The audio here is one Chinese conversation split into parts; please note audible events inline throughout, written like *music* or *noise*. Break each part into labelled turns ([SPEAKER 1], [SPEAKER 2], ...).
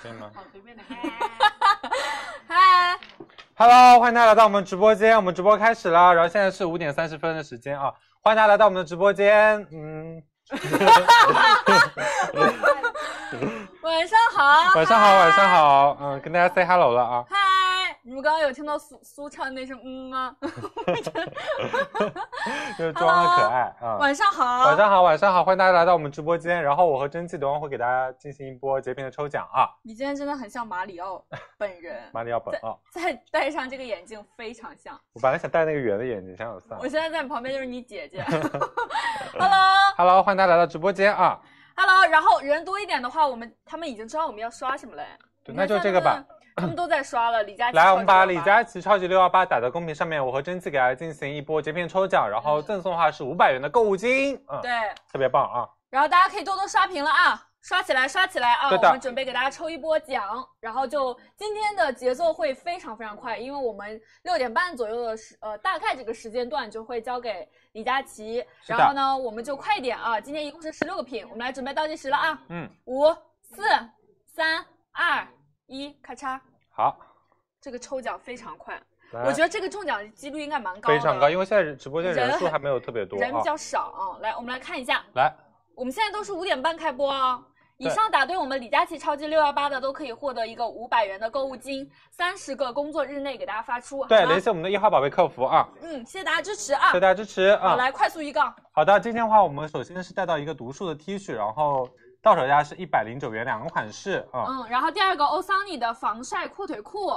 [SPEAKER 1] 可以吗
[SPEAKER 2] 好随便的。哎
[SPEAKER 3] *laughs* 嗨，
[SPEAKER 1] ？Hello，欢迎大家来到我们直播间，我们直播开始啦。然后现在是五点三十分的时间啊，欢迎大家来到我们的直播间。嗯，
[SPEAKER 3] 晚上好，
[SPEAKER 1] 晚上好，晚上。好，嗯，跟大家 say hello 了啊。
[SPEAKER 3] 嗨，你们刚刚有听到苏苏唱那声嗯吗？
[SPEAKER 1] 就是装的可爱啊。
[SPEAKER 3] 晚上好，
[SPEAKER 1] 晚上好，晚上好，欢迎大家来到我们直播间。然后我和蒸汽等会儿会给大家进行一波截屏的抽奖啊，
[SPEAKER 3] 你今天真的很像马里奥本人，
[SPEAKER 1] 马里奥本啊。
[SPEAKER 3] 再戴上这个眼镜非常像。
[SPEAKER 1] 我本来想戴那个圆的眼镜，想想算
[SPEAKER 3] 我
[SPEAKER 1] 了。
[SPEAKER 3] 现在在你旁边就是你姐
[SPEAKER 1] *laughs*
[SPEAKER 3] 姐。Hello，Hello，
[SPEAKER 1] Hello，欢迎大家来到直播间啊。
[SPEAKER 3] 然后人多一点的话，我们他们已经知道我们要刷什么了。
[SPEAKER 1] 对
[SPEAKER 3] 你
[SPEAKER 1] 那
[SPEAKER 3] 看
[SPEAKER 1] 就这个吧
[SPEAKER 3] 现在他们，他们都在刷了。李佳琦，
[SPEAKER 1] 来，我们把李
[SPEAKER 3] 琦
[SPEAKER 1] 佳琦超级六幺八打在公屏上面，我和蒸汽给大家进行一波截片抽奖，然后赠送的话是五百元的购物金，嗯，
[SPEAKER 3] 嗯对，
[SPEAKER 1] 特别棒啊！
[SPEAKER 3] 然后大家可以多多刷屏了啊，刷起来，刷起来啊！
[SPEAKER 1] 对的
[SPEAKER 3] 我们准备给大家抽一波奖，然后就今天的节奏会非常非常快，因为我们六点半左右的时呃大概这个时间段就会交给李佳琦，
[SPEAKER 1] 是的
[SPEAKER 3] 然后呢我们就快一点啊，今天一共是十六个品，我们来准备倒计时了啊，
[SPEAKER 1] 嗯，
[SPEAKER 3] 五四三二一，咔嚓！
[SPEAKER 1] 好，
[SPEAKER 3] 这个抽奖非常快，
[SPEAKER 1] 来
[SPEAKER 3] 我觉得这个中奖的几率应该蛮高的，
[SPEAKER 1] 非常高，因为现在直播间人数还没有特别多
[SPEAKER 3] 人
[SPEAKER 1] 啊
[SPEAKER 3] 比。较少啊。来，我们来看一下，
[SPEAKER 1] 来，
[SPEAKER 3] 我们现在都是五点半开播哦。以
[SPEAKER 1] 对
[SPEAKER 3] 上打对我们李佳琦超级六幺八的都可以获得一个五百元的购物金，三十个工作日内给大家发出。
[SPEAKER 1] 对，
[SPEAKER 3] 好吗
[SPEAKER 1] 联系我们的一号宝贝客服啊，
[SPEAKER 3] 嗯，谢谢大家支持啊
[SPEAKER 1] 谢谢！大家支持啊
[SPEAKER 3] 好，。来快速预告，
[SPEAKER 1] 好的，今天的话，我们首先是带到一个独树的 T 恤，然后到手价是一百零九元，两个款式啊，
[SPEAKER 3] 嗯，然后第二个欧桑尼的防晒阔腿裤，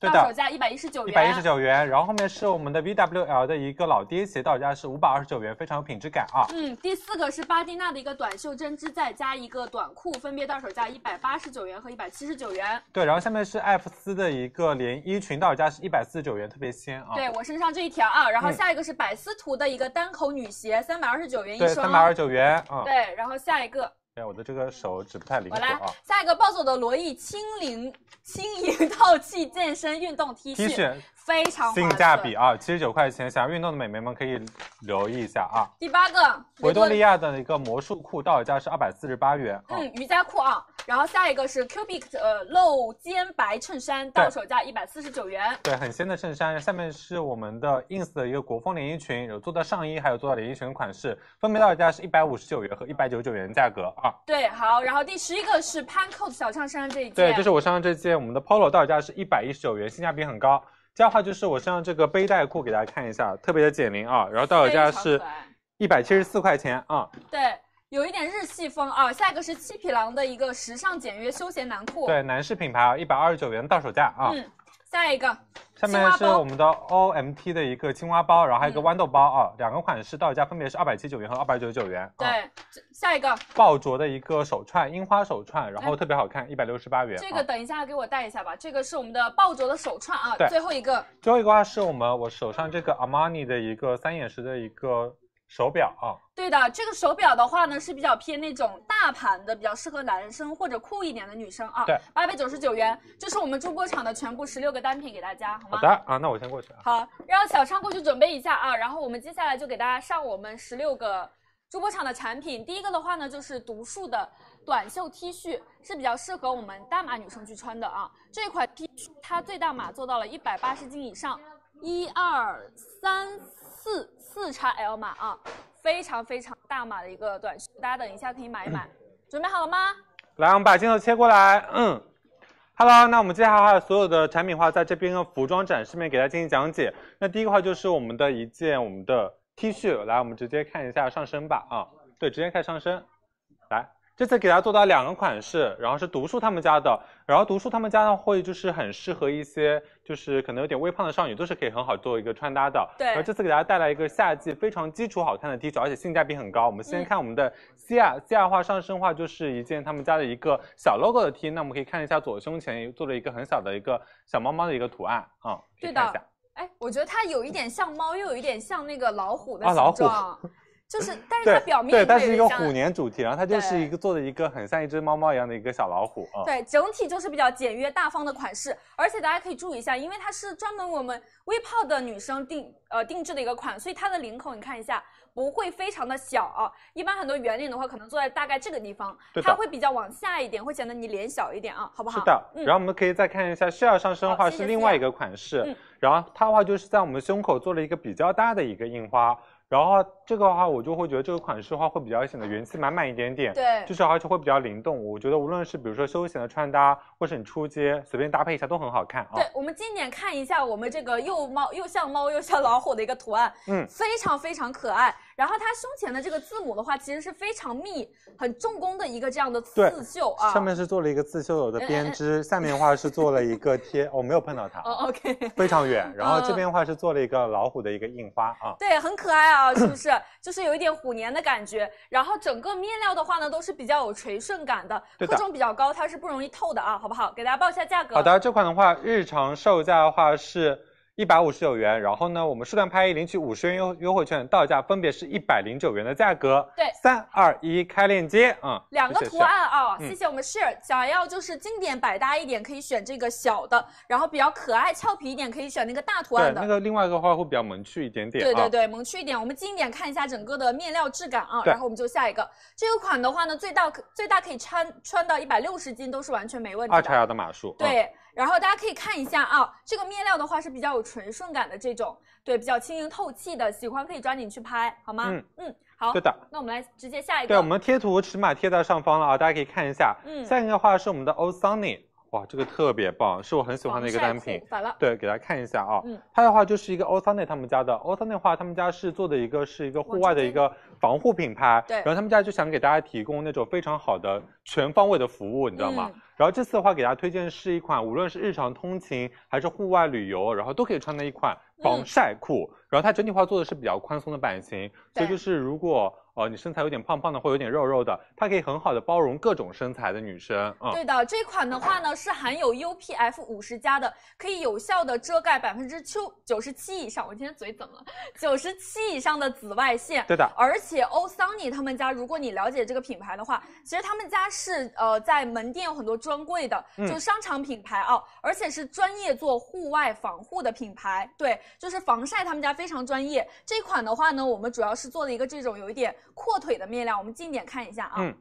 [SPEAKER 1] 对
[SPEAKER 3] 到手
[SPEAKER 1] 的，
[SPEAKER 3] 价一百一十九
[SPEAKER 1] 一
[SPEAKER 3] 元，
[SPEAKER 1] 百一十九元。然后后面是我们的 VWL 的一个老爹鞋，到手价是五百二十九元，非常有品质感啊。
[SPEAKER 3] 嗯，第四个是巴蒂娜的一个短袖针织，再加一个短裤，分别到手价一百八十九元和一百七十九元。
[SPEAKER 1] 对，然后下面是艾芙丝的一个连衣裙，到手价是一百四十九元，特别鲜啊。
[SPEAKER 3] 对我身上这一条啊，然后
[SPEAKER 1] 嗯
[SPEAKER 3] 下一个是百思图的一个单口女鞋，三百二十九元一
[SPEAKER 1] 对，
[SPEAKER 3] 双。
[SPEAKER 1] 三百二十九元啊。
[SPEAKER 3] 对，然后下一个
[SPEAKER 1] 对，我的这个手指不太灵
[SPEAKER 3] 我
[SPEAKER 1] 活
[SPEAKER 3] 来
[SPEAKER 1] 啊。，
[SPEAKER 3] 下一个暴走的罗毅轻盈轻盈透气健身运动 T
[SPEAKER 1] T 恤
[SPEAKER 3] 非常
[SPEAKER 1] 性
[SPEAKER 3] 划
[SPEAKER 1] 价
[SPEAKER 3] 算
[SPEAKER 1] 比。啊，七十九块钱，想要运动的美眉们可以留意一下啊。
[SPEAKER 3] 第八个
[SPEAKER 1] 维多利亚的一个魔术裤到手价是二百四十八元啊。
[SPEAKER 3] 嗯，瑜伽裤啊，然后下一个是 Cubic 的呃露肩白衬衫，到
[SPEAKER 1] 对
[SPEAKER 3] 手价一百四十九元。
[SPEAKER 1] 对，很仙的衬衫，下面是我们的 ins 的一个国风连衣裙，有做到上衣，还有做到连衣裙的款式，分别到手价是一百五十九元和一百九十九元的价格啊。
[SPEAKER 3] 对，好，然后第十一个是 Pancoat 小上衫这一件，
[SPEAKER 1] 对，就是我身上这件我们的 polo 到手价是一百一十九元，性价比很高。这样的话就是我身上这个背带裤，给大家看一下，特别的减龄啊，然后到手价
[SPEAKER 3] 非常
[SPEAKER 1] 是
[SPEAKER 3] 可爱
[SPEAKER 1] 一百七十四块钱啊。
[SPEAKER 3] 对，有一点日系风啊。下一个是七匹狼的一个时尚简约休闲男裤，，
[SPEAKER 1] 对，男士品牌啊，一百二十九元到手价啊。
[SPEAKER 3] 嗯，下一个
[SPEAKER 1] 下面是我们的 OMT 的一个青蛙包，然后还有一个
[SPEAKER 3] 嗯
[SPEAKER 1] 豌豆包啊，两个款式到手价分别是二百七十九元和二百九十九元。啊
[SPEAKER 3] 对，，这下一个
[SPEAKER 1] 爆卓的一个手串，樱花手串，然后特别好看，一百六十八元。
[SPEAKER 3] 这个
[SPEAKER 1] 啊
[SPEAKER 3] 等一下给我戴一下吧，这个是我们的暴卓的手串啊
[SPEAKER 1] 对，
[SPEAKER 3] 最后一个，
[SPEAKER 1] 最后一个话是我们我手上这个 Armani 的一个三眼石的一个手表啊，
[SPEAKER 3] 对的，这个手表的话呢是比较偏那种大盘的，比较适合男生或者酷一点的女生啊，
[SPEAKER 1] 对，
[SPEAKER 3] 八百九十九元，这是我们中国场的全部十六个单品给大家，好
[SPEAKER 1] 好
[SPEAKER 3] 吗？
[SPEAKER 1] 的啊，那我先过去啊。
[SPEAKER 3] 好，让小畅过去准备一下啊，然后我们接下来就给大家上我们十六个主播场的产品。第一个的话呢，就是独树的短袖 T 恤，是比较适合我们大码女生去穿的啊。这款 T 恤它最大码做到了一百八十斤以上，一二三四四叉 L 码啊，非常非常大码的一个短袖，大家等一下可以买一买。准备好了吗？
[SPEAKER 1] 来，我们把镜头切过来，嗯。Hello，那我们接下来的话所有的产品的话，在这边的服装展示面给大家进行讲解。那第一个话就是我们的一件我们的 T 恤，来，我们直接看一下上身吧，啊，对，直接看上身。来，这次给大家做到两个款式，然后是独树他们家的，然后独树他们家呢会就是很适合一些就是可能有点微胖的少女，都是可以很好做一个穿搭的。
[SPEAKER 3] 对
[SPEAKER 1] 然后这次给大家带来一个夏季非常基础好看的 T 恤，而且性价比很高。我们
[SPEAKER 3] 嗯
[SPEAKER 1] 先看我们的 C R C R 话上身话就是一件他们家的一个小 logo 的 T，那我们可以看一下左胸前做了一个很小的一个小猫猫的一个图案啊，可以
[SPEAKER 3] 对
[SPEAKER 1] 看一
[SPEAKER 3] 的
[SPEAKER 1] 下。
[SPEAKER 3] 哎，我觉得它有一点像猫，又有一点像那个老虎的
[SPEAKER 1] 啊 *laughs*
[SPEAKER 3] 形
[SPEAKER 1] 老虎
[SPEAKER 3] 状。就是，但是它
[SPEAKER 1] 对
[SPEAKER 3] 表面
[SPEAKER 1] 对，
[SPEAKER 3] 也
[SPEAKER 1] 它
[SPEAKER 3] 会
[SPEAKER 1] 是一
[SPEAKER 3] 有
[SPEAKER 1] 个
[SPEAKER 3] 点像
[SPEAKER 1] 虎年主题，然后它就是
[SPEAKER 3] 对
[SPEAKER 1] 一个做的一个很像一只猫猫一样的一个小老虎啊。嗯
[SPEAKER 3] 对，整体就是比较简约大方的款式，而且大家可以注意一下，因为它是专门为我们微胖的女生定呃定制的一个款，所以它的领口你看一下不会非常的小啊，一般很多圆领的话可能做在大概这个地方，
[SPEAKER 1] 对的
[SPEAKER 3] 它会比较往下一点，会显得你脸小一点啊，好不好？
[SPEAKER 1] 是的，
[SPEAKER 3] 嗯
[SPEAKER 1] 然后我们可以再看一下 Shell 上身的
[SPEAKER 3] 好
[SPEAKER 1] 话
[SPEAKER 3] 谢
[SPEAKER 1] 是
[SPEAKER 3] 谢
[SPEAKER 1] 另外一个款式，
[SPEAKER 3] 嗯
[SPEAKER 1] 然后它的话就是在我们胸口做了一个比较大的一个印花，然后这个的话我就会觉得这个款式的话会比较显得元气满满一点点，
[SPEAKER 3] 对
[SPEAKER 1] 就是而且会比较灵动。我觉得无论是比如说休闲的穿搭，或是你出街随便搭配一下都很好看啊。
[SPEAKER 3] 对，我们经典看一下我们这个又猫又像猫又像老虎的一个图案，
[SPEAKER 1] 嗯
[SPEAKER 3] 非常非常可爱。然后它胸前的这个字母的话，其实是非常密、很重工的一个这样的
[SPEAKER 1] 对
[SPEAKER 3] 刺绣啊。
[SPEAKER 1] 上面是做了一个刺绣的
[SPEAKER 3] 嗯
[SPEAKER 1] 编织，下面的话是做了一个贴，我、没有碰到它，
[SPEAKER 3] 哦，OK。
[SPEAKER 1] 非常远。然后
[SPEAKER 3] 嗯
[SPEAKER 1] 这边的话是做了一个老虎的一个印花啊。
[SPEAKER 3] 对，很可爱啊，是不 *coughs* 是？就是有一点虎年的感觉。然后整个面料的话呢，都是比较有垂顺感的，
[SPEAKER 1] 对的
[SPEAKER 3] 克重比较高，它是不容易透的啊，好不好？给大家报一下价格。
[SPEAKER 1] 好，的，这款的话，日常售价的话是一百五十九元，然后呢，我们数量拍一领取五十元优优惠券，到手价分别是一百零九元的价格。
[SPEAKER 3] 对
[SPEAKER 1] 三二一，开链接，嗯，
[SPEAKER 3] 两个
[SPEAKER 1] 谢谢
[SPEAKER 3] 图案啊，
[SPEAKER 1] 嗯
[SPEAKER 3] 谢谢我们 share。想要就是经典百搭一点，可以选这个小的，然后比较可爱俏皮一点，可以选那个大图
[SPEAKER 1] 对
[SPEAKER 3] 案，的。
[SPEAKER 1] 那个另外一个话会比较萌趣一点点、啊。
[SPEAKER 3] 对对对，萌趣一点。我们经典看一下整个的面料质感啊，
[SPEAKER 1] 对
[SPEAKER 3] 然后我们就下一个。这个款的话呢，最大可最大可以穿穿到一百六十斤都是完全没问题
[SPEAKER 1] 二
[SPEAKER 3] 的。
[SPEAKER 1] 叉腰的码数。嗯，
[SPEAKER 3] 对，然后大家可以看一下啊，这个面料的话是比较有垂顺感的这种，对，比较轻盈透气的，喜欢可以抓紧去拍，好吗？
[SPEAKER 1] 嗯
[SPEAKER 3] 好
[SPEAKER 1] 对。的。
[SPEAKER 3] 那我们来直接下一个。
[SPEAKER 1] 对，我们贴图尺码贴在上方了啊，大家可以看一下。
[SPEAKER 3] 嗯
[SPEAKER 1] 下一个的话是我们的 O Sunny，哇，这个特别棒，是我很喜欢的一个
[SPEAKER 3] 防晒
[SPEAKER 1] 单品
[SPEAKER 3] 裤。反了。
[SPEAKER 1] 对，给大家看一下啊。
[SPEAKER 3] 嗯
[SPEAKER 1] 它的话就是一个 Othane 他们家的 Othane 的话，他们家是做的一个是一个户外的一个防护品牌。
[SPEAKER 3] 对
[SPEAKER 1] 然后他们家就想给大家提供那种非常好的全方位的服务，你知道吗？
[SPEAKER 3] 嗯
[SPEAKER 1] 然后这次的话给大家推荐是一款，无论是日常通勤还是户外旅游，然后都可以穿的一款
[SPEAKER 3] 嗯
[SPEAKER 1] 防晒裤。然后它整体话做的是比较宽松的版型，所
[SPEAKER 3] 对
[SPEAKER 1] 以就是如果呃你身材有点胖胖的或有点肉肉的，它可以很好的包容各种身材的女生啊。
[SPEAKER 3] 对的，这款的话呢是含有 UPF 五十加的，可以有效的遮盖百分之九九十七以上。我今天嘴怎么了？九十七以上的紫外线。
[SPEAKER 1] 对的，
[SPEAKER 3] 而且欧桑尼他们家，如果你了解这个品牌的话，其实他们家是呃在门店有很多专柜的，
[SPEAKER 1] 嗯
[SPEAKER 3] 就是商场品牌啊，而且是专业做户外防护的品牌。对，就是防晒，他们家非常专业。这款的话呢，我们主要是做了一个这种有一点阔腿的面料，我们近点看一下啊。
[SPEAKER 1] 嗯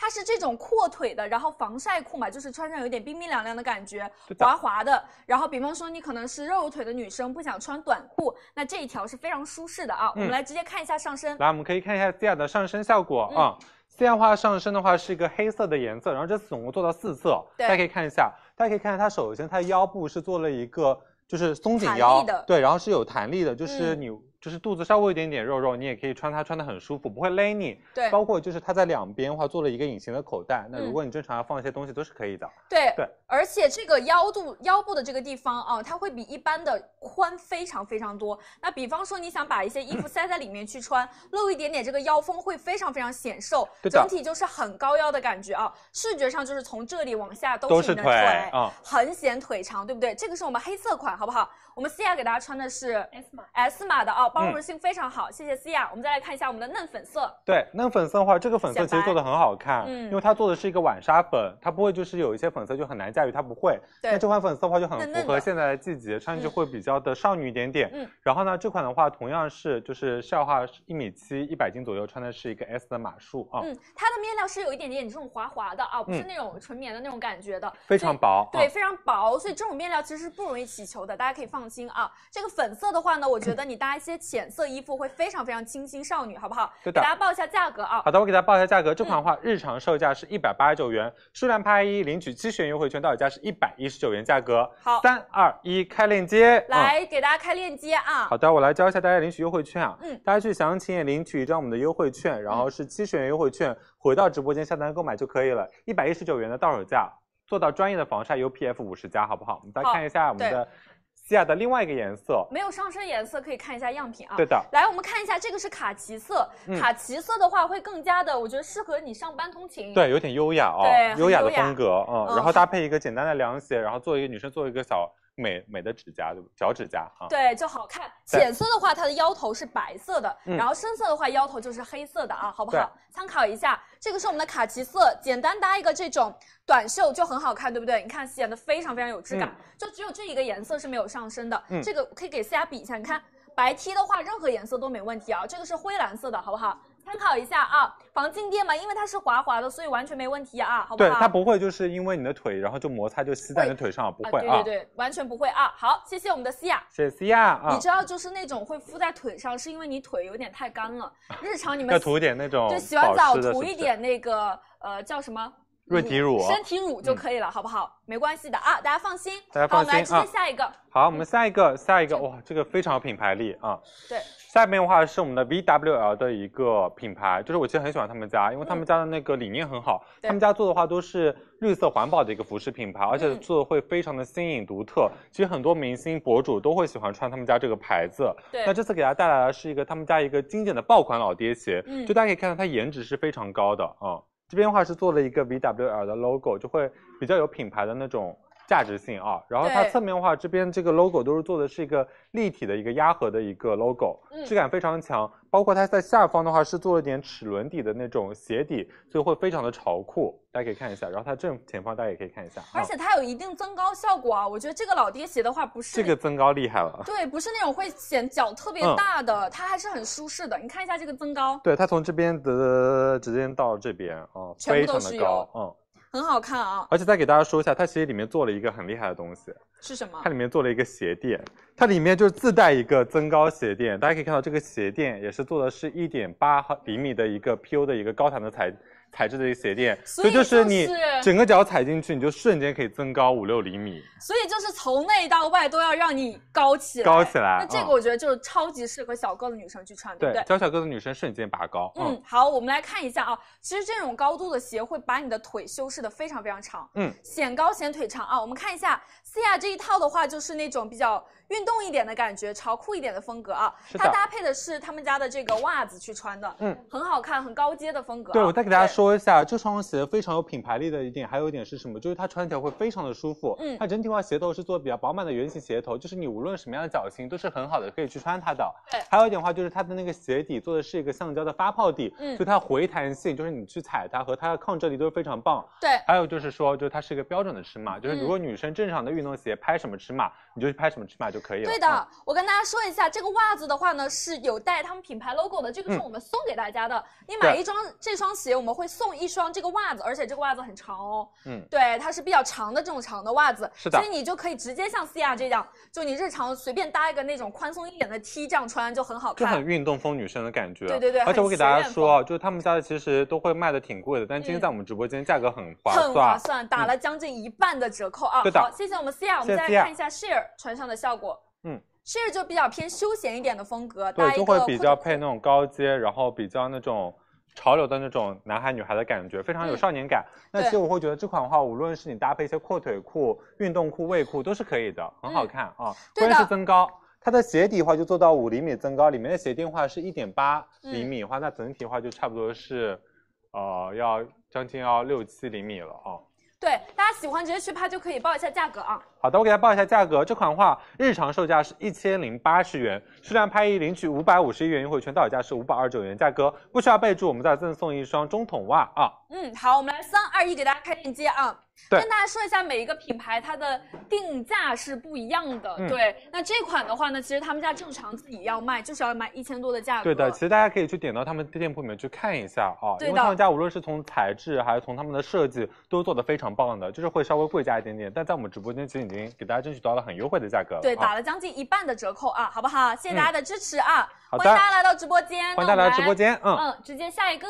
[SPEAKER 3] 它是这种阔腿的，然后防晒裤嘛，就是穿上有点冰冰凉凉的感觉，
[SPEAKER 1] 对的
[SPEAKER 3] 滑滑的。然后，比方说你可能是肉肉腿的女生，不想穿短裤，那这一条是非常舒适的
[SPEAKER 1] 嗯
[SPEAKER 3] 啊。我们来直接看一下上身，
[SPEAKER 1] 来，我们可以看一下 Cia 的上身效果
[SPEAKER 3] 嗯
[SPEAKER 1] 啊。C i a 话上身的话是一个黑色的颜色，然后这次总共做到四色，
[SPEAKER 3] 对
[SPEAKER 1] 大家可以看一下，大家可以看一下它首先它腰部是做了一个就是松紧
[SPEAKER 3] 弹
[SPEAKER 1] 腰
[SPEAKER 3] 力的
[SPEAKER 1] 对，然后是有弹力的，就是
[SPEAKER 3] 嗯
[SPEAKER 1] 你、就是肚子稍微有一点点肉肉，你也可以穿它穿的很舒服，不会勒你。
[SPEAKER 3] 对
[SPEAKER 1] 包括就是它在两边的话做了一个隐形的口袋，那
[SPEAKER 3] 嗯
[SPEAKER 1] 如果你正常要放一些东西都是可以的。
[SPEAKER 3] 对，
[SPEAKER 1] 对
[SPEAKER 3] 而且这个腰肚腰部的这个地方啊，它会比一般的宽非常非常多。那比方说你想把一些衣
[SPEAKER 1] 嗯
[SPEAKER 3] 服塞在里面去穿，露一点点这个腰封会非常非常显瘦，
[SPEAKER 1] 对的
[SPEAKER 3] 整体就是很高腰的感觉啊。视觉上就是从这里往下都
[SPEAKER 1] 都
[SPEAKER 3] 是你
[SPEAKER 1] 是
[SPEAKER 3] 的
[SPEAKER 1] 腿啊
[SPEAKER 3] 很显腿长，对不对？这个是我们黑色款，好不好？我们思雅给大家穿的是
[SPEAKER 2] S 码
[SPEAKER 3] S 码的啊，
[SPEAKER 1] 嗯
[SPEAKER 3] 包容性非常好，谢谢思雅。我们再来看一下我们的嫩粉色，
[SPEAKER 1] 对，嫩粉色的话，这个粉色
[SPEAKER 3] 显
[SPEAKER 1] 其实
[SPEAKER 3] 白
[SPEAKER 1] 做的很好看，
[SPEAKER 3] 嗯
[SPEAKER 1] 因为它做的是一个晚纱粉，它不会就是有一些粉色就很难驾驭，它不会。
[SPEAKER 3] 对
[SPEAKER 1] 那这款粉色的话就很
[SPEAKER 3] 嫩嫩
[SPEAKER 1] 符合
[SPEAKER 3] 的
[SPEAKER 1] 现在的季节，穿上去会比较的少女一点点。
[SPEAKER 3] 嗯。
[SPEAKER 1] 然后呢，这款的话同样是就是笑话一米七一百斤左右，穿的是一个 S 的码数啊，
[SPEAKER 3] 嗯，它的面料是有一点点这种滑滑的啊，不是
[SPEAKER 1] 嗯
[SPEAKER 3] 那种纯棉的那种感觉的，
[SPEAKER 1] 非常薄。
[SPEAKER 3] 对，
[SPEAKER 1] 啊，
[SPEAKER 3] 非常薄，所以这种面料其实是不容易起球的，大家可以放心啊。这个粉色的话呢，我
[SPEAKER 1] 嗯
[SPEAKER 3] 觉得你搭一些浅色衣服会非常非常清新少女，好不好？
[SPEAKER 1] 对
[SPEAKER 3] 给
[SPEAKER 1] 的
[SPEAKER 3] 大家报一下价格啊。
[SPEAKER 1] 好的，我给大家报一下价格，这款
[SPEAKER 3] 嗯
[SPEAKER 1] 的话日常售价是一百八十九元，数量拍一领取七十元优惠券，到手价是一百一十九元价格。
[SPEAKER 3] 好
[SPEAKER 1] 三二一，开链接。嗯
[SPEAKER 3] 来给大家开链接啊
[SPEAKER 1] 好，的，我来教一下大家领取优惠券啊。
[SPEAKER 3] 嗯
[SPEAKER 1] 大家去详情页领取一张我们的优惠券，然后是七十元优惠券，回到直播间下单购买就可以了，一百一十九元的到手价，做到专业的防晒 UPF 五十加，好不好？我们再
[SPEAKER 3] 好
[SPEAKER 1] 看一下我们
[SPEAKER 3] 对
[SPEAKER 1] 的西亚的另外一个颜色。
[SPEAKER 3] 没有上身颜色可以看一下样品啊。
[SPEAKER 1] 对的，
[SPEAKER 3] 来，我们看一下这个是卡其色，
[SPEAKER 1] 嗯
[SPEAKER 3] 卡其色的话会更加的，我觉得适合你上班通勤。，
[SPEAKER 1] 对，有点优雅哦
[SPEAKER 3] 对，很
[SPEAKER 1] 优雅的
[SPEAKER 3] 优雅
[SPEAKER 1] 风格，嗯，
[SPEAKER 3] 嗯
[SPEAKER 1] 然后搭配一个简单的凉鞋，然后做一个女生做一个小美美的指甲，对不小指甲啊，
[SPEAKER 3] 对，就好看。
[SPEAKER 1] 对
[SPEAKER 3] 浅色的话，它的腰头是白色的，
[SPEAKER 1] 嗯
[SPEAKER 3] 然后深色的话，腰头就是黑色的啊，好不好？参考一下，这个是我们的卡其色，简单搭一个这种短袖就很好看，对不对？你看显得非常非常有质感，就只有这一个颜色是没有上身的。
[SPEAKER 1] 嗯
[SPEAKER 3] 这个可以给思雅比一下，你看白 T 的话，任何颜色都没问题啊。这个是灰蓝色的，好不好？参考一下啊，防静电嘛，因为它是滑滑的，所以完全没问题啊，好不好？
[SPEAKER 1] 对，它不会就是因为你的腿，然后就摩擦就吸在你的腿上，不会
[SPEAKER 3] 啊，
[SPEAKER 1] 啊
[SPEAKER 3] 对对。对，完全不会啊。好，谢谢我们的思雅。
[SPEAKER 1] 谢谢西亚啊
[SPEAKER 3] 你，知道，就是那种会敷在腿上，是因为你腿有点太干了。日常你
[SPEAKER 1] 要
[SPEAKER 3] 们
[SPEAKER 1] 涂一点那种
[SPEAKER 3] 对洗完
[SPEAKER 1] 保
[SPEAKER 3] 澡
[SPEAKER 1] 湿的
[SPEAKER 3] 涂
[SPEAKER 1] 是
[SPEAKER 3] 一
[SPEAKER 1] 不是
[SPEAKER 3] 点那个呃叫什么
[SPEAKER 1] 润体乳嗯
[SPEAKER 3] 身体乳就可以了，好不好？没关系的啊，大家放心。
[SPEAKER 1] 大家
[SPEAKER 3] 好，我
[SPEAKER 1] 放
[SPEAKER 3] 们来直
[SPEAKER 1] 心啊
[SPEAKER 3] 接下一个，
[SPEAKER 1] 好，我们下一个，下一个，哇，这个非常有品牌力啊。
[SPEAKER 3] 对，
[SPEAKER 1] 下面的话是我们的 VWL 的一个品牌，就是我其实很喜欢他们家，因为他们家的那个理念很好，
[SPEAKER 3] 嗯对
[SPEAKER 1] 他们家做的话都是绿色环保的一个服饰品牌，而且
[SPEAKER 3] 嗯
[SPEAKER 1] 做的会非常的新颖独特。其实很多明星博主都会喜欢穿他们家这个牌子。
[SPEAKER 3] 对
[SPEAKER 1] 那这次给大家带来的是一个他们家一个经典的爆款老爹鞋，
[SPEAKER 3] 嗯
[SPEAKER 1] 就大家可以看到它颜值是非常高的啊、嗯这边的话是做了一个 VWL 的 logo，就会比较有品牌的那种价值性啊。然后它
[SPEAKER 3] 对
[SPEAKER 1] 侧面的话，这边这个 logo 都是做的是一个立体的一个压合的一个 logo，、
[SPEAKER 3] 嗯
[SPEAKER 1] 质感非常强。包括它在下方的话是做了点齿轮底的那种鞋底，所以会非常的潮酷，大家可以看一下。然后它正前方大家也可以看一下，
[SPEAKER 3] 而
[SPEAKER 1] 啊、
[SPEAKER 3] 且它有一定增高效果啊。我觉得这个老爹鞋的话，不是
[SPEAKER 1] 这个增高厉害了。
[SPEAKER 3] 对，不是那种会显脚特别
[SPEAKER 1] 嗯
[SPEAKER 3] 大的，它还是很舒适的。你看一下这个增高，
[SPEAKER 1] 对，它从这边的直接到这边啊、嗯
[SPEAKER 3] 全部
[SPEAKER 1] 非
[SPEAKER 3] 都
[SPEAKER 1] 常
[SPEAKER 3] 是
[SPEAKER 1] 的
[SPEAKER 3] 油
[SPEAKER 1] 高，嗯。
[SPEAKER 3] 很好看啊。
[SPEAKER 1] 而且再给大家说一下，它其实里面做了一个很厉害的东西，
[SPEAKER 3] 是什么
[SPEAKER 1] 它？里面做了一个鞋垫，它里面就是自带一个增高鞋垫，大家可以看到这个鞋垫也是做的是一点八厘米的一个 PU 的一个高弹的材材质的一个鞋垫，
[SPEAKER 3] 所以
[SPEAKER 1] 就
[SPEAKER 3] 就是
[SPEAKER 1] 是你整个脚踩进去，你就瞬间可以增高五六厘米，
[SPEAKER 3] 所以就是从内到外都要让你高起来。
[SPEAKER 1] 高起来。
[SPEAKER 3] 那这个
[SPEAKER 1] 嗯
[SPEAKER 3] 我觉得就是超级适合小个的女生去穿，对不
[SPEAKER 1] 对
[SPEAKER 3] 对？
[SPEAKER 1] 娇小个子女生瞬间拔高，嗯
[SPEAKER 3] 嗯，好，我们来看一下啊，其实这种高度的鞋会把你的腿修饰的非常非常长，
[SPEAKER 1] 嗯，
[SPEAKER 3] 显高显腿长啊。我们看一下西亚这一套的话，就是那种比较运动一点的感觉，潮酷一点的风格啊。
[SPEAKER 1] 是的
[SPEAKER 3] 它搭配的是他们家的这个袜子去穿的，
[SPEAKER 1] 嗯，
[SPEAKER 3] 很好看，很高阶的风格啊、
[SPEAKER 1] 对，我再给大家
[SPEAKER 3] 对
[SPEAKER 1] 说一下，这双鞋非常有品牌力的一点，还有一点是什么？就是它穿起来会非常的舒服。
[SPEAKER 3] 嗯
[SPEAKER 1] 它整体话鞋头是做比较饱满的圆形鞋头，就是你无论什么样的脚型都是很好的可以去穿它的。
[SPEAKER 3] 对
[SPEAKER 1] 还有一点话就是它的那个鞋底做的是一个橡胶的发泡底，
[SPEAKER 3] 嗯
[SPEAKER 1] 就它回弹性，就是你去踩它和它的抗折力都是非常棒。
[SPEAKER 3] 对。
[SPEAKER 1] 还有就是说，就是它是一个标准的尺码，就是
[SPEAKER 3] 嗯
[SPEAKER 1] 如果女生正常的运动鞋拍什么尺码，你就去拍什么尺码就可以了。
[SPEAKER 3] 对
[SPEAKER 1] 嗯
[SPEAKER 3] 的，我跟大家说一下，这个袜子的话呢是有带他们品牌 logo 的，这个是
[SPEAKER 1] 嗯
[SPEAKER 3] 我们送给大家的。你买
[SPEAKER 1] 对
[SPEAKER 3] 一双这双鞋，我们会送一双这个袜子，而且这个袜子很长哦。
[SPEAKER 1] 嗯
[SPEAKER 3] 对，它是比较长的这种长的袜子，
[SPEAKER 1] 是的
[SPEAKER 3] 所以你就可以直接像西亚这样，就你日常随便搭一个那种宽松一点的 T 这样穿就很好
[SPEAKER 1] 就很
[SPEAKER 3] 看。
[SPEAKER 1] 运动风女生的感觉，
[SPEAKER 3] 对对对
[SPEAKER 1] 而且
[SPEAKER 3] 很
[SPEAKER 1] 我给
[SPEAKER 3] 学
[SPEAKER 1] 大家
[SPEAKER 3] 院
[SPEAKER 1] 说啊，就是他们家的其实都会卖的挺贵的，但今天
[SPEAKER 3] 嗯
[SPEAKER 1] 在我们直播间价格很划
[SPEAKER 3] 很
[SPEAKER 1] 算。嗯
[SPEAKER 3] 划算，打了将近一半的折扣啊！
[SPEAKER 1] 对的
[SPEAKER 3] 好，谢谢我们西亚，我们
[SPEAKER 1] 谢谢
[SPEAKER 3] 再来
[SPEAKER 1] Sia
[SPEAKER 3] 看一下 Share 穿上的效果。
[SPEAKER 1] 嗯
[SPEAKER 3] ，Share 就比较偏休闲一点的风格，搭
[SPEAKER 1] 对，
[SPEAKER 3] 一
[SPEAKER 1] 就
[SPEAKER 3] 个
[SPEAKER 1] 会比较
[SPEAKER 3] 裤子
[SPEAKER 1] 配那种高阶，然后比较那种潮流的那种男孩女孩的感觉，非常有
[SPEAKER 3] 嗯
[SPEAKER 1] 少年感。那其实
[SPEAKER 3] 对
[SPEAKER 1] 我会觉得这款的话，无论是你搭配一些阔腿裤、运动裤、卫裤都是可以的，很好
[SPEAKER 3] 嗯
[SPEAKER 1] 看啊。
[SPEAKER 3] 对
[SPEAKER 1] 关键是
[SPEAKER 3] 的
[SPEAKER 1] 增高。它的鞋底的话就做到五厘米增高，里面的鞋垫的话是一点八
[SPEAKER 3] 嗯
[SPEAKER 1] 厘米的话，那整体的话就差不多是，呃，要将近要六七厘米了啊。
[SPEAKER 3] 对，大家喜欢直接去拍就可以报一下价格啊。
[SPEAKER 1] 好的，我给大家报一下价格，这款的话日常售价是一千零八十元，数量拍一领取五百五十一元优惠券，到手价是五百二十九元，价格不需要备注，我们再赠送一双中筒袜啊。
[SPEAKER 3] 嗯，好，我们来三二一给大家开链接啊。
[SPEAKER 1] 对
[SPEAKER 3] 跟大家说一下每一个品牌它的定价是不一样的。
[SPEAKER 1] 嗯
[SPEAKER 3] 对，那这款的话呢，其实他们家正常自己要卖，就是要卖一千多的价格。
[SPEAKER 1] 对的，其实大家可以去点到他们店铺里面去看一下啊，
[SPEAKER 3] 对
[SPEAKER 1] 因为
[SPEAKER 3] 的
[SPEAKER 1] 他们家无论是从材质还是从他们的设计都做的非常棒的，就是会稍微贵价一点点，但在我们直播间其实已经给大家争取到了很优惠的价格了。
[SPEAKER 3] 对，
[SPEAKER 1] 啊
[SPEAKER 3] 打了将近一半的折扣啊，好不好？谢谢大家的支持啊！
[SPEAKER 1] 嗯好的
[SPEAKER 3] 欢迎大家来到直播间，
[SPEAKER 1] 欢迎大家来直播。间，嗯，
[SPEAKER 3] 嗯，直接下一个，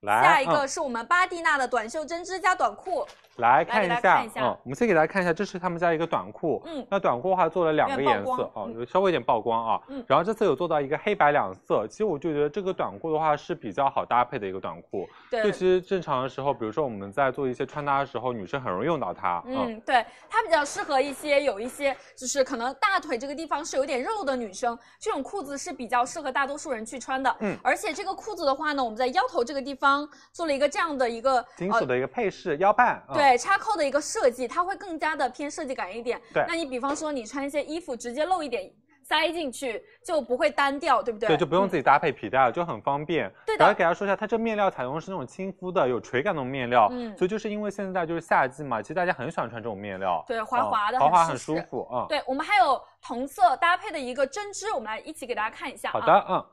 [SPEAKER 1] 来，
[SPEAKER 3] 下一
[SPEAKER 1] 嗯
[SPEAKER 3] 个是我们巴蒂娜的短袖针织加短裤，
[SPEAKER 1] 来看一
[SPEAKER 3] 来给大家
[SPEAKER 1] 下，
[SPEAKER 3] 看一下
[SPEAKER 1] 嗯，我们先给大家看一下，这是他们家一个短裤，
[SPEAKER 3] 嗯，
[SPEAKER 1] 那短裤的话做了两个
[SPEAKER 3] 有点
[SPEAKER 1] 颜
[SPEAKER 3] 曝光
[SPEAKER 1] 色哦，
[SPEAKER 3] 嗯
[SPEAKER 1] 有稍微有点曝光啊，
[SPEAKER 3] 嗯
[SPEAKER 1] 然后这次有做到一个黑白两色，其实我就觉得这个短裤的话是比较好搭配的一个短裤，
[SPEAKER 3] 对
[SPEAKER 1] 就其实正常的时候，比如说我们在做一些穿搭的时候，女生很容易用到它，嗯
[SPEAKER 3] 嗯，对，它比较适合一些有一些就是可能大腿这个地方是有点肉的女生，这种裤子是比较适合大多数人去穿的。
[SPEAKER 1] 嗯
[SPEAKER 3] 而且这个裤子的话呢，我们在腰头这个地方做了一个这样的一个呃
[SPEAKER 1] 金属的一个配饰，腰带，嗯，
[SPEAKER 3] 哦对插扣的一个设计，它会更加的偏设计感一点。
[SPEAKER 1] 对
[SPEAKER 3] 那你比方说你穿一些衣服直接露一点塞进去，就不会单调，对不对？
[SPEAKER 1] 对，就不用
[SPEAKER 3] 嗯
[SPEAKER 1] 自己搭配皮带了，就很方便。
[SPEAKER 3] 对的
[SPEAKER 1] 然后给大家说一下，它这面料采用的是那种亲肤的，有垂感的面料。
[SPEAKER 3] 嗯
[SPEAKER 1] 所以就是因为现在就是夏季嘛，其实大家很喜欢穿这种面料。
[SPEAKER 3] 对滑
[SPEAKER 1] 嗯
[SPEAKER 3] 滑的
[SPEAKER 1] 滑
[SPEAKER 3] 很
[SPEAKER 1] 滑
[SPEAKER 3] 舒
[SPEAKER 1] 很舒
[SPEAKER 3] 适
[SPEAKER 1] 服。嗯，
[SPEAKER 3] 对，我们还有同色搭配的一个针织，我们来一起给大家看一下啊。
[SPEAKER 1] 好的，嗯，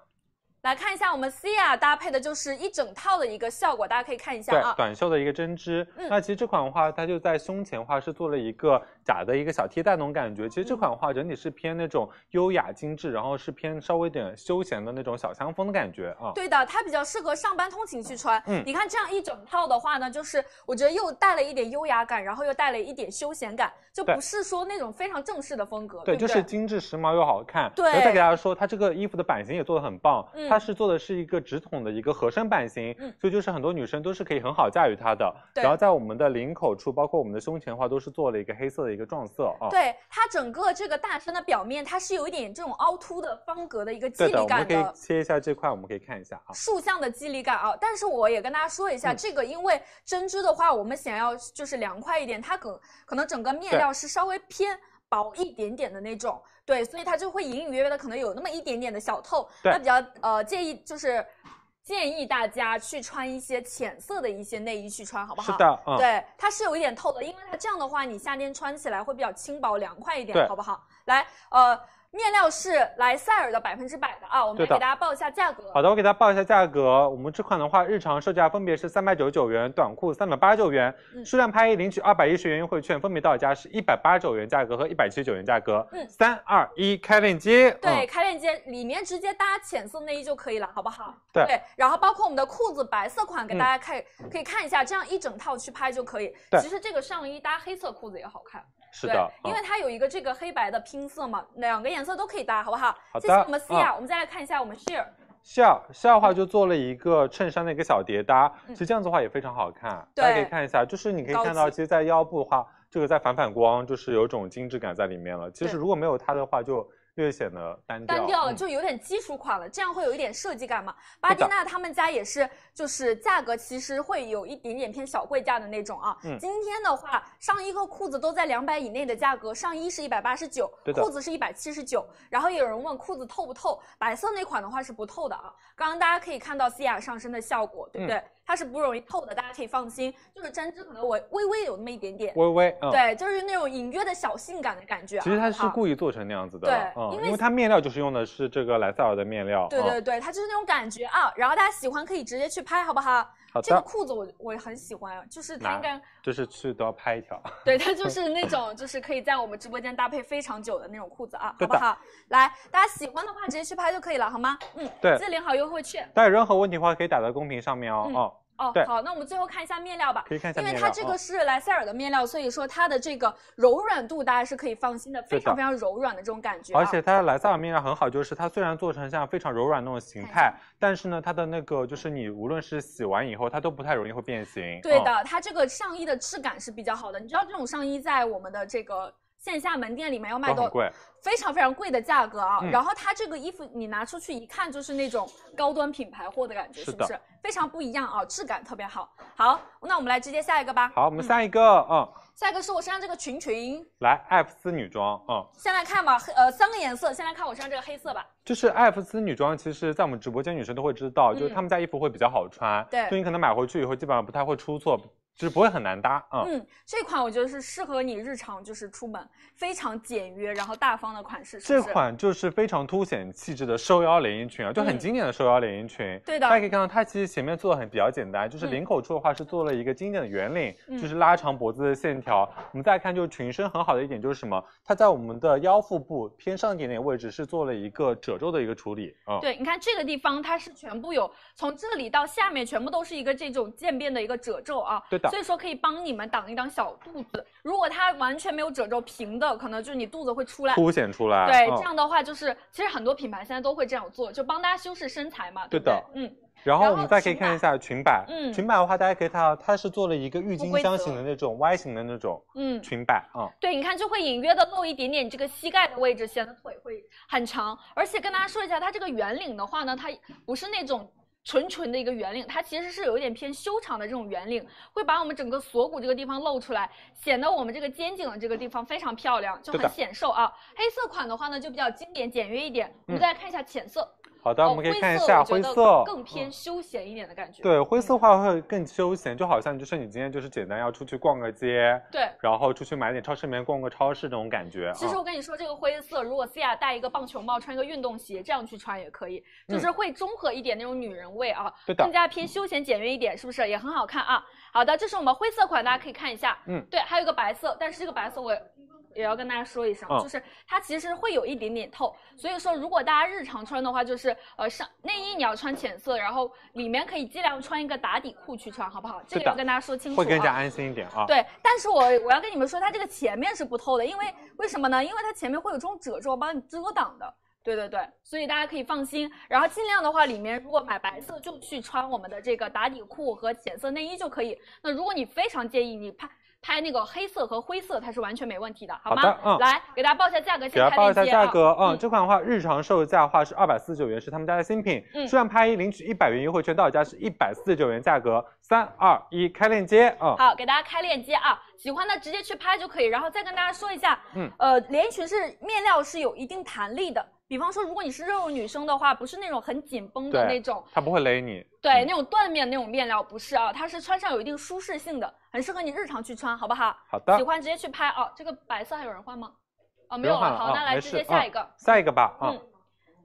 [SPEAKER 3] 来看一下我们 Cia 搭配的就是一整套的一个效果，大家可以看一下
[SPEAKER 1] 对，
[SPEAKER 3] 啊。
[SPEAKER 1] 短袖的一个针织。
[SPEAKER 3] 嗯
[SPEAKER 1] 那其实这款的话，它就在胸前的话是做了一个假的一个小贴带那种感觉。其实这
[SPEAKER 3] 嗯
[SPEAKER 1] 款的话整体是偏那种优雅精致，然后是偏稍微有点休闲的那种小香风的感觉啊。
[SPEAKER 3] 对的，它比较适合上班通勤去穿。
[SPEAKER 1] 嗯
[SPEAKER 3] 你看这样一整套的话呢，就是我觉得又带了一点优雅感，然后又带了一点休闲感，就
[SPEAKER 1] 对
[SPEAKER 3] 不是说那种非常正式的风格，
[SPEAKER 1] 对，
[SPEAKER 3] 不
[SPEAKER 1] 就是精致时髦又好看。
[SPEAKER 3] 对
[SPEAKER 1] 然后再给大家说，它这个衣服的版型也做的很棒，
[SPEAKER 3] 嗯
[SPEAKER 1] 它是做的是一个直筒的一个合身版型，
[SPEAKER 3] 嗯
[SPEAKER 1] 所以就是很多女生都是可以很好驾驭它的。
[SPEAKER 3] 对
[SPEAKER 1] 然后在我们的领口处，包括我们的胸前的话，都是做了一个黑色的一个撞色啊。
[SPEAKER 3] 对它整个这个大身的表面，它是有一点这种凹凸的方格的一个肌
[SPEAKER 1] 对的，
[SPEAKER 3] 理
[SPEAKER 1] 我们
[SPEAKER 3] 感
[SPEAKER 1] 可以
[SPEAKER 3] 的。
[SPEAKER 1] 切一下这块，我们可以看一下啊。
[SPEAKER 3] 竖向的肌理感啊，但是我也跟大家说一下，
[SPEAKER 1] 嗯
[SPEAKER 3] 这个因为针织的话，我们想要就是凉快一点，它可可能整个面
[SPEAKER 1] 对
[SPEAKER 3] 料是稍微偏薄一点点的那种，对，所以它就会隐隐约约的可能有那么一点点的小透，
[SPEAKER 1] 对
[SPEAKER 3] 那比较呃建议就是建议大家去穿一些浅色的一些内衣去穿，好不好？
[SPEAKER 1] 是。的，嗯，
[SPEAKER 3] 对，它是有一点透的，因为它这样的话，你夏天穿起来会比较轻薄凉快一点
[SPEAKER 1] 对，
[SPEAKER 3] 好不好？来，呃，面料是莱赛尔的百分之百的啊，我们
[SPEAKER 1] 对
[SPEAKER 3] 来
[SPEAKER 1] 的
[SPEAKER 3] 给大家报一下价格。
[SPEAKER 1] 好的，我给大家报一下价格。我们这款的话，日常售价分别是三百九十九元，短裤三百八十九元，
[SPEAKER 3] 嗯
[SPEAKER 1] 数量拍一领取二百一十元优惠券，分别到手价是一百八十九元价格和一百七十九元价格。
[SPEAKER 3] 嗯
[SPEAKER 1] 三二一，开链接。
[SPEAKER 3] 对，
[SPEAKER 1] 嗯，
[SPEAKER 3] 开链接里面直接搭浅色内衣就可以了，好不好？
[SPEAKER 1] 对
[SPEAKER 3] 然后包括我们的裤子白色款，给
[SPEAKER 1] 嗯
[SPEAKER 3] 大家看、可以看一下，这样一整套去拍就可以。
[SPEAKER 1] 对
[SPEAKER 3] 其实这个上衣搭黑色裤子也好看，
[SPEAKER 1] 是
[SPEAKER 3] 对，
[SPEAKER 1] 的，
[SPEAKER 3] 因为
[SPEAKER 1] 嗯
[SPEAKER 3] 它有一个这个黑白的拼色嘛，两个颜色都可以搭，好不好？
[SPEAKER 1] 好的
[SPEAKER 3] 谢谢我们
[SPEAKER 1] 嗯
[SPEAKER 3] Cia，、我们再来看一下我们 Share，
[SPEAKER 1] 笑笑的话就做了一个衬衫的一个小叠搭，
[SPEAKER 3] 嗯
[SPEAKER 1] 其实这样子的话也非常好看。
[SPEAKER 3] 对
[SPEAKER 1] 大家可以看一下，就是你可以看
[SPEAKER 3] 高
[SPEAKER 1] 到，
[SPEAKER 3] 级
[SPEAKER 1] 其实，在腰部的话，这个在反反光，就是有种精致感在里面了。其实
[SPEAKER 3] 对
[SPEAKER 1] 如果没有它的话，就略显得单调。
[SPEAKER 3] 单调了，
[SPEAKER 1] 嗯
[SPEAKER 3] 就有点基础款了，这样会有一点设计感嘛。
[SPEAKER 1] 的
[SPEAKER 3] 巴蒂娜他们家也是，就是价格其实会有一点点偏小贵价的那种啊。
[SPEAKER 1] 嗯
[SPEAKER 3] 今天的话，上衣和裤子都在两百以内的价格，上衣是一百八十九
[SPEAKER 1] 对，的
[SPEAKER 3] 裤子是一百七十九。然后也有人问裤子透不透，白色那款的话是不透的啊。刚刚大家可以看到西雅上身的效果，对不
[SPEAKER 1] 嗯
[SPEAKER 3] 对？它是不容易透的，大家可以放心。就是针织可能我微微有那么一点点，
[SPEAKER 1] 微微，嗯，
[SPEAKER 3] 对，就是那种隐约的小性感的感觉啊。
[SPEAKER 1] 其实它是
[SPEAKER 3] 好
[SPEAKER 1] 故意做成那样子的了，嗯，
[SPEAKER 3] 对因
[SPEAKER 1] 因
[SPEAKER 3] 为
[SPEAKER 1] 为它面料就是用的是这个莱赛尔的面料，
[SPEAKER 3] 对
[SPEAKER 1] 嗯
[SPEAKER 3] 对对，它就是那种感觉啊。然后大家喜欢可以直接去拍，好不好？
[SPEAKER 1] 好
[SPEAKER 3] 这
[SPEAKER 1] 的，
[SPEAKER 3] 个裤子我我很喜欢，啊就是它
[SPEAKER 1] 哪
[SPEAKER 3] 应该
[SPEAKER 1] *laughs* 就是去都要拍一条，
[SPEAKER 3] 对它就是那种就是可以在我们直播间搭配非常久的那种裤子啊，
[SPEAKER 1] 对
[SPEAKER 3] 好
[SPEAKER 1] 的
[SPEAKER 3] 不好？来，大家喜欢的话直接去拍就可以了，好吗？嗯，
[SPEAKER 1] 对
[SPEAKER 3] 记得领好优惠券
[SPEAKER 1] 但有任何问题的话可以打到公屏上面哦，
[SPEAKER 3] 嗯
[SPEAKER 1] 哦，
[SPEAKER 3] 哦
[SPEAKER 1] 对。
[SPEAKER 3] 好，那我们最后看一下面料吧。
[SPEAKER 1] 可以看一下
[SPEAKER 3] 因为
[SPEAKER 1] 面料，
[SPEAKER 3] 它这个
[SPEAKER 1] 嗯
[SPEAKER 3] 是莱赛尔的面料，所以说它的这个柔软度大家是可以放心的，非
[SPEAKER 1] 对的
[SPEAKER 3] 常非常柔软的这种感觉、啊。
[SPEAKER 1] 而且它的莱萨尔面料很好，就是它虽然做成像非常柔软那种形态，但是呢，它的那个就是你无论是洗完以后，它都不太容易会变形。
[SPEAKER 3] 对
[SPEAKER 1] 嗯
[SPEAKER 3] 的，它这个上衣的质感是比较好的。你知道这种上衣在我们的这个线下门店里面要卖
[SPEAKER 1] 都
[SPEAKER 3] 到
[SPEAKER 1] 很贵，
[SPEAKER 3] 非常非常贵的价格啊。
[SPEAKER 1] 嗯
[SPEAKER 3] 然后它这个衣服你拿出去一看就是那种高端品牌货的感觉，
[SPEAKER 1] 是
[SPEAKER 3] 是
[SPEAKER 1] 的
[SPEAKER 3] 不是？非常不一样啊，质感特别好。好，那我们来直接下一个吧。
[SPEAKER 1] 好，我们
[SPEAKER 3] 嗯
[SPEAKER 1] 下一个，嗯，
[SPEAKER 3] 下一个是我身上这个裙裙，
[SPEAKER 1] 来艾芙丝女装，嗯，
[SPEAKER 3] 先来看吧，黑呃三个颜色，先来看我身上这个黑色吧。
[SPEAKER 1] 就是艾芙丝女装，其实在我们直播间女生都会知道，就是
[SPEAKER 3] 嗯
[SPEAKER 1] 她们家衣服会比较好穿，
[SPEAKER 3] 对
[SPEAKER 1] 就你可能买回去以后基本上不太会出错，就是不会很难搭啊。嗯
[SPEAKER 3] 嗯，这款我觉得是适合你日常就是出门非常简约然后大方的款式，是
[SPEAKER 1] 这
[SPEAKER 3] 不是？
[SPEAKER 1] 款就是非常凸显气质的收腰连衣裙啊，就很
[SPEAKER 3] 嗯
[SPEAKER 1] 经典的收腰连衣裙。
[SPEAKER 3] 对的
[SPEAKER 1] 大家可以看到它其实前面做的很比较简单，就是
[SPEAKER 3] 嗯
[SPEAKER 1] 领口处的话是做了一个经典的圆领，
[SPEAKER 3] 嗯
[SPEAKER 1] 就是拉长脖子的线条。我们再看就是裙身很好的一点就是什么，它在我们的腰腹部偏上一点点位置是做了一个褶皱的一个处理啊。嗯
[SPEAKER 3] 对，你看这个地方它是全部有，从这里到下面全部都是一个这种渐变的一个褶皱啊。
[SPEAKER 1] 对的
[SPEAKER 3] 所以说可以帮你们挡一挡小肚子。如果它完全没有褶皱，平的，可能就是你肚子会出来。
[SPEAKER 1] 凸显出来。
[SPEAKER 3] 对，
[SPEAKER 1] 嗯
[SPEAKER 3] 这样的话就是，其实很多品牌现在都会这样做，就帮大家修饰身材嘛，
[SPEAKER 1] 对
[SPEAKER 3] 对
[SPEAKER 1] 的
[SPEAKER 3] 不对？嗯，
[SPEAKER 1] 然后
[SPEAKER 3] 然
[SPEAKER 1] 我们
[SPEAKER 3] 后
[SPEAKER 1] 再可以
[SPEAKER 3] 裙
[SPEAKER 1] 看一
[SPEAKER 3] 摆
[SPEAKER 1] 下裙摆，
[SPEAKER 3] 嗯
[SPEAKER 1] 裙摆的话，大家可以看到它是做了一个郁
[SPEAKER 3] 不
[SPEAKER 1] 金
[SPEAKER 3] 规
[SPEAKER 1] 香
[SPEAKER 3] 则
[SPEAKER 1] 型的那种 Y 型的那种
[SPEAKER 3] 嗯，
[SPEAKER 1] 裙摆啊、嗯
[SPEAKER 3] 对，你看就会隐约的露一点点这个膝盖的位置，显得腿会很长。而且跟大家说一下，它这个圆领的话呢，它不是那种纯纯的一个圆领，它其实是有一点偏修长的这种圆领，会把我们整个锁骨这个地方露出来，显得我们这个肩颈的这个地方非常漂亮，就
[SPEAKER 1] 对
[SPEAKER 3] 很
[SPEAKER 1] 的
[SPEAKER 3] 显瘦啊。黑色款的话呢，就比较经典简约一点。我们再来看一下浅色，
[SPEAKER 1] 好的，
[SPEAKER 3] 哦
[SPEAKER 1] 嗯我们可以
[SPEAKER 3] 灰
[SPEAKER 1] 看一
[SPEAKER 3] 色
[SPEAKER 1] 下
[SPEAKER 3] 我觉
[SPEAKER 1] 灰
[SPEAKER 3] 得
[SPEAKER 1] 色，
[SPEAKER 3] 更
[SPEAKER 1] 嗯
[SPEAKER 3] 偏嗯休闲一点的感觉。
[SPEAKER 1] 对，灰色的话会更休闲，就好像就是你今天就是简单要出去逛个街，
[SPEAKER 3] 对。
[SPEAKER 1] 然后出去买点超市里面逛个超市那种感觉。
[SPEAKER 3] 其实
[SPEAKER 1] 嗯
[SPEAKER 3] 我跟你说，这个灰色，如果思雅戴一个棒球帽，穿一个运动鞋，这样去穿也可以，就是会综合一点那种女人味啊，
[SPEAKER 1] 对嗯的
[SPEAKER 3] 更加偏休闲简约一点，是不是也很好看啊？好的，这是我们灰色款，大家可以看一下。
[SPEAKER 1] 嗯
[SPEAKER 3] 对，还有一个白色，但是这个白色我。也要跟大家说一声，
[SPEAKER 1] 嗯
[SPEAKER 3] 就是它其实会有一点点透，所以说如果大家日常穿的话，就是呃上内衣你要穿浅色，然后里面可以尽量穿一个打底裤去穿，好不好？这
[SPEAKER 1] 对
[SPEAKER 3] 个
[SPEAKER 1] 的
[SPEAKER 3] 要跟大家说清楚、啊。
[SPEAKER 1] 会更加安心一点啊。
[SPEAKER 3] 对，但是我我要跟你们说，它这个前面是不透的，因为为什么呢？因为它前面会有这种褶皱帮你遮挡的。对对对，所以大家可以放心。然后尽量的话，里面如果买白色就去穿我们的这个打底裤和浅色内衣就可以。那如果你非常介意，你拍拍那个黑色和灰色，它是完全没问题的，好吗？
[SPEAKER 1] 好的嗯
[SPEAKER 3] 来给大家报一下价格，
[SPEAKER 1] 给
[SPEAKER 3] 先
[SPEAKER 1] 大
[SPEAKER 3] 开
[SPEAKER 1] 家报一
[SPEAKER 3] 链
[SPEAKER 1] 下
[SPEAKER 3] 接
[SPEAKER 1] 价
[SPEAKER 3] 啊
[SPEAKER 1] 格，嗯，
[SPEAKER 3] 嗯
[SPEAKER 1] 这款的话日常售价的话是二百四十九元，是他们家的新品。
[SPEAKER 3] 嗯
[SPEAKER 1] 数量拍一领取一百元优惠券，到手价是一百四十九元，价格三二一，开链接啊。
[SPEAKER 3] 好，给大家开链接啊，喜欢的直接去拍就可以。然后再跟大家说一下，
[SPEAKER 1] 嗯
[SPEAKER 3] 嗯，呃，连衣裙是面料是有一定弹力的，比方说如果你是肉肉女生的话，不是那种很紧绷的
[SPEAKER 1] 对
[SPEAKER 3] 那种，
[SPEAKER 1] 它不会勒你。
[SPEAKER 3] 对，
[SPEAKER 1] 嗯
[SPEAKER 3] 那种缎面那种面料不是啊，它是穿上有一定舒适性的，很适合你日常去穿，好不好？
[SPEAKER 1] 好的
[SPEAKER 3] 喜，欢直接去拍啊。这个白色还有人换吗？哦，
[SPEAKER 1] 不
[SPEAKER 3] 没有
[SPEAKER 1] 用换
[SPEAKER 3] 了，
[SPEAKER 1] 了
[SPEAKER 3] 好，
[SPEAKER 1] 啊
[SPEAKER 3] 那来
[SPEAKER 1] 没
[SPEAKER 3] 直
[SPEAKER 1] 事
[SPEAKER 3] 接下
[SPEAKER 1] 啊
[SPEAKER 3] 一个，
[SPEAKER 1] 下一个吧啊，
[SPEAKER 3] 嗯，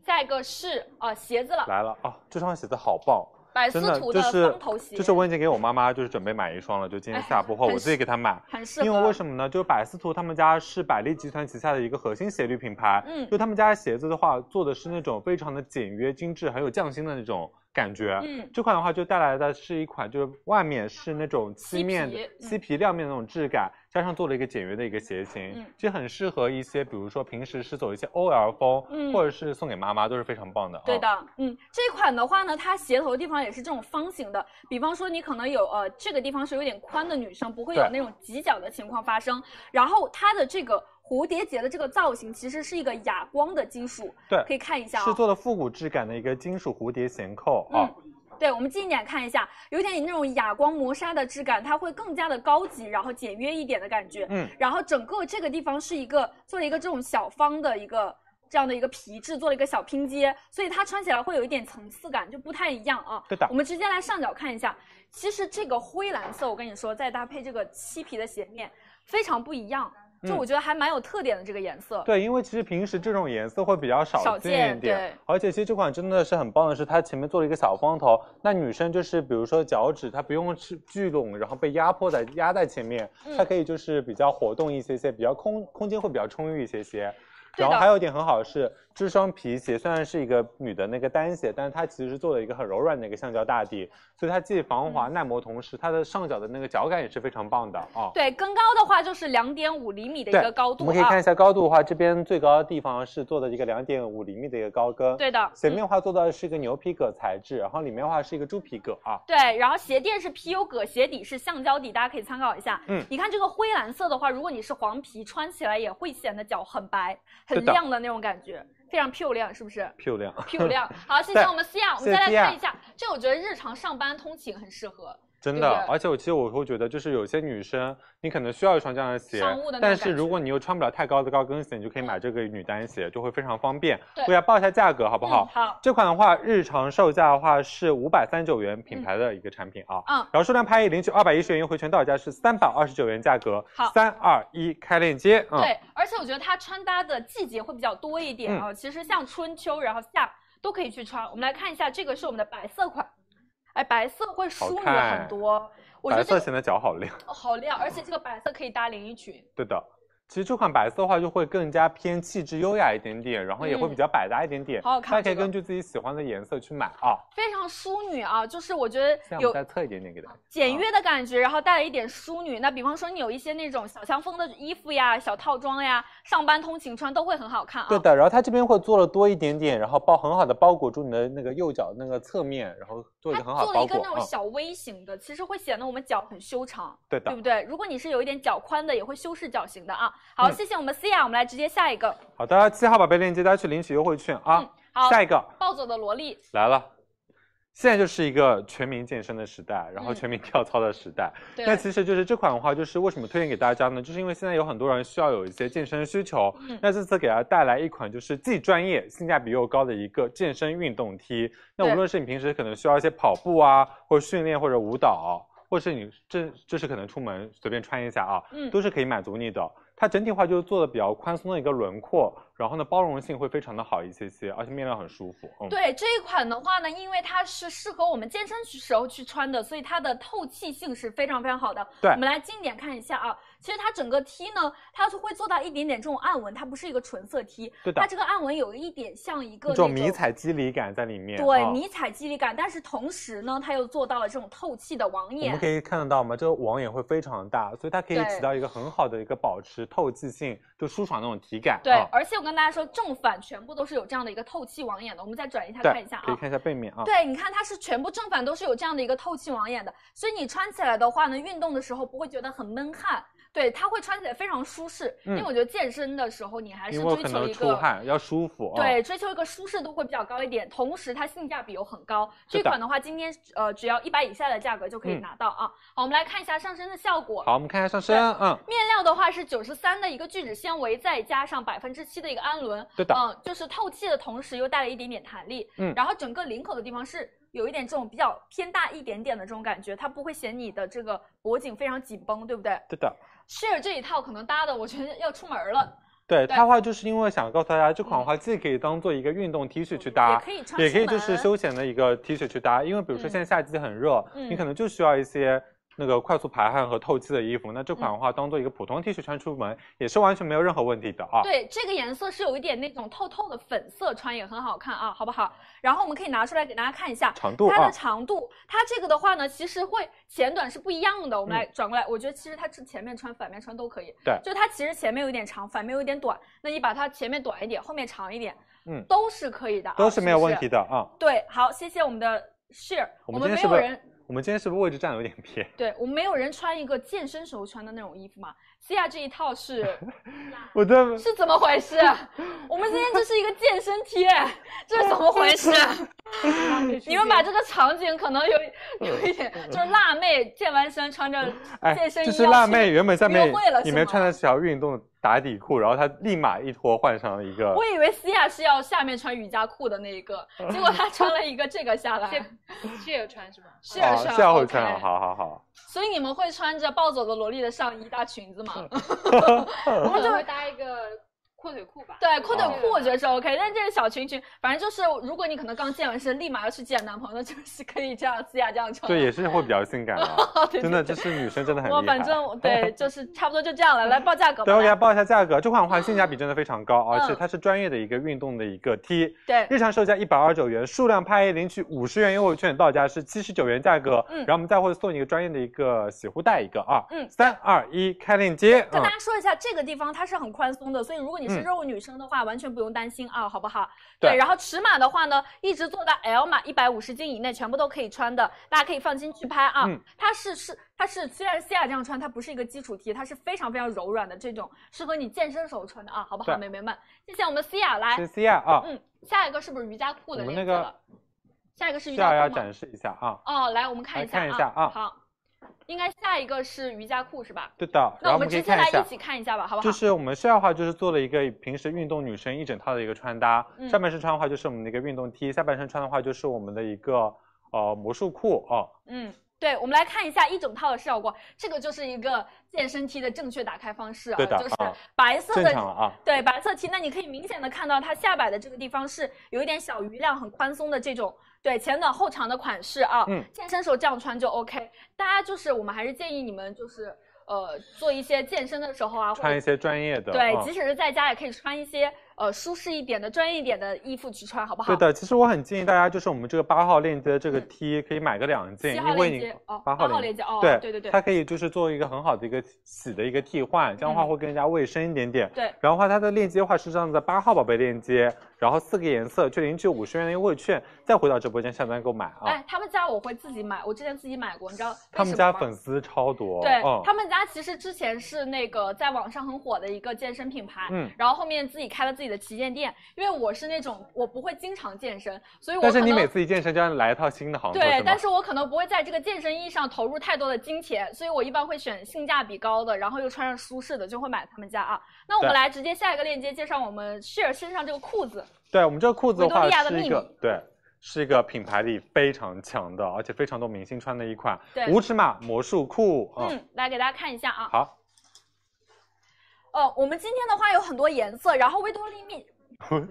[SPEAKER 3] 下一个是啊、鞋子了，
[SPEAKER 1] 来了啊，这双鞋子好棒，
[SPEAKER 3] 百
[SPEAKER 1] 真
[SPEAKER 3] 思
[SPEAKER 1] 的
[SPEAKER 3] 图
[SPEAKER 1] 就是
[SPEAKER 3] 方头鞋，
[SPEAKER 1] 就是我已经给我妈妈就是准备买一双了，就今天
[SPEAKER 3] 哎
[SPEAKER 1] 下播后
[SPEAKER 3] 很
[SPEAKER 1] 我自己给她买。
[SPEAKER 3] 很适合。
[SPEAKER 1] 因为为什么呢？就是百思图他们家是百丽集团旗下的一个核心鞋履品牌，
[SPEAKER 3] 嗯
[SPEAKER 1] 就他们家鞋子的话做的是那种非常的简约精致，很有匠心的那种感觉。
[SPEAKER 3] 嗯，
[SPEAKER 1] 这款的话就带来的是一款就是外面是那种漆
[SPEAKER 3] 漆
[SPEAKER 1] 面的
[SPEAKER 3] 皮嗯
[SPEAKER 1] 漆皮亮面的那种质感，加上做了一个简约的一个鞋型，
[SPEAKER 3] 嗯
[SPEAKER 1] 其实很适合一些比如说平时是走一些 OL 风，
[SPEAKER 3] 嗯
[SPEAKER 1] 或者是送给妈妈都是非常棒的。
[SPEAKER 3] 对
[SPEAKER 1] 啊
[SPEAKER 3] 的，嗯，这款的话呢，它鞋头的地方也是这种方形的，比方说你可能有呃这个地方是有点宽的女生，不会有
[SPEAKER 1] 对
[SPEAKER 3] 那种挤脚的情况发生。然后它的这个蝴蝶结的这个造型其实是一个哑光的金属，
[SPEAKER 1] 对
[SPEAKER 3] 可以看一下啊、
[SPEAKER 1] 是做了复古质感的一个金属蝴蝶衔扣啊、
[SPEAKER 3] 嗯对，我们近一点看一下，有点那种哑光磨砂的质感，它会更加的高级，然后简约一点的感觉。
[SPEAKER 1] 嗯，
[SPEAKER 3] 然后整个这个地方是一个做了一个这种小方的一个这样的一个皮质，做了一个小拼接，所以它穿起来会有一点层次感，就不太一样啊。
[SPEAKER 1] 对的
[SPEAKER 3] 我们直接来上脚看一下，其实这个灰蓝色，我跟你说，再搭配这个漆皮的鞋面，非常不一样。就
[SPEAKER 1] 嗯
[SPEAKER 3] 我觉得还蛮有特点的这个颜色。
[SPEAKER 1] 对，因为其实平时这种颜色会比较少
[SPEAKER 3] 少
[SPEAKER 1] 见一
[SPEAKER 3] 见
[SPEAKER 1] 点
[SPEAKER 3] 对，
[SPEAKER 1] 而且其实这款真的是很棒的是，它前面做了一个小方头，那女生就是比如说脚趾它不用去聚拢，然后被压迫在压在前面，它
[SPEAKER 3] 嗯
[SPEAKER 1] 可以就是比较活动一些些，比较空空间会比较充裕一些些。
[SPEAKER 3] 对
[SPEAKER 1] 然后
[SPEAKER 3] 的
[SPEAKER 1] 还有一点很好的是，这双皮鞋虽然是一个女的那个单鞋，但是它其实做了一个很柔软的一个橡胶大底，所以它既防
[SPEAKER 3] 嗯
[SPEAKER 1] 滑耐磨，同时它的上脚的那个脚感也是非常棒的啊。
[SPEAKER 3] 对，跟高的话就是两点五厘米的一
[SPEAKER 1] 对
[SPEAKER 3] 个高度
[SPEAKER 1] 我
[SPEAKER 3] 啊。
[SPEAKER 1] 们可以看一下高度的话，这边最高的地方是做的一个两点五厘米的一个高跟。
[SPEAKER 3] 对的，嗯
[SPEAKER 1] 前面的话做到的是一个牛皮革材质，然后里面的话是一个猪皮革啊。
[SPEAKER 3] 对，然后鞋垫是 PU 革，鞋底是橡胶底，大家可以参考一下。
[SPEAKER 1] 嗯
[SPEAKER 3] 你看这个灰蓝色的话，如果你是黄皮，穿起来也会显得脚很白、
[SPEAKER 1] 对
[SPEAKER 3] 很
[SPEAKER 1] 的
[SPEAKER 3] 亮的那种感觉，非常漂亮，是不是？
[SPEAKER 1] 漂亮，
[SPEAKER 3] 漂亮。好，谢谢
[SPEAKER 1] 对
[SPEAKER 3] 我们思雅，我
[SPEAKER 1] 谢谢
[SPEAKER 3] 们再来
[SPEAKER 1] 思雅
[SPEAKER 3] 看一下，这我觉得日常上班通勤很适合。
[SPEAKER 1] *laughs* 真的
[SPEAKER 3] 对不。对
[SPEAKER 1] 而且我其实我会觉得，就是有些女生你可能需要一双这样的鞋
[SPEAKER 3] 商务的那种
[SPEAKER 1] 但
[SPEAKER 3] 感
[SPEAKER 1] 是
[SPEAKER 3] 觉
[SPEAKER 1] 如果你又穿不了太高的高跟鞋，你就可以买这个女单鞋，就会非常方便。
[SPEAKER 3] 对
[SPEAKER 1] 为了报一下价格好不好？
[SPEAKER 3] 嗯好，
[SPEAKER 1] 这款的话，日常售价的话是五百三十九元，品牌的一个产品啊。
[SPEAKER 3] 嗯，
[SPEAKER 1] 然后数量拍一领取二百一十元优惠券，到手价是三百二十九元，价格
[SPEAKER 3] 好
[SPEAKER 1] 三二一开链接。嗯，
[SPEAKER 3] 对，而且我觉得它穿搭的季节会比较多一点啊、其实像春秋，然后夏都可以去穿。我们来看一下，这个是我们的白色款，哎，白色会
[SPEAKER 1] 好
[SPEAKER 3] 淑女
[SPEAKER 1] 看
[SPEAKER 3] 很多。我
[SPEAKER 1] 白
[SPEAKER 3] 觉得
[SPEAKER 1] 色
[SPEAKER 3] 这个
[SPEAKER 1] 显得脚好亮。 *laughs*
[SPEAKER 3] 好亮，而且这个白色可以搭连衣裙。
[SPEAKER 1] 对的，其实这款白色的话，就会更加偏气质优雅一点点，然后也会比较百搭一点点。
[SPEAKER 3] 嗯好好看
[SPEAKER 1] 大家可以
[SPEAKER 3] 这个
[SPEAKER 1] 根据自己喜欢的颜色去买啊。
[SPEAKER 3] 非常淑女啊，就是我觉得
[SPEAKER 1] 现在我
[SPEAKER 3] 有
[SPEAKER 1] 们再测一点点给大家。
[SPEAKER 3] 简约的感觉，然后带了一点淑女。那比方说你有一些那种小香风的衣服呀、小套装呀，上班通勤穿都会很好看啊。
[SPEAKER 1] 对的，然后它这边会做了多一点点，然后包很好的包裹住你的那个右脚那个侧面，然后做一
[SPEAKER 3] 它
[SPEAKER 1] 个很好
[SPEAKER 3] 做
[SPEAKER 1] 的包
[SPEAKER 3] 了一个
[SPEAKER 1] 裹。
[SPEAKER 3] 那种
[SPEAKER 1] 嗯，
[SPEAKER 3] 小 V 型的，其实会显得我们脚很修长，
[SPEAKER 1] 对的
[SPEAKER 3] 对不。对？如果你是有一点脚宽的，也会修饰脚型的啊。好，
[SPEAKER 1] 嗯
[SPEAKER 3] 谢谢我们思雅，我们来直接下一个。
[SPEAKER 1] 好的，七号宝贝链接大家去领取优惠券啊。
[SPEAKER 3] 嗯，好，
[SPEAKER 1] 下一个
[SPEAKER 3] 暴走的萝莉，
[SPEAKER 1] 来了，现在就是一个全民健身的时代，然后
[SPEAKER 3] 嗯
[SPEAKER 1] 全民跳操的时代。
[SPEAKER 3] 对
[SPEAKER 1] 那其实就是这款的话，就是为什么推荐给大家呢？就是因为现在有很多人需要有一些健身需求，
[SPEAKER 3] 嗯
[SPEAKER 1] 那这次给大家带来一款就是既专业、性价比又高的一个健身运动 T。那
[SPEAKER 3] 对
[SPEAKER 1] 无论是你平时可能需要一些跑步啊，或者训练或者舞蹈，或是你这就是可能出门随便穿一下啊，
[SPEAKER 3] 嗯
[SPEAKER 1] 都是可以满足你的。它整体话就是做的比较宽松的一个轮廓，然后呢包容性会非常的好一些些，而且面料很舒服。嗯，
[SPEAKER 3] 对这一款的话呢，因为它是适合我们健身时候去穿的，所以它的透气性是非常非常好的。
[SPEAKER 1] 对
[SPEAKER 3] 我们来近点看一下啊。其实它整个 T 呢，它就会做到一点点这种暗纹，它不是一个纯色 T，
[SPEAKER 1] 对的
[SPEAKER 3] 它，这个暗纹有一点像一个
[SPEAKER 1] 那
[SPEAKER 3] 那
[SPEAKER 1] 种迷彩肌理感在里面。
[SPEAKER 3] 对
[SPEAKER 1] 嗯
[SPEAKER 3] 迷彩肌理感，但是同时呢，它又做到了这种透气的网
[SPEAKER 1] 我
[SPEAKER 3] 眼
[SPEAKER 1] 们可。以看得到吗？这个网眼会非常大，所以它可以
[SPEAKER 3] 对
[SPEAKER 1] 起到一个很好的一个保持透气性，就舒爽那种体感。
[SPEAKER 3] 对，
[SPEAKER 1] 啊
[SPEAKER 3] 而且我跟大家说，正反全部都是有这样的一个透气网眼的。我们再转移一下
[SPEAKER 1] 对
[SPEAKER 3] 看一下
[SPEAKER 1] 可以
[SPEAKER 3] 啊。
[SPEAKER 1] 看一下背面啊。
[SPEAKER 3] 对，你看它是全部正反都是有这样的一个透气网眼的，所以你穿起来的话呢，运动的时候不会觉得很闷汗，对，它会穿起来非常舒适。因为
[SPEAKER 1] 嗯
[SPEAKER 3] 我觉得健身的时候你还是
[SPEAKER 1] 因为
[SPEAKER 3] 追
[SPEAKER 1] 可
[SPEAKER 3] 求
[SPEAKER 1] 能
[SPEAKER 3] 一
[SPEAKER 1] 出
[SPEAKER 3] 个。
[SPEAKER 1] 汗要舒服啊。
[SPEAKER 3] 对，追求一个舒适度会比较高一点，同时它性价比又很高。
[SPEAKER 1] 是
[SPEAKER 3] 这
[SPEAKER 1] 的
[SPEAKER 3] 款的话，今天呃只要一百以下的价格就可以
[SPEAKER 1] 嗯
[SPEAKER 3] 拿到啊。好，我们来看一下上身的效果。
[SPEAKER 1] 好，我们看一下上身，嗯，
[SPEAKER 3] 面料的话是九十三的一个聚酯纤维，再加上百分之七的一个氨纶，
[SPEAKER 1] 对的
[SPEAKER 3] 嗯，就是透气的同时又带了一点点弹力，
[SPEAKER 1] 嗯
[SPEAKER 3] 然后整个领口的地方是有一点这种比较偏大一点点的这种感觉，它不会显你的这个脖颈非常紧绷，对不对
[SPEAKER 1] 对的。
[SPEAKER 3] ？share 这一套可能搭的，我觉得要出门了，
[SPEAKER 1] 对
[SPEAKER 3] 对嗯
[SPEAKER 1] 它的话，就是因为想告诉大家，这款的话既可以当做一个运动 T 嗯恤去搭
[SPEAKER 3] 也，可以穿出门，
[SPEAKER 1] 也可以就是休闲的一个 T 恤去搭。因为比如说
[SPEAKER 3] 嗯
[SPEAKER 1] 现在夏季很热，
[SPEAKER 3] 嗯
[SPEAKER 1] 你可能就需要一些那个快速排汗和透气的衣服。那这
[SPEAKER 3] 嗯
[SPEAKER 1] 款的话，当做一个普通 T 恤穿出门，也是完全没有任何问题的啊。
[SPEAKER 3] 对，这个颜色是有一点那种透透的粉色，穿也很好看啊，好不好？然后我们可以拿出来给大家看一下，
[SPEAKER 1] 长度
[SPEAKER 3] 它
[SPEAKER 1] 啊
[SPEAKER 3] 的，长度，它这个的话呢，其实会前短是不一样的。我们来转过来，我觉得其实它这前面穿、反面穿都可以。
[SPEAKER 1] 嗯对
[SPEAKER 3] 就它其实前面有一点长，反面有一点短，那你把它前面短一点，后面长一点，
[SPEAKER 1] 嗯
[SPEAKER 3] 都是可以的啊，
[SPEAKER 1] 都是没有
[SPEAKER 3] 不
[SPEAKER 1] 问题的啊。
[SPEAKER 3] 对，好，谢谢我们的 share，
[SPEAKER 1] 我
[SPEAKER 3] 我
[SPEAKER 1] 们今天
[SPEAKER 3] 们没
[SPEAKER 1] 是
[SPEAKER 3] 有
[SPEAKER 1] 不是
[SPEAKER 3] 人。
[SPEAKER 1] 我们今天是不是位置占的有点
[SPEAKER 3] *laughs*
[SPEAKER 1] 偏？
[SPEAKER 3] 对我们没有人穿一个健身时候穿的那种衣服嘛？西亚这一套是
[SPEAKER 1] 我的
[SPEAKER 3] 是怎么
[SPEAKER 1] *laughs*
[SPEAKER 3] 回事？我们今天这是一个健身贴，这是怎么回事？你们把这个场景可能有有一点，
[SPEAKER 1] 嗯
[SPEAKER 3] 就是辣妹健完身穿着
[SPEAKER 1] 哎，
[SPEAKER 3] 健身衣
[SPEAKER 1] 就
[SPEAKER 3] 要
[SPEAKER 1] 是辣
[SPEAKER 3] 去
[SPEAKER 1] 妹原本下面
[SPEAKER 3] 约会了
[SPEAKER 1] 里
[SPEAKER 3] 是
[SPEAKER 1] 面
[SPEAKER 3] 吗
[SPEAKER 1] 穿的是条运动打底裤，然后她立马一脱换上了一个
[SPEAKER 3] 我以为西亚是要下面穿瑜伽裤的那一个，
[SPEAKER 1] 嗯
[SPEAKER 3] 结果她穿了一个这个下来，
[SPEAKER 1] *laughs*
[SPEAKER 2] 这也有穿是吗？
[SPEAKER 3] 是
[SPEAKER 1] 啊，
[SPEAKER 3] 是
[SPEAKER 1] 下回
[SPEAKER 3] OK
[SPEAKER 1] 穿上，好好
[SPEAKER 3] *laughs*
[SPEAKER 1] 好，
[SPEAKER 3] 所以你们会穿着暴走的萝莉的上衣搭裙子吗？
[SPEAKER 1] 嗯
[SPEAKER 2] 我
[SPEAKER 3] 们
[SPEAKER 2] 们
[SPEAKER 3] 就
[SPEAKER 2] 就会搭一个阔腿裤吧。
[SPEAKER 3] *laughs* 对，阔腿
[SPEAKER 1] 哦
[SPEAKER 3] 裤我觉得是 OK，但这个小裙裙，反正就是如果你可能刚健完身，立马要去见男朋友，就是可以这样西亚这样穿。
[SPEAKER 1] 对，也是会比较性感的，
[SPEAKER 3] *laughs*
[SPEAKER 1] 啊
[SPEAKER 3] 对
[SPEAKER 1] 真的，
[SPEAKER 3] 对
[SPEAKER 1] 这是女生真的很
[SPEAKER 3] 我
[SPEAKER 1] 厉害
[SPEAKER 3] 反。正我对，就是差不多就这样了。来报价格
[SPEAKER 1] 对，
[SPEAKER 3] 吧。
[SPEAKER 1] 我给大
[SPEAKER 3] 来
[SPEAKER 1] 家报一下价格，这款的话性价比真的非常高，而且
[SPEAKER 3] 嗯
[SPEAKER 1] 它是专业的一个运动的一个 T，
[SPEAKER 3] 对
[SPEAKER 1] 日常售价一百二十九元，数量拍一领取五十元优惠券，到家是七十九元价格，
[SPEAKER 3] 嗯
[SPEAKER 1] 然后我们再会送你一个专业的一个洗护带一个啊，
[SPEAKER 3] 嗯
[SPEAKER 1] 三二一，开链接，
[SPEAKER 3] 跟
[SPEAKER 1] 嗯
[SPEAKER 3] 大家说一下，这个地方它是很宽松的，所以如果你是
[SPEAKER 1] 嗯
[SPEAKER 3] 肉女生的话，完全不用担心啊，好不好？
[SPEAKER 1] 对
[SPEAKER 3] 然后尺码的话呢，一直做到 L 码，一百五十斤以内全部都可以穿的，大家可以放心去拍啊。
[SPEAKER 1] 嗯
[SPEAKER 3] 它是是它是虽然西亚这样穿，它不是一个基础 T，它是非常非常柔软的这种，适合你健身时候穿的啊，好不好，
[SPEAKER 1] 对
[SPEAKER 3] 美眉们？谢谢我们西亚来
[SPEAKER 1] 谢，谢啊，啊，
[SPEAKER 3] 嗯，下一个是不是瑜伽裤的
[SPEAKER 1] 我们
[SPEAKER 3] 链
[SPEAKER 1] 那
[SPEAKER 3] 接
[SPEAKER 1] 个
[SPEAKER 3] 了？下一个是瑜
[SPEAKER 1] 需要
[SPEAKER 3] 伽
[SPEAKER 1] 要
[SPEAKER 3] 裤吗？
[SPEAKER 1] 展示一下啊，
[SPEAKER 3] 哦，来我们看一下
[SPEAKER 1] 来看一下啊
[SPEAKER 3] 好，应该下一个是瑜伽裤是吧？
[SPEAKER 1] 对的，然
[SPEAKER 3] 那
[SPEAKER 1] 后
[SPEAKER 3] 我
[SPEAKER 1] 我
[SPEAKER 3] 们
[SPEAKER 1] 们可
[SPEAKER 3] 直
[SPEAKER 1] 以
[SPEAKER 3] 接
[SPEAKER 1] 看
[SPEAKER 3] 来
[SPEAKER 1] 一下
[SPEAKER 3] 一。起看一下吧，好不好？
[SPEAKER 1] 就是我们需要的话，就是做了一个平时运动女生一整套的一个穿搭，
[SPEAKER 3] 嗯
[SPEAKER 1] 上半身穿的话就是我们的一个运动 T，下半身穿的话就是我们的一个呃魔术裤哦，
[SPEAKER 3] 嗯，对，我们来看一下一整套的效果。这个就是一个健身 T 的正确打开方式啊，
[SPEAKER 1] 对的
[SPEAKER 3] 就是
[SPEAKER 1] 啊
[SPEAKER 3] 白色
[SPEAKER 1] 正
[SPEAKER 3] 的。
[SPEAKER 1] 常了啊，
[SPEAKER 3] 对白色 T，那你可以明显的看到它下摆的这个地方是有一点小余量、很宽松的这种，对前短后长的款式啊。
[SPEAKER 1] 嗯
[SPEAKER 3] 健身时候这样穿就 OK。大家就是我们还是建议你们就是呃做一些健身的时候啊，或者
[SPEAKER 1] 穿一些专业的，
[SPEAKER 3] 对，
[SPEAKER 1] 嗯
[SPEAKER 3] 即使是在家也可以穿一些呃舒适一点的、专业一点的衣服去穿，好不好？嗯
[SPEAKER 1] 对的，其实我很建议大家，就是我们这个八号链接的这个 T 可以买个两件，
[SPEAKER 3] 七
[SPEAKER 1] 因
[SPEAKER 3] 号
[SPEAKER 1] 为你
[SPEAKER 3] 链接哦，
[SPEAKER 1] 八
[SPEAKER 3] 号
[SPEAKER 1] 号链
[SPEAKER 3] 链接哦，
[SPEAKER 1] 对
[SPEAKER 3] 对对对
[SPEAKER 1] 它可以就是做一个很好的一个洗的一个替换，这样的话
[SPEAKER 3] 嗯
[SPEAKER 1] 会更加卫生一点点。
[SPEAKER 3] 对
[SPEAKER 1] 然后的话，它的链接的话是这样子的，八号宝贝链接，然后四个颜色就领取五十元的优惠券，再回到直播间下单购买啊。
[SPEAKER 3] 哎，他们家我会自己买，我之前自己买过，你知道为
[SPEAKER 1] 他们
[SPEAKER 3] 什么
[SPEAKER 1] 家
[SPEAKER 3] 吗
[SPEAKER 1] 粉丝超多，
[SPEAKER 3] 对、
[SPEAKER 1] 嗯
[SPEAKER 3] 他们家其实之前是那个在网上很火的一个健身品牌，
[SPEAKER 1] 嗯
[SPEAKER 3] 然后后面自己开了自己的旗舰店。因为我是那种我不会经常健身，所以我
[SPEAKER 1] 但
[SPEAKER 3] 可
[SPEAKER 1] 是
[SPEAKER 3] 能
[SPEAKER 1] 你每次一健身就要来一套新的行头，
[SPEAKER 3] 对
[SPEAKER 1] 吗，
[SPEAKER 3] 但是我可能不会在这个健身衣上投入太多的金钱，所以我一般会选性价比高的，然后又穿上舒适的，就会买他们家啊。那我们
[SPEAKER 1] 对
[SPEAKER 3] 来直接下一个链接介绍我们 share 身上这个裤子，
[SPEAKER 1] 对我们这个裤子的
[SPEAKER 3] 维多
[SPEAKER 1] 话
[SPEAKER 3] 利亚的
[SPEAKER 1] 是一
[SPEAKER 3] 秘
[SPEAKER 1] 个
[SPEAKER 3] 密
[SPEAKER 1] 对。是一个品牌力非常强的，而且非常多明星穿的一款
[SPEAKER 3] 对
[SPEAKER 1] 无尺码魔术裤。嗯，
[SPEAKER 3] 嗯，来给大家看一下啊。
[SPEAKER 1] 好，
[SPEAKER 3] 呃，我们今天的话有很多颜色，然后维多利密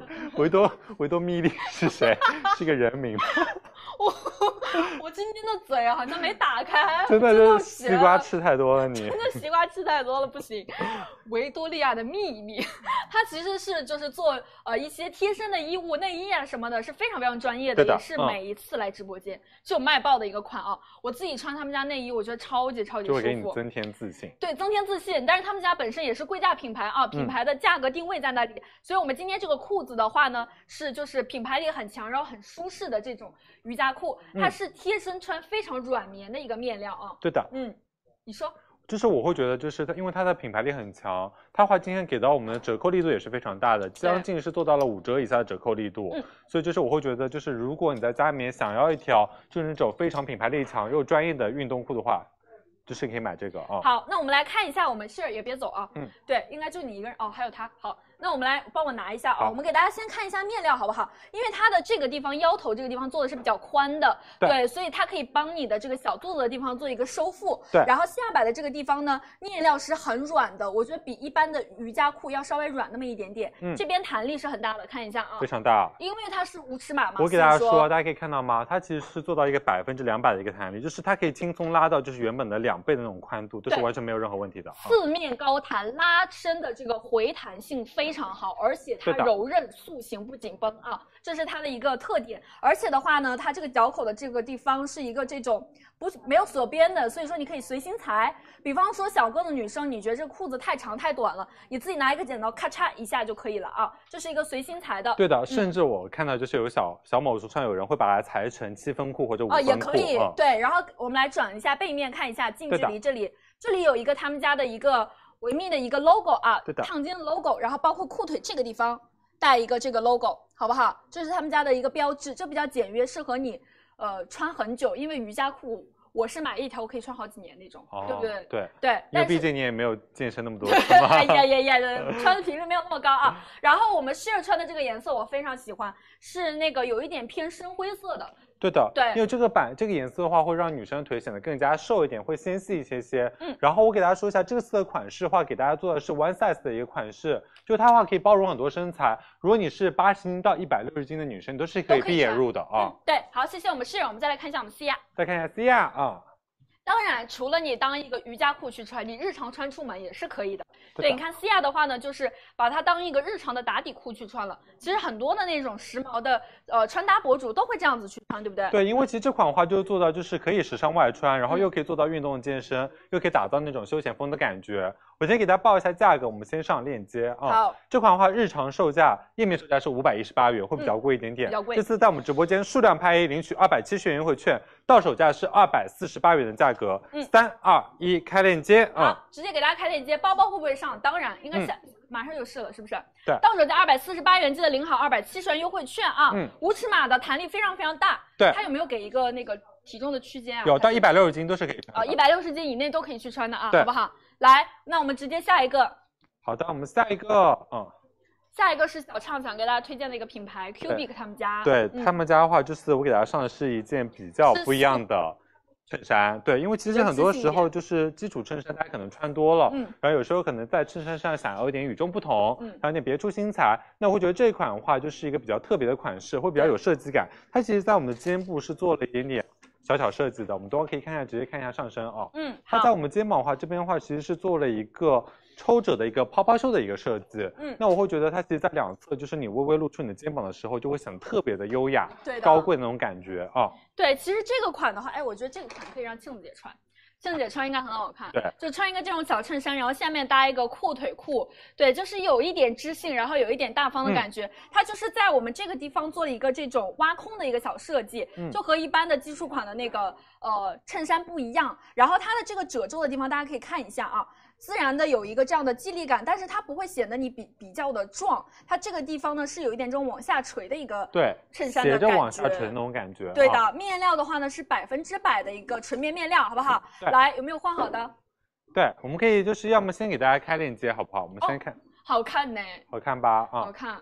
[SPEAKER 1] *laughs* 维多维多密利是谁？是一个人名吗，
[SPEAKER 3] *laughs* 我我今天的嘴啊好像没打开，
[SPEAKER 1] 真的
[SPEAKER 3] 就是是
[SPEAKER 1] 西瓜吃太多了你。
[SPEAKER 3] 啊真的西瓜吃太多了不行。维多利亚的秘密，它其实是就是做呃一些贴身的衣物、内衣啊什么的，是非常非常专业的，
[SPEAKER 1] 对的嗯
[SPEAKER 3] 也是每一次来直播间、就卖爆的一个款啊。我自己穿他们家内衣，我觉得超级超级
[SPEAKER 1] 就
[SPEAKER 3] 舒
[SPEAKER 1] 会给你
[SPEAKER 3] 服。
[SPEAKER 1] 增添自信。
[SPEAKER 3] 对，增添自信，但是他们家本身也是贵价品牌啊，品牌的价格定位在那里，所以我们今天这个裤子的话呢，是就是品牌力很强，然后很舒适的这种瑜伽裤，它
[SPEAKER 1] 嗯
[SPEAKER 3] 是贴身穿非常软绵的一个面料啊，
[SPEAKER 1] 对的，
[SPEAKER 3] 嗯，你说，
[SPEAKER 1] 就是我会觉得，就是它，因为它的品牌力很强，它的话今天给到我们的折扣力度也是非常大的，将近是做到了五折以下的折扣力度。
[SPEAKER 3] 嗯
[SPEAKER 1] 所以就是我会觉得，就是如果你在家里面想要一条就是那种非常品牌力强又专业的运动裤的话，就是可以买这个啊。
[SPEAKER 3] 好，那我们来看一下我们 share 也别走啊。
[SPEAKER 1] 嗯，
[SPEAKER 3] 对，应该就你一个人哦，还有他。好，那我们来帮我拿一下啊、
[SPEAKER 1] 好
[SPEAKER 3] 我们给大家先看一下面料好不好？因为它的这个地方腰头这个地方做的是比较宽的，
[SPEAKER 1] 对
[SPEAKER 3] 所以它可以帮你的这个小肚子的地方做一个收腹。
[SPEAKER 1] 对
[SPEAKER 3] 然后下摆的这个地方呢，面料是很软的，我觉得比一般的瑜伽裤要稍微软那么一点点。
[SPEAKER 1] 嗯
[SPEAKER 3] 这边弹力是很大的，看一下啊
[SPEAKER 1] 非。常大。
[SPEAKER 3] 因为它是无尺码嘛，
[SPEAKER 1] 我给大家
[SPEAKER 3] 所以
[SPEAKER 1] 说，大家可以看到吗？它其实是做到一个百分之两百的一个弹力，就是它可以轻松拉到就是原本的两倍的那种宽度，都是
[SPEAKER 3] 对
[SPEAKER 1] 完全没有任何问题的。啊。
[SPEAKER 3] 四面高弹拉伸的这个回弹性非常好，而且它
[SPEAKER 1] 对的
[SPEAKER 3] 柔韧塑形不紧绷啊，这是它的一个特点。而且的话呢，它这个脚口的这个地方是一个这种不没有锁边的，所以说你可以随心裁。比方说小个子女生，你觉得这个裤子太长太短了，你自己拿一个剪刀咔嚓一下就可以了啊，这是一个随心裁的。
[SPEAKER 1] 对的，甚至我看到就是有小小某书上有人会把它裁成七分裤或者五
[SPEAKER 3] 啊，也
[SPEAKER 1] 分裤，
[SPEAKER 3] 可以
[SPEAKER 1] 嗯，
[SPEAKER 3] 对。然后我们来转一下背面看一下近距
[SPEAKER 1] 对的
[SPEAKER 3] 离，这里这里有一个他们家的一个维密的一个 logo 啊
[SPEAKER 1] 对，的
[SPEAKER 3] 烫金的 logo，然后包括裤腿这个地方带一个这个 logo，好不好？这是他们家的一个标志，这比较简约，适合你呃穿很久，因为瑜伽裤我是买一条我可以穿好几年那种，
[SPEAKER 1] 哦，
[SPEAKER 3] 对不对？
[SPEAKER 1] 对，
[SPEAKER 3] 对，
[SPEAKER 1] 因为
[SPEAKER 3] 但是
[SPEAKER 1] 毕
[SPEAKER 3] *laughs*
[SPEAKER 1] 竟你也没有健身那么多次嘛。
[SPEAKER 3] 哎呀呀呀，穿的频率没有那么高啊。然后我们 share 穿的这个颜色我非常喜欢，是那个有一点偏深灰色的，
[SPEAKER 1] *laughs* 对的，
[SPEAKER 3] 对
[SPEAKER 1] 因为这个版这个颜色的话，会让女生腿显得更加瘦一点，会纤细一些些。
[SPEAKER 3] 嗯
[SPEAKER 1] 然后我给大家说一下这次的款式的话，给大家做的是 one size 的一个款式，就它的话可以包容很多身材。如果你是八十斤到一百六十斤的女生，你都是可以
[SPEAKER 3] 都可以
[SPEAKER 1] 闭眼
[SPEAKER 3] 穿
[SPEAKER 1] 入的啊。
[SPEAKER 3] 嗯，对，好，谢谢我们室友，我们再来看一下我们思雅。
[SPEAKER 1] 再看一下 C 亚啊，
[SPEAKER 3] 当然，除了你当一个瑜伽裤去穿，你日常穿出门也是可以的。
[SPEAKER 1] 对
[SPEAKER 3] 对，
[SPEAKER 1] 的
[SPEAKER 3] 你看西亚的话呢，就是把它当一个日常的打底裤去穿了。其实很多的那种时髦的呃穿搭博主都会这样子去穿，对不对？
[SPEAKER 1] 对，因为其实这款的话就是做到，就是可以时尚外穿，然后
[SPEAKER 3] 嗯
[SPEAKER 1] 又可以做到运动健身，又可以打造那种休闲风的感觉。我先给大家报一下价格，我们先上链接啊。
[SPEAKER 3] 好，
[SPEAKER 1] 这款的话，日常售价、页面售价是五百一十八元，会比较贵一点点。
[SPEAKER 3] 嗯比较贵
[SPEAKER 1] 这次在我们直播间数量拍一领取二百七十元优惠券，到手价是二百四十八元的价格
[SPEAKER 3] 嗯。
[SPEAKER 1] 三二一，开链接
[SPEAKER 3] 好，
[SPEAKER 1] 啊！
[SPEAKER 3] 直接给大家开链接。包包会不会上？当然，应该
[SPEAKER 1] 嗯
[SPEAKER 3] 下、马上就是了，是不是？
[SPEAKER 1] 对
[SPEAKER 3] 到手价二百四十八元，记得领好二百七十元优惠券啊。
[SPEAKER 1] 嗯
[SPEAKER 3] 无尺码的弹力非常非常大。
[SPEAKER 1] 对
[SPEAKER 3] 它有没有给一个那个体重的区间啊？
[SPEAKER 1] 有到
[SPEAKER 3] 还是
[SPEAKER 1] 一百六十斤都是可以穿的。
[SPEAKER 3] 啊，一百六十斤以内都可以去穿的啊，
[SPEAKER 1] 对
[SPEAKER 3] 好不好？来，那我们直接下一个，
[SPEAKER 1] 好的，我们下一个，嗯。
[SPEAKER 3] 下一个是小畅想给大家推荐的一个品牌 Cubic 他们家，
[SPEAKER 1] 对、
[SPEAKER 3] 嗯
[SPEAKER 1] 他们家的话，就是我给大家上的是一件比较
[SPEAKER 3] 是
[SPEAKER 1] 不一样的衬衫。对，因为其实
[SPEAKER 3] 更
[SPEAKER 1] 很
[SPEAKER 3] 知
[SPEAKER 1] 多
[SPEAKER 3] 性
[SPEAKER 1] 时
[SPEAKER 3] 一
[SPEAKER 1] 候
[SPEAKER 3] 点
[SPEAKER 1] 就是基础衬衫，大家可能穿多了，
[SPEAKER 3] 嗯
[SPEAKER 1] 然后有时候可能在衬衫上想要一点与众不同，
[SPEAKER 3] 嗯
[SPEAKER 1] 然后有点别出心裁。那我会觉得这款的话就是一个比较特别的款式，会比较有设计感。它其实在我们的肩部是做了一点点小巧设计的，我们等会儿可以看一下，直接看一下上身哦。
[SPEAKER 3] 嗯，
[SPEAKER 1] 它在
[SPEAKER 3] 好，
[SPEAKER 1] 我们肩膀的话，这边的话其实是做了一个抽褶的一个泡泡袖的一个设计。
[SPEAKER 3] 嗯
[SPEAKER 1] 那我会觉得它其实在两侧，就是你微微露出你的肩膀的时候，就会显得特别的优雅、
[SPEAKER 3] 对的，
[SPEAKER 1] 高贵的那种感觉啊。
[SPEAKER 3] 对，其实这个款的话，哎，我觉得这个款可以让庆子姐穿，庆子姐穿应该很好看。
[SPEAKER 1] 对，
[SPEAKER 3] 就穿一个这种小衬衫，然后下面搭一个阔腿裤，对，就是有一点知性，然后有一点大
[SPEAKER 1] 嗯
[SPEAKER 3] 方的感觉。它就是在我们这个地方做了一个这种挖空的一个小设计，
[SPEAKER 1] 嗯
[SPEAKER 3] 就和一般的基础款的那个呃衬衫不一样。然后它的这个褶皱的地方，大家可以看一下啊。自然的有一个这样的肌力感，但是它不会显得你比比较的壮，它这个地方呢是有一点这种往下垂的一个
[SPEAKER 1] 对，
[SPEAKER 3] 衬衫
[SPEAKER 1] 斜
[SPEAKER 3] 的感
[SPEAKER 1] 着
[SPEAKER 3] 觉，
[SPEAKER 1] 往下垂的那种感觉。
[SPEAKER 3] 对
[SPEAKER 1] 啊
[SPEAKER 3] 的，面料的话呢是百分之百的一个纯棉面料，好不好？
[SPEAKER 1] 嗯对
[SPEAKER 3] 来，有没有换好的？
[SPEAKER 1] 对，我们可以就是要么先给大家开链接，好不好？我们先看，
[SPEAKER 3] 好看呢，
[SPEAKER 1] 好看吧？
[SPEAKER 3] 哦好
[SPEAKER 1] 啊，
[SPEAKER 3] 看。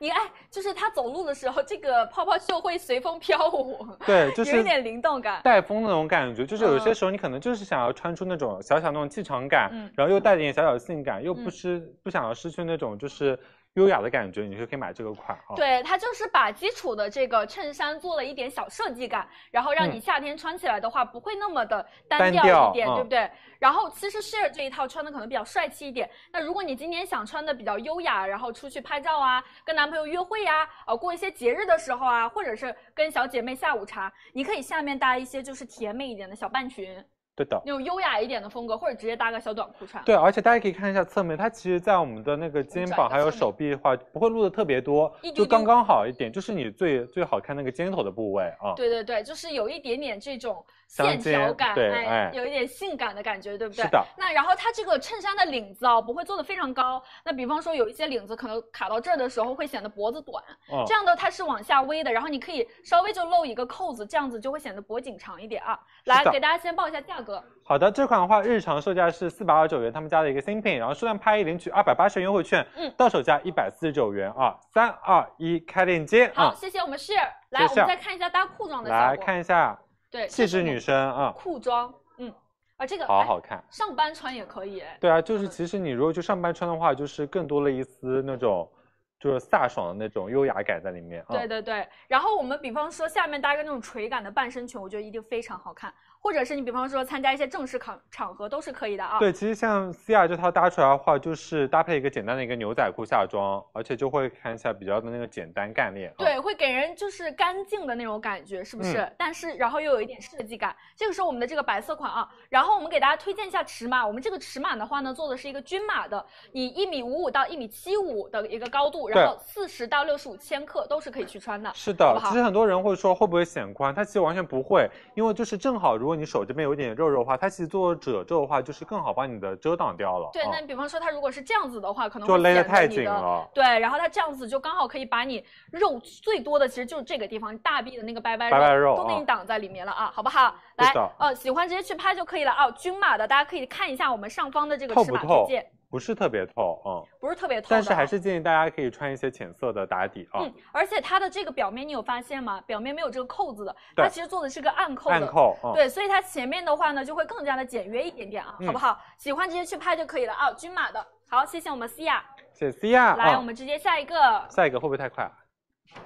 [SPEAKER 3] 你哎，就是他走路的时候，这个泡泡袖会随风飘舞，
[SPEAKER 1] 对，就
[SPEAKER 3] 有一
[SPEAKER 1] 是
[SPEAKER 3] 点灵动感。
[SPEAKER 1] 带风的那种感觉，就是有些
[SPEAKER 3] 嗯
[SPEAKER 1] 时候你可能就是想要穿出那种小小那种气场感，
[SPEAKER 3] 嗯
[SPEAKER 1] 然后又带点小小性感，又不
[SPEAKER 3] 嗯
[SPEAKER 1] 失、不想要失去那种就是优雅的感觉，你就可以买这个款啊。
[SPEAKER 3] 对，它就是把基础的这个衬衫做了一点小设计感，然后让
[SPEAKER 1] 嗯
[SPEAKER 3] 你夏天穿起来的话不会那么的
[SPEAKER 1] 单
[SPEAKER 3] 单
[SPEAKER 1] 调
[SPEAKER 3] 调一点，
[SPEAKER 1] 嗯
[SPEAKER 3] 对不对？然后其实 share 这一套穿的可能比较帅气一点。那如果你今天想穿的比较优雅，然后出去拍照啊，跟男朋友约会呀、啊，呃，过一些节日的时候啊，或者是跟小姐妹下午茶，你可以下面搭一些就是甜美一点的小半裙，
[SPEAKER 1] 对的。
[SPEAKER 3] 那种优雅一点的风格，或者直接搭个小短裤穿。
[SPEAKER 1] 对，而且大家可以看一下侧面，它其实，在我们的那个肩膀
[SPEAKER 3] 转的
[SPEAKER 1] 还有
[SPEAKER 3] 侧面
[SPEAKER 1] 手臂的话，不会露的特别多，
[SPEAKER 3] 一
[SPEAKER 1] 就
[SPEAKER 3] 丢丢
[SPEAKER 1] 刚刚好一点，就是你最最好看那个肩头的部位啊。
[SPEAKER 3] 对对对，就是有一点点这种
[SPEAKER 1] 相
[SPEAKER 3] 线条
[SPEAKER 1] 间
[SPEAKER 3] 感，
[SPEAKER 1] 对哎
[SPEAKER 3] 有一点性感的感觉，对不对？
[SPEAKER 1] 是的，
[SPEAKER 3] 那然后它这个衬衫的领子哦，不会做的非常高。那比方说有一些领子可能卡到这儿的时候会显得脖子短，
[SPEAKER 1] 嗯
[SPEAKER 3] 这，样的它是往下微的，然后你可以稍微就露一个扣子，这样子就会显得脖颈长一点啊。来
[SPEAKER 1] 是的
[SPEAKER 3] 给大家先报一下价格，
[SPEAKER 1] 好的，这款的话日常售价是四百二十九元，他们家的一个新品，然后数量拍一领取二百八十元优惠券，
[SPEAKER 3] 嗯
[SPEAKER 1] 到手价一百四十九元啊。三二一，开链接
[SPEAKER 3] 好，
[SPEAKER 1] 啊！
[SPEAKER 3] 谢谢我们 share。
[SPEAKER 1] 谢
[SPEAKER 3] 来，我
[SPEAKER 1] 谢
[SPEAKER 3] 们再看一下搭裤装的效
[SPEAKER 1] 来
[SPEAKER 3] 果，
[SPEAKER 1] 看一下
[SPEAKER 3] 对，
[SPEAKER 1] 气
[SPEAKER 3] 这
[SPEAKER 1] 质
[SPEAKER 3] 是
[SPEAKER 1] 女生啊，
[SPEAKER 3] 裤装，嗯，啊这个
[SPEAKER 1] 好
[SPEAKER 3] 哎
[SPEAKER 1] 好看。
[SPEAKER 3] 上班穿也可以，哎
[SPEAKER 1] 对啊，就是其实你如果去上班穿的话，就是更多了一丝那种就是飒爽的那种优雅感在里面啊。
[SPEAKER 3] 对对对，然后我们比方说下面搭一个那种垂感的半身裙，我觉得一定非常好看。或者是你比方说参加一些正式场场合都是可以的啊。
[SPEAKER 1] 对，其实像 C R 这套搭出来的话，就是搭配一个简单的一个牛仔裤夏装，而且就会看一下比较的那个简单干练啊。
[SPEAKER 3] 对，会给人就是干净的那种感觉，是不是？
[SPEAKER 1] 嗯
[SPEAKER 3] 但是然后又有一点设计感，这个是我们的这个白色款啊。然后我们给大家推荐一下尺码，我们这个尺码的话呢，做的是一个均码的，以一米五五到一米七五的一个高度，然
[SPEAKER 1] 对
[SPEAKER 3] 后四十到六十五千克都是可以去穿的。
[SPEAKER 1] 是
[SPEAKER 3] 好
[SPEAKER 1] 的
[SPEAKER 3] 不，好
[SPEAKER 1] 其实很多人会说会不会显宽，它其实完全不会，因为就是正好，如果你手这边有一点肉肉的话，它其实做褶皱的话，就是更好把你的遮挡掉了。
[SPEAKER 3] 对，
[SPEAKER 1] 啊
[SPEAKER 3] 那你比方说它如果是这样子的话，可能
[SPEAKER 1] 就
[SPEAKER 3] 会
[SPEAKER 1] 勒得
[SPEAKER 3] 显
[SPEAKER 1] 太
[SPEAKER 3] 你
[SPEAKER 1] 紧
[SPEAKER 3] 的
[SPEAKER 1] 了。
[SPEAKER 3] 对，然后它这样子就刚好可以把你肉最多的，其实就是这个地方，大臂的那个拜拜肉，
[SPEAKER 1] 拜拜肉
[SPEAKER 3] 都给
[SPEAKER 1] 啊
[SPEAKER 3] 你挡在里面了啊，好不好？
[SPEAKER 1] 是
[SPEAKER 3] 来
[SPEAKER 1] 的，
[SPEAKER 3] 呃，喜欢直接去拍就可以了啊。均码的，大家可以看一下我们上方的这个
[SPEAKER 1] 透
[SPEAKER 3] 尺
[SPEAKER 1] 不
[SPEAKER 3] 码
[SPEAKER 1] 透
[SPEAKER 3] 推荐，
[SPEAKER 1] 不是特别透，嗯，
[SPEAKER 3] 不是特别透的啊，
[SPEAKER 1] 但是还是建议大家可以穿一些浅色的打底啊，
[SPEAKER 3] 嗯，而且它的这个表面你有发现吗？表面没有这个扣子的，
[SPEAKER 1] 对
[SPEAKER 3] 它其实做的是个暗扣的，
[SPEAKER 1] 暗扣，嗯，
[SPEAKER 3] 对，所以它前面的话呢，就会更加的简约一点点啊，好
[SPEAKER 1] 嗯
[SPEAKER 3] 不好？喜欢直接去拍就可以了啊，均码的。好，谢谢我们思雅，
[SPEAKER 1] 谢谢 C R
[SPEAKER 3] 来，
[SPEAKER 1] 啊
[SPEAKER 3] 我。们直接下一个
[SPEAKER 1] 下一个会不会太快？啊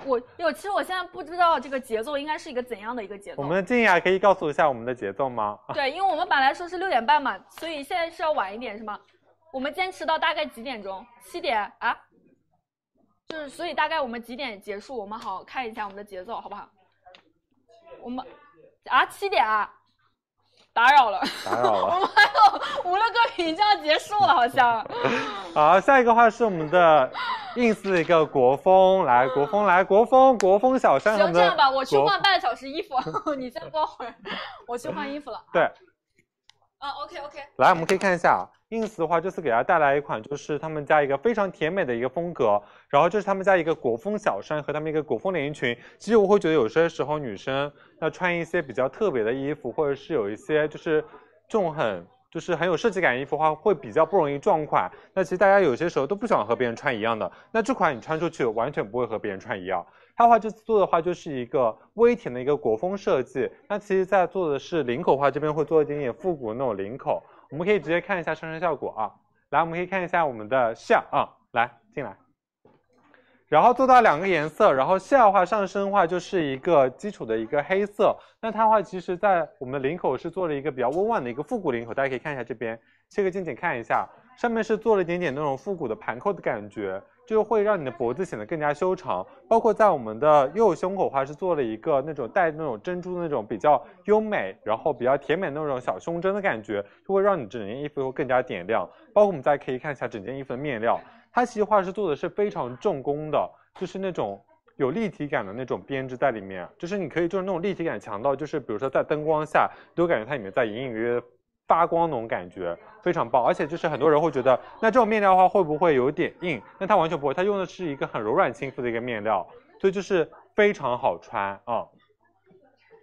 [SPEAKER 3] 我有，其实我现在不知道这个节奏应该是一个怎样的一个节奏。
[SPEAKER 1] 我们的静雅可以告诉一下我们的节奏吗？啊
[SPEAKER 3] 对，因为我们本来说是六点半嘛，所以现在是要晚一点是吗？我们坚持到大概几点钟？七点啊？就是所以大概我们几点结束？我们好看一下我们的节奏好不好？我们啊七点啊，打扰了， *laughs*
[SPEAKER 1] 打扰
[SPEAKER 3] 我
[SPEAKER 1] 了。
[SPEAKER 3] 们还有五六个品就要结束了，好像。
[SPEAKER 1] 好，下一个话是我们的 ins 的一个国风，来国风来国风国风小山。我
[SPEAKER 3] 行，
[SPEAKER 1] 们
[SPEAKER 3] 这
[SPEAKER 1] 的
[SPEAKER 3] 样吧，我去
[SPEAKER 1] 国
[SPEAKER 3] 换半个小时衣服， *laughs* 你先播会儿，我去换衣服了。
[SPEAKER 1] 对，
[SPEAKER 2] 哦
[SPEAKER 3] 啊，OK OK。
[SPEAKER 1] 来，我们可以看一下 ins 的话，这次给大家带来一款就是他们家一个非常甜美的一个风格，然后这是他们家一个国风小衫和他们一个国风连衣裙。其实我会觉得有些时候女生要穿一些比较特别的衣服，或者是有一些就是这种很。就是很有设计感的衣服的话，会比较不容易撞款。那其实大家有些时候都不想和别人穿一样的，那这款你穿出去完全不会和别人穿一样。它的话这次做的话就是一个微甜的一个国风设计，那其实在做的是领口的话，这边会做一点点复古的那种领口，我们可以直接看一下上身效果啊。来，我们可以看一下我们的像啊，来进来。然后做到两个颜色，然后下的话上身的话就是一个基础的一个黑色。那它的话，其实在我们的领口是做了一个比较温婉的一个复古领口，大家可以看一下这边，切个近景看一下，上面是做了一点点那种复古的盘扣的感觉，就会让你的脖子显得更加修长。包括在我们的右胸口的话是做了一个那种带那种珍珠的那种比较优美，然后比较甜美的那种小胸针的感觉，就会让你整件衣服会更加点亮。包括我们再可以看一下整件衣服的面料，它其实画是做的是非常重工的，就是那种有立体感的那种编织在里面，就是你可以就是那种立体感强到，就是比如说在灯光下，你都感觉它里面在隐隐约约发光那种感觉，非常棒。而且就是很多人会觉得，那这种面料的话会不会有点硬？那它完全不会，它用的是一个很柔软亲肤的一个面料，所以就是非常好穿啊、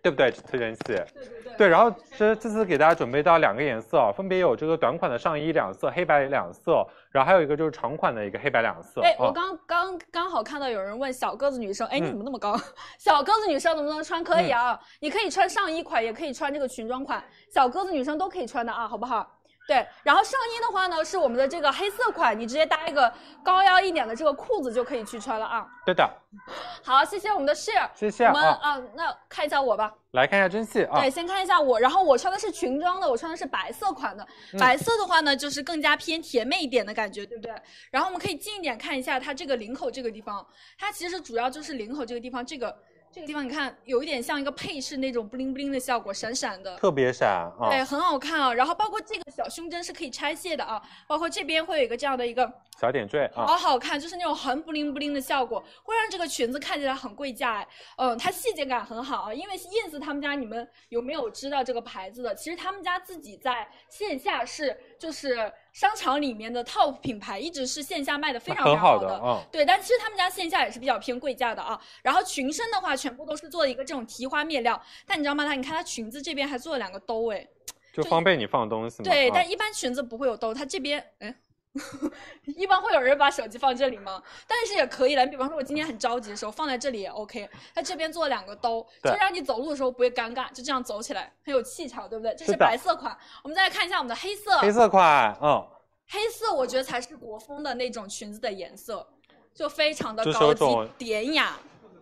[SPEAKER 1] 对不对，推荐姐？
[SPEAKER 2] 对对对。
[SPEAKER 1] 对，然后这这次给大家准备到两个颜色，分别有这个短款的上衣两色，黑白两色，然后还有一个就是长款的一个黑白两色。
[SPEAKER 3] 哎，
[SPEAKER 1] 嗯
[SPEAKER 3] 我刚刚刚好看到有人问小个子女生，哎，
[SPEAKER 1] 嗯
[SPEAKER 3] 你怎么那么高？小个子女生能不能穿？可以啊，你可以穿上衣款，也可以穿这个裙装款，小个子女生都可以穿的啊，好不好？对，然后上衣的话呢，是我们的这个黑色款，你直接搭一个高腰一点的这个裤子就可以去穿了啊。
[SPEAKER 1] 对的，
[SPEAKER 3] 好，谢谢我们的 share，
[SPEAKER 1] 谢谢啊
[SPEAKER 3] 我们啊，那看一下我吧，
[SPEAKER 1] 来看一下真细啊
[SPEAKER 3] 对，，先看一下我，然后我穿的是裙装的，我穿的是白色款的，
[SPEAKER 1] 嗯
[SPEAKER 3] 白色的话呢，就是更加偏甜妹一点的感觉，对不对？然后我们可以近一点看一下它这个领口这个地方，它其实主要就是领口这个地方，这个这个地方你看有一点像一个配饰那种布灵布灵的效果，闪闪的。
[SPEAKER 1] 特别闪啊，
[SPEAKER 3] 对，很好看啊！然后包括这个小胸针是可以拆卸的啊，包括这边会有一个这样的一个
[SPEAKER 1] 小点缀啊，
[SPEAKER 3] 好好看，就是那种很布灵布灵的效果，会让这个裙子看起来很贵价哎。嗯，它细节感很好啊，因为 ins 他们家你们有没有知道这个牌子的？其实他们家自己在线下是就是商场里面的 top 品牌，一直是线下卖的非常非
[SPEAKER 1] 很
[SPEAKER 3] 常好
[SPEAKER 1] 的
[SPEAKER 3] 的。
[SPEAKER 1] 啊。
[SPEAKER 3] 对，但其实他们家线下也是比较偏贵价的啊。然后裙身的话，全部都是做一个这种提花面料，但你知道吗？它你看它裙子这边还做了两个兜哎，
[SPEAKER 1] 就
[SPEAKER 3] 就
[SPEAKER 1] 方便你放东西嘛。
[SPEAKER 3] 对，
[SPEAKER 1] 啊
[SPEAKER 3] 但一般裙子不会有兜，它这边，哎， *laughs* 一般会有人把手机放这里吗？但是也可以了，你比方说我今天很着急的时候放在这里也 OK，它这边做两个兜，就
[SPEAKER 1] 对
[SPEAKER 3] 让你走路的时候不会尴尬，就这样走起来很有气场，对不对？这
[SPEAKER 1] 是
[SPEAKER 3] 是
[SPEAKER 1] 的
[SPEAKER 3] 白色款，我们再来看一下我们的黑色，
[SPEAKER 1] 黑色款，嗯，
[SPEAKER 3] 黑色我觉得才是国风的那种裙子的颜色，就非常的
[SPEAKER 1] 就是
[SPEAKER 3] 高
[SPEAKER 1] 有
[SPEAKER 3] 级
[SPEAKER 1] 种
[SPEAKER 3] 典雅，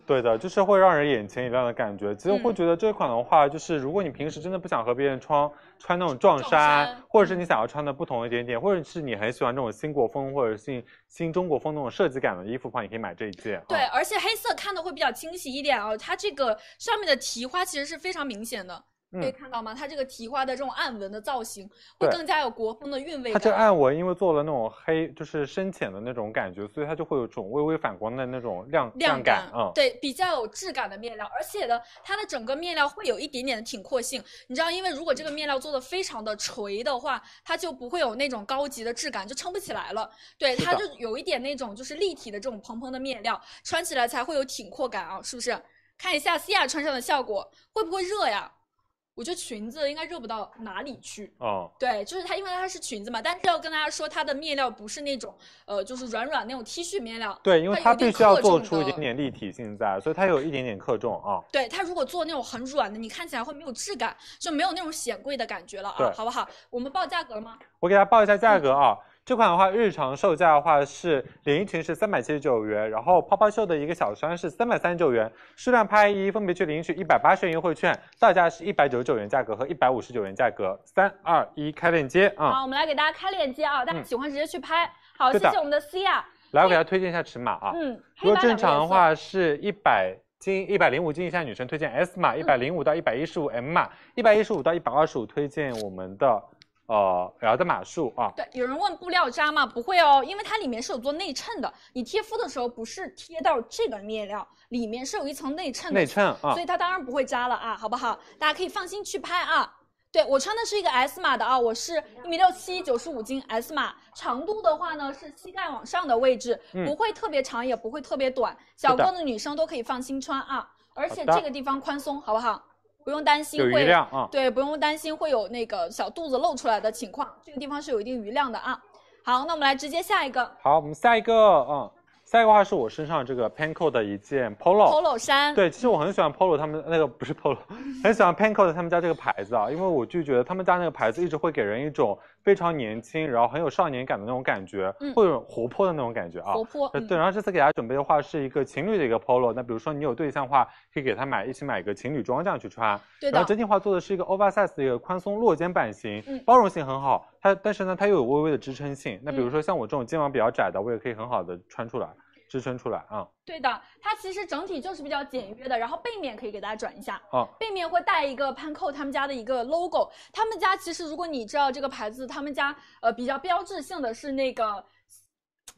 [SPEAKER 1] 对的，就是会让人眼前一亮的感觉。其实
[SPEAKER 3] 嗯
[SPEAKER 1] 会觉得这款的话，就是如果你平时真的不想和别人穿穿那种撞衫，
[SPEAKER 3] 撞衫嗯
[SPEAKER 1] 或者是你想要穿的不同一点点，或者是你很喜欢这种新国风或者新新中国风那种设计感的衣服的话，你可以买这一件。
[SPEAKER 3] 对，
[SPEAKER 1] 啊
[SPEAKER 3] 而且黑色看的会比较清晰一点啊，它这个上面的提花其实是非常明显的，
[SPEAKER 1] 嗯
[SPEAKER 3] 可以看到吗？它这个提花的这种暗纹的造型会
[SPEAKER 1] 对
[SPEAKER 3] 更加有国风的韵味
[SPEAKER 1] 它
[SPEAKER 3] 感。
[SPEAKER 1] 这暗纹因为做了那种黑，就是深浅的那种感觉，所以它就会有种微微反光的那种亮
[SPEAKER 3] 亮
[SPEAKER 1] 感
[SPEAKER 3] 感，
[SPEAKER 1] 嗯，
[SPEAKER 3] 对，比较有质感的面料，而且呢，它的整个面料会有一点点的挺阔性。你知道，因为如果这个面料做的非常的垂的话，它就不会有那种高级的质感，就撑不起来了。对，
[SPEAKER 1] 是的
[SPEAKER 3] 它就有一点那种就是立体的这种蓬蓬的面料，穿起来才会有挺阔感啊，是不是？看一下西亚穿上的效果会不会热呀？我觉得裙子应该热不到哪里去。
[SPEAKER 1] 哦，
[SPEAKER 3] 对，就是它，因为它是裙子嘛，但是要跟大家说，它的面料不是那种，呃，就是软软那种 T 恤面料，
[SPEAKER 1] 对，因为它
[SPEAKER 3] 有点
[SPEAKER 1] 必须要
[SPEAKER 3] 克重
[SPEAKER 1] 做出一
[SPEAKER 3] 的
[SPEAKER 1] 点点立体性在，所以它有一点点克重啊。
[SPEAKER 3] 对它如果做那种很软的，你看起来会没有质感，就没有那种显贵的感觉了啊
[SPEAKER 1] 对，
[SPEAKER 3] 好不好？我们报价格了吗？
[SPEAKER 1] 我给大家报一下
[SPEAKER 3] 嗯
[SPEAKER 1] 价格啊。这款的话，日常售价的话是连衣裙是三百七十九元，然后泡泡袖的一个小衫是三百三十九元，数量拍一分别去领取一百八十元优惠券，到手价是一百九十九元价格和一百五十九元价格。三二一，开链接啊！
[SPEAKER 3] 好，我们来给大家开链接啊，大家
[SPEAKER 1] 嗯
[SPEAKER 3] 喜欢直接去拍。好，谢
[SPEAKER 1] 对的
[SPEAKER 3] 谢我们的 C 啊，
[SPEAKER 1] 来，我给大家推荐一下尺码啊。
[SPEAKER 3] 嗯，
[SPEAKER 1] 如
[SPEAKER 3] 黑
[SPEAKER 1] 果
[SPEAKER 3] 白
[SPEAKER 1] 正
[SPEAKER 3] 两个
[SPEAKER 1] 常的
[SPEAKER 3] 颜色，
[SPEAKER 1] 话是一百斤、一百零五斤以下女生推荐 S
[SPEAKER 3] 嗯
[SPEAKER 1] 码，一百零五到一百一十五 M 码，一百一十五到一百二十五推荐我们的呃 L 的码数啊。
[SPEAKER 3] 对，有人问布料扎吗？不会哦，因为它里面是有做内衬的，你贴肤的时候不是贴到这个面料，里面是有一层内衬的
[SPEAKER 1] 内衬啊
[SPEAKER 3] 所以，它当然不会扎了啊，好不好？大家可以放心去拍啊。对我穿的是一个 S 码的啊，我是一米六七，九十五斤 S 码，长度的话呢是膝盖往上的位置，
[SPEAKER 1] 嗯
[SPEAKER 3] 不会特别长，也不会特别短，小个子女生都可以放心穿啊。而且
[SPEAKER 1] 好的
[SPEAKER 3] 这个地方宽松，好不好？不用担心
[SPEAKER 1] 有
[SPEAKER 3] 会
[SPEAKER 1] 余量啊。
[SPEAKER 3] 对，不用担心会有那个小肚子露出来的情况，这个地方是有一定余量的啊。好，那我们来直接下一个
[SPEAKER 1] 好，我们下一个，嗯，下一个话是我身上这个 Panko 的一件 polo。
[SPEAKER 3] polo 衫，
[SPEAKER 1] 哦对，其实我很喜欢 polo 他们那个不是 *laughs* polo，很喜欢 Panko 的他们家这个牌子啊，因为我就觉得他们家那个牌子一直会给人一种非常年轻，然后很有少年感的那种感觉，
[SPEAKER 3] 嗯
[SPEAKER 1] 会有活泼的那种感觉啊。
[SPEAKER 3] 活泼，
[SPEAKER 1] 呃
[SPEAKER 3] 嗯
[SPEAKER 1] 对，然后这次给大家准备的话是一个情侣的一个 polo，那比如说你有对象的话，可以给他买一起买一个情侣装这样去穿。
[SPEAKER 3] 对
[SPEAKER 1] 然
[SPEAKER 3] 的
[SPEAKER 1] 后，整体话做的是一个 oversize 的一个宽松落肩版型，
[SPEAKER 3] 嗯
[SPEAKER 1] 包容性很好，它但是呢它又有微微的支撑性。那比如
[SPEAKER 3] 嗯
[SPEAKER 1] 说像我这种肩膀比较窄的，我也可以很好的穿出来，支撑出来啊
[SPEAKER 3] 对的，它其实整体就是比较简约的，然后背面可以给大家转一下。
[SPEAKER 1] 啊
[SPEAKER 3] 背面会带一个潘蔻他们家的一个 logo。他们家其实如果你知道这个牌子，他们家呃比较标志性的是那个。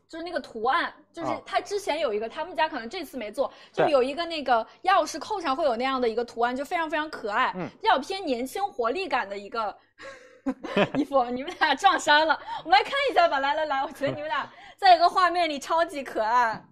[SPEAKER 3] 就是那个图案，就是
[SPEAKER 1] 啊
[SPEAKER 3] 它之前有一个，他们家可能这次没做，
[SPEAKER 1] 对
[SPEAKER 3] 就是有一个那个钥匙扣上会有那样的一个图案，就非常非常可爱，
[SPEAKER 1] 嗯
[SPEAKER 3] 比较偏年轻活力感的一个 *laughs* 衣服。你们俩撞衫了，我们来看一下吧，来来来，我觉得你们俩在一个画面里超级可爱，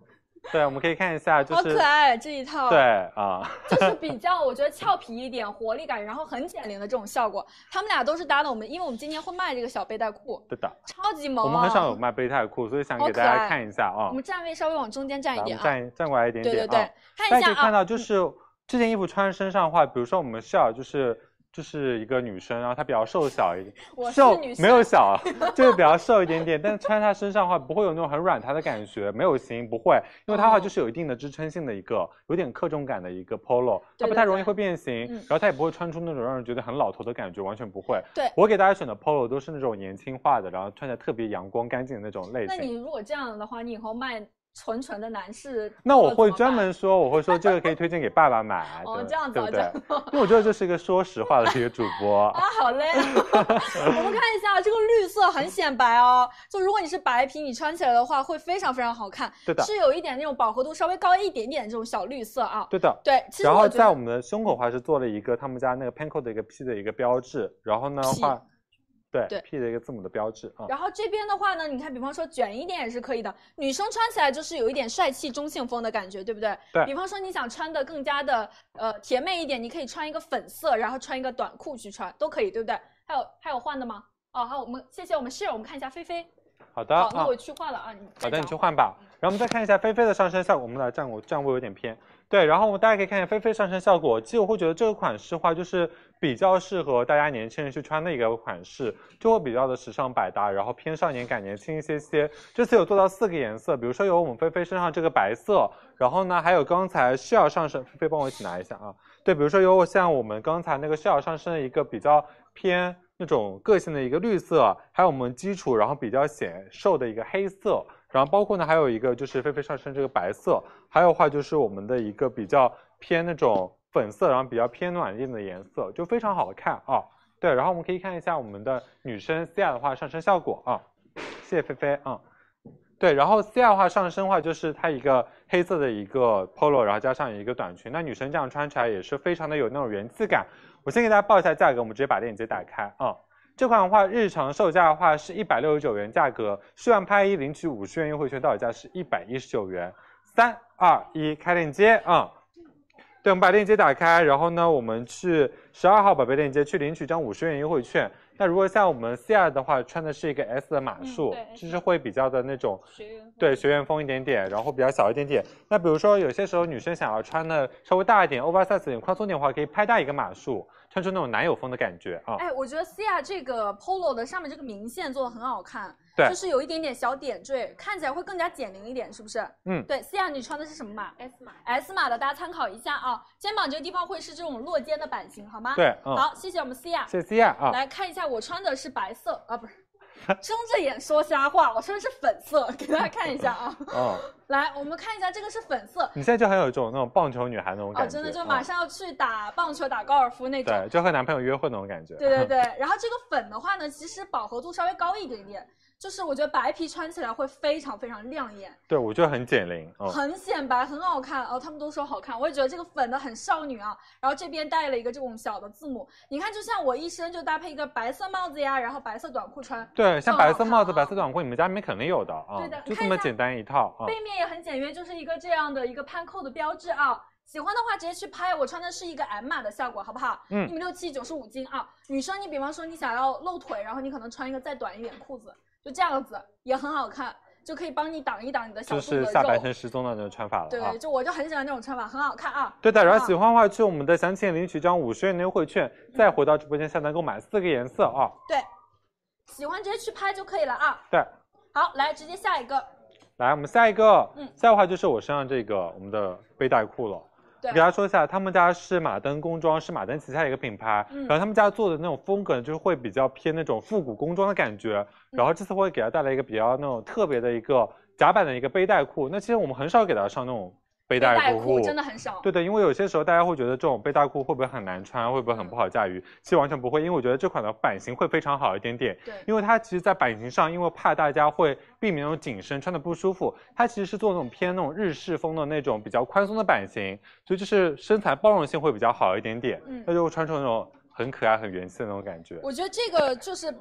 [SPEAKER 1] 对，啊我们可以看一下，就
[SPEAKER 3] 好
[SPEAKER 1] 是
[SPEAKER 3] 可爱哦这一套。
[SPEAKER 1] 对啊，
[SPEAKER 3] *laughs*
[SPEAKER 1] *laughs*
[SPEAKER 3] 就是比较我觉得俏皮一点、活力感，然后很减龄的这种效果。他们俩都是搭的我们，因为我们今天会卖这个小背带裤，
[SPEAKER 1] 对的，
[SPEAKER 3] 超级萌、
[SPEAKER 1] 我
[SPEAKER 3] 啊。
[SPEAKER 1] 们很少有卖背带裤，所以想
[SPEAKER 3] 好
[SPEAKER 1] 给
[SPEAKER 3] 可
[SPEAKER 1] 大家
[SPEAKER 3] 爱
[SPEAKER 1] 看一下啊
[SPEAKER 3] 我，们站位稍微往中间站
[SPEAKER 1] 来
[SPEAKER 3] 一
[SPEAKER 1] 我
[SPEAKER 3] 点
[SPEAKER 1] 们
[SPEAKER 3] 啊，
[SPEAKER 1] 站站过来一点
[SPEAKER 3] 对
[SPEAKER 1] 点
[SPEAKER 3] 对
[SPEAKER 1] 啊。
[SPEAKER 3] 对，看
[SPEAKER 1] 大
[SPEAKER 3] 一
[SPEAKER 1] 家可以
[SPEAKER 3] 下
[SPEAKER 1] 看
[SPEAKER 3] 啊，
[SPEAKER 1] 到，就是这件衣服穿身上的话，比如说我们 Shell 就是就是一个女生，然后她比较瘦小一点，
[SPEAKER 3] 我是
[SPEAKER 1] 瘦
[SPEAKER 3] 女生
[SPEAKER 1] 没有小啊，
[SPEAKER 3] *laughs*
[SPEAKER 1] 就是比较瘦一点点，但是穿她身上的话，不会有那种很软塌的感觉，没有型，不会，因为它的话
[SPEAKER 3] 哦
[SPEAKER 1] 就是有一定的支撑性的一个，有点克重感的一个 polo，它
[SPEAKER 3] 对
[SPEAKER 1] 不
[SPEAKER 3] 对
[SPEAKER 1] 太容易
[SPEAKER 3] 对
[SPEAKER 1] 会变形，
[SPEAKER 3] 嗯
[SPEAKER 1] 然后它也不会穿出那种让人觉得很老头的感觉，完全不会。
[SPEAKER 3] 对
[SPEAKER 1] 我给大家选的 polo 都是那种年轻化的，然后穿起来特别阳光干净的那种类
[SPEAKER 3] 那
[SPEAKER 1] 型。
[SPEAKER 3] 你如果这样的话，你以后卖纯纯的男士，
[SPEAKER 1] 那我会专。门说，我会说这个可以推荐给爸爸买，
[SPEAKER 3] 哦
[SPEAKER 1] 对
[SPEAKER 3] 这样子
[SPEAKER 1] 对
[SPEAKER 3] 啊
[SPEAKER 1] 不
[SPEAKER 3] 这
[SPEAKER 1] 对
[SPEAKER 3] *laughs* 样？
[SPEAKER 1] 因为我觉得这是一个说实话的一个主
[SPEAKER 3] *laughs*
[SPEAKER 1] 播
[SPEAKER 3] 啊，，
[SPEAKER 1] *laughs*
[SPEAKER 3] 好累、啊！我们看一下这个绿色很显白哦，就如果你是白皮，你穿起来的话会非常非常好看，
[SPEAKER 1] 对的，
[SPEAKER 3] 是有一点那种饱和度稍微高一点点的这种小绿色啊。
[SPEAKER 1] 对的。
[SPEAKER 3] 对，其实
[SPEAKER 1] 然后
[SPEAKER 3] 我觉
[SPEAKER 1] 在我
[SPEAKER 3] 得
[SPEAKER 1] 们的胸口的话是做了一个他们家那个 Panko 的一个 P 的一个标志，然后呢
[SPEAKER 3] P
[SPEAKER 1] 画，对
[SPEAKER 3] 对
[SPEAKER 1] P 的一个字母的标志啊。
[SPEAKER 3] 然后这边的话呢，你看，比方说卷一点也是可以的，女生穿起来就是有一点帅气中性风的感觉，对不对？
[SPEAKER 1] 对
[SPEAKER 3] 比方说你想穿的更加的呃甜美一点，你可以穿一个粉色，然后穿一个短裤去穿都可以，对不对？还有还有换的吗？哦，好，我们谢谢我们室友，我们看一下菲菲。
[SPEAKER 1] 好的
[SPEAKER 3] 好，那
[SPEAKER 1] 啊
[SPEAKER 3] 我去换了啊，你
[SPEAKER 1] 好
[SPEAKER 3] 再
[SPEAKER 1] 的，
[SPEAKER 3] 讲
[SPEAKER 1] 你去换吧。然后我们再看一下菲菲的上身效果，我们俩站我站位有点偏。对，然后我们大家可以看一下菲菲上身效果。其实我会觉得这个款式的话，就是比较适合大家年轻人去穿的一个款式，就会比较的时尚百搭，然后偏少年感、年轻一些些。这次有做到四个颜色，比如说有我们菲菲身上这个白色，然后呢还有刚才 Shell 上身，菲菲帮我一起拿一下啊。对，比如说有像我们刚才那个 Shell 上身的一个比较偏那种个性的一个绿色，还有我们基础然后比较显瘦的一个黑色，然后包括呢还有一个就是菲菲上身这个白色，还有的话就是我们的一个比较偏那种粉色，然后比较偏暖一点的颜色，就非常好看啊。对，然后我们可以看一下我们的女生 C R 的话上身效果啊，谢谢菲菲啊。对，然后 C R 的话上身的话就是它一个黑色的一个 polo，然后加上一个短裙，那女生这样穿起来也是非常的有那种元气感。我先给大家报一下价格，我们直接把链接打开啊。这款的话，日常售价的话是一百六十九元，价格数量拍一领取五十元优惠券，到手价是一百一十九元。三二一，开链接啊、对，我们把链接打开，然后呢，我们去十二号宝贝链接去领取一张五十元优惠券。那如果像我们 C R 的话，穿的是一个 S 的码数，
[SPEAKER 2] 对
[SPEAKER 1] 就是会比较的那种
[SPEAKER 2] 学员会
[SPEAKER 1] 对，学院风一点点，然后比较小一点点。那比如说，有些时候女生想要穿的稍微大一点、oversize 一点、宽松点的话，可以拍大一个码数，穿出那种男友风的感觉啊。
[SPEAKER 3] 哎，我觉得 C R 这个 polo 的上面这个明线做的很好看，
[SPEAKER 1] 对
[SPEAKER 3] 就是有一点点小点缀，看起来会更加减龄一点，是不是？
[SPEAKER 1] 嗯
[SPEAKER 3] 对，C R 你穿的是什么码
[SPEAKER 2] S 码
[SPEAKER 3] S 码的，大家参考一下啊。肩膀这个地方会是这种落肩的版型，好吗？。
[SPEAKER 1] 对，嗯，
[SPEAKER 3] 好，谢谢我们 C 亚。
[SPEAKER 1] 谢谢 C 啊啊。
[SPEAKER 3] 来看一下，我穿的是白色啊，不是，睁着眼说瞎话，我穿的是粉色，给大家看一下
[SPEAKER 1] *laughs*
[SPEAKER 3] 啊。
[SPEAKER 1] 嗯，
[SPEAKER 3] 来，我们看一下这个是粉色
[SPEAKER 1] 你现在就很有这种那种棒球女孩那种
[SPEAKER 3] 啊，
[SPEAKER 1] 感觉，
[SPEAKER 3] 真的就马
[SPEAKER 1] 嗯
[SPEAKER 3] 上要去打棒球、打高尔夫那种。
[SPEAKER 1] 对，就和男朋友约会那种感觉。
[SPEAKER 3] 对对对，然后这个粉的话呢，其实饱和度稍微高一点点，就是我觉得白皮穿起来会非常非常亮眼，
[SPEAKER 1] 对，我觉得很减龄，嗯，
[SPEAKER 3] 很显白，很好看哦。他们都说好看，我也觉得这个粉的很少女啊。然后这边带了一个这种小的字母，你看，就像我一身就搭配一个白色帽子呀，然后白色短裤穿，
[SPEAKER 1] 对，像白色帽子、
[SPEAKER 3] 更好看啊
[SPEAKER 1] 白色短裤，你们家里面肯定有的啊，
[SPEAKER 3] 对的
[SPEAKER 1] 就这
[SPEAKER 3] 看一
[SPEAKER 1] 么
[SPEAKER 3] 下
[SPEAKER 1] 简单一套啊。
[SPEAKER 3] 背面也很简约，就是一个这样的一个潘蔻的标志啊。喜欢的话直接去拍，我穿的是一个 M 码的效果，好不好？
[SPEAKER 1] 嗯
[SPEAKER 3] 一米六七，九十五斤啊。女生，你比方说你想要露腿，然后你可能穿一个再短一点裤子，就这样子也很好看，就可以帮你挡一挡你的小
[SPEAKER 1] 就
[SPEAKER 3] 肚子
[SPEAKER 1] 是
[SPEAKER 3] 的
[SPEAKER 1] 下半
[SPEAKER 3] 肉。
[SPEAKER 1] 身失踪的那种穿法了啊。
[SPEAKER 3] 对，就我就很喜欢这种穿法，很好看啊。
[SPEAKER 1] 对的，然后
[SPEAKER 3] 啊
[SPEAKER 1] 喜欢的话去我们的
[SPEAKER 3] 嗯
[SPEAKER 1] 详情领取一张五十元的优惠券，再回到直播间下单购买四个颜色啊。
[SPEAKER 3] 对，喜欢直接去拍就可以了啊。
[SPEAKER 1] 对，
[SPEAKER 3] 好，来直接下一个，
[SPEAKER 1] 来，我们下一个，
[SPEAKER 3] 嗯
[SPEAKER 1] 下一块就是我身上这个我们的背带裤了。
[SPEAKER 3] 对
[SPEAKER 1] 给大家说一下，他们家是马登工装，是马登旗下的一个品牌，
[SPEAKER 3] 嗯
[SPEAKER 1] 然后他们家做的那种风格就是会比较偏那种复古工装的感觉，
[SPEAKER 3] 嗯
[SPEAKER 1] 然后这次会给它带来一个比较那种特别的一个夹板的一个背带裤。那其实我们很少给它上那种背
[SPEAKER 3] 背
[SPEAKER 1] 带
[SPEAKER 3] 裤真的很少。
[SPEAKER 1] 对的，因为有些时候大家会觉得这种背带裤会不会很难穿，会不会很不好驾驭？其实完全不会，因为我觉得这款的版型会非常好一点点。
[SPEAKER 3] 对
[SPEAKER 1] 因为它其实，在版型上，因为怕大家会避免那种紧身穿的不舒服，它其实是做那种偏那种日式风的那种比较宽松的版型，所以就是身材包容性会比较好一点点。
[SPEAKER 3] 嗯
[SPEAKER 1] 那就会穿出那种很可爱、很元气的那种感觉。
[SPEAKER 3] 我觉得这个就是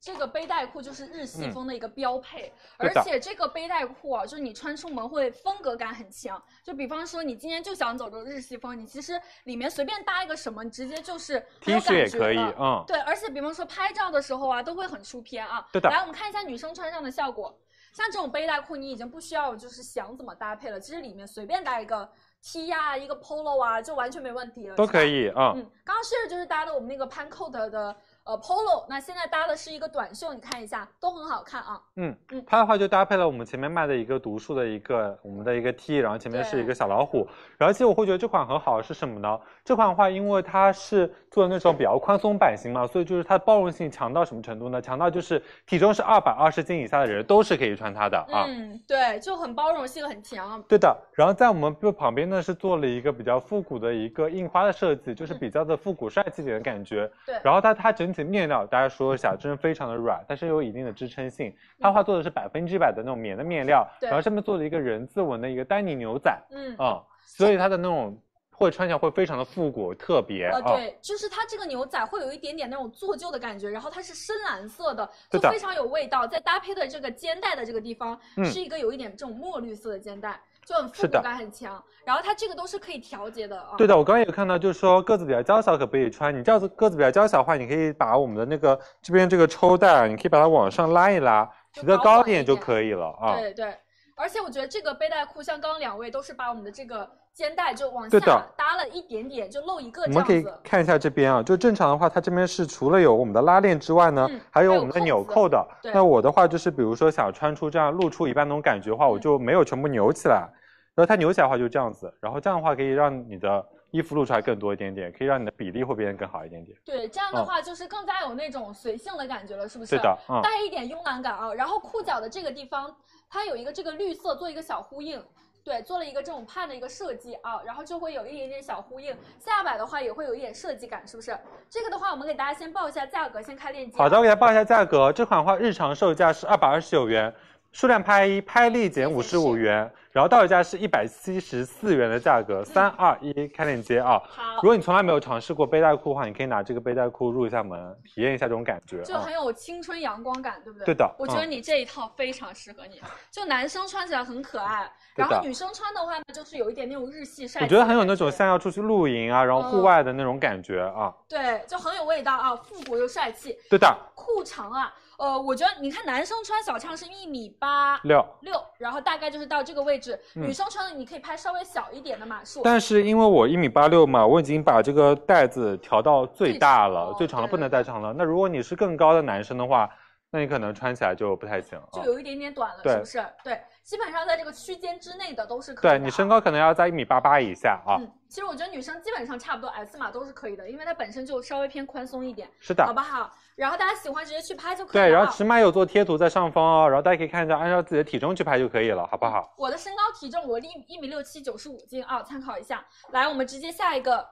[SPEAKER 3] 这个背带裤就是日系风的一个标配，
[SPEAKER 1] 嗯
[SPEAKER 3] 而且这个背带裤啊，就是你穿出门会风格感很强。就比方说你今天就想走个日系风，你其实里面随便搭一个什么，你直接就是很
[SPEAKER 1] T
[SPEAKER 3] 有
[SPEAKER 1] 恤也
[SPEAKER 3] 感觉
[SPEAKER 1] 可以，
[SPEAKER 3] 的
[SPEAKER 1] 嗯，
[SPEAKER 3] 对，而且比方说拍照的时候啊，都会很出片啊。
[SPEAKER 1] 对的
[SPEAKER 3] 来，我们看一下女生穿上的效果。像这种背带裤，你已经不需要就是想怎么搭配了，其实里面随便搭一个 T 呀、一个 Polo 啊，就完全没问题了。
[SPEAKER 1] 都
[SPEAKER 3] 是吧
[SPEAKER 1] 可。以，嗯，
[SPEAKER 3] 嗯，刚刚试着就是搭的我们那个 Pancoat 的呃 Polo，那现在搭的是一个短袖，你看一下都很好看啊。
[SPEAKER 1] 嗯
[SPEAKER 3] 嗯，
[SPEAKER 1] 它的话就搭配了我们前面卖的一个独树的一个我们的一个 T，然后前面是一个小老虎，然后其实我会觉得这款很好是什么呢？这款的话，因为它是做的那种比较宽松版型嘛，所以就是它包容性强到什么程度呢？强到就是体重是二百二十斤以下的人都是可以穿它的啊。
[SPEAKER 3] 嗯，对，就很包容性很强。
[SPEAKER 1] 对的，然后在我们就旁边呢是做了一个比较复古的一个印花的设计，就是比较的复古帅气一点的感觉。
[SPEAKER 3] 嗯对
[SPEAKER 1] 然后它它整体面料，大家说一下，真是非常的软，但是又有一定的支撑性。它画做的是百分之百的那种棉的面料，
[SPEAKER 3] 嗯对
[SPEAKER 1] 然后上面做了一个人字纹的一个丹尼牛仔，
[SPEAKER 3] 嗯，
[SPEAKER 1] 啊、所以它的那种会穿起来会非常的复古特别啊、
[SPEAKER 3] 呃，对，就是它这个牛仔会有一点点那种做旧的感觉，然后它是深蓝色的，
[SPEAKER 1] 对
[SPEAKER 3] 就
[SPEAKER 1] 的
[SPEAKER 3] 非常有味道。在搭配的这个肩带的这个地方，
[SPEAKER 1] 嗯
[SPEAKER 3] 是一个有一点这种墨绿色的肩带，就很复
[SPEAKER 1] 是
[SPEAKER 3] 古
[SPEAKER 1] 的
[SPEAKER 3] 感很强。然后它这个都是可以调节的啊。
[SPEAKER 1] 对的，我刚刚有看到，就是说个子比较娇小可不可以穿？你这样子个子比较娇小的话，你可以把我们的那个这边这个抽带啊，你可以把它往上拉一拉，
[SPEAKER 3] 就
[SPEAKER 1] 提得
[SPEAKER 3] 高
[SPEAKER 1] 高
[SPEAKER 3] 缓
[SPEAKER 1] 一点
[SPEAKER 3] 一
[SPEAKER 1] 就
[SPEAKER 3] 点
[SPEAKER 1] 可以了啊。
[SPEAKER 3] 对对，而且我觉得这个背带裤，像刚刚两位都是把我们的这个肩带就往
[SPEAKER 1] 对的
[SPEAKER 3] 下搭了一点点，就露一个
[SPEAKER 1] 我
[SPEAKER 3] 这
[SPEAKER 1] 们
[SPEAKER 3] 样
[SPEAKER 1] 可以
[SPEAKER 3] 子。
[SPEAKER 1] 看一下这边啊，就正常的话，它这边是除了有我们的拉链之外呢，
[SPEAKER 3] 嗯
[SPEAKER 1] 还有
[SPEAKER 3] 还
[SPEAKER 1] 我
[SPEAKER 3] 有
[SPEAKER 1] 们的
[SPEAKER 3] 扣
[SPEAKER 1] 纽
[SPEAKER 3] 子
[SPEAKER 1] 扣的。
[SPEAKER 3] 对
[SPEAKER 1] 那我的话就是，比如说想穿出这样露出一半那种感觉的话，我
[SPEAKER 3] 嗯
[SPEAKER 1] 就没有全部扭起来。然后它扭起来的话就这样子，然后这样的话可以让你的衣服露出来更多一点点，可以让你的比例会变得更好一点点。
[SPEAKER 3] 对，这样的话就是更加有那种随性的感觉了，是不
[SPEAKER 1] 嗯
[SPEAKER 3] 是？
[SPEAKER 1] 对的，嗯，
[SPEAKER 3] 带一点慵懒感啊。然后裤脚的这个地方，它有一个这个绿色做一个小呼应，对，做了一个这种帕的一个设计啊，然后就会有一点点小呼应。下摆的话也会有一点设计感，是不是？这个的话，我们给大家先报一下价格，先开链接。
[SPEAKER 1] 好的，，我给大家报一下价格，这款的话日常售价是二百二十九元，数量拍一拍立减五十五元，然后到手价是一百七十四元的价格。三二一，开链接啊！
[SPEAKER 3] 嗯好
[SPEAKER 1] 如。果你从来没有尝试过背带裤的话，你可以拿这个背带裤入一下门，体验一下这种感觉
[SPEAKER 3] 就
[SPEAKER 1] 啊
[SPEAKER 3] 很。有青春阳光感，对不对？
[SPEAKER 1] 对的
[SPEAKER 3] 我觉得
[SPEAKER 1] 嗯
[SPEAKER 3] 你这一套非常适合你，就男生穿起来很可爱，
[SPEAKER 1] 对
[SPEAKER 3] 然
[SPEAKER 1] 的
[SPEAKER 3] 后女生穿的话呢，就是有一点那种日系帅气
[SPEAKER 1] 我
[SPEAKER 3] 的感。
[SPEAKER 1] 觉得很有那种像要出去露营啊，然后户
[SPEAKER 3] 嗯
[SPEAKER 1] 外的那种感觉啊。
[SPEAKER 3] 对，就很有味道啊，复古又帅气。
[SPEAKER 1] 对的，
[SPEAKER 3] 裤长啊，呃，我觉得你看男生穿小长是一米八
[SPEAKER 1] 六。
[SPEAKER 3] 六，然后大概就是到这个位置，
[SPEAKER 1] 嗯
[SPEAKER 3] 女生穿的你可以拍稍微小一点的码数。
[SPEAKER 1] 但是因为我一米八六嘛，我已经把这个带子调到最大了，最
[SPEAKER 3] 最长
[SPEAKER 1] 长了
[SPEAKER 3] 对
[SPEAKER 1] 不能再长了。那如果你是更高的男生的话，那你可能穿起来就不太行啊
[SPEAKER 3] 就。有一点点短了，
[SPEAKER 1] 对
[SPEAKER 3] 是不是？对，基本上在这个区间之内的都是可以的、
[SPEAKER 1] 对
[SPEAKER 3] 啊。
[SPEAKER 1] 你身高可能要在一米八八以下啊。
[SPEAKER 3] 嗯，其实我觉得女生基本上差不多 S 码都是可以的，因为它本身就稍微偏宽松一点，
[SPEAKER 1] 是
[SPEAKER 3] 好
[SPEAKER 1] 的，
[SPEAKER 3] 不好？然后大家喜欢直接去拍就可以了啊。
[SPEAKER 1] 对，然后尺码有做贴图在上方哦，然后大家可以看一下，按照自己的体重去拍就可以了，好不好？
[SPEAKER 3] 我的身高体重我一一米六七，九十五斤啊，参考一下。来，我们直接下一个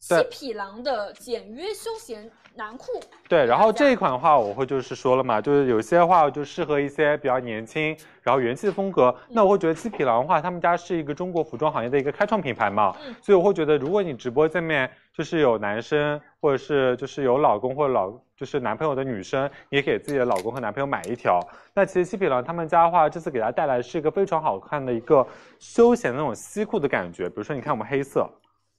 [SPEAKER 3] 七
[SPEAKER 1] 对
[SPEAKER 3] 匹狼的简约休闲男裤，
[SPEAKER 1] 对，然后
[SPEAKER 3] 大家
[SPEAKER 1] 这一款的话，我会就是说了嘛，就是有些话就适合一些比较年轻，然后元气的风格。那我会觉得七匹狼的话，他们家是一个中国服装行业的一个开创品牌嘛，
[SPEAKER 3] 嗯
[SPEAKER 1] 所以我会觉得，如果你直播间面就是有男生，或者是就是有老公或者老就是男朋友的女生，也给自己的老公和男朋友买一条。那其实七匹狼他们家的话，这次给大家带来是一个非常好看的一个休闲的那种西裤的感觉，比如说你看我们黑色，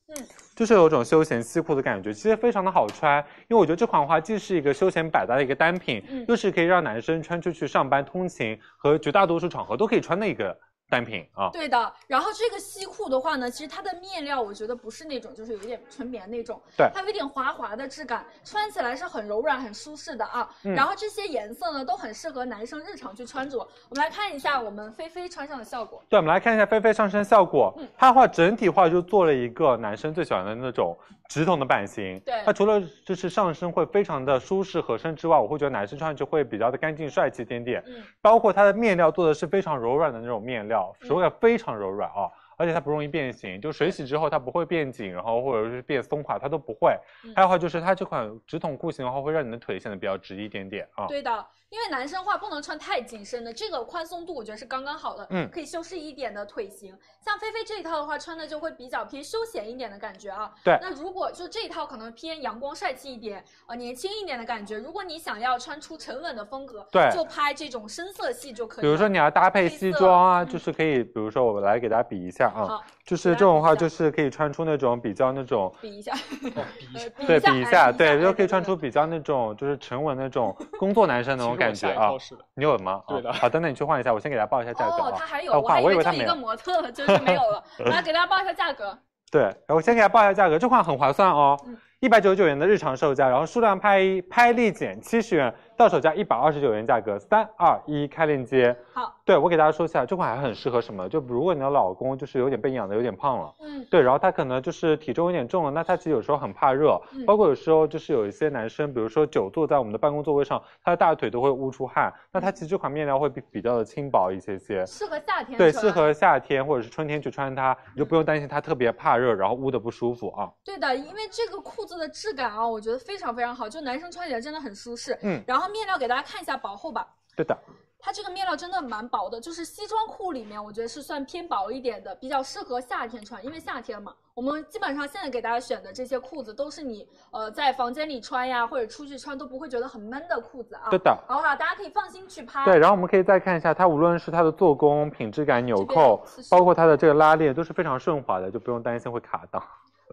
[SPEAKER 3] 嗯
[SPEAKER 1] 就是有种休闲西裤的感觉，其实非常的好穿，因为我觉得这款的话既是一个休闲百搭的一个单品，
[SPEAKER 3] 嗯
[SPEAKER 1] 又是可以让男生穿出去上班、通勤和绝大多数场合都可以穿的一个单品啊，
[SPEAKER 3] 对的，然后这个西裤的话呢，其实它的面料我觉得不是那种就是有一点纯棉那种，
[SPEAKER 1] 对
[SPEAKER 3] 它有一点滑滑的质感，穿起来是很柔软、很舒适的啊。
[SPEAKER 1] 嗯
[SPEAKER 3] 然后这些颜色呢都很适合男生日常去穿着。我们来看一下我们菲菲穿上的效果，
[SPEAKER 1] 对，我们来看一下菲菲上身效果。
[SPEAKER 3] 嗯
[SPEAKER 1] 它的话整体话就做了一个男生最喜欢的那种直筒的版型。
[SPEAKER 3] 对
[SPEAKER 1] 它除了就是上身会非常的舒适合身之外，我会觉得男生穿上去会比较的干净帅气一点点。
[SPEAKER 3] 嗯，
[SPEAKER 1] 包括它的面料做的是非常柔软的那种面料，
[SPEAKER 3] 嗯
[SPEAKER 1] 手感非常柔软啊。而且它不容易变形，就水洗之后它不会变紧，然后或者是变松垮，它都不会
[SPEAKER 3] 嗯。
[SPEAKER 1] 还有的话就是它这款直筒裤型的话，会让你的腿显得比较直一点点啊。
[SPEAKER 3] 对的，因为男生话不能穿太紧身的，这个宽松度我觉得是刚刚好的，
[SPEAKER 1] 嗯
[SPEAKER 3] 可以修饰一点的腿型。像菲菲这一套的话，穿的就会比较偏休闲一点的感觉啊。
[SPEAKER 1] 对
[SPEAKER 3] 那如果就这一套可能偏阳光帅气一点，呃，年轻一点的感觉。如果你想要穿出沉稳的风格，
[SPEAKER 1] 对
[SPEAKER 3] 就拍这种深色系就可以
[SPEAKER 1] 比
[SPEAKER 3] 了。
[SPEAKER 1] 如说你要搭配
[SPEAKER 3] 黑色
[SPEAKER 1] 西装啊，
[SPEAKER 3] 嗯
[SPEAKER 1] 就是可以，比如说我来给大家比一下啊。
[SPEAKER 3] 好，
[SPEAKER 1] 就是这种的话，
[SPEAKER 3] 比
[SPEAKER 1] 就
[SPEAKER 3] 一下
[SPEAKER 1] 是可以穿出那种比较那种，
[SPEAKER 3] 比一下，呃比
[SPEAKER 1] 对，比一下，
[SPEAKER 3] 哎
[SPEAKER 1] 对，就可以穿。
[SPEAKER 3] 哎
[SPEAKER 1] 出比较那种就是沉稳那
[SPEAKER 3] *laughs*
[SPEAKER 1] 种工作男生那种感觉啊。你有吗？啊
[SPEAKER 4] 对的
[SPEAKER 1] 好的，那你去换一下，我先给大家报一下价格
[SPEAKER 3] 哦，
[SPEAKER 1] 啊
[SPEAKER 3] 它。还有，
[SPEAKER 1] 哦
[SPEAKER 3] 我
[SPEAKER 1] 哇
[SPEAKER 3] 还以
[SPEAKER 1] 我以
[SPEAKER 3] 为
[SPEAKER 1] 为
[SPEAKER 3] 就
[SPEAKER 1] 它
[SPEAKER 3] 一
[SPEAKER 1] 没
[SPEAKER 3] 个
[SPEAKER 1] 有
[SPEAKER 3] 模特了，就是没有
[SPEAKER 1] *laughs*
[SPEAKER 3] 了。来给大家报一下价格，
[SPEAKER 1] 对，我先给大家报一下价格，这款很划算哦
[SPEAKER 3] 嗯，
[SPEAKER 1] 一百九十九元的日常售价，然后数量拍一拍立减七十元，到手价一百二十九元价格。三二一，开链接。
[SPEAKER 3] 好，
[SPEAKER 1] 对，我给大家说一下，这款还很适合什么？就如果你的老公就是有点被养的有点胖了。
[SPEAKER 3] 嗯，
[SPEAKER 1] 对，然后他可能就是体重有点重了，那他其实有时候很怕热，
[SPEAKER 3] 嗯
[SPEAKER 1] 包括有时候就是有一些男生，比如说久坐在我们的办公座位上，他的大腿都会捂出汗。那他其实这款面料会比比较的轻薄一些些，
[SPEAKER 3] 嗯适合夏天
[SPEAKER 1] 对，
[SPEAKER 3] 穿啊
[SPEAKER 1] 适合夏天或者是春天去穿它，你就不用担心它特别怕热，然后捂的不舒服啊。
[SPEAKER 3] 对的，因为这个裤子的质感啊，我觉得非常非常好，就男生穿起来真的很舒适。
[SPEAKER 1] 嗯
[SPEAKER 3] 然后面料给大家看一下薄厚吧，
[SPEAKER 1] 对的，
[SPEAKER 3] 它这个面料真的蛮薄的，就是西装裤里面我觉得是算偏薄一点的，比较适合夏天穿，因为夏天嘛，我们基本上现在给大家选的这些裤子都是你呃在房间里穿呀，或者出去穿都不会觉得很闷的裤子啊。
[SPEAKER 1] 对的。
[SPEAKER 3] 好不好？大家可以放心去拍。
[SPEAKER 1] 对，然后我们可以再看一下它，无论是它的做工、品质感、纽
[SPEAKER 3] 这边
[SPEAKER 1] 扣
[SPEAKER 3] 是，
[SPEAKER 1] 包括它的这个拉链，都是非常顺滑的，就不用担心会卡裆。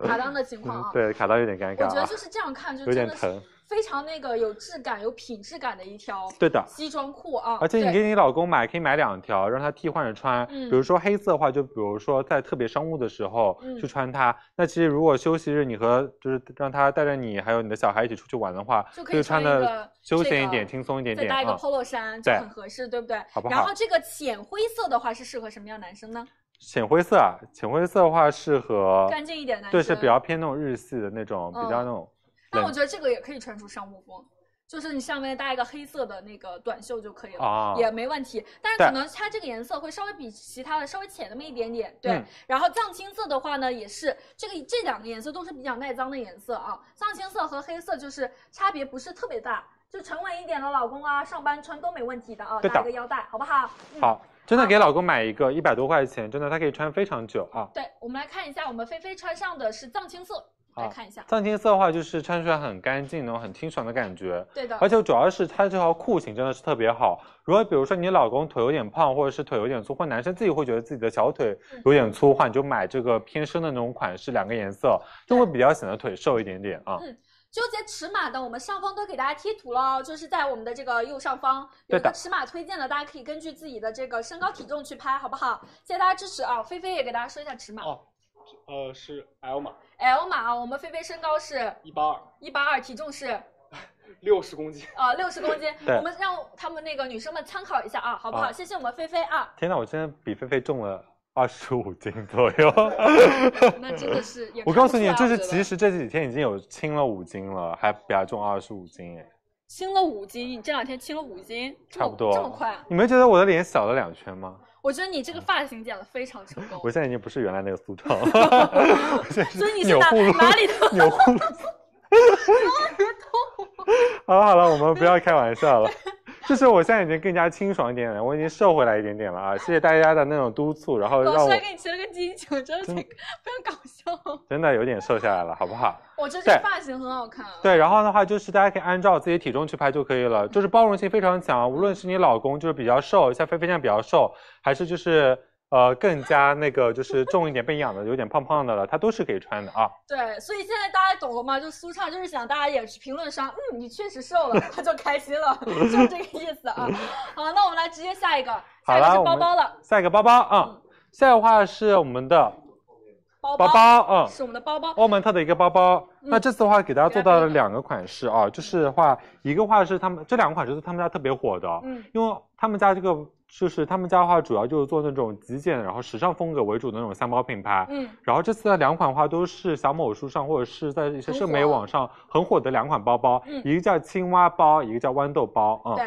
[SPEAKER 3] 卡裆的情况
[SPEAKER 1] 嗯
[SPEAKER 3] 啊。，
[SPEAKER 1] 对，卡裆有点尴
[SPEAKER 3] 我觉
[SPEAKER 1] 尬
[SPEAKER 3] 得
[SPEAKER 1] 啊
[SPEAKER 3] 就。是这样看，就
[SPEAKER 1] 有点
[SPEAKER 3] 真的是
[SPEAKER 1] 疼
[SPEAKER 3] 非常那个有质感、有品质感的一条
[SPEAKER 1] 对的。
[SPEAKER 3] 西装裤啊。
[SPEAKER 1] 而且你
[SPEAKER 3] 对
[SPEAKER 1] 给你老公买，可以买两条，让他替换着穿。
[SPEAKER 3] 嗯
[SPEAKER 1] 比如说黑色的话，就比如说在特别商务的时候
[SPEAKER 3] 嗯
[SPEAKER 1] 去穿它。那其实如果休息日你和就是让他带着你还有你的小孩一起出去玩的话，
[SPEAKER 3] 就可以
[SPEAKER 1] 就穿
[SPEAKER 3] 穿一个
[SPEAKER 1] 的休闲一点、
[SPEAKER 3] 这个
[SPEAKER 1] 轻松一点
[SPEAKER 3] 再
[SPEAKER 1] 点
[SPEAKER 3] 搭一个
[SPEAKER 1] 啊。
[SPEAKER 3] polo 衫就
[SPEAKER 1] 对
[SPEAKER 3] 很合适，对不对？
[SPEAKER 1] 好不好
[SPEAKER 3] 然后这个浅灰色的话是适合什么样的男生呢？
[SPEAKER 1] 浅灰色，啊，浅灰色的话适合，
[SPEAKER 3] 干净一点的男生。嗯
[SPEAKER 1] 对，是比较偏那种日系的那种，比较那种
[SPEAKER 3] 但我
[SPEAKER 1] 冷
[SPEAKER 3] 觉得这个也可以穿出商务风，就是你上面搭一个黑色的那个短袖就可以了。
[SPEAKER 1] 啊。
[SPEAKER 3] 也没问题，但是
[SPEAKER 1] 对
[SPEAKER 3] 可能它这个颜色会稍微比其他的稍微浅那么一点点，对。
[SPEAKER 1] 嗯
[SPEAKER 3] 然后藏青色的话呢，也是这个这两个颜色都是比较耐脏的颜色啊，藏青色和黑色就是差别不是特别大，就沉稳一点的老公啊，上班穿都没问题的啊，
[SPEAKER 1] 对的
[SPEAKER 3] 搭一个腰带好不好？嗯、
[SPEAKER 1] 好，真的给老公买一个，一百多块钱，真的他可以穿非常久啊。
[SPEAKER 3] 对，我们来看一下，我们菲菲穿上的是藏青色，
[SPEAKER 1] 好
[SPEAKER 3] 来看一下。
[SPEAKER 1] 藏青色的话，就是穿出来很干净，那种很清爽的感觉。
[SPEAKER 3] 对的，
[SPEAKER 1] 而且主要是它这条裤型真的是特别好。如果比如说你老公腿有点胖，或者是腿有点粗，或者男生自己会觉得自己的小腿
[SPEAKER 3] 嗯
[SPEAKER 1] 有点粗的话，你就买这个偏深的那种款式，两个颜色就会比较显得腿瘦一点点啊。
[SPEAKER 3] 纠结尺码的，我们上方都给大家贴图了哦，就是在我们的这个右上方
[SPEAKER 1] 对
[SPEAKER 3] 有一
[SPEAKER 1] 的
[SPEAKER 3] 个尺码推荐的，大家可以根据自己的这个身高体重去拍，好不好？谢谢大家支持啊！菲菲也给大家说一下尺码、
[SPEAKER 4] 哦，呃，是 L 码，
[SPEAKER 3] l 码啊，我们菲菲身高是
[SPEAKER 4] 一八二，
[SPEAKER 3] 一八二，体重是
[SPEAKER 4] 六十公斤。
[SPEAKER 3] 呃六十公斤，
[SPEAKER 1] 对
[SPEAKER 3] 我们让他们那个女生们参考一下啊，好不好？
[SPEAKER 1] 啊
[SPEAKER 3] 谢谢我们菲菲啊，
[SPEAKER 1] 天呐，我真的比菲菲重了二十五斤左右。
[SPEAKER 3] 那真的是 *laughs* 也
[SPEAKER 1] 我告诉你，
[SPEAKER 3] 看不出
[SPEAKER 1] 就是
[SPEAKER 3] 来我觉得
[SPEAKER 1] 其实这几天已经有轻了五斤了，还比他重二十五斤哎。
[SPEAKER 3] 轻了五斤，你这两天轻了五斤，这么
[SPEAKER 1] 差不多
[SPEAKER 3] 这么快啊，
[SPEAKER 1] 你没觉得我的脸小了两圈吗？
[SPEAKER 3] 我觉得你这个发型剪得非常成功
[SPEAKER 1] 我。现在已经不是原来那个苏畅了， *laughs* 我现在
[SPEAKER 3] 所以你是
[SPEAKER 1] 钮
[SPEAKER 3] 哪
[SPEAKER 1] 祜禄
[SPEAKER 3] 哪里的？
[SPEAKER 1] 扭呼噜。好 *laughs* 了好了，我们不要开玩笑了。就是我现在已经更加清爽一点了，我已经瘦回来一点点了啊！谢谢大家的那种督促，然后让
[SPEAKER 3] 老师
[SPEAKER 1] 我
[SPEAKER 3] 还给你起了个激情，真的
[SPEAKER 1] 真
[SPEAKER 3] *laughs* 是非常搞笑。
[SPEAKER 1] 真的有点瘦下来了，好不好？
[SPEAKER 3] 我觉得
[SPEAKER 1] 对
[SPEAKER 3] 这发型很好看。，啊
[SPEAKER 1] 对，然后的话就是大家可以按照自己体重去拍就可以了，就是包容性非常强。无论是你老公就是比较瘦，像菲菲这样比较瘦，还是就是呃更加那个就是重一点、被养的、有点胖胖的了，它都是可以穿的啊。
[SPEAKER 3] 对，所以现在大家懂了吗？就苏畅就是想大家也是评论上，嗯，你确实瘦了，他就开心了，就是这个意思啊。好，那我们来直接下一个，下
[SPEAKER 1] 好
[SPEAKER 3] 一个
[SPEAKER 1] 啦，
[SPEAKER 3] 是
[SPEAKER 1] 我
[SPEAKER 3] 包
[SPEAKER 1] 们
[SPEAKER 3] 包了，
[SPEAKER 1] 下一个包包啊、
[SPEAKER 3] 嗯
[SPEAKER 1] 下一个话是我们的
[SPEAKER 3] 包哦
[SPEAKER 1] 包包，嗯，
[SPEAKER 3] 是我们的包包，
[SPEAKER 1] 欧盟特的一个包包。
[SPEAKER 3] 嗯
[SPEAKER 1] 那这次的话，给大家做到了
[SPEAKER 2] 给大家分享
[SPEAKER 1] 两个款式啊，就是的话，一个话是他们这两个款式是他们家特别火的，
[SPEAKER 3] 嗯
[SPEAKER 1] 因为他们家这个就是他们家的话，主要就是做那种极简，然后时尚风格为主的那种箱包品牌。
[SPEAKER 3] 嗯，
[SPEAKER 1] 然后这次的两款话都是小某书上或者是在一些社媒
[SPEAKER 3] 很火
[SPEAKER 1] 网上很火的两款包包，
[SPEAKER 3] 嗯
[SPEAKER 1] 一个叫青蛙包，一个叫豌豆包，嗯，
[SPEAKER 3] 对。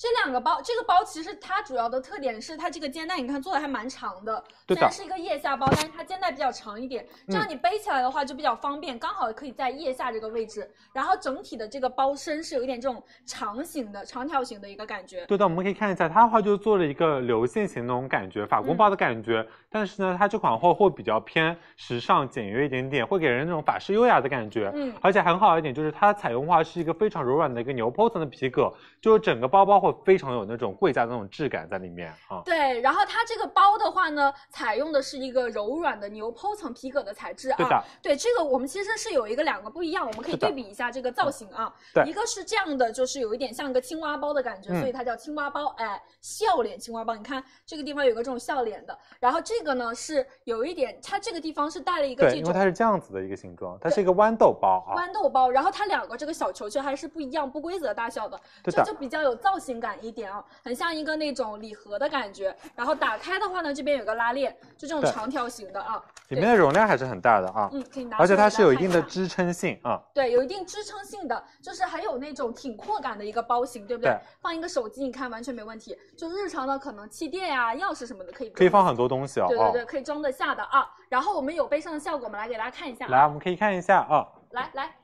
[SPEAKER 3] 这两个包，这个包其实它主要的特点是它这个肩带，你看做的还蛮长的，
[SPEAKER 1] 对
[SPEAKER 3] 虽
[SPEAKER 1] 的嗯
[SPEAKER 3] 然是一个腋下包，但是它肩带比较长一点，这样你背起来的话就比较方便，刚好可以在腋下这个位置。然后整体的这个包身是有一点这种长型的、长条形的一个感觉。
[SPEAKER 1] 对的，我们可以看一下，它的话就做了一个流线型那种感觉，
[SPEAKER 3] 嗯
[SPEAKER 1] 法国包的感觉。但是呢，它这款货会比较偏时尚、简约一点点，会给人那种法式优雅的感觉。
[SPEAKER 3] 嗯
[SPEAKER 1] 而且很好一点就是它采用的话是一个非常柔软的一个牛剖层的皮革，就是整个包包会非常有那种贵价的那种质感在里面啊。
[SPEAKER 3] 对，然后它这个包的话呢，采用的是一个柔软的牛剖层皮革的材质啊。
[SPEAKER 1] 对的，
[SPEAKER 3] 对这个我们其实是有一个两个不一样，我们可以
[SPEAKER 1] 是的嗯
[SPEAKER 3] 对比一下这个造型啊。
[SPEAKER 1] 对
[SPEAKER 3] 一个是这样的，就是有一点像个青蛙包的感觉，
[SPEAKER 1] 嗯
[SPEAKER 3] 所以它叫青蛙包，哎，笑脸青蛙包。你看这个地方有个这种笑脸的，然后这个呢是有一点，它这个地方是带了一个
[SPEAKER 1] 对，
[SPEAKER 3] 这
[SPEAKER 1] 因为
[SPEAKER 3] 种。
[SPEAKER 1] 它是这样子的一个形状，它是一个豌豆包啊。
[SPEAKER 3] 豌豆包，然后它两个这个小球球还是不一样、不规则大小的，
[SPEAKER 1] 对
[SPEAKER 3] 这
[SPEAKER 1] 的
[SPEAKER 3] 就比较有造型感一点啊，很像一个那种礼盒的感觉。然后打开的话呢，这边有个拉链，就这种
[SPEAKER 1] 对
[SPEAKER 3] 长条形的啊，
[SPEAKER 1] 里面的容量还是很大的啊，
[SPEAKER 3] 嗯，可以拿出来
[SPEAKER 1] 而且它
[SPEAKER 3] 给
[SPEAKER 1] 是
[SPEAKER 3] 大家
[SPEAKER 1] 有一
[SPEAKER 3] 看
[SPEAKER 1] 定的
[SPEAKER 3] 下
[SPEAKER 1] 支撑性啊。
[SPEAKER 3] 对，有一定支撑性的，就是很有那种挺阔感的一个包型，对不对？
[SPEAKER 1] 对
[SPEAKER 3] 放一个手机，你看完全没问题。就日常的可能气垫呀、钥匙什么的可以不
[SPEAKER 1] 可以
[SPEAKER 3] 用
[SPEAKER 1] 放很多东西哦。
[SPEAKER 3] 对对对，
[SPEAKER 1] 哦
[SPEAKER 3] 可以装得下的啊。然后我们有背上的效果，我们来给大家看一下啊。
[SPEAKER 1] 来，我们可以看一下啊，
[SPEAKER 3] 来来，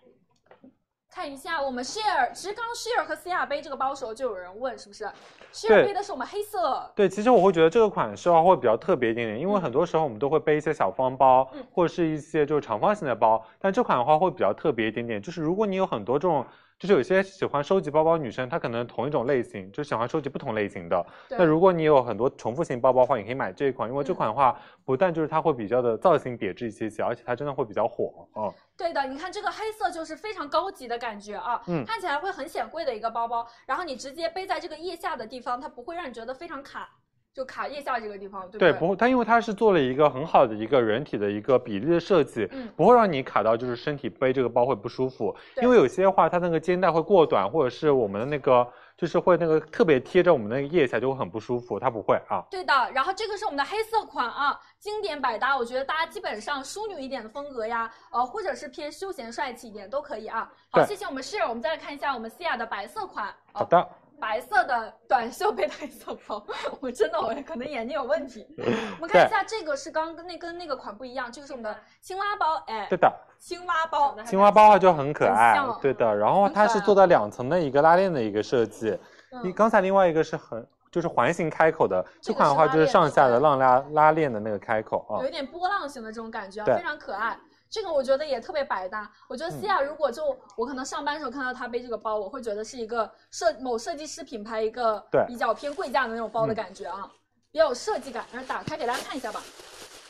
[SPEAKER 3] 看一下我们 share，其实刚刚 share 和 Cia 背这个包的时候，就有人问是不是？share
[SPEAKER 1] 对
[SPEAKER 3] 背的是我们黑色，
[SPEAKER 1] 对，其实我会觉得这个款式的话会比较特别一点点，因为很多时候我们都会背一些小方包，
[SPEAKER 3] 嗯
[SPEAKER 1] 或者是一些就是长方形的包，但这款的话会比较特别一点点。就是如果你有很多这种，就是有些喜欢收集包包的女生，她可能同一种类型，就喜欢收集不同类型的。
[SPEAKER 3] 对
[SPEAKER 1] 那如果你有很多重复型包包的话，你可以买这一款，因为这
[SPEAKER 3] 嗯
[SPEAKER 1] 款的话不但就是它会比较的造型别致一些些，而且它真的会比较火。嗯，
[SPEAKER 3] 对的，你看这个黑色就是非常高级的感觉啊，
[SPEAKER 1] 嗯
[SPEAKER 3] 看起来会很显贵的一个包包，然后你直接背在这个腋下的地方，它不会让你觉得非常卡，就卡腋下这个地方，对不
[SPEAKER 1] 对，
[SPEAKER 3] 对？
[SPEAKER 1] 不会，它因为它是做了一个很好的一个人体的一个比例的设计，
[SPEAKER 3] 嗯
[SPEAKER 1] 不会让你卡到就是身体背这个包会不舒服。
[SPEAKER 3] 对
[SPEAKER 1] 因为有些话它那个肩带会过短，或者是我们的那个就是会那个特别贴着我们那个腋下就会很不舒服，它不会啊。
[SPEAKER 3] 对的，然后这个是我们的黑色款啊，经典百搭，我觉得大家基本上淑女一点的风格呀，呃，或者是偏休闲帅气一点都可以啊。好，
[SPEAKER 1] 对
[SPEAKER 3] 谢谢我们室友，我们再来看一下我们 Cia 的白色款，啊
[SPEAKER 1] 好，的，
[SPEAKER 3] 白色的短袖背黑色包， *laughs* 我真的我可能眼睛有
[SPEAKER 1] *laughs*
[SPEAKER 3] 问题。我们看一下这个是刚刚跟那跟那个款不一样，这个是我们的青蛙包，哎
[SPEAKER 1] 对，的，
[SPEAKER 3] 青蛙包，
[SPEAKER 1] 青蛙包的话就很可
[SPEAKER 3] 很
[SPEAKER 1] 爱
[SPEAKER 3] 像，
[SPEAKER 1] 对的。然后
[SPEAKER 3] 很可
[SPEAKER 1] 它是
[SPEAKER 3] 爱
[SPEAKER 1] 做到两层的一个拉链的一个设计，你
[SPEAKER 3] 嗯，
[SPEAKER 1] 刚才另外一个是很就是环形开口的，这
[SPEAKER 3] 这个
[SPEAKER 1] 款的
[SPEAKER 3] 是
[SPEAKER 1] 话
[SPEAKER 3] 拉
[SPEAKER 1] 就是
[SPEAKER 3] 链
[SPEAKER 1] 上
[SPEAKER 3] 的嗯
[SPEAKER 1] 下的
[SPEAKER 3] 对
[SPEAKER 1] 浪拉拉链的那个开口啊
[SPEAKER 3] 有。一点波浪形的这种感觉啊，
[SPEAKER 1] 对
[SPEAKER 3] 非常可爱。这个我觉得也特别百搭。我觉得
[SPEAKER 1] 嗯
[SPEAKER 3] 西亚如果就、我可能上班的时候看到她背这个包，我会觉得是一个设某设计师品牌一个
[SPEAKER 1] 对
[SPEAKER 3] 比较偏贵价的那种包
[SPEAKER 1] 嗯
[SPEAKER 3] 的感觉啊，比较有设计感。然后打开给大家看一下吧。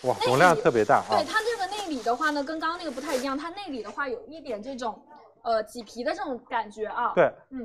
[SPEAKER 1] 哇，
[SPEAKER 3] 内
[SPEAKER 1] 容量
[SPEAKER 3] 里
[SPEAKER 1] 特别大啊
[SPEAKER 3] 哎对，它这个内里的话呢，跟刚刚那个不太一样，它内里的话有一点这种呃麂皮的这种感觉啊。
[SPEAKER 1] 对，
[SPEAKER 3] 嗯，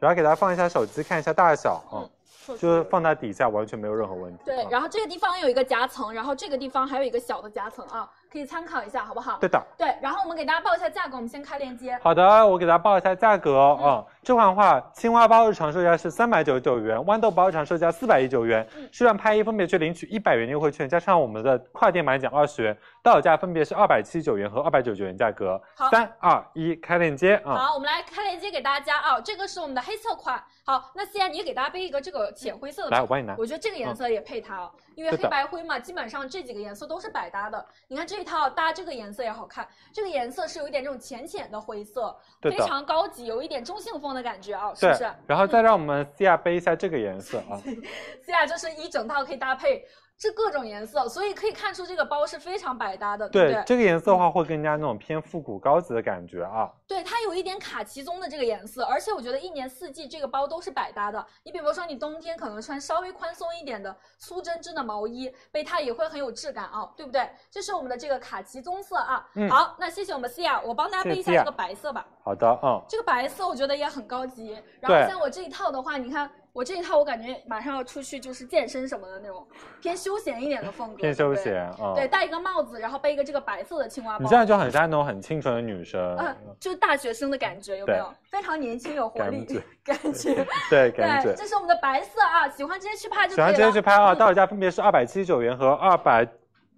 [SPEAKER 1] 然后给大家放一下手机，看一下大小，嗯，
[SPEAKER 2] 嗯
[SPEAKER 1] 就是放在底下完全没有任何问题。
[SPEAKER 3] 对
[SPEAKER 1] 嗯
[SPEAKER 3] 然后这个地方有一个夹层，然后这个地方还有一个小的夹层啊，可以参考一下，好不好？
[SPEAKER 1] 对的。啊
[SPEAKER 3] 对，然后我们给大家报一下价格，我们先开链接。
[SPEAKER 1] 好的，我给大家报一下价格啊、嗯这款的话，青蛙包日常售价是三百九十九元，豌豆包日常售价四百一十九元
[SPEAKER 3] 嗯。
[SPEAKER 1] 数量拍一分别去领取一百元优惠券，加上我们的跨店满减二十元，到手价分别是二百七十九元和二百九十九元价格
[SPEAKER 3] 好。
[SPEAKER 1] 三二一，开链接啊！
[SPEAKER 3] 好，我们来开链接给大家啊、这个是我们的黑色款。好，那西安你也给大家背一个这个浅灰色的吧。
[SPEAKER 1] 来，我帮你拿。嗯
[SPEAKER 3] 我觉得这个颜色也配它哦，因为
[SPEAKER 1] 对
[SPEAKER 3] 黑
[SPEAKER 1] 的
[SPEAKER 3] 白灰嘛，基本上这几个颜色都是百搭的。你看这一套搭这个颜色也好看，这个颜色是有一点这种浅浅的灰色，
[SPEAKER 1] 对
[SPEAKER 3] 非
[SPEAKER 1] 的
[SPEAKER 3] 常高级，有一点中性风的感觉啊、是
[SPEAKER 1] 对
[SPEAKER 3] 不是？，嗯
[SPEAKER 1] 然后再让我们西亚背一下这个颜色啊，
[SPEAKER 3] 现在就是一整套可以搭配是各种颜色，所以可以看出这个包是非常百搭的，对不
[SPEAKER 1] 对
[SPEAKER 3] 对？
[SPEAKER 1] 这个颜色的话，会更加那种偏复古高级的感觉啊。
[SPEAKER 3] 对，它有一点卡其棕的这个颜色，而且我觉得一年四季这个包都是百搭的。你比如说，你冬天可能穿稍微宽松一点的苏针织的毛衣，背它也会很有质感啊，对不对？这是我们的这个卡其棕色啊。
[SPEAKER 1] 嗯
[SPEAKER 3] 好，那谢谢我们思雅，我帮大家
[SPEAKER 1] 谢谢
[SPEAKER 3] 背一下
[SPEAKER 1] Sia
[SPEAKER 3] 这个白色吧。
[SPEAKER 1] 好的，嗯，
[SPEAKER 3] 这个白色我觉得也很高级。然后
[SPEAKER 1] 对
[SPEAKER 3] 像我这一套的话，你看我这一套，我感觉马上要出去就是健身什么的那种，偏休闲一点的风格，
[SPEAKER 1] 偏
[SPEAKER 3] 对
[SPEAKER 1] 休
[SPEAKER 3] 不对。
[SPEAKER 1] 闲啊。
[SPEAKER 3] 对，戴一个帽子，然后背一个这个白色的青蛙包。
[SPEAKER 1] 你这样就很像那种很清纯的女生，
[SPEAKER 3] 嗯，就是大学生的感觉，有没有？非常年轻，有活力，感觉。
[SPEAKER 1] 对，感
[SPEAKER 3] 对，
[SPEAKER 1] 觉。
[SPEAKER 3] 这是我们的白色啊，喜欢直接去拍就
[SPEAKER 1] 喜
[SPEAKER 3] 可以
[SPEAKER 1] 欢
[SPEAKER 3] 了。
[SPEAKER 1] 直接去拍啊，
[SPEAKER 3] *laughs*
[SPEAKER 1] 到手价分别是二百七十九元和二百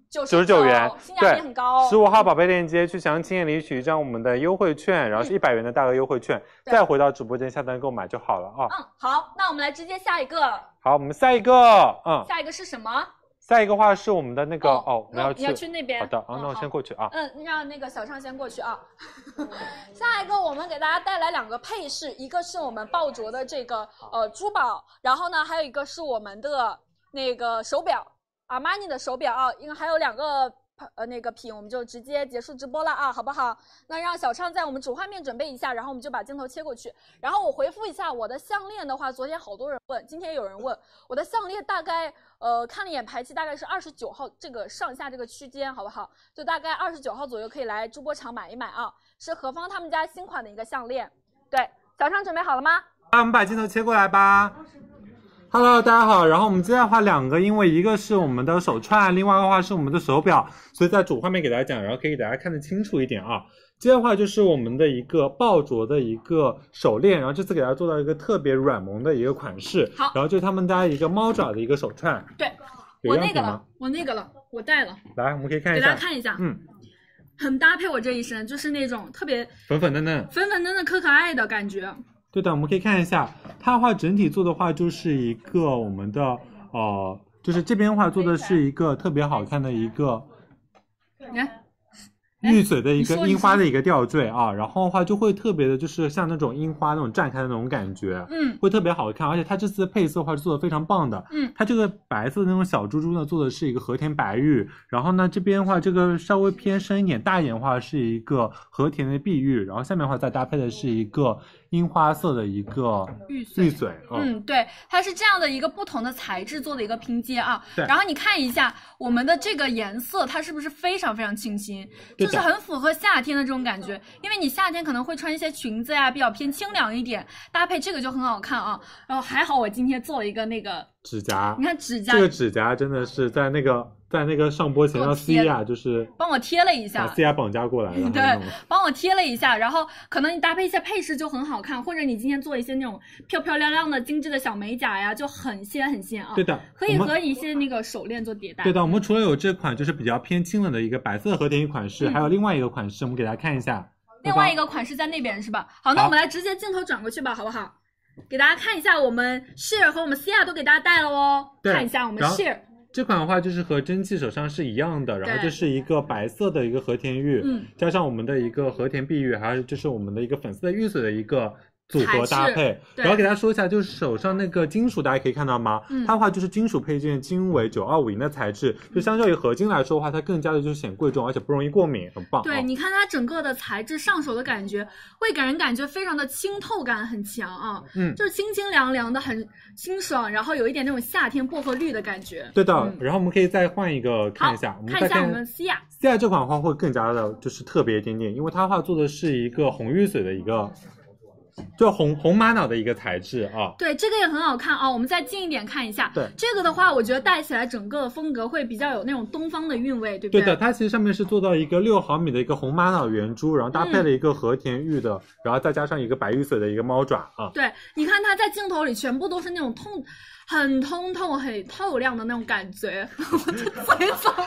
[SPEAKER 3] 九
[SPEAKER 1] 99元
[SPEAKER 3] 性价比
[SPEAKER 1] 对
[SPEAKER 3] 很高、哦。
[SPEAKER 1] 十五号宝贝链接去详情页领取一张我们的优惠券，然后是一百元的大额优惠券，
[SPEAKER 3] 对
[SPEAKER 1] 再回到直播间下单购买就好了啊。
[SPEAKER 3] 嗯，好，那我们来直接下一个，
[SPEAKER 1] 好，我们下一个，嗯，
[SPEAKER 3] 下一个是什么？
[SPEAKER 1] 下一个话是我们的那个哦，我们
[SPEAKER 3] 那
[SPEAKER 1] 要
[SPEAKER 3] 你要去
[SPEAKER 1] 去。
[SPEAKER 3] 那边。
[SPEAKER 1] 好的，啊，
[SPEAKER 3] 嗯
[SPEAKER 1] 那我先。
[SPEAKER 3] 好
[SPEAKER 1] 过去啊。
[SPEAKER 3] 嗯，让那个小畅先过去啊。 *laughs* 下一个，我们给大家带来两个配饰，一个是我们鲍卓的这个呃珠宝，然后呢，还有一个是我们的那个手表，阿玛尼的手表啊，因为还有两个呃那个品，我们就直接结束直播了啊，好不好？那让小畅在我们主画面准备一下，然后我们就把镜头切过去。然后我回复一下我的项链的话，昨天好多人问，今天有人问我的项链大概呃看了一眼排期，大概是二十九号这个上下这个区间，好不好？就大概二十九号左右可以来珠波厂买一买啊，是何方他们家新款的一个项链。对，小畅准备好了吗？
[SPEAKER 1] 那我们把镜头切过来吧。Hello，大家好。然后我们接下来画两个，因为一个是我们的手串，另外一个话是我们的手表，所以在主画面给大家讲，然后可以给大家看得清楚一点啊。接下来的话就是我们的一个鲍卓的一个手链，然后这次给大家做到一个特别软萌的一个款式。
[SPEAKER 3] 好
[SPEAKER 1] 然后就是他们家一个猫爪的一个手串。
[SPEAKER 3] 对，
[SPEAKER 1] 有样品吗？，
[SPEAKER 3] 我那个了，我戴了，
[SPEAKER 1] 来，我们可以看一下，
[SPEAKER 3] 看一下
[SPEAKER 1] 嗯，
[SPEAKER 3] 很搭配我这一身，就是那种特别
[SPEAKER 1] 粉粉嫩嫩。
[SPEAKER 3] 粉粉嫩嫩、可可爱的感觉。
[SPEAKER 1] 对的，我们可以看一下，它的话整体做的话就是一个我们的呃，就是这边的话做的是一个特别好看的一个
[SPEAKER 3] 你看，
[SPEAKER 1] 玉髓的一
[SPEAKER 3] 哎你
[SPEAKER 1] 个
[SPEAKER 3] 说
[SPEAKER 1] 樱花的一个吊坠啊，然后的话就会特别的，就是像那种樱花那种绽开的那种感觉，
[SPEAKER 3] 嗯，
[SPEAKER 1] 会特别好看。而且它这次的配色的话是做的非常棒的，
[SPEAKER 3] 嗯，
[SPEAKER 1] 它这个白色的那种小珠珠呢做的是一个和田白玉，然后呢这边的话这个稍微偏深一点，大一点的话是一个和田的碧玉，然后下面的话再搭配的是一个樱花色的一个
[SPEAKER 3] 玉
[SPEAKER 1] 玉髓，嗯
[SPEAKER 3] 嗯，对，它是这样的一个不同的材质做的一个拼接啊。
[SPEAKER 1] 对
[SPEAKER 3] 然后你看一下我们的这个颜色，它是不是非常非常清新？
[SPEAKER 1] 对
[SPEAKER 3] 就
[SPEAKER 1] 的
[SPEAKER 3] 是很符合夏天的这种感觉，因为你夏天可能会穿一些裙子呀、比较偏清凉一点，搭配这个就很好看啊。然后还好我今天做了一个那个，
[SPEAKER 1] 指甲
[SPEAKER 3] 你，看指甲
[SPEAKER 1] 这个指甲真的是在那个在那个上播前
[SPEAKER 3] 给我
[SPEAKER 1] 让
[SPEAKER 3] 贴
[SPEAKER 1] C 亚就是
[SPEAKER 3] 帮我贴了一下嗯
[SPEAKER 1] 把 C 亚绑架过来了，
[SPEAKER 3] 对
[SPEAKER 1] 还是那种
[SPEAKER 3] 帮我贴了一下，然后可能你搭配一些配饰就很好看，或者你今天做一些那种漂漂亮亮的精致的小美甲呀，就很仙很仙啊。
[SPEAKER 1] 对的，
[SPEAKER 3] 可
[SPEAKER 1] 我
[SPEAKER 3] 以
[SPEAKER 1] 们
[SPEAKER 3] 和一些那个手链做迭代。
[SPEAKER 1] 对的，我们除了有这款就是比较偏清冷的一个白色和田玉款式，
[SPEAKER 3] 嗯哦
[SPEAKER 1] 还有另外一个款式，我们给大家看一下。
[SPEAKER 3] 另
[SPEAKER 1] 对吧
[SPEAKER 3] 外一个款式在那边是吧？好，那
[SPEAKER 1] 好
[SPEAKER 3] 我们来直接镜头转过去吧，好不好？给大家看一下，我们 Share 和我们 Sia 都给大家带了哦。
[SPEAKER 1] 对
[SPEAKER 3] 看一下我们
[SPEAKER 1] 然后
[SPEAKER 3] Share，
[SPEAKER 1] 这款的话就是和蒸汽手上是一样的，然后
[SPEAKER 3] 对
[SPEAKER 1] 就是一个白色的一个和田玉，
[SPEAKER 3] 嗯，
[SPEAKER 1] 加上我们的一个和田碧玉，还有就是我们的一个粉色的玉髓的一个。组合搭
[SPEAKER 3] 材
[SPEAKER 1] 配，
[SPEAKER 3] 对
[SPEAKER 1] 然后给大家说一下，就是手上那个金属，大家可以看到吗？
[SPEAKER 3] 嗯
[SPEAKER 1] 它的话就是金属配件，金为九二五银的材质，就相较于合金来说的话，它更加的就是显贵重，而且不容易过敏，很棒、啊。
[SPEAKER 3] 对，你看它整个的材质上手的感觉，会给人感觉非常的清透感很强啊，
[SPEAKER 1] 嗯
[SPEAKER 3] 就是清清凉凉的，很清爽，然后有一点那种夏天薄荷绿的感觉。
[SPEAKER 1] 对的。
[SPEAKER 3] 嗯
[SPEAKER 1] 然后我们可以再换一个看一下，
[SPEAKER 3] 好
[SPEAKER 1] 我们
[SPEAKER 3] 看
[SPEAKER 1] 再
[SPEAKER 3] 一下我们 Sia，
[SPEAKER 1] 现在这款的话会更加的，就是特别一点点，因为它的话做的是一个红玉髓的一个，就红红玛瑙的一个材质啊。
[SPEAKER 3] 对，这个也很好看啊、我们再近一点看一下。
[SPEAKER 1] 对
[SPEAKER 3] 这个的话，我觉得戴起来整个风格会比较有那种东方的韵味，对不
[SPEAKER 1] 对
[SPEAKER 3] 对？
[SPEAKER 1] 的，它其实上面是做到一个六毫米的一个红玛瑙圆珠，然后搭配
[SPEAKER 3] 嗯
[SPEAKER 1] 了一个和田玉的，然后再加上一个白玉髓的一个猫爪啊。
[SPEAKER 3] 对，你看它在镜头里全部都是那种通， *laughs* 很通透、很透亮的那种感觉。我的嘴怎么， *laughs*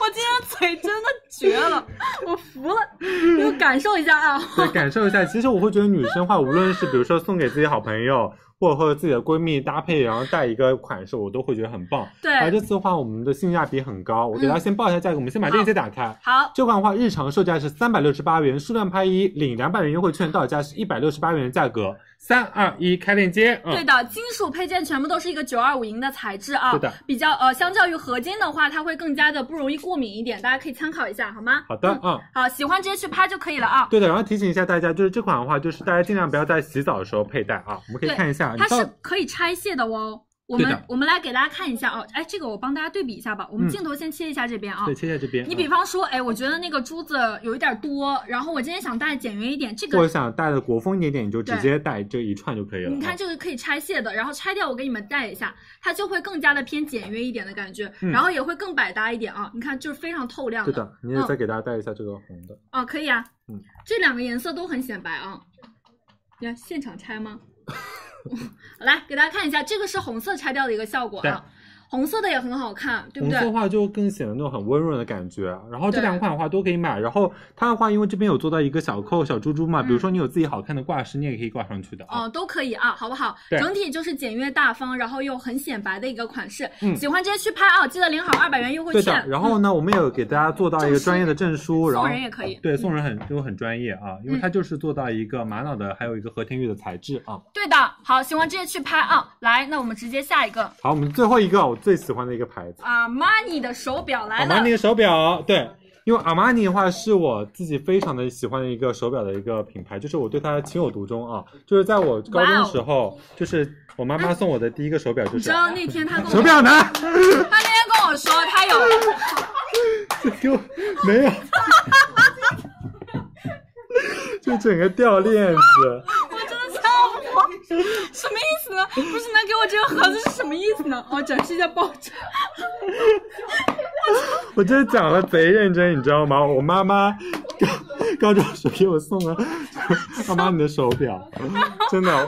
[SPEAKER 3] 我今天嘴真的绝了，我服了，你们感受一下啊！
[SPEAKER 1] 对，感受一下。其实我会觉得女生话，无论是比如说送给自己好朋友，或者和自己的闺蜜搭配，然后带一个款式，我都会觉得很棒。而
[SPEAKER 3] 对，嗯
[SPEAKER 1] 这次的话，我们的性价比很高，我给大家先报一下价格，我们先把链接打开。
[SPEAKER 3] 好，
[SPEAKER 1] 这款的话，日常售价是三百六十八元，数量拍一领两百元优惠券，到手价是一百六十八元的价格。三二一，开链接。嗯，
[SPEAKER 3] 对的，金属配件全部都是一个九二五银的材质啊，
[SPEAKER 1] 对的
[SPEAKER 3] 比较呃，相较于合金的话，它会更加的不容易过敏一点，大家可以参考一下，好吗？
[SPEAKER 1] 好的，
[SPEAKER 3] 嗯
[SPEAKER 1] 嗯。
[SPEAKER 3] 好，喜欢直接去拍就可以了啊。
[SPEAKER 1] 对的，然后提醒一下大家，就是这款的话，就是大家尽量不要在洗澡的时候佩戴啊。我们可以
[SPEAKER 3] 对
[SPEAKER 1] 看一下，你
[SPEAKER 3] 它
[SPEAKER 1] 到
[SPEAKER 3] 是可以拆卸的哦。我
[SPEAKER 1] 对的
[SPEAKER 3] 们我们来给大家看一下哦，哎，这个我帮大家对比一下吧。我们
[SPEAKER 1] 嗯
[SPEAKER 3] 镜头先切一下这边啊、
[SPEAKER 1] 对切一下这边。
[SPEAKER 3] 你比
[SPEAKER 1] 嗯
[SPEAKER 3] 方说，哎，我觉得那个珠子有一点多，然后我今天想戴简约一点，这
[SPEAKER 1] 或者
[SPEAKER 3] 个
[SPEAKER 1] 想戴的国风一点点，你就直接戴这一串就可以了。
[SPEAKER 3] 你看
[SPEAKER 1] 嗯
[SPEAKER 3] 这个可以拆卸的，然后拆掉我给你们戴一下，它就会更加的偏简约一点的感觉，
[SPEAKER 1] 嗯
[SPEAKER 3] 然后也会更百搭一点啊。你看就是非常透亮
[SPEAKER 1] 对的，你也
[SPEAKER 3] 嗯
[SPEAKER 1] 再给大家戴一下这个红的。
[SPEAKER 3] 啊，可以啊，
[SPEAKER 1] 嗯
[SPEAKER 3] 这两个颜色都很显白啊。你看现场
[SPEAKER 1] *laughs*
[SPEAKER 3] 拆吗？来给大家看一下，这个是红色拆掉的一个效果
[SPEAKER 1] 对
[SPEAKER 3] 啊，红色的也很好看，对不
[SPEAKER 1] 红色
[SPEAKER 3] 对
[SPEAKER 1] 的？
[SPEAKER 3] 哦
[SPEAKER 1] 话就更显得那种很温润的感觉。然后这
[SPEAKER 3] 对
[SPEAKER 1] 两款的话都可以买。然后它的话，因为这边有做到一个小扣、小珠珠嘛，
[SPEAKER 3] 嗯
[SPEAKER 1] 比如说你有自己好看的挂饰，你也可以挂上去的啊。
[SPEAKER 3] 哦，都可以啊，好不好？
[SPEAKER 1] 对
[SPEAKER 3] 整体就是简约大方，然后又很显白的一个款式。
[SPEAKER 1] 嗯
[SPEAKER 3] 喜欢直接去拍啊，记得领好二百元优惠
[SPEAKER 1] 对
[SPEAKER 3] 券。
[SPEAKER 1] 的，然后呢，我们也有给大家做到一
[SPEAKER 3] 证
[SPEAKER 1] 个
[SPEAKER 3] 书
[SPEAKER 1] 专业的证书，然
[SPEAKER 3] 嗯送
[SPEAKER 1] 后
[SPEAKER 3] 人也可以。
[SPEAKER 1] 对送人很就很专业啊，因为
[SPEAKER 3] 嗯
[SPEAKER 1] 它就是做到一个玛瑙的，还有一个和田玉的材质啊。
[SPEAKER 3] 对的，好，喜欢直接去拍啊。来，那我们直接下一个
[SPEAKER 1] 好，我们最后一个我最喜欢的一个牌子，
[SPEAKER 3] 阿玛尼的手表来
[SPEAKER 1] 阿
[SPEAKER 3] 了。
[SPEAKER 1] 玛尼的手表。对，因为阿玛尼的话是我自己非常的喜欢的一个手表的一个品牌，就是我对它情有独钟啊。就是在我高中的时候，就是我妈妈送我的第一个手表就
[SPEAKER 3] 哦你知
[SPEAKER 1] 是
[SPEAKER 3] 道那天他跟
[SPEAKER 1] 手
[SPEAKER 3] 我，
[SPEAKER 1] 表呢？ *laughs*
[SPEAKER 3] 他那天跟我说他有，
[SPEAKER 1] 给我没有， *laughs* 就整个掉链子。
[SPEAKER 3] 我真的笑我， *laughs* 什么意思呢？不是能给我这个盒子是什么意思呢？哦，展示一下包装。
[SPEAKER 1] 我真的讲的贼认真，你知道吗？我妈妈 *laughs* 高高中时给我送了 *laughs* 阿玛尼的手表，真
[SPEAKER 3] *laughs*
[SPEAKER 1] 的。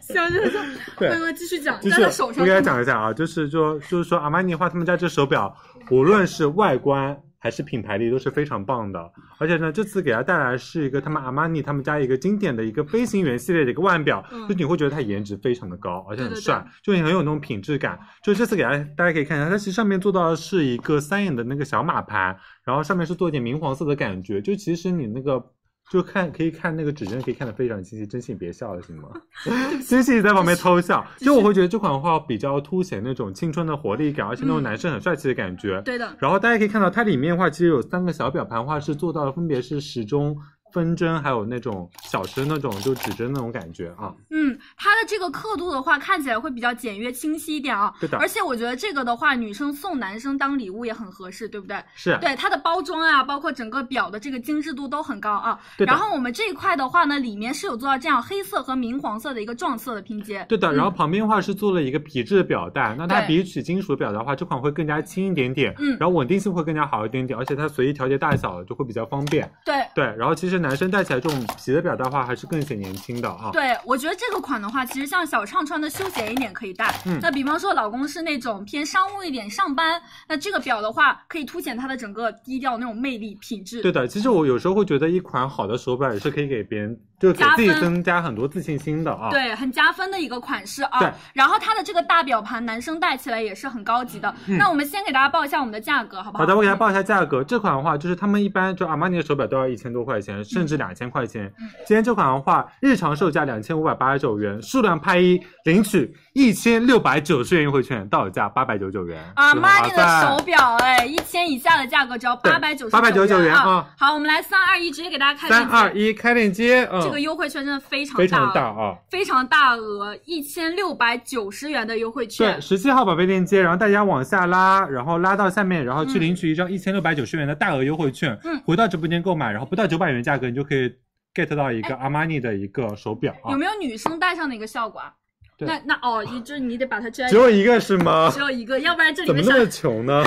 [SPEAKER 3] 行行行，
[SPEAKER 1] 对
[SPEAKER 3] 辉哥继续讲，
[SPEAKER 1] 就
[SPEAKER 3] 在
[SPEAKER 1] 是
[SPEAKER 3] 他手
[SPEAKER 1] 我
[SPEAKER 3] 上
[SPEAKER 1] 给大家讲一下啊，就是说就是说阿玛尼的话，他们家这手表，无论是外观还是品牌力都是非常棒的。而且呢，这次给大家带来是一个他们阿玛尼他们家一个经典的一个飞行员系列的一个腕表，
[SPEAKER 3] 嗯
[SPEAKER 1] 就你会觉得它颜值非常的高，而且很
[SPEAKER 3] 对对
[SPEAKER 1] 帅，就很有那种品质感。就这次给大家大家可以看一下，它其实上面做到的是一个三眼的那个小马盘，然后上面是做一点明黄色的感觉，就其实你那个。就看可以看那个指针，可以看得非常清晰。真心别笑了，行
[SPEAKER 3] *laughs*
[SPEAKER 1] 吗？ *laughs* 真心在旁边偷笑。
[SPEAKER 3] 就是
[SPEAKER 1] 就我会觉得这款话比较凸显那种青春的活力感，而且那种
[SPEAKER 3] 嗯
[SPEAKER 1] 男生很帅气的感觉。
[SPEAKER 3] 对的，
[SPEAKER 1] 然后大家可以看到，它里面的话其实有三个小表盘的话是做到了，分别是时钟、分针，还有那种小时那种就指针那种感觉啊。
[SPEAKER 3] 嗯，它的这个刻度的话，看起来会比较简约清晰一点啊。
[SPEAKER 1] 对的
[SPEAKER 3] 而且我觉得这个的话，女生送男生当礼物也很合适，对不对？
[SPEAKER 1] 是，
[SPEAKER 3] 对它的包装啊，包括整个表的这个精致度都很高啊。
[SPEAKER 1] 对的
[SPEAKER 3] 然后我们这一块的话呢，里面是有做到这样黑色和明黄色的一个撞色的拼接。
[SPEAKER 1] 对的，
[SPEAKER 3] 嗯
[SPEAKER 1] 然后旁边的话是做了一个皮质的表带，那它
[SPEAKER 3] 对
[SPEAKER 1] 比起金属表带的话，这款会更加轻一点点，
[SPEAKER 3] 嗯
[SPEAKER 1] 然后稳定性会更加好一点点，而且它随意调节大小就会比较方便。
[SPEAKER 3] 对
[SPEAKER 1] 对，然后其实男生戴起来这种皮的表带的话，还是更显年轻的啊。
[SPEAKER 3] 对，我觉得这个款的话，其实像小畅穿的休闲一点可以戴。
[SPEAKER 1] 嗯
[SPEAKER 3] 那比方说老公是那种偏商务一点上班，那这个表的话，可以凸显他的整个低调那种魅力品质。
[SPEAKER 1] 对的，其实我有时候会觉得一款好的手表也是可以给别人，就是给
[SPEAKER 3] 加
[SPEAKER 1] 自己
[SPEAKER 3] 分
[SPEAKER 1] 增加很多自信心的啊。
[SPEAKER 3] 对，很加分的一个款式
[SPEAKER 1] 对
[SPEAKER 3] 啊。然后它的这个大表盘，男生戴起来也是很高级的。
[SPEAKER 1] 嗯
[SPEAKER 3] 那我们先给大家报一下我们的价格，好不好？
[SPEAKER 1] 好的，我给大家报一下价格。这款的话，就是他们一般就阿玛尼的手表都要一千多块钱，甚至两千块钱。
[SPEAKER 3] 嗯
[SPEAKER 1] 今天这款的话，日常售价两千五百八十九元，数量拍一，领取一千六百九十元优惠券，到手价八百九十九元。
[SPEAKER 3] 阿
[SPEAKER 1] 是很
[SPEAKER 3] 玛尼
[SPEAKER 1] 划
[SPEAKER 3] 啊的
[SPEAKER 1] 算
[SPEAKER 3] 手表，哎，一千以下的价格只要
[SPEAKER 1] 对
[SPEAKER 3] 八百九十
[SPEAKER 1] 899元啊
[SPEAKER 3] 啊！好，我们来三二一，直接给大家看
[SPEAKER 1] 三二
[SPEAKER 3] 一，
[SPEAKER 1] 一，开链接，嗯，
[SPEAKER 3] 这个优惠券真的非常
[SPEAKER 1] 非常大
[SPEAKER 3] 大哦，
[SPEAKER 1] 啊。
[SPEAKER 3] 非常大额，一千六百九十元的优惠券
[SPEAKER 1] 对，。十七号宝贝链接，然后大家往下拉，然后拉到下面，然后去
[SPEAKER 3] 嗯
[SPEAKER 1] 领取一张一千六百九十元的大额优惠券，
[SPEAKER 3] 嗯
[SPEAKER 1] 回到直播间购买，然后不到九百元价格，你就可以 get 到一个
[SPEAKER 3] 哎
[SPEAKER 1] 阿玛尼的一个手表啊
[SPEAKER 3] 有，没有女生戴上的一个效果啊？
[SPEAKER 1] 对
[SPEAKER 3] 那那哦，你就是你得把它摘
[SPEAKER 1] 只，有一个是吗？ *laughs*
[SPEAKER 3] 只有一个，要不然这里
[SPEAKER 1] 怎么
[SPEAKER 3] 面
[SPEAKER 1] 那
[SPEAKER 3] 像
[SPEAKER 1] 么，穷呢？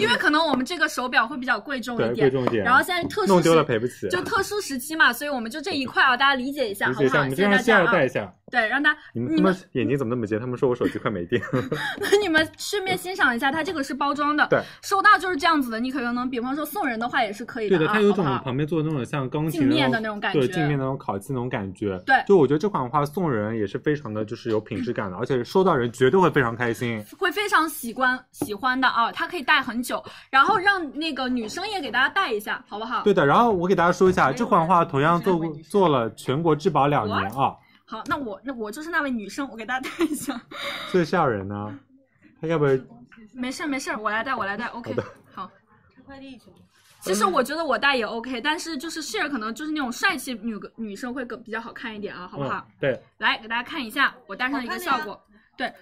[SPEAKER 3] 因为可能我们这个手表会比较 *laughs* 贵重
[SPEAKER 1] *laughs* 对，
[SPEAKER 3] 一
[SPEAKER 1] 贵
[SPEAKER 3] 点，
[SPEAKER 1] 重一点，
[SPEAKER 3] 然后现在特殊
[SPEAKER 1] 弄丢了
[SPEAKER 3] 时
[SPEAKER 1] 赔不起，
[SPEAKER 3] 就特殊时期嘛，所以我们就这一块啊，大家理解一下，
[SPEAKER 1] 理
[SPEAKER 3] 好
[SPEAKER 1] 解一
[SPEAKER 3] 不
[SPEAKER 1] 下，
[SPEAKER 3] 好？
[SPEAKER 1] 我们
[SPEAKER 3] 谢
[SPEAKER 1] 这
[SPEAKER 3] 谢
[SPEAKER 1] 样下
[SPEAKER 3] 大家
[SPEAKER 1] 带
[SPEAKER 3] 啊。
[SPEAKER 1] 一下。
[SPEAKER 3] 对，让大
[SPEAKER 1] 你们他们眼睛怎么那么尖？他们说我手机快没电。
[SPEAKER 3] *laughs* 你们顺便欣赏一下，它这个是包装的，
[SPEAKER 1] 对，
[SPEAKER 3] 收到就是这样子的，你可能能，比方说送人的话也是可以
[SPEAKER 1] 对 *laughs*
[SPEAKER 3] 的
[SPEAKER 1] 的，
[SPEAKER 3] 啊，
[SPEAKER 1] 它有一
[SPEAKER 3] 好
[SPEAKER 1] 种
[SPEAKER 3] 不好？
[SPEAKER 1] 旁边做的那种像钢琴
[SPEAKER 3] 镜面的那种感
[SPEAKER 1] 对，
[SPEAKER 3] 觉
[SPEAKER 1] 镜面那种烤漆那种感觉。
[SPEAKER 3] 对
[SPEAKER 1] 就我觉得这款的话送人也是非常的就是有品质感的，而且收到人绝对会非常开心。
[SPEAKER 3] 会非常喜欢喜欢的啊，它可以戴很久，然后让那个女生也给大家戴一下，好不好？
[SPEAKER 1] 对的，然后我给大家说一下，这款的话同样做过做了全国质保两年啊，
[SPEAKER 3] 好，那我那我就是那位女生，我给大家戴一下， *laughs*
[SPEAKER 1] 最吓人呢。他要不然
[SPEAKER 3] 没事儿没事儿，我来戴我来戴，OK，
[SPEAKER 1] 好的
[SPEAKER 3] 好。其实我觉得我戴也 OK，但是就是 share 可能就是那种帅气女个女生会更比较好看一点啊，好不好？
[SPEAKER 1] 嗯？对，
[SPEAKER 3] 来给大家看一下我戴上的一个效
[SPEAKER 2] 好看的
[SPEAKER 3] 果，对，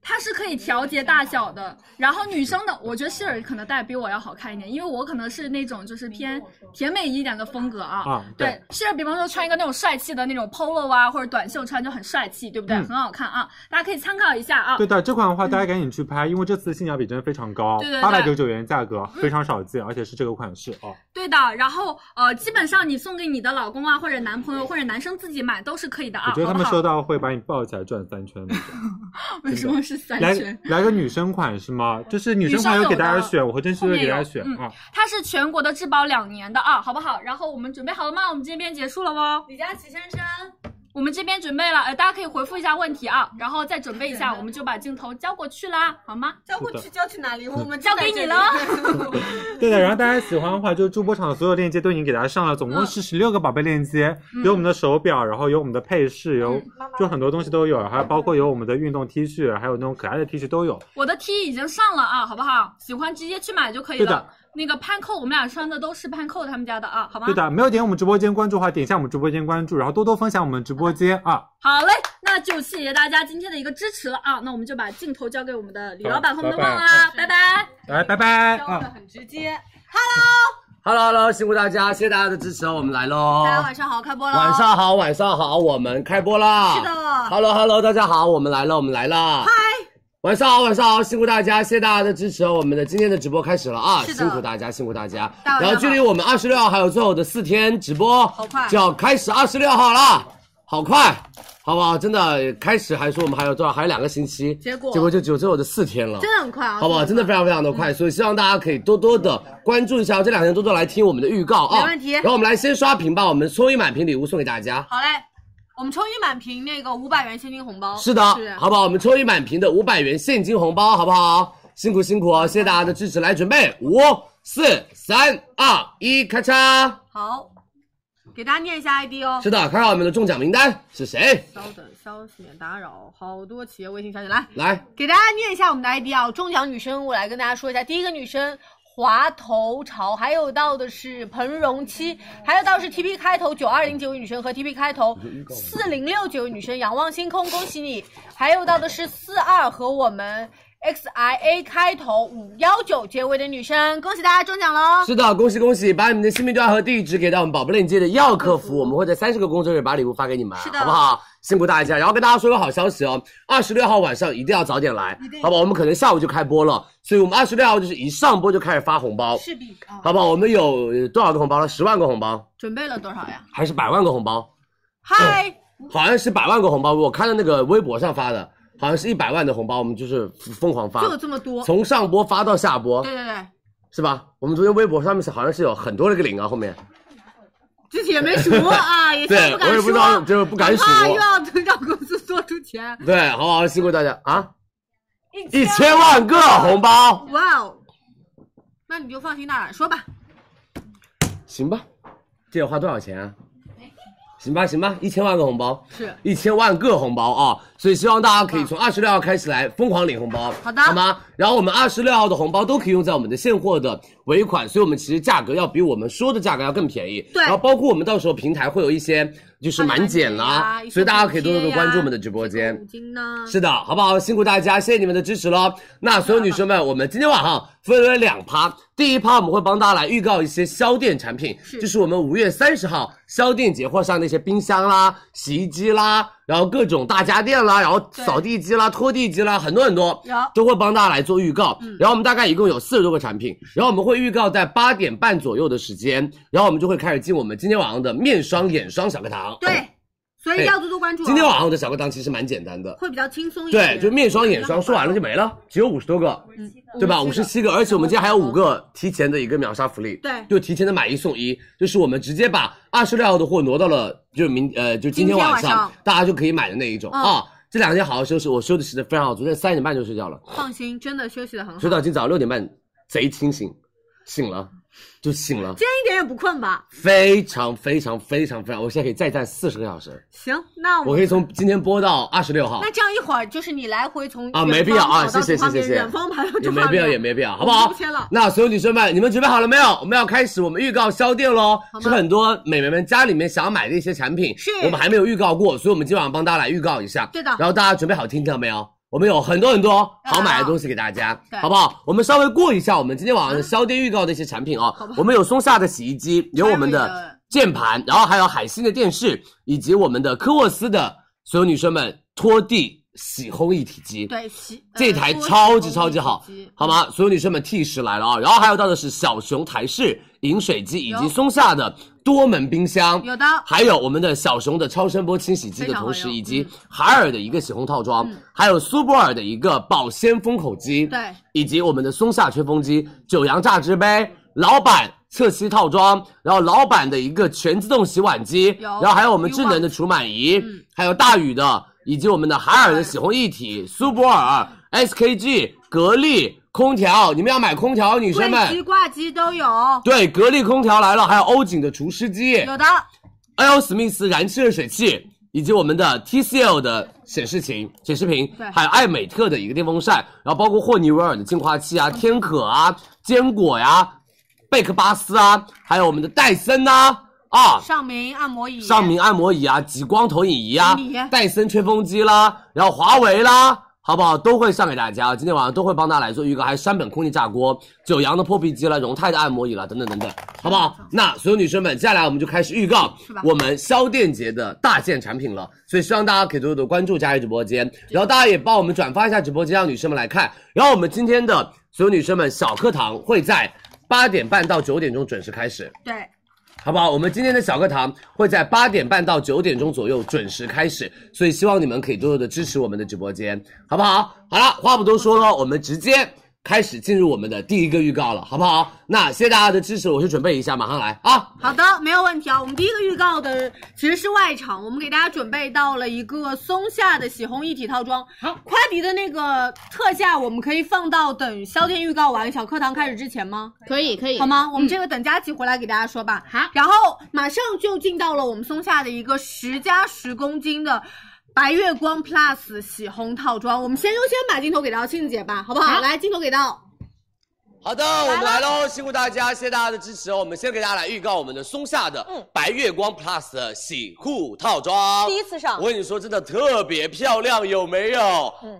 [SPEAKER 3] 它是可以调节大小的。然后女生的，我觉得希尔可能戴比我要好看一点，因为我可能是那种就是偏甜美一点的风格啊。
[SPEAKER 1] 啊对
[SPEAKER 3] 对，希尔比方说穿一个那种帅气的那种 polo 啊，或者短袖穿就很帅气，对不对？
[SPEAKER 1] 嗯
[SPEAKER 3] 很好看啊，大家可以参考一下啊。
[SPEAKER 1] 对的，这款的话大家赶紧去拍，因为这次性价比真的非常高
[SPEAKER 3] *laughs* 对对，对嗯
[SPEAKER 1] 八百九十九元价格非常少见，而且是这个款式哦。
[SPEAKER 3] 对的，然后呃，基本上你送给你的老公啊，或者男朋友，或者男生自己买都是可以的啊。
[SPEAKER 1] 我觉得他们
[SPEAKER 3] 好
[SPEAKER 1] 收
[SPEAKER 3] 不好
[SPEAKER 1] 到会把你抱起来转三圈的。
[SPEAKER 3] 为什么是 *laughs* 三
[SPEAKER 1] 来
[SPEAKER 3] 圈？嗯
[SPEAKER 1] 来个女生款是吗？就是女生
[SPEAKER 3] 女
[SPEAKER 1] 款
[SPEAKER 3] 生
[SPEAKER 1] 有给
[SPEAKER 3] 有的
[SPEAKER 1] 大家选，我和郑
[SPEAKER 3] 后
[SPEAKER 1] 旭
[SPEAKER 3] 面
[SPEAKER 1] 给大家
[SPEAKER 3] 有
[SPEAKER 1] 选
[SPEAKER 3] 嗯
[SPEAKER 1] 啊。
[SPEAKER 3] 它是全国的质保两年的啊，好不好？然后我们准备好了吗？我们这边结束了哦。
[SPEAKER 5] 李佳琦先生，
[SPEAKER 3] 我们这边准备了，呃，大家可以回复一下问题啊，然后再准备一下，我们就把镜头交过去啦，好吗？
[SPEAKER 5] 交过去交去哪里？我们
[SPEAKER 3] 交给你了。
[SPEAKER 1] 对的，然后大家喜欢的话，就是主播场的所有链接都已经给大家上了，总共
[SPEAKER 3] 嗯
[SPEAKER 1] 是十六个宝贝链接，有我们的手表，然后有我们的配饰，
[SPEAKER 3] 嗯
[SPEAKER 1] 有就很多东西都有，还有包括有我们的运动 T 恤，还有那种可爱的 T 恤都有。
[SPEAKER 3] 我的 T 已经上了啊，好不好？喜欢直接去买就可以
[SPEAKER 1] 对
[SPEAKER 3] 了
[SPEAKER 1] 的。
[SPEAKER 3] 那个潘蔻，我们俩穿的都是潘蔻他们家的啊，好吗
[SPEAKER 1] 对？的，没有点我们直播间关注的话，点一下我们直播间关注，然后多多分享我们直播间啊。
[SPEAKER 3] 好嘞，那就谢谢大家今天的一个支持了啊，那我们就把镜头交给我们的李老板和我们的梦啦，拜拜。
[SPEAKER 1] 来，拜拜
[SPEAKER 5] 教的
[SPEAKER 1] 啊！
[SPEAKER 5] 很直接。
[SPEAKER 6] Hello Hello，辛苦大家，谢谢大家的支持，哦我们来喽。
[SPEAKER 5] 大家晚上好，开播了。
[SPEAKER 6] 晚。上好，晚上好，我们开播啦。
[SPEAKER 5] 是的
[SPEAKER 6] Hello Hello，大家好，我们来了，我们来了。嗨。晚上好，晚上好，辛苦大家，谢谢大家的支持，哦我们的今天的直播开始了啊！
[SPEAKER 5] 是的
[SPEAKER 6] 辛苦大家，辛苦大家。
[SPEAKER 5] 大晚上好
[SPEAKER 6] 然后距离我们二十六号还有最后的四天直播，
[SPEAKER 5] 好快
[SPEAKER 6] 就要开始二十六号啦，好快，好不好？真的，开始还说我们还有多少，还有两个星期，
[SPEAKER 5] 结果
[SPEAKER 6] 结果就只有最后的四天了，
[SPEAKER 5] 真的很快啊，
[SPEAKER 6] 好不好？真的非常非常的快，所以希望大家可以多多的关注一下，这两天多多来听我们的预告啊。
[SPEAKER 5] 没问题
[SPEAKER 6] 然后我们来先刷屏吧，我们抽一满屏礼物送给大家。
[SPEAKER 5] 好嘞，我们抽一满屏那个五百元现金红包。
[SPEAKER 6] 是的，好不好？我们抽一满屏的五百元现金红包，好不好？辛苦辛苦哦，谢谢大家的支持，来准备五、四、三、二、一，咔嚓！
[SPEAKER 5] 好，给大家念一下 ID 哦。
[SPEAKER 6] 是的，看看我们的中奖名单是谁？
[SPEAKER 5] 稍等，稍免打扰，好多企业微信小姐来。
[SPEAKER 6] 来，
[SPEAKER 5] 给大家念一下我们的 ID 啊，中奖女生，我来跟大家说一下。第一个女生华头潮，还有到的是彭荣七，还有到是 TP 开头九二零九位女生和 TP 开头四零六九位女生，仰望星空，恭喜你！还有到的是四二和我们 XIA 开头五幺九结尾的女生，恭喜大家中奖喽！
[SPEAKER 6] *laughs* 是的，恭喜恭喜！把你们的姓名、电话和地址给到我们宝贝链接的药客服，我们会在三十个工作日把礼物发给你们，
[SPEAKER 5] 是的
[SPEAKER 6] 好不好？辛苦大家。然后跟大家说个好消息哦，二十六号晚上一定要早点来，好不好？我们可能下午就开播了，所以我们二十六号就是一上播就开始发红包，
[SPEAKER 5] 势必啊，
[SPEAKER 6] 好不好？我们有呃多少个红包了？十万个红包
[SPEAKER 5] 准备了多少呀？
[SPEAKER 6] 还是百万个红包？
[SPEAKER 5] 嗨，
[SPEAKER 6] 好像是百万个红包，我看到那个微博上发的，好像是一百万的红包，我们就是疯狂发，
[SPEAKER 5] 就有这么多，
[SPEAKER 6] 从上播发到下播
[SPEAKER 5] 对，对对， *laughs*
[SPEAKER 6] 是吧？我们昨天微博上面是好像是有很多了个零啊，后面。
[SPEAKER 5] 具体也没数 *laughs* 啊，也
[SPEAKER 6] 对
[SPEAKER 5] 先不敢
[SPEAKER 6] 我
[SPEAKER 5] 说，
[SPEAKER 6] 也不知道就是不敢数
[SPEAKER 5] 很怕又要让公司多出钱。
[SPEAKER 6] 对，好不好？辛苦大家啊！
[SPEAKER 5] 一
[SPEAKER 6] 一千万个红包，
[SPEAKER 5] 哇哦，那你就放心大胆说吧。
[SPEAKER 6] 行吧？这得花多少钱啊？行吧，行吧，一千万个红包，
[SPEAKER 5] 是嗯
[SPEAKER 6] 一千万个红包啊！所以希望大家可以从二十六号开始来疯狂领红包，
[SPEAKER 5] 好的
[SPEAKER 6] 好吗？然后我们二十六号的红包都可以用在我们的现货的尾款，所以我们其实价格要比我们说的价格要更便宜。
[SPEAKER 5] 对
[SPEAKER 6] 然后包括我们到时候平台会有一些就是满减啦
[SPEAKER 5] 啊，
[SPEAKER 6] 所以大家可以多多的关注我们的直播间。
[SPEAKER 5] 五金呢？
[SPEAKER 6] 是的，好不好？辛苦大家，谢谢你们的支持喽。那所有女生们，我们今天晚上分为两趴，第一趴我们会帮大家来预告一些销店产品，
[SPEAKER 5] 是
[SPEAKER 6] 就是我们五月三十号销店节或上的一些冰箱啦、洗衣机啦，然后各种大家电啦，然后扫地机啦、拖地机啦，很多很多
[SPEAKER 5] 有，
[SPEAKER 6] 都会帮大家来做预告。
[SPEAKER 5] 嗯
[SPEAKER 6] 然后我们大概一共有四十多个产品，然后我们会预告在八点半左右的时间，然后我们就会开始进我们今天晚上的面霜、眼霜小课堂。哦
[SPEAKER 5] 对，所以要多多关注、哦。
[SPEAKER 6] 哎今天晚上我的小课堂其实蛮简单的，
[SPEAKER 5] 会比较轻松一点。嗯
[SPEAKER 6] 对，就面霜、眼霜说完了就没了，只有五十多个，对吧？嗯五十七个，而嗯且我们今天还有五个提前的一个秒杀福利，
[SPEAKER 5] 对
[SPEAKER 6] 就提前的买一送一，就是我们直接把二十六号的货挪到了，就是明呃，就今天晚上
[SPEAKER 5] 今天晚上
[SPEAKER 6] 大家就可以买的那一种、
[SPEAKER 5] 嗯
[SPEAKER 6] 啊。这两天好好休息，我休息的非常好，昨天三点半就睡觉了，
[SPEAKER 5] 放心，真的休息的很好，
[SPEAKER 6] 睡到今早六点半贼清醒，醒了就醒了，
[SPEAKER 5] 今天一点也不困吧？
[SPEAKER 6] 非常非常非常非常，我现在可以再站四十个小时，
[SPEAKER 5] 行，那我
[SPEAKER 6] 我可以从今天播到二十六号
[SPEAKER 5] 那。这样一会儿就是你来回从
[SPEAKER 6] 啊
[SPEAKER 5] 远
[SPEAKER 6] 没必要啊
[SPEAKER 5] 方跑到
[SPEAKER 6] 谢谢
[SPEAKER 5] 这旁边
[SPEAKER 6] 谢谢谢谢
[SPEAKER 5] 远方跑到
[SPEAKER 6] 也
[SPEAKER 5] 这
[SPEAKER 6] 没
[SPEAKER 5] 旁
[SPEAKER 6] 必要，
[SPEAKER 5] 边
[SPEAKER 6] 也没必要，好不好
[SPEAKER 5] 我们不切了？
[SPEAKER 6] 那所有女生们，你们准备好了没有？我们要开始我们预告销店喽，是很多美眉们家里面想要买的一些产品，
[SPEAKER 5] 是
[SPEAKER 6] 我们还没有预告过，所以我们今晚上帮大家来预告一下。
[SPEAKER 5] 对的
[SPEAKER 6] 然后大家准备好啊听到没有？我们有很多很多好买的东西给大家，好不好？我们稍微过一下我们今天晚上的销店预告的一些产品啊、我们有松下的洗衣机，有我们的键盘，然后还有海信的电视，以及我们的科沃斯的所有女生们拖地洗烘一体机。
[SPEAKER 5] 对，洗呃
[SPEAKER 6] 这台超级超级好，好？吗？所有女生们 T 十来了啊！然后还有到的是小熊台式饮水机，以及
[SPEAKER 5] 有
[SPEAKER 6] 松下的多门冰箱
[SPEAKER 5] 呃多洗烘一体机有的，
[SPEAKER 6] 还有我们的小熊的超声波清洗机的同时，
[SPEAKER 5] 非常好用
[SPEAKER 6] 以及海尔的一个洗烘套装
[SPEAKER 5] 嗯，
[SPEAKER 6] 还有苏泊尔的一个保鲜封口机，
[SPEAKER 5] 对，
[SPEAKER 6] 以及我们的松下吹风机、九阳榨汁杯、老板侧吸套装，然后老板的一个全自动洗碗机，
[SPEAKER 5] 有
[SPEAKER 6] 然后还有我们智能的除螨仪
[SPEAKER 5] 嗯，
[SPEAKER 6] 还有大宇的，以及我们的海尔的洗烘一体、苏泊尔、SKG、格力空调，你们要买空调，女生
[SPEAKER 5] 柜机
[SPEAKER 6] 们。
[SPEAKER 5] 挂机都有，
[SPEAKER 6] 对，格力空调来了，还有欧景的除湿机，
[SPEAKER 5] *laughs* 有的，
[SPEAKER 6] 艾欧史密斯燃气热水器，以及我们的 TCL 的显示屏、显示屏
[SPEAKER 5] 对，
[SPEAKER 6] 还有艾美特的一个电风扇，然后包括霍尼韦尔的净化器啊、天可啊、坚果呀、贝克巴斯啊，还有我们的戴森呐啊
[SPEAKER 5] 上明按摩椅，
[SPEAKER 6] 上明按摩椅啊、极光投影仪啊
[SPEAKER 5] 迷、
[SPEAKER 6] 戴森吹风机啦，然后华为啦，好不好？都会上给大家，今天晚上都会帮大家来做预告，还有山本空气炸锅、九阳的破壁机啦、荣泰的按摩椅啦，等等等等，好不好？那所有女生们，接下来我们就开始预告
[SPEAKER 5] 是吧
[SPEAKER 6] 我们销店节的大件产品了，所以希望大家可以多多关注佳怡直播间，然后大家也帮我们转发一下直播间，让女生们来看。然后我们今天的所有女生们小课堂会在八点半到九点钟准时开始。
[SPEAKER 5] 对，
[SPEAKER 6] 好不好？我们今天的小课堂会在八点半到九点钟左右准时开始，所以希望你们可以多多的支持我们的直播间，好不好？好了，话不多说了，我们直接开始进入我们的第一个预告了，好不好？那谢谢大家的支持，我去准备一下，马上来啊！
[SPEAKER 5] 好的，没有问题啊。我们第一个预告的其实是外场，我们给大家准备到了一个松下的洗烘一体套装。好，夸迪的那个特价，我们可以放到等销店预告完小课堂开始之前吗？
[SPEAKER 7] 可以可以，嗯
[SPEAKER 5] 好？吗？我们这个等佳琪回来给大家说吧。
[SPEAKER 7] 好
[SPEAKER 5] 然后马上就进到了我们松下的一个十加十公斤的。白月光 Plus 洗烘套装，我们先优先把镜头给到庆姐吧，好不好？
[SPEAKER 7] 好
[SPEAKER 5] 来，镜头给到，
[SPEAKER 6] 好的，我们来喽，辛苦大家，谢谢大家的支持哦。我们先给大家来预告我们的松下的白月光 Plus 的洗护套装，
[SPEAKER 8] 第一次上嗯
[SPEAKER 6] 我跟你说，真的特别漂亮，有没有？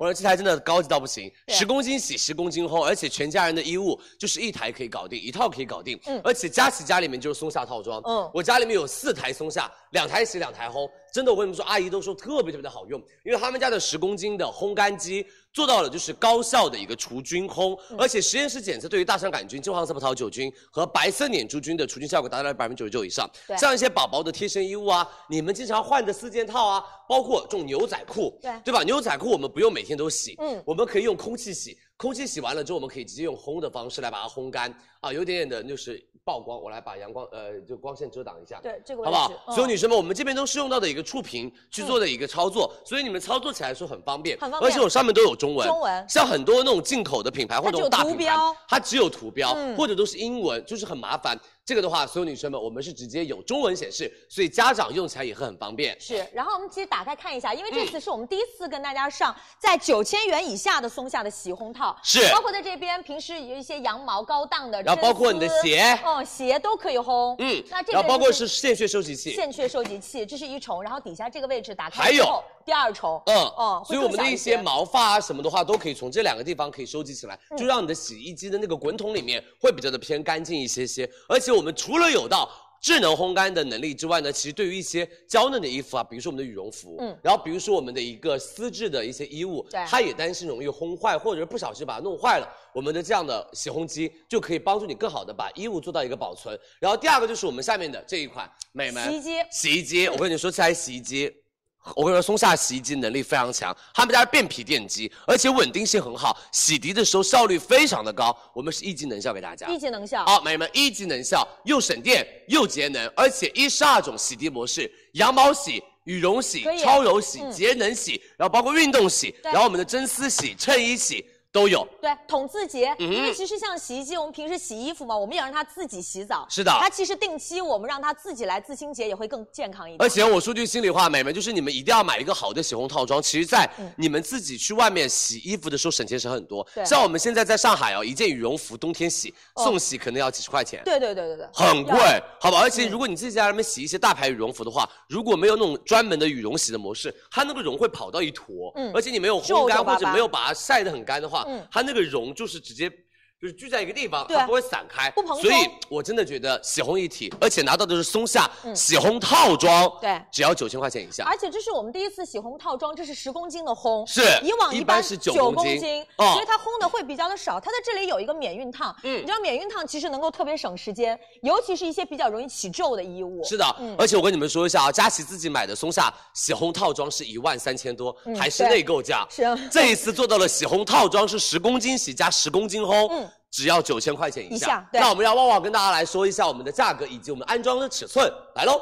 [SPEAKER 6] 我说这台真的高级到不行，
[SPEAKER 8] 对啊
[SPEAKER 6] 十公斤洗，十公斤烘，而且全家人的衣物就是一台可以搞定，一套可以搞定。
[SPEAKER 8] 嗯
[SPEAKER 6] 而且佳琪家里面就是松下套装，
[SPEAKER 8] 嗯
[SPEAKER 6] 我家里面有四台松下，两台洗，两台烘，真的我跟你们说，阿姨都说特别特别的好用，因为他们家的十公斤的烘干机。做到了就是高效的一个除菌烘，
[SPEAKER 8] 嗯
[SPEAKER 6] 而且实验室检测对于大肠杆菌、金黄色葡萄球菌和白色捻珠菌的除菌效果达到了百分之九十九以上。
[SPEAKER 8] 对
[SPEAKER 6] 像一些宝宝的贴身衣物啊，你们经常换的四件套啊，包括这种牛仔裤，
[SPEAKER 8] 对
[SPEAKER 6] 对吧？牛仔裤我们不用每天都洗，
[SPEAKER 8] 嗯
[SPEAKER 6] 我们可以用空气洗，空气洗完了之后，我们可以直接用烘的方式来把它烘干啊，有一点点的就是曝光，我来把阳光呃就光线遮挡一下，
[SPEAKER 8] 对，这个
[SPEAKER 6] 好
[SPEAKER 8] 我
[SPEAKER 6] 不
[SPEAKER 8] 也
[SPEAKER 6] 好
[SPEAKER 8] 是。？嗯
[SPEAKER 6] 所有女生们，我们这边都是用到的一个触屏去做的一个操作，所以你们操作起来说很方便，
[SPEAKER 8] 很方便
[SPEAKER 6] 而且我上面都有中文，
[SPEAKER 8] 中文
[SPEAKER 6] 像很多那种进口的品牌或者那种大品
[SPEAKER 8] 它只
[SPEAKER 6] 牌
[SPEAKER 8] 有图标，
[SPEAKER 6] 它只有图标、
[SPEAKER 8] 嗯
[SPEAKER 6] 或者都是英文，就是很麻烦。这个的话，所有女生们，我们是直接有中文显示，所以家长用起来也会很方便。
[SPEAKER 8] 是，然后我们其实打开看一下，因为这
[SPEAKER 6] 嗯
[SPEAKER 8] 次是我们第一次跟大家上在九千元以下的松下的洗烘套，
[SPEAKER 6] 是
[SPEAKER 8] 包括在这边平时有一些羊毛高档的，
[SPEAKER 6] 然后包括你的
[SPEAKER 8] 真丝
[SPEAKER 6] 鞋
[SPEAKER 8] 哦，鞋都可以烘，
[SPEAKER 6] 嗯，
[SPEAKER 8] 那这
[SPEAKER 6] 然
[SPEAKER 8] 个
[SPEAKER 6] 后包括
[SPEAKER 8] 就是
[SPEAKER 6] 线屑收集器，
[SPEAKER 8] 线屑收集器，这是一重，然后底下这个位置打开
[SPEAKER 6] 还有
[SPEAKER 8] 之后第二重，
[SPEAKER 6] 嗯
[SPEAKER 8] 哦，
[SPEAKER 6] 所
[SPEAKER 8] 会
[SPEAKER 6] 以
[SPEAKER 8] 更
[SPEAKER 6] 我们的
[SPEAKER 8] 小
[SPEAKER 6] 一
[SPEAKER 8] 一
[SPEAKER 6] 些
[SPEAKER 8] 些嗯
[SPEAKER 6] 毛发啊什么的话，都可以从这两个地方可以收集起来，就让你的洗衣机的那个滚筒里面会比较的偏干净一些些。而且我们除了有到。智能烘干的能力之外呢，其实对于一些娇嫩的衣服啊，比如说我们的羽绒服，嗯
[SPEAKER 8] 嗯，
[SPEAKER 6] 然后比如说我们的一个丝质的一些衣物，
[SPEAKER 8] 对
[SPEAKER 6] 它也担心容易烘坏，或者是不小心把它弄坏了，我们的这样的洗烘机就可以帮助你更好的把衣物做到一个保存。然后第二个就是我们下面的这一款美们
[SPEAKER 8] 洗衣机
[SPEAKER 6] 洗衣机，我跟你说，这台洗衣机我跟你说，松下洗衣机能力非常强，他们家是变频电机，而且稳定性很好，洗涤的时候效率非常的高。我们是一级能效给大家，
[SPEAKER 8] 一级能效。
[SPEAKER 6] 好，美女们，一级能效，又省电又节能，而且一十二种洗涤模式，羊毛洗。羽绒洗
[SPEAKER 8] 可、以
[SPEAKER 6] 超柔洗、
[SPEAKER 8] 嗯
[SPEAKER 6] 节能洗，然后包括运动洗，
[SPEAKER 8] 对
[SPEAKER 6] 然后我们的真丝洗、衬衣洗都有。
[SPEAKER 8] 对，统字节，
[SPEAKER 6] 嗯
[SPEAKER 8] 因为其实像洗衣机，我们平时洗衣服嘛，我们也让它自己洗澡。
[SPEAKER 6] 是的
[SPEAKER 8] 它其实定期我们让它自己来自清洁，也会更健康一点。
[SPEAKER 6] 而且我说句心里话，美们，就是你们一定要买一个好的洗烘套装。其实，在
[SPEAKER 8] 嗯
[SPEAKER 6] 你们自己去外面洗衣服的时候，省钱省很多。
[SPEAKER 8] 对
[SPEAKER 6] 像我们现在在上海哦，一件羽绒服冬天洗
[SPEAKER 8] 哦
[SPEAKER 6] 送洗可能要几十块钱。
[SPEAKER 8] 对对对对对，
[SPEAKER 6] 很贵
[SPEAKER 8] 要，嗯
[SPEAKER 6] 好吧？而且如果你自己在家里面洗一些大牌羽绒服的话，如果没有那种专门的羽绒洗的模式，它那个绒会跑到一坨，
[SPEAKER 8] 嗯
[SPEAKER 6] 而且你没有烘
[SPEAKER 8] 皱皱
[SPEAKER 6] 干
[SPEAKER 8] 巴巴
[SPEAKER 6] 或者没有把它晒得很干的话，
[SPEAKER 8] 嗯
[SPEAKER 6] 它那个绒就是直接。就是聚在一个地方，
[SPEAKER 8] 对
[SPEAKER 6] 它不会散开，
[SPEAKER 8] 不蓬松
[SPEAKER 6] 所以我真的觉得洗烘一体，而且拿到的是松下
[SPEAKER 8] 嗯
[SPEAKER 6] 洗烘套装，
[SPEAKER 8] 对
[SPEAKER 6] 只要九千块钱以下。
[SPEAKER 8] 而且这是我们第一次洗烘套装，这是十公斤的烘，
[SPEAKER 6] 是
[SPEAKER 8] 以往
[SPEAKER 6] 一
[SPEAKER 8] 般
[SPEAKER 6] 般是
[SPEAKER 8] 9
[SPEAKER 6] 9
[SPEAKER 8] 公
[SPEAKER 6] 公
[SPEAKER 8] 斤，
[SPEAKER 6] 斤哦
[SPEAKER 8] 所以它烘的会比较的少。它在这里有一个免熨烫，
[SPEAKER 6] 嗯
[SPEAKER 8] 你知道免熨烫其实能够特别省时间，尤其是一些比较容易起皱的衣物。
[SPEAKER 6] 是的，
[SPEAKER 8] 嗯
[SPEAKER 6] 而且我跟你们说一下啊，佳琦自己买的松下洗烘套装是一万三千多，
[SPEAKER 8] 嗯
[SPEAKER 6] 还是
[SPEAKER 8] 对
[SPEAKER 6] 内购价。
[SPEAKER 8] 是啊
[SPEAKER 6] 这一次做到了洗烘套装是十公斤洗加十公斤烘，
[SPEAKER 8] 嗯
[SPEAKER 6] 只要九千块钱以
[SPEAKER 8] 以下对
[SPEAKER 6] 那我们让旺旺跟大家来说一下我们的价格以及我们安装的尺寸，来喽。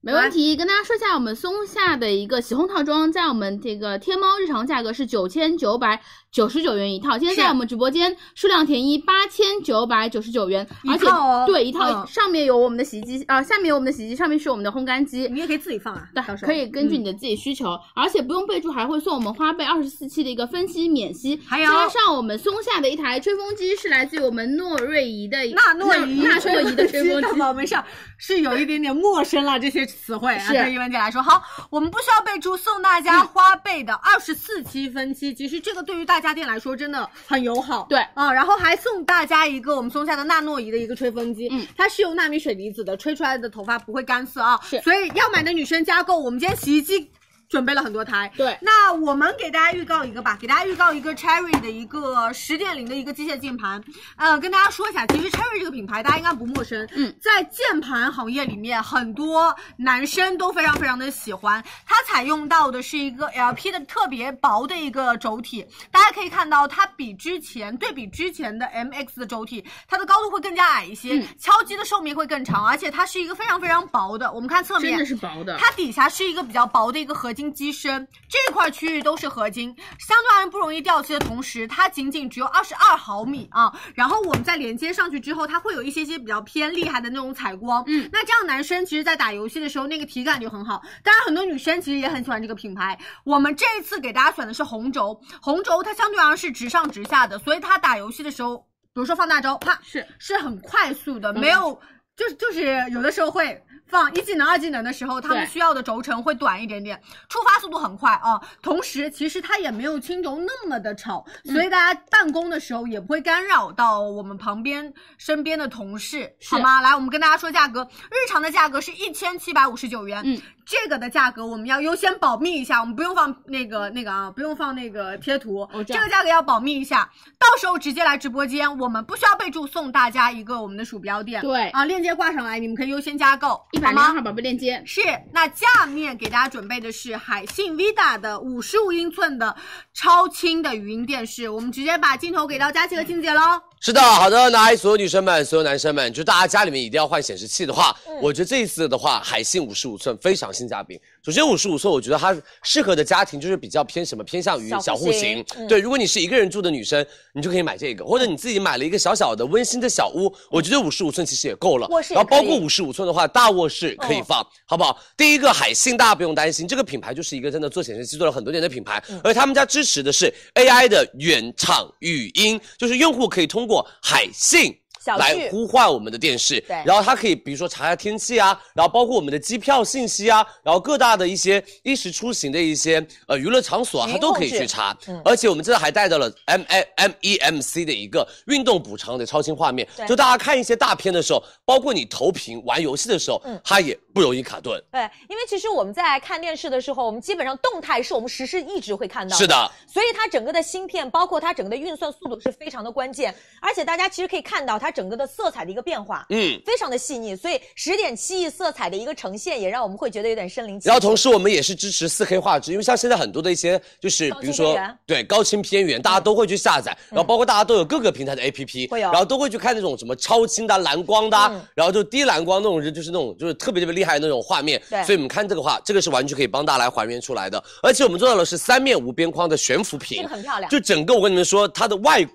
[SPEAKER 7] 没
[SPEAKER 5] 啊
[SPEAKER 7] 问题，跟大家说一下我们松下的一个洗烘套装，在我们这个天猫日常价格是九千九百九十九元一套，今天
[SPEAKER 5] 是
[SPEAKER 7] 在我们直播间数量填一八千九百九十九元，
[SPEAKER 5] 一
[SPEAKER 7] 而且
[SPEAKER 5] 套哦
[SPEAKER 7] 对一套
[SPEAKER 5] 嗯
[SPEAKER 7] 上面有我们的洗衣机啊、下面有我们的洗衣机，上面是我们的烘干机，
[SPEAKER 5] 你也可以自己放啊，
[SPEAKER 7] 对
[SPEAKER 5] 到，时候
[SPEAKER 7] 可以根据你的自己需求，而且不用备注，还会送我们花呗二十四期的一个分期免息，
[SPEAKER 5] 还有
[SPEAKER 7] 加上我们松下的一台吹风机，是来自于我们诺瑞仪的
[SPEAKER 5] 纳诺仪，
[SPEAKER 7] 纳诺仪的吹
[SPEAKER 5] *laughs*
[SPEAKER 7] 风
[SPEAKER 5] 到
[SPEAKER 7] 机。
[SPEAKER 5] 宝们上是有一点点陌生了这些词汇啊，
[SPEAKER 7] 是
[SPEAKER 5] 对于文姐来说，好，我们不需要备注，送大家花呗的二十四期分期，其实这个对于大家电来说真的很友好，
[SPEAKER 7] 对
[SPEAKER 5] 啊，然后还送大家一个我们松下的纳诺仪的一个吹风机，
[SPEAKER 7] 嗯，
[SPEAKER 5] 它是用纳米水离子的，吹出来的头发不会干涩啊，
[SPEAKER 7] 是
[SPEAKER 5] 所以要买的女生加购，我们今天洗衣机。准备了很多台，
[SPEAKER 7] 对
[SPEAKER 5] 那我们给大家预告一个吧，给大家预告一个 Cherry 的一个十点零的一个机械键盘，呃，跟大家说一下，其实 Cherry 这个品牌大家应该不陌生，
[SPEAKER 7] 嗯，
[SPEAKER 5] 在键盘行业里面，很多男生都非常非常的喜欢。它采用到的是一个 LP 的特别薄的一个轴体，大家可以看到它比之前对比之前的 MX 的轴体，它的高度会更加矮一些，
[SPEAKER 7] 嗯
[SPEAKER 5] 敲击的寿命会更长，而且它是一个非常非常薄的。我们看侧面，
[SPEAKER 7] 真的是薄的，
[SPEAKER 5] 它底下是一个比较薄的一个合金机身，这块区域都是合金，相对而言不容易掉漆的同时，它仅仅只有二十二毫米啊。然后我们再连接上去之后，它会有一些些比较偏厉害的那种采光。
[SPEAKER 7] 嗯，
[SPEAKER 5] 那这样男生其实，在打游戏的时候，那个体感就很好。当然，很多女生其实也很喜欢这个品牌。我们这一次给大家选的是红轴，红轴它相对而言是直上直下的，所以它打游戏的时候，比如说放大招，啪，
[SPEAKER 7] 是嗯
[SPEAKER 5] 是很快速的，没有，就是就是有的时候会放一技能、二技能的时候，他们
[SPEAKER 7] 对
[SPEAKER 5] 需要的轴承会短一点点，触发速度很快啊。同时，其实它也没有轻轴那么的吵，
[SPEAKER 7] 嗯
[SPEAKER 5] 所以大家办公的时候也不会干扰到我们旁边身边的同事，
[SPEAKER 7] 是
[SPEAKER 5] 好吗？来，我们跟大家说价格，日常的价格是一千七百五十九元，
[SPEAKER 7] 嗯，
[SPEAKER 5] 这个的价格我们要优先保密一下，我们不用放那个那个啊，不用放那个贴图，
[SPEAKER 7] 哦这
[SPEAKER 5] 这
[SPEAKER 7] 样
[SPEAKER 5] 个价格要保密一下，到时候直接来直播间，我们不需要备注，送大家一个我们的鼠标垫，
[SPEAKER 7] 对
[SPEAKER 5] 啊，链接挂上来，你们可以优先加购，
[SPEAKER 7] 一百
[SPEAKER 5] 好
[SPEAKER 7] 零二
[SPEAKER 5] 吗？
[SPEAKER 7] 号宝贝链接，
[SPEAKER 5] 是，那下面给大家准备的是海信 Vida 的五十五英寸的超清的语音电视，我们直接把镜头给到佳琪和静姐喽。
[SPEAKER 6] 是的，好的，那所有女生们、所有男生们，就大家家里面一定要换显示器的话，
[SPEAKER 8] 嗯
[SPEAKER 6] 我觉得这一次的话，海信五十五寸非常性价比。首先，五十五寸我觉得它适合的家庭就是比较偏什么，偏向于
[SPEAKER 8] 小户
[SPEAKER 6] 小户
[SPEAKER 8] 型
[SPEAKER 6] 型。
[SPEAKER 8] 嗯
[SPEAKER 6] 对，如果你是一个人住的女生，你就可以买这个，或者你自己买了一个小小的温馨的小屋，我觉得五十五寸其实也够了。
[SPEAKER 8] 卧室也
[SPEAKER 6] 然后包
[SPEAKER 8] 可
[SPEAKER 6] 括
[SPEAKER 8] 以
[SPEAKER 6] 五十五寸的话，大卧室可以放，好不好？第一个海信大家不用担心，这个品牌就是一个真的做显示器做了很多年的品牌，而他们家支持的是 AI 的原厂语音，就是用户可以通过海信。
[SPEAKER 8] 小
[SPEAKER 6] 来
[SPEAKER 8] 剧
[SPEAKER 6] 呼唤我们的电视，
[SPEAKER 8] 对
[SPEAKER 6] 然后它可以比如说查一下天气啊，然后包括我们的机票信息啊，然后各大的一些衣食出行的一些呃娱乐场所啊，
[SPEAKER 8] 语音
[SPEAKER 6] 它都可以
[SPEAKER 8] 控制
[SPEAKER 6] 去查。
[SPEAKER 8] 嗯
[SPEAKER 6] 而且我们这还带到了 M M M E M C 的一个运动补偿的超清画面
[SPEAKER 8] 对，
[SPEAKER 6] 就大家看一些大片的时候，包括你投屏玩游戏的时候，
[SPEAKER 8] 嗯
[SPEAKER 6] 它也不容易卡顿。
[SPEAKER 8] 对，因为其实我们在看电视的时候，我们基本上动态是我们实时一直会看到
[SPEAKER 6] 是的，
[SPEAKER 8] 所以它整个的芯片，包括它整个的运算速度是非常的关键。而且大家其实可以看到，它整个的色彩的一个变化，
[SPEAKER 6] 嗯。
[SPEAKER 8] 非常的细腻，所以十点七亿色彩的一个呈现，也让我们会觉得有点身临其
[SPEAKER 6] 然后同
[SPEAKER 8] 境。
[SPEAKER 6] 时我们也是支持四 K 画质，因为像现在很多的一些就是
[SPEAKER 8] 高清
[SPEAKER 6] 比如说
[SPEAKER 8] 片源嗯
[SPEAKER 6] 对高清片源，大家都会去下载，然后包括大家都有各个平台的 APP，
[SPEAKER 8] 会有
[SPEAKER 6] 然后都会去看那种什么超清的啊、蓝光的啊
[SPEAKER 8] 嗯，
[SPEAKER 6] 然后就低蓝光那种，就是那种就是特别特别厉害的那种画面
[SPEAKER 8] 对。
[SPEAKER 6] 所以我们看这个话，这个是完全可以帮大家来还原出来的，而且我们做到的是三面无边框的悬浮
[SPEAKER 8] 这
[SPEAKER 6] 屏
[SPEAKER 8] 个，很漂亮，
[SPEAKER 6] 就整个我跟你们说，它的外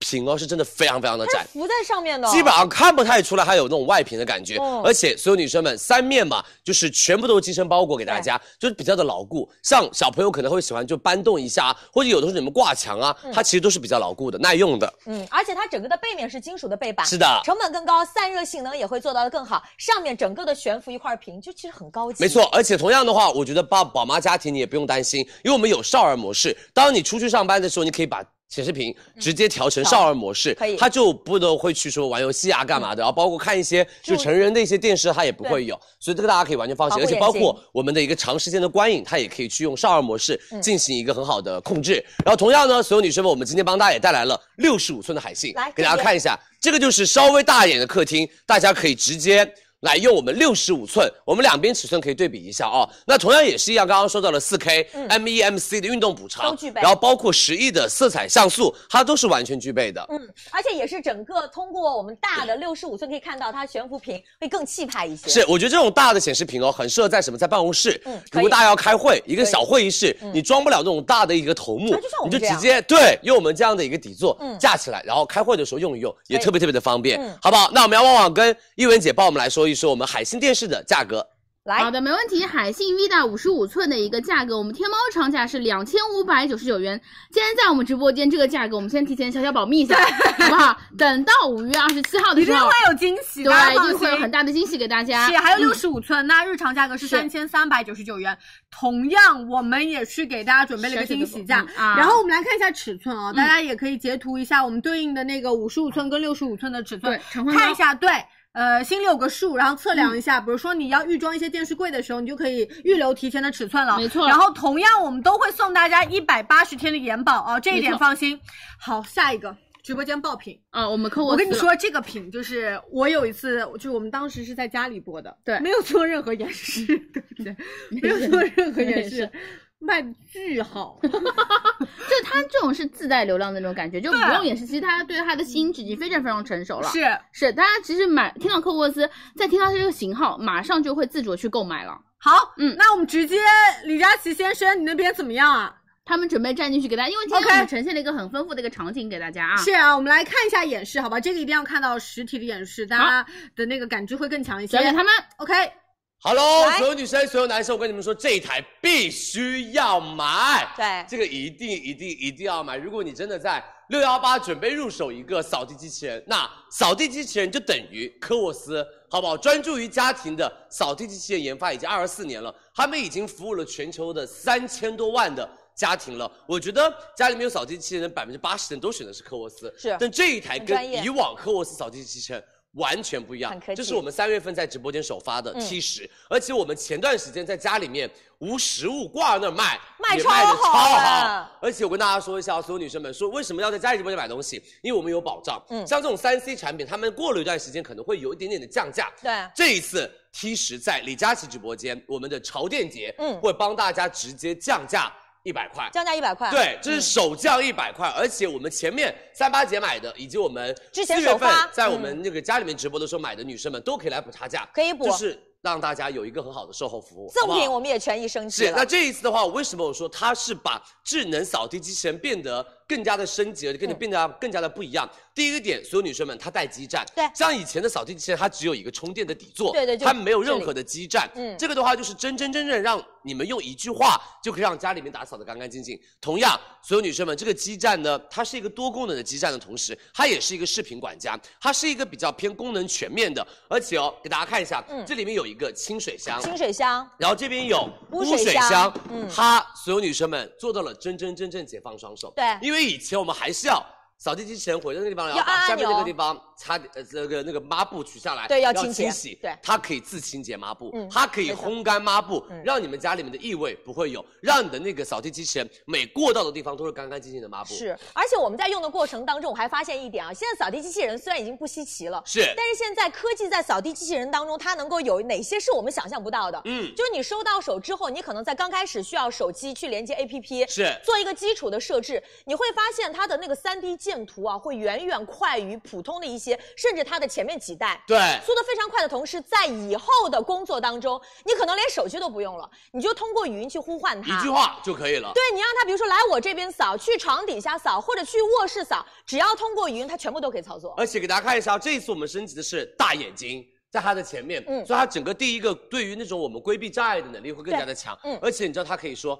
[SPEAKER 6] 屏哦是真的非常非常的
[SPEAKER 8] 它
[SPEAKER 6] 窄
[SPEAKER 8] 是。浮在上面的哦，
[SPEAKER 6] 基本上看不太出来它有那种外屏的感觉。
[SPEAKER 8] 嗯
[SPEAKER 6] 而且所有女生们三面嘛，就是全部都是机身包裹给大家，就是比较的牢固。像小朋友可能会喜欢就搬动一下啊，或者有的时候你们挂墙啊，它其实都是比较牢固的、耐用的。
[SPEAKER 8] 嗯，而且它整个的背面是金属的背板，
[SPEAKER 6] 是的。
[SPEAKER 8] 成本更高，散热性能也会做到的更好。上面整个的悬浮一块屏，就其实很高级。
[SPEAKER 6] 没错，，而且同样的话，我觉得爸宝妈家庭你也不用担心，因为我们有少儿模式。当你出去上班的时候，你可以把显示屏直接调成少儿模式，
[SPEAKER 8] 嗯可以嗯
[SPEAKER 6] 它就不能会去说玩游戏啊、干嘛的，然后包括看一些就成人的一些电视，它也不会有，所以这个大家可以完全放心。而
[SPEAKER 8] 保护
[SPEAKER 6] 且
[SPEAKER 8] 眼
[SPEAKER 6] 包括我们的一个长时间的观影，它也可以去用少儿模式
[SPEAKER 8] 嗯
[SPEAKER 6] 进行一个很好的控制。然后同样呢，所有女生们，我们今天帮大家也带来了六十五寸的海信
[SPEAKER 8] 来，
[SPEAKER 6] 给大家
[SPEAKER 8] 这边
[SPEAKER 6] 看一下，这个就是稍微大一点的客厅，大家可以直接。来用我们六十五寸，我们两边尺寸可以对比一下啊、那同样也是一样，刚刚说到了四 K、
[SPEAKER 8] 嗯
[SPEAKER 6] M E M C 的运动补偿，
[SPEAKER 8] 都具备
[SPEAKER 6] 然后包括十亿的色彩像素，它都是完全具备的。
[SPEAKER 8] 嗯，而且也是整个通过我们大的六十五寸可以看到它悬浮屏会更气派一些。
[SPEAKER 6] 是，我觉得这种大的显示屏哦，很适合在什么，在办公室。
[SPEAKER 8] 嗯
[SPEAKER 6] 如
[SPEAKER 8] 可
[SPEAKER 6] 果
[SPEAKER 8] 以
[SPEAKER 6] 大家要开会，一个
[SPEAKER 8] 可以
[SPEAKER 6] 小会议室，你装不了那种大的一个头幕，
[SPEAKER 8] 啊就像我
[SPEAKER 6] 你
[SPEAKER 8] 们
[SPEAKER 6] 就直
[SPEAKER 8] 这样
[SPEAKER 6] 接对用我们这样的一个底座、
[SPEAKER 8] 嗯
[SPEAKER 6] 架起来，然后开会的时候用一用，也
[SPEAKER 8] 可以
[SPEAKER 6] 特别特别的方便，
[SPEAKER 8] 嗯
[SPEAKER 6] 好不好？那我们要旺旺跟一文姐帮我们来说一说我们海信电视的价格。
[SPEAKER 8] 来
[SPEAKER 7] 好，的，没问题。海信 Vida 五十五寸的一个价格，我们天猫上架是两千五百九十九元。今天在我们直播间这个价格，我们先提前小小保密一下，好不好？等到五月二十七号的
[SPEAKER 5] 一
[SPEAKER 7] 时
[SPEAKER 5] 定
[SPEAKER 7] 候
[SPEAKER 5] 会，有惊喜，
[SPEAKER 7] 对，
[SPEAKER 5] 大家
[SPEAKER 7] 一
[SPEAKER 5] 放
[SPEAKER 7] 定会有
[SPEAKER 5] 心
[SPEAKER 7] 很大的惊喜给大家。
[SPEAKER 5] 是，还有
[SPEAKER 7] 嗯
[SPEAKER 5] 六十五寸，那日常价格是
[SPEAKER 7] 是
[SPEAKER 5] 三千三百九十九元。同样，我们也是给大家准备了一个惊喜价。
[SPEAKER 7] 嗯啊嗯
[SPEAKER 5] 然后我们来看一下尺寸啊、大家也可以截图一下我们对应的那个五十五寸跟六十五寸的尺寸
[SPEAKER 7] 嗯对，长宽高
[SPEAKER 5] 看一下对。呃，心里有个数，然后测
[SPEAKER 7] 嗯
[SPEAKER 5] 量一下。比如说你要预装一些电视柜的时候，你就可以预留提前的尺寸了。
[SPEAKER 7] 没错
[SPEAKER 5] 然后同样，我们都会送大家一百八十天的延保啊，这一
[SPEAKER 7] 没
[SPEAKER 5] 点
[SPEAKER 7] 错
[SPEAKER 5] 放心。好，下一个直播间爆品。
[SPEAKER 7] 啊，我们客户，
[SPEAKER 5] 我跟你，说，这个品就是我有一次，就是我们当时是在家里播的，
[SPEAKER 7] 对
[SPEAKER 5] 没有做任何演示，对 *laughs* 不对？没有
[SPEAKER 7] *laughs*
[SPEAKER 5] 做任何演示，卖的巨好，
[SPEAKER 7] 就它这种是自带流量的那种感觉，就不
[SPEAKER 5] 对啊
[SPEAKER 7] 用演示机，它对它的心智已经非常非常成熟了。
[SPEAKER 5] 是
[SPEAKER 7] 是，大家其实买听到科沃斯，再听到这个型号，马上就会自主地去购买了。
[SPEAKER 5] 好。
[SPEAKER 7] 嗯
[SPEAKER 5] 那我们直接李佳琦先生，你那边怎么样啊？
[SPEAKER 7] 他们准备站进去给大家，因为今天
[SPEAKER 5] OK
[SPEAKER 7] 我们呈现了一个很丰富的一个场景给大家啊。
[SPEAKER 5] 是啊，我们来看一下演示，好吧？这个一定要看到实体的演示，大家的那个感知会更强一些
[SPEAKER 7] 转。给他们，
[SPEAKER 5] OK，
[SPEAKER 6] 哈喽，
[SPEAKER 8] 来
[SPEAKER 6] 所有女生，所有男生，我跟你们说，这一台必须要买。
[SPEAKER 8] 对
[SPEAKER 6] 这个一定一定一定要买。如果你真的在六幺八准备入手一个扫地机器人，那扫地机器人就等于科沃斯，好不好？专注于家庭的扫地机器人研发已经二十四年了，他们已经服务了全球的三千多万的。家庭了，我觉得家里面有扫地机器人的百分之八十的人都选的是科沃斯，
[SPEAKER 8] 是
[SPEAKER 6] 但这一台
[SPEAKER 8] 很专业
[SPEAKER 6] 跟以往科沃斯扫地机器人完全不一样
[SPEAKER 8] 很科，技
[SPEAKER 6] 这是我们三月份在直播间首发的
[SPEAKER 8] 嗯
[SPEAKER 6] T 十、而且我们前段时间在家里面无实物挂在那儿卖，
[SPEAKER 8] 卖
[SPEAKER 6] 也
[SPEAKER 8] 超
[SPEAKER 6] 卖的超
[SPEAKER 8] 好
[SPEAKER 6] 好
[SPEAKER 8] 啊。
[SPEAKER 6] 而且我跟大家说一下，所有女生们说为什么要在家里直播间买东西？因为我们有保障。
[SPEAKER 8] 嗯
[SPEAKER 6] 像这种三 C 产品，他们过了一段时间可能会有一点点的降价。
[SPEAKER 8] 对，
[SPEAKER 6] 这一次 T 十在李佳琦直播间，我们的潮店节，
[SPEAKER 8] 嗯
[SPEAKER 6] 会帮大家直接降价一百块。
[SPEAKER 8] 降价一百块。
[SPEAKER 6] 对，这是
[SPEAKER 8] 嗯
[SPEAKER 6] 首降一百块，而且我们前面三八节买的，以及我们
[SPEAKER 8] 之前
[SPEAKER 6] 四月
[SPEAKER 8] 首
[SPEAKER 6] 份
[SPEAKER 8] 发嗯
[SPEAKER 6] 在我们那个家里面直播的时候买的，女生们都可以来补差价，
[SPEAKER 8] 可以补
[SPEAKER 6] 就是让大家有一个很好的售后服务。
[SPEAKER 8] 赠品
[SPEAKER 6] 好不好
[SPEAKER 8] 我们也权益升级
[SPEAKER 6] 是，
[SPEAKER 8] 了
[SPEAKER 6] 那。这一次的话，我为什么我说它是把智能扫地机器人变得更加的升级，而且更加
[SPEAKER 8] 嗯
[SPEAKER 6] 变得更加的不一样？第一个点，所有女生们它带基站，
[SPEAKER 8] 对
[SPEAKER 6] 像以前的扫地机器人它只有一个充电的底座，
[SPEAKER 8] 对对就
[SPEAKER 6] 它没有
[SPEAKER 8] 这
[SPEAKER 6] 任
[SPEAKER 8] 里
[SPEAKER 6] 何的基站，
[SPEAKER 8] 嗯
[SPEAKER 6] 这个的话就是真真正正让你们用一句话就可以让家里面打扫的干干净净。同样，所有女生们，这个基站呢，它是一个多功能的基站的同时，它也是一个视频管家，它是一个比较偏功能全面的，而且哦，给大家看一下，
[SPEAKER 8] 嗯
[SPEAKER 6] 这里面有一个清水箱，
[SPEAKER 8] 清水箱，
[SPEAKER 6] 然后这边有
[SPEAKER 8] 污
[SPEAKER 6] 水
[SPEAKER 8] 水
[SPEAKER 6] 箱，
[SPEAKER 8] 箱嗯
[SPEAKER 6] 它所有女生们做到了真真正正解放双手。
[SPEAKER 8] 对
[SPEAKER 6] 因为以前我们还是要扫地机器人回到那个地方，然
[SPEAKER 8] 要
[SPEAKER 6] 后把
[SPEAKER 8] 按
[SPEAKER 6] 下面那
[SPEAKER 8] 按
[SPEAKER 6] 个
[SPEAKER 8] 钮
[SPEAKER 6] 地方擦呃这个那个抹布取下来，
[SPEAKER 8] 对要
[SPEAKER 6] 要
[SPEAKER 8] 清洁
[SPEAKER 6] 洗，
[SPEAKER 8] 对
[SPEAKER 6] 它可以自清洁抹布，
[SPEAKER 8] 嗯
[SPEAKER 6] 它可以
[SPEAKER 8] 没错
[SPEAKER 6] 烘干抹布，
[SPEAKER 8] 嗯
[SPEAKER 6] 让你们家里面的异味不会有，让你的那个扫地机器人每过到的地方都是干干净净的抹布，
[SPEAKER 8] 是，而且我们在用的过程当中，我还发现一点啊，现在扫地机器人虽然已经不稀奇了，
[SPEAKER 6] 是，
[SPEAKER 8] 但是现在科技在扫地机器人当中，它能够有哪些是我们想象不到的？
[SPEAKER 6] 嗯，
[SPEAKER 8] 就是你收到手之后，你可能在刚开始需要手机去连接 APP，
[SPEAKER 6] 是
[SPEAKER 8] 做一个基础的设置，你会发现它的那个 3D 建图啊，会远远快于普通的一些，甚至它的前面几代。
[SPEAKER 6] 对，
[SPEAKER 8] 速度非常快的同时，在以后的工作当中，你可能连手机都不用了，你就通过语音去呼唤它。
[SPEAKER 6] 一句话就可以了。
[SPEAKER 8] 对你让他，比如说来我这边扫，去床底下扫，或者去卧室扫，只要通过语音，他全部都可以操作。
[SPEAKER 6] 而且给大家看一下啊，这一次我们升级的是大眼睛。在它的前面，
[SPEAKER 8] 嗯
[SPEAKER 6] 所以它整个第一个对于那种我们规避障碍的能力会更加的强，
[SPEAKER 8] 对嗯
[SPEAKER 6] 而且你知道它可以说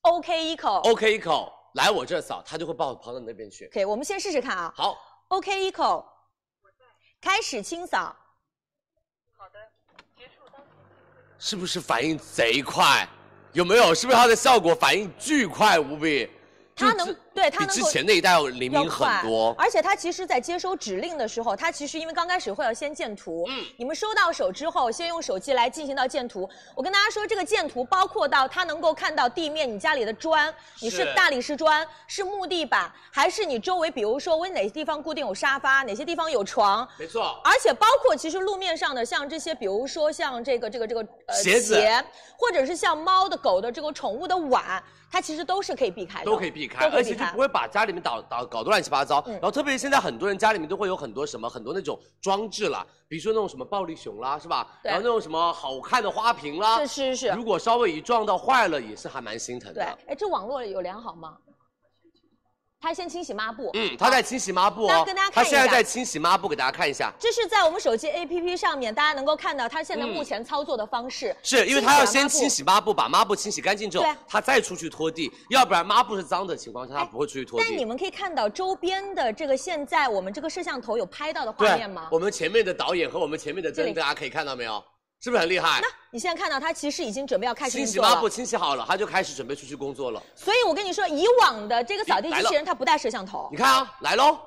[SPEAKER 8] OK 一口
[SPEAKER 6] OK 一口来我这儿扫，它就会跑跑到你那边去。
[SPEAKER 8] ，OK，我们先试试看啊。
[SPEAKER 6] 好，
[SPEAKER 8] OK 一口，开始清扫。
[SPEAKER 6] 是不是反应贼快？有没有？是不是它的效果反应巨快无比？
[SPEAKER 8] 它
[SPEAKER 6] 就
[SPEAKER 8] 能
[SPEAKER 6] 之
[SPEAKER 8] 对它
[SPEAKER 6] 比
[SPEAKER 8] 能
[SPEAKER 6] 之
[SPEAKER 8] 够
[SPEAKER 6] 前那一代要灵
[SPEAKER 8] 要
[SPEAKER 6] 敏很
[SPEAKER 8] 快
[SPEAKER 6] 多。
[SPEAKER 8] 而且它其实，在接收指令的时候，它其实因为刚开始会要先建图，
[SPEAKER 6] 嗯
[SPEAKER 8] 你们收到手之后，先用手机来进行到建图。我跟大家说，这个建图包括到它能够看到地面，你家里的砖，你是
[SPEAKER 6] 是
[SPEAKER 8] 大理石砖，是木地板，还是你周围，比如说我哪些地方固定有沙发，哪些地方有床。
[SPEAKER 6] 没错，
[SPEAKER 8] 而且包括其实路面上的，像这些，比如说像这个这个这个呃
[SPEAKER 6] 鞋子
[SPEAKER 8] 或者是像猫的、狗的这个宠物的碗，它其实都是可以避开的，
[SPEAKER 6] 都可以避开，
[SPEAKER 8] 都可
[SPEAKER 6] 而
[SPEAKER 8] 以避
[SPEAKER 6] 且就
[SPEAKER 8] 开嗯
[SPEAKER 6] 不。会把家里面搞搞搞得乱七八糟。然后特别是现在很多人家里面都会有很多什么很多那种装置啦，比如说那种什么暴力熊啦，是吧？
[SPEAKER 8] 嗯对
[SPEAKER 6] 然后那种什么好看的花瓶啦，
[SPEAKER 8] 是是是，
[SPEAKER 6] 如果稍微一撞到坏了，也是还蛮心疼
[SPEAKER 8] 对
[SPEAKER 6] 的。，
[SPEAKER 8] 哎，这网络有良好吗？他先清洗抹布，
[SPEAKER 6] 嗯，他在清洗抹布
[SPEAKER 8] 那
[SPEAKER 6] 哦
[SPEAKER 8] 跟大家，
[SPEAKER 6] 他
[SPEAKER 8] 看一
[SPEAKER 6] 现在
[SPEAKER 8] 下
[SPEAKER 6] 在清洗抹布，给大家看一下。
[SPEAKER 8] 这是在我们手机 APP 上面，大家能够看到他现在目前操作的方式。
[SPEAKER 6] 嗯是因为
[SPEAKER 8] 清洗
[SPEAKER 6] 它要
[SPEAKER 8] 完抹
[SPEAKER 6] 先
[SPEAKER 8] 布
[SPEAKER 6] 清洗抹布，把抹布清洗干净之后
[SPEAKER 8] 对，
[SPEAKER 6] 它再出去拖地，要不然抹布是脏的情况下，它
[SPEAKER 8] 哎
[SPEAKER 6] 不会出去拖
[SPEAKER 8] 但你
[SPEAKER 6] 地。
[SPEAKER 8] 们可以看到周边的这个，现在我们这个摄像头有拍到的画
[SPEAKER 6] 对
[SPEAKER 8] 面吗，？
[SPEAKER 6] 我们前面的导演和我们前面的
[SPEAKER 8] 这
[SPEAKER 6] 灯，
[SPEAKER 8] 里
[SPEAKER 6] 大家可以看到没有？是不是很厉害
[SPEAKER 8] 那？你现在看到他其实已经准备要开始
[SPEAKER 6] 清
[SPEAKER 8] 运
[SPEAKER 6] 洗
[SPEAKER 8] 作
[SPEAKER 6] 抹布
[SPEAKER 8] 了。
[SPEAKER 6] 清洗好了，他就开始准备出去工作了。
[SPEAKER 8] 所以我跟你说，以往的这个扫地机器
[SPEAKER 6] 来
[SPEAKER 8] 人它不带摄像头
[SPEAKER 6] 你，看啊，来喽，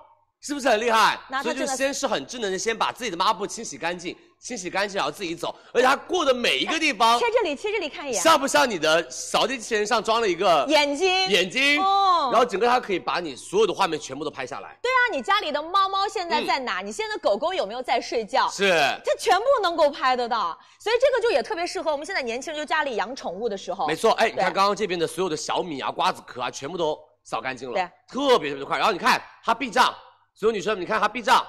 [SPEAKER 6] 是不是很厉害
[SPEAKER 8] 那？它
[SPEAKER 6] 所以就
[SPEAKER 8] 真的
[SPEAKER 6] 先是很智能的，先把自己的抹布清洗干净，清洗干净然后自己走，而且它过的每一个地方
[SPEAKER 8] 切，这里切这里看一眼，
[SPEAKER 6] 像不像你的扫地机器人上装了一个
[SPEAKER 8] 眼睛
[SPEAKER 6] 眼睛？
[SPEAKER 8] 哦
[SPEAKER 6] 然后整个它可以把你所有的画面全部都拍下来。
[SPEAKER 8] 对啊，你家里的猫猫现
[SPEAKER 6] 嗯
[SPEAKER 8] 在在哪？你现在的狗狗有没有在睡觉？
[SPEAKER 6] 是。
[SPEAKER 8] 它全部能够拍得到，所以这个就也特别适合我们现在年轻人就家里养宠物的时候。
[SPEAKER 6] 没错，哎，你看
[SPEAKER 8] 对
[SPEAKER 6] 刚刚这边的所有的小米啊、瓜子壳啊，全部都扫干净了，
[SPEAKER 8] 对，
[SPEAKER 6] 特别特别快。然后你看它避障，所有女生们，你看它避障，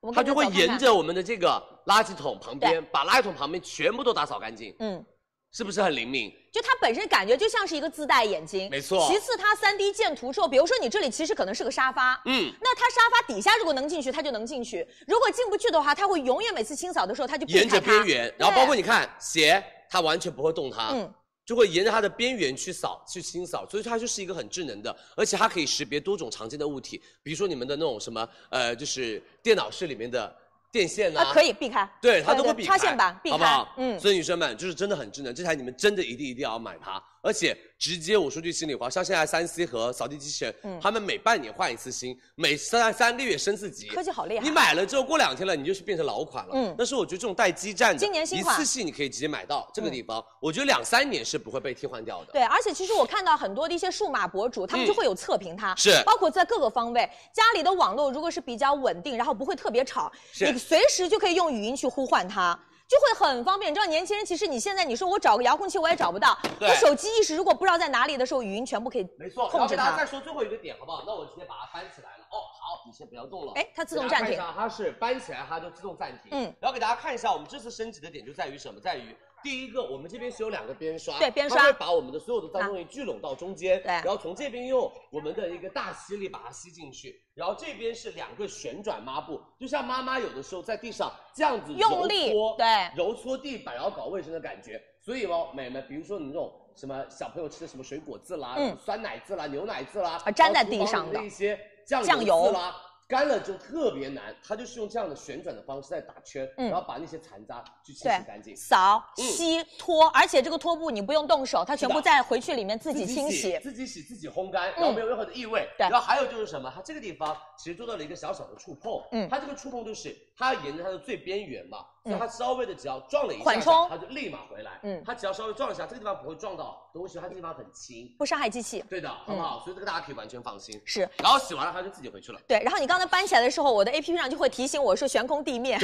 [SPEAKER 8] 我们
[SPEAKER 6] 它
[SPEAKER 8] 跟
[SPEAKER 6] 就会
[SPEAKER 8] 走看看
[SPEAKER 6] 沿着我们的这个垃圾桶旁边，把垃圾桶旁边全部都打扫干净，
[SPEAKER 8] 嗯，
[SPEAKER 6] 是不是很灵敏？
[SPEAKER 8] 就它本身感觉就像是一个自带眼睛，
[SPEAKER 6] 没错
[SPEAKER 8] 其次，它 3D 建图之后，比如说你这里其实可能是个沙发。
[SPEAKER 6] 嗯，
[SPEAKER 8] 那它沙发底下如果能进去，它就能进去；如果进不去的话，它会永远每次清扫的时候，它就避开
[SPEAKER 6] 沿着
[SPEAKER 8] 它
[SPEAKER 6] 边缘，啊然后包括
[SPEAKER 8] 对
[SPEAKER 6] 你看鞋，它完全不会动它，
[SPEAKER 8] 嗯
[SPEAKER 6] 就会沿着它的边缘去扫、去清扫，所以它就是一个很智能的，而且它可以识别多种常见的物体，比如说你们的那种什么，呃，就是电脑室里面的电线呐、
[SPEAKER 8] 啊，可以避开。
[SPEAKER 6] 对，它都会
[SPEAKER 8] 对
[SPEAKER 6] 避开，
[SPEAKER 8] 插线板避
[SPEAKER 6] 好不
[SPEAKER 8] 开
[SPEAKER 6] 好？嗯，
[SPEAKER 8] 嗯
[SPEAKER 6] 所以女生们就是真的很智能，这台你们真的一定一定要买它，而且直接我说句心里话，像现在三 C 和扫地机器人，
[SPEAKER 8] 嗯
[SPEAKER 6] 他们每半年换一次新，每三三个月升四级，
[SPEAKER 8] 科技好厉害
[SPEAKER 6] 你买了之后过两天了，你就是变成老款了。嗯
[SPEAKER 8] 嗯，
[SPEAKER 6] 但是我觉得这种带基站的，
[SPEAKER 8] 今年新款嗯
[SPEAKER 6] 一次性你可以直接买到这个地方，我觉得两三年是不会被替换掉的。
[SPEAKER 8] 对，而且其实我看到很多的一些数码博主，他们就会有测评它，
[SPEAKER 6] 嗯是
[SPEAKER 8] 包括在各个方位，家里的网络如果是比较稳定，然后不会特别吵，
[SPEAKER 6] 是
[SPEAKER 8] 你随时就可以用语音去呼唤它。就会很方便，你知道年轻人其实你现在你说我找个遥控器我也找不到，
[SPEAKER 6] *laughs* 对
[SPEAKER 8] 我手机一时如果不知道在哪里的时候，语音全部可以
[SPEAKER 6] 没错，然
[SPEAKER 8] 控
[SPEAKER 6] 后
[SPEAKER 8] 制
[SPEAKER 6] 给大家
[SPEAKER 8] 它
[SPEAKER 6] 再。说最后一个点好不好？那我直接把它翻起来了。哦，好，你先不要动了。
[SPEAKER 8] 哎，它自动
[SPEAKER 6] 给大家
[SPEAKER 8] 暂
[SPEAKER 6] 看一
[SPEAKER 8] 停
[SPEAKER 6] 下，啊，它是搬起来它就自动暂停。嗯
[SPEAKER 8] 嗯，
[SPEAKER 6] 然后给大家看一下，我们这次升级的点就在于什么？在于第一个，我们这边是有两个边刷，
[SPEAKER 8] 对边刷啊
[SPEAKER 6] 它会把我们的所有的脏东西聚拢到中间，
[SPEAKER 8] 对
[SPEAKER 6] 然后从这边用我们的一个大吸力把它吸进去，然后这边是两个旋转抹布，就像妈妈有的时候在地上这样子
[SPEAKER 8] 用力
[SPEAKER 6] 揉搓
[SPEAKER 8] 对
[SPEAKER 6] 揉搓地板，然后搞卫生的感觉。所以哦，美们，比如说你那种什么小朋友吃的什么水果渍啦、
[SPEAKER 8] 嗯
[SPEAKER 6] 酸奶渍啦、牛奶渍啦，
[SPEAKER 8] 啊粘
[SPEAKER 6] 然
[SPEAKER 8] 在
[SPEAKER 6] 后厨
[SPEAKER 8] 地
[SPEAKER 6] 房
[SPEAKER 8] 上
[SPEAKER 6] 里
[SPEAKER 8] 的
[SPEAKER 6] 面一些酱
[SPEAKER 8] 酱
[SPEAKER 6] 油
[SPEAKER 8] 油
[SPEAKER 6] 渍啦，干了之后特别难，它就是用这样的旋转的方式在打圈，
[SPEAKER 8] 嗯
[SPEAKER 6] 然后把那些残渣去清
[SPEAKER 8] 对
[SPEAKER 6] 洗干净，。
[SPEAKER 8] 扫、
[SPEAKER 6] 嗯
[SPEAKER 8] 吸、拖，而且这个拖布你不用动手，它全部
[SPEAKER 6] 是的
[SPEAKER 8] 再回去里面自己清洗。嗯
[SPEAKER 6] 自己洗，自己烘干，然后没有任何的异味。
[SPEAKER 8] 对
[SPEAKER 6] 然后还有就是什么，它这个地方其实做到了一个小小的触碰，
[SPEAKER 8] 嗯
[SPEAKER 6] 它这个触碰就是它沿着它的最边缘嘛，
[SPEAKER 8] 嗯
[SPEAKER 6] 所以它稍微的只要撞了一下，
[SPEAKER 8] 缓冲
[SPEAKER 6] 它就立马回来，
[SPEAKER 8] 嗯
[SPEAKER 6] 它只要稍微撞一下，这个地方不会撞到东西，它这个地方很轻，
[SPEAKER 8] 不伤害机器。
[SPEAKER 6] 对的，好不
[SPEAKER 8] 嗯
[SPEAKER 6] 好？所以这个大家可以完全放心。
[SPEAKER 8] 是
[SPEAKER 6] 然后洗完了，它就自己回去了。
[SPEAKER 8] 对，然后你刚才搬起来的时候，我的 A P P 上就会提醒我说悬空地面。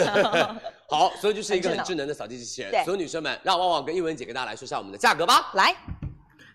[SPEAKER 6] 好，所以就是一个
[SPEAKER 8] 很
[SPEAKER 6] 很
[SPEAKER 8] 智
[SPEAKER 6] 智能的扫地机器人
[SPEAKER 8] 对。
[SPEAKER 6] 所有女生们，让旺旺跟一文姐给大家来说一下我们的价格吧。
[SPEAKER 8] *laughs* 来，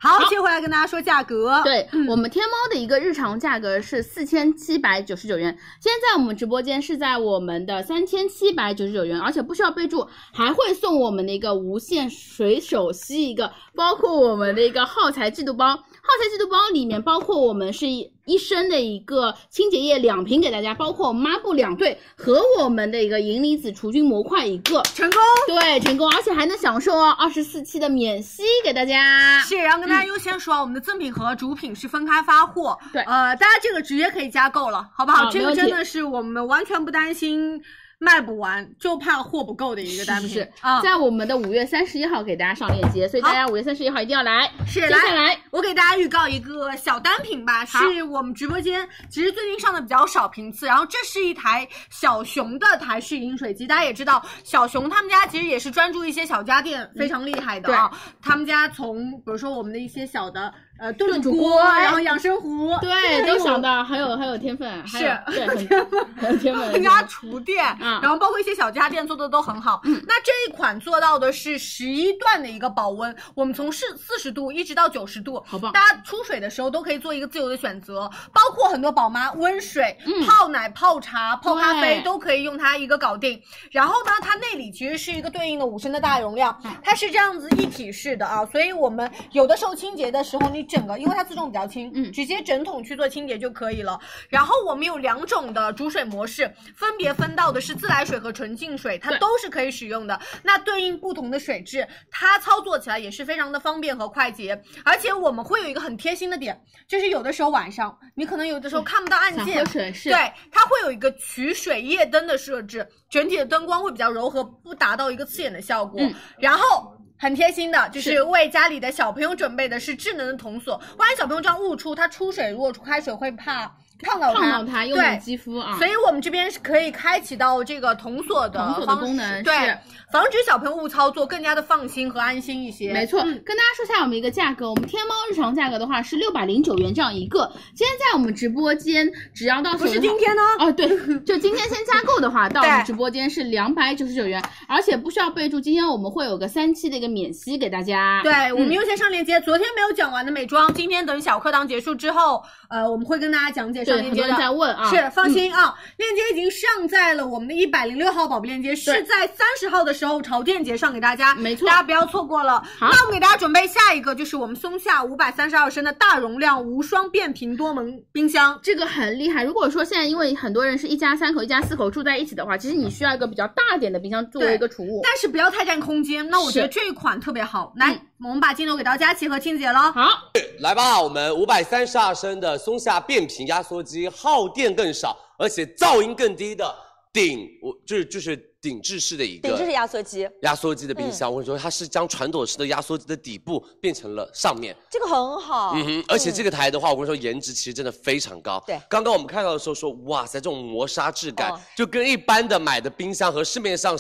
[SPEAKER 5] 好，接回来跟大家说价格。
[SPEAKER 9] 对、我们天猫的一个日常价格是四千七百九十九元，现在我们直播间是在我们的三千七百九十九元，而且不需要备注，还会送我们的一个无线水手吸一个，包括我们的一个耗材制度包，耗材制度包里面包括我们是一一升的一个清洁液两瓶给大家，包括抹布两对和我们的一个银离子除菌模块一个，
[SPEAKER 5] 成功
[SPEAKER 9] *laughs* 对，成功，而且还能享受哦二十四期的免息给大家。
[SPEAKER 5] *laughs* 是，然后跟大家优先说啊，我们的赠品和主品是分开发货。
[SPEAKER 9] 嗯对
[SPEAKER 5] 呃，大家这个直接可以加购了，好不好？
[SPEAKER 9] 啊
[SPEAKER 5] 这
[SPEAKER 9] 没
[SPEAKER 5] 个
[SPEAKER 9] 问题
[SPEAKER 5] 真的是我们完全不担心卖不完，就怕货不够的一个单品
[SPEAKER 9] 是嗯是
[SPEAKER 5] 啊。
[SPEAKER 9] 在我们的五月三十一号给大家上链接，所以大家五月三十一号一定要来。
[SPEAKER 5] 是，
[SPEAKER 9] 接
[SPEAKER 5] 来
[SPEAKER 9] 下来
[SPEAKER 5] 我给大家预告一个小单品吧，
[SPEAKER 9] 好
[SPEAKER 5] 是我们直播间其实最近上的比较少频次。然后这是一台小熊的台式饮水机，大家也知道，小熊他们家其实也是专注一些小家电，非常厉害的啊。他们家从比如说我们的一些小的呃炖
[SPEAKER 9] 炖
[SPEAKER 5] 煮
[SPEAKER 9] 煮
[SPEAKER 5] 锅，
[SPEAKER 9] 锅
[SPEAKER 5] 然后养生壶，
[SPEAKER 9] 对，都想到很有很有天分，啊还有
[SPEAKER 5] 是
[SPEAKER 9] 对， *laughs* 很很有天分。
[SPEAKER 5] 们
[SPEAKER 9] *laughs* 很有天
[SPEAKER 5] 家
[SPEAKER 9] 分
[SPEAKER 5] 厨电，
[SPEAKER 9] 嗯
[SPEAKER 5] 然后包括一些小家电做的都很好。那这一款做到的是十一段的一个保温，我们从四四十度一直到九十度，
[SPEAKER 9] 好棒
[SPEAKER 5] 大家出水的时候都可以做一个自由的选择，包括很多宝妈温水、
[SPEAKER 9] 嗯
[SPEAKER 5] 泡奶、泡茶、泡咖啡
[SPEAKER 9] 对
[SPEAKER 5] 都可以用它一个搞定。然后呢，它内里其实是一个对应的五升的大容量，
[SPEAKER 9] 嗯
[SPEAKER 5] 它是这样子一体式的啊，所以我们有的时候清洁的时候，你整个因为它自重比较轻，
[SPEAKER 9] 嗯
[SPEAKER 5] 直接整桶去做清洁就可以了。然后我们有两种的煮水模式，分别分到的是自来水和纯净水，它
[SPEAKER 9] 对
[SPEAKER 5] 都是可以使用的。那对应不同的水质，它操作起来也是非常的方便和快捷。而且我们会有一个很贴心的点，就是有的时候晚上你可能有的时候看不到按
[SPEAKER 9] 想
[SPEAKER 5] 键
[SPEAKER 9] 喝，水是，
[SPEAKER 5] 对，它会有一个取水夜灯的设置，整体的灯光会比较柔和，不达到一个刺眼的效果。
[SPEAKER 9] 嗯
[SPEAKER 5] 然后。很贴心的，就是
[SPEAKER 9] 是
[SPEAKER 5] 为家里的小朋友准备的是智能的童锁，万一小朋友这样误触，他出水如果开水会怕烫到
[SPEAKER 9] 烫
[SPEAKER 5] 他，
[SPEAKER 9] 到它用
[SPEAKER 5] 对
[SPEAKER 9] 你肌肤啊
[SPEAKER 5] 所。以我们这边是可以开启到这个童锁的
[SPEAKER 9] 童锁的
[SPEAKER 5] 方式
[SPEAKER 9] 功能
[SPEAKER 5] 对
[SPEAKER 9] 是，
[SPEAKER 5] 防止小朋友误操作，更加的放心和安心一些。
[SPEAKER 9] 没错，跟大家说一下我们一个价格，我们天猫日常价格的话是六百零九元这样一个。今天在我们直播间，只要到
[SPEAKER 5] 不是
[SPEAKER 9] 手的话
[SPEAKER 5] 今天呢，
[SPEAKER 9] 哦，对，就今天先加购的话，到我们
[SPEAKER 5] 对
[SPEAKER 9] 直播间是两百九十九元，而且不需要备注，今天我们会有个三期的一个免息给大家。
[SPEAKER 5] 对，我们优先上链接。昨天没有讲完的美妆，今天等小课堂结束之后，呃，我们会跟大家讲解上
[SPEAKER 9] 对，
[SPEAKER 5] 链
[SPEAKER 9] 很
[SPEAKER 5] 接
[SPEAKER 9] 多人在
[SPEAKER 5] 的。
[SPEAKER 9] 问啊，
[SPEAKER 5] 是，放心啊，链接已经上在了我们的一百零六号宝贝链接，是在三十号的时候潮店节上给大家，
[SPEAKER 9] 没错
[SPEAKER 5] 大家不要错过了。
[SPEAKER 9] 好
[SPEAKER 5] 那我们给大家准备下一个，就是我们松下五百三十二升的大容量无双变频多门冰箱，
[SPEAKER 9] 这个很厉害。如果说现在因为很多人是一家三口、一家四口住在一起的话，其实你需要一个比较大点的冰箱作为一个储物。
[SPEAKER 5] 但是不要太占空间。那我觉得
[SPEAKER 9] 是嗯
[SPEAKER 5] 这一款特别好，来，
[SPEAKER 3] 嗯
[SPEAKER 5] 我们把镜头给到佳琪和静姐了。
[SPEAKER 9] 好，
[SPEAKER 6] 来吧，我们五百三十二升的松下变频压缩机，耗电更少，而且噪音更低的顶，我就是就是顶置式的一
[SPEAKER 8] 顶这是
[SPEAKER 6] 个
[SPEAKER 8] 压嗯缩机，
[SPEAKER 6] 压缩机的冰箱。我跟你说，它是将传统式的压缩机的底部变成了上面。
[SPEAKER 8] 这个很好。
[SPEAKER 6] 嗯哼，而且这个台的话，我跟你说，颜值其实真的非常高。
[SPEAKER 8] 对
[SPEAKER 6] 刚刚我们看到的时候说，哇塞，这种磨砂质感、
[SPEAKER 8] 哦
[SPEAKER 6] 就跟一般的买的冰箱和市面上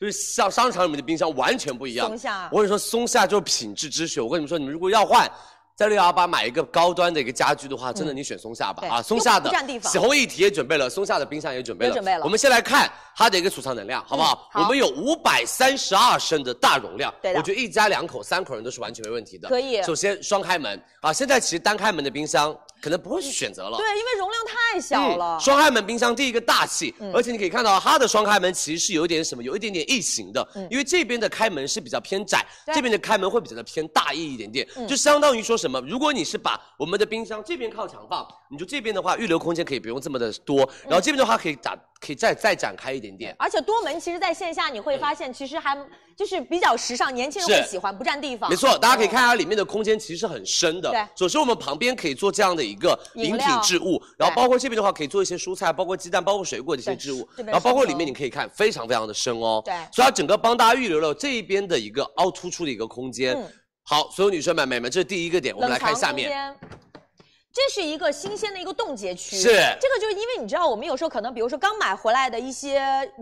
[SPEAKER 6] 就是像商场里面的冰箱完全不一样。
[SPEAKER 8] 松下
[SPEAKER 6] 我跟你说，松下就是品质之选。我跟你们说，你们如果要换。在六幺八买一个高端的一个家居的话，真的你选松下吧、
[SPEAKER 8] 嗯对
[SPEAKER 6] 啊！松下的
[SPEAKER 8] 又不占地方
[SPEAKER 6] 洗烘一体也准备了，松下的冰箱也准备了。
[SPEAKER 8] 也准备了
[SPEAKER 6] 我们先来看它的一个储藏能量，好不好？
[SPEAKER 8] 嗯好
[SPEAKER 6] 我们有五百三十二升的大容量，
[SPEAKER 8] 对的
[SPEAKER 6] 我觉得一家两口、三口人都是完全没问题的。
[SPEAKER 8] 可以
[SPEAKER 6] 首先双开门啊，现在其实单开门的冰箱可能不会去选择了。
[SPEAKER 8] 对，因为容量太小了
[SPEAKER 6] 嗯。双开门冰箱第一个大气，
[SPEAKER 8] 嗯
[SPEAKER 6] 而且你可以看到它的双开门其实是有一点什么，有一点点异形的，
[SPEAKER 8] 嗯
[SPEAKER 6] 因为这边的开门是比较偏窄，
[SPEAKER 8] 对
[SPEAKER 6] 这边的开门会比较的偏大一一点点，
[SPEAKER 8] 嗯
[SPEAKER 6] 就相当于说什么，如果你是把我
[SPEAKER 8] 嗯
[SPEAKER 6] 们的冰箱这边靠墙放，你就这边的话预留空间可以不用这么的多，然后这边的话可以打。可以再再展开一点点。
[SPEAKER 8] 而且多门其实在线下你会发现，其实还就是比较时尚，年轻人会
[SPEAKER 6] 是
[SPEAKER 8] 喜欢，不占地方。哦
[SPEAKER 6] 没错，大家可以看它里面的空间其实是很深的。
[SPEAKER 8] 对
[SPEAKER 6] 首先我们旁边可以做这样的一个饮
[SPEAKER 8] 饮
[SPEAKER 6] 品
[SPEAKER 8] 料
[SPEAKER 6] 置物，然后包括这边的话可以做一些蔬菜，包括鸡蛋，包括水果的一些
[SPEAKER 8] 对
[SPEAKER 6] 置物，
[SPEAKER 8] 这边
[SPEAKER 6] 然后包括
[SPEAKER 8] 是
[SPEAKER 6] 里面你
[SPEAKER 8] 有
[SPEAKER 6] 可以看非常非常的深哦。
[SPEAKER 8] 对
[SPEAKER 6] 所以它整个帮大家预留了这一边的一个凹突出的一个空间。
[SPEAKER 8] 嗯
[SPEAKER 6] 好，所有女生们、美们，这是第一个点，我们来看下面。
[SPEAKER 8] 冷藏空间。这是一个新鲜的一个冻结区，
[SPEAKER 6] 是
[SPEAKER 8] 这个就是因为你知道，我们有时候可能比如说刚买回来的一些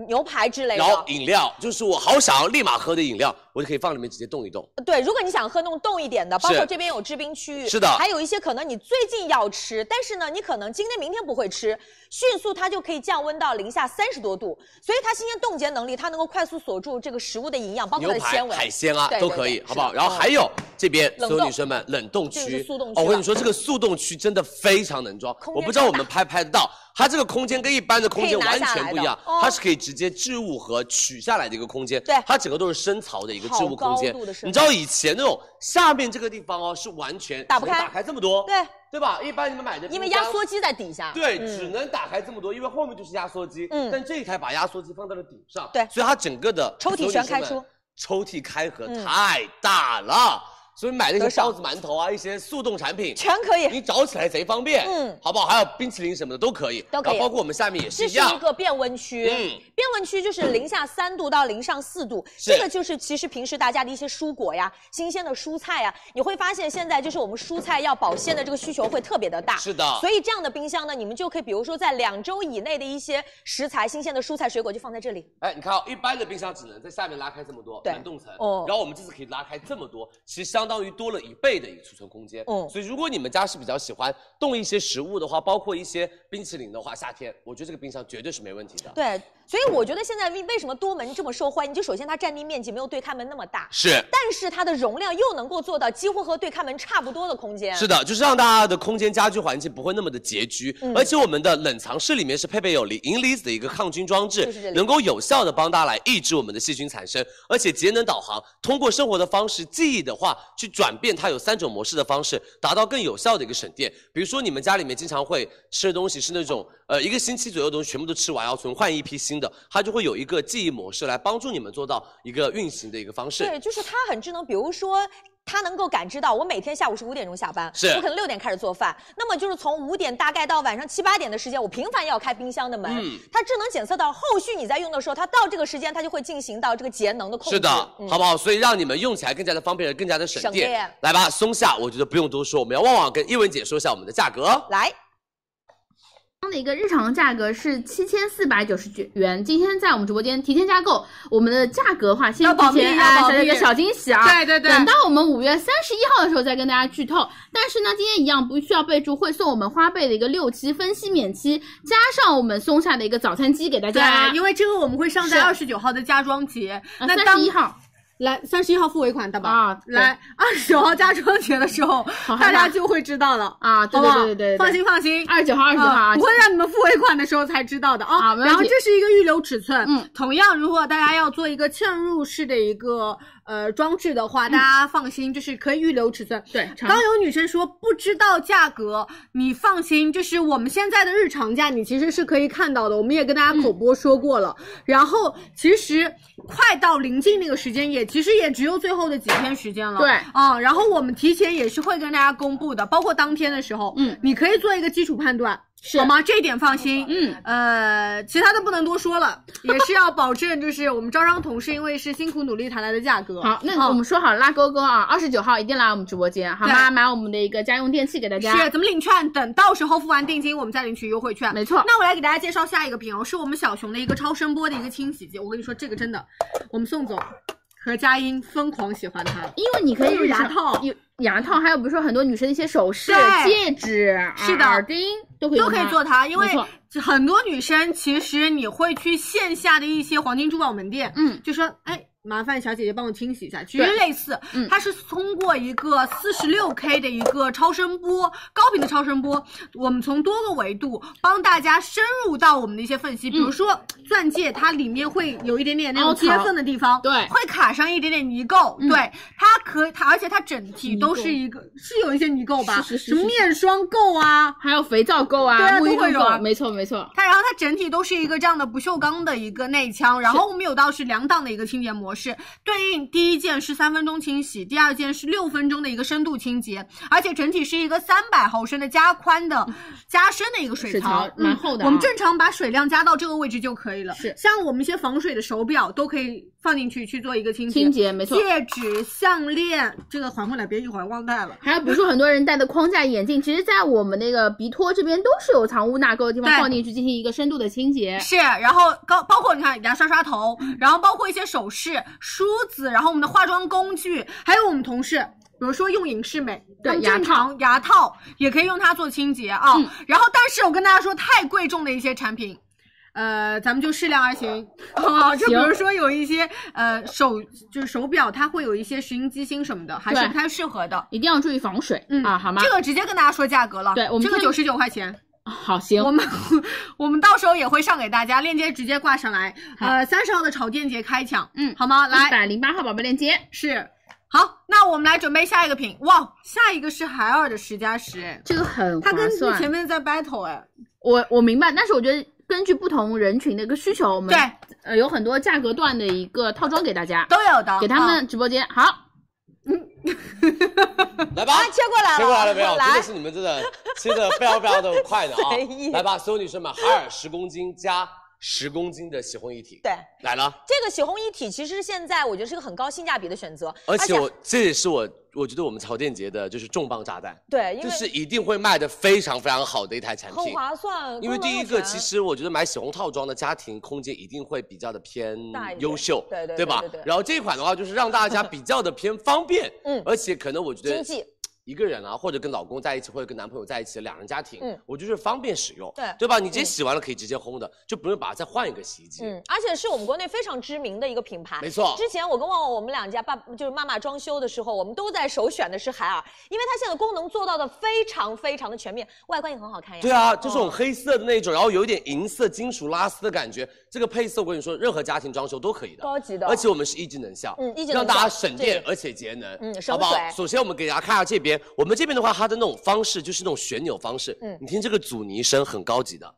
[SPEAKER 8] 牛排之类
[SPEAKER 6] 然后
[SPEAKER 8] 的，
[SPEAKER 6] 饮料就是我好想要立马喝的饮料，我就可以放里面直接冻一冻。
[SPEAKER 8] 对，如果你想喝那种冻一点的，包
[SPEAKER 6] 是
[SPEAKER 8] 括这边有制冰区域，
[SPEAKER 6] 是的
[SPEAKER 8] 还有一些可能你最近要吃，但是呢，你可能今天明天不会吃，迅速它就可以降温到零下三十多度，所以它新鲜冻结能力，它能够快速锁住这个食物的营养，包括
[SPEAKER 6] 牛
[SPEAKER 8] 它的
[SPEAKER 6] 排
[SPEAKER 8] 纤、维。
[SPEAKER 6] 海鲜啊
[SPEAKER 8] 对
[SPEAKER 6] 都
[SPEAKER 8] 对
[SPEAKER 6] 可
[SPEAKER 8] 对
[SPEAKER 6] 以，
[SPEAKER 8] 是
[SPEAKER 6] 好不好？
[SPEAKER 8] 的嗯
[SPEAKER 6] 然后还有这边
[SPEAKER 8] 冷
[SPEAKER 6] 所有女
[SPEAKER 8] 冻
[SPEAKER 6] 生们冷冻
[SPEAKER 8] 这个
[SPEAKER 6] 区
[SPEAKER 8] 是速冻，区
[SPEAKER 6] 哦我跟你
[SPEAKER 8] 了
[SPEAKER 6] 说，这个速冻区真的非常能装，
[SPEAKER 8] 空
[SPEAKER 6] 我
[SPEAKER 8] 间
[SPEAKER 6] 不知道
[SPEAKER 8] 超
[SPEAKER 6] 我们拍拍得到，它这个空间跟一般的空间
[SPEAKER 8] 可以拿
[SPEAKER 6] 完
[SPEAKER 8] 下
[SPEAKER 6] 全
[SPEAKER 8] 来
[SPEAKER 6] 不一
[SPEAKER 8] 的
[SPEAKER 6] 样
[SPEAKER 8] 哦，
[SPEAKER 6] 它是可以直接置物和取下来的一个空间，
[SPEAKER 8] 对
[SPEAKER 6] 它整个都是深槽的一个置物空间
[SPEAKER 8] 好高度的。深
[SPEAKER 6] 你知道以前那种下面这个地方哦是完全
[SPEAKER 8] 打不
[SPEAKER 6] 只能
[SPEAKER 8] 开
[SPEAKER 6] 打开这么多，
[SPEAKER 8] 对，
[SPEAKER 6] 对吧？一般你们买的
[SPEAKER 8] 因为
[SPEAKER 6] 冰
[SPEAKER 8] 压
[SPEAKER 6] 箱
[SPEAKER 8] 缩机在底下。
[SPEAKER 6] 对，
[SPEAKER 8] 嗯
[SPEAKER 6] 只能打开这么多，因为后面就是压缩机。
[SPEAKER 8] 嗯
[SPEAKER 6] 但这一台把压缩机放到了顶上，
[SPEAKER 8] 对
[SPEAKER 6] 所以它整个的
[SPEAKER 8] 抽屉
[SPEAKER 6] 所有
[SPEAKER 8] 全
[SPEAKER 6] 女生
[SPEAKER 8] 开
[SPEAKER 6] 们
[SPEAKER 8] 出，
[SPEAKER 6] 抽屉开合
[SPEAKER 8] 嗯
[SPEAKER 6] 太大了，所以买那
[SPEAKER 8] 多
[SPEAKER 6] 些
[SPEAKER 8] 少
[SPEAKER 6] 包子、馒头啊，一些速冻产品，
[SPEAKER 8] 全可以。
[SPEAKER 6] 你找起来贼方便，
[SPEAKER 8] 嗯
[SPEAKER 6] 好不好？还有冰淇淋什么的都可以，
[SPEAKER 8] 都可
[SPEAKER 6] 然
[SPEAKER 8] 以
[SPEAKER 6] 后包括我们下面也是
[SPEAKER 8] 这
[SPEAKER 6] 一
[SPEAKER 8] 是
[SPEAKER 6] 样，
[SPEAKER 8] 一个变温区，
[SPEAKER 6] 嗯
[SPEAKER 8] 变温区就是零下三度到零上四度，
[SPEAKER 6] 是
[SPEAKER 8] 这个就是其实平时大家的一些蔬果呀、新鲜的蔬菜呀，你会发现现在就是我们蔬菜要保鲜的这个需求会特别的大，
[SPEAKER 6] 是的
[SPEAKER 8] 所以这样的冰箱呢，你们就可以比如说在两周以内的一些食材、新鲜的蔬菜水果就放在这里，
[SPEAKER 6] 哎，你看哦，一般的冰箱只能在下面拉开这么多
[SPEAKER 8] 对
[SPEAKER 6] 冷冻层，
[SPEAKER 8] 哦
[SPEAKER 6] 然后我们这次可以拉开这么多，其实相当于多了一倍的一个储存空间，
[SPEAKER 8] 哦
[SPEAKER 6] 所以如果你们家是比较喜欢冻一些食物的话，包括一些冰淇淋的话，夏天我觉得这个冰箱绝对是没问题的。
[SPEAKER 8] 对，所以我觉得现在为为什么多门这么受欢迎，就首先它占地面积没有对开门那么大，
[SPEAKER 6] 是
[SPEAKER 8] 但是它的容量又能够做到几乎和对开门差不多的空间，
[SPEAKER 6] 是的，就是让大家的空间家居环境不会那么的拮据，
[SPEAKER 8] 嗯
[SPEAKER 6] 而且我们的冷藏室里面是配备有磷银离子的一个抗菌装置，
[SPEAKER 8] 就是这里
[SPEAKER 6] 能够有效的帮大家来抑制我们的细菌产生，而且节能导航，通过生活的方式记忆的话去转变它有三种模式的方式，达到更有效的一个省电。比如说你们家里面经常会吃的东西是那种呃一个星期左右的东西全部都吃完，要存换一批新的，它就会有一个记忆模式来帮助你们做到一个运行的一个方式。
[SPEAKER 8] 对，就是它很智能。比如说，它能够感知到我每天下午是五点钟下班，
[SPEAKER 6] 是
[SPEAKER 8] 我可能六点开始做饭，那么就是从五点大概到晚上七八点的时间，我频繁要开冰箱的门。
[SPEAKER 6] 嗯
[SPEAKER 8] 它智能检测到后续你在用的时候，它到这个时间它就会进行到这个节能的控制。
[SPEAKER 6] 是的，
[SPEAKER 8] 嗯
[SPEAKER 6] 好不好？所以让你们用起来更加的方便，更加的省
[SPEAKER 8] 省
[SPEAKER 6] 电。
[SPEAKER 8] 电
[SPEAKER 6] 来吧，松下，我觉得不用多说，我们要旺旺跟一文姐说一下我们的价
[SPEAKER 8] *laughs*
[SPEAKER 6] 格。
[SPEAKER 8] 来，
[SPEAKER 7] 它的一个日常价格是七千四百九十元，今天在我们直播间提前加购，我们的价格的话先
[SPEAKER 5] 要保
[SPEAKER 7] 提
[SPEAKER 5] 密
[SPEAKER 7] 前
[SPEAKER 5] 要
[SPEAKER 7] 哎，
[SPEAKER 5] 保
[SPEAKER 7] 小一个
[SPEAKER 5] 密
[SPEAKER 7] 小惊喜啊！
[SPEAKER 5] 对对对
[SPEAKER 7] 等到我们五月三十一号的时候再跟大家剧透。但是呢，今天一样不需要备注，会送我们花呗的一个六期分期免期，加上我们松下的一个早餐机给大家。
[SPEAKER 5] 对，因为这个我们会上在二十九号的嫁妆节，那
[SPEAKER 7] 三
[SPEAKER 5] 当
[SPEAKER 7] 十一号，
[SPEAKER 5] 来三十一号付尾款，大宝
[SPEAKER 7] 啊对
[SPEAKER 5] 来二十九号嫁妆节的时候，
[SPEAKER 7] 害
[SPEAKER 5] 大
[SPEAKER 7] 怕
[SPEAKER 5] 家就会知道了
[SPEAKER 7] 啊对
[SPEAKER 5] 好不好
[SPEAKER 7] 对对对对对
[SPEAKER 5] 放心放心，
[SPEAKER 7] 二十九号，二十九号啊
[SPEAKER 5] 嗯不！会让你们付尾款的时候才知道的啊。
[SPEAKER 7] 啊没问题
[SPEAKER 5] 然后这是一个预留尺寸，
[SPEAKER 7] 嗯，
[SPEAKER 5] 同样如果大家要做一个嵌入式的一个呃装置的话，大家放心，就是可以预留尺寸。
[SPEAKER 7] 嗯对，长
[SPEAKER 5] 刚有女生说不知道价格，你放心，就是我们现在的日常价，你其实是可以看到的。我们也跟大家
[SPEAKER 7] 嗯
[SPEAKER 5] 口播说过了。然后其实快到临近那个时间也，其实也只有最后的几天时间了。
[SPEAKER 7] 对
[SPEAKER 5] 啊、然后我们提前也是会跟大家公布的，包括当天的时候，
[SPEAKER 7] 嗯，
[SPEAKER 5] 你可以做一个基础判断。
[SPEAKER 7] 是
[SPEAKER 5] 好吗？这一点放心。
[SPEAKER 7] 嗯，
[SPEAKER 5] 呃，其他的不能多说了， *laughs* 也是要保证，就是我们招商同事，因为是辛苦努力谈来的价格。
[SPEAKER 7] 好，那
[SPEAKER 5] 嗯
[SPEAKER 7] 我们说好了拉勾勾啊，二十九号一定来我们直播间，好吗？
[SPEAKER 5] 对
[SPEAKER 7] 买我们的一个家用电器给大家。
[SPEAKER 5] 是，怎么领券？等到时候付完定金，我们再领取优惠券。
[SPEAKER 7] 没错
[SPEAKER 5] 那我来给大家介绍下一个品哦，是我们小熊的一个超声波的一个清洗剂。我跟你说，这个真的，我们宋总和佳音疯狂喜欢它。
[SPEAKER 7] 因为你可以
[SPEAKER 5] 就是
[SPEAKER 7] 日
[SPEAKER 5] 牙
[SPEAKER 7] 常
[SPEAKER 5] 套
[SPEAKER 7] 有牙套，还有比如说很多女生的一些首饰、
[SPEAKER 5] 对
[SPEAKER 7] 戒指、
[SPEAKER 5] 是的
[SPEAKER 7] 耳钉都可以
[SPEAKER 5] 都
[SPEAKER 7] 用啊
[SPEAKER 5] 可以
[SPEAKER 7] 它
[SPEAKER 5] 做它，因为
[SPEAKER 7] 没错
[SPEAKER 5] 很多女生其实你会去线下的一些黄金珠宝门店，
[SPEAKER 7] 嗯，
[SPEAKER 5] 就说哎，麻烦小姐姐帮我清洗一下，其实类似，
[SPEAKER 7] 嗯
[SPEAKER 5] 它是通过一个四十六 K 的一个超声波，高频的超声波，我们从多个维度帮大家深入到我们的一些分析，比如说钻戒，它里面会有一点点那种
[SPEAKER 7] 嗯凹槽
[SPEAKER 5] 接缝的地方，
[SPEAKER 7] 对
[SPEAKER 5] 会卡上一点点泥垢，
[SPEAKER 7] 嗯
[SPEAKER 5] 对，它可它，而且它整体
[SPEAKER 7] 泥
[SPEAKER 5] 都
[SPEAKER 7] 垢
[SPEAKER 5] 是一个是有一些泥垢吧，
[SPEAKER 7] 是是是
[SPEAKER 5] 什么
[SPEAKER 7] 是
[SPEAKER 5] 面霜垢啊，
[SPEAKER 7] 还有肥皂垢啊，
[SPEAKER 5] 对啊
[SPEAKER 7] 沐浴
[SPEAKER 5] 都会
[SPEAKER 7] 露
[SPEAKER 5] 有啊
[SPEAKER 7] 垢，没错没错，
[SPEAKER 5] 它然后它整体都是一个这样的不锈钢的一个内腔，然后我们有到是两档的一个清洁模式，对应第一件是三分钟清洗，第二件是六分钟的一个深度清洁，而且整体是一个三百毫升的加宽的加深的一个水
[SPEAKER 7] 嗯水槽
[SPEAKER 5] 嗯
[SPEAKER 7] 蛮厚的啊
[SPEAKER 5] 我们正常把水量加到这个位置就可以了。
[SPEAKER 7] 是
[SPEAKER 5] 像我们一些防水的手表都可以放进去去做一个清洁。
[SPEAKER 7] 清洁没错。
[SPEAKER 5] 戒指、项链，这个还回来，别一会儿忘带了。
[SPEAKER 7] 还有比如说很多人戴的框架眼镜，其实，在我们那个鼻托这边都是有藏污纳垢的地方，
[SPEAKER 5] 对
[SPEAKER 7] 放进去进行一个深度的清洁。
[SPEAKER 5] 是，然后高包括你看牙刷刷头，
[SPEAKER 7] 嗯
[SPEAKER 5] 然后包括一些首饰、梳子，然后我们的化妆工具，还有我们同事。比如说用隐适美，
[SPEAKER 7] 对
[SPEAKER 5] 他们
[SPEAKER 7] 牙
[SPEAKER 5] 正常牙套也可以用它做清洁啊。
[SPEAKER 7] 嗯
[SPEAKER 5] 然后，但是我跟大家说，太贵重的一些产品，呃，咱们就适量而行，好
[SPEAKER 7] *laughs*
[SPEAKER 5] 不好？就比如
[SPEAKER 7] 呃行
[SPEAKER 5] 说有一些呃手就是手表，它会有一些石英基芯什么的，还是
[SPEAKER 7] 对
[SPEAKER 5] 不太适合的。
[SPEAKER 7] 一定要注意防水、
[SPEAKER 5] 嗯
[SPEAKER 7] 啊，好吗？
[SPEAKER 5] 这个直接跟大家说价格了，
[SPEAKER 7] 对我们
[SPEAKER 5] 这个
[SPEAKER 7] 今天
[SPEAKER 5] 九十九块钱。
[SPEAKER 7] 好行
[SPEAKER 5] 我，们我们到时候也会上给大家，链接直接挂上来。
[SPEAKER 7] 好
[SPEAKER 5] 呃，三十号的潮店节开抢，
[SPEAKER 7] 嗯
[SPEAKER 5] 好吗？
[SPEAKER 7] 一
[SPEAKER 5] 来，
[SPEAKER 7] 百零八号宝贝链接，
[SPEAKER 5] 是好，那我们来准备下一个品。哇，下一个是海尔的十加十，哎，
[SPEAKER 7] 这个很
[SPEAKER 5] 它
[SPEAKER 7] 划
[SPEAKER 5] 跟前
[SPEAKER 7] 算。
[SPEAKER 5] 面在 battle 哎，
[SPEAKER 7] 我我明白，但是我觉得根据不同人群的一个需求，我们
[SPEAKER 5] 对，
[SPEAKER 7] 呃有很多价格段的一个套装给大家，
[SPEAKER 5] 都有的，
[SPEAKER 7] 给他
[SPEAKER 5] 啊
[SPEAKER 7] 们直播间。好，
[SPEAKER 6] 来吧
[SPEAKER 8] 啊，，切过来了，
[SPEAKER 6] 切过来了没有？真
[SPEAKER 8] 来
[SPEAKER 6] 的是你们真的切的非常非常的快的啊
[SPEAKER 8] *laughs* 随意！
[SPEAKER 6] 来吧，所有女生们，海尔十公斤加十公斤的洗烘一体，
[SPEAKER 8] 对。
[SPEAKER 6] 来了，
[SPEAKER 8] 这个洗烘一体其实是现在我觉得是个很高性价比的选择，
[SPEAKER 6] 而且我这也是我我觉得我们潮店节的就是重磅炸弹，
[SPEAKER 8] 对，因
[SPEAKER 6] 就
[SPEAKER 8] 为
[SPEAKER 6] 是一定会卖的非常非常好的一台产
[SPEAKER 8] 很
[SPEAKER 6] 品。
[SPEAKER 8] 划算。
[SPEAKER 6] 因为
[SPEAKER 8] 功能
[SPEAKER 6] 第一
[SPEAKER 8] 又
[SPEAKER 6] 个，
[SPEAKER 8] 全
[SPEAKER 6] 其实我觉得买洗烘套装的家庭空间一定会比较的偏
[SPEAKER 8] 大一点
[SPEAKER 6] 优秀，
[SPEAKER 8] 对对对
[SPEAKER 6] 吧
[SPEAKER 8] 对对对
[SPEAKER 6] 然后这款的话，就是让大家比较的偏方便，
[SPEAKER 8] 嗯
[SPEAKER 6] 而且可能我觉得
[SPEAKER 8] 经济
[SPEAKER 6] 一个人啊，或者跟老公在一起，或者跟男朋友在一起，两人家庭，
[SPEAKER 8] 嗯
[SPEAKER 6] 我就是方便使用，
[SPEAKER 8] 对
[SPEAKER 6] 对吧？你直接洗完了可以直接烘的，就不用把它再换一个洗衣机。
[SPEAKER 8] 嗯，而且是我们国内非常知名的一个品牌，
[SPEAKER 6] 没错
[SPEAKER 8] 之前我跟旺旺我们两家爸就是妈妈装修的时候，我们都在首选的是海尔，因为它现在功能做到的非常非常的全面，外观也很好看呀。
[SPEAKER 6] 对啊，就这
[SPEAKER 8] 哦
[SPEAKER 6] 种黑色的那种，然后有一点银色金属拉丝的感觉，这个配色我跟你说，任何家庭装修都可以的，
[SPEAKER 8] 高级的
[SPEAKER 6] 而且我们是一机能效，
[SPEAKER 8] 嗯一机能效
[SPEAKER 6] 让大家省电
[SPEAKER 8] 这，个
[SPEAKER 6] 而且节能，
[SPEAKER 8] 嗯省
[SPEAKER 6] 好不好
[SPEAKER 8] 水？
[SPEAKER 6] 首先我们给大家看一下这边，我们这边的话，它的那种方式就是那种旋钮方式，
[SPEAKER 8] 嗯
[SPEAKER 6] 你听这个阻尼声很高级的。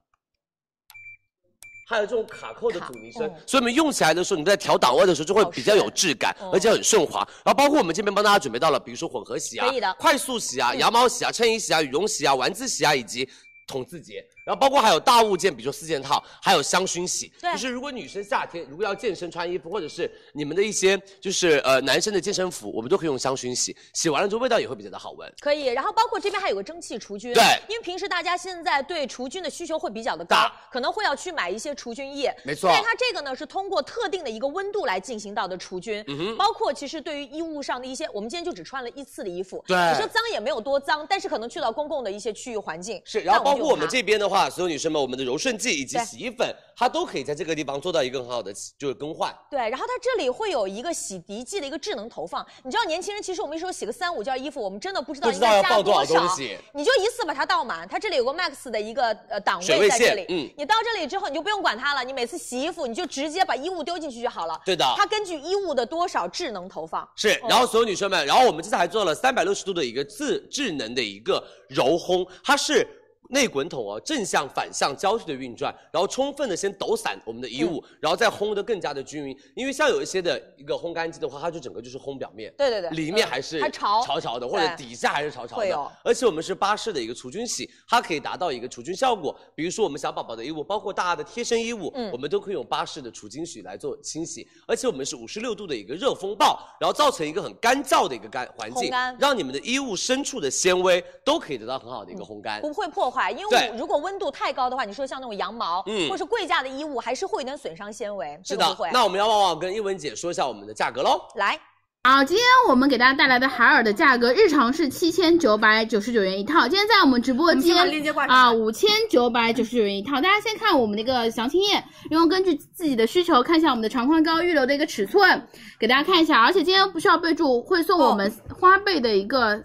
[SPEAKER 6] 还有这种卡扣的阻尼声
[SPEAKER 8] 卡嗯，
[SPEAKER 6] 所以我们用起来的时候，你在调档位的时候就会比较有质感
[SPEAKER 8] 好顺，嗯
[SPEAKER 6] 而且很顺滑。然后包括我们这边帮大家准备到了，比如说混合洗啊
[SPEAKER 8] 可以的、
[SPEAKER 6] 快速洗啊、羊毛洗啊、衬衣洗啊、羽绒洗啊、丸子洗啊，以及筒字节。然后包括还有大物件，比如说四件套，还有香薰洗。
[SPEAKER 8] 对
[SPEAKER 6] 就是如果女生夏天如果要健身穿衣服，或者是你们的一些就是呃男生的健身服，我们都可以用香薰洗，洗完了之后味道也会比较的好闻。
[SPEAKER 8] 可以，然后包括这边还有个蒸汽除菌，
[SPEAKER 6] 对
[SPEAKER 8] 因为平时大家现在对除菌的需求会比较的高
[SPEAKER 6] 大，
[SPEAKER 8] 可能会要去买一些除菌液，
[SPEAKER 6] 没错
[SPEAKER 8] 但是它这个呢是通过特定的一个温度来进行到的除菌，
[SPEAKER 6] 嗯
[SPEAKER 8] 包括其实对于衣物上的一些，我们今天就只穿了一次的衣服，
[SPEAKER 6] 对
[SPEAKER 8] 你说脏也没有多脏，但是可能去到公共的一些区域环境，
[SPEAKER 6] 是，然后
[SPEAKER 8] 那
[SPEAKER 6] 包括
[SPEAKER 8] 就用
[SPEAKER 6] 我们
[SPEAKER 8] 它
[SPEAKER 6] 这边的话，所有女生们，我们的柔顺剂以及
[SPEAKER 8] 对
[SPEAKER 6] 洗衣粉，它都可以在这个地方做到一个很好的就是更换。
[SPEAKER 8] 对，然后它这里会有一个洗涤剂的一个智能投放。你知道年轻人其实我们一说洗个三五件衣服，我们真的不知道
[SPEAKER 6] 不知
[SPEAKER 8] 应
[SPEAKER 6] 道
[SPEAKER 8] 该
[SPEAKER 6] 要
[SPEAKER 8] 加
[SPEAKER 6] 放多
[SPEAKER 8] 多
[SPEAKER 6] 少
[SPEAKER 8] 少
[SPEAKER 6] 东西
[SPEAKER 8] 你就一次把它倒满。它这里有个 max 的一个呃档
[SPEAKER 6] 水位
[SPEAKER 8] 位在这
[SPEAKER 6] 线
[SPEAKER 8] 里，
[SPEAKER 6] 嗯
[SPEAKER 8] 你到这里之后你就不用管它了，你每次洗衣服你就直接把衣物丢进去就好了。
[SPEAKER 6] 对的
[SPEAKER 8] 它根据衣物的多少智能投放。
[SPEAKER 6] 是，然后所有女生们，然后我们这次还做了三百六十度的一个自智能的一个柔烘，它是。内滚筒哦，正向、反向交替的运转，然后充分的先抖散我们的衣物，
[SPEAKER 8] 嗯
[SPEAKER 6] 然后再烘的更加的均匀。因为像有一些的一个烘干机的话，它就整个就是烘表面，
[SPEAKER 8] 对对对，
[SPEAKER 6] 里面
[SPEAKER 8] 嗯
[SPEAKER 6] 还是
[SPEAKER 8] 还潮
[SPEAKER 6] 潮潮的，或者
[SPEAKER 8] 对
[SPEAKER 6] 底下还是潮潮
[SPEAKER 8] 会有
[SPEAKER 6] 的。而且我们是巴氏的一个除菌洗，它可以达到一个除菌效果。比如说我们小宝宝的衣物，包括大家的贴身衣物，
[SPEAKER 8] 嗯
[SPEAKER 6] 我们都可以用巴氏的除菌洗来做清洗。而且我们是五十六度的一个热风暴，然后造成一个很干燥的一个干环
[SPEAKER 8] 烘
[SPEAKER 6] 境
[SPEAKER 8] 干，
[SPEAKER 6] 让你们的衣物深处的纤维都可以得到很好的一个烘干。
[SPEAKER 8] 不会破坏，因为
[SPEAKER 6] 对
[SPEAKER 8] 我如果温度太高的话，你说像那种羊毛，
[SPEAKER 6] 嗯
[SPEAKER 8] 或是贵价的衣物，还是会有点损伤纤维，
[SPEAKER 6] 是
[SPEAKER 8] 这个
[SPEAKER 6] 的
[SPEAKER 8] 不会，啊
[SPEAKER 6] 那我们要旺旺跟英文姐说一下我们的价格喽。
[SPEAKER 8] 来，
[SPEAKER 9] 好，今天我们给大家带来的海尔的价格，日常是七千九百九十九元一套。今天在我们直播
[SPEAKER 5] 我
[SPEAKER 9] 间
[SPEAKER 5] 们先把链接挂出来
[SPEAKER 9] 啊，五千九百九十九元一套。大家先看我们的一个详情页，然后根据自己的需求看一下我们的长宽高预留的一个尺寸，给大家看一下。而且今天不需要备注，会送我们
[SPEAKER 5] 哦
[SPEAKER 9] 花呗的一个、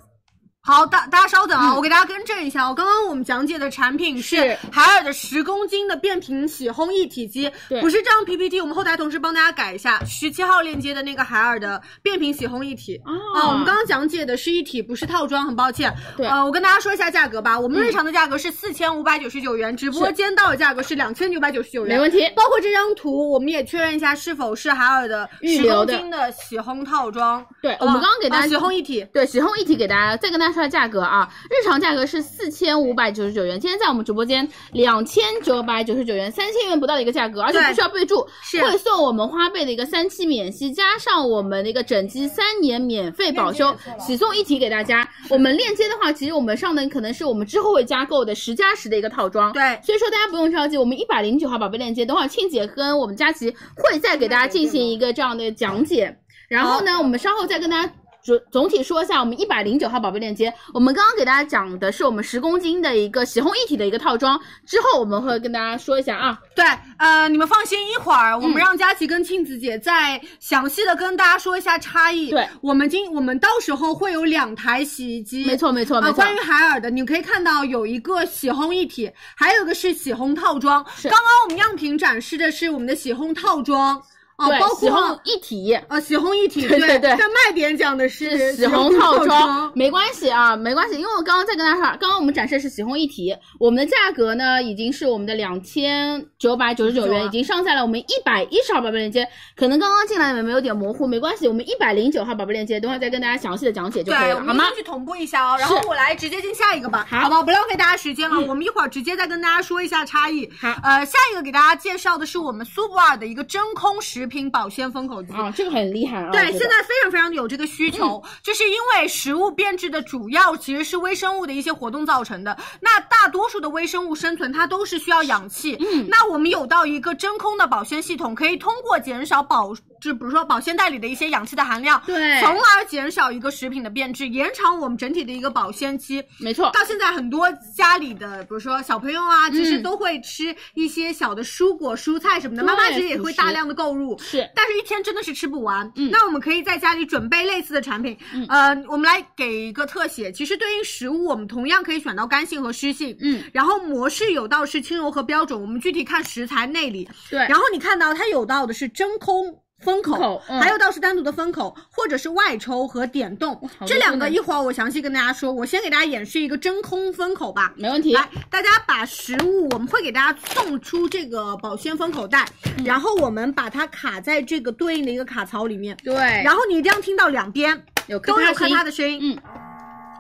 [SPEAKER 5] 好，大大家稍等
[SPEAKER 7] 嗯
[SPEAKER 5] 啊，我给大家更正一下哦，刚刚我们讲解的产品是
[SPEAKER 9] 是
[SPEAKER 5] 海尔的十公斤的变频洗烘一体机，
[SPEAKER 9] 对
[SPEAKER 5] 不是这张 PPT，我们后台同事帮大家改一下，十七号链接的那个海尔的变频洗烘一体。啊、我们刚刚讲解的是一体，不是套装，很抱歉。
[SPEAKER 9] 嗯对嗯
[SPEAKER 5] 呃，我跟大家说一下价格吧。我们日常的价格是四千五百九十九元，直播间到的价格是两千九百九十九元，
[SPEAKER 9] 没问题
[SPEAKER 5] 包括这张图，我们也确认一下是否是海尔的
[SPEAKER 9] 预
[SPEAKER 5] 十
[SPEAKER 9] 留
[SPEAKER 5] 公
[SPEAKER 9] 的
[SPEAKER 5] 斤的洗烘套装。
[SPEAKER 9] 对
[SPEAKER 5] 好
[SPEAKER 9] 我
[SPEAKER 5] 不好
[SPEAKER 9] 们刚刚给大家
[SPEAKER 5] 啊洗烘一体。
[SPEAKER 9] 对，喜烘一体给大家再跟大家说下价格啊，日常价格是四千五百九十九元，今天在我们直播间两千九百九十九元，三千元不到的一个价格，而且
[SPEAKER 5] 对
[SPEAKER 9] 不需要备注，
[SPEAKER 5] 是
[SPEAKER 9] 会送我们花呗的一个三期免息，加上我们的一个整机三年免费保修，喜送一体给大家。我们链接的话，其实我们上的可能是我们之后会加购的十加十的一个套装，
[SPEAKER 5] 对
[SPEAKER 9] 所以说大家不用着急，我们一百零九号宝贝链接，等会儿庆姐跟我们佳琪会再给大家进行一个这样的讲解。然后呢，我们稍后再跟大家总总体说一下我们一百零九号宝贝链接。我们刚刚给大家讲的是我们十公斤的一个洗烘一体的一个套装，之后我们会跟大家说一下啊。
[SPEAKER 5] 对，呃，你们放心，一会儿我们
[SPEAKER 9] 嗯
[SPEAKER 5] 让佳琪跟庆子姐再详细的跟大家说一下差异。
[SPEAKER 9] 对，
[SPEAKER 5] 我们今我们到时候会有两台洗衣机。
[SPEAKER 9] 没。错，没错，
[SPEAKER 5] 啊，
[SPEAKER 9] 哦没错
[SPEAKER 5] 关。于海尔的，你可以看到有一个洗烘一体，还有一个是洗烘套装。
[SPEAKER 9] 是
[SPEAKER 5] 刚刚我们样品展示的是我们的洗烘套装，哦、
[SPEAKER 9] 对
[SPEAKER 5] 包，
[SPEAKER 9] 洗烘
[SPEAKER 5] 括
[SPEAKER 9] 一体。
[SPEAKER 5] 呃洗烘一体，
[SPEAKER 9] 对对对
[SPEAKER 5] 但卖点讲的是
[SPEAKER 9] 洗烘套装，没关系啊，没关系，因为我刚刚在跟大家说，刚刚我们展示的是洗烘一体，我们的价格呢已经是我们的两千九百九十九
[SPEAKER 5] 啊
[SPEAKER 9] 元，已经上在了我们一百一十号宝贝链接，可能刚刚进来你们有点模糊，没关系，我们一百零九号宝贝链接，等会儿再跟大家详细的讲解就可以
[SPEAKER 5] 对，我
[SPEAKER 9] 了，好
[SPEAKER 5] 们
[SPEAKER 9] 吗？
[SPEAKER 5] 去同步一下哦。然后
[SPEAKER 9] 是
[SPEAKER 5] 我来直接进下一个吧，
[SPEAKER 9] 好嗯
[SPEAKER 5] 吧？不浪费大家时间了，我们一会儿直接再跟大家说一下差异。
[SPEAKER 9] 好
[SPEAKER 5] 呃，下一个给大家介绍的是我们苏泊尔的一个真空食品保鲜封口机。
[SPEAKER 9] 啊，这个很厉害啊！
[SPEAKER 5] 对，
[SPEAKER 9] 我觉
[SPEAKER 5] 现
[SPEAKER 9] 得
[SPEAKER 5] 在非常非常有这个需求，就是因为食物变质的主要其实是微生物的一些活动造成的。那大多数的微生物生存，它都是需要氧气。嗯，那我们有到一个真空的保鲜系统，可以通过减少保，就比如说保鲜袋里的一些氧气的含量，
[SPEAKER 9] 对
[SPEAKER 5] 从而减少一个食品的变质，延长我们整体的一个保鲜期。
[SPEAKER 9] 没错，
[SPEAKER 5] 到现在，很多家里的，比如说小朋友啊，其实都会吃一些小的蔬果、蔬菜什么的。
[SPEAKER 9] 嗯对
[SPEAKER 5] 妈妈其实也会
[SPEAKER 9] 辅食
[SPEAKER 5] 大量的购入，
[SPEAKER 9] 是
[SPEAKER 5] 但是一天真的是吃不完。
[SPEAKER 9] 嗯
[SPEAKER 5] 那我们可以在家里准备类似的产品。
[SPEAKER 9] 嗯
[SPEAKER 5] 呃，我们来给一个特写，其实对应食物，我们同样可以选到干性和湿性。
[SPEAKER 9] 嗯，
[SPEAKER 5] 然后模式有道是轻柔和标准，我们具体看食材内里。
[SPEAKER 9] 对，
[SPEAKER 5] 然后你看到它有道的是真空。封口，
[SPEAKER 9] 封口嗯
[SPEAKER 5] 还有道是单独的封口，或者是外抽和点冻
[SPEAKER 9] 好多
[SPEAKER 5] 这两
[SPEAKER 9] 功
[SPEAKER 5] 个，
[SPEAKER 9] 能
[SPEAKER 5] 一会儿我详细跟大家说。我先给大家演示一个真空封口吧。
[SPEAKER 9] 没问题。
[SPEAKER 5] 来，大家把食物，我们会给大家送出这个保鲜封口袋，
[SPEAKER 9] 嗯
[SPEAKER 5] 然后我们把它卡在这个对应的一个卡槽里面，
[SPEAKER 9] 对，
[SPEAKER 5] 然后你一定要听到两边
[SPEAKER 9] 有
[SPEAKER 5] 都有
[SPEAKER 9] 咔
[SPEAKER 5] 咔
[SPEAKER 9] 咔
[SPEAKER 5] 嗒
[SPEAKER 9] 的
[SPEAKER 5] 的声音，
[SPEAKER 9] 嗯，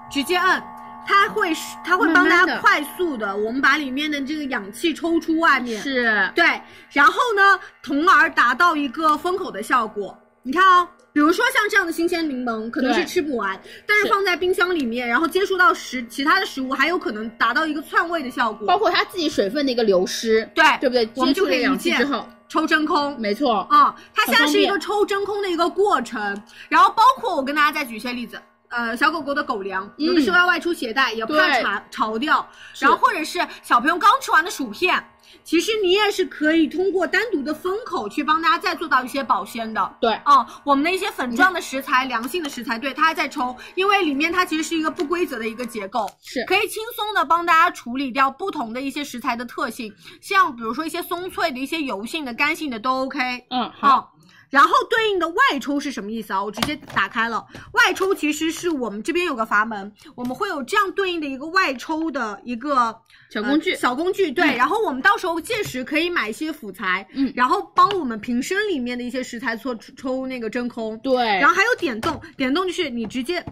[SPEAKER 5] 直接摁。它会是，它会帮大
[SPEAKER 9] 慢慢
[SPEAKER 5] 家
[SPEAKER 9] 地
[SPEAKER 5] 快速的，我们把里面的这个氧气抽出外面，
[SPEAKER 9] 是，
[SPEAKER 5] 对，然后呢，从而达到一个封口的效果。你看哦，比如说像这样的新鲜柠檬，可能
[SPEAKER 9] 对
[SPEAKER 5] 是吃不完，但是
[SPEAKER 9] 是
[SPEAKER 5] 放在冰箱里面，然后接触到食其他的食物，还有可能达到一个窜味的效果。
[SPEAKER 9] 包括它自己水分的一个流失，
[SPEAKER 5] 对
[SPEAKER 9] 对不对？
[SPEAKER 5] 我们
[SPEAKER 9] 接
[SPEAKER 5] 就
[SPEAKER 9] 触
[SPEAKER 5] 可
[SPEAKER 9] 了
[SPEAKER 5] 以
[SPEAKER 9] 氧
[SPEAKER 5] 一
[SPEAKER 9] 气
[SPEAKER 5] 键
[SPEAKER 9] 之后，
[SPEAKER 5] 抽真空。
[SPEAKER 9] 没错，
[SPEAKER 5] 啊、它现在是一个
[SPEAKER 9] 很
[SPEAKER 5] 抽真空的一个过程，然后包括我跟大家再举一些例子，呃，小狗狗的狗粮，有的时候要外出携带，也怕
[SPEAKER 9] 嗯对
[SPEAKER 5] 潮潮掉，
[SPEAKER 9] 是
[SPEAKER 5] 然后或者是小朋友刚吃完的薯片，其实你也是可以通过单独的封口去帮大家再做到一些保鲜的。
[SPEAKER 9] 对
[SPEAKER 5] 哦，我们的一些粉状的食材、良性的食材，对它还在抽，因为里面它其实是一个不规则的一个结构，
[SPEAKER 9] 是
[SPEAKER 5] 可以轻松的帮大家处理掉不同的一些食材的特性，像比如说一些松脆的、一些油性的、干性的都 OK。
[SPEAKER 9] 嗯，好，
[SPEAKER 5] 好。然后对应的外抽是什么意思啊？我直接打开了。外抽其实是我们这边有个阀门，我们会有这样对应的一个外抽的一个
[SPEAKER 9] 小工具
[SPEAKER 5] 呃小工具对。
[SPEAKER 9] 嗯
[SPEAKER 5] 然后我们到时候届时可以买一些辅材，
[SPEAKER 9] 嗯
[SPEAKER 5] 然后帮我们瓶身里面的一些食材做抽那个真空，
[SPEAKER 9] 对，
[SPEAKER 5] 然后还有点冻，点冻就是你直接，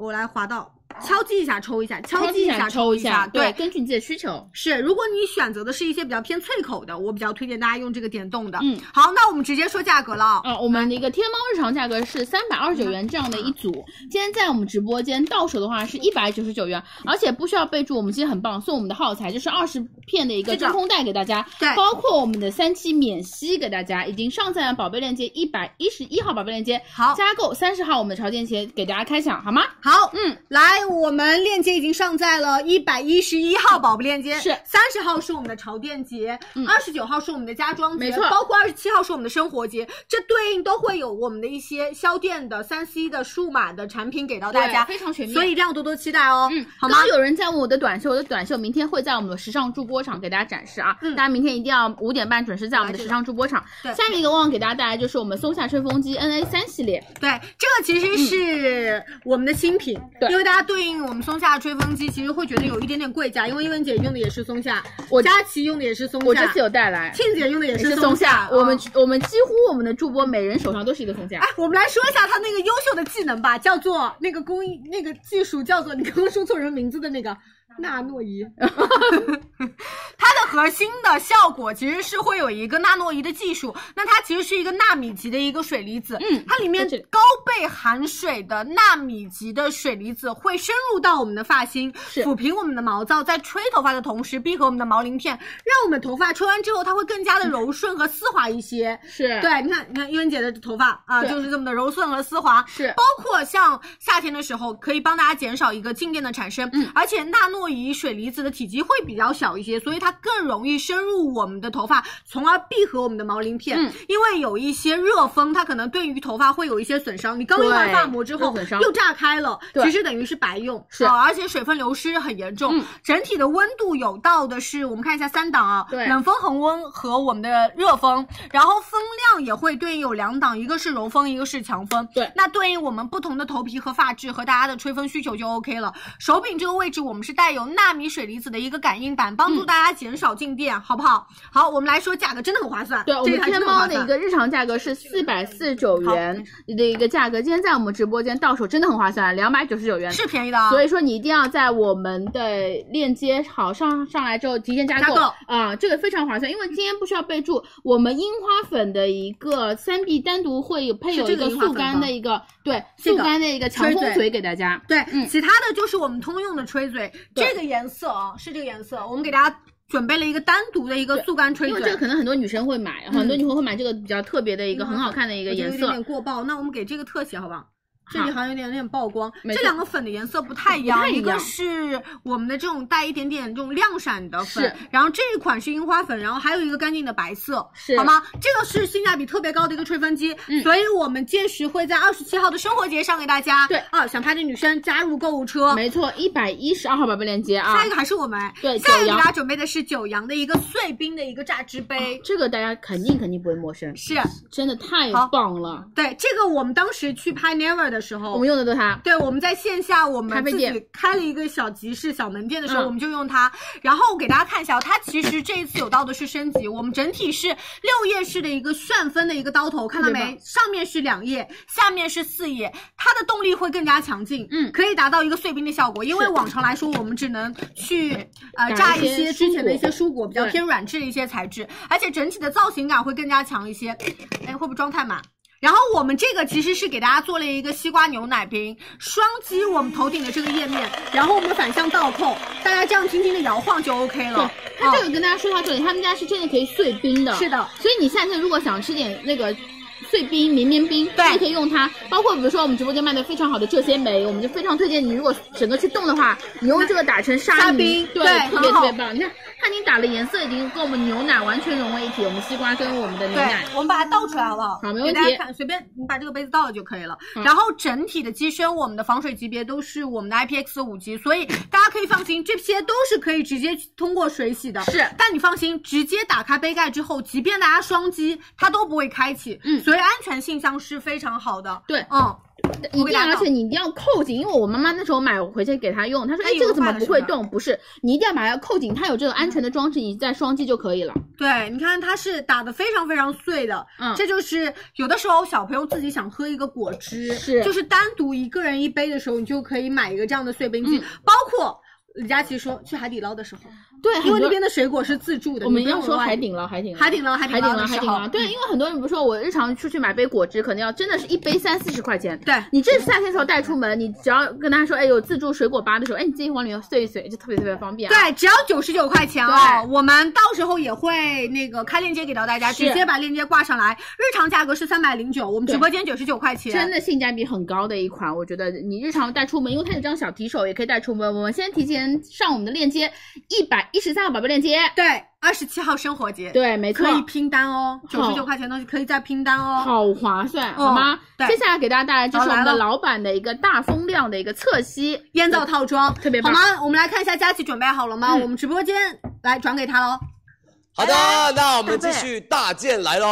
[SPEAKER 5] 我来滑到，敲击一下抽一下，敲击
[SPEAKER 9] 敲击
[SPEAKER 5] 一
[SPEAKER 9] 一
[SPEAKER 5] 下
[SPEAKER 9] 下
[SPEAKER 5] 抽
[SPEAKER 9] 抽
[SPEAKER 5] 一
[SPEAKER 9] 一
[SPEAKER 5] 下，
[SPEAKER 9] 下，
[SPEAKER 5] 对，
[SPEAKER 9] 根据你自己的需求。
[SPEAKER 5] 是，如果你选择的是一些比较偏脆口的，我比较推荐大家用这个点冻的。
[SPEAKER 9] 嗯，
[SPEAKER 5] 好，那我们直接说价格了啊。
[SPEAKER 9] 啊，我们的一个天猫日常价格是三百二十九元这样的一组，今天在我们直播间到手的话是一百九十九元，而且不需要备注，我们今天很棒，送我们的耗材就是二十片的一个
[SPEAKER 5] 这个
[SPEAKER 9] 真空袋给大家，
[SPEAKER 5] 对
[SPEAKER 9] 包括我们的三期免息给大家，已经上在了宝贝链接一百一十一号宝贝链接，
[SPEAKER 5] 好
[SPEAKER 9] 加购三十号我们的潮店鞋给大家开抢好吗？
[SPEAKER 5] 好，
[SPEAKER 9] 嗯，
[SPEAKER 5] 来，我们链接已经上在了一百一十一号宝贝链接，
[SPEAKER 9] 嗯是
[SPEAKER 5] 三十号是我们的潮店节，
[SPEAKER 9] 嗯
[SPEAKER 5] 二十九号是我们的家装节，
[SPEAKER 9] 没错
[SPEAKER 5] 包括二十七号是我们的生活节，这对应都会有我们的一些销店的三 C 的数码的产品给到大家
[SPEAKER 9] 对，非常全面，
[SPEAKER 5] 所以一定要多多期待哦，
[SPEAKER 9] 嗯，
[SPEAKER 5] 好
[SPEAKER 9] 刚
[SPEAKER 5] 吗
[SPEAKER 9] 刚？有人在问我的短袖，我的短袖明天会在我们的时尚助播场给大家展示啊，
[SPEAKER 5] 嗯
[SPEAKER 9] 大家明天一定要五点半准时在我们的时尚助播场。
[SPEAKER 5] 对
[SPEAKER 9] 下面一个忘了给大家带来就是我们松下吹风机 NA 三系列，
[SPEAKER 5] 对，这个其实是我们的新品，
[SPEAKER 9] 嗯对
[SPEAKER 5] 因为大家对应我们松下吹风机，其实会觉得有一点点贵价，因为英文姐用的也是松下，
[SPEAKER 9] 我
[SPEAKER 5] 佳琪用的也是松下，
[SPEAKER 9] 我这次有带来，
[SPEAKER 5] 庆姐用的也
[SPEAKER 9] 也
[SPEAKER 5] 是
[SPEAKER 9] 是松
[SPEAKER 5] 下
[SPEAKER 9] 下，，我们
[SPEAKER 5] 嗯
[SPEAKER 9] 我们几乎我们的助播每人手上都是一个松下
[SPEAKER 5] 哎。，我们来说一下他那个优秀的技能吧，叫做那个工艺，那个技术叫做你刚刚说错人名字的那个纳诺仪。 *laughs* 它的核心的效果其实是会有一个纳诺仪的技术，那它其实是一个纳米级的一个水离子，
[SPEAKER 9] 嗯
[SPEAKER 5] 它里面
[SPEAKER 9] 在这里
[SPEAKER 5] 高倍含水的纳米级的水离子会深入到我们的发芯，
[SPEAKER 9] 是
[SPEAKER 5] 抚平我们的毛躁，在吹头发的同时闭合我们的毛鳞片，让我们头发吹完之后它会更加的柔顺和丝滑一些。
[SPEAKER 9] 是
[SPEAKER 5] 对，你看，你看，伊文姐的头发啊，
[SPEAKER 9] 对
[SPEAKER 5] 就是这么的柔顺和丝滑。
[SPEAKER 9] 是
[SPEAKER 5] 包括像夏天的时候，可以帮大家减少一个静电的产生，
[SPEAKER 9] 嗯
[SPEAKER 5] 而且纳诺仪水离子的体积会比较小一些，所以它更容易深入我们的头发，从而闭合我们的毛鳞片。
[SPEAKER 9] 嗯
[SPEAKER 5] 因为有一些热风，它可能对于头发会有一些损伤。你刚用完
[SPEAKER 9] 对
[SPEAKER 5] 发膜之后
[SPEAKER 9] 热损伤
[SPEAKER 5] 又炸开了，
[SPEAKER 9] 对
[SPEAKER 5] 其实等于是白用，
[SPEAKER 9] 是
[SPEAKER 5] 啊而且水分流失很严重。
[SPEAKER 9] 嗯
[SPEAKER 5] 整体的温度有到的是，我们看一下三档啊，
[SPEAKER 9] 对
[SPEAKER 5] 冷风、恒温和我们的热风，然后风量也会对应有两档，一个是柔风，一个是强风。
[SPEAKER 9] 对
[SPEAKER 5] 那对应我们不同的头皮和发质和大家的吹风需求就 OK 了。手柄这个位置，我们是带有纳米水离子的一个感应板，帮助
[SPEAKER 9] 嗯
[SPEAKER 5] 大家减少静电，好不好？好，我们来说价格，真的很划算。
[SPEAKER 9] 对，我
[SPEAKER 5] 这
[SPEAKER 9] 们
[SPEAKER 5] 台
[SPEAKER 9] 天
[SPEAKER 5] 真很划
[SPEAKER 9] 猫
[SPEAKER 5] 算
[SPEAKER 9] 的一个日常价格是四百四十九元的一个价格，今天在我们直播间到手真的很划算，两百九十九元。
[SPEAKER 5] 是便宜的啊，
[SPEAKER 9] 所
[SPEAKER 5] 以
[SPEAKER 9] 以说你一定要在我们的链接好上上来之后提前加
[SPEAKER 5] 加
[SPEAKER 9] 购
[SPEAKER 5] 购
[SPEAKER 9] 啊、这个非常划算，因为今天不需要备注，我们樱花粉的一个三 B 单独会有配有
[SPEAKER 5] 是
[SPEAKER 9] 一
[SPEAKER 5] 这个
[SPEAKER 9] 个
[SPEAKER 5] 樱花粉
[SPEAKER 9] 速干的一个对
[SPEAKER 5] 这
[SPEAKER 9] 速
[SPEAKER 5] 个
[SPEAKER 9] 干的一个强
[SPEAKER 5] 吹
[SPEAKER 9] 风
[SPEAKER 5] 嘴
[SPEAKER 9] 嘴给大家。
[SPEAKER 5] 对，
[SPEAKER 9] 嗯
[SPEAKER 5] 其他的就是我们通用的吹嘴，
[SPEAKER 9] 对
[SPEAKER 5] 这个颜色啊，是这个颜色，我们给大家准备了一个单独的一个速干吹
[SPEAKER 9] 因为
[SPEAKER 5] 嘴，
[SPEAKER 9] 这个可能很多女生会买，很多女生会买这个比较特别的一个
[SPEAKER 5] 嗯
[SPEAKER 9] 很好看的一
[SPEAKER 5] 一
[SPEAKER 9] 个颜
[SPEAKER 5] 有
[SPEAKER 9] 色
[SPEAKER 5] 点，过曝。那我们给这个特写好不好？这
[SPEAKER 9] 好
[SPEAKER 5] 里好像有点有点曝光，
[SPEAKER 9] 没
[SPEAKER 5] 这
[SPEAKER 9] 错
[SPEAKER 5] 两个粉的颜色不太一
[SPEAKER 9] 不
[SPEAKER 5] 样，
[SPEAKER 9] 太一
[SPEAKER 5] 一个
[SPEAKER 9] 样
[SPEAKER 5] 是我们的这种带一点点这种亮闪的粉
[SPEAKER 9] 是，
[SPEAKER 5] 然后这一款是樱花粉，然后还有一个干净的白色，
[SPEAKER 9] 是
[SPEAKER 5] 好吗？这个是性价比特别高的一个吹风机，
[SPEAKER 9] 嗯
[SPEAKER 5] 所以我们届时会在二十七号的生活节上给大家。
[SPEAKER 9] 对
[SPEAKER 5] 啊，想拍的女生加入购物车。
[SPEAKER 9] 没错，一百一十二号宝贝链接啊
[SPEAKER 5] 下一。个还是我们，
[SPEAKER 9] 对
[SPEAKER 5] 下一个给
[SPEAKER 9] 九阳啊
[SPEAKER 5] 大家准备的是九阳的一个碎冰的一个榨汁杯，
[SPEAKER 9] 这个大家肯定肯定不会陌生，
[SPEAKER 5] 是
[SPEAKER 9] 真的太
[SPEAKER 5] 好
[SPEAKER 9] 棒了！
[SPEAKER 5] 对这个我们当时去拍 Never 的时候，
[SPEAKER 9] 我们用的都是它，
[SPEAKER 5] 对，我们在线下我们
[SPEAKER 9] 咖啡
[SPEAKER 5] 自
[SPEAKER 9] 店
[SPEAKER 5] 己开了一个小集市、小门店的时候，
[SPEAKER 9] 嗯
[SPEAKER 5] 我们就用它。然后我给大家看一下，哦它其实这一次有到的是升级，我们整体是六叶式的一个旋风的一个刀头，看到
[SPEAKER 9] 特别
[SPEAKER 5] 没？上面是两叶，下面是四叶，它的动力会更加强劲，
[SPEAKER 9] 嗯
[SPEAKER 5] 可以达到一个碎冰的效果。因为往常来说，我们只能去呃
[SPEAKER 9] 打
[SPEAKER 5] 榨
[SPEAKER 9] 一
[SPEAKER 5] 一
[SPEAKER 9] 些
[SPEAKER 5] 些之
[SPEAKER 9] 蔬
[SPEAKER 5] 前的一
[SPEAKER 9] 果
[SPEAKER 5] 些蔬果，比较
[SPEAKER 9] 对
[SPEAKER 5] 偏软质的一些材质，而且整体的造型感会更加强一些。哎，会不会装太满？然后我们这个其实是给大家做了一个西瓜牛奶冰，双击我们头顶的这个页面，然后我们反向倒扣，大家这样轻轻的摇晃就 OK 了。啊
[SPEAKER 9] 它这个跟大家说话重点，他们家是真的可以碎冰的。
[SPEAKER 5] 是的，
[SPEAKER 9] 所以你下次如果想吃点那个碎冰、绵绵冰，
[SPEAKER 5] 对
[SPEAKER 9] 你可以用它。包括比如说我们直播间卖的非常好的这些梅，我们就非常推荐你，如果整个去冻的话，你用这个打成
[SPEAKER 5] 沙
[SPEAKER 9] 沙
[SPEAKER 5] 冰
[SPEAKER 9] 对，
[SPEAKER 5] 对
[SPEAKER 9] 特别
[SPEAKER 5] 很好
[SPEAKER 9] 特别棒。你看，它已经打了颜色，已经跟我们牛奶完全融为一体，我们西瓜跟我们的牛
[SPEAKER 5] 对
[SPEAKER 9] 奶。，
[SPEAKER 5] 我们把它倒出来好不好？
[SPEAKER 9] 好没
[SPEAKER 5] 给
[SPEAKER 9] 问
[SPEAKER 5] 大家
[SPEAKER 9] 题嗯
[SPEAKER 5] 看，随便你把这个杯子倒了就可以了。
[SPEAKER 9] 好
[SPEAKER 5] 然后整体的机身，我们的防水级别都是我们的 IPX 五级，所以大家可以放心，这些都是可以直接通过水洗的。
[SPEAKER 9] 是
[SPEAKER 5] 但你放心，直接打开杯盖之后，即便大家双击，它都不会开启，
[SPEAKER 9] 嗯
[SPEAKER 5] 所以安全性上是非常好的。
[SPEAKER 9] 对
[SPEAKER 5] 嗯，
[SPEAKER 7] 一
[SPEAKER 5] 给
[SPEAKER 7] 定
[SPEAKER 5] 大
[SPEAKER 7] 要，
[SPEAKER 5] 家
[SPEAKER 7] 而
[SPEAKER 5] 搞
[SPEAKER 7] 且你一定要扣紧，因为我妈妈那时候买回去给她用，她说
[SPEAKER 5] 她
[SPEAKER 7] 哎
[SPEAKER 5] 以为
[SPEAKER 7] 这个怎么
[SPEAKER 5] 坏了
[SPEAKER 7] 不
[SPEAKER 5] 是
[SPEAKER 7] 会
[SPEAKER 5] 吧
[SPEAKER 7] 动？不是，你一定要把它扣紧，它有这个安全的装置，你再双击就可以了。
[SPEAKER 5] 对，你看它是打的非常非常碎的，
[SPEAKER 7] 嗯
[SPEAKER 5] 这就是有的时候小朋友自己想喝一个果汁，
[SPEAKER 7] 是
[SPEAKER 5] 就是单独一个人一杯的时候，你就可以买一个这样的碎冰机，
[SPEAKER 7] 嗯
[SPEAKER 5] 包括李佳琦说去海底捞的时候，
[SPEAKER 7] 对，
[SPEAKER 5] 因为
[SPEAKER 7] 很多
[SPEAKER 5] 那边的水果是自助的，
[SPEAKER 7] 我们
[SPEAKER 5] 你不用
[SPEAKER 7] 要说
[SPEAKER 5] 额外
[SPEAKER 7] 海底捞，海底捞，
[SPEAKER 5] 海底捞海
[SPEAKER 7] 海
[SPEAKER 5] 底
[SPEAKER 7] 底
[SPEAKER 5] 捞
[SPEAKER 7] 捞，
[SPEAKER 5] 的
[SPEAKER 7] 海
[SPEAKER 5] 时
[SPEAKER 7] 底
[SPEAKER 5] 候
[SPEAKER 7] 捞。对，因为很多人不是说我日常出去买杯果汁，可能要真的是一杯三四十块钱。
[SPEAKER 5] 对
[SPEAKER 7] 你这夏天时候带出门，你只要跟他说，哎，有自助水果吧的时候，哎，你自己往里面碎一碎，就特别特别方便、啊。
[SPEAKER 5] 对，只要九十九块钱哦。
[SPEAKER 7] 对
[SPEAKER 5] 我们到时候也会那个开链接给到大家，
[SPEAKER 7] 是
[SPEAKER 5] 直接把链接挂上来。日常价格是三百零九，我们
[SPEAKER 7] 对
[SPEAKER 5] 直播间九十九块钱。
[SPEAKER 7] 真的性价比很高的一款，我觉得你日常带出门，因为它有这样小提手也可以带出门。我们先提前上我们的链接，一百一十三号宝贝链接。
[SPEAKER 5] 对，二十七号生活节，，
[SPEAKER 7] 对，没错
[SPEAKER 5] 可，以拼单哦，九
[SPEAKER 7] 好
[SPEAKER 5] 十九块钱的东西可以再拼单哦。
[SPEAKER 7] 好划算，
[SPEAKER 5] 哦
[SPEAKER 7] 好吗？
[SPEAKER 5] 对
[SPEAKER 7] 接下来给大家带来就是
[SPEAKER 5] 好
[SPEAKER 7] 我
[SPEAKER 5] 来
[SPEAKER 7] 们的
[SPEAKER 5] 了
[SPEAKER 7] 老板的一个大风量的一个侧吸
[SPEAKER 5] 烟皂套装，
[SPEAKER 7] 特别
[SPEAKER 5] 好
[SPEAKER 7] 棒嗯
[SPEAKER 5] 吗？我们来看一下佳琪准备好了吗？我们直播间来转给他哦喽。
[SPEAKER 6] 好的，那我们继续大件来喽，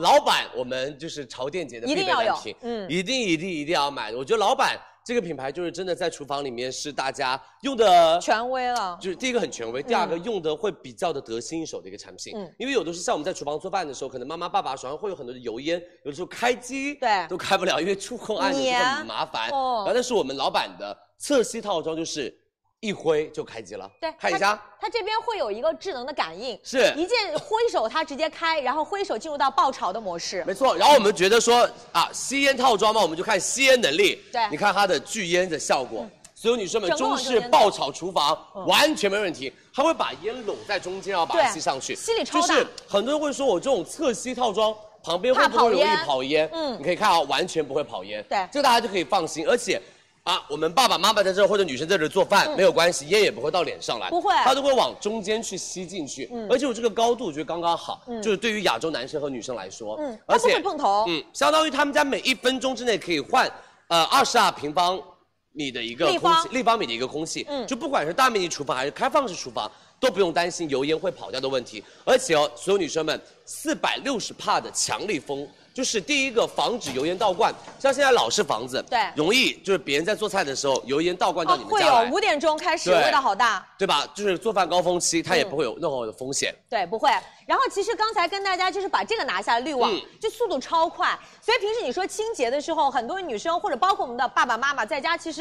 [SPEAKER 6] 老板，我们就是潮店节的必
[SPEAKER 8] 一
[SPEAKER 6] 备
[SPEAKER 8] 定要
[SPEAKER 6] 单
[SPEAKER 8] 有
[SPEAKER 6] 品，，
[SPEAKER 8] 嗯，
[SPEAKER 6] 一定一定一定要买的。我觉得老板这个品牌就是真的在厨房里面是大家用的
[SPEAKER 8] 权威了，
[SPEAKER 6] 就是第一个很权威，第二个用的会比较的得心应手的一个产品。
[SPEAKER 8] 嗯
[SPEAKER 6] 因为有的是像我们在厨房做饭的时候，可能妈妈爸爸手上会有很多的油烟，有的时候开机
[SPEAKER 8] 对
[SPEAKER 6] 都开不了，因为触控按啊钮就会很麻烦。
[SPEAKER 8] 哦
[SPEAKER 6] 然后但是我们老板的侧吸套装就是一挥就开机了，
[SPEAKER 8] 对
[SPEAKER 6] 看一下
[SPEAKER 8] 它这边会有一个智能的感应，
[SPEAKER 6] 是。
[SPEAKER 8] 一键挥手它直接开，然后挥手进入到爆炒的模式
[SPEAKER 6] 没。错，然后我们觉得说啊，吸烟套装嘛，我们就看吸烟能力。
[SPEAKER 8] 对嗯
[SPEAKER 6] 你看它的拒烟的效果。所有女生们，
[SPEAKER 8] 整个
[SPEAKER 6] 中
[SPEAKER 8] 往
[SPEAKER 6] 式
[SPEAKER 8] 中间走
[SPEAKER 6] 爆炒厨房完全没问题，它会把烟拢在中间，然后把它
[SPEAKER 8] 嗯对啊
[SPEAKER 6] 吸上去。
[SPEAKER 8] 吸力超
[SPEAKER 6] 就
[SPEAKER 8] 大
[SPEAKER 6] 是很多人会说我这种侧吸套装旁边会不会容易
[SPEAKER 8] 怕跑烟
[SPEAKER 6] 跑烟？嗯
[SPEAKER 8] 嗯，
[SPEAKER 6] 你可以看啊，完全不会跑烟。
[SPEAKER 8] 对
[SPEAKER 6] 这个大家就可以放心，而且。啊，我们爸爸妈妈在这儿或者女生在这儿做饭、没有关系，烟也不会到脸上来，
[SPEAKER 8] 嗯不会嗯
[SPEAKER 6] 它都会往中间去吸进去，而且我这个高度我觉得刚刚好，就是对于亚洲男生和女生来说，
[SPEAKER 8] 嗯
[SPEAKER 6] 而
[SPEAKER 8] 它不
[SPEAKER 6] 且
[SPEAKER 8] 会碰头
[SPEAKER 6] 嗯，相当于他们家每一分钟之内可以换呃二十二平方米的一个
[SPEAKER 8] 立
[SPEAKER 6] 空
[SPEAKER 8] 方
[SPEAKER 6] 气，立方米的一个空气，
[SPEAKER 8] 嗯
[SPEAKER 6] 就不管是大面积厨房还是开放式厨房，都不用担心油烟会跑掉的问题。而且哦，所有女生们，四百六十帕的强力风。就是第一个防止油烟倒灌，像现在老式房子，
[SPEAKER 8] 对哦
[SPEAKER 6] 容易就是别人在做菜的时候油烟倒灌到你们
[SPEAKER 8] 会
[SPEAKER 6] 家来，
[SPEAKER 8] 有五点钟开始，
[SPEAKER 6] 对
[SPEAKER 8] 味道好大。
[SPEAKER 6] 对吧？就是做饭高峰期，它也不会有任何的风险。
[SPEAKER 8] 对，不会。然后其实刚才跟大家就是把这个拿下滤网，
[SPEAKER 6] 嗯
[SPEAKER 8] 就速度超快。所以平时你说清洁的时候，很多女生或者包括我们的爸爸妈妈在家，其实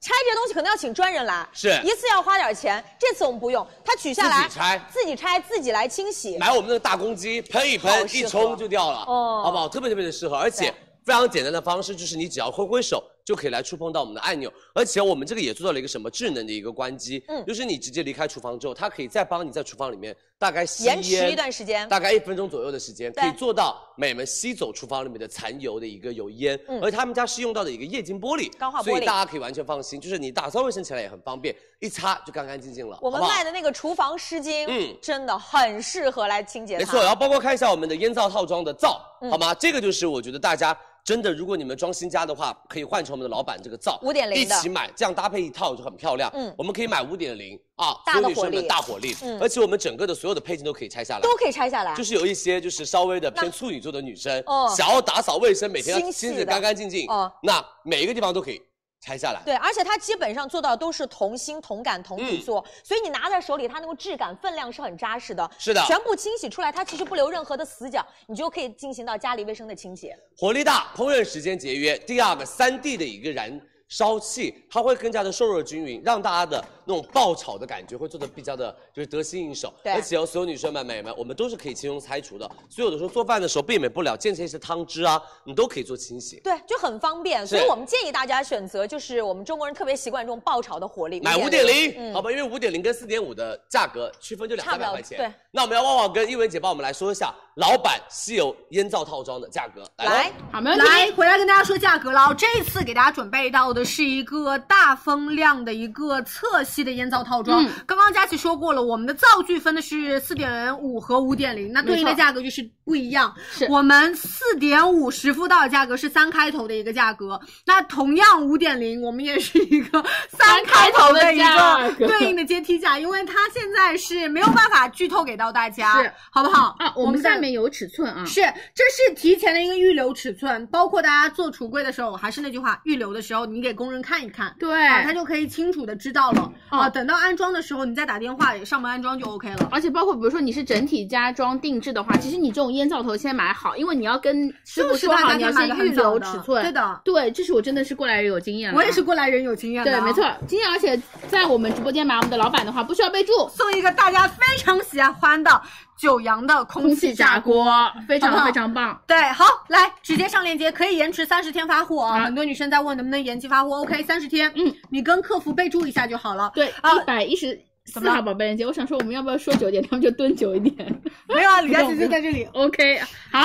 [SPEAKER 8] 拆这些东西可能要请专人来，
[SPEAKER 6] 是
[SPEAKER 8] 一次要花点钱。这次我们不用，他取下
[SPEAKER 6] 自
[SPEAKER 8] 来
[SPEAKER 6] 己拆
[SPEAKER 8] 自己拆，自己来清洗。
[SPEAKER 6] 买我们那个大公鸡，喷一
[SPEAKER 8] 好
[SPEAKER 6] 喷，
[SPEAKER 8] 适
[SPEAKER 6] 一
[SPEAKER 8] 合
[SPEAKER 6] 冲就掉了，
[SPEAKER 8] 哦
[SPEAKER 6] 好不好？特别特别的适合，而且
[SPEAKER 8] 对
[SPEAKER 6] 非常简单的方式就是你只要挥挥手就可以来触碰到我们的按钮，而且我们这个也做到了一个什么智能的一个关机，
[SPEAKER 8] 嗯
[SPEAKER 6] 就是你直接离开厨房之后，它可以再帮你在厨房里面大概吸
[SPEAKER 8] 延迟
[SPEAKER 6] 烟
[SPEAKER 8] 一段时间
[SPEAKER 6] 大概一分钟左右的时间，
[SPEAKER 8] 对
[SPEAKER 6] 可以做到美们吸走厨房里面的残油的一个油烟，
[SPEAKER 8] 嗯
[SPEAKER 6] 而他们家是用到的一个液晶玻璃，
[SPEAKER 8] 钢化玻璃
[SPEAKER 6] 所以大家可以完全放心，就是你打扫卫生起来也很方便，一擦就干干净净了，
[SPEAKER 8] 我们
[SPEAKER 6] 好不好
[SPEAKER 8] 卖的那个厨房湿巾，
[SPEAKER 6] 嗯
[SPEAKER 8] 真的很适合来清洁它。
[SPEAKER 6] 没错，然后包括看一下我们的烟皂套装的皂，
[SPEAKER 8] 嗯
[SPEAKER 6] 好吗？这个就是我觉得大家真的，如果你们装新家的话，可以换成我们的老板这个皂，
[SPEAKER 8] 5.0的
[SPEAKER 6] 一起买，这样搭配一套就很漂亮。嗯
[SPEAKER 8] 嗯，
[SPEAKER 6] 我们可以买五点零啊，所
[SPEAKER 8] 大
[SPEAKER 6] 有
[SPEAKER 8] 的
[SPEAKER 6] 女生
[SPEAKER 8] 火
[SPEAKER 6] 们
[SPEAKER 8] 力
[SPEAKER 6] 大火力，
[SPEAKER 8] 嗯
[SPEAKER 6] 而且我们整个的所有的配件都可以拆下来，
[SPEAKER 8] 都可以拆下来。
[SPEAKER 6] 就是有一些就是稍微的偏处女座的女生，
[SPEAKER 8] 哦
[SPEAKER 6] 想要打扫卫生，每天要
[SPEAKER 8] 心细
[SPEAKER 6] 清洁
[SPEAKER 8] 的
[SPEAKER 6] 干干净净，
[SPEAKER 8] 哦
[SPEAKER 6] 那每一个地方都可以拆下来。
[SPEAKER 8] 对，而且它基本上做到都是同心同感同
[SPEAKER 6] 嗯
[SPEAKER 8] 体做，所以你拿在手里，它那个质感分量是很扎实的。
[SPEAKER 6] 是的
[SPEAKER 8] 全部清洗出来，它其实不留任何的死角，你就可以进行到家里卫生的清洁。
[SPEAKER 6] 活力大，烹饪时间节约。第二个，三 D 的一个燃烧器，它会更加的瘦弱均匀，让大家的那种爆炒的感觉会做的比较的，就是得心应手。
[SPEAKER 8] 对
[SPEAKER 6] 而且哦，所有女生们、美们，我们都是可以轻松拆除的，所以有的时候做饭的时候避免不了溅起一些汤汁啊，你都可以做清洗。
[SPEAKER 8] 对，就很方便，
[SPEAKER 6] 是
[SPEAKER 8] 所以我们建议大家选择就是我们中国人特别习惯这种爆炒的火力，
[SPEAKER 6] 买五点
[SPEAKER 8] 5.0
[SPEAKER 6] 零，好吧，因为五点零跟四点五的价格区分就两
[SPEAKER 8] 嗯差
[SPEAKER 6] 三
[SPEAKER 8] 不
[SPEAKER 6] 百
[SPEAKER 8] 了
[SPEAKER 6] 块钱。
[SPEAKER 8] 对。
[SPEAKER 6] 那我们要旺旺跟一文姐帮我们来说一下老板吸油烟皂套装的价格。来
[SPEAKER 8] 嗯来
[SPEAKER 6] 来，，
[SPEAKER 7] 好，没问题。
[SPEAKER 5] 来，回来跟大家说价格了哦。这一次给大家准备到的是一个大风量的一个侧期的烟皂套装。
[SPEAKER 9] 嗯
[SPEAKER 5] 刚刚佳琪说过了，我们的皂剧分的是四点五和五点零，那对应的
[SPEAKER 9] 没错
[SPEAKER 5] 价格就是不一样。
[SPEAKER 9] 是
[SPEAKER 5] 我们四点五实付到的价格是三开头的一个价格，那同样五点零我们也是一个三开头的一
[SPEAKER 9] 三开头的价
[SPEAKER 5] 个
[SPEAKER 9] 格
[SPEAKER 5] 对应的阶梯价，因为它现在是没有办法剧透给到大家，
[SPEAKER 9] 是
[SPEAKER 5] 好不好？
[SPEAKER 9] 啊，我
[SPEAKER 5] 我
[SPEAKER 9] 们
[SPEAKER 5] 的
[SPEAKER 9] 下面有尺寸啊，
[SPEAKER 5] 是，这是提前的一个预留尺寸，包括大家做橱柜的时候，我还是那句话，预留的时候你给工人看一看，
[SPEAKER 9] 对，
[SPEAKER 5] 啊，他就可以清楚的知道了啊。
[SPEAKER 9] 嗯
[SPEAKER 5] 等到安装的时候，你再打电话上门安装就 OK 了。
[SPEAKER 9] 而且包括比如说你是整体家装定制的话，其实你这种烟皂头先买好，因为你要跟师傅
[SPEAKER 5] 就是
[SPEAKER 9] 说好
[SPEAKER 5] 大
[SPEAKER 9] 你要
[SPEAKER 5] 家
[SPEAKER 9] 先
[SPEAKER 5] 买的
[SPEAKER 9] 预
[SPEAKER 5] 很早
[SPEAKER 9] 留
[SPEAKER 5] 的
[SPEAKER 9] 尺寸。
[SPEAKER 5] 对的，
[SPEAKER 9] 对，这是我真的是过来人有经验了。啊
[SPEAKER 5] 我也是。过来人，有经验的
[SPEAKER 9] 对
[SPEAKER 5] 啊，，
[SPEAKER 9] 没错。今天而且在我们直播间买我们的老板的话，不需要备注，
[SPEAKER 5] 送一个大家非常喜欢的九阳的空
[SPEAKER 9] 空
[SPEAKER 5] 气
[SPEAKER 9] 气
[SPEAKER 5] 炸
[SPEAKER 9] 炸
[SPEAKER 5] 锅。
[SPEAKER 9] 锅
[SPEAKER 5] 好不
[SPEAKER 9] 非常
[SPEAKER 5] 好啊
[SPEAKER 9] 非常棒。
[SPEAKER 5] 对，好，来直接上链接，可以延迟三十天发货啊。
[SPEAKER 9] 啊
[SPEAKER 5] 很多女生在问能不能延期发货，OK，三十天，
[SPEAKER 9] 嗯，
[SPEAKER 5] 你跟客服备注一下就好了。
[SPEAKER 9] 对，
[SPEAKER 5] 啊
[SPEAKER 9] 一百一十
[SPEAKER 5] 怎
[SPEAKER 9] 四
[SPEAKER 5] 么了
[SPEAKER 9] 号宝贝链接，我想说我们要不要说久一点，他们就蹲久一点。
[SPEAKER 5] 没有啊，李佳
[SPEAKER 9] 不
[SPEAKER 5] 琦
[SPEAKER 9] 用
[SPEAKER 5] 就在这里。
[SPEAKER 9] OK，好，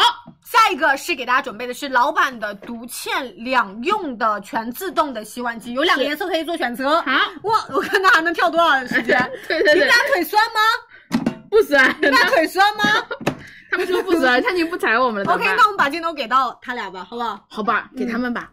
[SPEAKER 5] 下一个是给大家准备的是老板的独嵌两用的全自动的洗碗机，有两个
[SPEAKER 9] 是
[SPEAKER 5] 颜色可以做选择。
[SPEAKER 9] 好，
[SPEAKER 5] 哇，我看它还能跳多少时间？
[SPEAKER 9] *laughs* 对对
[SPEAKER 5] 你
[SPEAKER 9] 对
[SPEAKER 5] 们，俩腿酸吗？
[SPEAKER 9] *laughs* 不酸，
[SPEAKER 5] 你们俩腿酸吗
[SPEAKER 9] 他们说不酸，他已经不踩我们了，
[SPEAKER 5] ？OK，
[SPEAKER 9] 怎么办
[SPEAKER 5] 那我们把镜头给到他俩吧，好不好？
[SPEAKER 9] 好吧，给他们吧。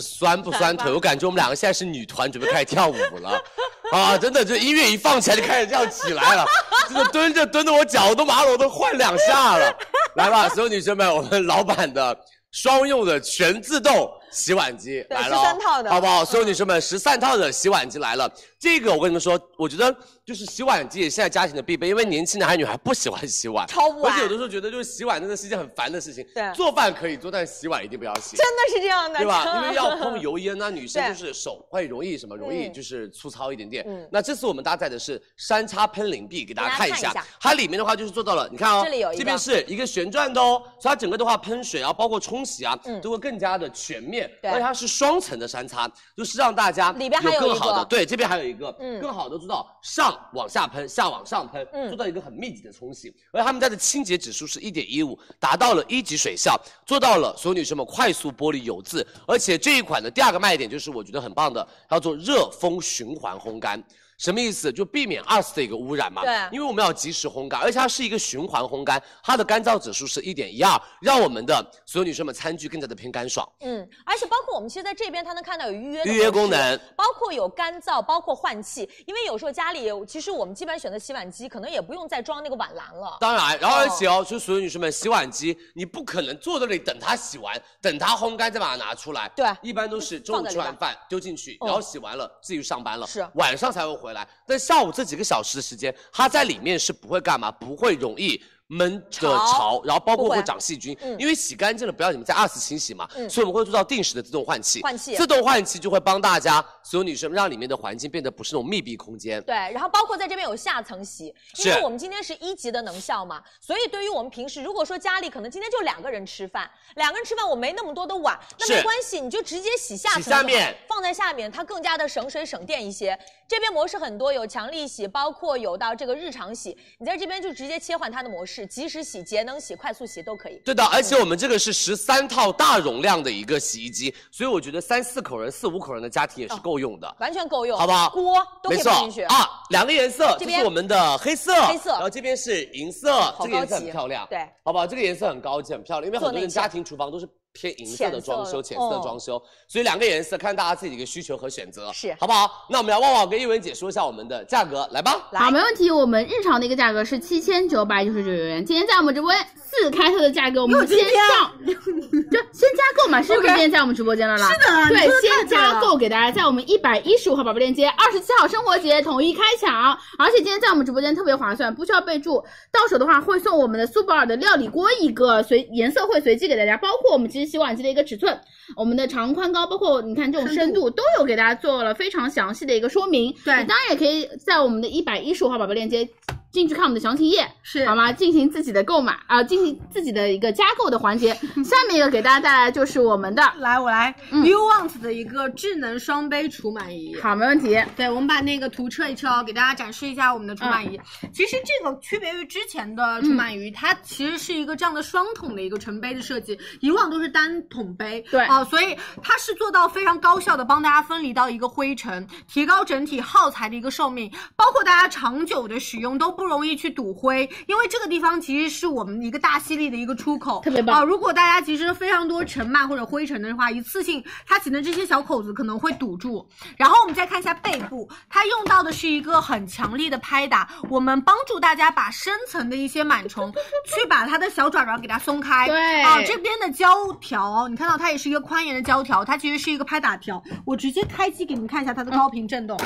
[SPEAKER 6] 酸不酸腿？我感觉我们两个现在是女团，准备开始跳舞了， *laughs* 啊，真的，就音乐一放起来就开始这样起来
[SPEAKER 8] *laughs*
[SPEAKER 6] 了，真的蹲着蹲的我脚都麻了，我都换两下了。 *laughs* 来吧，所有女生们，我们老板的双用的全自动洗碗机
[SPEAKER 8] 对
[SPEAKER 6] 来了哦，
[SPEAKER 8] 13套的嗯
[SPEAKER 6] 好不好？所有女生们，十三套的洗碗机来了。这个我跟你们说，我觉得就是洗碗机也是现在家庭的必备，因为年轻男孩女孩不喜欢洗碗，
[SPEAKER 8] 超不
[SPEAKER 6] 而
[SPEAKER 8] 完，
[SPEAKER 6] 且有的
[SPEAKER 8] 真
[SPEAKER 6] 时候觉得就是洗碗真的是一件很烦的事情。
[SPEAKER 8] 对
[SPEAKER 6] 做饭可以做，但是洗碗一定不要洗。
[SPEAKER 8] 的是这样的，
[SPEAKER 6] 对
[SPEAKER 8] 真
[SPEAKER 6] 吧？
[SPEAKER 8] 的
[SPEAKER 6] 因
[SPEAKER 8] *laughs*
[SPEAKER 6] 为要碰油烟，那女生
[SPEAKER 8] 对
[SPEAKER 6] 就是手会容易什么，容易
[SPEAKER 8] 嗯
[SPEAKER 6] 就是粗糙一点点。
[SPEAKER 8] 嗯
[SPEAKER 6] 那这次我们搭载的是山叉喷淋臂，给大家
[SPEAKER 8] 给大
[SPEAKER 6] 看
[SPEAKER 8] 家
[SPEAKER 6] 一下，
[SPEAKER 8] 看一下
[SPEAKER 6] 它里面的话就是做到了，你看哦，
[SPEAKER 8] 这里有一个
[SPEAKER 6] 边是一个旋转的哦，所以它整个的话喷水啊，包括冲洗啊，
[SPEAKER 8] 嗯
[SPEAKER 6] 都会更加的全面，
[SPEAKER 8] 对
[SPEAKER 6] 而且它是双层的山叉，就是让大家
[SPEAKER 8] 里边还有
[SPEAKER 6] 更
[SPEAKER 8] 一
[SPEAKER 6] 好的
[SPEAKER 8] 个
[SPEAKER 6] 对，这边还有一个，
[SPEAKER 8] 嗯
[SPEAKER 6] 更好的做到上往下喷，下往上喷，
[SPEAKER 8] 嗯
[SPEAKER 6] 做到一个很密集的冲洗。而他们家的清洁指数是一点一五，达到了一级水效，做到了所有女生们快速剥离油渍。而且这一款的第二个卖点就是我觉得很棒的，叫做热风循环烘干。什么意思？就避免二次的一个污染嘛。
[SPEAKER 8] 对
[SPEAKER 6] 因为我们要及时烘干，而且它是一个循环烘干，它的干燥指数是一点一二，让我们的所有女生们餐具更加的偏干爽。
[SPEAKER 8] 嗯，而且包括我们其实在这边，它能看到有预约的
[SPEAKER 6] 预约功
[SPEAKER 8] 式
[SPEAKER 6] 能，
[SPEAKER 8] 包括有干燥，包括换气，因为有时候家里有，其实我们基本上选择洗碗机，可能也不用再装那个碗篮了。
[SPEAKER 6] 当然，然后
[SPEAKER 8] 哦
[SPEAKER 6] 而且哦，就所有女生们，洗碗机你不可能坐在那里等它洗完，等它烘干再把它拿出来。
[SPEAKER 8] 对啊
[SPEAKER 6] 一般都是中午吃完饭丢进去，
[SPEAKER 8] 嗯
[SPEAKER 6] 然后洗完了自己去上班了，
[SPEAKER 8] 是
[SPEAKER 6] 晚上才会回来。但下午这几个小时的时间，它在里面是不会干嘛，不会容易。闷着
[SPEAKER 8] 潮
[SPEAKER 6] 潮，然后包括
[SPEAKER 8] 不会
[SPEAKER 6] 会长细菌，
[SPEAKER 8] 嗯
[SPEAKER 6] 因为洗干净了不要你们再二次清洗嘛，
[SPEAKER 8] 嗯
[SPEAKER 6] 所以我们会做到定时的自动换气，
[SPEAKER 8] 换气
[SPEAKER 6] 自动换气就会帮大家所有女生让里面的环境变得不是那种密闭空间，
[SPEAKER 8] 对，然后包括在这边有下层洗，因
[SPEAKER 6] 是
[SPEAKER 8] 为我们今天是一级的能效嘛，所以对于我们平时如果说家里可能今天就两个人吃饭，两个人吃饭我没那么多的碗，那
[SPEAKER 6] 是
[SPEAKER 8] 没关系，你就直接洗下层
[SPEAKER 6] 洗下
[SPEAKER 8] 就好
[SPEAKER 6] 面
[SPEAKER 8] 放在下面，它更加的省水省电一些。这边模式很多，有强力洗，包括有到这个日常洗，你在这边就直接切换它的模式，及时洗、节能洗、快速洗都可以。
[SPEAKER 6] 对的，而且我们这个是十三套大容量的一个洗衣机，所以我觉得三四口人、四五口人的家庭也是够用的。
[SPEAKER 8] 完全够用，
[SPEAKER 6] 好不好
[SPEAKER 8] 锅哦都可
[SPEAKER 6] 没
[SPEAKER 8] 以
[SPEAKER 6] 错
[SPEAKER 8] 放进去。
[SPEAKER 6] 啊，两个颜色，
[SPEAKER 8] 这
[SPEAKER 6] 这
[SPEAKER 8] 边
[SPEAKER 6] 是我们的黑色，
[SPEAKER 8] 黑色哦
[SPEAKER 6] 然后这边是银色，这
[SPEAKER 8] 高级
[SPEAKER 6] 个颜色很漂亮，
[SPEAKER 8] 对，
[SPEAKER 6] 好不好？这个颜色很高级，很漂亮，因为很多
[SPEAKER 8] 做内
[SPEAKER 6] 人
[SPEAKER 8] 嵌
[SPEAKER 6] 家庭厨房都是偏银色的装修，
[SPEAKER 8] 浅
[SPEAKER 6] 浅
[SPEAKER 8] 色的哦
[SPEAKER 6] 色的装修，所以两个颜色看大家自己的一个需求和选择，
[SPEAKER 8] 是
[SPEAKER 6] 好不好？那我们来旺旺跟叶文姐说一下我们的价格，来吧。
[SPEAKER 8] 来
[SPEAKER 9] 好，没问题。我们日常的一个价格是七千九百九十九元，今天在我们直播间四开头的价格，我们先上，就先加购嘛，是不是
[SPEAKER 5] OK
[SPEAKER 9] 今天在我们直播间了啦？是
[SPEAKER 5] 的你
[SPEAKER 9] 对
[SPEAKER 5] 不能，看
[SPEAKER 9] 先
[SPEAKER 5] 见了
[SPEAKER 9] 加购给大家，在我们一百一十五号宝贝链接，二十七号生活节统一开抢，而且今天在我们直播间特别划算，不需要备注，到手的话会送我们的苏泊尔的料理锅一个，随颜色会随机给大家，包括我们其实洗碗机的一个尺寸，我们的长宽高，包括你看这种深度都有给大家做了非常详细的一个说明。
[SPEAKER 5] 对
[SPEAKER 9] 你当然也可以在我们的一百一十五号宝贝链接进去看我们的详情页，
[SPEAKER 5] 是
[SPEAKER 9] 好吗？进行自己的购买啊、进行自己的一个加购的环节。下面一个给大家带来就是我们的，
[SPEAKER 5] 来，我来、
[SPEAKER 9] 嗯
[SPEAKER 5] u Want 的一个智能双杯除螨仪。
[SPEAKER 9] 好，没问题。
[SPEAKER 5] 对，我们把那个图撤一撤哦，给大家展示一下我们的除螨仪。
[SPEAKER 9] 嗯
[SPEAKER 5] 其实这个区别于之前的除螨仪，它其实是一个这样的双桶的一个承杯的设计，以往都是单桶杯。
[SPEAKER 9] 对
[SPEAKER 5] 哦、所以它是做到非常高效的帮大家分离到一个灰尘，提高整体耗材的一个寿命，包括大家长久的使用都不容易去堵灰，因为这个地方其实是我们一个大吸力的一个出口。
[SPEAKER 9] 特别棒
[SPEAKER 5] 哦如果大家其实非常多尘螨或者灰尘的话，一次性它起的这些小口子可能会堵住。然后我们再看一下背部，它用到的是一个很强力的拍打，我们帮助大家把深层的一些螨虫去把它的小爪爪给它松开。
[SPEAKER 9] 对
[SPEAKER 5] 啊，这边的胶条，你看到它也是一个宽沿的胶条，它其实是一个拍打条。我直接开机给你们看一下它的高频震动，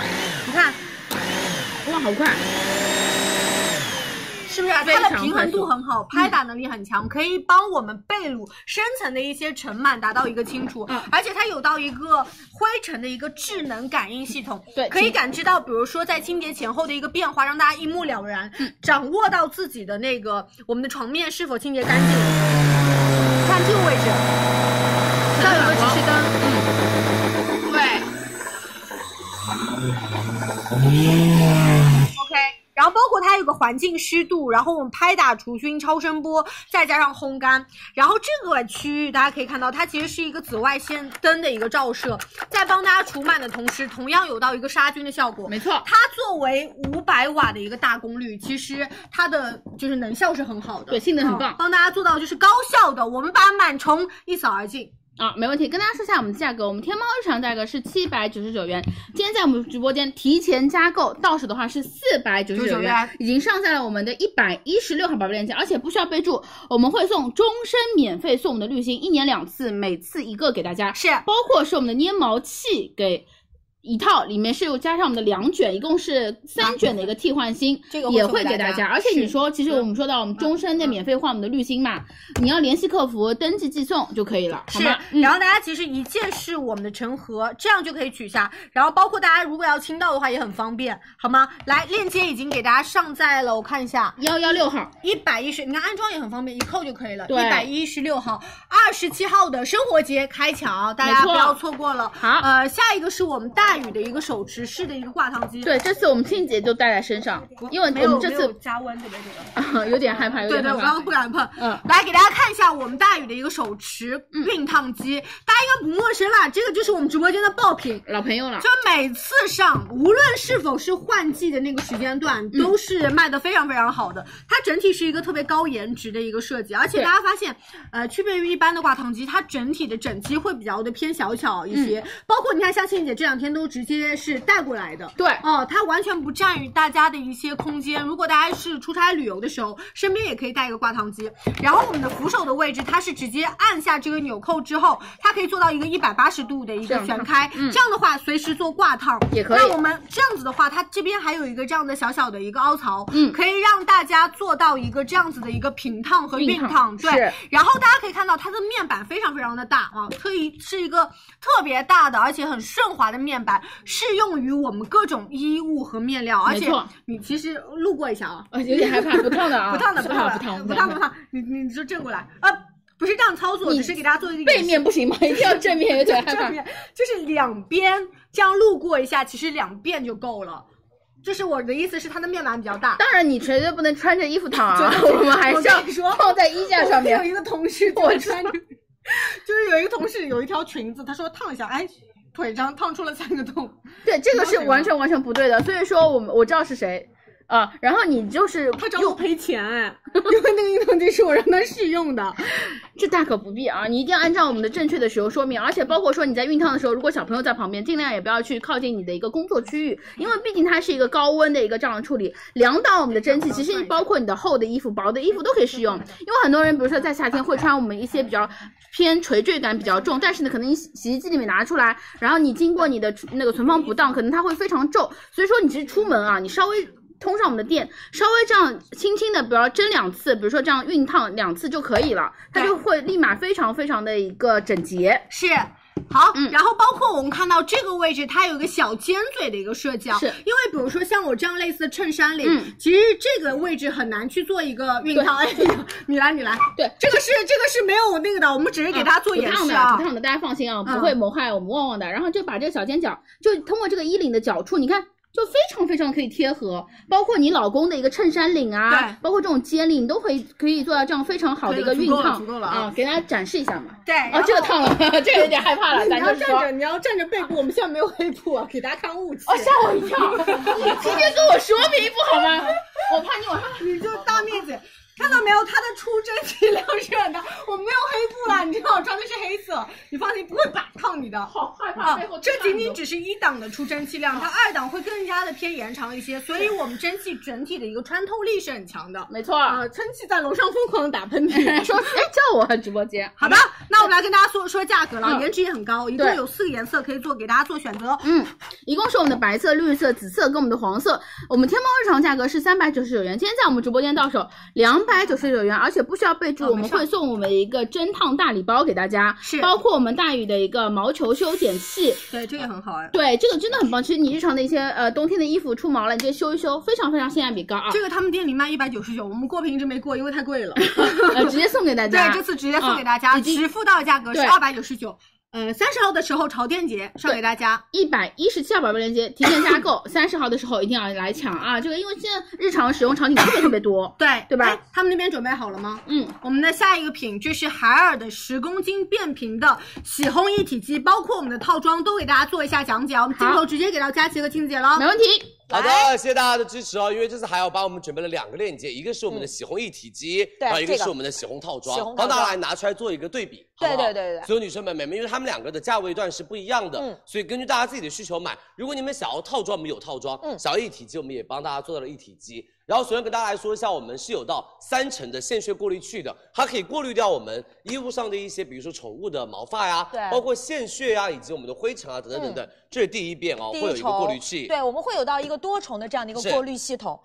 [SPEAKER 5] 你看
[SPEAKER 9] 哇，好快！
[SPEAKER 5] 是啊不是？它
[SPEAKER 9] 非常
[SPEAKER 5] 的平衡度很好，拍打能力很强，可以帮我们被褥深层的一些尘螨达到一个清除，而且它有到一个灰尘的一个智能感应系统，
[SPEAKER 9] 对
[SPEAKER 5] 可以感知到，比如说在清洁前后的一个变化，让大家一目了然，掌握到自己的那个我们的床面是否清洁干净。你看这个位置，它有个
[SPEAKER 3] 嗯
[SPEAKER 5] 指示灯。
[SPEAKER 9] 对，
[SPEAKER 5] OK，然后包括它有个环境湿度，然后我们拍打除菌、超声波，再加上烘干。然后这个区域大家可以看到，它其实是一个紫外线灯的一个照射，在帮大家除螨的同时，同样有到一个杀菌的效果。
[SPEAKER 9] 没错。
[SPEAKER 5] 它作为五百瓦的一个大功率，其实它的就是能效是很好的，
[SPEAKER 9] 对性能很棒
[SPEAKER 5] 嗯帮大家做到就是高效的，我们把螨虫一扫而尽。
[SPEAKER 9] 啊，没问题。跟大家说一下我们的价格，我们天猫日常价格是七百九十九元，今天在我们直播间提前加购到手的话是四百九十九
[SPEAKER 5] 99
[SPEAKER 9] 元
[SPEAKER 5] 元，
[SPEAKER 9] 已经上在了我们的一百一十六号宝贝链接，而且不需要备注，我们会送终身免费送我们的滤芯，一年两次，每次一个给大家，
[SPEAKER 5] 是啊
[SPEAKER 9] 包括是我们的粘毛器给。一套里面是有加上我们的两卷，一共是三卷的一个替换芯，
[SPEAKER 5] *laughs* 这个会
[SPEAKER 9] 也
[SPEAKER 5] 送
[SPEAKER 9] 会
[SPEAKER 5] 给
[SPEAKER 9] 给
[SPEAKER 5] 大
[SPEAKER 9] 大
[SPEAKER 5] 家
[SPEAKER 9] 而且你
[SPEAKER 5] 是
[SPEAKER 9] 说，其实我们说到我们终身的免费换我们的滤芯嘛，你要联系客服登记寄送就可以了，好
[SPEAKER 5] 是
[SPEAKER 9] 吗？，嗯
[SPEAKER 5] 然后大家其实一键式我们的成盒，这样就可以取下。然后包括大家如果要清到的话也很方便，好吗？来，链接已经给大家上在了，我看一下，
[SPEAKER 9] 幺幺六号，
[SPEAKER 5] 一百一十，你看安装也很方便，一扣就可以了。
[SPEAKER 9] 对
[SPEAKER 5] 一百一十六号、二十七号的生活节开抢，大家
[SPEAKER 9] 没错
[SPEAKER 5] 不要错过了。
[SPEAKER 9] 好
[SPEAKER 5] 呃，下一个是我们大宇的一个手持式的一个挂烫机，
[SPEAKER 9] 对，这次我们清洁就带在身上，
[SPEAKER 5] 不，
[SPEAKER 9] 因为
[SPEAKER 5] 没
[SPEAKER 9] 我
[SPEAKER 5] 有
[SPEAKER 9] 们这
[SPEAKER 5] 没有
[SPEAKER 9] 次
[SPEAKER 5] 加温对不对？这个。
[SPEAKER 9] 啊 *laughs* 有点害怕，有
[SPEAKER 5] 对
[SPEAKER 9] 点
[SPEAKER 5] 对，
[SPEAKER 9] 害
[SPEAKER 5] 我刚刚
[SPEAKER 9] 怕。
[SPEAKER 5] 不敢碰。
[SPEAKER 9] 嗯
[SPEAKER 5] 来给大家看一下我们大宇的一个手持熨烫机，大家应该不陌生啦，这个就是我们直播间的爆品。
[SPEAKER 9] 老朋友了
[SPEAKER 5] 就，每次上，无论是否是换季的那个时间段，
[SPEAKER 9] 嗯
[SPEAKER 5] 都是卖的非常非常好的。它整体是一个特别高颜值的一个设计，而且
[SPEAKER 9] 对
[SPEAKER 5] 大家发现，
[SPEAKER 9] 嗯
[SPEAKER 5] 呃，区别于一般的挂烫机，它整体的整机会比较的偏小巧一些。
[SPEAKER 9] 嗯
[SPEAKER 5] 包括你看，像倩姐这两天都直接是带过来的，
[SPEAKER 9] 对
[SPEAKER 5] 哦，它完全不占于大家的一些空间。如果大家是出差旅游的时候，身边也可以带一个挂烫机。然后我们的扶手的位置，它是直接按下这个纽扣之后，它可以做到一个一百八十度的一
[SPEAKER 9] 这
[SPEAKER 5] 个
[SPEAKER 9] 样
[SPEAKER 5] 旋
[SPEAKER 9] 烫
[SPEAKER 5] 开。
[SPEAKER 9] 嗯
[SPEAKER 5] 这样的话，随时做挂烫
[SPEAKER 9] 也可以
[SPEAKER 5] 那我们这样子的话，它这边还有一个这样的小小的一个凹槽，
[SPEAKER 9] 嗯
[SPEAKER 5] 可以让大家做到一个这样子的一个平烫和熨
[SPEAKER 9] 熨
[SPEAKER 5] 烫。
[SPEAKER 9] 烫
[SPEAKER 5] 对
[SPEAKER 9] 是，
[SPEAKER 5] 然后大家可以看到它的面板非常非常的大啊，特意是一个特别大的，而且很顺滑的面板，适用于我们各种衣物和面料。而
[SPEAKER 9] 没
[SPEAKER 5] 且
[SPEAKER 9] 错
[SPEAKER 5] 你其实路过一下啊，
[SPEAKER 9] 呃有点害怕，不烫的啊，
[SPEAKER 5] 不烫的
[SPEAKER 9] 不
[SPEAKER 5] 烫的
[SPEAKER 9] 不烫
[SPEAKER 5] 不
[SPEAKER 9] 烫
[SPEAKER 5] 烫不烫，你你你就正过来啊，不是这样操作，
[SPEAKER 9] 你
[SPEAKER 5] 只是给大家做一个演
[SPEAKER 9] 背
[SPEAKER 5] 示
[SPEAKER 9] 面不行吗？ *laughs* 一定要正面，有点害
[SPEAKER 5] 正
[SPEAKER 9] 怕。
[SPEAKER 5] 面就是两边这样路过一下，其实两遍就够了。就是我的意思是，它的面板比较大。
[SPEAKER 9] 当然，你绝对不能穿着衣服烫啊，
[SPEAKER 5] 对
[SPEAKER 9] *laughs* 我们还
[SPEAKER 5] 我
[SPEAKER 9] 是
[SPEAKER 5] 跟
[SPEAKER 9] 要
[SPEAKER 5] 你说
[SPEAKER 9] 放在衣架上
[SPEAKER 5] 我
[SPEAKER 9] 面
[SPEAKER 5] 有。一个同事，
[SPEAKER 9] 我
[SPEAKER 5] 就穿着， *laughs* 就是有一个同事有一条裙子，他说烫一下，哎，腿上烫出了三个洞。
[SPEAKER 9] 对，这个
[SPEAKER 5] 你
[SPEAKER 9] 是
[SPEAKER 5] 知道谁吗
[SPEAKER 9] 完全完全不对的。所以说我们我知道是谁啊，然后你就是
[SPEAKER 5] 他找我
[SPEAKER 9] 用
[SPEAKER 5] 赔钱，哎， *laughs* 因为那个运动机是我让他试用的。
[SPEAKER 9] 这大可不必啊！你一定要按照我们的正确的使用说明，而且包括说你在熨烫的时候，如果小朋友在旁边，尽量也不要去靠近你的一个工作区域，因为毕竟它是一个高温的一个这样的处理，凉到我们的蒸汽，其实包括你的厚的衣服、薄的衣服都可以适用。因为很多人，比如说在夏天会穿我们一些比较偏垂坠感比较重，但是呢，可能你洗洗衣机里面拿出来，然后你经过你的那个存放不当，可能它会非常皱，所以说你其实出门啊，你稍微通上我们的店，稍微这样轻轻的，比如蒸两次，比如说这样熨烫两次就可以了，它
[SPEAKER 5] 对
[SPEAKER 9] 就会立马非常非常的一个整洁。
[SPEAKER 5] 是。好，
[SPEAKER 7] 嗯
[SPEAKER 5] 然后包括我们看到这个位置，它有一个小尖嘴的一个设计啊，
[SPEAKER 7] 是
[SPEAKER 5] 因为比如说像我这样类似的衬衫里，
[SPEAKER 7] 嗯
[SPEAKER 5] 其实这个位置很难去做一个熨烫。哎呦你来，你来，
[SPEAKER 7] 对，
[SPEAKER 5] 这个是这个是没有那个的，我们只是给大家做
[SPEAKER 7] 不
[SPEAKER 5] 演
[SPEAKER 7] 烫
[SPEAKER 5] 示
[SPEAKER 7] 的，
[SPEAKER 5] 啊
[SPEAKER 7] 不。烫的，大家放心啊，
[SPEAKER 5] 嗯
[SPEAKER 7] 不会谋害我们旺旺的。然后就把这个小尖角，就通过这个衣领的角处，你看。就非常非常可以贴合，包括你老公的一个衬衫领
[SPEAKER 5] 对
[SPEAKER 7] 啊，包括这种肩领，你都可以可以做到这样非常好的一个
[SPEAKER 5] 可以了
[SPEAKER 7] 熨烫
[SPEAKER 5] 足够了足够了啊
[SPEAKER 7] 啊，给大家展示一下嘛。
[SPEAKER 5] 对，
[SPEAKER 7] 哦
[SPEAKER 5] 然，
[SPEAKER 7] 这个
[SPEAKER 5] 后
[SPEAKER 7] 烫了， *laughs* 这个有点害怕了，
[SPEAKER 5] *laughs* 你
[SPEAKER 7] 咱
[SPEAKER 5] 要
[SPEAKER 7] 就是
[SPEAKER 5] 站
[SPEAKER 7] 说 *laughs*
[SPEAKER 5] 着，你要站着背部，我们现在没有背部啊，给大家看雾气。
[SPEAKER 7] 哦，吓我一跳！你提前跟我说明不好吗？ *laughs* 我怕你晚上
[SPEAKER 5] 你就大面积，看到没有？它的出蒸汽量是很大。我没有黑布啦，你知道我穿的是黑色，你放心，不会把烫你的。好害怕！啊、这仅仅只是一档的出蒸汽量，它二档会更加的偏延长一些，所以我们蒸汽整体的一个穿透力是很强的。
[SPEAKER 7] 没错。
[SPEAKER 5] 啊，蒸汽在楼上疯狂的打喷
[SPEAKER 7] *laughs*
[SPEAKER 5] 嚏。
[SPEAKER 7] 说哎，叫我直播间，
[SPEAKER 5] 好的，那我们来跟大家说说价格了，
[SPEAKER 7] 嗯
[SPEAKER 5] 颜值也很高，一共
[SPEAKER 7] 对
[SPEAKER 5] 有四个颜色可以做给大家做选择。哦
[SPEAKER 7] 嗯，一共是我们的白色、绿色、紫色跟我们的黄色。我们天猫日常价格是三百九十九元，今天在我们直播间到手两百九十九元，而且不需要备注，
[SPEAKER 5] 哦
[SPEAKER 7] 我们
[SPEAKER 5] 没事儿
[SPEAKER 7] 会送我们一个蒸烫大礼包给大家，
[SPEAKER 5] 是
[SPEAKER 7] 包括我们大宇的一个毛球修剪器，
[SPEAKER 5] 对，这个很好哎。
[SPEAKER 7] 对，这个真的很棒。其实你日常的一些呃冬天的衣服出毛了，你直接修一修，非常非常性价比高啊
[SPEAKER 5] 这，个他们店里卖一百九十九，我们过评一直没过，因为
[SPEAKER 7] *laughs*
[SPEAKER 5] 太贵了。
[SPEAKER 7] 呃，直接送给大家。
[SPEAKER 5] 对，这次直接送给大家，
[SPEAKER 7] 嗯已经
[SPEAKER 5] 实付到的价格是
[SPEAKER 7] 对
[SPEAKER 5] 二百九十九。呃，三十号的时候潮店节上给大家，，
[SPEAKER 7] 一百一十七号宝贝链接，提前加购，三十号的时候一定要来抢啊！这个因为现在日常使用场景特别特别多
[SPEAKER 5] 对
[SPEAKER 7] 对吧
[SPEAKER 5] 哎他们那边准备好了吗？
[SPEAKER 7] 嗯，
[SPEAKER 5] 我们的下一个品就是海尔的十公斤变频的洗烘一体机，包括我们的套装都给大家做一下讲解啊。我们镜头直接给到佳琪和青姐了
[SPEAKER 7] 没。问题。
[SPEAKER 6] 好的，谢谢大家的支持哦，因为这次海尔帮我们准备了两个链接，一个是我们的洗烘一体机，然后一个
[SPEAKER 8] 嗯这个
[SPEAKER 6] 是我们的洗烘套装，
[SPEAKER 8] 洗烘
[SPEAKER 6] 帮
[SPEAKER 8] 套装
[SPEAKER 6] 大家来拿出来做一个对比，好不好
[SPEAKER 8] 对对对对
[SPEAKER 6] 所有女生们、美眉们，因为她们两个的价位段是不一样的，
[SPEAKER 8] 嗯
[SPEAKER 6] 所以根据大家自己的需求买。如果你们想要套装，我们有套装；
[SPEAKER 8] 嗯
[SPEAKER 6] 想要一体机，我们也帮大家做到了一体机。然后首先跟大家来说一下，我们是有到三层的线屑过滤器的，它可以过滤掉我们衣物上的一些，比如说宠物的毛发呀、
[SPEAKER 8] 对嗯
[SPEAKER 6] 包括线屑呀、以及我们的灰尘啊等等等等。这是第一遍哦，
[SPEAKER 8] 第
[SPEAKER 6] 会有一
[SPEAKER 8] 重
[SPEAKER 6] 个过滤器。
[SPEAKER 8] 对，我们会有到一个多重的这样的一个
[SPEAKER 6] 是嗯
[SPEAKER 8] 过滤系统，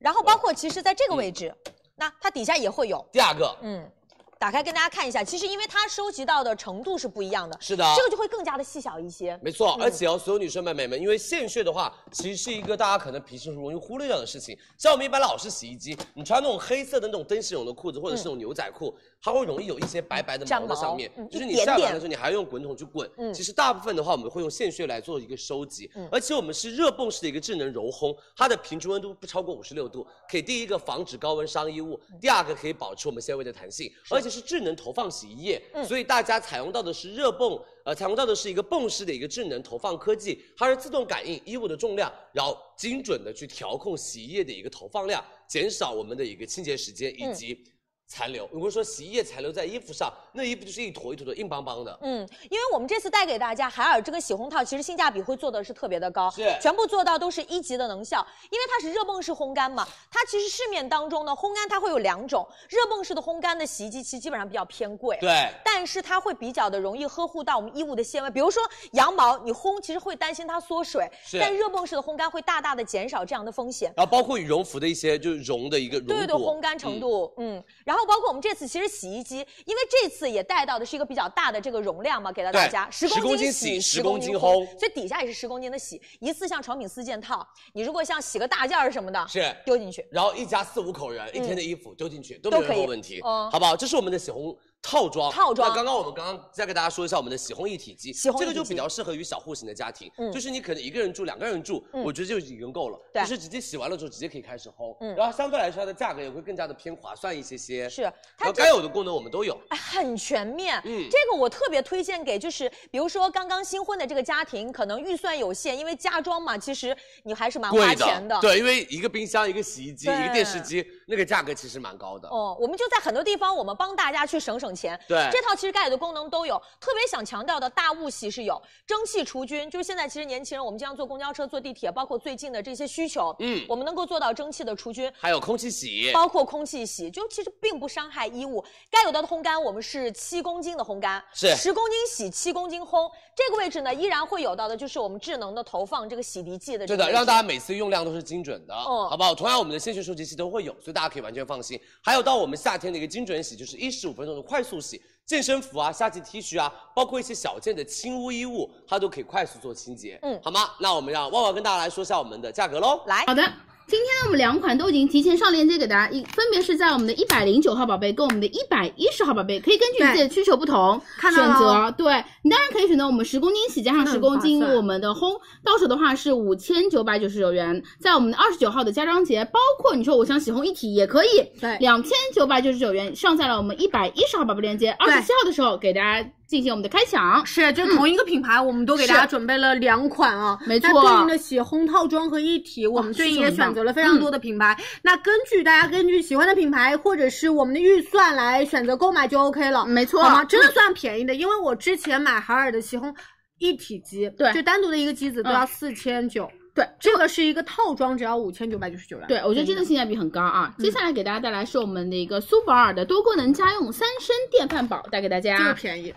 [SPEAKER 8] 然后包括其实在这个位置，那它底下也会有，
[SPEAKER 6] 第二个，
[SPEAKER 8] 嗯，打开跟大家看一下，其实因为它收集到的程度是不一样的，
[SPEAKER 6] 是的，
[SPEAKER 8] 这个就会更加的细小一些。
[SPEAKER 6] 没错，
[SPEAKER 8] 嗯
[SPEAKER 6] 而且哦，所有女生们、美们，因为线屑的话，其实是一个大家可能平时容易忽略掉的事情。像我们一般老式洗衣机，你穿那种黑色的那种灯饰绒的裤子，或者是那种牛仔裤，它会容易有一些白白的
[SPEAKER 8] 粘
[SPEAKER 6] 毛在上面
[SPEAKER 8] 嗯毛嗯。
[SPEAKER 6] 就是你
[SPEAKER 8] 一点
[SPEAKER 6] 晒完
[SPEAKER 8] 点
[SPEAKER 6] 的时候，你还要用滚筒去滚。
[SPEAKER 8] 嗯
[SPEAKER 6] 其实大部分的话，我们会用线屑来做一个收集
[SPEAKER 8] 嗯，
[SPEAKER 6] 而且我们是热泵式的一个智能柔烘，它的平均温度不超过五十六度，可以第一个防止高温伤衣物，
[SPEAKER 8] 嗯
[SPEAKER 6] 第二个可以保持我们纤维的弹性，而且是智能投放洗衣液，
[SPEAKER 8] 嗯
[SPEAKER 6] 所以大家采用到的是热泵，呃，采用到的是一个泵式的一个智能投放科技，它是自动感应衣物的重量，然后精准的去调控洗衣液的一个投放量，减少我们的一个清洁时间
[SPEAKER 8] 嗯
[SPEAKER 6] 以及残留。如果说洗衣液残留在衣服上，那衣服就是一坨一坨的硬邦邦的。
[SPEAKER 8] 嗯，因为我们这次带给大家海尔这个洗烘套，其实性价比会做的是特别的高，
[SPEAKER 6] 是
[SPEAKER 8] 全部做到都是一级的能效，因为它是热泵式烘干嘛，它其实市面当中呢烘干它会有两种，热泵式的烘干的洗衣机其实基本上比较偏贵，
[SPEAKER 6] 对，
[SPEAKER 8] 但是它会比较的容易呵护到我们衣物的纤维，比如说羊毛，你烘其实会担心它缩水，
[SPEAKER 6] 是
[SPEAKER 8] 但热泵式的烘干会大大的减少这样的风险。
[SPEAKER 6] 然后包括羽绒服的一些就是绒的一个
[SPEAKER 8] 对
[SPEAKER 6] 绒
[SPEAKER 8] 对，
[SPEAKER 6] 果，
[SPEAKER 8] 烘干程度，嗯然后包括我们这次其实洗衣机，因为这次也带到的是一个比较大的这个容量嘛，给到大
[SPEAKER 6] 对
[SPEAKER 8] 家十
[SPEAKER 6] 10公斤洗
[SPEAKER 8] 洗，
[SPEAKER 6] 10
[SPEAKER 8] 10
[SPEAKER 6] 公
[SPEAKER 8] 公
[SPEAKER 6] 斤
[SPEAKER 8] 斤
[SPEAKER 6] 烘
[SPEAKER 8] 所以底下也是十公斤的洗，一次像床品四件套，你如果像洗个大件儿什么的，
[SPEAKER 6] 嗯是。
[SPEAKER 8] 丢进去，
[SPEAKER 6] 然后一家四五口人一天的衣服丢进去、都没有任何问题，
[SPEAKER 8] 都可以嗯
[SPEAKER 6] 好不好？这是我们的洗烘套装。
[SPEAKER 8] 套装
[SPEAKER 6] 那刚刚我们刚刚再跟大家说一下我们的洗烘一体机，
[SPEAKER 8] 洗烘一体机
[SPEAKER 6] 这个就比较适合于小户型的家庭，
[SPEAKER 8] 嗯
[SPEAKER 6] 就是你可能一个人住、两个人住，
[SPEAKER 8] 嗯
[SPEAKER 6] 我觉得就已经够了，
[SPEAKER 8] 对
[SPEAKER 6] 就是直接洗完了之后直接可以开始烘，
[SPEAKER 8] 嗯
[SPEAKER 6] 然后相对来说它的价格也会更加的偏划算一些些，
[SPEAKER 8] 是
[SPEAKER 6] 然
[SPEAKER 8] 它
[SPEAKER 6] 后
[SPEAKER 8] 这
[SPEAKER 6] 该有的功能我们都有，
[SPEAKER 8] 哎，很全面。
[SPEAKER 6] 嗯
[SPEAKER 8] 这个我特别推荐给，就是比如说刚刚新婚的这个家庭，可能预算有限，因为家装嘛，其实你还是蛮啊花
[SPEAKER 6] 贵
[SPEAKER 8] 钱的。。
[SPEAKER 6] 对，因为一个冰箱、一个洗衣机、
[SPEAKER 8] 对
[SPEAKER 6] 一个电视机，那个价格其实蛮高的，
[SPEAKER 8] 哦，我们就在很多地方，我们帮大家去省省钱。
[SPEAKER 6] 对
[SPEAKER 8] 这套其实该有的功能都有。特别想强调的大雾洗是有，蒸汽除菌，就是现在其实年轻人我们经常坐公交车、坐地铁，包括最近的这些需求，
[SPEAKER 6] 嗯
[SPEAKER 8] 我们能够做到蒸汽的除菌，
[SPEAKER 6] 还有空气洗，
[SPEAKER 8] 包括空气洗，就其实并不伤害衣物。该有的烘干，我们是七公斤的烘干，
[SPEAKER 6] 是
[SPEAKER 8] 十公斤洗，七公斤烘。这个位置呢，依然会有到的就是我们智能的投放这个洗涤剂的这
[SPEAKER 6] 对
[SPEAKER 8] 个位
[SPEAKER 6] 的，
[SPEAKER 8] 置。
[SPEAKER 6] 让大家每次用量都是精准的，
[SPEAKER 8] 嗯
[SPEAKER 6] 好不好？同样，我们的线学收集器都会有，所以大家可以完全放心。还有到我们夏天的一个精准洗，就是一十五分钟的快速洗，健身服啊、夏季 T 恤啊，包括一些小件的轻污衣物，它都可以快速做清洁，
[SPEAKER 8] 嗯
[SPEAKER 6] 好吗？那我们让旺旺跟大家来说一下我们的价格喽。
[SPEAKER 8] 来，
[SPEAKER 9] 好的，今天呢，我们两款都已经提前上链接给大家，一分别是在我们的一百零九号宝贝跟我们的一百一十号宝贝，可以根据你自己的需求不同
[SPEAKER 5] 看
[SPEAKER 9] 选
[SPEAKER 5] 到了嗯
[SPEAKER 9] 择。对，你当然可以选择我们十公斤洗加上十公斤
[SPEAKER 5] 真的很划算
[SPEAKER 9] 我们的烘，到手的话是五千九百九十九元。在我们的二十九号的家装节，包括你说我想洗烘一体也可以，
[SPEAKER 5] 对
[SPEAKER 9] 两千九百九十九元上在了我们一百一十号宝贝链接，二十七号的时候给大家进行我们的开抢。
[SPEAKER 5] 是，就是同一个品牌，我们都给大家
[SPEAKER 9] 嗯是
[SPEAKER 5] 准备了两款啊，
[SPEAKER 9] 没错哦
[SPEAKER 5] 那对应的洗烘套装和一体，我们
[SPEAKER 9] 哇
[SPEAKER 5] 对应
[SPEAKER 9] 需求
[SPEAKER 5] 也
[SPEAKER 9] 很大
[SPEAKER 5] 选择了非
[SPEAKER 9] 嗯
[SPEAKER 5] 常多的品牌。那根据大家根据喜欢的品牌或者是我们的预算来选择购买就 OK 了，
[SPEAKER 9] 没错嗯
[SPEAKER 5] 好吗？真的算便宜的，因为我之前买海尔的洗烘。一体机，
[SPEAKER 9] 对嗯
[SPEAKER 5] 就单独的一个机子都要四千九，
[SPEAKER 9] 对，
[SPEAKER 5] 这个是一个套装，只要五千九百九十九元。
[SPEAKER 9] 对，我觉得真的性价比很高啊！
[SPEAKER 5] 嗯
[SPEAKER 9] 接下来给大家带来是我们的一个苏泊尔的多功能家用三升电饭煲，带给大
[SPEAKER 5] 这个
[SPEAKER 9] 家。
[SPEAKER 5] 便宜，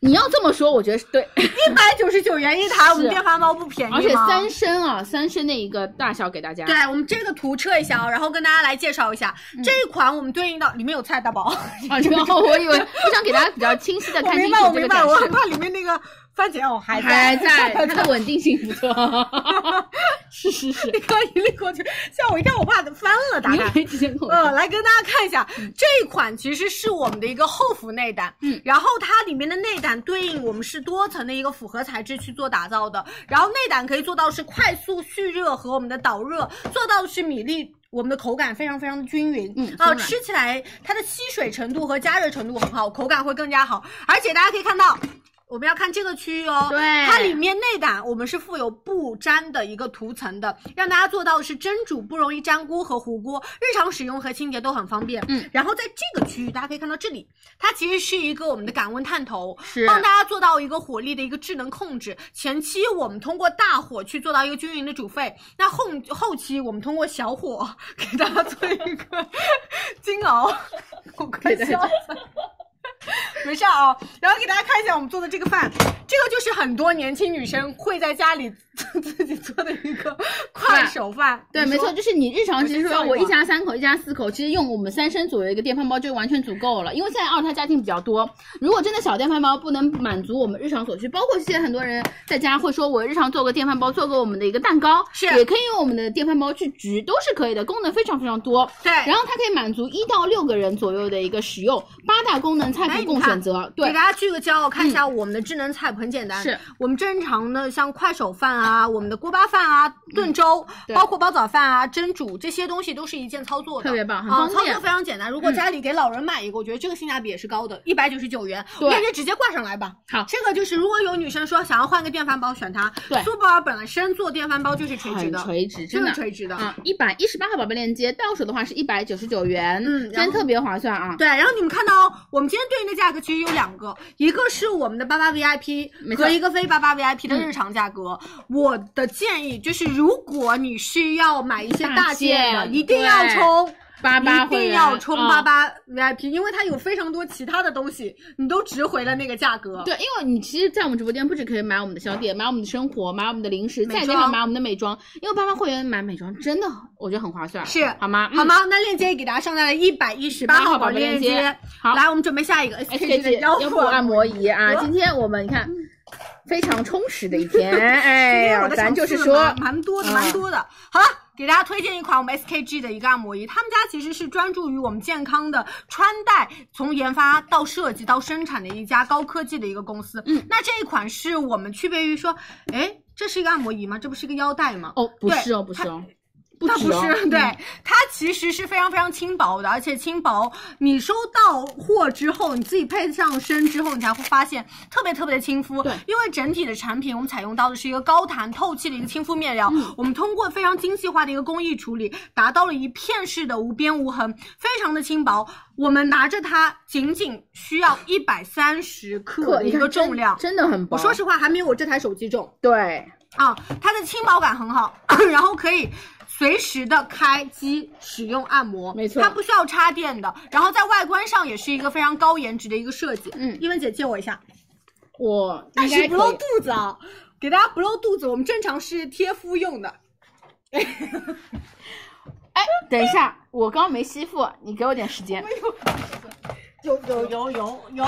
[SPEAKER 9] 你要这么说，我觉得是
[SPEAKER 5] *laughs*
[SPEAKER 9] 对，
[SPEAKER 5] 一百九十九元一台，我们
[SPEAKER 9] 是
[SPEAKER 5] 电饭煲不便宜吗？
[SPEAKER 9] 而且三升啊，三升的一个大小给大家。嗯
[SPEAKER 5] 对，我们这个图撤一下啊、然后跟大家来介绍一下、这一款，我们对应到里面有菜大宝。
[SPEAKER 9] 啊，然后 *laughs* 我以为我想给大家比较清晰的
[SPEAKER 5] *laughs* 我
[SPEAKER 9] 看
[SPEAKER 5] 明
[SPEAKER 9] 清
[SPEAKER 5] 白，我
[SPEAKER 9] 楚
[SPEAKER 5] 明
[SPEAKER 9] 这个
[SPEAKER 5] 白，
[SPEAKER 9] 展
[SPEAKER 5] 我很
[SPEAKER 9] 示。
[SPEAKER 5] 怕里面那个番茄哦还
[SPEAKER 9] *laughs* 还
[SPEAKER 5] *laughs* 在，
[SPEAKER 9] 在，它的稳定性不
[SPEAKER 5] *laughs*
[SPEAKER 9] 错。 *laughs* 是是是，
[SPEAKER 5] 立刻一立过去，吓我一跳，我怕翻了，大
[SPEAKER 9] 你
[SPEAKER 5] 概。
[SPEAKER 9] 没之前跟我
[SPEAKER 5] 呃，
[SPEAKER 9] 说。
[SPEAKER 5] 来跟大家看一下，这一款其实是我们的一个后服内胆，
[SPEAKER 9] 嗯，
[SPEAKER 5] 然后它里面的内胆对应我们是多层的一个复合材质去做打造的，然后内胆可以做到是快速蓄热和我们的导热，做到是米粒。我们的口感非常非常的均匀，
[SPEAKER 9] 嗯
[SPEAKER 5] 啊、
[SPEAKER 9] 松软
[SPEAKER 5] 吃起来它的吸水程度和加热程度很好，口感会更加好。而且大家可以看到，我们要看这个区域哦，
[SPEAKER 9] 对
[SPEAKER 5] 它里面内胆我们是附有不粘的一个涂层的，让大家做到是蒸煮不容易粘锅和糊锅，日常使用和清洁都很方便。
[SPEAKER 9] 嗯，
[SPEAKER 5] 然后在这个区域大家可以看到这里，它其实是一个我们的感温探头，
[SPEAKER 9] 是
[SPEAKER 5] 帮大家做到一个火力的一个智能控制。前期我们通过大火去做到一个均匀的煮沸，那后后期我们通过小火 *laughs* 给大家做一个 *laughs* 煎熬，我快笑死了。没事啊、然后给大家看一下我们做的这个饭，这个就是很多年轻女生会在家里 *laughs* 自己做的一个快手饭。
[SPEAKER 9] 对，
[SPEAKER 5] 你
[SPEAKER 9] 没
[SPEAKER 5] 说
[SPEAKER 9] 错，就是你日常其实
[SPEAKER 5] 我先
[SPEAKER 9] 说，
[SPEAKER 5] 笑一
[SPEAKER 9] 我
[SPEAKER 5] 会儿
[SPEAKER 9] 一家三口、一家四口，其实用我们三升左右一个电饭煲就完全足够了。因为现在二胎家庭比较多，如果真的小电饭煲不能满足我们日常所需，包括现在很多人在家会说，我日常做个电饭煲，做个我们的一个蛋糕，
[SPEAKER 5] 是
[SPEAKER 9] 也可以用我们的电饭煲去焗，都是可以的，功能非常非常多。
[SPEAKER 5] 对，
[SPEAKER 9] 然后它可以满足一到六个人左右的一个使用，八大功能菜
[SPEAKER 5] 哎
[SPEAKER 9] 谱
[SPEAKER 5] 你
[SPEAKER 9] 供
[SPEAKER 5] 看给
[SPEAKER 9] 选择。对，嗯
[SPEAKER 5] 大家聚个焦，看一下我们的智能菜谱很简单，
[SPEAKER 9] 是
[SPEAKER 5] 我们正常的像快手饭啊、我们的锅巴饭啊、炖粥，
[SPEAKER 9] 嗯对
[SPEAKER 5] 包括煲早饭啊、蒸煮这些东西都是一键操作的，
[SPEAKER 9] 特别棒很
[SPEAKER 5] 啊
[SPEAKER 9] 方
[SPEAKER 5] 操
[SPEAKER 9] 便嗯
[SPEAKER 5] 作非常简单。如果家里给老人买一个，我觉得这个性价比也是高的，一百九十九元，
[SPEAKER 9] 对
[SPEAKER 5] 我感觉直接挂上来吧。
[SPEAKER 9] 好
[SPEAKER 5] 这个就是如果有女生说想要换个电饭煲，选它。
[SPEAKER 9] 对
[SPEAKER 5] 苏泊尔本来身做电饭煲就是垂直
[SPEAKER 9] 很
[SPEAKER 5] 的，
[SPEAKER 9] 垂直，
[SPEAKER 5] 就是
[SPEAKER 9] 真的。
[SPEAKER 5] 垂直的。
[SPEAKER 9] 啊，一百一十八号宝贝链接到手的话是一百九十九元，
[SPEAKER 5] 嗯
[SPEAKER 9] 真
[SPEAKER 5] 然
[SPEAKER 9] 的
[SPEAKER 5] 后
[SPEAKER 9] 特别划算啊！
[SPEAKER 5] 对，然后你们看到、哦、我们今天对应的价格其实有两个，一个是我们的八八 VIP
[SPEAKER 9] 没错嗯
[SPEAKER 5] 和一个非八八 VIP 的日常价格。我的建议就是，如果你是要买一些
[SPEAKER 9] 大
[SPEAKER 5] 大
[SPEAKER 9] 件
[SPEAKER 5] 件的，
[SPEAKER 9] 对
[SPEAKER 5] 一定要冲。
[SPEAKER 9] 八八
[SPEAKER 5] 一
[SPEAKER 9] 会
[SPEAKER 5] 定
[SPEAKER 9] 员
[SPEAKER 5] 要冲
[SPEAKER 9] 嗯
[SPEAKER 5] 八八 VIP，、因为它有非常多其他的东西，你都值回了那个价格。
[SPEAKER 9] 对，因为你其实，在我们直播间不只可以买我们的小点，买我们的生活，买我们的零食，
[SPEAKER 5] 美
[SPEAKER 9] 再加
[SPEAKER 5] 妆
[SPEAKER 9] 上买我们的美妆。因为八八会员买美妆真的，我觉得很划算，
[SPEAKER 5] 是
[SPEAKER 9] 好吗？
[SPEAKER 5] 好
[SPEAKER 9] 嗯？
[SPEAKER 5] 吗？那链接也给大家上在了一百一十
[SPEAKER 9] 18
[SPEAKER 5] 号
[SPEAKER 9] 宝
[SPEAKER 5] 宝
[SPEAKER 9] 贝
[SPEAKER 5] 贝
[SPEAKER 9] 链
[SPEAKER 5] 链
[SPEAKER 9] 接好
[SPEAKER 5] 来，我们准备下一个
[SPEAKER 9] SKG
[SPEAKER 5] SKG
[SPEAKER 9] 的
[SPEAKER 5] 的嗯腰
[SPEAKER 9] 腰部
[SPEAKER 5] 部
[SPEAKER 9] 按
[SPEAKER 5] 按摩。
[SPEAKER 9] 摩仪啊，
[SPEAKER 5] 得
[SPEAKER 9] 今天我们你看非常充实的一
[SPEAKER 5] *laughs*
[SPEAKER 9] 天，哎
[SPEAKER 5] 因为
[SPEAKER 9] 呀
[SPEAKER 5] 我，的
[SPEAKER 9] 咱
[SPEAKER 5] 想
[SPEAKER 9] 就是
[SPEAKER 5] 吃的
[SPEAKER 9] 说
[SPEAKER 5] 蛮，蛮多的，
[SPEAKER 9] 嗯
[SPEAKER 5] 蛮多的。好了，给大家推荐一款我们 SKG 的一个按摩仪，他们家其实是专注于我们健康的穿戴，从研发到设计到生产的一家高科技的一个公司。
[SPEAKER 9] 嗯，
[SPEAKER 5] 那这一款是我们区别于说，哎，这是一个按摩仪吗？这不是一个腰带吗？
[SPEAKER 9] 哦，不
[SPEAKER 5] 对
[SPEAKER 9] 是哦，不
[SPEAKER 5] 它
[SPEAKER 9] 是哦，
[SPEAKER 5] 它
[SPEAKER 9] 止
[SPEAKER 5] 不
[SPEAKER 9] 哦
[SPEAKER 5] 是，对
[SPEAKER 9] 嗯，
[SPEAKER 5] 它其实是非常非常轻薄的，而且轻薄，你收到货之后，你自己配上身之后，你才会发现特别特别的亲肤。
[SPEAKER 9] 对
[SPEAKER 5] 因为整体的产品我们采用到的是一个高弹透气的一个亲肤面料，
[SPEAKER 9] 嗯
[SPEAKER 5] 我们通过非常精细化的一个工艺处理，达到了一片式的无边无痕，非常的轻薄。我们拿着它，仅仅需要一百三十克
[SPEAKER 9] 克
[SPEAKER 5] 的
[SPEAKER 9] 你
[SPEAKER 5] 一
[SPEAKER 9] 看
[SPEAKER 5] 个
[SPEAKER 9] 真
[SPEAKER 5] 重量。
[SPEAKER 9] 真的很薄。
[SPEAKER 5] 我说实话，还没有我这台手机重。
[SPEAKER 9] 对，
[SPEAKER 5] 啊，它的轻薄感很好， *laughs* 然后可以随时的开机使用按摩，
[SPEAKER 9] 没错
[SPEAKER 5] 它不需要插电的。然后在外观上也是一个非常高颜值的一个设计。
[SPEAKER 9] 嗯
[SPEAKER 5] 一文姐借我一下，
[SPEAKER 9] 我
[SPEAKER 5] 但
[SPEAKER 9] 应该
[SPEAKER 5] 是
[SPEAKER 9] 可
[SPEAKER 5] 不露
[SPEAKER 9] 以
[SPEAKER 5] 肚子啊，给大家不露肚子，我们正常是贴肤用的。
[SPEAKER 9] 哎，等一下，我刚刚没吸附，你给我点时间。
[SPEAKER 5] 有有有有有，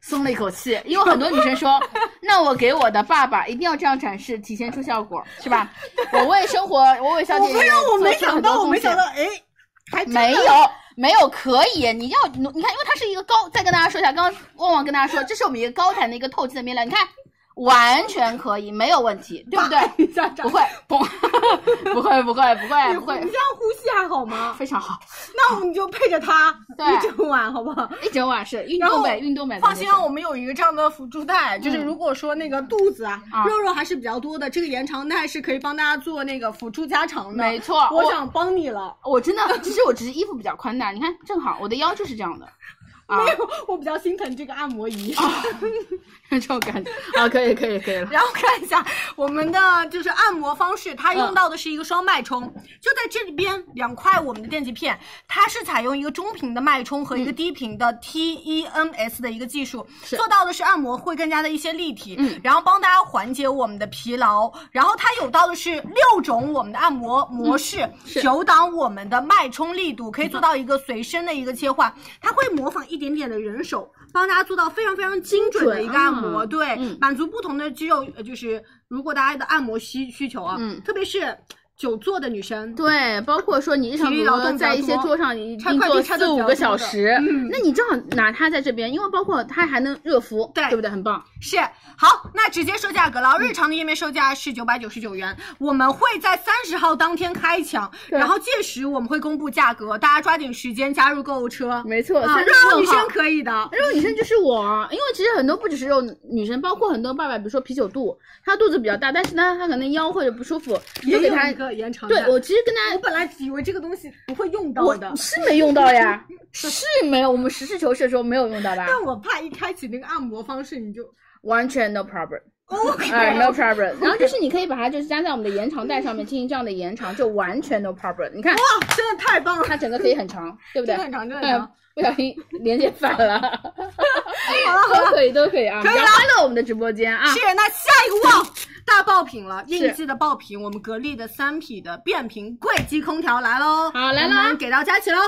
[SPEAKER 9] 松了一口气，因为很多女生
[SPEAKER 5] *laughs*
[SPEAKER 9] 说，那我给我的爸爸一定要这样展示，体现出效果，是吧？
[SPEAKER 5] *laughs*
[SPEAKER 9] 我为生活，我为小姐姐
[SPEAKER 5] 不是我没
[SPEAKER 9] 做出
[SPEAKER 5] 想
[SPEAKER 9] 很多
[SPEAKER 5] 到，我
[SPEAKER 9] 贡
[SPEAKER 5] 没
[SPEAKER 9] 献
[SPEAKER 5] 想到，哎，还真的
[SPEAKER 9] 没有没有可以，你要努你看，因为它是一个高，再跟大家说一下，刚刚旺旺跟大家说，这是我们一个高弹的一个透气的面料，你看完全可以，没有问题，对不对？
[SPEAKER 5] *laughs* 一下炸
[SPEAKER 9] 不会，不不会，不会，不
[SPEAKER 5] *laughs*
[SPEAKER 9] 会，
[SPEAKER 5] 你
[SPEAKER 9] 不
[SPEAKER 5] 呼你这，
[SPEAKER 9] 会
[SPEAKER 5] 样呼吸还好
[SPEAKER 9] *laughs*
[SPEAKER 5] 吗？
[SPEAKER 9] 非常好，
[SPEAKER 5] 那我们就配着它
[SPEAKER 9] 对
[SPEAKER 5] 一整晚，好不好？
[SPEAKER 9] 一整晚是运
[SPEAKER 5] 然
[SPEAKER 9] 动
[SPEAKER 5] 后
[SPEAKER 9] 呗，运动呗，
[SPEAKER 5] 放心，
[SPEAKER 9] 真的
[SPEAKER 5] 让
[SPEAKER 9] 是
[SPEAKER 5] 我们有一个这样的辅助带，就是如果说那个肚子啊
[SPEAKER 9] 嗯啊
[SPEAKER 5] 肉肉还是比较多的，这个延长带是可以帮大家做那个辅助加长的。
[SPEAKER 9] 没错
[SPEAKER 5] 我
[SPEAKER 9] 我
[SPEAKER 5] 想帮你了，
[SPEAKER 9] 我真的，其实我只是衣服比较宽大，你看正好我的腰就是这样 *laughs* 的，啊，
[SPEAKER 5] 我比较心疼这个按摩仪。
[SPEAKER 9] 这种感觉啊，可以可以可以了，
[SPEAKER 5] 然后看一下我们的就是按摩方式，它用到的是一个双脉冲，
[SPEAKER 9] 嗯
[SPEAKER 5] 就在这边两块我们的电极片，它是采用一个中频的脉冲和一个低频的 TENS 的一个技术，
[SPEAKER 9] 嗯是
[SPEAKER 5] 做到的是按摩会更加的一些立体，
[SPEAKER 9] 嗯
[SPEAKER 5] 然后帮大家缓解我们的疲劳。然后它有到的是六种我们的按摩模式，
[SPEAKER 9] 嗯是嗯
[SPEAKER 5] 九档我们的脉冲力度，可以做到一个随身的一个切换，它会模仿一点点的人手，帮大家做到非常非常精准的一个按摩，
[SPEAKER 9] 啊
[SPEAKER 5] 对。对
[SPEAKER 9] 嗯，
[SPEAKER 5] 满足不同的肌肉，呃就是如果大家的按摩需需求啊，
[SPEAKER 9] 嗯
[SPEAKER 5] 特别是久坐的女生，
[SPEAKER 9] *laughs* 对，包括说你日常
[SPEAKER 5] 体
[SPEAKER 9] 比
[SPEAKER 5] 育
[SPEAKER 9] 如
[SPEAKER 5] 劳动
[SPEAKER 9] 说
[SPEAKER 5] 比较
[SPEAKER 9] 在一些
[SPEAKER 5] 多
[SPEAKER 9] 桌上，你一
[SPEAKER 5] 拆
[SPEAKER 9] 定
[SPEAKER 5] 快递
[SPEAKER 9] 坐
[SPEAKER 5] 拆得比
[SPEAKER 9] 四五
[SPEAKER 5] 较多
[SPEAKER 9] 个小
[SPEAKER 5] 的
[SPEAKER 9] 时，
[SPEAKER 5] 嗯
[SPEAKER 9] 那你正好拿它在这边，因为包括它还能热敷，
[SPEAKER 5] 对
[SPEAKER 9] 对不对？啊很棒，
[SPEAKER 5] 是好，那直接说价格了，日常的页面售价是九百九十九元，我们会在三十号当天开抢，
[SPEAKER 9] 对
[SPEAKER 5] 然后届时我们会公布价格，大家抓紧时间加入购物车。
[SPEAKER 9] 没错，
[SPEAKER 5] 啊，
[SPEAKER 9] 三十
[SPEAKER 5] 肉肉
[SPEAKER 9] 六
[SPEAKER 5] 女
[SPEAKER 9] 号
[SPEAKER 5] 生。可以的，
[SPEAKER 9] 肉女生就是我，因为其实很多不只是肉女生，包括很多爸爸，比如说啤酒肚，他肚子比较大，但是呢，他可能腰或者不舒服，你就
[SPEAKER 5] 也
[SPEAKER 9] 给
[SPEAKER 5] 有
[SPEAKER 9] 他
[SPEAKER 5] 一。个延长
[SPEAKER 9] 对
[SPEAKER 5] 带
[SPEAKER 9] 我其实跟
[SPEAKER 5] 我
[SPEAKER 9] 他，
[SPEAKER 5] 本来以为这个东西不会用到的
[SPEAKER 9] 我，是没用到呀， *laughs* 是没有，我们实事求是的时候没有用到吧，
[SPEAKER 5] 但我怕一开启那个按摩方式你就
[SPEAKER 9] *laughs* 完全 no *laughs* problem。
[SPEAKER 5] OK，
[SPEAKER 9] 哎，no *laughs* problem。然后就是你可以把它就是粘在我们的延长带上面进行这样的延长，就完全 no problem。你看
[SPEAKER 5] 哇，真的太棒了，
[SPEAKER 9] 它整个可 *laughs* 以很长，对不
[SPEAKER 5] 真
[SPEAKER 9] 对
[SPEAKER 5] 的？很长，真的很
[SPEAKER 9] 哎
[SPEAKER 5] 长。，
[SPEAKER 9] 不小心连接反 *laughs* 了，
[SPEAKER 5] 好了好了
[SPEAKER 9] 都可以都可以啊，
[SPEAKER 5] 可以
[SPEAKER 9] 不要
[SPEAKER 5] 了
[SPEAKER 9] 欢乐我们的直播间啊！
[SPEAKER 5] 是，那下一个哇，大爆品了，应季的爆品，我们格力的三匹的变频柜机空调来喽！
[SPEAKER 9] 好来
[SPEAKER 5] 我
[SPEAKER 9] 啦
[SPEAKER 5] 们给到佳琪喽。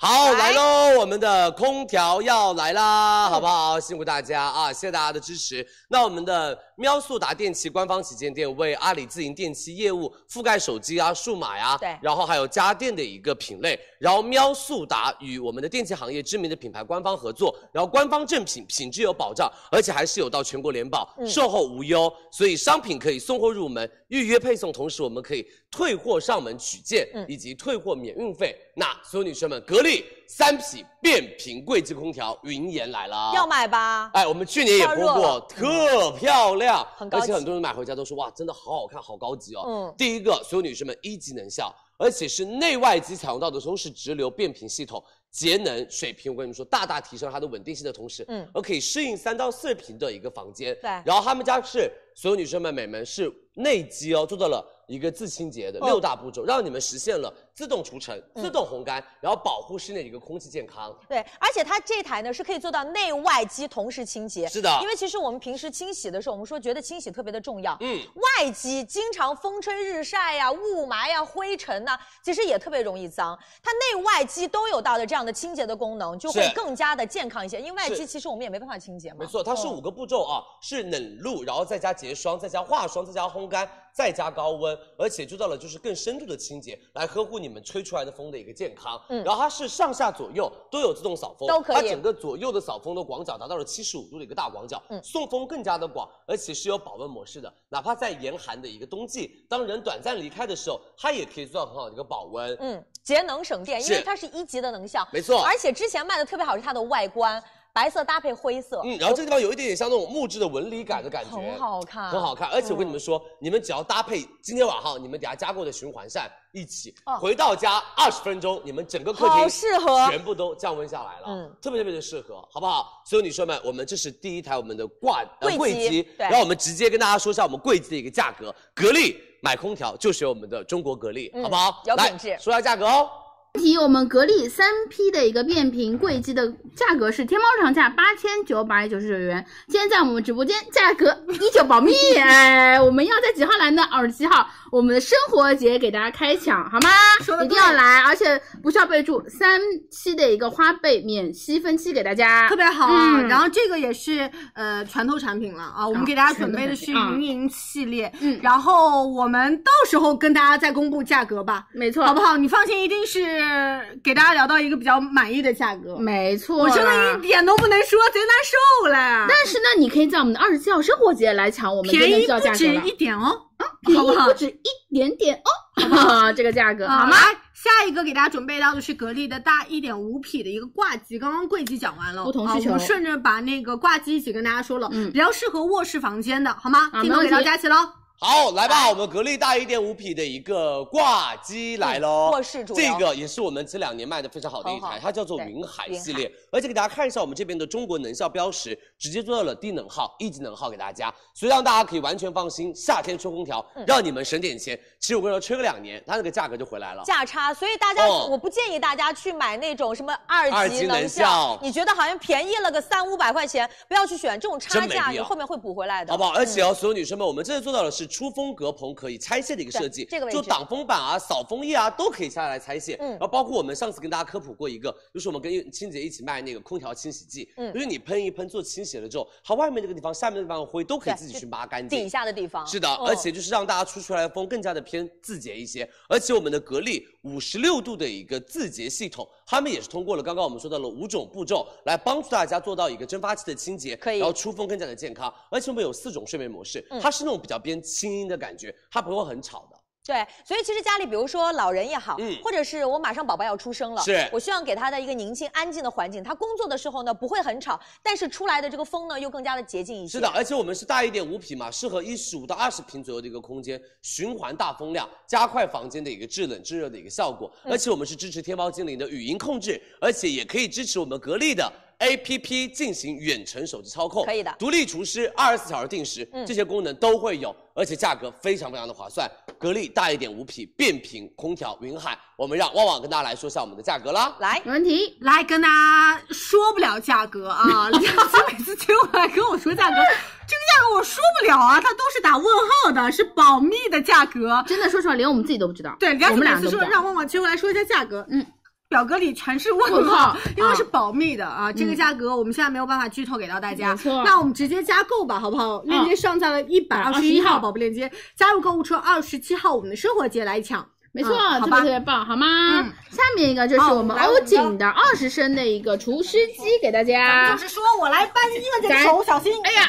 [SPEAKER 6] 好，来喽，我们的空调要来
[SPEAKER 8] 嗯
[SPEAKER 6] 啦，好不好？辛苦大家啊，谢谢大家的支持。那我们的喵速达电器官方旗舰店为阿里自营电器业务覆盖手机啊、数码呀、
[SPEAKER 8] 对
[SPEAKER 6] 然后还有家电的一个品类。然后喵速达与我们的电器行业知名的品牌官方合作，然后官方正品，品质有保障，而且还是有到全国联保，
[SPEAKER 8] 嗯
[SPEAKER 6] 售后无忧，所以商品可以送货入门，预约配送，同时我们可以退货上门取件，
[SPEAKER 8] 嗯
[SPEAKER 6] 以及退货免运费。那所有女生们，格力三匹变频柜机空调云岩来了，
[SPEAKER 8] 要买吧？
[SPEAKER 6] 哎，我们去年也播
[SPEAKER 8] 太热
[SPEAKER 6] 过
[SPEAKER 8] 了，嗯
[SPEAKER 6] 特漂亮，
[SPEAKER 8] 很高
[SPEAKER 6] 而
[SPEAKER 8] 级
[SPEAKER 6] 且很多人买回家都说哇，真的好好看，好高级哦。
[SPEAKER 8] 嗯
[SPEAKER 6] 第一个，所有女生们一级能效，而且是内外机采用到的都是直流变频系统，节能水平，我跟你们说，大大提升它的稳定性的同时，
[SPEAKER 8] 嗯哎
[SPEAKER 6] 而可以适应三到四平的一个房间。
[SPEAKER 8] 对
[SPEAKER 6] 然后他们家是所有女生们美们是内机哦，做到了。一个自清洁的
[SPEAKER 8] 嗯
[SPEAKER 6] 六大步骤，让你们实现了自动除尘、
[SPEAKER 8] 嗯
[SPEAKER 6] 自动烘干，然后保护室内的一个空气健康。
[SPEAKER 8] 对，而且它这台呢是可以做到内外机同时清洁。
[SPEAKER 6] 是的
[SPEAKER 8] 因为其实我们平时清洗的时候，我们说觉得清洗特别的重要，
[SPEAKER 6] 嗯，
[SPEAKER 8] 外机经常风吹日晒呀、雾霾呀、灰尘呐、其实也特别容易脏。它内外机都有到的这样的清洁的功能，就会
[SPEAKER 6] 是
[SPEAKER 8] 更加的健康一些。因为外机
[SPEAKER 6] 是
[SPEAKER 8] 其实我们也没办法清洁嘛。
[SPEAKER 6] 没错，它是五个步骤啊，是冷露，然后再加结霜，再加化霜，再加烘干，再加高温，而且做到了就是更深度的清洁，来呵护你们吹出来的风的一个健康。
[SPEAKER 8] 嗯
[SPEAKER 6] 然后它是上下左右都有自动扫风，
[SPEAKER 8] 都可以
[SPEAKER 6] 它整个左右的扫风的广角达到了七十五度的一个大广角，
[SPEAKER 8] 嗯
[SPEAKER 6] 送风更加的广，而且是有保温模式的，哪怕在严寒的一个冬季，当人短暂离开的时候，它也可以做到很好的一个保温。
[SPEAKER 8] 嗯，节能省电，因为
[SPEAKER 6] 是哦
[SPEAKER 8] 它是一级的能效。
[SPEAKER 6] 没错，
[SPEAKER 8] 而且之前卖的特别好是它的外观，白色搭配灰色，
[SPEAKER 6] 嗯，然后这个地方有一点点像那种木质的纹理感的感觉，
[SPEAKER 8] 很好看，
[SPEAKER 6] 很好看。而且我跟你们
[SPEAKER 8] 嗯
[SPEAKER 6] 说，你们只要搭配今天晚上你们等下加购的循环扇一起，
[SPEAKER 8] 哦
[SPEAKER 6] 回到家二十分钟，你们整个客
[SPEAKER 8] 好
[SPEAKER 6] 厅
[SPEAKER 8] 适合
[SPEAKER 6] 全部都降温下来了，
[SPEAKER 8] 嗯
[SPEAKER 6] 特别特别的适合，好不好？所有女生们，我们这是第一台我们的挂
[SPEAKER 8] 柜机
[SPEAKER 6] 机，
[SPEAKER 8] 对
[SPEAKER 6] 然后我们直接跟大家说一下我们柜机的一个价格，格力买空调就选我们的中国格力，
[SPEAKER 8] 嗯
[SPEAKER 6] 好不好？
[SPEAKER 8] 有
[SPEAKER 6] 来
[SPEAKER 8] 品质
[SPEAKER 6] 说一下价格哦。
[SPEAKER 9] 提我们格力三批的一个变频柜机的价格是天猫市场价八千九百九十九元，今天在我们直播间价格依旧保密。哎，我们要在几号来呢？二十七号，
[SPEAKER 7] 我们的生活节给大家开抢，好吗？
[SPEAKER 5] 说得对
[SPEAKER 7] 一定要来，而且不需要备注，三期的一个花呗免息分期给大家
[SPEAKER 5] 特。别好啊。
[SPEAKER 7] 嗯
[SPEAKER 5] 然后这个也是呃传统产品了啊，我们
[SPEAKER 7] 啊
[SPEAKER 5] 给大家准备的是
[SPEAKER 7] 传统产
[SPEAKER 5] 云
[SPEAKER 7] 品
[SPEAKER 5] 银系列，
[SPEAKER 7] 嗯
[SPEAKER 5] 然后我们到时候跟大家再公布价格吧，
[SPEAKER 7] 没错，
[SPEAKER 5] 好不好？你放心，一定是给大家聊到一个比较满意的价格。
[SPEAKER 7] 没错啦，
[SPEAKER 5] 我真的一点都不能说，贼难受嘞。
[SPEAKER 7] 但是呢，你可以在我们的二十七号生活节来抢我们
[SPEAKER 5] 便
[SPEAKER 7] 真的
[SPEAKER 5] 宜
[SPEAKER 7] 叫
[SPEAKER 5] 不
[SPEAKER 7] 价格
[SPEAKER 5] 止
[SPEAKER 7] 了，
[SPEAKER 5] 一点哦，
[SPEAKER 7] 便
[SPEAKER 5] 好不
[SPEAKER 7] 宜
[SPEAKER 5] 好
[SPEAKER 7] 不止一点点哦，哈哈，这个价格好
[SPEAKER 5] 好
[SPEAKER 7] 吗
[SPEAKER 5] 吗？？下一个给大家准备到的是格力的大一点五匹的一个挂机，刚刚柜机讲完了，
[SPEAKER 7] 不同
[SPEAKER 5] 啊
[SPEAKER 7] 需求
[SPEAKER 5] 我们顺着把那个挂机一起跟大家说了，
[SPEAKER 7] 嗯
[SPEAKER 5] 比较适合卧室房间的，好吗？
[SPEAKER 7] 啊没
[SPEAKER 5] 镜头
[SPEAKER 7] 问
[SPEAKER 5] 给到
[SPEAKER 7] 题
[SPEAKER 5] 佳琪喽，
[SPEAKER 6] 好，来吧，我们格力大一点五匹的一个挂机
[SPEAKER 8] 嗯
[SPEAKER 6] 来喽。
[SPEAKER 8] 卧室主
[SPEAKER 6] 这
[SPEAKER 8] 流
[SPEAKER 6] 个也是我们这两年卖的非常好的一
[SPEAKER 8] 很
[SPEAKER 6] 台
[SPEAKER 8] 好，
[SPEAKER 6] 它叫做
[SPEAKER 8] 对
[SPEAKER 6] 云海
[SPEAKER 8] 云
[SPEAKER 6] 系列，而且给大家看一下我们这边的中国能效标识，直接做到了低能耗、一级能耗给大家，所以让大家可以完全放心，夏天吹空调，
[SPEAKER 8] 嗯
[SPEAKER 6] 让你们省点钱。其实我跟你说，吹个两年，它那个价格就回来了。
[SPEAKER 8] 价差，所以大家、
[SPEAKER 6] 哦
[SPEAKER 8] 我不建议大家去买那种什么二
[SPEAKER 6] 二级
[SPEAKER 8] 级
[SPEAKER 6] 能
[SPEAKER 8] 能
[SPEAKER 6] 效
[SPEAKER 8] 你觉得好像便宜了个三五百块钱，不要去选这种差
[SPEAKER 6] 真没
[SPEAKER 8] 价，
[SPEAKER 6] 必
[SPEAKER 8] 你
[SPEAKER 6] 要
[SPEAKER 8] 后面会补回来的，嗯
[SPEAKER 6] 好不好？而且哦，所有女生们，我们这次做到的是出风隔棚可以拆卸的一个设计，
[SPEAKER 8] 对这个位置
[SPEAKER 6] 就挡风板啊、扫风叶啊都可以下来拆卸。
[SPEAKER 8] 嗯
[SPEAKER 6] 然后包括我们上次跟大家科普过一个，就是我们跟清洁一起卖那个空调清洗剂，
[SPEAKER 8] 嗯
[SPEAKER 6] 就是你喷一喷做清洗了之后，它外面这个地方、下面这个地方的灰都可以
[SPEAKER 8] 对
[SPEAKER 6] 自己
[SPEAKER 8] 就
[SPEAKER 6] 去抹干净
[SPEAKER 8] 底。下的地方
[SPEAKER 6] 是的，
[SPEAKER 8] 嗯
[SPEAKER 6] 而且就是让大家吹出来的风更加的偏自洁一些，而且我们的格力五十六度的一个自洁系统，他们也是通过了刚刚我们说到了五种步骤来帮助大家做到一个蒸发器的清洁，
[SPEAKER 8] 可以
[SPEAKER 6] 然后出风更加的健康，而且我们有四种睡眠模式，
[SPEAKER 8] 嗯
[SPEAKER 6] 它是那种比较偏轻音的感觉，它不会很吵的，
[SPEAKER 8] 对，所以其实家里，比如说老人也好，
[SPEAKER 6] 嗯
[SPEAKER 8] 或者是我马上宝宝要出生了，
[SPEAKER 6] 是
[SPEAKER 8] 我希望给他的一个宁静安静的环境。他工作的时候呢，不会很吵，但是出来的这个风呢，又更加的洁净一些。
[SPEAKER 6] 是的，，而且我们是大一点五匹嘛，适合一十五到二十平左右的一个空间，循环大风量，加快房间的一个制冷制热的一个效果。
[SPEAKER 8] 嗯
[SPEAKER 6] 而且我们是支持天猫精灵的语音控制，而且也可以支持我们格力的 APP 进行远程手机操控，
[SPEAKER 8] 可以的
[SPEAKER 6] 独立厨师，二十四小时定时，
[SPEAKER 8] 嗯
[SPEAKER 6] 这些功能都会有，而且价格非常非常的划算。格力大一点五匹变频空调云海，我们让旺旺跟大家来说一下我们的价格啦。
[SPEAKER 8] 来，
[SPEAKER 7] 没问题。
[SPEAKER 5] 来跟大家说不了价格
[SPEAKER 7] *laughs*
[SPEAKER 5] 啊，佳琪每次接过来跟我说价格，这个价格我说不了啊，它都是打问号的，是保密的价格。
[SPEAKER 7] 真的，说实话，连我们自己都不知道。
[SPEAKER 5] 对，佳
[SPEAKER 7] 我
[SPEAKER 5] 琪
[SPEAKER 7] 们
[SPEAKER 5] 每
[SPEAKER 7] 俩
[SPEAKER 5] 次
[SPEAKER 7] 都不
[SPEAKER 5] 说
[SPEAKER 7] 知道。
[SPEAKER 5] 让旺旺接过来说一下价格，
[SPEAKER 7] 嗯。
[SPEAKER 5] 表格里全是问
[SPEAKER 7] 问
[SPEAKER 5] 号
[SPEAKER 7] 号，
[SPEAKER 5] 因为
[SPEAKER 7] 啊
[SPEAKER 5] 是保密的啊，这个
[SPEAKER 7] 嗯
[SPEAKER 5] 价格我们现在没有办法剧透给到大家。
[SPEAKER 7] 没错
[SPEAKER 5] 那我们直接加购吧，好不好？链接上在了一百二十一
[SPEAKER 7] 121
[SPEAKER 5] 号
[SPEAKER 7] 号
[SPEAKER 5] 宝贝链接，加入购物车二十七号我们的生活节来抢。
[SPEAKER 7] 没错，
[SPEAKER 5] 嗯
[SPEAKER 7] 特
[SPEAKER 5] 好
[SPEAKER 7] 别
[SPEAKER 5] 吧
[SPEAKER 7] 特别棒，好吗？
[SPEAKER 5] 嗯
[SPEAKER 7] 下面一个就是
[SPEAKER 5] 好
[SPEAKER 7] 我们
[SPEAKER 5] 来我
[SPEAKER 7] 欧
[SPEAKER 5] 们的
[SPEAKER 7] 景的二十升的一个除湿机给大家
[SPEAKER 5] 就。是说我来搬衣服，这个
[SPEAKER 7] 咱
[SPEAKER 5] 手小心。哎呀，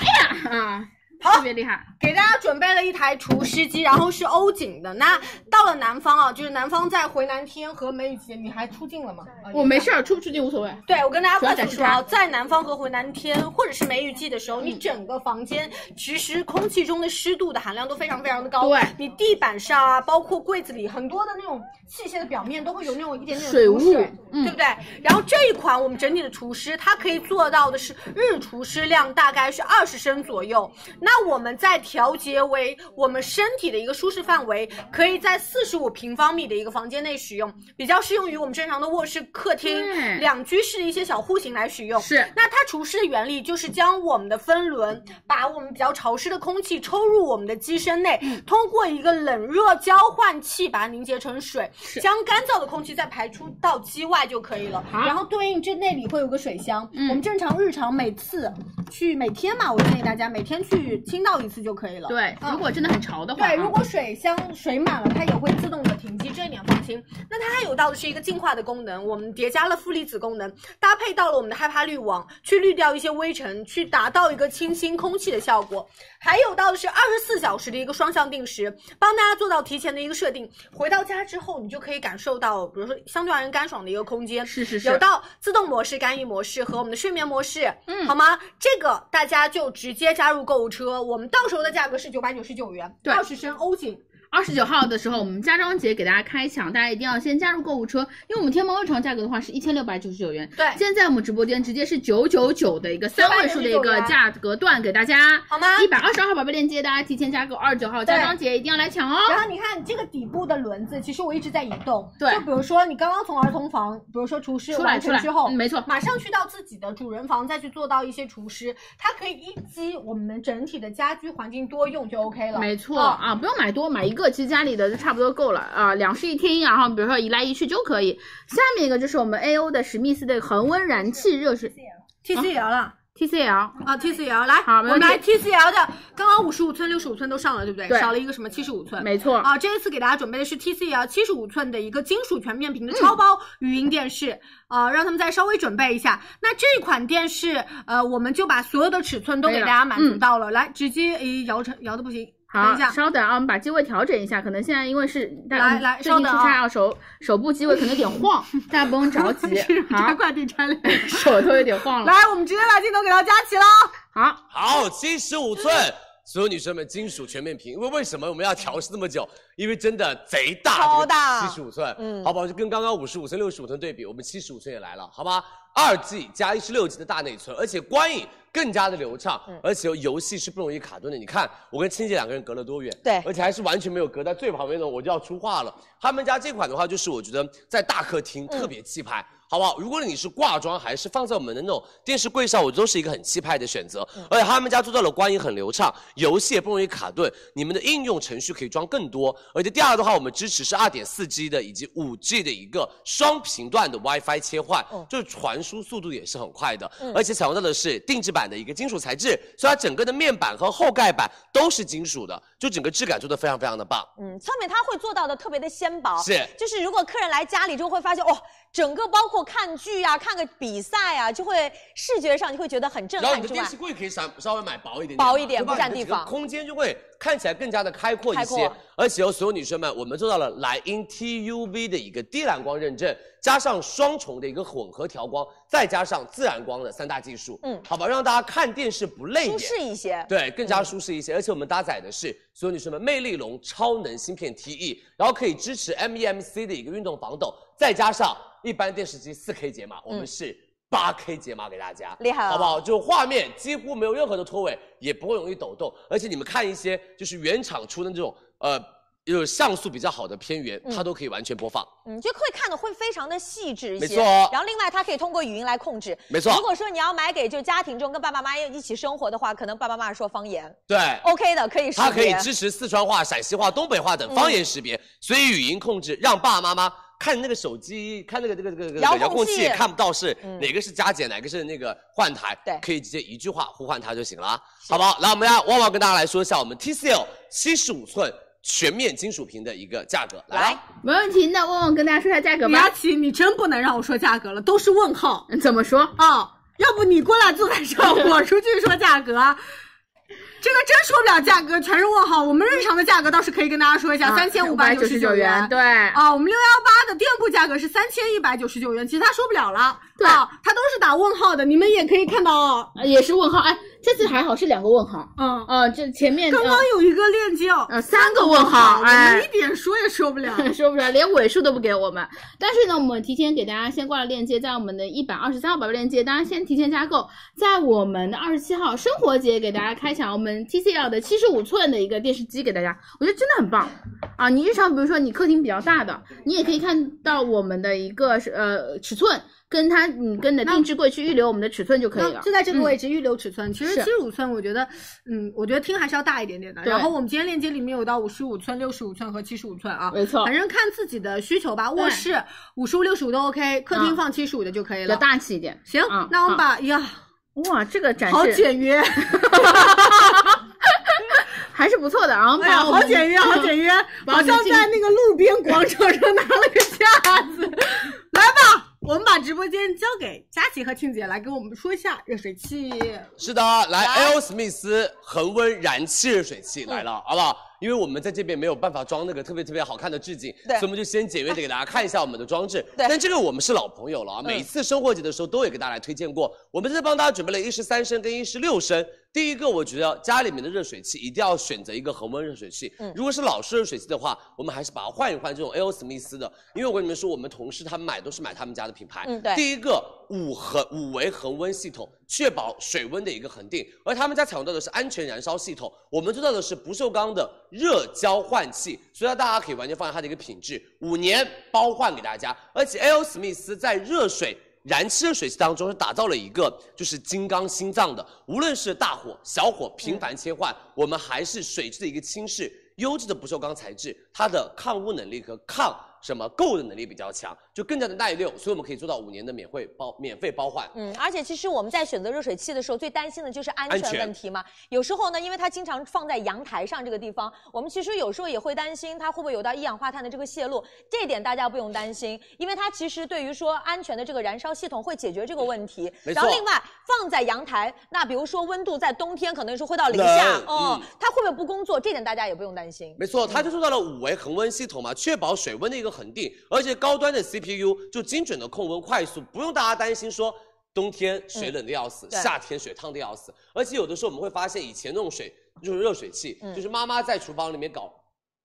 [SPEAKER 7] 啊，
[SPEAKER 5] 好
[SPEAKER 7] 特别厉害。
[SPEAKER 5] 给大家准备了一台除湿机，然后是欧景的。那到了南方啊，就是南方在回南天和梅雨季，你还出镜了吗？啊
[SPEAKER 7] 我没。事儿，出不出去无所谓。
[SPEAKER 5] 对，我跟大家
[SPEAKER 7] 主要
[SPEAKER 5] 快速
[SPEAKER 7] 展示
[SPEAKER 5] 说啊，
[SPEAKER 7] 它嗯
[SPEAKER 5] 在南方和回南天或者是梅雨季的时候，你整个房间其实空气中的湿度的含量都非常非常的高。
[SPEAKER 7] 对
[SPEAKER 5] 你地板上啊，包括柜子里很多的那种器械的表面都会有那种一点点
[SPEAKER 7] 水
[SPEAKER 5] 污
[SPEAKER 7] 雾嗯
[SPEAKER 5] 对不对？然后这一款我们整体的除湿，它可以做到的是日除湿量大概是二十升左右。那我们再调节为我们身体的一个舒适范围，可以在四十五平方米的一个房间内使用，比较适用于我们正常的卧室、客
[SPEAKER 7] 对
[SPEAKER 5] 厅、两居室的一些小户型来使用。
[SPEAKER 7] 是
[SPEAKER 5] 那它除湿的原理就是将我们的风轮把我们比较潮湿的空气抽入我们的机身内，
[SPEAKER 7] 嗯
[SPEAKER 5] 通过一个冷热交换器把它凝结成水，将干燥的空气再排出到机外就可以了。
[SPEAKER 7] 啊
[SPEAKER 5] 然后对应这内里会有个水箱，
[SPEAKER 7] 嗯
[SPEAKER 5] 我们正常日常每次去每天嘛，我建议大家每天去清倒一次就可以了。
[SPEAKER 7] 对，
[SPEAKER 5] 嗯
[SPEAKER 7] 如果真的很潮的话啊，
[SPEAKER 5] 对，如果水箱水满了，它也会自动的停机，这一点放心。那它还有到的是一个净化的功能，我们叠加了负离子功能，搭配到了我们的害怕滤网，去滤掉一些微尘，去达到一个清新空气的效果。还有到的是二十四小时的一个双向定时，帮大家做到提前的一个设定。回到家之后，你就可以感受到，比如说相对而言干爽的一个空间。
[SPEAKER 7] 是是
[SPEAKER 5] 有
[SPEAKER 7] 是，
[SPEAKER 5] 到自动模式、干预模式和我们的睡眠模式，
[SPEAKER 7] 嗯
[SPEAKER 5] 好吗？这个大家就直接加入购物车，我们到时候的价格是九百九十九元，
[SPEAKER 7] 对
[SPEAKER 5] 二十升欧锦，
[SPEAKER 7] 二十九号的时候我们家装节给大家开抢，大家一定要先加入购物车，因为我们天猫日常价格的话是一千六百九十九元，
[SPEAKER 5] 对
[SPEAKER 7] 现在我们直播间直接是九九九的一个三位数的一
[SPEAKER 5] 999
[SPEAKER 7] 个
[SPEAKER 5] 元
[SPEAKER 7] 价格段给大家。
[SPEAKER 5] 好吗？
[SPEAKER 7] 一百二十二号宝贝链接，大家提前加购二十九号
[SPEAKER 5] 对
[SPEAKER 7] 家装节一定要来抢哦！
[SPEAKER 5] 然后你看这个底部的轮子，其实我一直在移动。
[SPEAKER 7] 对
[SPEAKER 5] 就比如说你刚刚从儿童房，比如说厨师
[SPEAKER 7] 出来
[SPEAKER 5] 完成之后，
[SPEAKER 7] 出来嗯没错
[SPEAKER 5] 马上去到自己的主人房，再去做到一些厨师，它可以一击我们整体的家居环境多用就 OK 了。
[SPEAKER 7] 没错
[SPEAKER 5] 啊
[SPEAKER 7] 啊，不用买多，买一
[SPEAKER 9] 个，其实家里的就差不多够了啊、两室一厅，然后比如说一来一去就可以。下面一个就是我们 A O 的史密斯的恒温燃气热水
[SPEAKER 5] TCL 了
[SPEAKER 9] TCL，
[SPEAKER 5] 啊，TCL 来，
[SPEAKER 9] 好
[SPEAKER 5] 我
[SPEAKER 9] 没
[SPEAKER 5] 们
[SPEAKER 9] 问题
[SPEAKER 5] 来 TCL 的，刚刚五十五寸、六十五寸都上了，对不对？
[SPEAKER 9] 对
[SPEAKER 5] 少了一个什么七十五寸。
[SPEAKER 9] 没错，
[SPEAKER 5] 啊，这一次给大家准备的是 TCL 七十五寸的一个金属全面屏的
[SPEAKER 9] 嗯
[SPEAKER 5] 超薄语音电视，啊，让他们再稍微准备一下。那这款电视，呃，我们就把所有的尺寸都
[SPEAKER 9] 可以
[SPEAKER 5] 给
[SPEAKER 9] 了
[SPEAKER 5] 大家满足
[SPEAKER 9] 嗯
[SPEAKER 5] 到了，来直接诶摇成摇的不行，等
[SPEAKER 9] 好
[SPEAKER 5] 一下，，
[SPEAKER 9] 稍等啊，我们把机位调整一下，可能现在因为是大
[SPEAKER 5] 来
[SPEAKER 9] 我们
[SPEAKER 5] 来
[SPEAKER 9] 最
[SPEAKER 5] 稍
[SPEAKER 9] 近出
[SPEAKER 5] 等啊
[SPEAKER 9] 差啊，手手部机位可能有
[SPEAKER 5] *laughs*
[SPEAKER 9] 点晃，大家不用着急
[SPEAKER 5] 这
[SPEAKER 9] 好，
[SPEAKER 5] 快得拆了。
[SPEAKER 9] *laughs* 手都有点晃了。
[SPEAKER 5] 来，我们直接把镜头给到佳琪了。
[SPEAKER 9] 好，
[SPEAKER 6] 好，七十五寸，所有女生们，金属全面屏。因为为什么我们要调试那么久？因为真的贼大，
[SPEAKER 8] 超大
[SPEAKER 6] 七十五寸，嗯，
[SPEAKER 8] 嗯
[SPEAKER 6] 好不好？就跟刚刚五十五寸、六十五寸对比，我们七十五寸也来了，好吧？二 G 加一十六 G 的大内存，而且观影更加的流畅，
[SPEAKER 8] 嗯
[SPEAKER 6] 而且游戏是不容易卡顿的。你看，我跟青姐两个人隔了多远？
[SPEAKER 8] 对
[SPEAKER 6] 而且还是完全没有隔在最旁边的，我就要出话了。他们家这款的话，就是我觉得在大客厅特别气派。好不好？如果你是挂装，还是放在我们的那种电视柜上，我都是一个很气派的选择。而且他们家做到了观影很流畅，游戏也不容易卡顿，你们的应用程序可以装更多。而且第二的话，我们支持是二点四 G 的以及五 G 的一个双频段的 WiFi 切换，
[SPEAKER 8] 嗯
[SPEAKER 6] 就是传输速度也是很快的。
[SPEAKER 8] 嗯
[SPEAKER 6] 而且采用到的是定制版的一个金属材质，所以它整个的面板和后盖板都是金属的，就整个质感做的非常非常的棒。
[SPEAKER 8] 嗯，侧面它会做到的特别的纤薄，
[SPEAKER 6] 是
[SPEAKER 8] 就是如果客人来家里之后会发现，哦，整个包括看剧啊、看个比赛啊，就会视觉上就会觉得很震
[SPEAKER 6] 然后
[SPEAKER 8] 撼
[SPEAKER 6] 你的
[SPEAKER 8] 之
[SPEAKER 6] 电
[SPEAKER 8] 外，
[SPEAKER 6] 视柜可以稍稍微买薄一点点嘛，
[SPEAKER 8] 薄一点
[SPEAKER 6] 就把
[SPEAKER 8] 不占
[SPEAKER 6] 你的
[SPEAKER 8] 地
[SPEAKER 6] 整个
[SPEAKER 8] 方
[SPEAKER 6] 空间就会看起来更加的开阔一
[SPEAKER 8] 开
[SPEAKER 6] 些
[SPEAKER 8] 阔。
[SPEAKER 6] 而且哦有所有女生们，我们做到了莱茵 TUV 的一个低蓝光认证，加上双重的一个混合调光，再加上自然光的三大技术，嗯
[SPEAKER 8] 嗯，
[SPEAKER 6] 好吧，让大家看电视不累
[SPEAKER 8] 舒
[SPEAKER 6] 眼。
[SPEAKER 8] 适一嗯些。
[SPEAKER 6] 对，更加舒适一些。而且我们搭载的是所有女生们魅力龙超能芯片 TE，然后可以支持 MEMC 的一个运动防抖，再加上一般电视机 4K 解码，我
[SPEAKER 8] 嗯
[SPEAKER 6] 们是。八 K 解码给大家，
[SPEAKER 8] 厉害了
[SPEAKER 6] 好不好？就画面几乎没有任何的拖尾，也不会容易抖动，而且你们看一些就是原厂出的那种呃，就是像素比较好的片源，
[SPEAKER 8] 嗯
[SPEAKER 6] 它都可以完全播放。
[SPEAKER 8] 嗯，就会看的会非常的细致一些。
[SPEAKER 6] 没错哦
[SPEAKER 8] 然后另外它可以通过语音来控制。
[SPEAKER 6] 没错
[SPEAKER 8] 如果说你要买给就家庭中跟爸爸妈妈一起生活的话，可能爸爸妈妈说方言
[SPEAKER 6] 对，
[SPEAKER 8] ，OK 的，可以哦识别。嗯
[SPEAKER 6] 它可以支持四川话、陕西话、东北话等方言识别，所以语音控制让爸爸妈妈看那个手机、看那个这个这个这个
[SPEAKER 8] 遥控器
[SPEAKER 6] 遥控器也看不到是
[SPEAKER 8] 嗯
[SPEAKER 6] 哪个是加减，哪个是那个换台，
[SPEAKER 8] 对
[SPEAKER 6] 可以直接一句话呼唤它就行了啊，好不好？来，我们让旺旺跟大家来说一下我们 TCL 七十五寸全面金属屏的一个价格，来
[SPEAKER 8] 来
[SPEAKER 6] 吧，，
[SPEAKER 9] 没问题。那旺旺跟大家说一下价格吧嗯
[SPEAKER 5] 佳。琪，你真不能让我说价格了，都是问号
[SPEAKER 9] 怎么说？
[SPEAKER 5] 哦。要不你过来坐在 *laughs* 这儿，我出去说价格啊。这个真说不了价格，全是问号。我们日常的价格倒是可以跟大家说一下，三嗯千五百九十
[SPEAKER 9] 啊九
[SPEAKER 5] 九元。
[SPEAKER 9] 对，
[SPEAKER 5] 啊，我们六幺八的店铺价格是三千一百九十九元，其他说不了了。
[SPEAKER 9] 对
[SPEAKER 5] 啊，它都是打问号的，你们也可以看到。啊
[SPEAKER 9] 也是问号。哎，这次还好是两个问号。
[SPEAKER 5] 嗯，
[SPEAKER 9] 呃，这前面
[SPEAKER 5] 刚刚有一个链接哦，
[SPEAKER 9] 呃三个问号，
[SPEAKER 5] 我
[SPEAKER 9] 哎
[SPEAKER 5] 们一，点说也说不了。
[SPEAKER 9] 啊说不出来，连尾数都不给我们。但是呢，我们提前给大家先挂了链接，在我们的一百二十三号宝贝链接，大家先提前加购。在我们的二十七号生活节给大家开抢我们 TCL 的七十五寸的一个电视机给大家，我觉得真的很棒啊！你日常比如说你客厅比较大的，你也可以看到我们的一个是呃尺寸，跟它你跟你的定制柜去预留我们的尺寸就可以了嗯
[SPEAKER 5] 那。就在这个位置预留尺寸，其实七
[SPEAKER 9] 是
[SPEAKER 5] 十五寸，我觉得，嗯，我觉得厅还是要大一点点的。
[SPEAKER 9] 对
[SPEAKER 5] 然后我们今天链接里面有到五十五寸、六十五寸和七十五寸啊，
[SPEAKER 9] 没错
[SPEAKER 5] 反正看自己的需求吧。
[SPEAKER 9] 对
[SPEAKER 5] 卧室五十五、六十五都 OK，客厅
[SPEAKER 9] 嗯
[SPEAKER 5] 放七十五的就可以
[SPEAKER 9] 比
[SPEAKER 5] 了。
[SPEAKER 9] 较大气一点。
[SPEAKER 5] 行
[SPEAKER 9] 嗯，
[SPEAKER 5] 那我们把呀，
[SPEAKER 9] 哇，这个展
[SPEAKER 5] 好
[SPEAKER 9] 示
[SPEAKER 5] 简
[SPEAKER 9] *laughs*
[SPEAKER 5] 约，
[SPEAKER 9] 还是不错的啊！
[SPEAKER 5] 哎呀，好简约，好简
[SPEAKER 9] 约。
[SPEAKER 5] 约，
[SPEAKER 9] 把我
[SPEAKER 5] 好
[SPEAKER 9] 们
[SPEAKER 5] 像
[SPEAKER 9] 进
[SPEAKER 5] 在那个路边广场上拿了个架子。来吧，我们把直播间交给佳琪和庆姐来给我们说一下热水器。
[SPEAKER 6] 是的，来 L 史密斯恒温燃气热水器
[SPEAKER 8] 嗯
[SPEAKER 6] 来了，好不好？因为我们在这边没有办法装那个特别特别好看的置景，
[SPEAKER 8] 对
[SPEAKER 6] 所以我们就先简约的给大家看一下我们的装置。
[SPEAKER 8] 对嗯
[SPEAKER 6] 但这个我们是老朋友了啊，每一次生活节的时候都有给大家来推荐过。我们这次帮大家准备了一十三升跟一十六升。第一个，我觉得家里面的热水器一定要选择一个恒温热水器。
[SPEAKER 8] 嗯
[SPEAKER 6] 如果是老式热水器的话，我们还是把它换一换这种 L 史密斯的，因为我跟你们说，我们同事他们买都是买他们家的品牌。
[SPEAKER 8] 嗯对
[SPEAKER 6] 第一个五恒五维恒温系统，确保水温的一个恒定，而他们家采用到的是安全燃烧系统，我们做到的是不锈钢的热交换器，所以大家可以完全放心它的一个品质，五年包换给大家。而且 L 史密斯在热水。燃气热水器当中是打造了一个就是金刚
[SPEAKER 8] 嗯
[SPEAKER 6] 心脏的，无论是大火、小火频繁切换，我们还是水质的一个轻视，优质的不锈钢材质，它的抗污能力和抗什么垢的能力比较强，就更加的耐用，所以我们可以做到五年的免费包免费包换。
[SPEAKER 8] 嗯，而且其实我们在选择热水器的时候，最担心的就是安
[SPEAKER 6] 安
[SPEAKER 8] 全
[SPEAKER 6] 全
[SPEAKER 8] 问题嘛。有时候呢，因为它经常放在阳台上这个地方，我们其实有时候也会担心它会不会有到一氧化碳的这个泄露。这点大家不用担心，因为它其实对于说安全的这个燃烧系统会解决这个问题。
[SPEAKER 6] 没错
[SPEAKER 8] 然后另外放在阳台，那比如说温度在冬天可能是会到零下
[SPEAKER 6] 冷，
[SPEAKER 8] 哦
[SPEAKER 6] 嗯，
[SPEAKER 8] 它会不会不工作？这点大家也不用担心。
[SPEAKER 6] 没错，它就做到了五维恒温系统嘛，确保水温的一个恒定，而且高端的 CPU 就精准的控温快速，不用大家担心说冬天水冷的要死，
[SPEAKER 8] 对
[SPEAKER 6] 夏天水烫的要死。而且有的时候我们会发现，以前那种水就是热水器，
[SPEAKER 8] 嗯
[SPEAKER 6] 就是妈妈在厨房里面搞。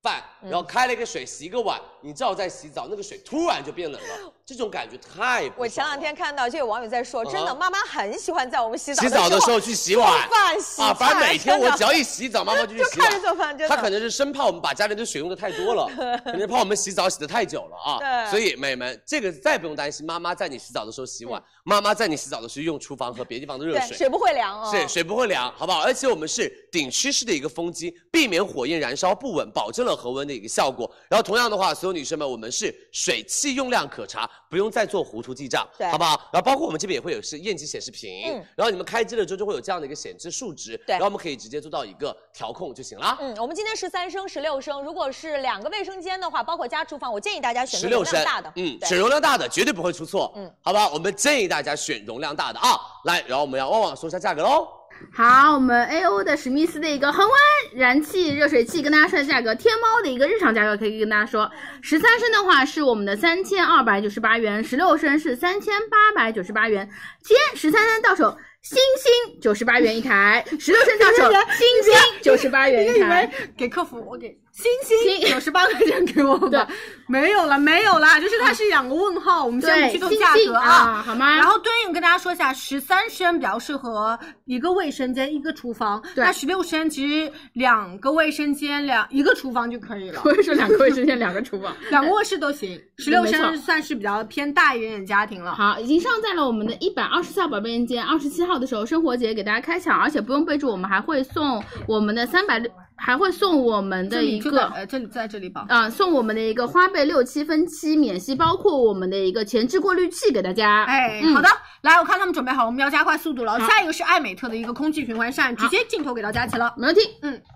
[SPEAKER 6] 饭，
[SPEAKER 8] 嗯
[SPEAKER 6] 然后开了一个水，洗一个碗，你知道我在洗澡，那个水突然就变冷
[SPEAKER 8] *laughs*
[SPEAKER 6] 了，这种感觉太不
[SPEAKER 8] 我前
[SPEAKER 6] 爽
[SPEAKER 8] 两
[SPEAKER 6] 了
[SPEAKER 8] 天看到就有网友在说，
[SPEAKER 6] 嗯
[SPEAKER 8] 真的，妈妈很喜欢在我们 *laughs* 洗澡
[SPEAKER 6] 洗澡的时
[SPEAKER 8] 时
[SPEAKER 6] 候去洗碗
[SPEAKER 8] *laughs* 做，饭洗
[SPEAKER 6] 啊，反正
[SPEAKER 8] 菜
[SPEAKER 6] 每天我
[SPEAKER 8] 真的
[SPEAKER 6] 只要一洗澡，妈妈就去
[SPEAKER 8] 就
[SPEAKER 6] 洗
[SPEAKER 8] 看着
[SPEAKER 6] 碗。
[SPEAKER 8] 做饭，真的。
[SPEAKER 6] 他可能是生怕我们把家里的水用的太多
[SPEAKER 8] *laughs*
[SPEAKER 6] 了，可能是怕我们洗澡洗的太久了啊。
[SPEAKER 8] 对
[SPEAKER 6] 所以美们，这个再不用担心，妈妈在你洗澡的时候洗碗，妈妈在你洗澡的时候用厨房和别地方的热
[SPEAKER 8] 嗯对
[SPEAKER 6] 水。
[SPEAKER 8] 水不会凉哦。
[SPEAKER 6] 是水不会凉，好不好？而且我们是顶趋势的一个风机，避免火焰燃烧不稳，保证了恒温的一个效果。然后同样的话，所有女生们，我们是水汽用量可查，不用再做糊涂记账，
[SPEAKER 8] 对
[SPEAKER 6] 好不好？然后包括我们这边也会有是验机显示屏，
[SPEAKER 8] 嗯
[SPEAKER 6] 然后你们开机了之后就会有这样的一个显示数值，
[SPEAKER 8] 对
[SPEAKER 6] 然后我们可以直接做到一个调控就行啦。
[SPEAKER 8] 嗯，我们今天十三升、十六升，如果是两个卫生间的话，包括加厨房，我建议大家选
[SPEAKER 6] 十
[SPEAKER 8] 择
[SPEAKER 6] 六
[SPEAKER 8] 容
[SPEAKER 6] 升
[SPEAKER 8] 量大的。
[SPEAKER 6] 嗯，
[SPEAKER 8] 对
[SPEAKER 6] 选容量大的绝对不会出错，嗯
[SPEAKER 8] 嗯，
[SPEAKER 6] 好不好？我们建议大家选容量大的啊。来，然后我们要旺旺说一下价格喽。
[SPEAKER 7] 好，我们 A O 的史密斯的一个恒温燃气热水器跟大家说的价格，天猫的一个日常价格可以跟大家说，十三升的话是我们的三千二百九十八元，十六升是三千八百九十八元，今天十三升到手。星星九十八元一台，十六升到手，星星九十八元一台。
[SPEAKER 5] 给客服，我给星
[SPEAKER 7] 星
[SPEAKER 5] 星九十八块钱给我吧，没有了，没有了，就是它是两个问号，我们先
[SPEAKER 7] 对，
[SPEAKER 5] 不去
[SPEAKER 7] 星
[SPEAKER 5] 动价
[SPEAKER 7] 星
[SPEAKER 5] 格啊。
[SPEAKER 7] 啊，好吗？
[SPEAKER 5] 然后对应跟大家说一下，十三升比较适合一个卫生间一个厨房，
[SPEAKER 7] 对
[SPEAKER 5] 那十六升其实两个卫生间两一个厨房就可以了，
[SPEAKER 7] 我也说两个卫生间，两个厨房。
[SPEAKER 5] 两个卧室都行。十六
[SPEAKER 7] 没错
[SPEAKER 5] 升算是比较偏大一点点家庭了。
[SPEAKER 7] 好，已经上在了我们的一百二十号宝贝链接，二十七号的时候，生活节给大家开抢，而且不用备注，我们还会送我们的三百六，还会送我们
[SPEAKER 5] 这
[SPEAKER 7] 的
[SPEAKER 5] 里
[SPEAKER 7] 一
[SPEAKER 5] 就
[SPEAKER 7] 个
[SPEAKER 5] 在。呃，这里在这里吧。
[SPEAKER 7] 啊、送我们的一个花呗六七分期免息，包括我们的一个前置过滤器给大家。
[SPEAKER 5] 哎，
[SPEAKER 7] 嗯
[SPEAKER 5] 好的，来，我看他们准备好了，我们要加快速度了。
[SPEAKER 7] 好
[SPEAKER 5] 下一个是艾美特的一个空气循环扇，直接镜头给到佳琪了。
[SPEAKER 7] 没问题。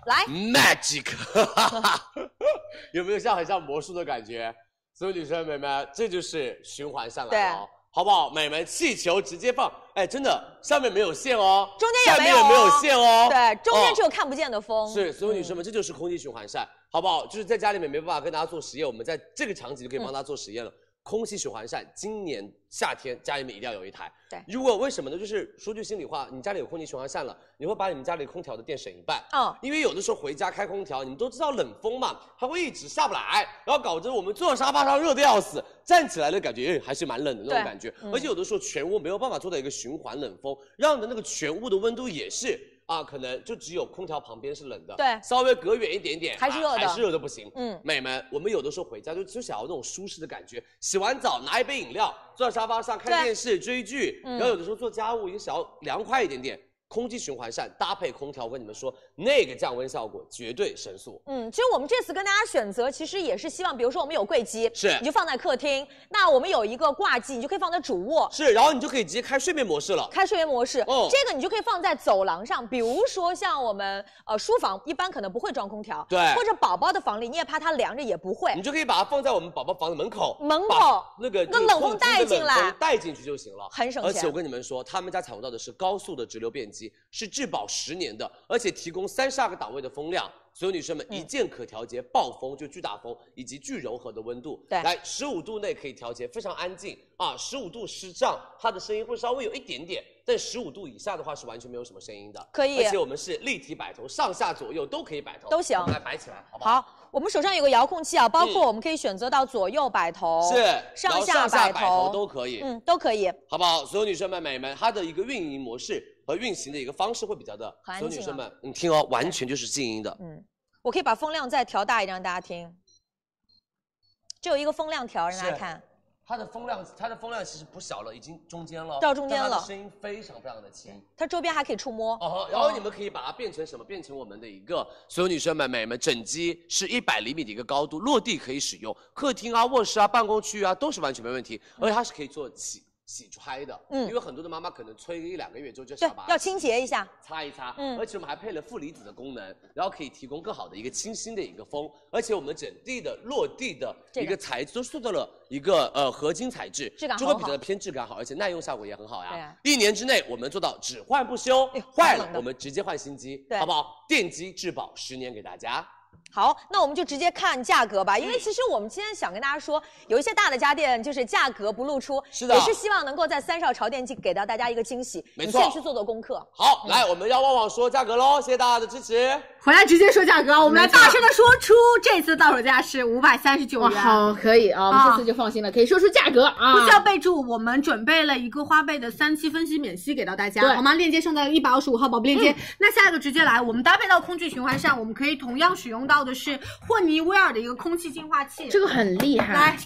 [SPEAKER 8] 来，
[SPEAKER 6] magic，有没有像很像魔术的感觉？所有女生美们，这就是循环上来了哦，好不好？美们，气球直接放，哎，真的上面没有线哦，
[SPEAKER 8] 中间也没有
[SPEAKER 6] 下面也没有
[SPEAKER 8] 哦
[SPEAKER 6] 线哦，
[SPEAKER 8] 对，中间只
[SPEAKER 6] 哦
[SPEAKER 8] 有看不见的风。嗯
[SPEAKER 6] 是，所有女生们，这就是空气循环扇，好不好？就是在家里面没办法跟大家做实验，我们在这个场景就可以帮
[SPEAKER 8] 嗯
[SPEAKER 6] 大家做实验了。空气循环扇，今年夏天家里面一定要有一台。
[SPEAKER 8] 对
[SPEAKER 6] 如果为什么呢？就是说句心里话，你家里有空气循环扇了，你会把你们家里空调的电省一半。
[SPEAKER 8] 嗯，
[SPEAKER 6] 因为有的时候回家开空调，你们都知道冷风嘛，它会一直下不来，然后搞得我们坐沙发上热的要死，站起来的感觉，哎，还是蛮冷的那种
[SPEAKER 8] 对
[SPEAKER 6] 感觉。
[SPEAKER 8] 嗯
[SPEAKER 6] 而且有的时候全屋没有办法做到一个循环冷风，让你的那个全屋的温度也是啊，可能就只有空调旁边是冷的，
[SPEAKER 8] 对
[SPEAKER 6] 稍微隔远一点点
[SPEAKER 8] 还是
[SPEAKER 6] 啊
[SPEAKER 8] 热的
[SPEAKER 6] 还是热的不行。
[SPEAKER 8] 嗯，
[SPEAKER 6] 美们，我们有的时候回家就就想要那种舒适的感觉，洗完澡拿一杯饮料，坐在沙发上看
[SPEAKER 8] 对
[SPEAKER 6] 电视追剧，
[SPEAKER 8] 嗯
[SPEAKER 6] 然后有的时候做家务也想要凉快一点点。空气循环扇搭配空调，我跟你们说，那个降温效果绝对神速。
[SPEAKER 8] 嗯，其实我们这次跟大家选择，其实也是希望，比如说我们有柜机，
[SPEAKER 6] 是
[SPEAKER 8] 你就放在客厅；那我们有一个挂机，你就可以放在主卧。
[SPEAKER 6] 是，然后你就可以直接开睡眠模式了。
[SPEAKER 8] 开睡眠模式，
[SPEAKER 6] 哦
[SPEAKER 8] 这个你就可以放在走廊上，比如说像我们呃书房，一般可能不会装空调，
[SPEAKER 6] 对
[SPEAKER 8] 或者宝宝的房里，你也怕它凉着也不会
[SPEAKER 6] 你，就可以把它放在我们宝宝房的门口，
[SPEAKER 8] 门口
[SPEAKER 6] 把那个
[SPEAKER 8] 跟
[SPEAKER 6] 就是
[SPEAKER 8] 冷
[SPEAKER 6] 空气
[SPEAKER 8] 风
[SPEAKER 6] 的
[SPEAKER 8] 带进
[SPEAKER 6] 冷
[SPEAKER 8] 来
[SPEAKER 6] 风带进去就行了，
[SPEAKER 8] 很省
[SPEAKER 6] 而
[SPEAKER 8] 钱
[SPEAKER 6] 且我跟你们说，他们家采用到的是高速的直流变机，是质保十年的，而且提供三十二个档位的风量。所有女生们
[SPEAKER 8] 嗯
[SPEAKER 6] 一键可调节暴风，就巨大风以及巨柔和的温度。
[SPEAKER 8] 对
[SPEAKER 6] 来十五度内可以调节，非常安静啊。十五度湿胀，它的声音会稍微有一点点，但十五度以下的话是完全没有什么声音的。
[SPEAKER 8] 可以
[SPEAKER 6] 而且我们是立体摆头，上下左右都可以摆头，
[SPEAKER 8] 都行
[SPEAKER 6] 我们来摆起来，好不好？
[SPEAKER 8] 好，我们手上有个遥控器啊，包括我们可以选择到左右摆头，
[SPEAKER 6] 嗯是，然
[SPEAKER 8] 上
[SPEAKER 6] 后
[SPEAKER 8] 下
[SPEAKER 6] 上下
[SPEAKER 8] 摆
[SPEAKER 6] 摆头
[SPEAKER 8] 头
[SPEAKER 6] 都可以，
[SPEAKER 8] 嗯，都可以。
[SPEAKER 6] 好不好？所有女生们、美们，它的一个运营模式和运行的一个方式会比较的，
[SPEAKER 8] 很安
[SPEAKER 6] 所
[SPEAKER 8] 静
[SPEAKER 6] 有女
[SPEAKER 8] 啊
[SPEAKER 6] 生们，你听哦，完全就是静音的，
[SPEAKER 8] 嗯，我可以把风量再调大一点，让大家听。这有一个风量条，让大家
[SPEAKER 6] 是
[SPEAKER 8] 看。
[SPEAKER 6] 它的风量，它的风量其实不小了，已经中间了，
[SPEAKER 8] 到中间了
[SPEAKER 6] 但它的声音非常非常的轻。
[SPEAKER 8] 它周边还可以触摸。
[SPEAKER 6] 哦，然后你们可以把它变成什么？变成我们的一个所有女生们、美们，整机是一百厘米的一个高度，落地可以使用，客厅啊、卧室啊、办公区域啊都是完全没问题，而且它是可以做洗洗吹的，
[SPEAKER 8] 嗯
[SPEAKER 6] 嗯，因为很多的妈妈可能吹个一两个月之后就
[SPEAKER 8] 对
[SPEAKER 6] 想把，它
[SPEAKER 8] 要清洁一下。
[SPEAKER 6] 擦一擦，
[SPEAKER 8] 嗯
[SPEAKER 6] 而且我们还配了负离子的功能，然后可以提供更好的一个清新的一个风，而且我们整地的落地的
[SPEAKER 8] 这个
[SPEAKER 6] 一个材质都塑造了一个呃合金材质，
[SPEAKER 8] 质感
[SPEAKER 6] 就
[SPEAKER 8] 好
[SPEAKER 6] 会
[SPEAKER 8] 好
[SPEAKER 6] 比较偏质感好，而且耐用效果也很好呀。
[SPEAKER 8] 对啊
[SPEAKER 6] 一年之内我们做到只换不修
[SPEAKER 8] 哎，
[SPEAKER 6] 坏
[SPEAKER 8] 好
[SPEAKER 6] 了
[SPEAKER 8] 冷的
[SPEAKER 6] 我们直接换新机，
[SPEAKER 8] 对
[SPEAKER 6] 好不好？电机质保十年给大家。
[SPEAKER 8] 好，那我们就直接看价格吧，因
[SPEAKER 6] 嗯
[SPEAKER 8] 为其实我们今天想跟大家说，有一些大的家电就是价格不露出，
[SPEAKER 6] 是的
[SPEAKER 8] 也是希望能够在三少潮店去给到大家一个惊喜。
[SPEAKER 6] 没
[SPEAKER 8] 你
[SPEAKER 6] 错
[SPEAKER 8] 现在去做做功课。
[SPEAKER 6] 好，来我们要旺旺说价格喽，谢谢大家的支持。
[SPEAKER 5] 回来直接说价格，啊我们来大声的说出这次到手价是五百三十九
[SPEAKER 7] 哇，
[SPEAKER 5] 元。
[SPEAKER 7] 好，可以啊，我们
[SPEAKER 5] 啊
[SPEAKER 7] 这次就放心了，可以说出价格啊。
[SPEAKER 5] 不需要备注，我们准备了一个花呗的三期分析免息给到大家，
[SPEAKER 7] 对嗯
[SPEAKER 5] 好吗？链接上在一百二十五号宝贝链接。那下一个直接来，我们搭配到空气循环上，我们可以同样使用到的是霍尼韦尔的一个空气净化器。
[SPEAKER 7] 这个很厉害
[SPEAKER 5] 来，。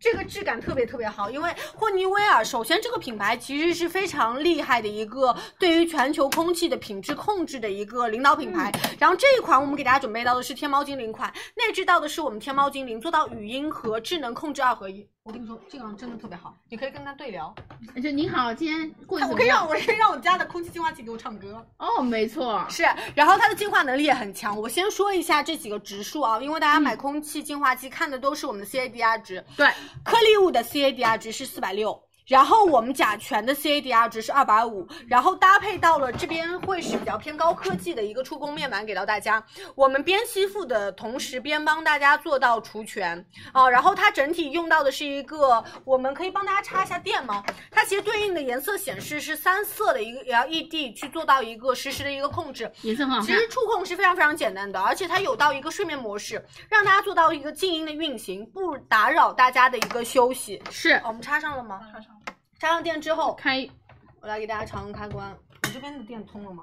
[SPEAKER 5] 这个质感特别特别好，因为霍尼韦尔，首先这个品牌其实是非常厉害的一个对于全球空气的品质控制的一个领导品牌。然后这一款我们给大家准备到的是天猫精灵款，内置到的是我们天猫精灵做到语音和智能控制二合一。我跟你说，这个真的特别好，你可以跟他对聊，
[SPEAKER 7] 就哎您好，今天过得怎么
[SPEAKER 5] 看我可以让
[SPEAKER 7] 样？
[SPEAKER 5] 我可以让我家的空气净化器给我唱歌。
[SPEAKER 7] 哦，没错，
[SPEAKER 5] 是，然后它的净化能力也很强。我先说一下这几个值数啊，因为大家买空气净化器看的都是我们的 CADR 值，
[SPEAKER 7] 对，
[SPEAKER 5] 颗粒物的 CADR 值是四百六。然后我们甲醛的 CADR 值是二百五，然后搭配到了这边会是比较偏高科技的一个触控面板给到大家。我们边吸附的同时，边帮大家做到除醛啊。然后它整体用到的是一个，我们可以帮大家插一下电吗？它其实对应的颜色显示是三色的一个 LED 去做到一个实时的一个控制。
[SPEAKER 7] 颜色很好
[SPEAKER 5] 其
[SPEAKER 7] 看
[SPEAKER 5] 实。触控是非常非常简单的，而且它有到一个睡眠模式，让大家做到一个静音的运行，不打扰大家的一个休息。
[SPEAKER 7] 是
[SPEAKER 5] 哦我们插上了吗？插上了。插上电之后，
[SPEAKER 7] 开
[SPEAKER 5] 我来给大家常温开关。我这边的电通了吗？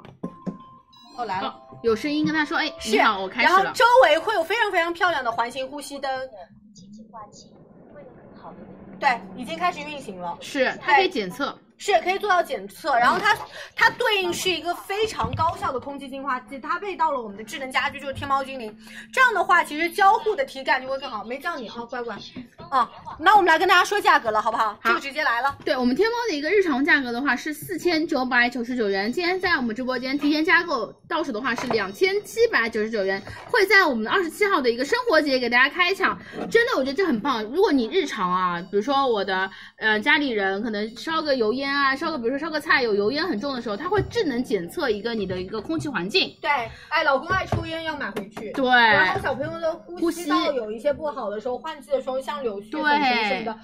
[SPEAKER 5] 哦，来了。
[SPEAKER 7] 哦，有声音跟他说，哎，
[SPEAKER 5] 是
[SPEAKER 7] 你好，我开始
[SPEAKER 5] 然后
[SPEAKER 7] 了。
[SPEAKER 5] 周围会有非常非常漂亮的环形呼吸灯，对，已经开始运行了。
[SPEAKER 7] 是，它可以检测，
[SPEAKER 5] 是可以做到检测，然后它它对应是一个非常高效的空气净化器，搭配到了我们的智能家居，就是天猫精灵。这样的话，其实交互的体感就会更好。没叫你啊，乖乖啊。那我们来跟大家说价格了，好不好？这个直接来了，
[SPEAKER 7] 对我们天猫的一个日常价格的话是四千九百九十九元，今天在我们直播间提前加购到手的话是两千七百九十九元，会在我们的二十七号的一个生活节给大家开抢。真的，我觉得这很棒。如果你日常啊，比如说我的呃家里人可能烧个油烟啊，烧个比如说烧个菜有油烟很重的时候，它会智能检测一个你的一个空气环境。
[SPEAKER 5] 对，哎，老公爱抽烟要买回去。
[SPEAKER 7] 对，
[SPEAKER 5] 然后小朋友的呼
[SPEAKER 7] 呼
[SPEAKER 5] 吸
[SPEAKER 7] 吸
[SPEAKER 5] 道有一些不好的时候，换季的时候像柳絮
[SPEAKER 7] 对
[SPEAKER 5] 粉什么的，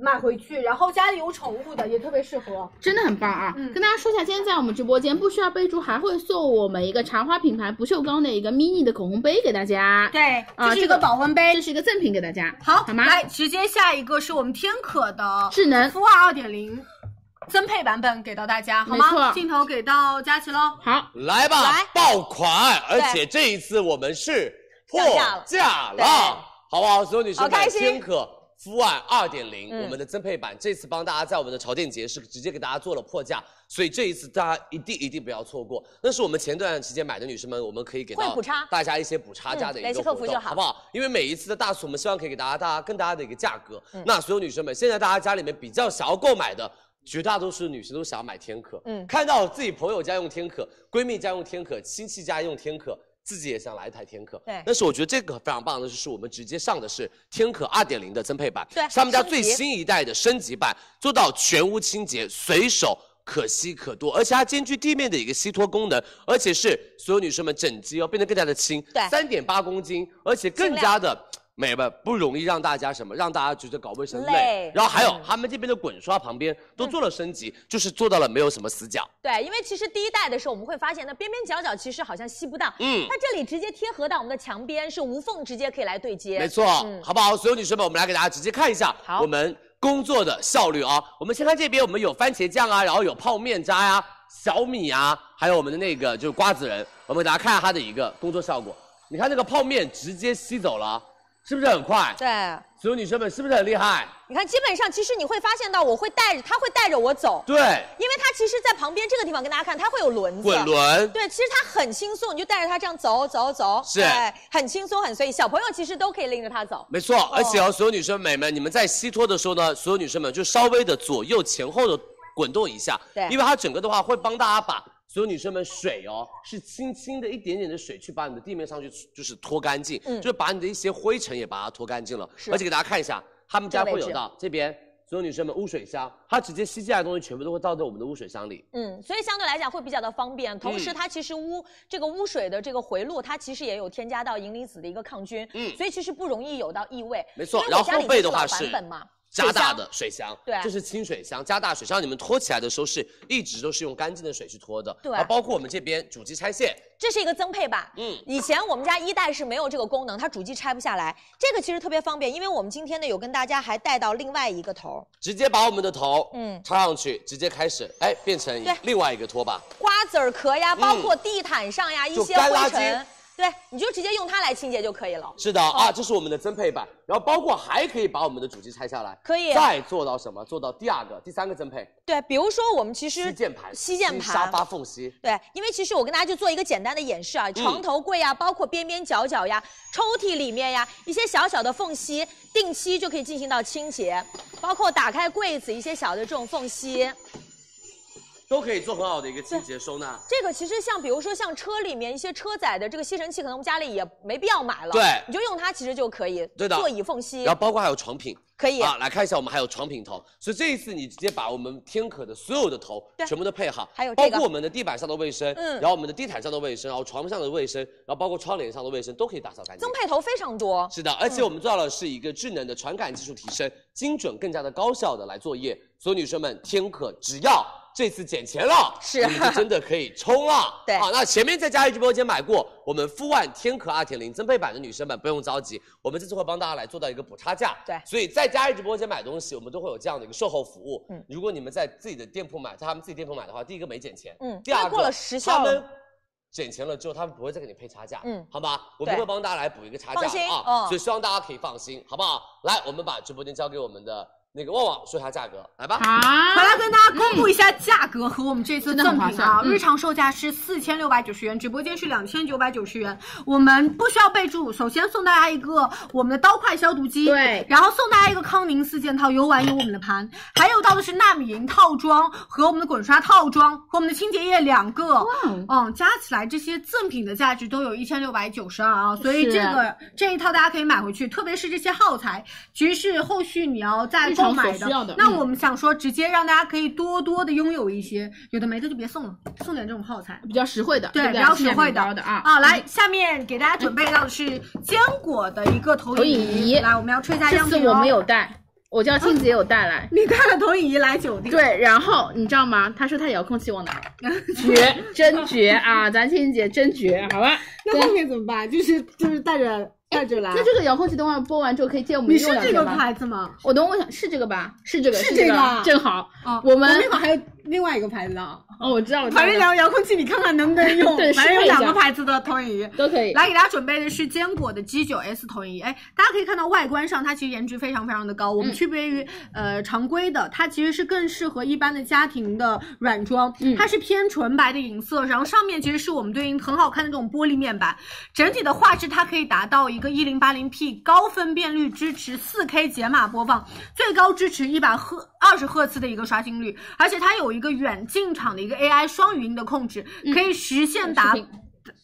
[SPEAKER 5] 买回去。然后家里有宠物的也特别适合。
[SPEAKER 7] 真的很棒啊！
[SPEAKER 5] 嗯
[SPEAKER 7] 跟大家说一下，今天在我们直播间不需要备注，还会送我们一个茶花品牌不锈钢的一个 mini 的口红杯给大家，
[SPEAKER 5] 对，
[SPEAKER 7] 啊
[SPEAKER 5] 这是一
[SPEAKER 7] 这
[SPEAKER 5] 个
[SPEAKER 7] 个
[SPEAKER 5] 保温杯
[SPEAKER 7] 这。是一个赠品给大家。
[SPEAKER 5] 好，
[SPEAKER 7] 好吗
[SPEAKER 5] 来，直接下一个是我们天可的
[SPEAKER 7] 智能
[SPEAKER 5] 孵化二点零增配版本给到大家，好
[SPEAKER 7] 没
[SPEAKER 5] 吗？
[SPEAKER 7] 错
[SPEAKER 5] 镜头给到佳琪喽。
[SPEAKER 7] 好，
[SPEAKER 6] 来吧，
[SPEAKER 8] 来
[SPEAKER 6] 爆款！而且这一次我们是破
[SPEAKER 8] 降
[SPEAKER 6] 价
[SPEAKER 8] 对
[SPEAKER 6] 了，好不好？所有女生
[SPEAKER 8] 好
[SPEAKER 6] 们
[SPEAKER 8] 开，心
[SPEAKER 6] 天可肤爱二点零，
[SPEAKER 8] 嗯
[SPEAKER 6] 我们的增配版这次帮大家在我们的潮店节是直接给大家做了破价，所以这一次大家一定一定不要错过。那是我们前段时间买的女生们，我们可以给
[SPEAKER 8] 会
[SPEAKER 6] 到
[SPEAKER 8] 补差
[SPEAKER 6] 大家一些补差价的一
[SPEAKER 8] 嗯联系
[SPEAKER 6] 个
[SPEAKER 8] 客
[SPEAKER 6] 活
[SPEAKER 8] 服
[SPEAKER 6] 动，
[SPEAKER 8] 就好
[SPEAKER 6] 好不好？因为每一次的大促，我们希望可以给大家大家更大的一个价格。
[SPEAKER 8] 嗯
[SPEAKER 6] 那所有女生们，现在大家家里面比较想要购买的。绝大多数的女生都想要买天可，
[SPEAKER 8] 嗯
[SPEAKER 6] 看到自己朋友家用天可，闺蜜家用天可，亲戚家用天可，自己也想来一台天可。
[SPEAKER 8] 对
[SPEAKER 6] 但是我觉得这个非常棒的是，是我们直接上的是天可二点零的增配版，
[SPEAKER 8] 对
[SPEAKER 6] 是他们家
[SPEAKER 8] 升级
[SPEAKER 6] 最新一代的升级版，做到全屋清洁，随手。可吸可多，而且它兼具地面的一个吸脱功能，而且是所有女生们整机哦变得更加的轻，
[SPEAKER 8] 对
[SPEAKER 6] 三点八公斤，而且更加的美吧，不容易让大家什么，让大家觉得搞卫生
[SPEAKER 8] 累
[SPEAKER 6] 累。然后还有
[SPEAKER 8] 嗯
[SPEAKER 6] 他们这边的滚刷旁边都做了升级，就是做到了没有什么死角，
[SPEAKER 8] 对，因为其实第一代的时候，我们会发现那边边角角其实好像吸不到，
[SPEAKER 6] 嗯。
[SPEAKER 8] 它这里直接贴合到我们的墙边，是无缝直接可以来对接。
[SPEAKER 6] 没错，
[SPEAKER 8] 嗯
[SPEAKER 6] 好不好？所有女生们，我们来给大家直接看一下
[SPEAKER 8] 好
[SPEAKER 6] 我们工作的效率啊。我们先看这边，我们有番茄酱啊，然后有泡面渣呀、小米啊，还有我们的那个就是瓜子仁。我们给大家看一下它的一个工作效果。你看那个泡面直接吸走了，是不是很快？
[SPEAKER 8] 对，
[SPEAKER 6] 所有女生们是不是很厉害？
[SPEAKER 8] 你看，基本上其实你会发现到，我会带着他会带着我走，
[SPEAKER 6] 对，
[SPEAKER 8] 因为他其实，在旁边这个地方跟大家看，他会有轮子，
[SPEAKER 6] 滚轮，
[SPEAKER 8] 对，其实他很轻松，你就带着他这样走走走，
[SPEAKER 6] 是
[SPEAKER 8] 对，很轻松很随意，小朋友其实都可以拎着他走。
[SPEAKER 6] 没错。而且哦，所有女生美们，你们在吸脱的时候呢，所有女生们就稍微的左右前后的滚动一下，
[SPEAKER 8] 对
[SPEAKER 6] 因为它整个的话会帮大家把。所有女生们，水哦，是轻轻的一点点的水去把你的地面上去就是拖干净，
[SPEAKER 8] 嗯
[SPEAKER 6] 就是把你的一些灰尘也把它拖干净了。
[SPEAKER 8] 是
[SPEAKER 6] 而且给大家看一下，他们家
[SPEAKER 8] 这个位
[SPEAKER 6] 会有
[SPEAKER 8] 置
[SPEAKER 6] 到这边，所有女生们污水箱，它直接吸进来的东西全部都会倒在我们的污水箱里。
[SPEAKER 8] 嗯，所以相对来讲会比较的方便。同
[SPEAKER 6] 嗯
[SPEAKER 8] 时，它其实污、这个污水的这个回路，它其实也有添加到银离子的一个抗菌，
[SPEAKER 6] 嗯
[SPEAKER 8] 所以其实不容易有到异味。
[SPEAKER 6] 没错
[SPEAKER 8] 因为我
[SPEAKER 6] 然后
[SPEAKER 8] 家里
[SPEAKER 6] 后背的
[SPEAKER 8] 就是
[SPEAKER 6] 话
[SPEAKER 8] 老版
[SPEAKER 6] 是
[SPEAKER 8] 本嘛，
[SPEAKER 6] 加大的水箱，
[SPEAKER 8] 对
[SPEAKER 6] 这是清水箱，加大水箱，你们拖起来的时候是一直都是用干净的水去拖的，
[SPEAKER 8] 对
[SPEAKER 6] 啊包括我们这边主机拆卸，
[SPEAKER 8] 这是一个增配版。
[SPEAKER 6] 嗯，
[SPEAKER 8] 以前我们家一代是没有这个功能，它主机拆不下来，这个其实特别方便，因为我们今天呢有跟大家还带到另外一个头儿，
[SPEAKER 6] 直接把我们的头，嗯
[SPEAKER 8] 嗯，
[SPEAKER 6] 插上去，直接开始，哎，变成
[SPEAKER 8] 对
[SPEAKER 6] 另外一个拖把，
[SPEAKER 8] 瓜子儿壳呀，包括地毯上呀、
[SPEAKER 6] 嗯
[SPEAKER 8] 一
[SPEAKER 6] 就
[SPEAKER 8] 些
[SPEAKER 6] 干垃
[SPEAKER 8] 灰
[SPEAKER 6] 圾
[SPEAKER 8] 尘，对，你就直接用它来清洁就可以了。
[SPEAKER 6] 是的啊，这是我们的增配版，然后包括还可以把我们的主机拆下来，
[SPEAKER 8] 可以
[SPEAKER 6] 再做到什么？做到第二个、第三个增配，
[SPEAKER 8] 对，比如说我们其实
[SPEAKER 6] 吸键盘，
[SPEAKER 8] 吸键
[SPEAKER 6] 吸
[SPEAKER 8] 盘、
[SPEAKER 6] 沙发缝隙，
[SPEAKER 8] 对，因为其实我跟大家就做一个简单的演示
[SPEAKER 6] 嗯
[SPEAKER 8] 啊，床头柜啊，包括边边角角呀、抽屉里面呀，一些小小的缝隙，定期就可以进行到清洁，包括打开柜子一些小的这种缝隙。
[SPEAKER 6] 都可以做很好的一个清洁收纳。
[SPEAKER 8] 这个其实像比如说像车里面一些车载的这个吸尘器，可能我们家里也没必要买了，
[SPEAKER 6] 对
[SPEAKER 8] 你就用它其实就可以。
[SPEAKER 6] 对的
[SPEAKER 8] 座椅缝隙
[SPEAKER 6] 然后包括还有床品，
[SPEAKER 8] 可以。
[SPEAKER 6] 啊，来看一下我们还有床品头，所以这一次你直接把我们天可的所有的头
[SPEAKER 8] 对
[SPEAKER 6] 全部都配好，
[SPEAKER 8] 还有这
[SPEAKER 6] 包
[SPEAKER 8] 个
[SPEAKER 6] 括我们的地板上的卫生，
[SPEAKER 8] 嗯
[SPEAKER 6] 然后我们的地毯上的卫生，然后床上的卫生，然后包括窗帘上的卫生都可以打扫干净
[SPEAKER 8] 增。配头非常多，
[SPEAKER 6] 是的，而且我们做到的是一个智能的传感技术提升，精准更加的高效的来作业。所有女生们，天可只要这次捡钱了，
[SPEAKER 8] 是啊
[SPEAKER 6] 我们就真的可以冲了。
[SPEAKER 8] *laughs* 对
[SPEAKER 6] 好，那前面在佳怡直播间买过我们肤万天可二点零增配版的女生们不用着急，我们这次会帮大家来做到一个补差价。
[SPEAKER 8] 对
[SPEAKER 6] 所以在佳怡直播间买东西，我们都会有这样的一个售后服务。嗯
[SPEAKER 8] 嗯，
[SPEAKER 6] 如果你们在自己的店铺买，在他们自己店铺买的话，第一个没减钱，
[SPEAKER 8] 嗯
[SPEAKER 6] 第二个
[SPEAKER 8] 因为过了时效
[SPEAKER 6] 他们
[SPEAKER 8] 了
[SPEAKER 6] 减钱了之后，他们不会再给你配差价，嗯
[SPEAKER 8] 嗯，
[SPEAKER 6] 好吧？我们
[SPEAKER 8] 对
[SPEAKER 6] 会帮大家来补一个差价
[SPEAKER 8] 放心
[SPEAKER 6] 啊，
[SPEAKER 8] 嗯
[SPEAKER 6] 所以希望大家可以放心，好不好？来，我们把直播间交给我们的那个旺旺说一下价格，来吧。
[SPEAKER 5] 回
[SPEAKER 7] 啊，
[SPEAKER 5] 来跟大家公布一下价格和我们这次赠
[SPEAKER 7] 真
[SPEAKER 5] 品
[SPEAKER 7] 的很划
[SPEAKER 5] 啊，
[SPEAKER 7] 算嗯
[SPEAKER 5] 日常售价是四千六百九十元，直播间是两千九百九十元。我们不需要备注，首先送大家一个我们的刀块消毒机，
[SPEAKER 7] 对
[SPEAKER 5] 然后送大家一个康宁四件套，有碗有我们的盘，还有到的是纳米银套装和我们的滚刷套装和我们的清洁液两个。
[SPEAKER 7] 嗯，
[SPEAKER 5] 嗯，加起来这些赠品的价值都有一千六百九十二啊，所以
[SPEAKER 7] 是
[SPEAKER 5] 这个这一套大家可以买回去，特别是这些耗材，其实是后续你要再
[SPEAKER 7] 日
[SPEAKER 5] 购
[SPEAKER 7] 常
[SPEAKER 5] 买
[SPEAKER 7] 所需要的
[SPEAKER 5] 那
[SPEAKER 7] 嗯
[SPEAKER 5] 我们想说，直接让大家可以多多的拥有一些，有的没的就别送了，送点这种耗材。
[SPEAKER 7] 比较实惠的，
[SPEAKER 5] 对
[SPEAKER 7] 不
[SPEAKER 5] 比较实惠
[SPEAKER 7] 性
[SPEAKER 5] 的
[SPEAKER 7] 价比高的啊。
[SPEAKER 5] 啊，来，下面给大家准备到的是坚果的一个投
[SPEAKER 7] 投
[SPEAKER 5] 影
[SPEAKER 7] 影仪
[SPEAKER 5] 来，我们要吹一下
[SPEAKER 7] 这
[SPEAKER 5] 样
[SPEAKER 7] 次
[SPEAKER 5] 品哦嗯
[SPEAKER 7] 我没，有带，我叫静姐有带来。
[SPEAKER 5] *laughs* 你带了投影仪来酒店，
[SPEAKER 7] 对，然后你知道吗？他说他遥控器往哪
[SPEAKER 5] *laughs*
[SPEAKER 7] 儿？绝，真绝啊！ *laughs* 咱静姐真绝，好吧？
[SPEAKER 5] 那后面怎么办？就是就是带着带着来
[SPEAKER 7] 哎那这个遥控器等会儿播完之后可以借我们
[SPEAKER 5] 啊你是
[SPEAKER 7] 用两
[SPEAKER 5] 这
[SPEAKER 7] 天
[SPEAKER 5] 个
[SPEAKER 7] 吗？
[SPEAKER 5] 牌子吗？
[SPEAKER 7] 我等我想是这个吧？是这个，
[SPEAKER 5] 是
[SPEAKER 7] 这
[SPEAKER 5] 这个啊
[SPEAKER 7] 正好。
[SPEAKER 5] 啊
[SPEAKER 7] 我们
[SPEAKER 5] 那会儿还有另外一个牌子啊，
[SPEAKER 7] 哦，我知道，我知道
[SPEAKER 5] 反正两个遥控器，你看看能不能
[SPEAKER 7] *laughs*
[SPEAKER 5] 用，
[SPEAKER 7] 对
[SPEAKER 5] 反正有
[SPEAKER 7] 试一下
[SPEAKER 5] 两个牌子的投影仪。
[SPEAKER 7] 都可以。
[SPEAKER 5] 来给大家准备的是坚果的 G 9 S 投影仪，哎，大家可以看到外观上它其实颜值非常非常的高，我们
[SPEAKER 7] 嗯
[SPEAKER 5] 区别于、呃常规的，它其实是更适合一般的家庭的软装，
[SPEAKER 7] 嗯
[SPEAKER 5] 它是偏纯白的银色，然后上面其实是我们对应很好看的这种玻璃面板，整体的画质它可以达到一个一零八零 P 高分辨率，支持四 K 解码播放，最高支持一百赫二十赫兹的一个刷新率，而且它有一个远近场的一个 AI 双语音的控制，
[SPEAKER 7] 嗯
[SPEAKER 5] 可以实现
[SPEAKER 7] 视
[SPEAKER 5] 达
[SPEAKER 7] 频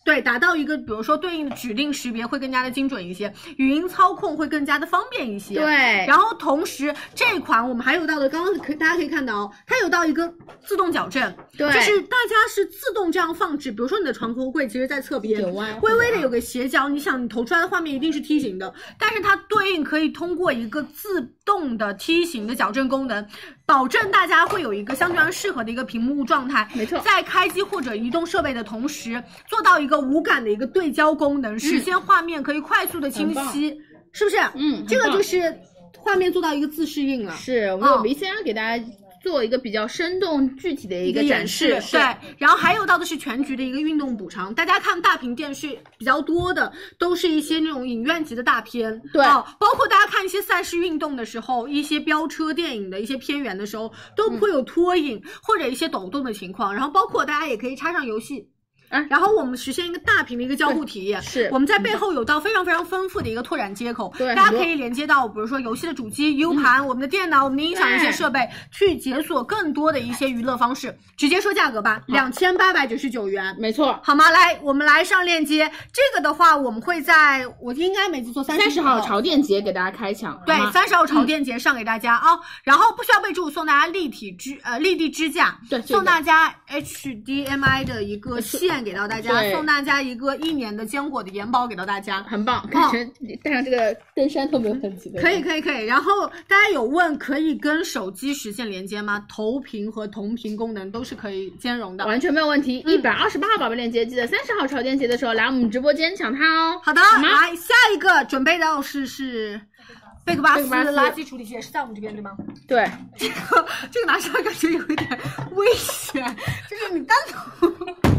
[SPEAKER 5] 对，达到一个比如说对应的指令识别会更加的精准一些，语音操控会更加的方便一些。。
[SPEAKER 7] 对，
[SPEAKER 5] 然后同时这款我们还有到的，刚刚可大家可以看到哦，它有到一个自动矫正，
[SPEAKER 7] 对
[SPEAKER 5] 就是大家是自动这样放置，比如说你的床头柜其实在侧边，
[SPEAKER 7] 有啊
[SPEAKER 5] 微微的有个斜角，你想你投出来的画面一定是梯形的，但是它对应可以通过一个自动的梯形的矫正功能，保证大家会有一个相对而适合的一个屏幕状态。
[SPEAKER 7] 没错
[SPEAKER 5] 在开机或者移动设备的同时，做到一个无感的一个对焦功能，实现画面可以快速的
[SPEAKER 7] 嗯
[SPEAKER 5] 清
[SPEAKER 7] 很棒
[SPEAKER 5] 晰，是不是？
[SPEAKER 7] 嗯很
[SPEAKER 5] 这个
[SPEAKER 7] 棒
[SPEAKER 5] 就是画面做到一个自适应了。
[SPEAKER 7] 是我们
[SPEAKER 5] 哦
[SPEAKER 7] 有维先给大家
[SPEAKER 9] 做一个比较生动具体的一个展示。
[SPEAKER 5] 对，然后还有到的是全局的一个运动补偿。大家看大屏电视比较多的，都是一些那种影院级的大片，
[SPEAKER 9] 对
[SPEAKER 5] 啊包括大家看一些赛事运动的时候，一些飙车电影的一些片源的时候，都
[SPEAKER 9] 嗯
[SPEAKER 5] 会有拖影、或者一些抖动的情况。然后包括大家也可以插上游戏。
[SPEAKER 9] 啊
[SPEAKER 5] 然后我们实现一个大屏的一个交互体验，
[SPEAKER 9] 是嗯
[SPEAKER 5] 我们在背后有到非常非常丰富的一个拓展接口，
[SPEAKER 9] 对
[SPEAKER 5] 大家
[SPEAKER 9] 很多嗯
[SPEAKER 5] 可以连接到，比如说游戏的主机、U 盘、我们的电脑、我们的音响一些
[SPEAKER 9] 对
[SPEAKER 5] 设备，去解锁更多的一些娱乐方式。直接说价格
[SPEAKER 9] 嗯
[SPEAKER 5] 吧，两千八百九十九元。
[SPEAKER 9] 没错，
[SPEAKER 5] 好吗？来，我们来上链接。这个的话，我们会在我应该没记错，三
[SPEAKER 9] 三十号
[SPEAKER 5] 潮。
[SPEAKER 9] 潮店节给大家开抢，
[SPEAKER 5] 对
[SPEAKER 9] 好，吗嗯
[SPEAKER 5] 三十号潮店节上给大家啊、然后不需要备注，送大家立体支呃立地支架，
[SPEAKER 9] 对这个呃
[SPEAKER 5] 送大家 HDMI 的一个线给到大家，
[SPEAKER 9] 对
[SPEAKER 5] 送大家一个一年的坚果的延保给到大家。
[SPEAKER 9] 很棒，感觉带上这个登山都没有问题的。
[SPEAKER 5] 哦可以可以可以，然后大家有问可以跟手机实现连接吗？投屏和同屏功能都是可以兼容的。
[SPEAKER 9] 完全没有问题，一
[SPEAKER 5] 嗯
[SPEAKER 9] 百二十八号宝贝链接，记得三十号潮店节的时候来我们直播间抢它哦。
[SPEAKER 5] 好的，
[SPEAKER 9] 吗
[SPEAKER 5] 来下一个准备到是是贝克巴斯
[SPEAKER 9] 贝克巴斯
[SPEAKER 5] 垃圾处理机，是在我们这边对吗？
[SPEAKER 9] 对，
[SPEAKER 5] 这个 *laughs* 这个拿起来感觉有一点危险， *laughs* 就是你单独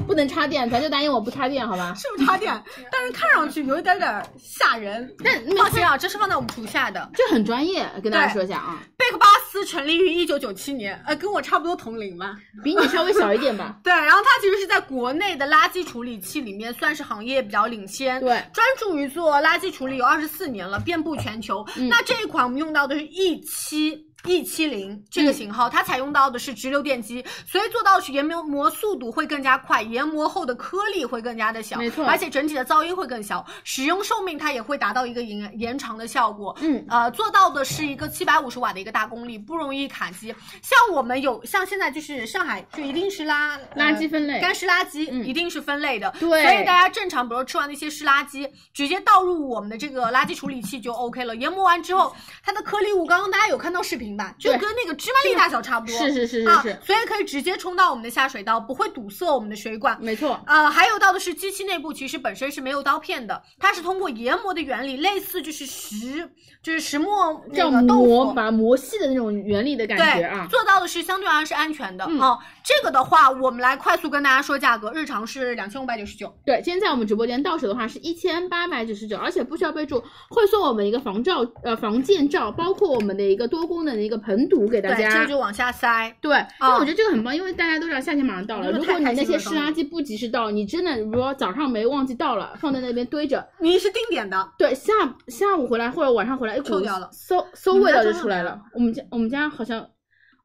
[SPEAKER 9] 不能插电，咱就答应我不插电，好吧？
[SPEAKER 5] 是不是插 *laughs* 电？但是看上去有一点点吓人。
[SPEAKER 9] 但那
[SPEAKER 5] 放心啊，这是放在我们厨下的。
[SPEAKER 9] 这很专业，跟大家说一下啊，
[SPEAKER 5] 贝克巴斯成立于一九九七年，呃，跟我差不多同龄吧。
[SPEAKER 9] 比你稍微小一点吧。
[SPEAKER 5] 对，然后它其实是在国内的垃圾处理器里面算是行业比较领先，
[SPEAKER 9] 对
[SPEAKER 5] 专注于做垃圾处理有二十四年了，遍布全球。
[SPEAKER 9] 嗯
[SPEAKER 5] 那这一款我们用到的是 E 七。E 七
[SPEAKER 9] 嗯
[SPEAKER 5] 零这个型号，它采用到的是直流电机，所以做到是研磨速度会更加快，研磨后的颗粒会更加的小，
[SPEAKER 9] 没错
[SPEAKER 5] 而且整体的噪音会更小，使用寿命它也会达到一个延延长的效果。
[SPEAKER 9] 嗯，
[SPEAKER 5] 呃，做到的是一个七百五十瓦的一个大功率，不容易卡机。像我们有像现在就是上海就一定是拉呃
[SPEAKER 9] 垃圾分类
[SPEAKER 5] 干湿垃圾
[SPEAKER 9] 嗯
[SPEAKER 5] 一定是分类的，
[SPEAKER 9] 对
[SPEAKER 5] 所以大家正常，比如说吃完那些湿垃圾，直接倒入我们的这个垃圾处理器就 OK 了。研磨完之后，它的颗粒物，刚刚大家有看到视频吧？就
[SPEAKER 9] 对
[SPEAKER 5] 跟那个芝麻粒大小差不多，
[SPEAKER 9] 是是是
[SPEAKER 5] 啊
[SPEAKER 9] 是是，，
[SPEAKER 5] 所以可以直接冲到我们的下水道，不会堵塞我们的水管。
[SPEAKER 9] 没错，
[SPEAKER 5] 呃，还有到的是机器内部其实本身是没有刀片的，它是通过研磨的原理，类似就是石就是石磨那
[SPEAKER 9] 叫
[SPEAKER 5] 个豆
[SPEAKER 9] 磨
[SPEAKER 5] 腐，
[SPEAKER 9] 把磨细的那种原理的感觉啊
[SPEAKER 5] 对，。做到的是相对而言是安全的。
[SPEAKER 9] 嗯
[SPEAKER 5] 哦，这个的话，我们来快速跟大家说价格，日常是两千五百九十九。
[SPEAKER 9] 对，今天在我们直播间到手的话是一千八百九十九，而且不需要备注，会送我们一个防照呃防溅罩，包括我们的一个多功能的一个盆堵给大
[SPEAKER 5] 对，
[SPEAKER 9] 家。
[SPEAKER 5] 这个就往下塞。
[SPEAKER 9] 对，因为我觉得这个很棒，因为大家都知道夏天马上到了，
[SPEAKER 5] 真的
[SPEAKER 9] 如果你
[SPEAKER 5] 太开
[SPEAKER 9] 那
[SPEAKER 5] 心
[SPEAKER 9] 些
[SPEAKER 5] 了
[SPEAKER 9] 湿垃圾不及时倒，你真的如果早上没忘记倒了，放在那边堆着，
[SPEAKER 5] 你是定点的，
[SPEAKER 9] 对，下下午回来或者晚上回来，一股
[SPEAKER 5] 臭掉了
[SPEAKER 9] 馊馊
[SPEAKER 5] 你们
[SPEAKER 9] 味
[SPEAKER 5] 家
[SPEAKER 9] 道就
[SPEAKER 5] 装了
[SPEAKER 9] 出来
[SPEAKER 5] 没
[SPEAKER 9] 了。我们家我们家好像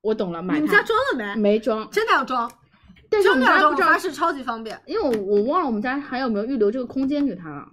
[SPEAKER 9] 我懂了，买
[SPEAKER 5] 你们
[SPEAKER 9] 它
[SPEAKER 5] 家装了没？
[SPEAKER 9] 没装，
[SPEAKER 5] 真的要装，
[SPEAKER 9] 但是我
[SPEAKER 5] 真
[SPEAKER 9] 们
[SPEAKER 5] 的要
[SPEAKER 9] 家
[SPEAKER 5] 装，我
[SPEAKER 9] 不知道
[SPEAKER 5] 发，誓超级方便。
[SPEAKER 9] 因为我我忘了我们家还有没有预留这个空间给它了。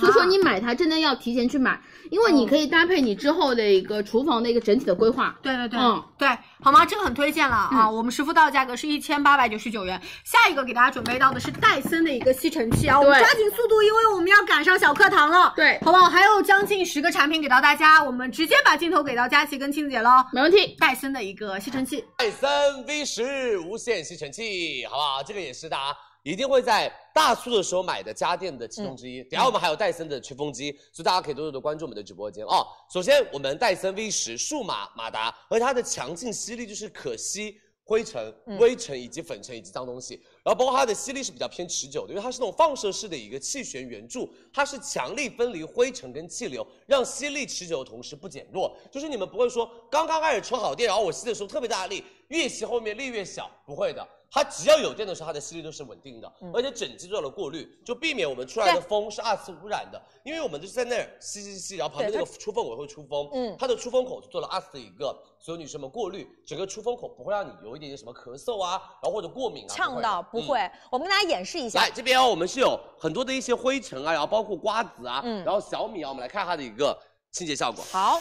[SPEAKER 9] 所以说你买它真的要提前去买，因为你可以搭配你之后的一个厨房的一个整体的规划。
[SPEAKER 5] 对对对，
[SPEAKER 9] 嗯
[SPEAKER 5] 对，好吗？这个很推荐了啊！我们实付到的价格是一千八百九十九元。下一个给大家准备到的是戴森的一个吸尘器啊，我们
[SPEAKER 9] 对
[SPEAKER 5] 抓紧速度，因为我们要赶上小课堂了，
[SPEAKER 9] 对
[SPEAKER 5] 好不好？还有将近十个产品给到大家，我们直接把镜头给到佳琪跟庆姐喽。
[SPEAKER 9] 没问题，
[SPEAKER 5] 戴森的一个吸尘器，
[SPEAKER 6] 戴森 V 十无线吸尘器，好不好？这个也是大家一定会在大促的时候买的家电的其中之
[SPEAKER 8] 嗯
[SPEAKER 6] 一。等下我们还有戴森的吹风机，所以大家可以多多的关注我们的直播间哦。首先，我们戴森 V 十数码马达，而它的强劲吸力就是可吸。灰尘、微尘以及粉尘以及脏东西，然后包括它的吸力是比较偏持久的，因为它是那种放射式的一个气旋圆柱，它是强力分离灰尘跟气流，让吸力持久的同时不减弱。就是你们不会说刚刚开始充好电，然后我吸的时候特别大力，越吸后面力越小，不会的。它只要有电的时候，它的吸力都是稳定的，而且整机做了过滤，就避免我们出来的风是二次污染的，因为我们就是在那儿吸吸吸，然后旁边
[SPEAKER 8] 对
[SPEAKER 6] 那个出风口会出风，
[SPEAKER 8] 嗯
[SPEAKER 6] 它的出风口做了二次的一个，所有女生们过滤，整个出风口不会让你有一点点什么咳嗽啊，然后或者过敏啊，
[SPEAKER 8] 呛
[SPEAKER 6] 的
[SPEAKER 8] 到不
[SPEAKER 6] 嗯
[SPEAKER 8] 会。我们跟大家演示一下
[SPEAKER 6] 来，这边哦，我们是有很多的一些灰尘啊，然后包括瓜子啊，
[SPEAKER 8] 嗯
[SPEAKER 6] 然后小米啊，我们来看它的一个清洁效果。
[SPEAKER 8] 好，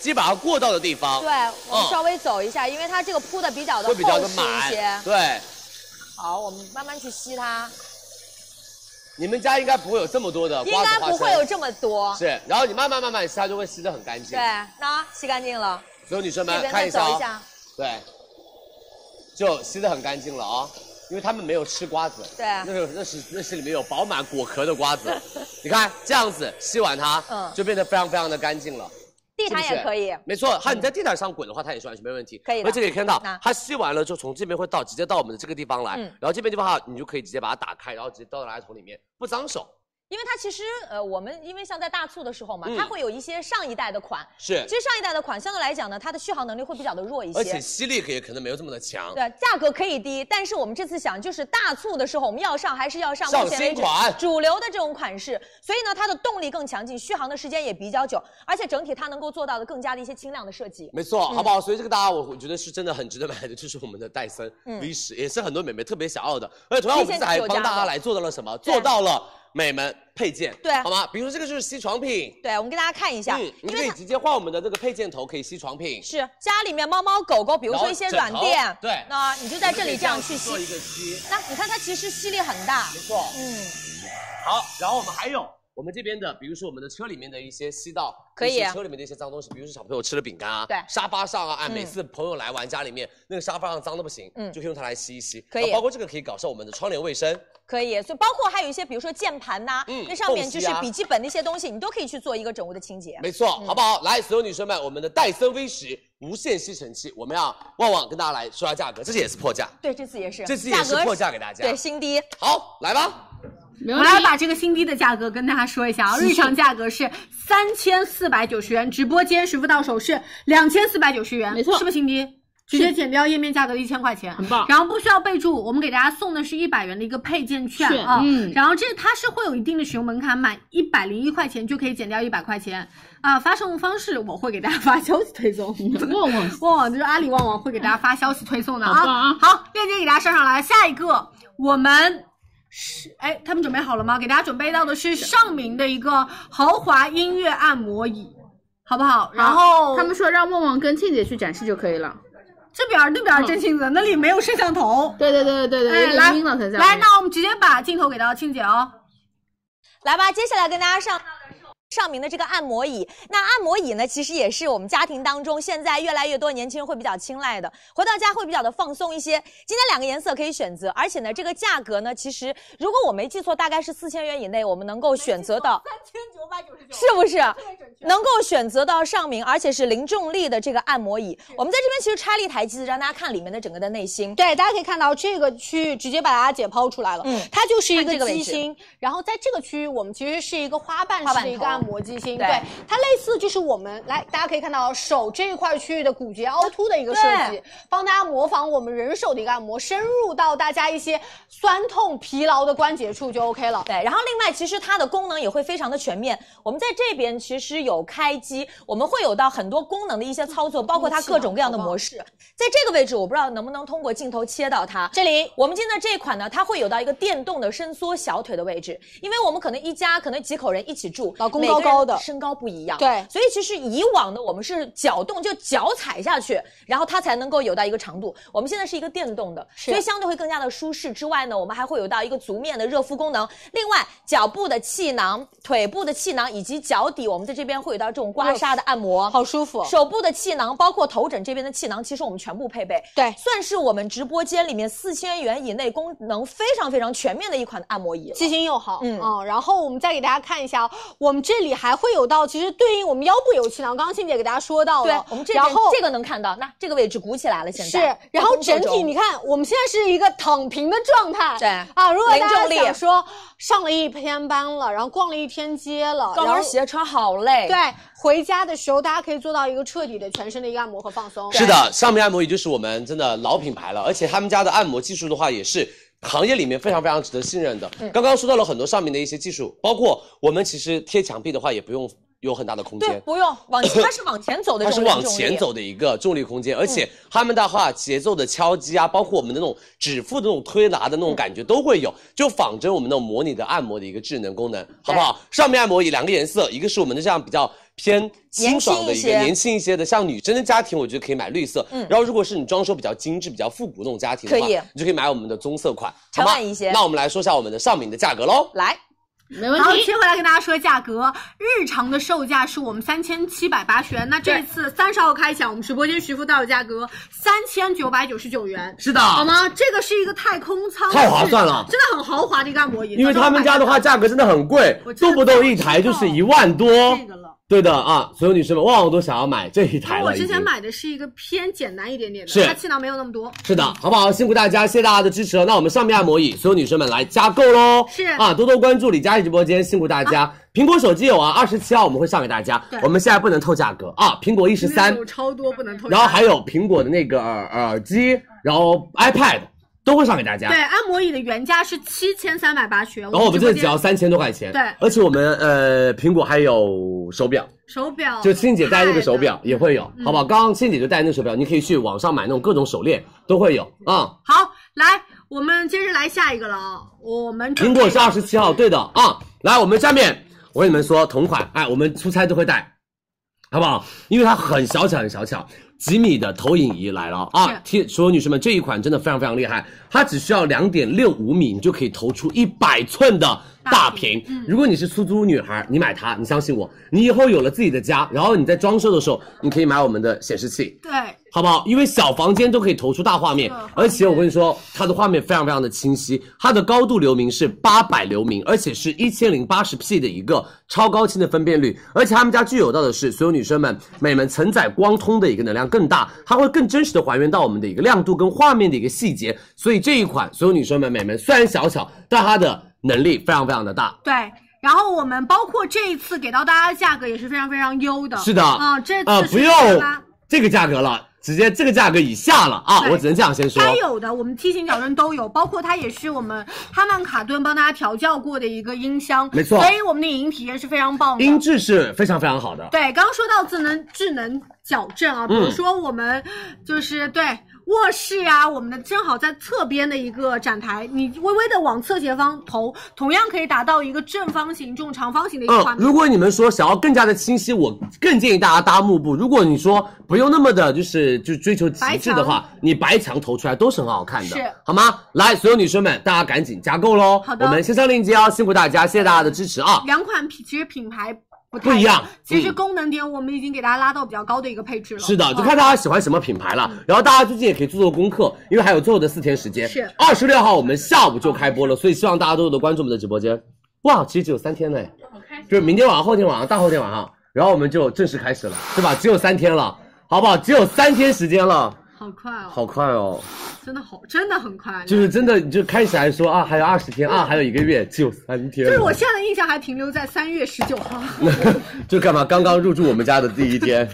[SPEAKER 6] 基本上过道的地方，
[SPEAKER 8] 对，我们稍微走一下，因为它这个铺的比较的
[SPEAKER 6] 嗯会比较
[SPEAKER 8] 厚
[SPEAKER 6] 的
[SPEAKER 8] 实一
[SPEAKER 6] 满
[SPEAKER 8] 些。。
[SPEAKER 6] 对，
[SPEAKER 8] 好，我们慢慢去吸它，
[SPEAKER 6] 你们家应该不会有这么多的
[SPEAKER 8] 应
[SPEAKER 6] 瓜
[SPEAKER 8] 该
[SPEAKER 6] 子花
[SPEAKER 8] 不
[SPEAKER 6] 生，
[SPEAKER 8] 会有这么多。
[SPEAKER 6] 是，然后你慢慢慢慢吸，它就会吸得很干净
[SPEAKER 8] 对。，那吸干净了，
[SPEAKER 6] 所有女生
[SPEAKER 8] 这
[SPEAKER 6] 们
[SPEAKER 8] 边
[SPEAKER 6] 看
[SPEAKER 8] 再
[SPEAKER 6] 一下、
[SPEAKER 8] 走
[SPEAKER 6] 哦，
[SPEAKER 8] 一下。
[SPEAKER 6] 对，就吸得很干净了啊、因为他们没有吃瓜子，
[SPEAKER 8] 对啊
[SPEAKER 6] 那是那是那是里面有饱满果壳的瓜子，你看这样子吸完它，
[SPEAKER 8] 嗯
[SPEAKER 6] 就变得非常非常的干净了。
[SPEAKER 8] 地毯
[SPEAKER 6] 是不
[SPEAKER 8] 也
[SPEAKER 6] 是
[SPEAKER 8] 可以。
[SPEAKER 6] 没错，它你在地毯上滚的话，它也是完全没问题。
[SPEAKER 8] 可以的
[SPEAKER 6] 而且可以看到
[SPEAKER 8] 那，
[SPEAKER 6] 它吸完了之后，从这边会倒，直接到我们的这个地方来。
[SPEAKER 8] 嗯
[SPEAKER 6] 然后这边地方哈，你就可以直接把它打开，然后直接倒到垃圾桶里面，不脏手。
[SPEAKER 8] 因为它其实呃，我们因为像在大促的时候嘛，
[SPEAKER 6] 嗯
[SPEAKER 8] 它会有一些上一代的款，
[SPEAKER 6] 是
[SPEAKER 8] 其，实上一代的款相对来讲呢，它的续航能力会比较的弱一
[SPEAKER 6] 而且
[SPEAKER 8] 些。
[SPEAKER 6] 吸力也可能没有这么的强。
[SPEAKER 8] 对，呃价格可以低，但是我们这次想，就是大促的时候，我们要上还是要上
[SPEAKER 6] 上
[SPEAKER 8] 目前为止
[SPEAKER 6] 新款
[SPEAKER 8] 主流的这种款式，所以呢，它的动力更强劲，续航的时间也比较久，而且整体它能够做到的更加的一些轻量的设计。
[SPEAKER 6] 没错，好不好？所以这个大家，我我觉得是真的很值得买的，就是我们的戴森
[SPEAKER 8] 嗯
[SPEAKER 6] V 十、也是很多美眉特别想要的。而且同样，我们这次还
[SPEAKER 8] 极限是有
[SPEAKER 6] 帮
[SPEAKER 8] 加的
[SPEAKER 6] 大家来做到了什么？
[SPEAKER 8] 对
[SPEAKER 6] 做到了美们配件，
[SPEAKER 8] 对
[SPEAKER 6] 好吗？比如说这个就是吸床品，
[SPEAKER 8] 对，我们给大家看一下，
[SPEAKER 6] 嗯，你
[SPEAKER 8] 因
[SPEAKER 6] 可
[SPEAKER 8] 为
[SPEAKER 6] 以
[SPEAKER 8] 它
[SPEAKER 6] 直接换我们的这个配件头，可以吸床品。
[SPEAKER 8] 是家里面猫猫狗狗，比如
[SPEAKER 6] 然后
[SPEAKER 8] 说一些
[SPEAKER 6] 枕
[SPEAKER 8] 软
[SPEAKER 6] 头
[SPEAKER 8] 垫，
[SPEAKER 6] 对
[SPEAKER 8] 那你就在这里这样去
[SPEAKER 6] 做一
[SPEAKER 8] 吸。
[SPEAKER 6] 个吸，
[SPEAKER 8] 那你看它其实吸力很大，
[SPEAKER 6] 没错。
[SPEAKER 8] 嗯，
[SPEAKER 6] 好，然后我们还有我们这边的，比如说我们的车里面的一些吸到，
[SPEAKER 8] 可以
[SPEAKER 6] 一
[SPEAKER 8] 啊
[SPEAKER 6] 些车里面的一些脏东西，比如说小朋友吃了饼干啊，
[SPEAKER 8] 对
[SPEAKER 6] 沙发上啊，哎，
[SPEAKER 8] 嗯
[SPEAKER 6] 每次朋友来玩家里面那个沙发上脏的不行，
[SPEAKER 8] 嗯
[SPEAKER 6] 就可以用它来吸一吸，啊
[SPEAKER 8] 可以嗯
[SPEAKER 6] 然后包括这个可以搞上我们的窗帘卫生，
[SPEAKER 8] 可以，所以包括还有一些，比如说键盘呐、
[SPEAKER 6] 嗯
[SPEAKER 8] 那上面就是
[SPEAKER 6] 缝隙啊
[SPEAKER 8] 笔记本的一些东西，你都可以去做一个整物的清洁。
[SPEAKER 6] 没错，好不好？来，所有女生们，我们的戴森 V 十无线吸尘器，我们要旺旺跟大家来说下价格，这次也是破价，
[SPEAKER 8] 对，这次也是，
[SPEAKER 6] 这次也是
[SPEAKER 8] 价格
[SPEAKER 6] 破价给大家
[SPEAKER 8] 对，新低，
[SPEAKER 6] 好，来吧，
[SPEAKER 7] 没
[SPEAKER 5] 我
[SPEAKER 7] 问
[SPEAKER 5] 们来
[SPEAKER 7] 题。
[SPEAKER 5] 把这个新低的价格跟大家说一下啊，日常价格是三千四百九十元，直播间实付到手是两千四百九十元，
[SPEAKER 7] 没错
[SPEAKER 5] 是不是新低？直接减掉页面价格的一千块钱，
[SPEAKER 7] 很棒
[SPEAKER 5] 然后不需要备注，我们给大家送的是一百元的一个配件券
[SPEAKER 7] 券
[SPEAKER 5] 啊。
[SPEAKER 7] 嗯
[SPEAKER 5] 然后这它是会有一定的使用门槛，满一百零一块钱就可以减掉一百块钱啊。发送方式我会给大家发消息
[SPEAKER 7] *laughs*
[SPEAKER 5] 推送。
[SPEAKER 7] 旺旺
[SPEAKER 9] *laughs*
[SPEAKER 5] 旺旺就是阿里旺旺会给大家发消息推送的
[SPEAKER 7] 好棒
[SPEAKER 5] 啊
[SPEAKER 7] 啊。
[SPEAKER 5] 好，链接给大家上上来。下一个我们是哎，他们准备好了吗？给大家准备到的是尚明的一个豪华音乐按摩椅，好不好？然后
[SPEAKER 7] 他们说让旺旺跟倩姐去展示就可以了。
[SPEAKER 5] 这边儿那边儿
[SPEAKER 7] 嗯
[SPEAKER 5] 真镜子，那里没有摄像头。
[SPEAKER 7] 对对对对对，
[SPEAKER 5] 哎，
[SPEAKER 7] 有
[SPEAKER 5] 来
[SPEAKER 7] 点晕了，可能在
[SPEAKER 5] 来，那我们直接把镜头给到庆姐哦。
[SPEAKER 8] 来吧，接下来跟大家上。上明的这个按摩椅，那按摩椅呢，其实也是我们家庭当中现在越来越多年轻人会比较青睐的，回到家会比较的放松一些。今天两个颜色可以选择，而且呢，这个价格呢，其实如果我没记错，大概是四千元以内，我们能够选择到
[SPEAKER 5] 三千九百九十九
[SPEAKER 8] 是不是？
[SPEAKER 5] 准
[SPEAKER 8] 能够选择到上明，而且是零重力的这个按摩椅。我们在这边其实拆了一台机子，让大家看里面的整个的内心。
[SPEAKER 10] 对，大家可以看到这个区域直接把它解剖出来了，
[SPEAKER 8] 嗯
[SPEAKER 10] 它就是一
[SPEAKER 8] 看这个
[SPEAKER 10] 个
[SPEAKER 8] 位
[SPEAKER 10] 机
[SPEAKER 8] 置
[SPEAKER 10] 芯。然后在这个区域，我们其实是一个花瓣
[SPEAKER 8] 花
[SPEAKER 10] 式
[SPEAKER 8] 瓣
[SPEAKER 10] 的一个
[SPEAKER 8] 头
[SPEAKER 10] 按摩机芯，
[SPEAKER 8] 对
[SPEAKER 10] 它类似就是我们来，大家可以看到手这一块区域的骨节凹凸的一个设计
[SPEAKER 8] 对，
[SPEAKER 10] 帮大家模仿我们人手的一个按摩，深入到大家一些酸痛、疲劳的关节处就 OK 了。
[SPEAKER 8] 对，然后另外其实它的功能也会非常的全面。我们在这边其实有开机，我们会有到很多功能的一些操
[SPEAKER 10] 嗯
[SPEAKER 8] 作，包括它各种各样的模式。在这个位置，我不知道能不能通过镜头切到它。
[SPEAKER 10] 这里
[SPEAKER 8] 我们今天的这一款呢，它会有到一个电动的伸缩小腿的位置，因为我们可能一家可能几口人一起住，
[SPEAKER 10] 老公
[SPEAKER 8] 每个人
[SPEAKER 10] 高高的
[SPEAKER 8] 身高不一样，
[SPEAKER 10] 对
[SPEAKER 8] 所以其实以往呢，我们是脚动，就脚踩下去，然后它才能够有到一个长度。我们现在是一个电动的，
[SPEAKER 10] 是
[SPEAKER 8] 所以相对会更加的舒适。之外呢，我们还会有到一个足面的热敷功能，另外脚部的气囊、腿部的气囊以及脚底，我们在这边会有到这种刮痧的按摩，
[SPEAKER 10] 好舒服。
[SPEAKER 8] 手部的气囊，包括头枕这边的气囊，其实我们全部配备，
[SPEAKER 10] 对
[SPEAKER 8] 算是我们直播间里面四千元以内功能非常非常全面的一款按摩椅了。
[SPEAKER 10] 机芯又好，
[SPEAKER 8] 嗯
[SPEAKER 10] 嗯然后我们再给大家看一下哦，我们这里还会有到，其实对应我们腰部有气囊，刚刚欣姐给大家说到
[SPEAKER 8] 对
[SPEAKER 10] 了，，
[SPEAKER 8] 哦我们这边
[SPEAKER 10] 然后
[SPEAKER 8] 这个能看到，那这个位置鼓起来了，现
[SPEAKER 10] 是
[SPEAKER 8] 在，
[SPEAKER 10] 然后整
[SPEAKER 8] 在工作
[SPEAKER 10] 体
[SPEAKER 8] 中
[SPEAKER 10] 你看，我们现在是一个躺平的状态，
[SPEAKER 8] 对
[SPEAKER 10] 啊，如果大家
[SPEAKER 8] 零重力
[SPEAKER 10] 想说上了一天班了，然后逛了一天街了，
[SPEAKER 8] 高
[SPEAKER 10] 然后
[SPEAKER 8] 跟。鞋穿好累，
[SPEAKER 10] 对，回家的时候大家可以做到一个彻底的全身的一个按摩和放松。
[SPEAKER 6] 是的，上面按摩椅就是我们真的老品牌了，而且他们家的按摩技术的话也是。行业里面非常非常值得信任的。刚刚说到了很多上面的一些技术，包括我们其实贴墙壁的话也不用有很大的空
[SPEAKER 8] 对，
[SPEAKER 6] 间，
[SPEAKER 8] 不用往，
[SPEAKER 6] *coughs*
[SPEAKER 8] 它是往前走的
[SPEAKER 6] 它
[SPEAKER 8] 这
[SPEAKER 6] 是
[SPEAKER 8] 种
[SPEAKER 6] 往
[SPEAKER 8] 零重力嗯
[SPEAKER 6] 前。走的一个重力空间，而且他们的话节奏的敲击啊，包括我们的那种指腹的那种推拿的那
[SPEAKER 8] 嗯
[SPEAKER 6] 种感觉都会有，就仿真我们那种模拟的按摩的一个智能功能，好不好？上面按摩椅两个颜色，一个是我们的这样比较偏清爽的一个
[SPEAKER 8] 年轻一些
[SPEAKER 6] 年轻一些的，像女生的家庭，我觉得可以买绿色。
[SPEAKER 8] 嗯
[SPEAKER 6] 然后如果是你装修比较精致、比较复古那种家庭的话，
[SPEAKER 8] 可以
[SPEAKER 6] 你就可以买我们的棕色款，
[SPEAKER 8] 沉
[SPEAKER 6] 好吧
[SPEAKER 8] 稳一些
[SPEAKER 6] 那我们来说一下我们的上品的价格喽。
[SPEAKER 8] 来，
[SPEAKER 7] 没问
[SPEAKER 5] 好，
[SPEAKER 7] 题。
[SPEAKER 5] 切回来跟大家说价格，日常的售价是我们三千七百八十元，那这次三十号开抢，我们直播间实付到手价格三千九百九十九元，
[SPEAKER 6] 是的，
[SPEAKER 8] 啊
[SPEAKER 5] 好吗？这个是一个太空舱，
[SPEAKER 6] 太划算了
[SPEAKER 5] 真的很豪华的一个按摩椅，
[SPEAKER 6] 因为他们家的话价格真的很贵
[SPEAKER 5] 我，真的
[SPEAKER 6] 动不动一台就是一万多。
[SPEAKER 5] 这个了。
[SPEAKER 6] 对的啊，所有女生们，哇，我都想要买这一台
[SPEAKER 5] 因为哦
[SPEAKER 6] 了。
[SPEAKER 5] 我之
[SPEAKER 6] 已
[SPEAKER 5] 前
[SPEAKER 6] 经
[SPEAKER 5] 买的是一个偏简单一点点
[SPEAKER 6] 是
[SPEAKER 5] 的，它气囊没有那么多。
[SPEAKER 6] 是的，好不好？辛苦大家，谢谢大家的支持了。那我们上面按摩椅，所有女生们来加购喽！
[SPEAKER 5] 是
[SPEAKER 6] 啊，多多关注李佳琦直播间，辛苦大家。苹果手机有啊，二十七号我们会上给大家
[SPEAKER 5] 对。
[SPEAKER 6] 我们现在不能透价格啊，苹果一十三
[SPEAKER 5] 有，超多不能偷。
[SPEAKER 6] 然后还有苹果的那个耳耳机，然后 iPad 都会上给大家。
[SPEAKER 5] 对，按摩椅的原价是七千三百八十元，
[SPEAKER 6] 然后我们
[SPEAKER 5] 直
[SPEAKER 6] 这
[SPEAKER 5] 播
[SPEAKER 6] 个只要
[SPEAKER 5] 间
[SPEAKER 6] 三千多块钱。
[SPEAKER 5] 对
[SPEAKER 6] 而且我们呃苹果还有手表，
[SPEAKER 5] 手表，
[SPEAKER 6] 就庆姐戴那个手表
[SPEAKER 5] 钛的
[SPEAKER 6] 也会有，好不好？刚刚庆姐就戴那个手表，你可以去网上买那种各种手链都会有啊。
[SPEAKER 5] 好，来，我们接着来下一个了啊！我们准
[SPEAKER 6] 苹
[SPEAKER 5] 备
[SPEAKER 6] 果是二十七号，对的啊。来，我们下面我跟你们说，同款，哎，我们出差都会带，好不好？因为它很小巧，很小巧。几米的投影仪来了啊！贴所有女生们，这一款真的非常非常厉害，它只需要两点六五米，你就可以投出一百寸的大屏。嗯如果你是出租女孩，你买它，你相信我，你以后有了自己的家，然后你在装修的时候，你可以买我们的显示器。
[SPEAKER 5] 对，
[SPEAKER 6] 好不好？因为小房间都可以投出大画面
[SPEAKER 5] 是嗯的，
[SPEAKER 6] 而且我跟你说，它的画面非常非常的清晰，它的高度流明是八百流明，而且是一千零八十 P 的一个超高清的分辨率，而且他们家具有到的是，所有女生们美们承载光通的一个能量更大，它会更真实的还原到我们的一个亮度跟画面的一个细节，所以这一款所有女生们美们虽然小巧，但它的能力非常非常的大。
[SPEAKER 5] 对。然后我们包括这一次给到大家的价格也是非常非常优的，
[SPEAKER 6] 是的
[SPEAKER 5] 啊、这次
[SPEAKER 6] 啊、
[SPEAKER 5] 是
[SPEAKER 6] 不用
[SPEAKER 5] 四八
[SPEAKER 6] 这个价格了，直接这个价格以下了啊，
[SPEAKER 5] 对
[SPEAKER 6] 我只能这样先说。
[SPEAKER 5] 该有的我们梯形矫正都有，包括它也是我们哈曼卡顿帮大家调教过的一个音箱，
[SPEAKER 6] 没错
[SPEAKER 5] 所以我们的影音体验是非常棒的，
[SPEAKER 6] 音质是非常非常好的，
[SPEAKER 5] 对，刚刚说到智能智能矫正啊，比如
[SPEAKER 6] 嗯
[SPEAKER 5] 说我们就是、对卧室啊，我们的正好在侧边的一个展台，你微微的往侧前方投，同样可以达到一个正方形这种长方形的一个画
[SPEAKER 6] 嗯，
[SPEAKER 5] 面。
[SPEAKER 6] 如果你们说想要更加的清晰，我更建议大家搭幕布。如果你说不用那么的，就是就追求极致的话，你白墙投出来都是很好看的，
[SPEAKER 5] 是
[SPEAKER 6] 好吗？来，所有女生们，大家赶紧加购喽！
[SPEAKER 5] 好的
[SPEAKER 6] 我们线上链接哦，辛苦大家，谢谢大家的支持啊！
[SPEAKER 5] 两款品其实品牌不
[SPEAKER 6] 不
[SPEAKER 5] 太
[SPEAKER 6] 一样
[SPEAKER 5] 其实
[SPEAKER 6] 嗯
[SPEAKER 5] 功能点我们已经给大家拉到比较高的一个配置了。
[SPEAKER 6] 是的，就
[SPEAKER 5] 嗯
[SPEAKER 6] 看大家喜欢什么品牌了。然后大家最近也可以做做功课，因为还有最后的四天时间。
[SPEAKER 5] 是
[SPEAKER 6] 二十六号我们下午就开播了，所以希望大家多多的关注我们的直播间。哇，其实只有三天呢，就是明天晚上、后天晚上、大后天晚上，然后我们就正式开始了，对吧？只有三天了，好不好？只有三天时间了，
[SPEAKER 5] 好快哦，
[SPEAKER 6] 好快哦！
[SPEAKER 5] 真的好，真的很快。
[SPEAKER 6] 就是真的，你就开始还说啊，还有二十天啊，还有一个月，只有三天
[SPEAKER 5] 就
[SPEAKER 6] 了。
[SPEAKER 5] 是我现在的印象还停留在三月十九号， *laughs*
[SPEAKER 6] *laughs* 就干嘛？刚刚入住我们家的第一天，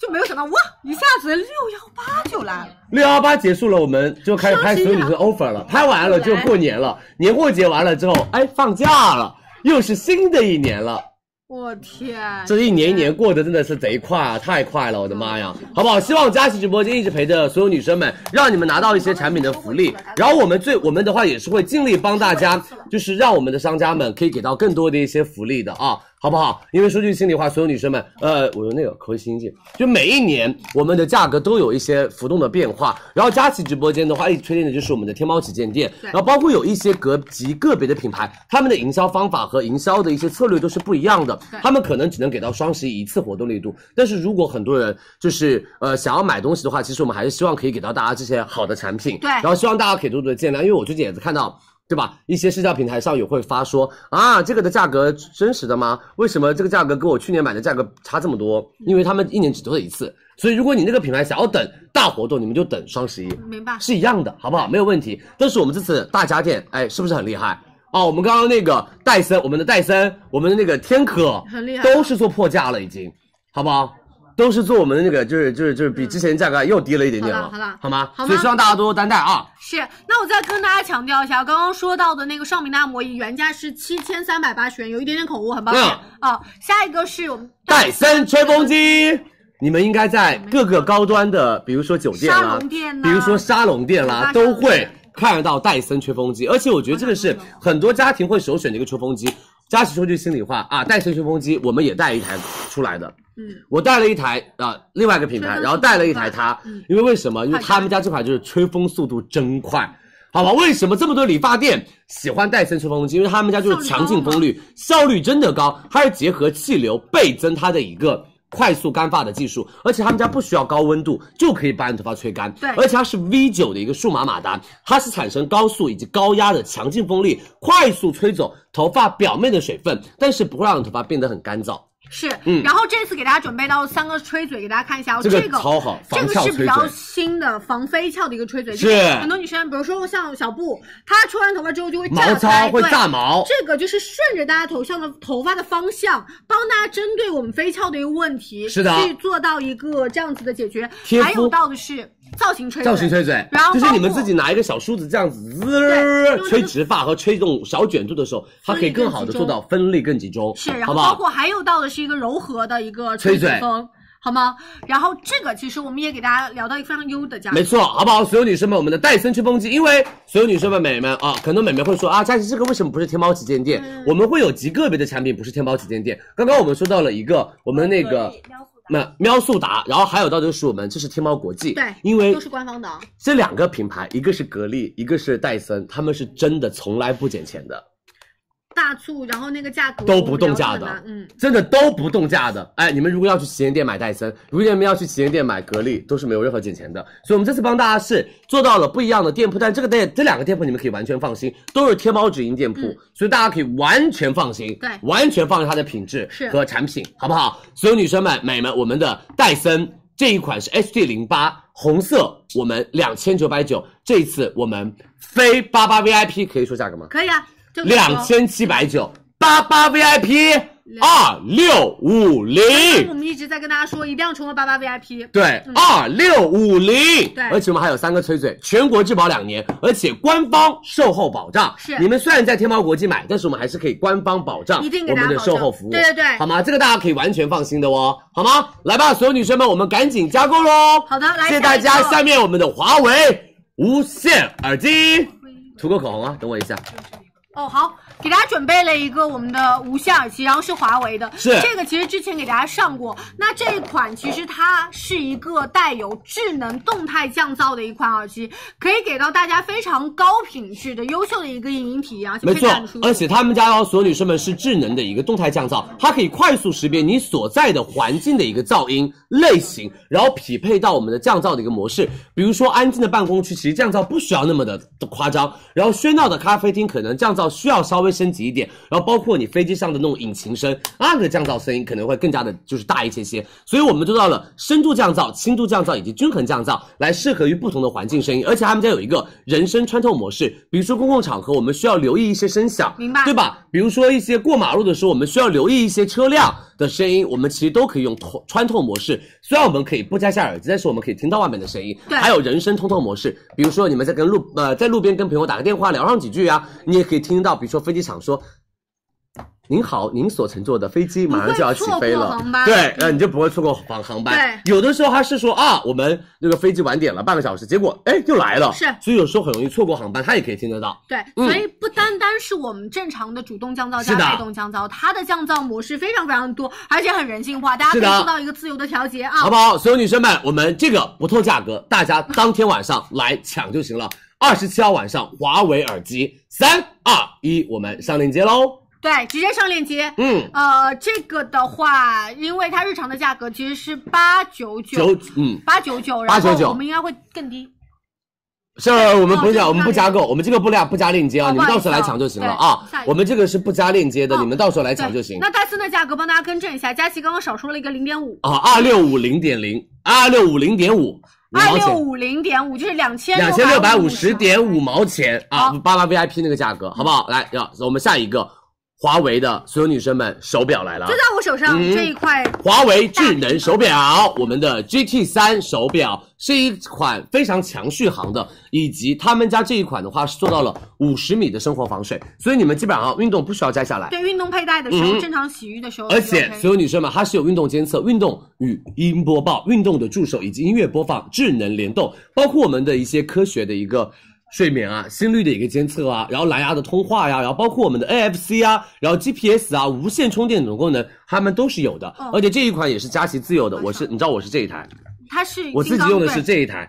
[SPEAKER 5] 就没有想到哇，一下子六幺八就来了。
[SPEAKER 6] 六幺八结束了，我们就开始拍所有女生 offer 了，拍完了就过年了，年过节完了之后，哎，放假了，又是新的一年了，
[SPEAKER 5] 我天，
[SPEAKER 6] 这一年一年过得真的啊嗯是贼快啊，太快了，我的妈呀，好不好？希望佳琦直播间一直陪着所有女生们，让你们拿到一些产品的福利，然后我们最我们的话也是会尽力帮大家，就是让我们的商家们可以给到更多的一些福利的啊。好不好？因为说句心里话，所有女生们，呃，我用那个口味新境，就每一年我们的价格都有一些浮动的变化。然后佳琦直播间的话，一直推荐的就是我们的天猫旗舰店，然后包括有一些个极个别的品牌，他们的营销方法和营销的一些策略都是不一样的，他们可能只能给到双十一一次活动力度。但是如果很多人就是呃想要买东西的话，其实我们还是希望可以给到大家这些好的产品，
[SPEAKER 5] 对
[SPEAKER 6] 然后希望大家可以多多的见谅，因为我最近也是看到。对吧？一些社交平台上有会发说啊，这个的价格真实的吗？为什么这个价格跟我去年买的价格差这么多？因为他们一年只做一次，所以如果你那个品牌想要等大活动，你们就等双十一，
[SPEAKER 5] 明白。
[SPEAKER 6] 是一样的，好不好？没有问题。但是我们这次大家电，哎，是不是很厉害？啊，我们刚刚那个戴森，我们的戴森，我们的那个天可，
[SPEAKER 5] 很厉害
[SPEAKER 6] 都是做破价了，已经，好不好？都是做我们的那个，就是就是就是比之前价格又低了一点点了，
[SPEAKER 5] 好了好了
[SPEAKER 6] 吗？
[SPEAKER 5] 好吗
[SPEAKER 6] 所以希望大家多多担待啊。
[SPEAKER 5] 是，那我再跟大家强调一下，刚刚说到的那个上明的按摩椅原价是七千三百八十元，有一点点口误，很抱歉啊、
[SPEAKER 6] 嗯
[SPEAKER 5] 下一个是我们
[SPEAKER 6] 戴森吹风机，你们应该在各个高端的，比如说酒店
[SPEAKER 5] 沙
[SPEAKER 6] 啦
[SPEAKER 5] 龙店，呐
[SPEAKER 6] 比如说沙龙店啦，
[SPEAKER 5] 沙龙
[SPEAKER 6] 都
[SPEAKER 5] 店
[SPEAKER 6] 会看得到戴森吹风机。而且我觉得这个是很多家庭会首选的一个吹风机。佳琪说句心里话啊，戴森吹风机我们也带一台出来的，嗯，我带了一台啊、另外一个品牌，
[SPEAKER 5] 吹风
[SPEAKER 6] 然后
[SPEAKER 5] 速
[SPEAKER 6] 带
[SPEAKER 5] 度
[SPEAKER 6] 了一
[SPEAKER 5] 快
[SPEAKER 6] 台它，
[SPEAKER 5] 嗯
[SPEAKER 6] 因为为什么？因为
[SPEAKER 5] 快
[SPEAKER 6] 他们家这款就是吹风速度真快。好吧，为什么这么多理发店喜欢戴森吹风机？因为他们家就是强劲风率，效率真的高，它是结合气流倍增它的一个快速干发的技术，而且他们家不需要高温度就可以把你头发吹干。
[SPEAKER 5] 对
[SPEAKER 6] 而且它是 V 9的一个数码马达，它是产生高速以及高压的强劲风力，快速吹走头发表面的水分，但是不会让你头发变得很干燥。
[SPEAKER 5] 是，
[SPEAKER 6] 嗯
[SPEAKER 5] 然后这次给大家准备到三个吹嘴，给大家看一下哦。
[SPEAKER 6] 这
[SPEAKER 5] 这
[SPEAKER 6] 个
[SPEAKER 5] 个
[SPEAKER 6] 超好
[SPEAKER 5] 这个
[SPEAKER 6] 防翘
[SPEAKER 5] 是
[SPEAKER 6] 吹
[SPEAKER 5] 比较
[SPEAKER 6] 嘴
[SPEAKER 5] 新的防飞翘的一个吹嘴，
[SPEAKER 6] 是
[SPEAKER 5] 就很多女生，比如说像小布，她吹完头发之后就会
[SPEAKER 6] 毛
[SPEAKER 5] 炸开，
[SPEAKER 6] 糙会
[SPEAKER 5] 对
[SPEAKER 6] 炸毛
[SPEAKER 5] 这个就是顺着大家头像的头发的方向，帮大家针对我们飞翘的一个问题，
[SPEAKER 6] 是的
[SPEAKER 5] 去做到一个这样子的解决。
[SPEAKER 6] 贴肤
[SPEAKER 5] 还有到的是造型吹嘴，
[SPEAKER 6] 造型吹嘴
[SPEAKER 5] 然，后
[SPEAKER 6] 就是你们
[SPEAKER 5] 包括
[SPEAKER 6] 自己拿一个小梳子这样子滋
[SPEAKER 5] 对就是
[SPEAKER 6] 吹直发和吹这种小卷度的时候，它可以更好的做到分力更集中，
[SPEAKER 5] 是，然后
[SPEAKER 6] 好不
[SPEAKER 5] 包
[SPEAKER 6] 好？
[SPEAKER 5] 括还有到的是一个柔和的一个
[SPEAKER 6] 吹
[SPEAKER 5] 嘴
[SPEAKER 6] 嘴
[SPEAKER 5] 风，好吗？然后这个其实我们也给大家聊到一个非常优的价格，
[SPEAKER 6] 没错，好不好？所有女生们，我们的戴森吹风机，因为所有女生们、美眉们啊，很多美眉会说啊，佳琪这个为什么不是天猫旗舰店？
[SPEAKER 5] 嗯
[SPEAKER 6] 我们会有极个别的产品不是天猫旗舰店。刚刚我们说到了一个，我们那个那喵速达，然后还有到就是我们这是天猫国际，
[SPEAKER 5] 对
[SPEAKER 6] 因为
[SPEAKER 5] 都是官方的。
[SPEAKER 6] 这两个品牌，一个是格力，一个是戴森，他们是真的从来不减钱的。
[SPEAKER 5] 大促，然后那个价格
[SPEAKER 6] 都不动
[SPEAKER 5] 我
[SPEAKER 6] 价
[SPEAKER 5] 们聊得
[SPEAKER 6] 的
[SPEAKER 5] 很难，嗯，
[SPEAKER 6] 真的都不动价的。哎，你们如果要去旗舰店买戴森，如果你们要去旗舰店买格力，都是没有任何减钱的。所以我们这次帮大家是做到了不一样的店铺，但这个店这两个店铺你们可以完全放心，都是天猫直营店铺，
[SPEAKER 5] 嗯
[SPEAKER 6] 所以大家可以完全放心，
[SPEAKER 5] 对
[SPEAKER 6] 完全放心它的品质
[SPEAKER 5] 是
[SPEAKER 6] 和产品，好不好？所有女生们、美们，我们的戴森这一款是 HD 零八红色，我们两千九百九，这一次我们非八八 VIP 可以说价格吗？
[SPEAKER 5] 可以啊，就跟你说
[SPEAKER 6] 两，千七百九，八八 VIP 二六五零，
[SPEAKER 5] 我们一直在跟大家说，一定要成为八八 VIP，
[SPEAKER 6] 对，
[SPEAKER 5] 嗯
[SPEAKER 6] 二六五零，
[SPEAKER 5] 对
[SPEAKER 6] 而且我们还有三个吹嘴，全国质保两年，而且官方售后保障。
[SPEAKER 5] 是
[SPEAKER 6] 你们虽然在天猫国际买，但是我们还是可以官方保障
[SPEAKER 5] 一定
[SPEAKER 6] 我
[SPEAKER 5] 给大家
[SPEAKER 6] 们的
[SPEAKER 5] 保
[SPEAKER 6] 售
[SPEAKER 5] 障
[SPEAKER 6] 后服务，
[SPEAKER 5] 对对对
[SPEAKER 6] 好吗？这个大家可以完全放心的哦，好吗？来吧，所有女生们，我们赶紧加购喽！
[SPEAKER 5] 好的来
[SPEAKER 6] 谢谢大
[SPEAKER 5] 下
[SPEAKER 6] 家。
[SPEAKER 5] 一个
[SPEAKER 6] 下面我们的华为无线耳机，涂个口红啊，等我一下。
[SPEAKER 5] 哦，好，给大家准备了一个我们的无线耳机，然后是华为的，
[SPEAKER 6] 是
[SPEAKER 5] 这个其实之前给大家上过。那这一款其实它是一个带有智能动态降噪的一款耳机，可以给到大家非常高品质的优秀的一个影音体验，而啊且
[SPEAKER 6] 没
[SPEAKER 5] 佩
[SPEAKER 6] 错
[SPEAKER 5] 戴很舒，服
[SPEAKER 6] 而且他们家哦，所有女生们是智能的一个动态降噪，它可以快速识别你所在的环境的一个噪音类型，然后匹配到我们的降噪的一个模式。比如说安静的办公区，其实降噪不需要那么的夸张，然后喧闹的咖啡厅可能降噪需要稍微升级一点，然后包括你飞机上的那种引擎声啊，那个降噪声音可能会更加的就是大一些些。所以我们做到了深度降噪、轻度降噪以及均衡降噪，来适合于不同的环境声音。而且他们家有一个人声穿透模式，比如说公共场合我们需要留意一些声响，
[SPEAKER 5] 明白
[SPEAKER 6] 对吧？比如说一些过马路的时候，我们需要留意一些车辆的声音，我们其实都可以用透穿透模式。虽然我们可以不摘下耳机，但是我们可以听到外面的声音。
[SPEAKER 5] 对
[SPEAKER 6] 还有人声通透模式，比如说你们在跟路呃在路边跟朋友打个电话聊上几句啊，你也可以听到，比如说飞机场说。您好，您所乘坐的飞机马上就要起
[SPEAKER 5] 不
[SPEAKER 6] 飞
[SPEAKER 5] 会错过
[SPEAKER 6] 了
[SPEAKER 5] 航，班
[SPEAKER 6] 对，呃，你就不会错过航航班。
[SPEAKER 5] 对
[SPEAKER 6] 有的时候他是说啊，我们那个飞机晚点了半个小时，结果哎又来了，
[SPEAKER 5] 是
[SPEAKER 6] 所以有时候很容易错过航班，他也可以听得到。
[SPEAKER 5] 对，
[SPEAKER 6] 嗯
[SPEAKER 5] 所以不单单是我们正常的主动降噪
[SPEAKER 6] 是的
[SPEAKER 5] 加被动降噪，它的降噪模式非常非常多，而且很人性化，大家可
[SPEAKER 6] 是
[SPEAKER 5] 以
[SPEAKER 6] 的
[SPEAKER 5] 做到一个自由的调节啊。
[SPEAKER 6] 好不好？所有女生们，我们这个不透价格，大家当天晚上来抢就行了。二十七号晚上，华为耳机，三二一，我们上链接喽。
[SPEAKER 5] 对，直接上链接。
[SPEAKER 6] 嗯，
[SPEAKER 5] 呃，这个的话，因为它日常的价格其实是八九
[SPEAKER 6] 九
[SPEAKER 5] 九，
[SPEAKER 6] 嗯，
[SPEAKER 5] 八九九，然
[SPEAKER 6] 899
[SPEAKER 5] 后我们应该会更低。
[SPEAKER 6] 是我们不
[SPEAKER 5] 哦
[SPEAKER 6] 加，
[SPEAKER 5] 对
[SPEAKER 6] 我们不加购，我们这个不加不加链接啊，
[SPEAKER 5] 哦
[SPEAKER 6] 你
[SPEAKER 5] 不
[SPEAKER 6] 们
[SPEAKER 5] 好意
[SPEAKER 6] 到时候
[SPEAKER 5] 思
[SPEAKER 6] 来
[SPEAKER 5] 啊
[SPEAKER 6] 抢就行了
[SPEAKER 5] 对
[SPEAKER 6] 啊
[SPEAKER 5] 下一。个
[SPEAKER 6] 我们这个是不加链接的，
[SPEAKER 5] 哦
[SPEAKER 6] 你们到时候来
[SPEAKER 5] 对
[SPEAKER 6] 抢就行。
[SPEAKER 5] 那戴森的价格帮大家更正一下，佳琪刚刚少说了一个零点五，
[SPEAKER 6] 啊，二六五零点零，二六五零点五，
[SPEAKER 5] 二
[SPEAKER 6] 毛
[SPEAKER 5] 六
[SPEAKER 6] 钱。
[SPEAKER 5] 五零点五就是两千
[SPEAKER 6] 两千六百五十点五毛钱啊，
[SPEAKER 5] 好
[SPEAKER 6] 八八 VIP 那个价格，好不好？来，要我们下一个，华为的所有女生们手表来了，
[SPEAKER 5] 就在我手上
[SPEAKER 6] 嗯
[SPEAKER 5] 这一块，
[SPEAKER 6] 华为智能手表，我们的 GT 三手表是一款非常强续航的，以及他们家这一款的话是做到了五十米的生活防水，所以你们基本上运动不需要摘下来。
[SPEAKER 5] 对运动佩戴的时候，
[SPEAKER 6] 嗯
[SPEAKER 5] 正常洗浴的时候就
[SPEAKER 6] 而
[SPEAKER 5] 哦 OK，
[SPEAKER 6] 且所有女生们，它是有运动监测、运动语音播报、运动的助手以及音乐播放、智能联动，包括我们的一些科学的一个。睡眠啊，心率的一个监测啊，然后蓝牙的通话呀、然后包括我们的 AFC 啊，然后 GPS 啊，无线充电等功能，它们都是有的。
[SPEAKER 5] 哦
[SPEAKER 6] 而且这一款也是佳琦自有的，我是你知道我是这一台，
[SPEAKER 5] 它是
[SPEAKER 6] 我自己用的是这一台，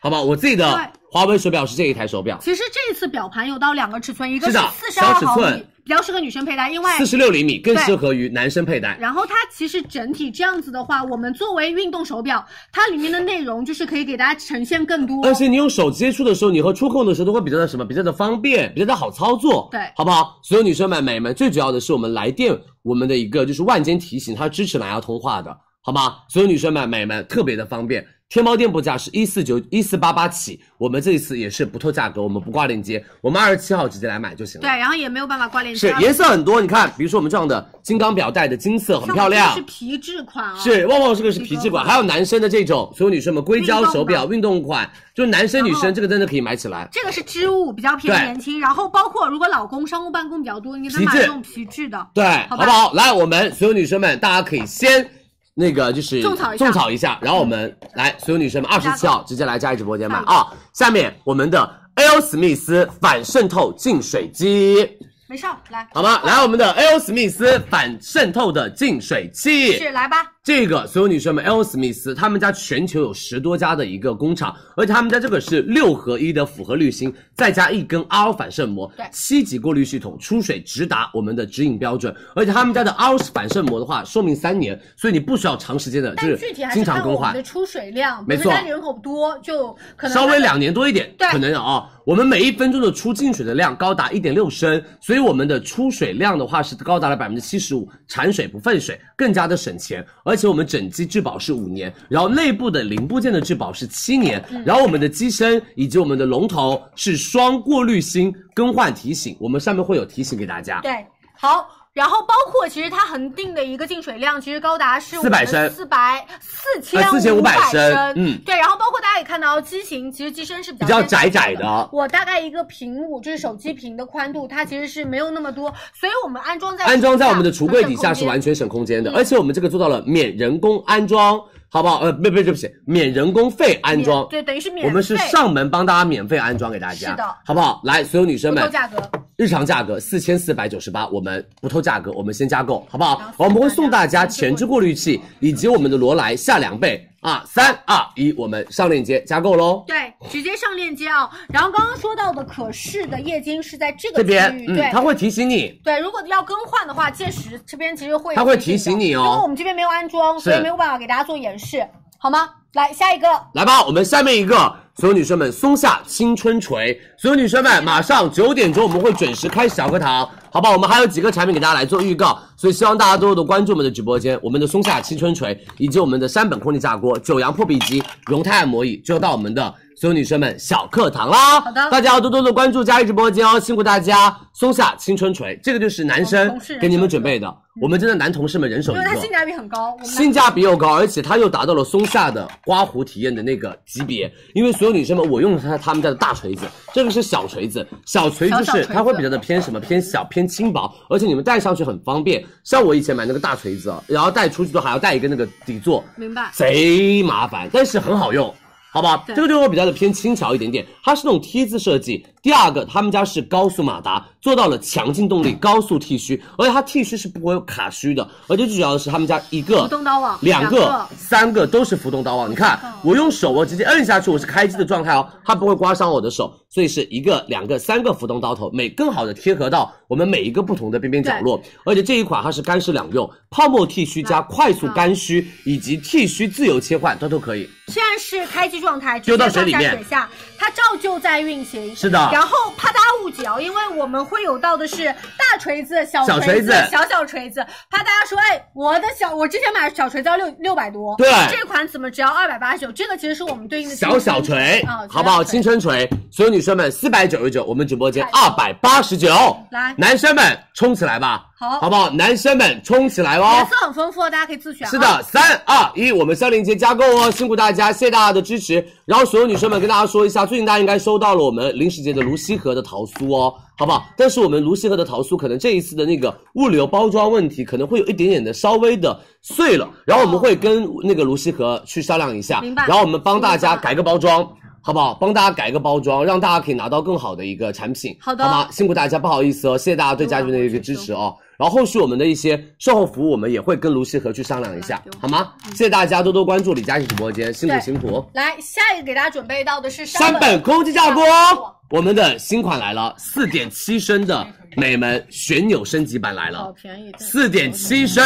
[SPEAKER 6] 好不好？我自己的
[SPEAKER 5] 对
[SPEAKER 6] 华为手表是这一台手表，
[SPEAKER 5] 其实这次表盘有到两个尺寸，一个
[SPEAKER 6] 是的
[SPEAKER 5] 四十二
[SPEAKER 6] 小尺
[SPEAKER 5] 毫
[SPEAKER 6] 寸
[SPEAKER 5] 米，比较适合女生佩戴，因为
[SPEAKER 6] 四十六厘米更
[SPEAKER 5] 对
[SPEAKER 6] 适合于男生佩戴。
[SPEAKER 5] 然后它其实整体这样子的话，我们作为运动手表，它里面的内容就是可以给大家呈现更多。
[SPEAKER 6] 而且你用手接触的时候，你和触控的时候都会比较的什么，比较的方便，比较的好操作，
[SPEAKER 5] 对
[SPEAKER 6] 好不好？所有女生们、美们，最主要的是我们来电，我们的一个就是万间提醒，它支持蓝牙通话的，好吗？所有女生们、美们，特别的方便。天猫店铺价是一四九一四八八起，我们这一次也是不透价格，我们不挂链接，我们二十七号直接来买就行了。
[SPEAKER 5] 对，然后也没有办法挂链接。
[SPEAKER 6] 是颜色很多，你看，比如说我们这样的金刚表带的金色很
[SPEAKER 5] 像
[SPEAKER 6] 漂亮，
[SPEAKER 5] 这个是皮质款哦。
[SPEAKER 6] 是旺旺这个是皮质款，还有男生的这种，所有女生们硅胶手表运动款，就是男生女
[SPEAKER 5] 然后
[SPEAKER 6] 生这个真的可以买起来。
[SPEAKER 5] 这个是织物，比较偏
[SPEAKER 6] 对
[SPEAKER 5] 年轻。然后包括如果老公商务办公比较多，你可以
[SPEAKER 6] 皮
[SPEAKER 5] 买
[SPEAKER 6] 质
[SPEAKER 5] 这种皮质的。
[SPEAKER 6] 对，
[SPEAKER 5] 好
[SPEAKER 6] 好
[SPEAKER 5] 吧
[SPEAKER 6] 不好？来，我们所有女生们，大家可以先那个就是
[SPEAKER 5] 种草一下嗯
[SPEAKER 6] 一下，然后我们来，所有女生们，二十七号直接来佳怡直播间买
[SPEAKER 5] 下一个
[SPEAKER 6] 啊！下面我们的 L 史密斯反渗透净水机，
[SPEAKER 5] 没事儿，来，
[SPEAKER 6] 好吗？来，我们的 L 史密斯反渗透的净水器，
[SPEAKER 5] 是来吧。
[SPEAKER 6] 这个所有女生们，L 史密斯他们家全球有十多家的一个工厂，而且他们家这个是六合一的复合滤芯，再加一根 R 反射膜
[SPEAKER 5] 对，
[SPEAKER 6] 七级过滤系统，出水直达我们的指引标准。而且他们家的 R 反射膜的话，寿命三年，所以你不需要长时间的，就
[SPEAKER 5] 但
[SPEAKER 6] 是
[SPEAKER 5] 具体还
[SPEAKER 6] 经
[SPEAKER 5] 是
[SPEAKER 6] 常
[SPEAKER 5] 看
[SPEAKER 6] 更
[SPEAKER 5] 我们
[SPEAKER 6] 换
[SPEAKER 5] 的，出水量，
[SPEAKER 6] 没
[SPEAKER 5] 比如说
[SPEAKER 6] 错
[SPEAKER 5] 家里人口多就可能
[SPEAKER 6] 稍微两年多一点，
[SPEAKER 5] 对
[SPEAKER 6] 可能啊、我们每一分钟的出净水的量高达一点六升，所以我们的出水量的话是高达了百分之七十五，产水不废水，更加的省钱。而且我们整机质保是五年，然后内部的零部件的质保是七年，
[SPEAKER 5] 嗯
[SPEAKER 6] 然后我们的机身以及我们的龙头是双过滤芯更换提醒，我们上面会有提醒给大家。
[SPEAKER 5] 对，好。然后包括其实它恒定的一个净水量，其实高达是
[SPEAKER 6] 400升
[SPEAKER 5] 四百四千
[SPEAKER 6] 呃
[SPEAKER 5] 百
[SPEAKER 6] 4500
[SPEAKER 5] 升
[SPEAKER 6] 升，嗯
[SPEAKER 5] 对。然后包括大家也看到机型，其实机身是比较
[SPEAKER 6] 比较
[SPEAKER 5] 偏小
[SPEAKER 6] 窄窄的
[SPEAKER 5] 我大概一个屏幕就是手机屏的宽度，它其实是没有那么多，所以我们安装在
[SPEAKER 6] 安装在我们的
[SPEAKER 5] 底下
[SPEAKER 6] 橱柜底下是完全省空间的，
[SPEAKER 5] 嗯
[SPEAKER 6] 而且我们这个做到了免人工安装，好不好？呃，不不，对不起，免人工费安装，
[SPEAKER 5] 对，等于是免费
[SPEAKER 6] 我们是上门帮大家免费安装给大家，
[SPEAKER 5] 是的
[SPEAKER 6] 好不好？来，所有女生
[SPEAKER 5] 不
[SPEAKER 6] 们
[SPEAKER 5] 透，价格，
[SPEAKER 6] 日常价格四千四百九十八，我们不透价格，我们先加购，好不
[SPEAKER 5] 然
[SPEAKER 6] 好
[SPEAKER 5] 后？
[SPEAKER 6] 我们会送大家前置过滤器以及我们的罗莱下两倍啊！三二一，我们上链接加购喽。
[SPEAKER 5] 对，直接上链接啊、然后刚刚说到的可视的液晶是在这个
[SPEAKER 6] 这边
[SPEAKER 5] 区，域
[SPEAKER 6] 嗯
[SPEAKER 5] 对，，
[SPEAKER 6] 它会提醒你，
[SPEAKER 5] 对，如果要更换的话，届时这边其实会
[SPEAKER 6] 它会
[SPEAKER 5] 提醒的
[SPEAKER 6] 提醒你哦
[SPEAKER 5] 因为我们这边没有安装，
[SPEAKER 6] 是
[SPEAKER 5] 所以没有办法给大家做演示，好吗？来下一个，
[SPEAKER 6] 来吧，我们下面一个，所有女生们松下青春锤，所有女生们马上九点钟我们会准时开始小课堂，好不好？我们还有几个产品给大家来做预告，所以希望大家多多的关注我们的直播间，我们的松下青春锤，以及我们的山本空气炸锅、九阳破壁机、荣泰按摩椅，就到我们的所有女生们小课堂啦。
[SPEAKER 5] 好的
[SPEAKER 6] 大家要多多的关注佳怡直播间哦，辛苦大家。松下青春锤，这个就是男
[SPEAKER 5] 我们
[SPEAKER 6] 生
[SPEAKER 5] 同事人手
[SPEAKER 6] 给你们
[SPEAKER 5] 一个
[SPEAKER 6] 准备的，我们真的男同事们人手
[SPEAKER 5] 因
[SPEAKER 6] 一
[SPEAKER 5] 为
[SPEAKER 6] 个，
[SPEAKER 5] 它性价比很高，我们来
[SPEAKER 6] 性价比又高，而且它又达到了松下的刮胡体验的那个级别。因为所有女生们，我用的它他们家的大锤子，这个是小锤子，小锤
[SPEAKER 5] 小
[SPEAKER 6] 就
[SPEAKER 5] 小锤
[SPEAKER 6] 是
[SPEAKER 5] 子
[SPEAKER 6] 它会比较的偏什么偏小偏轻薄，而且你们戴上去很方便。像我以前买那个大锤子啊，然后带出去都还要带一个那个底座，
[SPEAKER 5] 明白。
[SPEAKER 6] 贼麻烦，但是很好用，好不好？
[SPEAKER 5] 对
[SPEAKER 6] 这个就会比较的偏轻巧一点点，它是那种 T 字设计。第二个，他们家是高速马达，做到了强劲动力、高速剃须，而且它剃须是不会有卡须的，而且最主要的是他们家一个
[SPEAKER 5] 浮动刀网
[SPEAKER 6] 两
[SPEAKER 5] 两
[SPEAKER 6] 个
[SPEAKER 5] 个、嗯
[SPEAKER 6] 三个都是浮动刀啊网。你看，我用手我直接摁下去，我是开机的状态哦，它不会刮伤我的手，所以是一个、两个、三个浮动刀头，每更好的贴合到我们每一个不同的边边角落。而且这一款它是干湿两用，泡沫剃须
[SPEAKER 5] 嗯
[SPEAKER 6] 加快速干须以及剃须自由切换，它都可以。
[SPEAKER 5] 现在是开机状态，
[SPEAKER 6] 丢到
[SPEAKER 5] 直接
[SPEAKER 6] 水里
[SPEAKER 5] 放下
[SPEAKER 6] 面
[SPEAKER 5] 水下，它照旧在运行。
[SPEAKER 6] 是的
[SPEAKER 5] 然后怕大家误解哦，因为我们会有到的是大锤子、小
[SPEAKER 6] 小
[SPEAKER 5] 锤
[SPEAKER 6] 锤
[SPEAKER 5] 子
[SPEAKER 6] 子、
[SPEAKER 5] 小小锤子，怕大家说，哎，我的小，我之前买的小锤子要六六百多，
[SPEAKER 6] 对
[SPEAKER 5] 这款怎么只要二百八十九？这个其实是我们对应的
[SPEAKER 6] 小小锤
[SPEAKER 5] 啊，，
[SPEAKER 6] 好不好？
[SPEAKER 5] 小小锤
[SPEAKER 6] 青春锤，所有女生们四百九十九，我们直播间二百八十九，
[SPEAKER 5] 来
[SPEAKER 6] 男生们冲起来吧，
[SPEAKER 5] 好
[SPEAKER 6] 好不好？男生们冲起来哦
[SPEAKER 5] 颜！色很丰富，大家可以自选。
[SPEAKER 6] 是的，，三二一，我们上链接加购哦，辛苦大家，谢谢大家的支持。然后所有女生们跟大家说一下，最近大家应该收到了我们零食节的卢溪河的桃酥哦，好不好？但是我们卢溪河的桃酥可能这一次的那个物流包装问题，可能会有一点点的稍微的碎了，然后我们会跟那个卢溪河去商量一下，
[SPEAKER 5] 明白
[SPEAKER 6] 然后我们帮大家改个包装。好不好？帮大家改一个包装，让大家可以拿到更好的一个产品。
[SPEAKER 5] 好的
[SPEAKER 6] 好吗？辛苦大家，不好意思哦，谢谢大家对家居的一个支持哦。然后后续我们的一些售后服务，我们也会跟卢诗和去商量一下，好吗？谢谢大家多多关注李佳琦直播间，辛苦
[SPEAKER 5] 对
[SPEAKER 6] 辛苦。
[SPEAKER 5] 来，下一个给大家准备到的是
[SPEAKER 6] 山本空气炸锅，哦我们的新款来了，四点七升的美门旋钮升级版来
[SPEAKER 5] 好
[SPEAKER 6] 了，
[SPEAKER 5] 便宜，对
[SPEAKER 6] 四点七升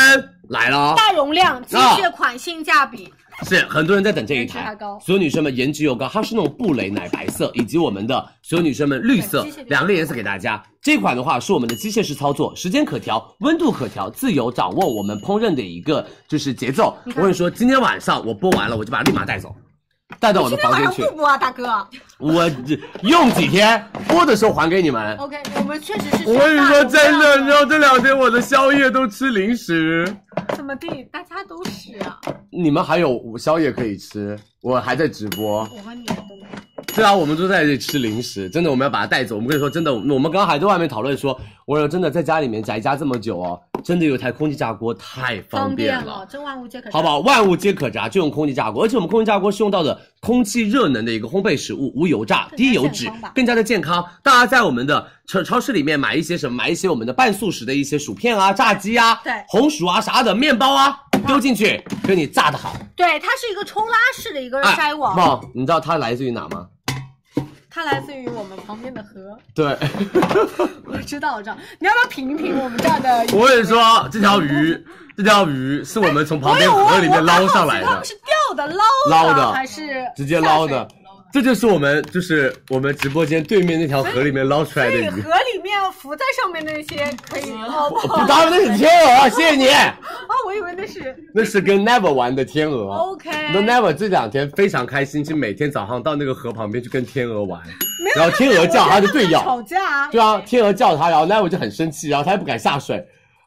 [SPEAKER 6] 来了哦，
[SPEAKER 5] 大容量，机械款，性价比，
[SPEAKER 6] 是很多人在等这一
[SPEAKER 5] 颜值还
[SPEAKER 6] 台
[SPEAKER 5] 高，
[SPEAKER 6] 所有女生们颜值又高，它是那种布雷奶白色，以及我们的所有女生们绿色
[SPEAKER 5] 对机械
[SPEAKER 6] 两个颜色给大家。这款的话是我们的机械式操作，时间可调，温度可调，自由掌握我们烹饪的一个就是节奏。我跟你说，今天晚上我播完了，我就把它立马带走，带到我的
[SPEAKER 5] 今天
[SPEAKER 6] 房
[SPEAKER 5] 晚上
[SPEAKER 6] 间 *laughs* 去。
[SPEAKER 5] 不播啊，大哥。
[SPEAKER 6] 我用几天，播的时候还给你们。
[SPEAKER 5] OK，我们确实是
[SPEAKER 6] 我跟你说真的，你知
[SPEAKER 5] 的，
[SPEAKER 6] 道这两天我的宵夜都吃零食，
[SPEAKER 5] 怎么地，大家都是啊，
[SPEAKER 6] 你们还有宵夜可以吃，我还在直播。
[SPEAKER 5] 我和你都
[SPEAKER 6] 对啊，我们都在这里吃零食，真的，我们要把它带走。我们跟你说，真的，我们刚刚还在外面讨论说，我说真的，在家里面宅家这么久哦，真的有一台空气炸锅太方便
[SPEAKER 5] 方了，真万物皆可。
[SPEAKER 6] 好不好？万物皆可炸，就用空气炸锅，而且我们空气炸锅是用到的空气热能的一个烘焙食物，无油炸、低油脂
[SPEAKER 5] 健康吧，
[SPEAKER 6] 更加的健康。大家在我们的超超市里面买一些什么，买一些我们的半速食的一些薯片啊、炸鸡啊、
[SPEAKER 5] 对
[SPEAKER 6] 红薯啊啥的，面包啊，丢进去给你炸的好。
[SPEAKER 5] 对，它是一个抽拉式的一个
[SPEAKER 6] 哎
[SPEAKER 5] 筛网，
[SPEAKER 6] 旺，你知道它来自于哪吗？
[SPEAKER 5] 它来自于我们旁边的河。 *laughs*
[SPEAKER 6] 对，
[SPEAKER 5] 我知道，我知道。你要不要品一品我们这儿的？
[SPEAKER 6] 我跟你说，这条鱼，
[SPEAKER 5] *laughs*
[SPEAKER 6] 这条鱼是我们从旁边河里面捞上来
[SPEAKER 5] 他们
[SPEAKER 6] 的，
[SPEAKER 5] 是钓的、捞
[SPEAKER 6] 捞的
[SPEAKER 5] 还是
[SPEAKER 6] 直接捞的。这就是我们，就是我们直播间对面那条河里面捞出来的
[SPEAKER 5] 对
[SPEAKER 6] 鱼。
[SPEAKER 5] 河里面浮在上面那些可以哦不
[SPEAKER 6] 我不当然那是天
[SPEAKER 5] 哦
[SPEAKER 6] 鹅，谢谢你，
[SPEAKER 5] 啊，我以为那
[SPEAKER 6] *laughs*
[SPEAKER 5] 是
[SPEAKER 6] 那是跟 Never 玩的天鹅。
[SPEAKER 5] OK。
[SPEAKER 6] 那 Never 这两天非常开心，就每天早上到那个河旁边去跟天鹅玩，然后天鹅叫它就对
[SPEAKER 5] 吵
[SPEAKER 6] 咬，
[SPEAKER 5] 架啊，
[SPEAKER 6] 对啊，天鹅叫它，然后 Never 就很生气，然后它也不敢下水，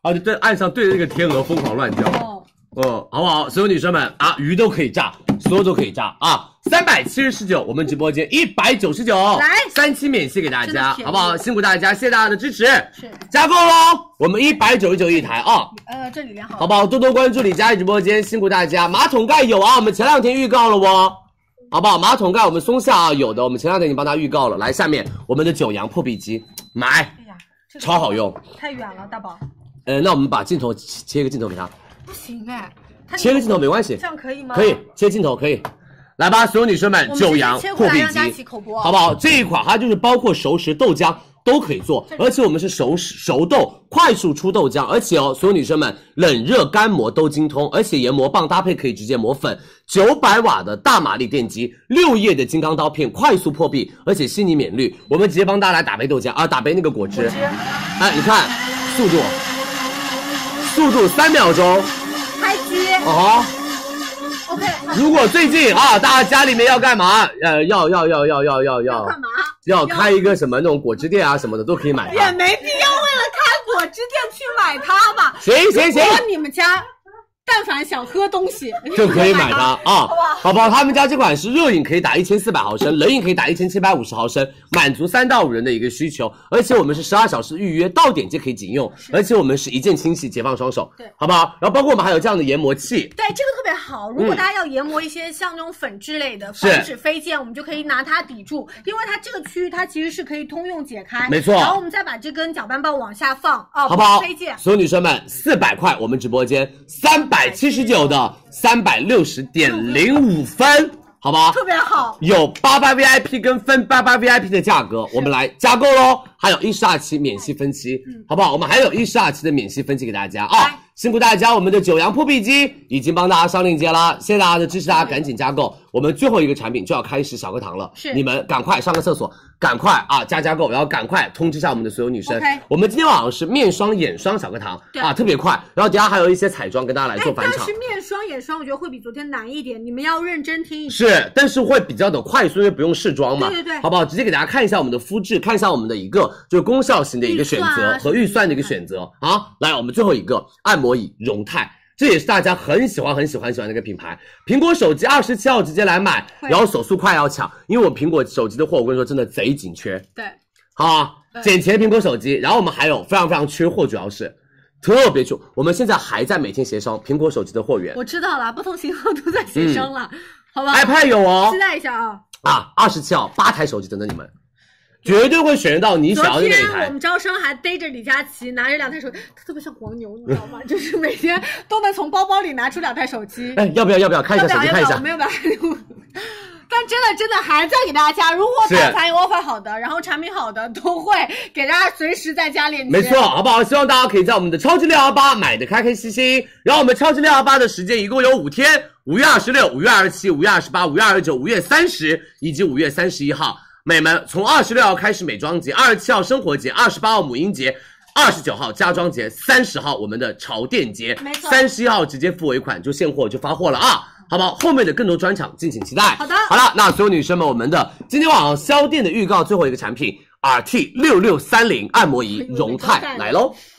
[SPEAKER 6] 然后就对岸上对着那个天鹅疯狂乱叫。
[SPEAKER 5] 哦，
[SPEAKER 6] 嗯，好不好？所有女生们啊，鱼都可以炸，所有都可以炸啊！三百七十九，我们直播间一百九十九，
[SPEAKER 5] 来
[SPEAKER 6] 三期免息给大
[SPEAKER 5] 真的
[SPEAKER 6] 家，
[SPEAKER 5] 便宜
[SPEAKER 6] 好不好？辛苦大家，谢谢大家的支持，
[SPEAKER 5] 是
[SPEAKER 6] 加购喽！我们一百九十九一台啊，
[SPEAKER 5] 呃，这里面好
[SPEAKER 6] 好不好？多多关注李佳琦直播间，辛苦大家。马桶盖有啊，我们前两天预告了哦。好不好？马桶盖我们松下啊有的，我们前两天已经帮大家预告了。来，下面我们的九阳破壁机买，
[SPEAKER 5] 哎呀，这个
[SPEAKER 6] 超好用。
[SPEAKER 5] 太远了，大宝
[SPEAKER 6] 呃，那我们把镜头切切一个镜头给他，
[SPEAKER 5] 不行哎，它
[SPEAKER 6] 切个镜头没关系
[SPEAKER 5] 这，样可以吗？
[SPEAKER 6] 可以，切镜头，可以。来吧，所有女生们，
[SPEAKER 5] 我们直接
[SPEAKER 6] 九阳
[SPEAKER 5] 切过
[SPEAKER 6] 破
[SPEAKER 5] 来
[SPEAKER 6] 壁
[SPEAKER 5] 让佳
[SPEAKER 6] 机
[SPEAKER 5] 琪，口播，
[SPEAKER 6] 好不好？这一款它就是包括熟食、豆浆都可以做，而且我们是熟食熟豆快速出豆浆，而且哦，所有女生们冷热干磨都精通，而且研磨棒搭配可以直接磨粉。九百瓦的大马力电机，六叶的金刚刀片，快速破壁，而且细腻免滤。我们直接帮大家来打杯豆浆啊，打杯那个果汁。哎，你看速度，速度三秒钟，
[SPEAKER 5] 开机
[SPEAKER 6] 哦吼。
[SPEAKER 5] ，OK，
[SPEAKER 6] 如果最近啊，大家家里面要干嘛？呃，要要要要要要要
[SPEAKER 5] 干嘛？
[SPEAKER 6] 要开一个什么那种果汁店啊什么的都可以买
[SPEAKER 5] 也
[SPEAKER 6] 它。
[SPEAKER 5] 没必要为了开果汁店去买它吧。
[SPEAKER 6] 行行行
[SPEAKER 5] 如，果你们家但凡想喝东西，
[SPEAKER 6] 就可以买它
[SPEAKER 5] 它
[SPEAKER 6] 啊
[SPEAKER 5] 好不好，
[SPEAKER 6] 好不好？他们家这款是热饮可以打一千四百毫升，冷饮可以打一千七百五十毫升，满足三到五人的一个需求。而且我们是十二小时预约，到点就可以饮用，而且我们是一键清洗，解放双手，
[SPEAKER 5] 对
[SPEAKER 6] 好不好？然后包括我们还有这样的研磨器，
[SPEAKER 5] 对，这个特别好。如果大家要研磨一些像那种粉质类的，
[SPEAKER 6] 嗯是
[SPEAKER 5] 防止飞溅，我们就可以拿它抵住，因为它这个区域它其实是可以通用解开，
[SPEAKER 6] 没错
[SPEAKER 5] 然后我们再把这根搅拌棒往下放啊，
[SPEAKER 6] 好不好？
[SPEAKER 5] 飞溅，
[SPEAKER 6] 所有女生们，四百块，我们直播间三百七十九的三百六十点零五分，好不好？
[SPEAKER 5] 特别好。
[SPEAKER 6] 有八八 VIP 跟分八八 VIP 的价格，我们来加购喽！还有一十二期免息分期，
[SPEAKER 5] 嗯
[SPEAKER 6] 好不好？我们还有一十二期的免息分期给大家啊！辛苦大家，我们的九阳破壁机已经帮大家上链接
[SPEAKER 5] 嗯
[SPEAKER 6] 啦，谢谢大家的支持，大家赶紧加购。我们最后一个产品就要开始小课堂了，
[SPEAKER 5] 是
[SPEAKER 6] 你们赶快上个厕所，赶快啊加加购，然后赶快通知一下我们的所有女生
[SPEAKER 5] OK。
[SPEAKER 6] 我们今天晚上是面霜、眼霜小课堂
[SPEAKER 5] 对
[SPEAKER 6] 啊，特别快，然后等一下还有一些彩妆跟大家来做
[SPEAKER 5] 哎，
[SPEAKER 6] 返
[SPEAKER 5] 但
[SPEAKER 6] 场
[SPEAKER 5] 是。面霜、眼霜，我觉得会比昨天难一点，你们要认真听一下。
[SPEAKER 6] 是，但是会比较的快速，因为不用试妆嘛，
[SPEAKER 5] 对对对
[SPEAKER 6] 好不好？直接给大家看一下我们的肤质，看一下我们的一个就是功效型的一个选
[SPEAKER 5] 预算
[SPEAKER 6] 择
[SPEAKER 5] 啊
[SPEAKER 6] 和预算的一个选择啊。来，我们最后一个按摩椅荣泰。这也是大家很喜欢、很喜欢、很喜欢的一个品牌。苹果手机二十七号直接来买，然后手速快要抢，因为我苹果手机的货，我跟你说真的贼紧缺，
[SPEAKER 5] 对，
[SPEAKER 6] 好啊
[SPEAKER 5] 对
[SPEAKER 6] 捡钱苹果手机。然后我们还有非常非常缺货，主要是特别缺。我们现在还在每天协商苹果手机的货源，嗯
[SPEAKER 5] 我知道了，不同型号都在协商了。好吧
[SPEAKER 6] iPad 有哦
[SPEAKER 5] 期，待一下啊！
[SPEAKER 6] 啊，二十七号八台手机等着你们，绝对会选到你
[SPEAKER 5] 昨
[SPEAKER 6] 想要的那
[SPEAKER 5] 天
[SPEAKER 6] 一
[SPEAKER 5] 我
[SPEAKER 6] 台。
[SPEAKER 5] 们招生还逮着李佳琦拿着两台手机，他特别像黄牛，你知道吗？就是每天都能从包包里拿出两台手机。
[SPEAKER 6] 哎，要不要？要不要看一
[SPEAKER 5] 要
[SPEAKER 6] 下
[SPEAKER 5] 不
[SPEAKER 6] 手
[SPEAKER 5] 要？
[SPEAKER 6] 机？
[SPEAKER 5] 要
[SPEAKER 6] 看一
[SPEAKER 5] 不要？我
[SPEAKER 6] 下
[SPEAKER 5] 没。有把。 *laughs* 但真的真的还在给大家，如果
[SPEAKER 6] 是
[SPEAKER 5] 但凡有 offer 好的，然后产品好的，都会给大家随时在家链接。
[SPEAKER 6] 没错，，好不好？希望大家可以在我们的超级六幺八买的开开心心。然后我们超级六幺八的时间一共有五天：五月二十六、五月二十七、五月二十八、五月二十九、五月三十以及五月三十一号。美们，从二十六号开始美妆节，二十七号生活节，二十八号母婴节。二十九号家装节，三十号我们的潮店节
[SPEAKER 5] 没，错
[SPEAKER 6] 三十一号直接付尾款就现货就发货了啊，好不好？后面的更多专场敬请期待。
[SPEAKER 5] 好的
[SPEAKER 6] 好了，那所有女生们，我们的今天晚上销店的预告最后一个产品 RT 六六三零按摩仪
[SPEAKER 5] 呦
[SPEAKER 6] 容泰来喽。
[SPEAKER 8] 啊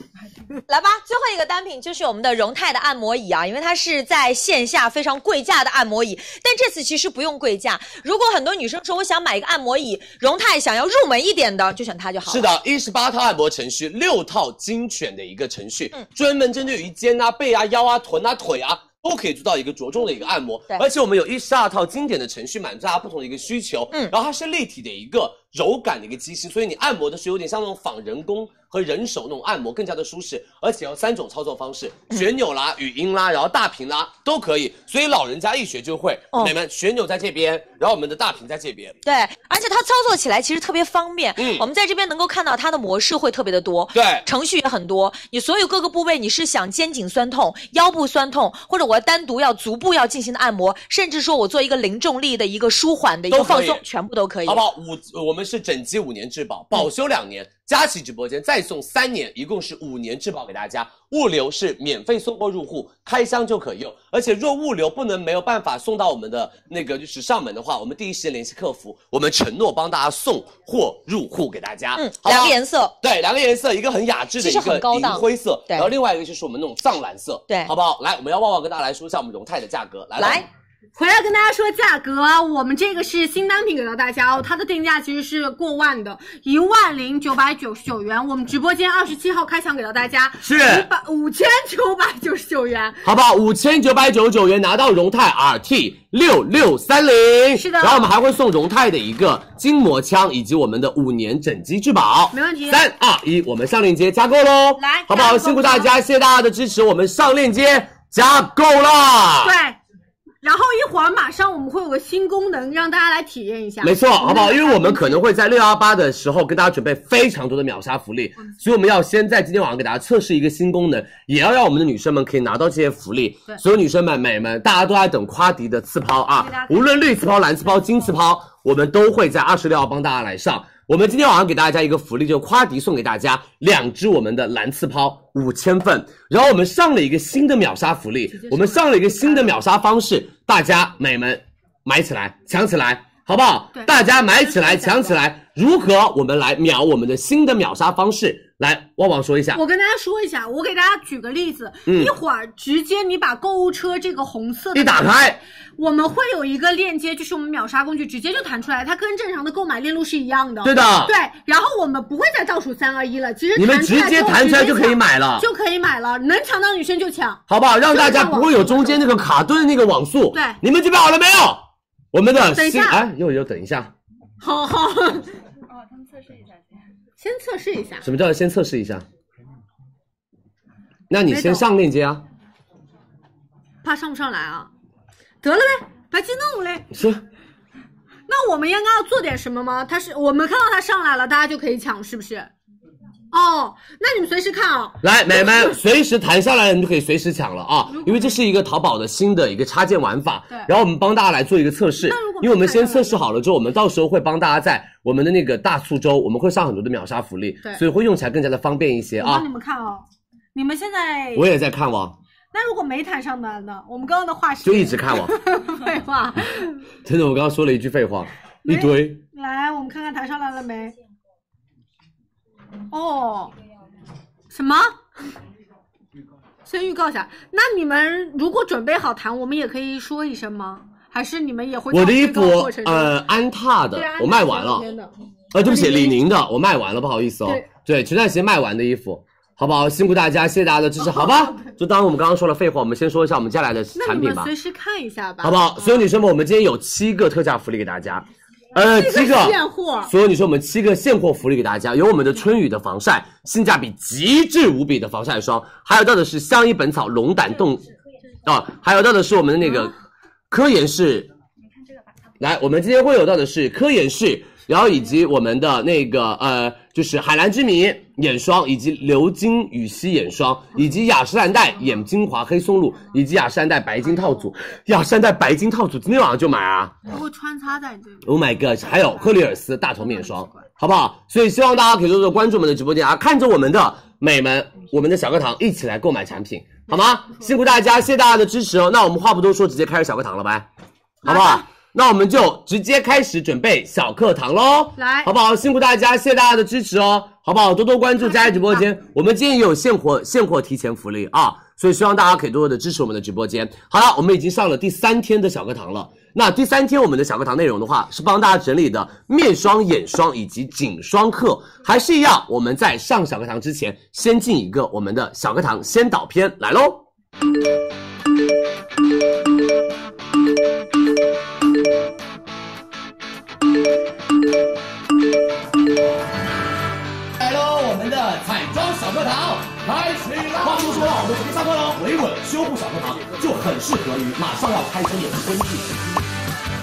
[SPEAKER 8] 来吧，最后一个单品就是我们的荣泰的按摩椅啊，因为它是在线下非常贵价的按摩椅，但这次其实不用贵价。如果很多女生说我想买一个按摩椅，荣泰想要入门一点的，就选它就好了。
[SPEAKER 6] 是，的，一十八套按摩程序，六套精选的一个程序，
[SPEAKER 8] 嗯
[SPEAKER 6] 专门针对于肩啊、背啊、腰啊、臀啊、腿啊。都可以做到一个着重的一个按摩，
[SPEAKER 8] 对
[SPEAKER 6] 而且我们有一十二套经典的程序，满足大家不同的一个需求。
[SPEAKER 8] 嗯
[SPEAKER 6] 然后它是立体的一个柔感的一个机器，所以你按摩的时候有点像那种仿人工和人手那种按摩，更加的舒适。而且有三种操作方式，
[SPEAKER 8] 嗯
[SPEAKER 6] 旋钮啦、语音啦，然后大屏啦都可以，所以老人家一学就会。
[SPEAKER 8] 哦
[SPEAKER 6] 美们，旋钮在这边，然后我们的大屏在这边。
[SPEAKER 8] 对，而且它操作起来其实特别方便。
[SPEAKER 6] 嗯
[SPEAKER 8] 我们在这边能够看到它的模式会特别的多。
[SPEAKER 6] 对，
[SPEAKER 8] 程序也很多，你所有各个部位，你是想肩颈酸痛、腰部酸痛，或者我要单独要足部要进行的按摩，甚至说我做一个零重力的一个舒缓的一
[SPEAKER 6] 都
[SPEAKER 8] 个
[SPEAKER 6] 可
[SPEAKER 8] 放
[SPEAKER 6] 以嗯
[SPEAKER 8] 松，全部都可以。
[SPEAKER 6] 好不好？五，我们是整机五年质保，保修两年，佳琦直播间再送三年，一共是五年质保给大家。物流是免费送货入户，开箱就可用。而且若物流不能没有办法送到我们的那个就是上门的话，我们第一时间联系客服，我们承诺帮大家送货入户给大家。
[SPEAKER 8] 嗯，
[SPEAKER 6] 好不好
[SPEAKER 8] 两个颜色。
[SPEAKER 6] 对，两个颜色，一个很雅致的一
[SPEAKER 8] 其实
[SPEAKER 6] 个
[SPEAKER 8] 很高
[SPEAKER 6] 银
[SPEAKER 8] 档
[SPEAKER 6] 灰色，
[SPEAKER 8] 对
[SPEAKER 6] 然后另外一个就是我们那种藏蓝色，
[SPEAKER 8] 对
[SPEAKER 6] 好不好？来，我们要旺旺跟大家来说一下我们荣泰的价格，来
[SPEAKER 8] 来，
[SPEAKER 5] 回来跟大家说价格啊，我们这个是新单品给到大家哦，它的定价其实是过万的，一万零九百九十九元。我们直播间二十七号开抢给到大家
[SPEAKER 6] 是
[SPEAKER 5] 五百五千九百九十九元，
[SPEAKER 6] 好不好？五千九百九十九元拿到荣泰 RT 六六三零，
[SPEAKER 5] 是的
[SPEAKER 6] 然后我们还会送荣泰的一个筋膜枪以及我们的五年整机质保，
[SPEAKER 5] 没问题
[SPEAKER 6] 三二一，我们上链接加购喽，
[SPEAKER 5] 来
[SPEAKER 6] 好不
[SPEAKER 5] 加
[SPEAKER 6] 好？
[SPEAKER 5] 购
[SPEAKER 6] 辛苦大家，谢谢大家的支持，我们上链接加购啦。
[SPEAKER 5] 对。然后一会儿马上我们会有个新功能，让大家来体验一下。
[SPEAKER 6] 没错，好不好？
[SPEAKER 5] 嗯
[SPEAKER 6] 因为我们可能会在六幺八的时候跟大家准备非常多的秒杀福利，所以我们要先在今天晚上给大家测试一个新功能，也要让我们的女生们可以拿到这些福利
[SPEAKER 5] 对。
[SPEAKER 6] 所有女生们、美们，大家都在等夸迪的次抛啊
[SPEAKER 5] 对大家，可以
[SPEAKER 6] 无论绿次抛、蓝次抛、金次抛，我们都会在二十六号帮大家来上。我们今天晚上给大家一个福利，就是夸迪送给大家两只我们的蓝次抛五千份，然后我们上了一个新的秒杀福利，我们上了一个新的秒杀方式，大家美们买起来，抢起来，好不好
[SPEAKER 5] 对？
[SPEAKER 6] 大家买起来，
[SPEAKER 5] 就是这样
[SPEAKER 6] 抢起来，如何？我们来秒我们的新的秒杀方式，来，旺旺说一下。
[SPEAKER 5] 我跟大家说一下，我给大家举个例子，
[SPEAKER 6] 嗯
[SPEAKER 5] 一会儿直接你把购物车这个红色的
[SPEAKER 6] 一打开，
[SPEAKER 5] 我们会有一个链接，就是我们秒杀工具直接就弹出来，它跟正常的购买链路是一样的。
[SPEAKER 6] 对的，
[SPEAKER 5] 对，然后我们不会再倒数三二一了，其实
[SPEAKER 6] 你们
[SPEAKER 5] 弹出
[SPEAKER 6] 直
[SPEAKER 5] 来
[SPEAKER 6] 接
[SPEAKER 5] 之后
[SPEAKER 6] 弹出来
[SPEAKER 5] 直接
[SPEAKER 6] 就可以
[SPEAKER 5] 抢，
[SPEAKER 6] 买了，
[SPEAKER 5] 就可以买了，能抢到女生就抢。
[SPEAKER 6] 好不好？让大家不会有中间那个卡顿那个网速。
[SPEAKER 5] 对
[SPEAKER 6] 你们准备好了没有？我们的
[SPEAKER 5] 等一
[SPEAKER 6] 新
[SPEAKER 5] 下
[SPEAKER 6] 哎，又又等一下，
[SPEAKER 5] 好好，
[SPEAKER 2] 哦，他们测试一下先。
[SPEAKER 5] 先测试一下。
[SPEAKER 6] 什么叫先测试一下？那你
[SPEAKER 5] 没
[SPEAKER 6] 先
[SPEAKER 5] 懂
[SPEAKER 6] 上链接啊，
[SPEAKER 5] 怕上不上来啊？得了呗，白激动嘞。
[SPEAKER 6] 是
[SPEAKER 5] 那我们应该要做点什么吗？他是我们看到他上来了，大家就可以抢，是不是？哦，那你们随时看哦。
[SPEAKER 6] 来，
[SPEAKER 5] *laughs*
[SPEAKER 6] 美们随时弹下来了，你就可以随时抢了啊！因为这是一个淘宝的新的一个插件玩法。
[SPEAKER 5] 对
[SPEAKER 6] 然后我们帮大家来做一个测试
[SPEAKER 5] 那如果，
[SPEAKER 6] 因为我们先测试好了之后，我们到时候会帮大家在我们的那个大促周，我们会上很多的秒杀福利，
[SPEAKER 5] 对
[SPEAKER 6] 所以会用起来更加的方便一些
[SPEAKER 5] 我帮
[SPEAKER 6] 啊
[SPEAKER 5] 你！们看哦。你们现在
[SPEAKER 6] 我也在看网，
[SPEAKER 5] 那如果没弹上来呢？我们刚刚的话是
[SPEAKER 6] 就一直
[SPEAKER 5] *laughs*
[SPEAKER 6] 看网。
[SPEAKER 5] 废话。
[SPEAKER 6] 真的，我刚刚说了一句废话，
[SPEAKER 5] 没
[SPEAKER 6] 一堆。
[SPEAKER 5] 来，我们看看弹上来了没？哦，什么？先预告一下。那你们如果准备好弹，我们也可以说一声吗？还是你们也会
[SPEAKER 6] 我的衣服
[SPEAKER 5] 在这个过程，中
[SPEAKER 6] 呃，安踏的
[SPEAKER 5] 对啊，
[SPEAKER 6] 我卖完了
[SPEAKER 5] 那是两天。的
[SPEAKER 6] 呃，对不起，
[SPEAKER 5] 李宁
[SPEAKER 6] 李宁的我卖完了，不好意思哦。对，前段时间卖完的衣服，好不好？辛苦大家，谢谢大家的支持，好吧？就当我们刚刚说了废话，我们先说一下我们接下来的
[SPEAKER 5] 那
[SPEAKER 6] 产
[SPEAKER 5] 你
[SPEAKER 6] 品
[SPEAKER 5] 们
[SPEAKER 6] 吧，
[SPEAKER 5] 随时看一下吧，
[SPEAKER 6] 好不好？所有女生们，我们今天有七个特价福利给大家，呃，七 *laughs* 个
[SPEAKER 7] 现货，
[SPEAKER 6] 所有女生我们七个现货福利给大家，有我们的春雨的防晒，性价比极致无比的防晒霜，还有到的是相宜本草龙胆冻，啊，还有到的是我们的那个科颜氏，来，我们今天会有到的是科颜氏，然后以及我们的那个呃，就是海蓝之谜眼霜，以及鎏金羽西眼霜，以及雅诗兰黛眼精华黑松露，以及雅诗兰黛白金套组，雅诗兰黛白金套组今天晚上就买啊。
[SPEAKER 5] 不会穿插在这里。
[SPEAKER 6] Oh my god！还有克丽尔斯大头面霜，好不好？所以希望大家可以多多关注我们的直播间啊，看着我们的美们，我们的小课堂一起来购买产品，好吗？辛苦大家，谢谢大家的支持哦。那我们话不多说，直接开始小课堂了呗，好不好？那我们就直接开始准备小课堂喽，
[SPEAKER 5] 来
[SPEAKER 6] 好不好？辛苦大家，谢谢大家的支持哦，好不好？多多关注佳怡直播间，我们今天也有现货现货提前福利啊，所以希望大家可以多多的支持我们的直播间。好了，我们已经上了第三天的小课堂了。那第三天我们的小课堂内容的话，是帮大家整理的面霜、眼霜以及颈霜课，还是一样，我们在上小课堂之前，先进一个我们的小课堂先导片来喽。来喽，我们的彩妆小课堂开始啦！话说说了，我们第三课喽，维稳修复小课堂就很适合于马上要开春的春季。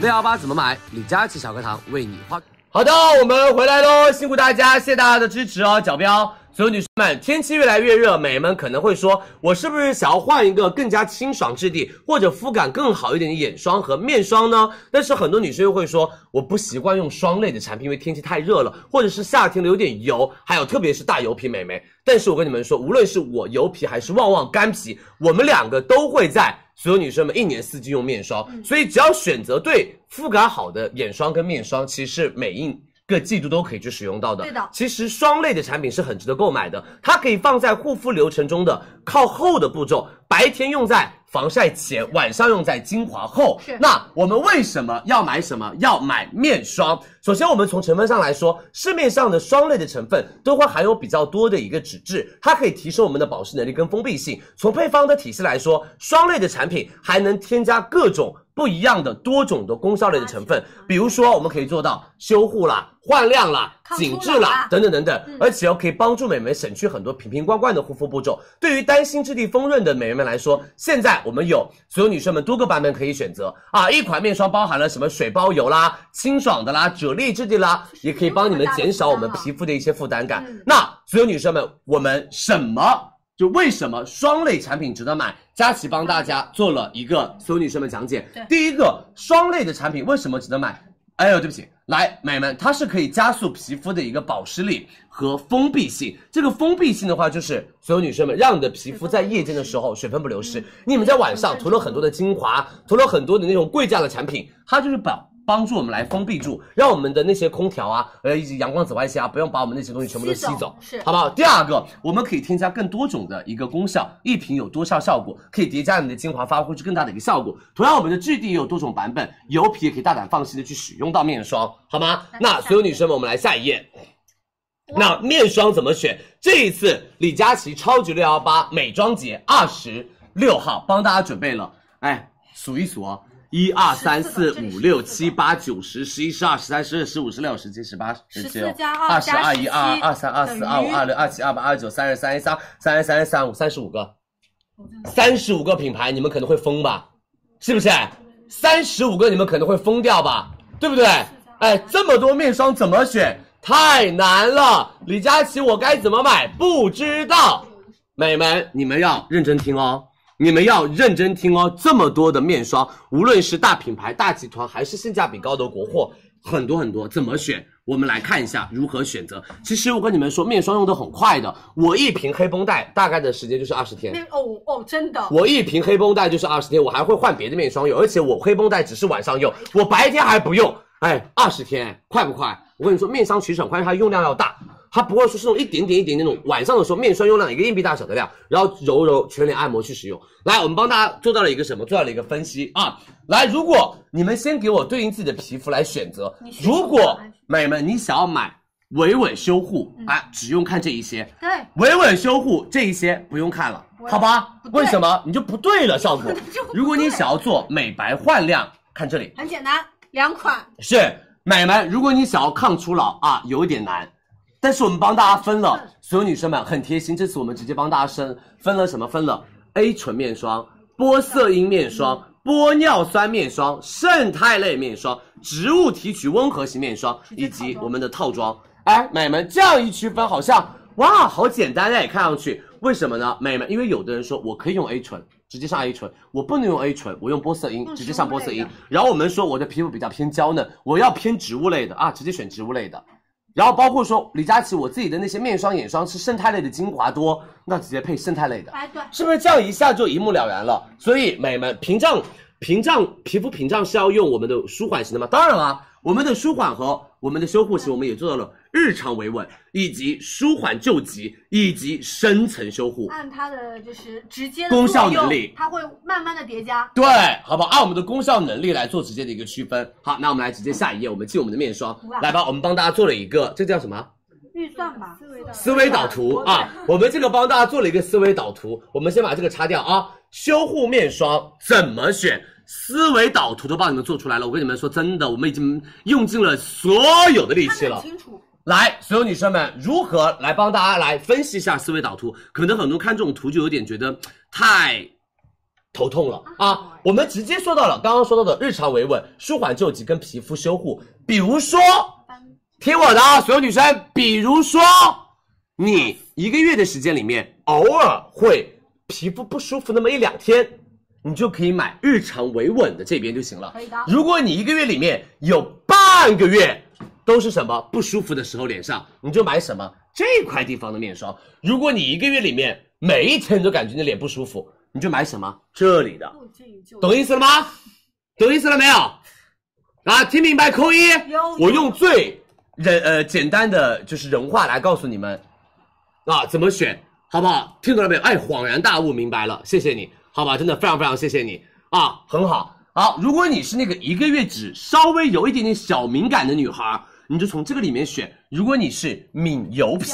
[SPEAKER 6] 六幺八怎么买？李佳琦小课堂为你花。好的，我们回来喽，辛苦大家，谢谢大家的支持哦，角标。所有女生们，天气越来越热，美们可能会说，我是不是想要换一个更加清爽质地或者肤感更好一点的眼霜和面霜呢？但是很多女生又会说，我不习惯用霜类的产品，因为天气太热了，或者是夏天的有点油，还有特别是大油皮美眉。但是我跟你们说，无论是我油皮还是旺旺干皮，我们两个都会在所有女生们一年四季用面霜，
[SPEAKER 5] 嗯
[SPEAKER 6] 所以只要选择对肤感好的眼霜跟面霜，其实是每一个季度都可以去使用到的。
[SPEAKER 5] 对的
[SPEAKER 6] 其实霜类的产品是很值得购买的，它可以放在护肤流程中的靠后的步骤，白天用在防晒前，晚上用在精华后。
[SPEAKER 5] 是
[SPEAKER 6] 那我们为什么要买什么？要买面霜。首先，我们从成分上来说，市面上的霜类的成分都会含有比较多的一个脂质，它可以提升我们的保湿能力跟封闭性。从配方的体系来说，霜类的产品还能添加各种不一样的多种的功效类的成分，比如说我们可以做到修护啦、焕亮啦、
[SPEAKER 5] 抗初
[SPEAKER 6] 紧
[SPEAKER 5] 老
[SPEAKER 6] 致啦
[SPEAKER 5] 啦
[SPEAKER 6] 等等等等，而且哦可以帮助美眉省去很多瓶瓶罐罐的护肤步骤。对于担心质地丰润的美眉们来说，现在我们有所有女生们多个版本可以选择啊，一款面霜包含了什么水包油啦、清爽的啦、啫喱质地啦，也可以帮你们减少我们皮肤的一些负担感。那所有女生们，我们什么？就为什么霜类产品值得买？佳琦帮大家做了一个所有女生们讲解。第一个，霜类的产品为什么值得买？哎呦，对不起，来，美们，它是可以加速皮肤的一个保湿力和封闭性。这个封闭性的话，就是所有女生们，让你的皮肤在夜间的时候水分不流失。你们在晚上涂了很多的精华，涂了很多的那种贵价的产品，它就是保帮助我们来封闭住，让我们的那些空调啊，呃，以及阳光紫外线啊，不用把我们那些东西全部都吸
[SPEAKER 5] 吸
[SPEAKER 6] 走
[SPEAKER 5] 走，是
[SPEAKER 6] 好不好？第二个，我们可以添加更多种的一个功效，一瓶有多效效果，可以叠加你的精华，发挥出更大的一个效果。同样，我们的质地也有多种版本，油皮也可以大胆放心的去使用到面霜，好吗？那所有女生们，我们来下一页。那面霜怎么选？这一次李佳琦超级六幺八美妆节二十六号帮大家准备了，哎，数一数哦，一二三四五六七八九十十一十二十三十四十五十六十七十八十九
[SPEAKER 5] 14加
[SPEAKER 6] 二
[SPEAKER 5] 2
[SPEAKER 6] 十
[SPEAKER 5] 加
[SPEAKER 6] 二一二二三二
[SPEAKER 5] 等
[SPEAKER 6] 四
[SPEAKER 5] 于
[SPEAKER 6] 二五二六二七二八二九三十三十三三十三三五三十五个，三十五个品牌你们可能会疯吧？是不是？三十五个你们可能会疯掉吧，对不对？哎，这么多面霜怎么选？太难了，李佳琦，我该怎么买？不知道。美们，你们要认真听哦，你们要认真听哦。这么多的面霜，无论是大品牌、大集团，还是性价比高的国货，很多很多，怎么选？我们来看一下如何选择。其实我跟你们说，面霜用的很快的，我一瓶黑绷带大概的时间就是二十天。
[SPEAKER 5] 面哦哦，真的，
[SPEAKER 6] 我一瓶黑绷带就是二十天，我还会换别的面霜用，而且我黑绷带只是晚上用，我白天还不用。哎，二十天快不快？我跟你说，面霜其实很快，因为它用量要大。它不会说是那种一点点一点点那种。晚上的时候面霜用量一个硬币大小的量，然后揉揉全脸按摩去使用。来，我们帮大家做到了一个什么？做到了一个分析啊！来，如果你们先给我对应自己的皮肤来选择，如果美们你想要买维稳修护，哎、只用看这一些。
[SPEAKER 5] 对，
[SPEAKER 6] 维稳修护这一些不用看了，好吧？
[SPEAKER 5] 不对
[SPEAKER 6] 为什么你就不对了效果
[SPEAKER 5] 就不？对
[SPEAKER 6] 如果你想要做美白焕亮，看这里
[SPEAKER 5] 很简单，两款。
[SPEAKER 6] 是美们，如果你想要抗初老啊，有点难。但是我们帮大家分了，所有女生们很贴心，这次我们直接帮大家分分了什么？分了 A 醇面霜、玻色因面霜、玻尿酸面霜、胜肽类面霜、植物提取温和型面霜，以及我们的套装。哎，美们，这样一区分好像哇，好简单哎，看上去为什么呢？美们，因为有的人说我可以用 A 醇，直接上 A 醇，我不能用 A 醇，我用玻色因，直接上玻色因。然后我们说我的皮肤比较偏娇嫩，我要偏植物类的啊，直接选植物类的。然后包括说李佳琦，我自己的那些面霜、眼霜是胜肽类的精华多，那直接配胜肽类的，
[SPEAKER 5] 哎，对，
[SPEAKER 6] 是不是这样一下就一目了然了？所以美们，屏障、屏障、皮肤屏障是要用我们的舒缓型的吗？当然啦，我们的舒缓和我们的修护型，我们也做到了日常维稳，以及舒缓救急，以及深层修护。
[SPEAKER 5] 按它的就是直接的
[SPEAKER 6] 功效
[SPEAKER 5] 作用
[SPEAKER 6] 能力
[SPEAKER 5] 它会慢慢的叠加。
[SPEAKER 6] 对，好不好？按我们的功效能力来做直接的一个区分。好，那我们来直接下一页，我们进我们的面霜
[SPEAKER 5] 哇，
[SPEAKER 6] 来吧，我们帮大家做了一个，这叫什么？
[SPEAKER 5] 预算吧，
[SPEAKER 6] 思维导图啊，我们这个帮大家做了一个思维导图，我们先把这个擦掉啊。修护面霜怎么选？思维导图都帮你们做出来了，我跟你们说，真的，我们已经用尽了所有的力气了。
[SPEAKER 5] 清楚。
[SPEAKER 6] 来，所有女生们，如何来帮大家来分析一下思维导图？可能很多看这种图就有点觉得太头痛了啊。我们直接说到了刚刚说到的日常维稳、舒缓救急跟皮肤修护，比如说，听我的啊，所有女生，比如说，你一个月的时间里面，偶尔会皮肤不舒服那么一两天，你就可以买日常维稳的这边就行了。
[SPEAKER 5] 可以的
[SPEAKER 6] 如果你一个月里面有半个月都是什么不舒服的时候，脸上你就买什么这块地方的面霜。如果你一个月里面每一天都感觉你脸不舒服，你就买什么这里的，懂意思了吗？懂意思了没有？啊，听明白扣一
[SPEAKER 5] 有。
[SPEAKER 6] 我用最人呃简单的就是人话来告诉你们，啊，怎么选，好不好？听懂了没有？哎，恍然大悟，明白了，谢谢你，好吧，真的非常非常谢谢你啊，很好。好，如果你是那个一个月只稍微有一点点小敏感的女孩，你就从这个里面选；如果你是敏油皮、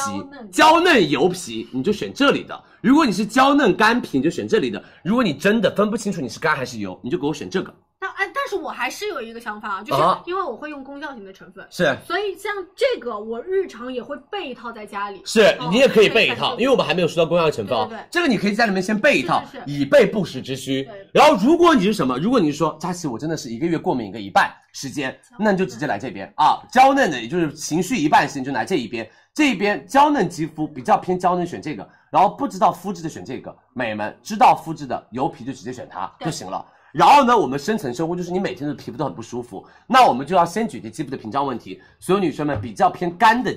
[SPEAKER 6] 娇嫩油皮，你就选这里的；如果你是娇嫩干皮，你就选这里的；如果你真的分不清楚你是干还是油，你就给我选这个。
[SPEAKER 5] 但哎，但是我还是有一个想法啊，就是
[SPEAKER 6] 啊
[SPEAKER 5] 因为我会用功效型的成分，
[SPEAKER 6] 是啊
[SPEAKER 5] 所以像这个我日常也会备一套在家里。
[SPEAKER 6] 是
[SPEAKER 5] 哦
[SPEAKER 6] 你也可以备一
[SPEAKER 5] 可以
[SPEAKER 6] 套，
[SPEAKER 5] 备
[SPEAKER 6] 因为我们还没有说到功效成分哦
[SPEAKER 5] 对对对。
[SPEAKER 6] 这个你可以在里面先备一套
[SPEAKER 5] 是是，是
[SPEAKER 6] 以备不时之需
[SPEAKER 5] 对。
[SPEAKER 6] 然后如果你是什么，如果你是说佳琪，我真的是一个月过敏个一半时间，那你就直接来这边啊，娇嫩的，也就是情绪一半时间就来这一边，这一边娇嫩肌肤比较偏娇嫩，选这个。然后不知道肤质的选这个，美们知道肤质的油皮就直接选它就行了。然后呢，我们深层修护就是你每天的皮肤都很不舒服，那我们就要先解决肌肤的屏障问题。所有女生们比较偏干的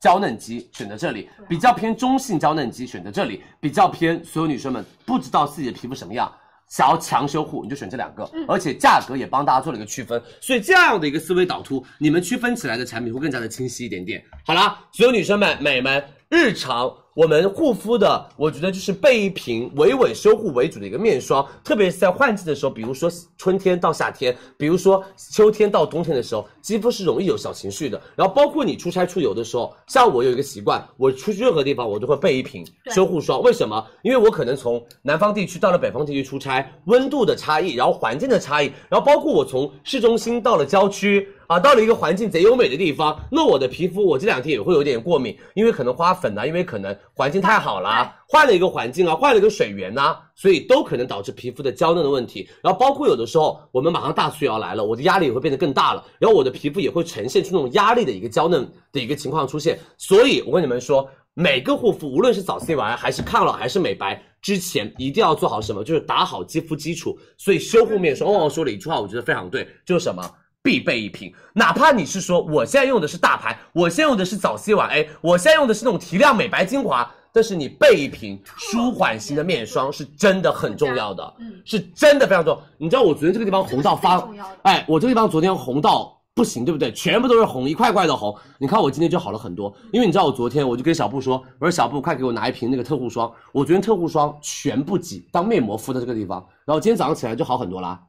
[SPEAKER 6] 娇嫩肌选择这里，比较偏中性娇嫩肌选择这里，比较偏所有女生们不知道自己的皮肤什么样。想要强修护，你就选这两个，而且价格也帮大家做了一个区分，所以这样的一个思维导图，你们区分起来的产品会更加的清晰一点点。好啦，所有女生们、美们，日常我们护肤的，我觉得就是备一瓶维稳修护为主的一个面霜，特别是在换季的时候，比如说春天到夏天，比如说秋天到冬天的时候，肌肤是容易有小情绪的。然后包括你出差出游的时候，像我有一个习惯，我出去任何地方我都会备一瓶修护霜。为什么？因为我可能从南方地区到了北方地区出差，温度的差异，然后环境的差异，然后包括我从市中心到了郊区。啊，到了一个环境贼优美的地方，那我的皮肤我这两天也会有点过敏，因为可能花粉啊，因为可能环境太好啦，换了一个环境啊，换了一个水源呐、所以都可能导致皮肤的娇嫩的问题。然后包括有的时候我们马上大促也要来了，我的压力也会变得更大了，然后我的皮肤也会呈现出那种压力的一个娇嫩的一个情况出现。所以我跟你们说，每个护肤，无论是早 C 晚安，还是抗老，还是美白，之前一定要做好什么，就是打好肌肤基础。所以修护面霜，旺旺说了一句话，我觉得非常对，就是什么？必备一瓶，哪怕你是说我现在用的是大牌，我现在用的是早 C 晚 A，我现在用的是那种提亮美白精华，但是你备一瓶舒缓型的面霜是真的很重要的，是真的非常重要。你知道我昨天这个地方红到发，哎，我这个地方昨天红到不行，对不对？全部都是红，一块块的红。你看我今天就好了很多，因为你知道我昨天我就跟小布说，我说小布快给我拿一瓶那个特护霜，我昨天特护霜全部挤当面膜敷在这个地方，然后今天早上起来就好很多啦，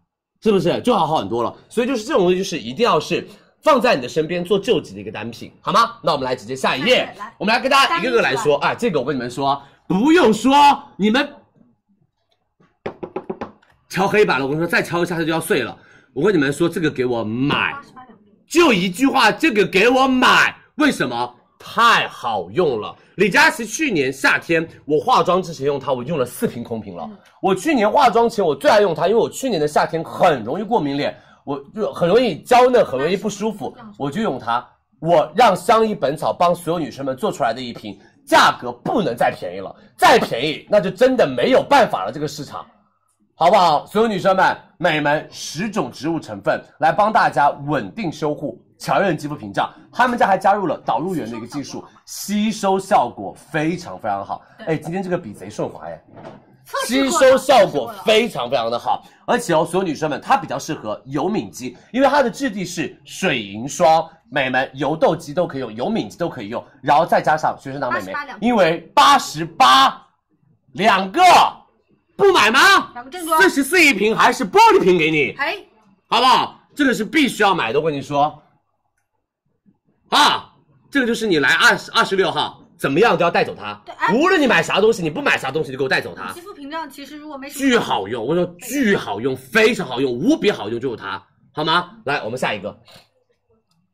[SPEAKER 6] 是不是？就好好很多了。所以就是这种东西，就是一定要是。放在你的身边做救急的一个单品，好吗？那我们来直接下一页，我们来跟大家一个个来说啊。这个我跟你们说，不用说，你们敲黑板了，我跟你说，再敲一下它就要碎了。我跟你们说，这个给我买，就一句话，这个给我买，为什么？太好用了！李佳琦去年夏天我化妆之前用它，我用了四瓶空瓶了。我去年化妆前我最爱用它，因为我去年的夏天很容易过敏脸，我就很容易娇嫩，很容易不舒服，我就用它。我让相宜本草帮所有女生们做出来的一瓶，价格不能再便宜了，再便宜那就真的没有办法了，这个市场。好不好？所有女生们，美们，十种植物成分来帮大家稳定修护、强韧肌肤屏障。他们家还加入了导入源的一个技术，吸收效果非常非常好。哎，今天这个笔贼顺滑哎，吸收效果非常非常的好。而且哦，所有女生们，它比较适合油敏肌，因为它的质地是水银霜。美们，油痘肌都可以用，油敏肌都可以用，然后再加上学生党美眉，因为八十八两个。不买吗？
[SPEAKER 5] 两个正装
[SPEAKER 6] 四十四一瓶还是玻璃瓶给你，
[SPEAKER 5] 哎，
[SPEAKER 6] 好不好？这个是必须要买的，我跟你说。啊，这个就是你来二十二十六号，怎么样都要带走它。
[SPEAKER 5] 对哎
[SPEAKER 6] 无论你买啥东西，你不买啥东西，你就给我带走它
[SPEAKER 5] 肌。肤屏障其实如果没什么
[SPEAKER 6] 啊巨好用，我跟你说巨好用，非常好用，无比好用，就是它，好吗？来，我们下一个，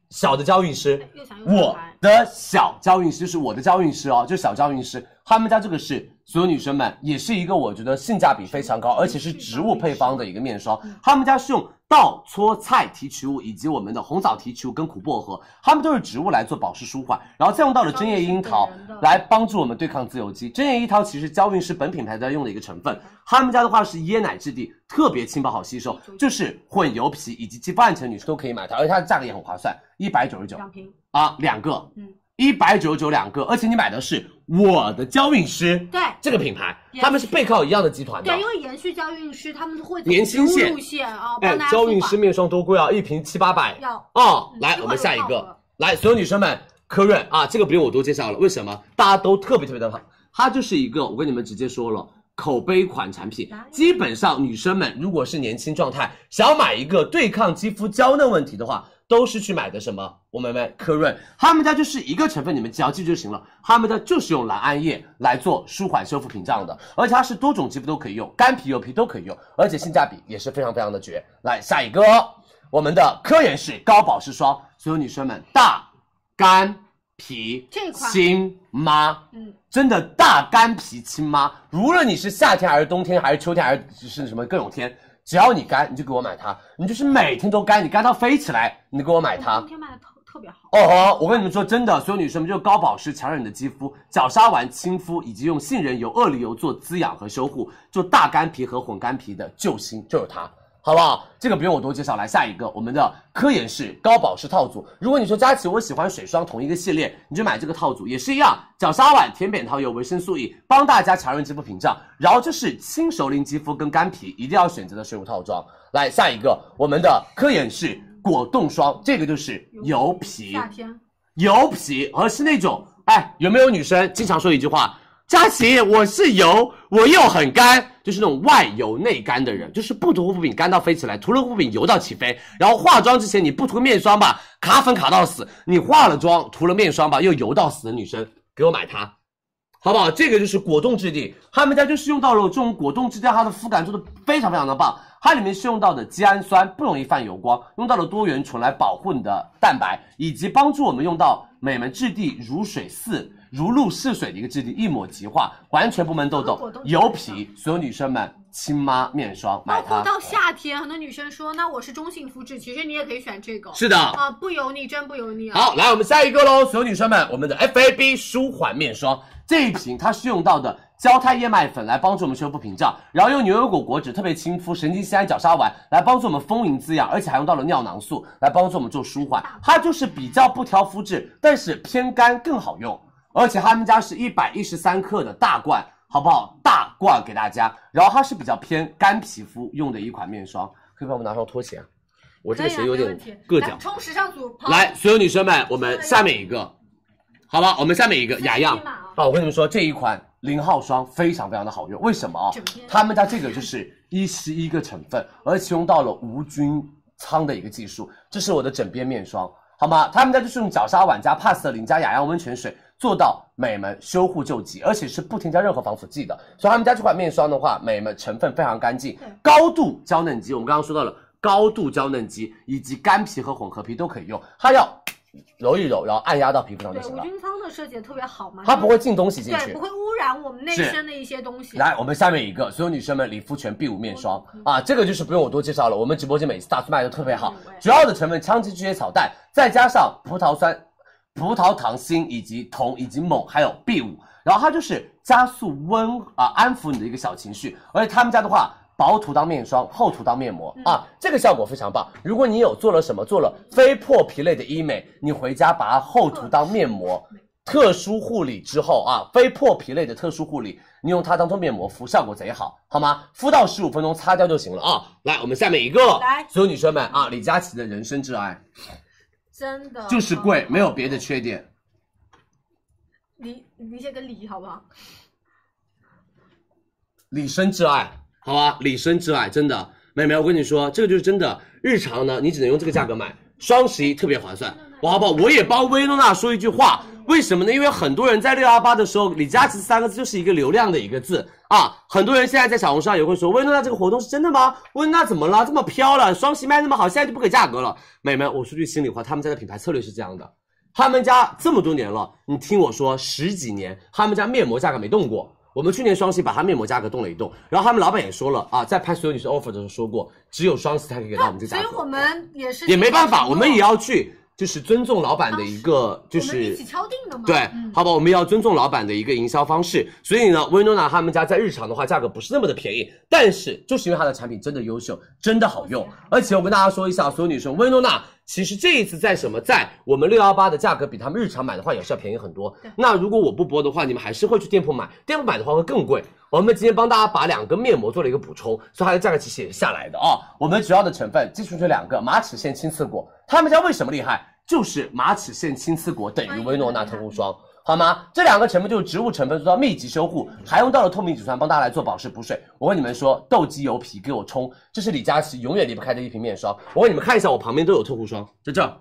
[SPEAKER 6] 小的娇韵诗。
[SPEAKER 5] 又想用
[SPEAKER 6] 我的小娇韵诗是我的娇韵诗哦，就是小娇韵诗，他们家这个是所有女生们也是一个我觉得性价比非常高，而且是植物配方的一个面霜。他们家是用稻搓菜提取物以及我们的红枣提取物跟苦薄荷，他们都是植物来做保湿舒缓，然后再用到了针叶樱桃来帮助我们对抗自由基。针叶樱桃其实娇韵诗本品牌在用的一个成分，他们家的话是椰奶质地，特别轻薄好吸收，就是混油皮以及肌肤暗沉的女生都可以买它，而且它的价格也很划算，一百九十九。
[SPEAKER 5] 两瓶，
[SPEAKER 6] 啊，两个，
[SPEAKER 5] 嗯
[SPEAKER 6] 嗯，一百九十九两个，而且你买的是我的娇韵诗，
[SPEAKER 5] 对
[SPEAKER 6] 这个品牌，
[SPEAKER 5] Yes
[SPEAKER 6] 他们是背靠一样的集团的
[SPEAKER 5] 对，。因为延续娇韵诗他们会走
[SPEAKER 6] 年轻
[SPEAKER 5] 植物
[SPEAKER 6] 线
[SPEAKER 5] 路线啊，
[SPEAKER 6] 哎
[SPEAKER 5] 帮大，家
[SPEAKER 6] 娇韵
[SPEAKER 5] 舒
[SPEAKER 6] 诗面霜多贵啊，一瓶七八百
[SPEAKER 5] 要
[SPEAKER 6] 哦
[SPEAKER 5] 嗯。一
[SPEAKER 6] 来，
[SPEAKER 5] 会儿
[SPEAKER 6] 我们下一
[SPEAKER 5] 就到
[SPEAKER 6] 个
[SPEAKER 5] 了，
[SPEAKER 6] 来，所有女生们，科润啊，这个不用我多介绍了，为什么？大家都特别特别的好，它就是一个，我跟你们直接说了。口碑款产品，基本上女生们如果是年轻状态，想要买一个对抗肌肤娇嫩问题的话，都是去买的什么？我们们科润，他们家就是一个成分，你们只要记住就行了。他们家就是用蓝桉叶来做舒缓修复屏障的，而且它是多种肌肤都可以用，干皮、油皮都可以用，而且性价比也是非常非常的绝。来下一个哦，我们的科颜氏高保湿霜，所有女生们大干皮
[SPEAKER 5] 这款
[SPEAKER 6] 亲妈，
[SPEAKER 5] 嗯
[SPEAKER 6] 真的大干皮亲妈，无论你是夏天还是冬天还是秋天还是是什么各种天，只要你干你就给我买它，你就是每天都干，你干到飞起来，你就给我买它。
[SPEAKER 5] 冬天卖的特特别好，
[SPEAKER 6] 哦吼！我跟你们说，真的，所有女生们就是高保湿、强韧的肌肤，角鲨烷、亲肤，以及用杏仁油、鳄梨油做滋养和修护，就大干皮和混干皮的救星就是它，好不好？这个不用我多介绍，来下一个，我们的科颜氏高保湿套组。如果你说佳琪，我喜欢水霜同一个系列，你就买这个套组，也是一样，角鲨烷、甜扁桃油、维生素 E，帮大家强韧肌肤屏障。然后这是轻熟龄肌肤跟干皮一定要选择的水乳套装。来下一个，我们的科颜氏。果冻霜，这个就是油皮，
[SPEAKER 5] 夏天
[SPEAKER 6] 油皮，而是那种，哎，有没有女生经常说一句话？佳琪，我是油，我又很干，就是那种外油内干的人，就是不涂护肤品干到飞起来，涂了护肤品油到起飞。然后化妆之前你不涂面霜吧，卡粉卡到死；你化了妆涂了面霜吧，又油到死的女生，给我买它，好不好？这个就是果冻质地，他们家就是用到了这种果冻质地，它的肤感做的非常非常的棒。它里面是用到的肌氨酸，不容易泛油光，用到了多元醇来保护你的蛋白，以及帮助我们用到美们质地如水似如露似水的一个质地，一抹即化，完全不闷痘
[SPEAKER 5] 果
[SPEAKER 6] 痘
[SPEAKER 5] 冻。质地
[SPEAKER 6] 油皮，所有女生们，亲妈面霜买
[SPEAKER 5] 包括
[SPEAKER 6] 它。
[SPEAKER 5] 到夏天，很多女生说那我是中性肤质，其实你也可以选这个，
[SPEAKER 6] 是的，
[SPEAKER 5] 啊，不油腻，真不油腻啊。
[SPEAKER 6] 好，来我们下一个喽，所有女生们，我们的 FAB 舒缓面霜这一瓶，它是用到的胶胎燕麦粉来帮助我们修复屏障，然后用牛油果果脂特别亲肤神经酰胺角鲨烷来帮助我们丰盈滋养，而且还用到了尿囊素来帮助我们做舒缓，它就是比较不挑肤质，但是偏干更好用，而且他们家是一百一十三克的大罐，好不好？大罐给大家，然后它是比较偏干皮肤用的一款面霜，可以帮我们拿双拖鞋啊。我这个
[SPEAKER 5] 可
[SPEAKER 6] 谁
[SPEAKER 5] 以啊
[SPEAKER 6] 有
[SPEAKER 5] 没
[SPEAKER 6] 点
[SPEAKER 5] 问题
[SPEAKER 6] 硌
[SPEAKER 5] 来
[SPEAKER 6] 脚。
[SPEAKER 5] 冲时尚组跑
[SPEAKER 6] 来，所有女生们，我们下面一个，好不好？我们下面一个雅漾
[SPEAKER 5] 匹马啊
[SPEAKER 6] 啊，我跟你们说，这一款零号霜非常非常的好用，为什么啊
[SPEAKER 5] 整天？
[SPEAKER 6] 他们家这个就是一十一个成分，而且用到了无菌仓的一个技术，这是我的枕边面霜，好吗？他们家就是用角鲨烷加帕斯特林加雅漾温泉水。做到美门修护救急，而且是不添加任何防腐剂的，所以他们家这款面霜的话，美门成分非常干净，高度娇嫩肌，我们刚刚说到了高度娇嫩肌以及干皮和混合皮都可以用，它要揉一揉，然后按压到皮肤上就
[SPEAKER 5] 对
[SPEAKER 6] 行
[SPEAKER 5] 无
[SPEAKER 6] 了，
[SPEAKER 5] 菌仓的设计也特别好嘛，
[SPEAKER 6] 它不会进东西进去，
[SPEAKER 5] 对，不会污染我们内
[SPEAKER 6] 是
[SPEAKER 5] 身的一些东西。
[SPEAKER 6] 来，我们下面一个，所有女生们，理肤泉 B 5面霜啊，这个就是不用我多介绍了，我们直播间每次大促卖的特别好。主要的成分羟基聚乙草蛋，再加上葡萄酸、葡萄糖锌以及酮以及锰，还有 B 5然后它就是加速温啊、安抚你的一个小情绪，而且他们家的话。薄涂当面霜，厚涂当面膜、啊，这个效果非常棒。如果你有做了什么，做了非破皮类的医美，你回家把它厚涂当面膜，特殊护理之后啊，非破皮类的特殊护理，你用它当做面膜敷，效果贼好，好吗？敷到十五分钟擦掉就行了啊。来，我们下面一个，
[SPEAKER 5] 来
[SPEAKER 6] 所有女生们啊，李佳琦的人生挚爱
[SPEAKER 5] 真的
[SPEAKER 6] 就是贵，没有别的缺点。
[SPEAKER 5] 梨，你先跟梨好不好？
[SPEAKER 6] 李生挚爱，好吧，李生挚爱，真的，妹妹，我跟你说，这个就是真的，日常呢，你只能用这个价格买，双十一特别划算，我好不好？我也帮薇诺娜说一句话，为什么呢？因为很多人在六幺八的时候，李佳琦三个字就是一个流量的一个字啊，很多人现在在小红书上也会说，薇诺娜这个活动是真的吗？薇诺娜怎么了？这么飘了，双十一卖那么好，现在就不给价格了？妹妹，我说句心里话，他们家的品牌策略是这样的。他们家这么多年了，你听我说，十几年，他们家面膜价格没动过。我们去年双十一把他面膜价格动了一动，然后他们老板也说了啊，在拍所有女生 offer 的时候说过，只有双十一才可以给到我们这价
[SPEAKER 5] 所
[SPEAKER 6] 格。
[SPEAKER 5] 以我们也是
[SPEAKER 6] 也没办法，我们也要去就是尊重老板的一个就
[SPEAKER 5] 啊我们一
[SPEAKER 6] 是
[SPEAKER 5] 起敲定的嘛。嗯
[SPEAKER 6] 对，好吧，我们也要尊重老板的一个营销方式。所以呢，薇诺娜他们家在日常的话价格不是那么的便宜，但是就是因为它的产品真的优秀，真的好用。而且我跟大家说一下，所有女生，薇诺娜其实这一次在什么，在我们六幺八的价格比他们日常买的话也是要便宜很多。那如果我不播的话，你们还是会去店铺买，店铺买的话会更贵。我们今天帮大家把两个面膜做了一个补充，所以它的价格其实也是下来的啊、我们主要的成分基础是两个马齿苋青刺果，他们家为什么厉害？就是马齿苋青刺果等于薇诺娜特护霜，好吗？这两个成分就是植物成分做到密集修护，还用到了透明质酸帮大家来做保湿补水。我跟你们说，痘肌油皮给我冲，这是李佳琦永远离不开的一瓶面霜。我给你们看一下，我旁边都有特护霜，在这儿，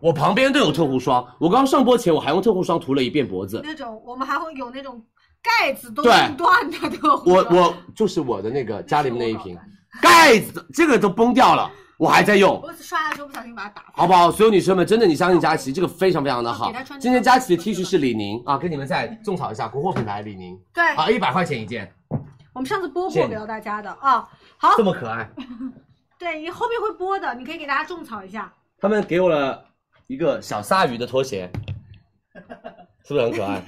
[SPEAKER 6] 我旁边都有特护霜。我刚上播前我还用特护霜涂了一遍脖子，
[SPEAKER 5] 那种我们还会有那种盖子都
[SPEAKER 6] 对
[SPEAKER 5] 弄断的特护
[SPEAKER 6] 我
[SPEAKER 5] 霜
[SPEAKER 6] 我就是我的那个家里面那一瓶，盖子这个都崩掉了，我还在用。
[SPEAKER 5] 我刷的时候不小心把它打翻。
[SPEAKER 6] 好不好？所有女生们，真的，你相信佳琪，这个非常非常的好
[SPEAKER 5] 给她穿。
[SPEAKER 6] 今天佳琪的 T 恤是李宁啊，跟你们再种草一下国货品牌李宁
[SPEAKER 5] 对，
[SPEAKER 6] *laughs* 啊，一百块钱一件，
[SPEAKER 5] 我们上次播
[SPEAKER 6] 谢谢
[SPEAKER 5] 过
[SPEAKER 6] 你
[SPEAKER 5] 给到大家的啊。好，
[SPEAKER 6] 这么可爱。
[SPEAKER 5] 对，你后面会播的，你可以给大家种草一下。
[SPEAKER 6] 他们给我了一个小鲨鱼的拖鞋，是不是很可爱？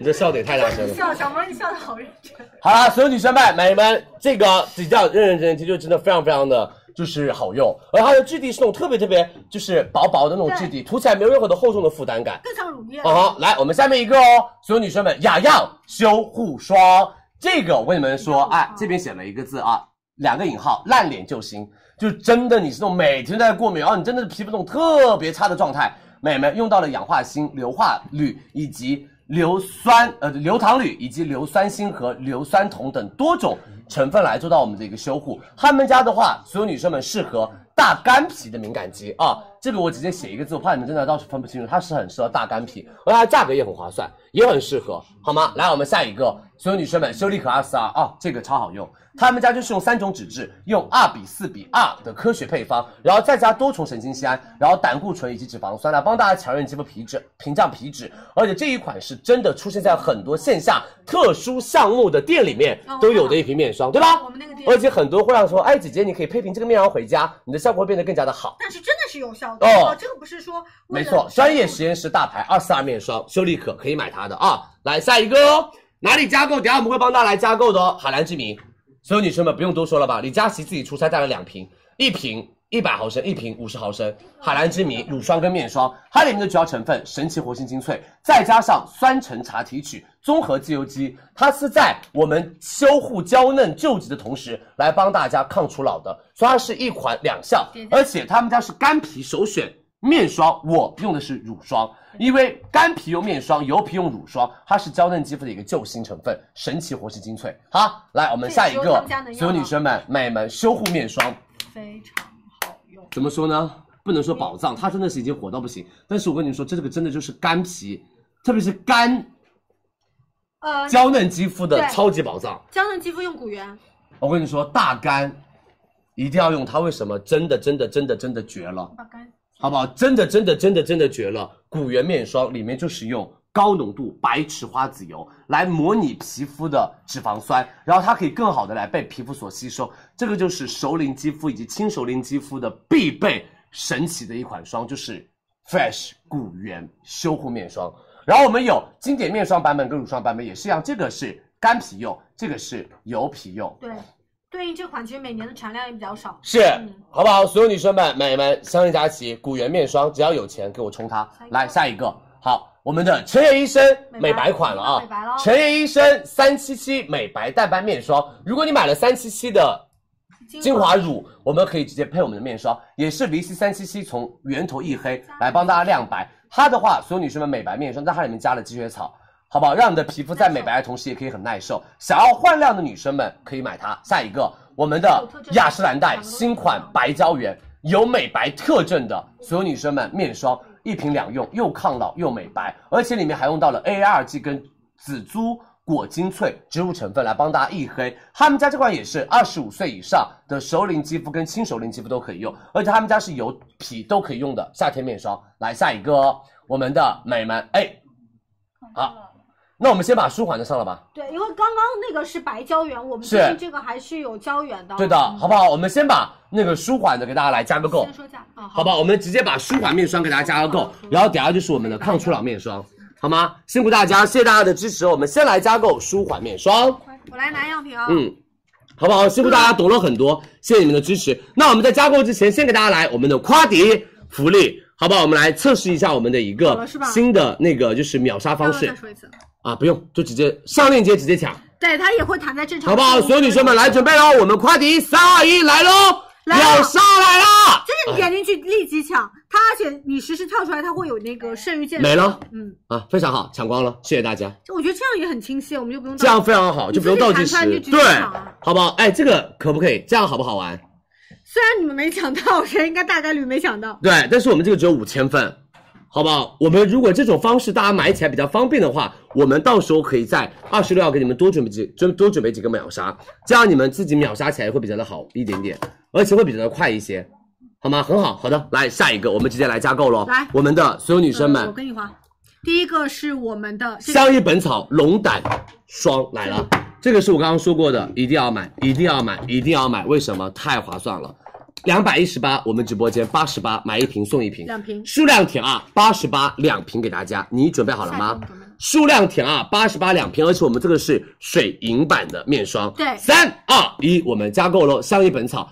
[SPEAKER 6] 你这笑点太大
[SPEAKER 5] *laughs*
[SPEAKER 6] 声了。
[SPEAKER 5] 笑，小萌，你笑的好认真。
[SPEAKER 6] 好啦，所有女生们、美们，这个指甲认认真真贴就真的非常非常的就是好用，而它的质地是那种特别特别就是薄薄的那种质地，涂起来没有任何的厚重的负担感。
[SPEAKER 5] 更像乳液。
[SPEAKER 6] 哦，好，来，我们下面一个哦，所有女生们，雅漾修护霜，这个我跟你们说，哎，这边写了一个字啊，两个引号，烂脸救星，就真的你是那种每天都在过敏，然哦后你真的是皮肤那种特别差的状态，美们用到了氧化锌、硫化铝以及。硫酸呃硫糖铝以及硫酸锌和硫酸铜等多种成分来做到我们的一个修护。他们家的话，所有女生们适合大干皮的敏感肌啊，这个我直接写一个字，我怕你们真的到时候分不清楚，它是很适合大干皮，而它价格也很划算，也很适合，好吗？来，我们下一个，所有女生们，修丽可二四二啊，这个超好用。他们家就是用三种脂质，用二比四比二的科学配方，然后再加多重神经酰胺，然后胆固醇以及脂肪酸来帮大家强韧肌肤皮脂屏障皮脂，而且这一款是真的出现在很多线下特殊项目的店里面都有的一瓶面霜，对吧？
[SPEAKER 5] 我们那个店
[SPEAKER 6] 而且很多会让说，哎，姐姐，你可以配瓶这个面霜回家，你的效果会变得更加的好。
[SPEAKER 5] 但是真的是有效的
[SPEAKER 6] 哦
[SPEAKER 5] 这个不是说为
[SPEAKER 6] 没
[SPEAKER 5] 了
[SPEAKER 6] 错，专业实验室大牌二四二面霜，修丽可可以买它的啊。来下一个哦，哪里加购？等一下我们会帮大家来加购的哦。海蓝之谜，所有女生们不用多说了吧？李佳琦自己出差带了两瓶，一瓶。一百毫升一瓶，五十毫升，海蓝之谜乳霜跟面霜，它里面的主要成分神奇活性精粹，再加上酸橙茶提取综合自由基，它是在我们修护娇嫩救急的同时，来帮大家抗初老的，所以它是一款两效，而且他们家是干皮首选面霜，我用的是乳霜，因为干皮用面霜，油皮用乳霜，它是娇嫩肌肤的一个救星成分，神奇活性精粹。好，来我们下一
[SPEAKER 5] 这个时候他
[SPEAKER 6] 个
[SPEAKER 5] 们家能，用
[SPEAKER 6] 所有
[SPEAKER 5] 吗
[SPEAKER 6] 女生们、美们，修护面霜。
[SPEAKER 5] 非常好用。
[SPEAKER 6] 怎么说呢？不能说宝藏，它真的是已经火到不行。但是我跟你们说，这个真的就是干皮，特别是干
[SPEAKER 5] 呃，
[SPEAKER 6] 娇嫩肌肤的
[SPEAKER 5] 对
[SPEAKER 6] 超级宝藏。
[SPEAKER 5] 娇嫩肌肤用古源，
[SPEAKER 6] 我跟你说，大干一定要用它，为什么？真的真的真的真的绝了，
[SPEAKER 5] 大干
[SPEAKER 6] 好不好？真的真的真的真的绝了！古源面霜里面就是用高浓度白池花籽油来模拟皮肤的脂肪酸，然后它可以更好的来被皮肤所吸收。这个就是熟龄肌肤以及轻熟龄肌肤的必备神奇的一款霜，就是 Fresh 古源修护面霜。然后我们有经典面霜版本跟乳霜版本也是一样，这个是干皮用，这个是油皮用。
[SPEAKER 5] 对，对应这款其实每年的产量也比较少。
[SPEAKER 6] 是，好不好？所有女生们、美们，相信佳琦古源面霜，只要有钱给我冲它。来下一个，好，我们的陈野医生
[SPEAKER 5] 美白
[SPEAKER 6] 美白款了啊，
[SPEAKER 5] 美白咯
[SPEAKER 6] 陈野医生三七七美白淡斑面霜，如果你买了三七七的精华乳，我们可以直接配我们的面霜，也是 VC 三七七从源头一黑来帮大家亮白。它的话，所有女生们美白面霜，在它里面加了积雪草，好不好？让你的皮肤在美白的同时也可以很耐受。想要焕亮的女生们可以买它。下一个，我们的雅诗兰黛新款白胶原有美白特征的，所有女生们面霜一瓶两用，又抗老又美白，而且里面还用到了 AR G 跟紫珠果精粹植物成分来帮大家抑黑。他们家这款也是二十五岁以上的熟龄肌肤跟轻熟龄肌肤都可以用，而且他们家是油皮都可以用的夏天面霜。来下一个、哦，我们的美们，哎，好，那我们先把舒缓的上了吧。
[SPEAKER 5] 对，因为刚刚那个是白胶原，我们
[SPEAKER 6] 是
[SPEAKER 5] 最近这个还是有胶原的。
[SPEAKER 6] 对的，好嗯不好？我们先把那个舒缓的给大家来加个够
[SPEAKER 5] 先，说价啊，
[SPEAKER 6] 好吧？我们直接把舒缓面霜给大家加个够，然后等下就是我们的抗初老面霜，好吗？辛苦大家，谢谢大家的支持哦。我们先来加购舒缓面霜。
[SPEAKER 5] 我来拿样品啊。
[SPEAKER 6] 嗯，好不好？辛苦大家懂了很多，谢谢你们的支持。那我们在加购之前，先给大家来我们的夸迪福利，好不好？我们来测试一下我们的一
[SPEAKER 5] 好
[SPEAKER 6] 个
[SPEAKER 5] 了是吧
[SPEAKER 6] 新的那个就是秒杀
[SPEAKER 5] 要
[SPEAKER 6] 方
[SPEAKER 5] 不要再
[SPEAKER 6] 式
[SPEAKER 5] 说一次，
[SPEAKER 6] 啊，不用就直接上链接直接抢，
[SPEAKER 5] 对，它也会弹在正常。
[SPEAKER 6] 好不好？所有女生们来，准备喽，我们夸迪三二一来喽，
[SPEAKER 5] 来咯
[SPEAKER 6] 秒杀来啦！
[SPEAKER 5] 就是你点进去立即抢，它而且你实时跳出来，它会有那个剩余件
[SPEAKER 6] 没了
[SPEAKER 5] 嗯，
[SPEAKER 6] 啊，非常好，抢光了，谢谢大家，
[SPEAKER 5] 就我觉得这样也很清晰，我们就不用
[SPEAKER 6] 这样非常好，就不用倒计时
[SPEAKER 5] 嗯你自，己
[SPEAKER 6] 对
[SPEAKER 5] 弹出来就直接抢啊，
[SPEAKER 6] 好不好？哎，这个可不可以？这样好不好玩？
[SPEAKER 5] 虽然你们没抢到，谁应该大概率没抢到。
[SPEAKER 6] 对，但是我们这个只有五千份，好不好？我们如果这种方式大家买起来比较方便的话，我们到时候可以在二十六号给你们多准备几准多准备几个秒杀，这样你们自己秒杀起来会比较的好一点点，而且会比较的快一些，好吗？很好，好的，来下一个，我们直接来加购喽。
[SPEAKER 5] 来
[SPEAKER 6] 我们的所有女生
[SPEAKER 5] 呃我
[SPEAKER 6] 们，
[SPEAKER 5] 跟你划，第一个是我们的这个
[SPEAKER 6] 相宜本草龙胆霜来了，这个是我刚刚说过的，一定要买，一定要买，一定要买，为什么？太划算了。两百一十八，我们直播间八十八，买一瓶送一瓶，
[SPEAKER 5] 两瓶
[SPEAKER 6] 数量填啊，八十八两瓶给大家，你准备好了吗？数量填啊，八十八两瓶，而且我们这个是水银版的面霜。
[SPEAKER 5] 对
[SPEAKER 6] 三二一，我们加购喽，相宜本草，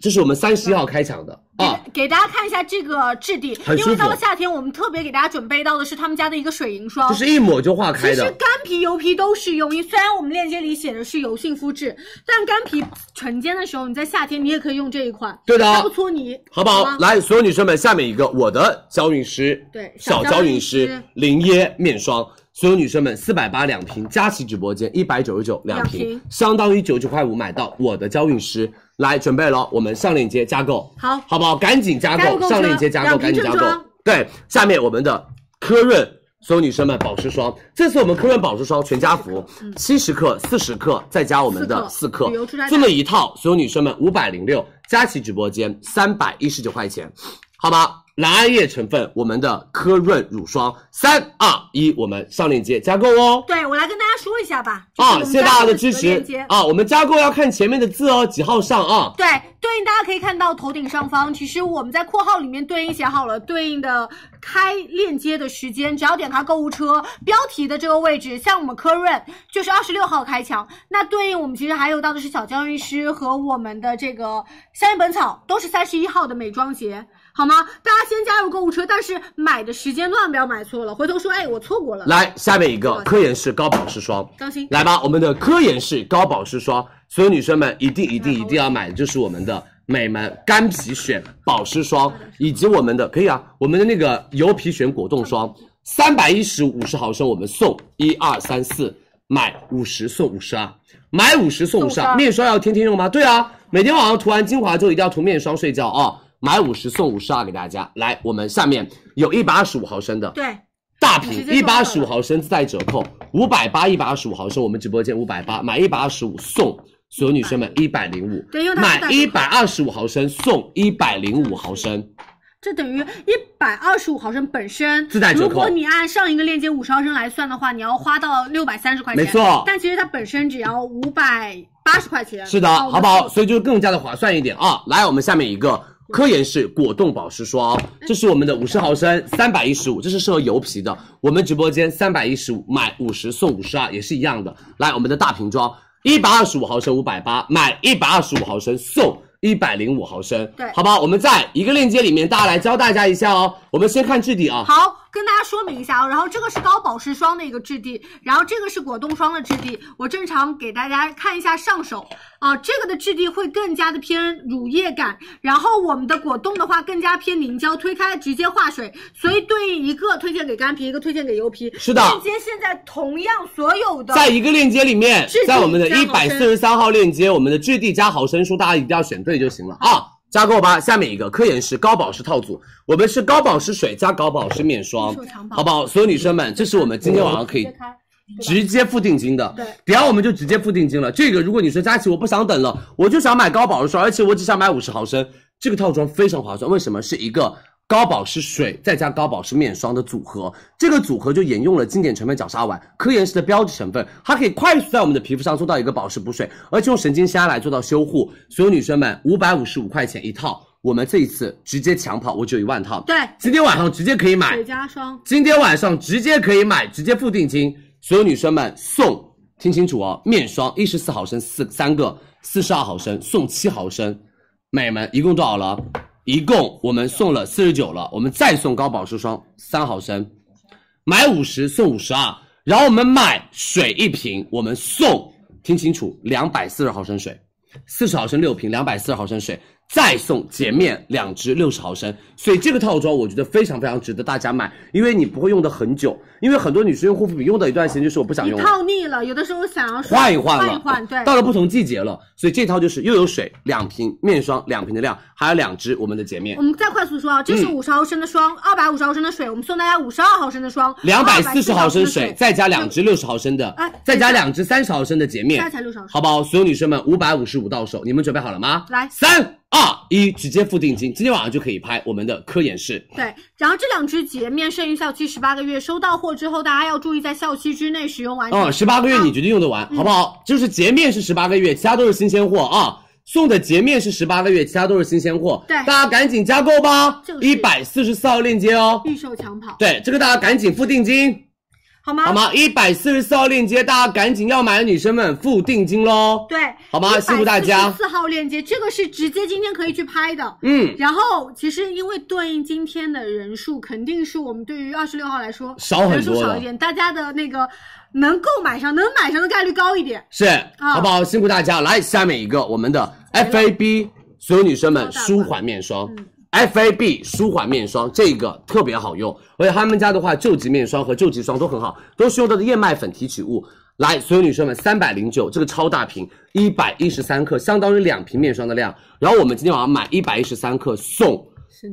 [SPEAKER 6] 这是我们三十一号开抢的啊，
[SPEAKER 5] 给大家看一下这个质地，
[SPEAKER 6] 很
[SPEAKER 5] 因
[SPEAKER 6] 舒
[SPEAKER 5] 为
[SPEAKER 6] 服
[SPEAKER 5] 到了夏天，我们特别给大家准备到的是他们家的一个水银霜。
[SPEAKER 6] 就是一抹就化
[SPEAKER 5] 其
[SPEAKER 6] 开
[SPEAKER 5] 实
[SPEAKER 6] 的，
[SPEAKER 5] 干皮、油皮都适用，因为虽然我们链接里写的是油性肤质，但干皮晨间的时候，你在夏天你也可以用这一款，
[SPEAKER 6] 对的
[SPEAKER 5] 它不搓泥，
[SPEAKER 6] 好不好？
[SPEAKER 5] 吗，
[SPEAKER 6] 来，所有女生们，下面一个我的娇韵诗，
[SPEAKER 5] 对小
[SPEAKER 6] 小
[SPEAKER 5] 娇
[SPEAKER 6] 娇
[SPEAKER 5] 韵
[SPEAKER 6] 韵
[SPEAKER 5] 诗
[SPEAKER 6] 诗林椰面霜，所有女生们四百八两瓶，佳琦直播间一百九十九两
[SPEAKER 5] 两瓶
[SPEAKER 6] 瓶，相当于九十九块五买到我的娇韵诗。来，准备了，哦我们上链接加购，
[SPEAKER 5] 好
[SPEAKER 6] 好不好？赶紧加
[SPEAKER 5] 加入
[SPEAKER 6] 购，
[SPEAKER 5] 购物车
[SPEAKER 6] 上链接加
[SPEAKER 5] 两
[SPEAKER 6] 购，
[SPEAKER 5] 瓶
[SPEAKER 6] 赶紧加
[SPEAKER 5] 正
[SPEAKER 6] 购
[SPEAKER 5] 装。
[SPEAKER 6] 对，下面我们的科润。所有女生们，保湿霜，这次我们科润保湿霜全家福，七十克、四十克，再加我们的
[SPEAKER 5] 嗯四
[SPEAKER 6] 四
[SPEAKER 5] 克
[SPEAKER 6] 克
[SPEAKER 5] 旅游出差，价
[SPEAKER 6] 这么一套，所有女生们五百零六，佳琦直播间三百一十九块钱，好吧？蓝桉叶成分，我们的科润乳霜，三二一，我们上链接加购哦。
[SPEAKER 5] 对我来跟大家说一下吧，就是我
[SPEAKER 6] 啊，
[SPEAKER 5] 们
[SPEAKER 6] 谢谢大家
[SPEAKER 5] 家
[SPEAKER 6] 的
[SPEAKER 5] 的
[SPEAKER 6] 支
[SPEAKER 5] 几个链
[SPEAKER 6] 持
[SPEAKER 5] 接
[SPEAKER 6] 啊！我们加购要看前面的字哦，几号上啊？
[SPEAKER 5] 对，对应大家大家可以看到头顶上方，其实我们在括号里面对应写好了对应的开链接的时间，只要点开购物车标题的这个位置，像我们科润就是二十六号开抢，那对应我们其实还有到的是小江医师和我们的这个香叶本草都是三十一号的美妆节。好吗？大家先加入购物车，但是买的时间段不要买错了，回头说哎我错过了。
[SPEAKER 6] 来，下面一个科颜氏高保湿霜，
[SPEAKER 5] 当心
[SPEAKER 6] 来吧，我们的科颜氏高保湿霜，所有女生们一定一定一定要买，就是我们的美门干皮选保湿霜，以及我们的可以啊，我们的那个油皮选果冻霜，三百一十五十毫升，我们送一二三四，买五十送五十二，买五十送五十二。啊面霜要天天用吗？对啊，每天晚上涂完精华之后一定要涂面霜睡觉啊、买五十送五十二啊给大家，来，我们下面有一百二十五毫升的，
[SPEAKER 5] 对，
[SPEAKER 6] 大
[SPEAKER 5] 直
[SPEAKER 6] 瓶
[SPEAKER 5] 接
[SPEAKER 6] 一
[SPEAKER 5] 多
[SPEAKER 6] 百
[SPEAKER 5] 少
[SPEAKER 6] 二十五毫升再折扣，五百八一百二十五毫升，我们直播间五百八，买一百二十五送所有女生们一百零五，
[SPEAKER 5] 对因为它是
[SPEAKER 6] 买
[SPEAKER 5] 带
[SPEAKER 6] 一
[SPEAKER 5] 折扣
[SPEAKER 6] 百二十五毫升送一百零五毫升，
[SPEAKER 5] 这等于一百二十五毫升本身
[SPEAKER 6] 自带折扣
[SPEAKER 5] 如果你按上一个链接五十毫升来算的话，你要花到六百三十块钱，
[SPEAKER 6] 没错
[SPEAKER 5] 但其实它本身只要五百八十块钱，
[SPEAKER 6] 是的，好不好？？所以就是更加的划算一点啊！来，我们下面一个科颜氏果冻保湿霜，哦这是我们的五十毫升，三百一十五，这是适合油皮的。我们直播间三百一十五买五十送五十二，啊也是一样的。来，我们的大瓶装一百二十五毫升五百八，买一百二十五毫升送。一百零五毫升，
[SPEAKER 5] 对
[SPEAKER 6] 好不好？我们在一个链接里面，大家来教大家一下哦。我们先看质地啊，
[SPEAKER 5] 好，跟大家说明一下啊，然后这个是高保湿霜的一个质地，然后这个是果冻霜的质地。我正常给大家看一下上手啊，这个的质地会更加的偏乳液感，然后我们的果冻的话更加偏凝胶，推开直接化水，所以对应一个推荐给干皮，一个推荐给油皮。
[SPEAKER 6] 是的
[SPEAKER 5] 链接现在同样所有的
[SPEAKER 6] 在一个链接里面
[SPEAKER 5] 质地，
[SPEAKER 6] 在我们的
[SPEAKER 5] 加
[SPEAKER 6] 一
[SPEAKER 5] 毫
[SPEAKER 6] 百
[SPEAKER 5] 升
[SPEAKER 6] 四十三号链接，我们的质地加毫升数，大家一定要选对就行了啊。加购吧，下面一个科颜氏高保湿套组，我们是高保湿水加高保湿面霜
[SPEAKER 5] 没错长，保
[SPEAKER 6] 好不好？所有女生们，这是我们今天晚上可以直接付定金的，
[SPEAKER 5] 对
[SPEAKER 6] 等下我们就直接付定金了。这个如果你说佳琪我不想等了，我就想买高保湿霜，而且我只想买五十毫升，这个套装非常划算。为什么？是一个高保湿水再加高保湿面霜的组合，这个组合就沿用了经典成分角鲨烷、科颜氏的标志成分，它可以快速在我们的皮肤上做到一个保湿补水，而且用神经酰胺来做到修护。所有女生们，五百五十五块钱一套，我们这一次直接抢跑，我只有一万套，
[SPEAKER 5] 对
[SPEAKER 6] 今天晚上直接可以买
[SPEAKER 5] 水。加霜，
[SPEAKER 6] 今天晚上直接可以买，直接付定金，所有女生们送，听清楚哦，面霜一十四毫升四三个，四十二毫升送七毫升，美们一共多少了？一共我们送了四十九了，我们再送高保湿霜三毫升，买五十送五十二，然后我们买水一瓶，我们送，听清楚，两百四十毫升水。四十毫升六瓶，两百四十毫升水，再送洁面两支六十毫升。所以这个套装我觉得非常非常值得大家买，因为你不会用的很久，因为很多女生用护肤品用的一段时间就是我不想
[SPEAKER 5] 你
[SPEAKER 6] 用了。
[SPEAKER 5] 套腻了，有的时候想要
[SPEAKER 6] 换一换
[SPEAKER 5] 换
[SPEAKER 6] 了，
[SPEAKER 5] 一换，对，
[SPEAKER 6] 到了不同季节了，所以这套就是又有水两瓶，面霜两瓶的量，还有两支我们的洁面
[SPEAKER 5] 我，们再快速说啊，这是
[SPEAKER 6] 嗯
[SPEAKER 5] 五十毫升的霜，二百五十毫升的水，我们送大家五十二毫升的霜，
[SPEAKER 6] 两百四十
[SPEAKER 5] 240
[SPEAKER 6] 毫升
[SPEAKER 5] 水，
[SPEAKER 6] 水，再加两支六十毫升的
[SPEAKER 5] 哎，
[SPEAKER 6] 再加两支三十毫升的洁面
[SPEAKER 5] 现在才60毫，升
[SPEAKER 6] 好不好？所有女生们五百五十五到手，你们准备好了吗？
[SPEAKER 5] 来
[SPEAKER 6] 三二一，直接付定金，今天晚上就可以拍我们的科颜氏。
[SPEAKER 5] 对，然后这两支洁面剩余效期十八个月，收到货之后大家要注意在效期之内使用完成。
[SPEAKER 6] 嗯，十八个月你绝对用得
[SPEAKER 5] 嗯
[SPEAKER 6] 完，好不好？就是洁面是十八个月，其他都是新鲜货啊。送的洁面是十八个月，其他都是新鲜货。
[SPEAKER 5] 对
[SPEAKER 6] 大家赶紧加购吧
[SPEAKER 5] 就，是
[SPEAKER 6] 一百四十四号链接哦。
[SPEAKER 5] 预售抢跑，
[SPEAKER 6] 对，这个大家赶紧付定金，
[SPEAKER 5] 好吗？
[SPEAKER 6] 好？吗？一百四十四号链接，大家赶紧要买的女生们付定金喽。
[SPEAKER 5] 对，
[SPEAKER 6] 好吗辛苦大家
[SPEAKER 5] 四号链接，这个是直接今天可以去拍的。
[SPEAKER 6] 嗯，
[SPEAKER 5] 然后其实因为对应今天的人数，肯定是我们对于二十六号来说
[SPEAKER 6] 少很多
[SPEAKER 5] 人数少
[SPEAKER 6] 了
[SPEAKER 5] 一点，大家的那个能购买上，能买上的概率高一点。
[SPEAKER 6] 是，好不好？辛苦大家。来，下面一个我们的 FAB，所有女生们舒缓面霜。FAB 舒缓面霜这个特别好用，而且他们家的话，救急面霜和救急霜都很好，都是用到的燕麦粉提取物。来，所有女生们，三百零九这个超大瓶，一百一十三克，相当于两瓶面霜的量。然后我们今天晚上买一百一十三克送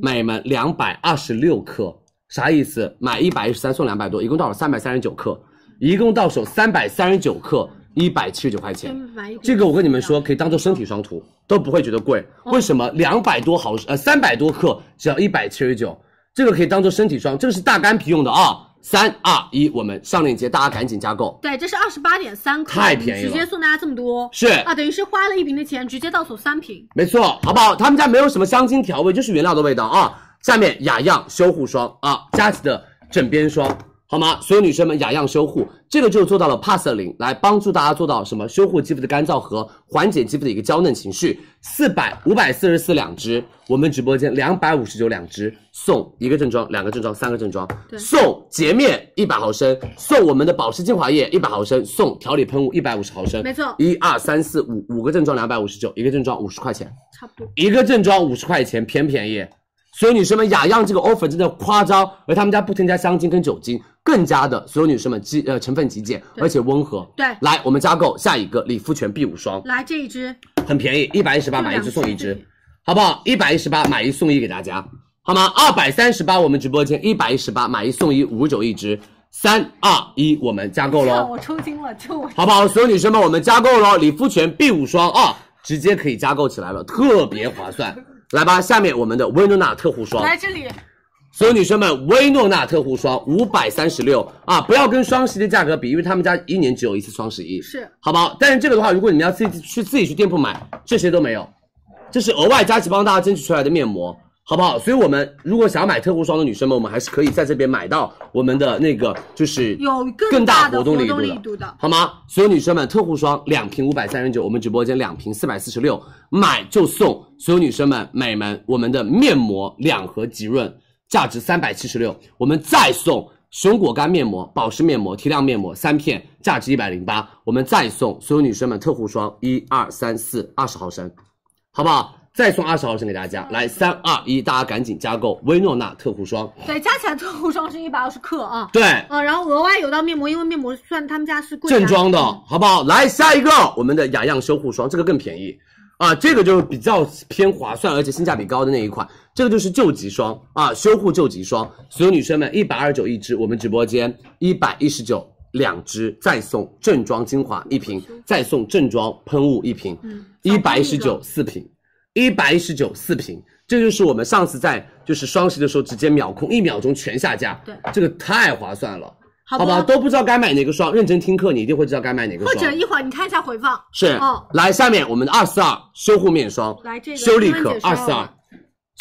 [SPEAKER 6] 美们两百二十六克，啥意思？买一百一十三送两百多，一共到手三百三十九克，一共到手三百三十九克，一百七十九块钱。
[SPEAKER 5] 买一
[SPEAKER 6] 这个我跟你们说，可以当做身体霜涂，都不会觉得贵。为什么？两百多毫升，呃，三百多克，只要一百七十九，这个可以当做身体霜，这个是大干皮用的啊。三二一，我们上链接，大家赶紧加购。
[SPEAKER 5] 对，这是二十八点三克，
[SPEAKER 6] 太便宜了
[SPEAKER 5] 直接送大家这么多，
[SPEAKER 6] 是
[SPEAKER 5] 啊，等于是花了一瓶的钱，直接到手三瓶。
[SPEAKER 6] 没错，好不好？他们家没有什么香精调味，就是原料的味道啊。下面雅漾修护霜啊，佳琦的枕边霜，好吗？所有女生们，雅漾修护这个就做到了帕瑟林，来帮助大家做到什么？修护肌肤的干燥和缓解肌肤的一个娇嫩情绪。四百五百四十四两支，我们直播间两百五十九两支，送一个正装、两个正装、三个正装，送洁面一百毫升，送我们的保湿精华液一百毫升，送调理喷雾一百五十毫升。
[SPEAKER 5] 没错
[SPEAKER 6] 一二三四五五个正装两百五十九，一个正装五十块钱。
[SPEAKER 5] 差不多。
[SPEAKER 6] 一个正装五十块钱，偏便宜。所有女生们，雅漾这个 offer 真的夸张，而他们家不添加香精跟酒精，更加的所有女生们极呃成分极简，
[SPEAKER 5] 对
[SPEAKER 6] 而且温和。
[SPEAKER 5] 对
[SPEAKER 6] 来我们加购下一个理肤泉 B 五霜，
[SPEAKER 5] 来这一支，
[SPEAKER 6] 很便宜，一百一十八买一
[SPEAKER 5] 就
[SPEAKER 6] 支
[SPEAKER 5] 两支
[SPEAKER 6] 送一支
[SPEAKER 5] 对，
[SPEAKER 6] 好不好？一百一十八买一送一给大家，好吗？二百三十八我们直播间一百一十八买一送一，五九一支，三二一我们加购
[SPEAKER 5] 看
[SPEAKER 6] 喽。
[SPEAKER 5] 我抽筋了，就我
[SPEAKER 6] 好不好？所有女生们，我们加购喽，理肤泉 B 五霜啊， *laughs* 直接可以加购起来了，特别划算。 *laughs* 来吧，下面我们的薇诺娜特护霜，
[SPEAKER 5] 来这里，
[SPEAKER 6] 所有女生们，薇诺娜特护霜五百三十六啊，不要跟双十一的价格比，因为他们家一年只有一次双十一，
[SPEAKER 5] 是
[SPEAKER 6] 好不好？但是这个的话，如果你们要自己去自己去店铺买，这些都没有，这是额外佳琦帮大家争取出来的面膜，好不好？所以我们如果想要买特护霜的女生们，我们还是可以在这边买到我们的那个就是
[SPEAKER 5] 有更
[SPEAKER 6] 更
[SPEAKER 5] 大的
[SPEAKER 6] 活动
[SPEAKER 5] 活
[SPEAKER 6] 力
[SPEAKER 5] 动
[SPEAKER 6] 度
[SPEAKER 5] 力度的
[SPEAKER 6] 好吗？所有女生们，特护霜两瓶五百三十九，我们直播间两瓶四百四十六，买就送。所有女生们、美们，我们的面膜两盒即润，价值三百七十六，我们再送熊果苷面膜、保湿面膜、提亮面膜三片，价值一百零八，我们再送所有女生们特护霜一二三四二十毫升，好不好？再送二十毫升给大家，来三二一，大家赶紧加购薇诺娜特护霜。
[SPEAKER 5] 对，加起来特护霜是一百二十克啊。
[SPEAKER 6] 对，
[SPEAKER 5] 呃，然后额外有到面膜，因为面膜算他们家嗯是贵
[SPEAKER 6] 正
[SPEAKER 5] 价
[SPEAKER 6] 装的，好不好？来下一个，我们的雅漾修护霜，这个更便宜啊，这个就是比较偏划算，而且性价比高的那一款。这个就是救急霜啊，修护救急霜，所有女生们一百二十九一支，我们直播间一百一十九两支，再送正装精华一瓶，
[SPEAKER 5] 嗯
[SPEAKER 6] 再送正装喷雾一瓶，一百一十九四瓶，一百一十九四瓶。这就是我们上次在就是双十一的时候直接秒空，一秒钟全下架，
[SPEAKER 5] 对
[SPEAKER 6] 这个太划算了。
[SPEAKER 5] 好
[SPEAKER 6] 好
[SPEAKER 5] 不
[SPEAKER 6] 不
[SPEAKER 5] 好
[SPEAKER 6] 好？都不知道该买哪个霜，认真听课，你一定会知道该买哪个
[SPEAKER 5] 或
[SPEAKER 6] 霜。
[SPEAKER 5] 者一会儿你看一下回放，
[SPEAKER 6] 是，
[SPEAKER 5] 哦
[SPEAKER 6] 来下面我们的二四二修护面霜，
[SPEAKER 5] 来这个
[SPEAKER 6] 修丽可
[SPEAKER 5] 温姐
[SPEAKER 6] 二
[SPEAKER 5] 说
[SPEAKER 6] 四二
[SPEAKER 5] 了，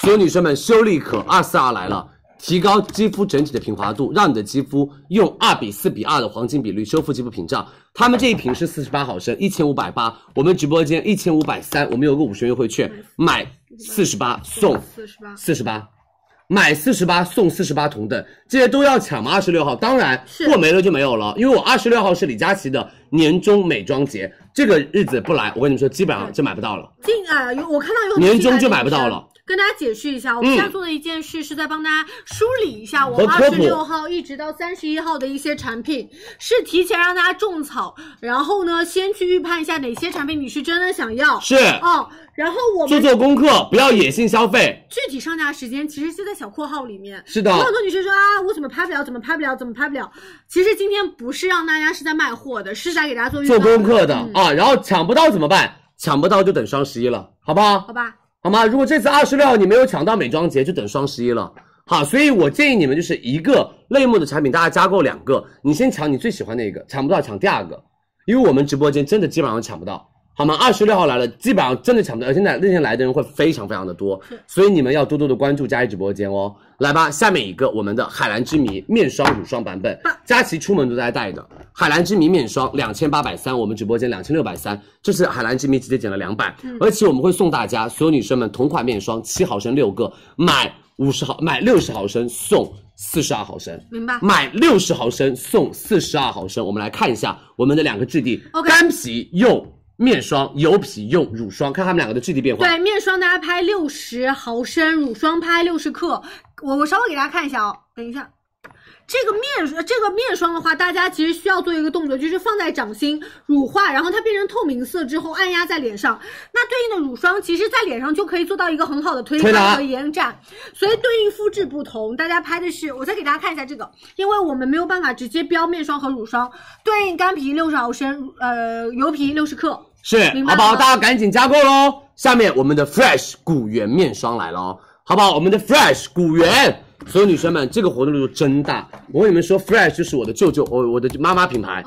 [SPEAKER 6] 所有女生们，修丽可二四二来了，提高肌肤整体的平滑度，让你的肌肤用二比四比二的黄金比率修复肌肤屏障。他们这一瓶是四十八毫升，一千五百八，我们直播间一千五百三，我们有个五十元优惠券，买四十八送
[SPEAKER 5] 四十八，
[SPEAKER 6] 四十八，买四十八送四十八同等，这些都要抢吗？二十六号，当然
[SPEAKER 5] 是
[SPEAKER 6] 货没了就没有了，因为我二十六号是李佳琦的年终美妆节，这个日子不来，我跟你们说，基本上就买不到了。
[SPEAKER 5] 近啊，有我看到有很多
[SPEAKER 6] 年终
[SPEAKER 5] 进来的
[SPEAKER 6] 就买不到
[SPEAKER 5] 女生
[SPEAKER 6] 了。
[SPEAKER 5] 跟大家解释一下，我们
[SPEAKER 6] 嗯
[SPEAKER 5] 现在做的一件事是在帮大家梳理一下我
[SPEAKER 6] 和
[SPEAKER 5] 们
[SPEAKER 6] 科
[SPEAKER 5] 二
[SPEAKER 6] 普
[SPEAKER 5] 十六号一直到三十一号的一些产品，是提前让大家种草，然后呢，先去预判一下哪些产品你是真的想要，
[SPEAKER 6] 是
[SPEAKER 5] 哦，然后我
[SPEAKER 6] 做
[SPEAKER 5] 们
[SPEAKER 6] 做功课，不要野性消费。
[SPEAKER 5] 具体上架时间其实是在小括号里面。
[SPEAKER 6] 是的
[SPEAKER 5] 有很多女生说啊，我怎么拍不了，怎么拍不了，怎么拍不了。其实今天不是让大家是在卖货的，是在给大家做预
[SPEAKER 6] 做
[SPEAKER 5] 告
[SPEAKER 6] 功课的、
[SPEAKER 5] 嗯
[SPEAKER 6] 啊，然后抢不到怎么办？抢不到就等双十一了，好不好？
[SPEAKER 5] 好吧？
[SPEAKER 6] 好吗？如果这次二十六号你没有抢到美妆节，就等双十一了。好，所以我建议你们就是一个类目的产品，大家加购两个，你先抢你最喜欢的一个，抢不到抢第二个，因为我们直播间真的基本上抢不到，好吗？二十六号来了，基本上真的抢不到，而且那那天来的人会非常非常的多，所以你们要多多的关注佳怡直播间哦。来吧，下面一个我们的海蓝之谜面霜乳霜版本，佳琦出门都在带的海蓝之谜面霜两千八百三，我们直播间两千六百三，这是海蓝之谜直接减了两百、而且我们会送大家所有女生们同款面霜七毫升六个，买五十毫买六十毫升送四十二毫升，
[SPEAKER 5] 明白
[SPEAKER 6] 买六十毫升送四十二毫升，我们来看一下我们的两个质地
[SPEAKER 5] OK
[SPEAKER 6] 干皮用面霜，油皮用乳霜，看它们两个的质地变化。
[SPEAKER 5] 对，面霜大家拍六十毫升，乳霜拍六十克。我我稍微给大家看一下哦，等一下。这个面这个面霜的话，大家其实需要做一个动作，就是放在掌心乳化，然后它变成透明色之后按压在脸上，那对应的乳霜其实在脸上就可以做到一个很好的推
[SPEAKER 6] 推拿
[SPEAKER 5] 开和延展，所以对应肤质不同，大家拍的是我再给大家看一下这个，因为我们没有办法直接标面霜和乳霜，对应干皮六十毫升，呃油皮六十克，
[SPEAKER 6] 是，
[SPEAKER 5] 明白
[SPEAKER 6] 好不好？
[SPEAKER 5] 了
[SPEAKER 6] 大家赶紧加购喽！下面我们的 Fresh 古源面霜来了哦，好不好？我们的 Fresh 古源所有女生们，这个活动力度真大！我跟你们说，Fresh 就是我的舅舅，我我的妈妈品牌。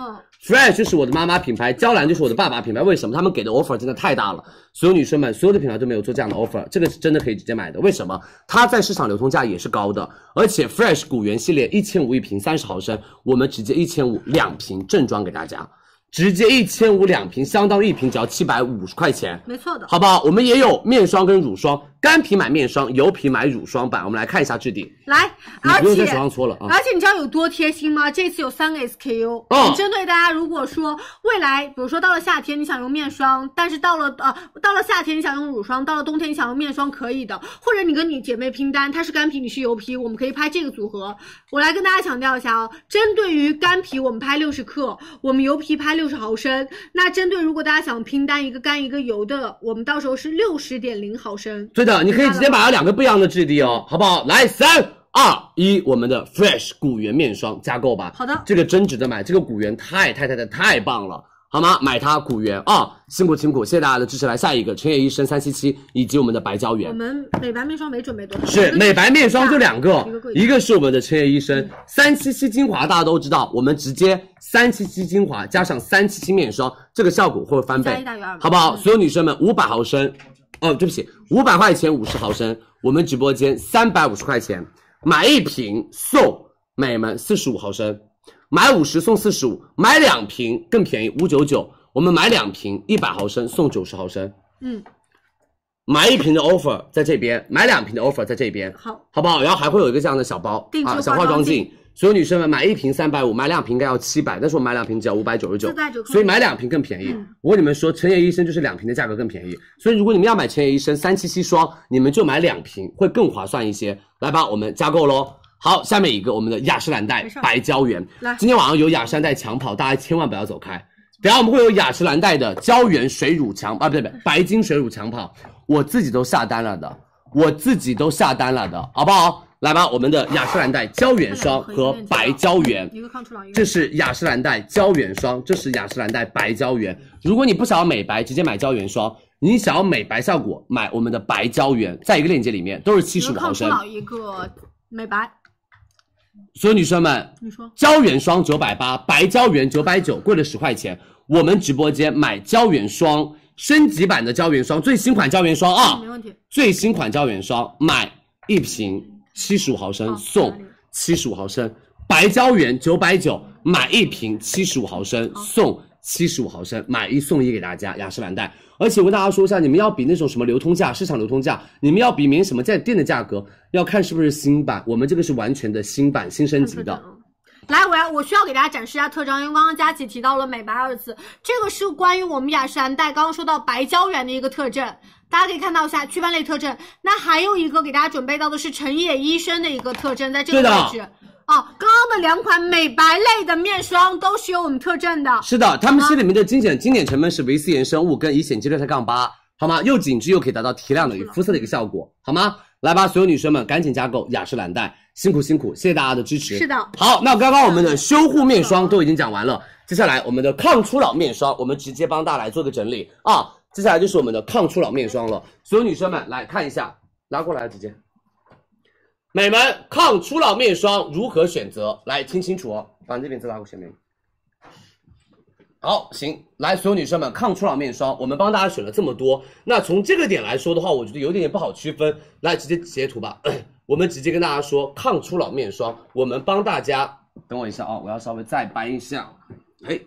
[SPEAKER 6] Fresh
[SPEAKER 5] 嗯
[SPEAKER 6] 就是我的妈妈品牌，娇兰就是我的爸爸品牌。为什么？他们给的 offer 真的太大了，所有女生们，所有的品牌都没有做这样的 offer，这个是真的可以直接买的。为什么？它在市场流通价也是高的，而且 Fresh 古源系列一千五一瓶，三十毫升，我们直接一千五两瓶正装给大家，直接一千五两瓶，相当于一瓶只要七百五十块钱。
[SPEAKER 5] 没错的。
[SPEAKER 6] 好不好？我们也有面霜跟乳霜，干皮买面霜，油皮买乳霜版。我们来看一下质地，
[SPEAKER 5] 来，
[SPEAKER 6] 你
[SPEAKER 5] 而
[SPEAKER 6] 不用
[SPEAKER 5] 且
[SPEAKER 6] 在手上搓了啊
[SPEAKER 5] 而且你知道有多贴心吗？这次有三个 SKU，、
[SPEAKER 6] 嗯
[SPEAKER 5] 你针对大家，如果说未来，比如说到了夏天你想用面霜，但是到了呃到了夏天你想用乳霜，到了冬天你想用面霜可以的，或者你跟你姐妹拼单，她是干皮，你是油皮，我们可以拍这个组合。我来跟大家强调一下哦，针对于干皮我们拍六十克，我们油皮拍六十毫升。那针对如果大家想拼单一个干一个油的，我们到时候是六十点零毫升。
[SPEAKER 6] 对的，你可以直接买到两个不一样的质地哦，好不好？来，三二一，我们的 Fresh 古源面霜加购吧。
[SPEAKER 5] 好的
[SPEAKER 6] 这个真值得买，这个古源太太太太太棒了，好吗？买它古源啊、辛苦辛苦，谢谢大家的支持。来下一个，陈野医生三七七以及我们的白胶
[SPEAKER 5] 我
[SPEAKER 6] 原。
[SPEAKER 5] 们美白面霜没准备多少，
[SPEAKER 6] 是美白面霜就两个
[SPEAKER 5] 一个，贵
[SPEAKER 6] 一个是我们的陈野医生三七七精华，大家都知道，我们直接三七七精华加上三七七面霜，这个效果会翻
[SPEAKER 5] 加
[SPEAKER 6] 倍
[SPEAKER 5] 一大于二嘛，
[SPEAKER 6] 好不好？所有女生们，五百毫升，哦，对不起，五百块钱五十毫升，我们直播间三百五十块钱买一瓶送美们四十五毫升，买五十送四十五，买两瓶更便宜五九九，我们买两瓶一百毫升送九十毫升，
[SPEAKER 5] 嗯，
[SPEAKER 6] 买一瓶的 offer 在这边，买两瓶的 offer 在这边，
[SPEAKER 5] 好，
[SPEAKER 6] 好不好？然后还会有一个这样的小包
[SPEAKER 5] 定制
[SPEAKER 6] 啊，小
[SPEAKER 5] 化
[SPEAKER 6] 化
[SPEAKER 5] 妆
[SPEAKER 6] 妆
[SPEAKER 5] 镜
[SPEAKER 6] 镜。所有女生们买一瓶三百五，买两瓶应该要七百，但是我买两瓶只要五百九十九
[SPEAKER 5] 自带折扣，
[SPEAKER 6] 所以买两瓶更便宜。
[SPEAKER 5] 嗯
[SPEAKER 6] 我跟你们说，陈野医生就是两瓶的价格更便宜，所以如果你们要买陈野医生三七七霜，你们就买两瓶会更划算一些。来吧，我们加购喽。好，下面一个我们的雅诗兰黛
[SPEAKER 5] 没事儿
[SPEAKER 6] 白胶原
[SPEAKER 5] 来，
[SPEAKER 6] 今天晚上有雅诗兰黛抢跑，大家千万不要走开。等一下我们会有雅诗兰黛的胶原水乳强啊，不对不对，白金水乳强跑，我自己都下单了的，我自己都下单了的，好不好？来吧，我们的雅诗兰黛胶原霜和白胶原，
[SPEAKER 5] 一个抗初老，一个
[SPEAKER 6] 这是雅诗兰黛胶原霜，这是雅诗兰黛白胶原。如果你不想要美白，直接买胶原霜；你想要美白效果，买我们的白胶原，在一个链接里面都是七
[SPEAKER 5] 一
[SPEAKER 6] 十
[SPEAKER 5] 个
[SPEAKER 6] 五毫
[SPEAKER 5] 抗初
[SPEAKER 6] 升。
[SPEAKER 5] 老，一个美白。
[SPEAKER 6] 所有女生们，
[SPEAKER 5] 你说
[SPEAKER 6] 胶原霜九百八，白胶原九百九，贵了十块钱。我们直播间买胶原霜升级版的胶原霜，最新款胶原霜啊，
[SPEAKER 5] 没问题，
[SPEAKER 6] 最新款胶原霜买一瓶七十五毫升
[SPEAKER 5] 哦
[SPEAKER 6] 送七十五毫升，白胶原九百九买一瓶七十五毫升送。七十五毫升，买一送一给大家，雅诗兰黛。而且我跟大家说一下，你们要比那种什么流通价、市场流通价，你们要比免什么价店的价格，要看是不是新版。我们这个是完全的新版、新升级
[SPEAKER 5] 特
[SPEAKER 6] 的。
[SPEAKER 5] 征。嗯来，我要我需要给大家展示一下特征，因为刚刚佳琪提到了美白二字，这个是关于我们雅诗兰黛刚刚说到白胶原的一个特征，大家可以看到一下祛斑类特征。那还有一个给大家准备到的是陈野医生的一个特征，在这个
[SPEAKER 6] 对的
[SPEAKER 5] 位置。哦，刚刚的两款美白类的面霜都是有我们特征的，
[SPEAKER 6] 是的，他们系里面的经典经典成分是维 C 衍生物跟乙酰基六肽杠八，好吗？又紧致又可以达到提亮的与肤色的一个效
[SPEAKER 5] 嗯
[SPEAKER 6] 果，好吗？来吧，所有女生们赶紧加购雅诗兰黛，辛苦辛苦，谢谢大家的支持。
[SPEAKER 5] 是的
[SPEAKER 6] 好，那刚刚我们的修护面霜都已经讲完了，接下来我们的抗初老面霜，我们直接帮大家来做个整理啊。接下来就是我们的抗初老面霜了，所有女生们来看一下，拿过来直接。美们，抗初老面霜如何选择？来听清楚哦，把你这边再拉过去，面。好，行，来，所有女生们，抗初老面霜，我们帮大家选了这么多，那从这个点来说的话，我觉得有点点不好区分，来直接截图吧， *coughs* 我们直接跟大家说，抗初老面霜，我们帮大家，等我一下啊、我要稍微再掰一下，哎，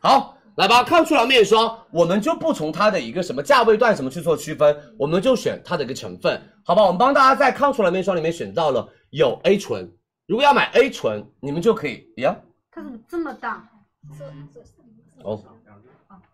[SPEAKER 6] 好，来吧，抗初老面霜，我们就不从它的一个什么价位段什么去做区分，我们就选它的一个成分，好吧？我们帮大家在抗初老面霜里面选到了有 A 醇，如果要买 A 醇，你们就可以哎呀。
[SPEAKER 5] 它怎么嗯这么大？
[SPEAKER 6] 哦，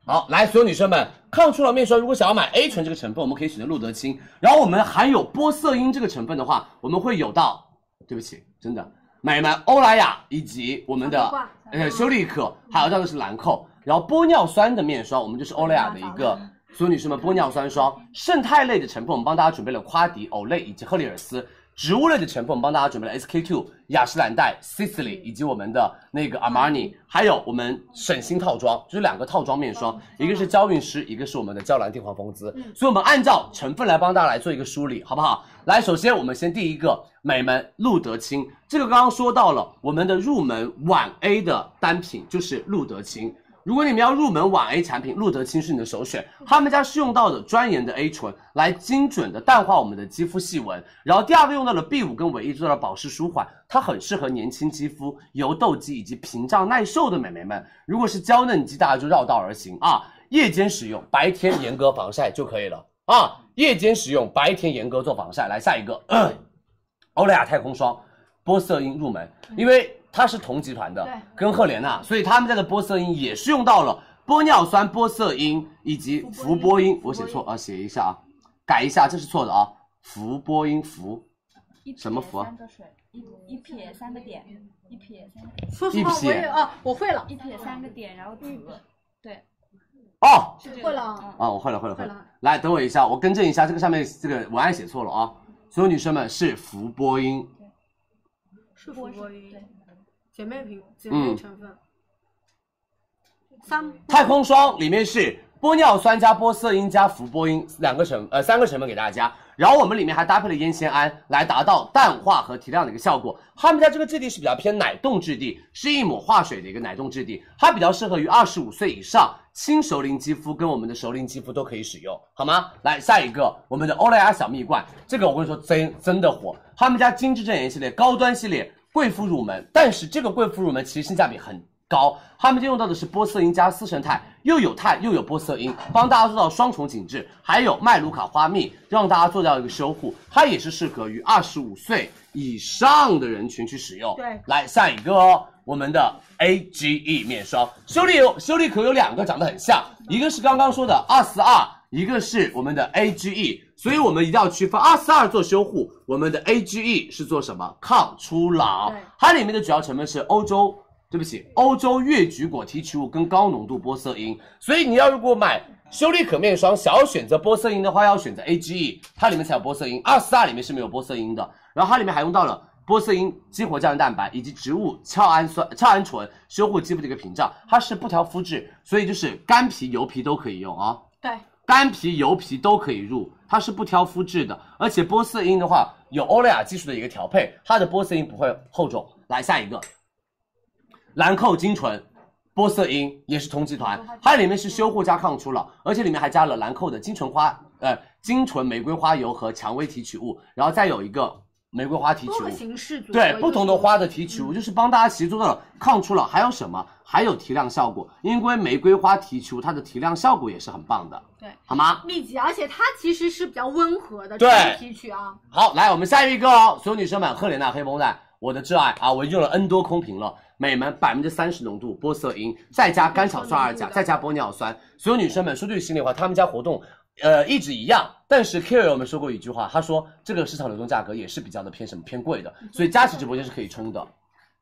[SPEAKER 6] 好，来，所有女生们，抗初老面霜，如果想要买 A 醇这个成分，我们可以选择露得清。然后我们含有玻色因这个成分的话，我们会有到，对不起，真的，美们欧莱雅以及我们的呃修丽可，还有到的是兰蔻。然后玻尿酸的面霜，我们就是欧莱雅的一个，所有女生们玻尿酸霜。胜肽类的成分，我们帮大家准备了夸迪、欧莱以及赫丽尔斯。植物类的成分，我们帮大家准备了 SK two、雅诗兰黛、Sisley 以及我们的那个 Armani，还有我们沈星套装，就是两个套装面霜，一个是娇韵诗，一个是我们的娇兰地黄蜂姿。所以我们按照成分来帮大家来做一个梳理，好不好？来，首先我们先第一个美门露得清，这个刚刚说到了我们的入门晚 A 的单品就是露得清。如果你们要入门晚 A 产品，露得清是你的首选。他们家是用到的专研的 A 醇，来精准的淡化我们的肌肤细纹。然后第二个用到了 B 五跟维 E 做到了保湿舒缓，它很适合年轻肌肤、油痘肌以及屏障耐受的美眉们。如果是娇嫩肌，大家就绕道而行啊，夜间使用，白天严格防晒就可以了啊。夜间使用，白天严格做防晒。来下一个， *coughs* 咳欧莱雅太空霜，玻色因入门，因为它是同集团的，跟赫莲娜，所以他们家的玻色因也是用到了玻尿酸、玻色因以及氟波因，我写错啊，写一下啊，改一下，这是错的啊，氟波因氟，什么氟啊？
[SPEAKER 2] 三个水，一一撇三个点，一撇三个
[SPEAKER 5] 说实话
[SPEAKER 6] 一，匹
[SPEAKER 5] 我也啊，我会了，
[SPEAKER 2] 一撇三个点，然后
[SPEAKER 6] 嗯
[SPEAKER 2] 紫，
[SPEAKER 6] 哦，
[SPEAKER 2] 是这
[SPEAKER 5] 会
[SPEAKER 2] 个
[SPEAKER 5] 了啊。
[SPEAKER 6] 啊，我会了，会了，会
[SPEAKER 5] 会
[SPEAKER 6] 了
[SPEAKER 5] 了。
[SPEAKER 6] 来，等我一下，我更正一下，这个上面这个文案写错了啊。所有女生们是氟波因，
[SPEAKER 5] 是
[SPEAKER 2] 波
[SPEAKER 5] 氟
[SPEAKER 2] 是
[SPEAKER 5] 波
[SPEAKER 2] 对
[SPEAKER 5] 因，姐妹瓶，姐
[SPEAKER 6] 嗯
[SPEAKER 5] 妹成分。三
[SPEAKER 6] 太空霜里面是玻尿酸加玻色因加氟波因两个成呃三个成分给大家，然后我们里面还搭配了烟酰胺来达到淡化和提亮的一个效果。他们家这个质地是比较偏奶冻质地，是一抹化水的一个奶冻质地，它比较适合于二十五岁以上轻熟龄肌肤跟我们的熟龄肌肤都可以使用，好吗？来下一个，我们的欧莱雅小蜜罐，这个我跟你说真真的火，他们家精致正颜系列、高端系列贵妇入门，但是这个贵妇入门其实性价比很高，他们就用到的是玻色因加丝神肽，又有肽又有玻色因，帮大家做到双重紧致，还有麦卢卡花蜜，让大家做到一个修护，它也是适合于二十五岁以上的人群去使用。
[SPEAKER 5] 对
[SPEAKER 6] 来下一个哦，我们的 A G E 面霜，修丽有修丽可有两个长得很像，一个是刚刚说的二四二，一个是我们的 A G E，所以我们一定要区分，二四二做修护，我们的 A G E 是做什么？抗初老
[SPEAKER 5] 对。
[SPEAKER 6] 它里面的主要成分是欧洲。对不起，欧洲越橘果提取物跟高浓度玻色因，所以你要如果买修丽可面霜，想要选择玻色因的话，要选择 A G E，它里面才有玻色因，二四二里面是没有玻色因的。然后它里面还用到了玻色因、激活胶原蛋白以及植物鞘氨酸、鞘氨醇修护肌肤的一个屏障，它是不调肤质，所以就是干皮、油皮都可以用啊。
[SPEAKER 5] 对，
[SPEAKER 6] 干皮、油皮都可以入，它是不挑肤质的。而且玻色因的话，有欧莱雅技术的一个调配，它的玻色因不会厚重。来下一个，兰蔻精纯。玻色因也是同集团，它里面是修护加抗初老，而且里面还加了兰蔻的精纯花，呃，精纯玫瑰花油和蔷薇提取物，然后再有一个玫瑰花提取
[SPEAKER 5] 多个
[SPEAKER 6] 物，
[SPEAKER 5] 形式组合
[SPEAKER 6] 对
[SPEAKER 5] 一个
[SPEAKER 6] 不同的花的提取物，就是帮大家其实做到了抗初老，还有什么？还有提亮效果，因为玫瑰花提取物它的提亮效果也是很棒的，
[SPEAKER 5] 对，
[SPEAKER 6] 好吗？
[SPEAKER 5] 密集，而且它其实是比较温和的，
[SPEAKER 6] 对
[SPEAKER 5] 这个提取啊，
[SPEAKER 6] 好，来我们下一个哦，所有女生们，赫莲娜黑绷带，我的挚爱啊，我用了 N 多空瓶了，美们百分之三十浓度玻色因，再加甘草酸二钾，再加玻尿酸。所有女生们，说句心里话，他们家活动。呃，一直一样，但是 k i r i 我们说过一句话，他说这个市场流动价格也是比较的偏什么偏贵的，所以佳琦直播间是可以冲的，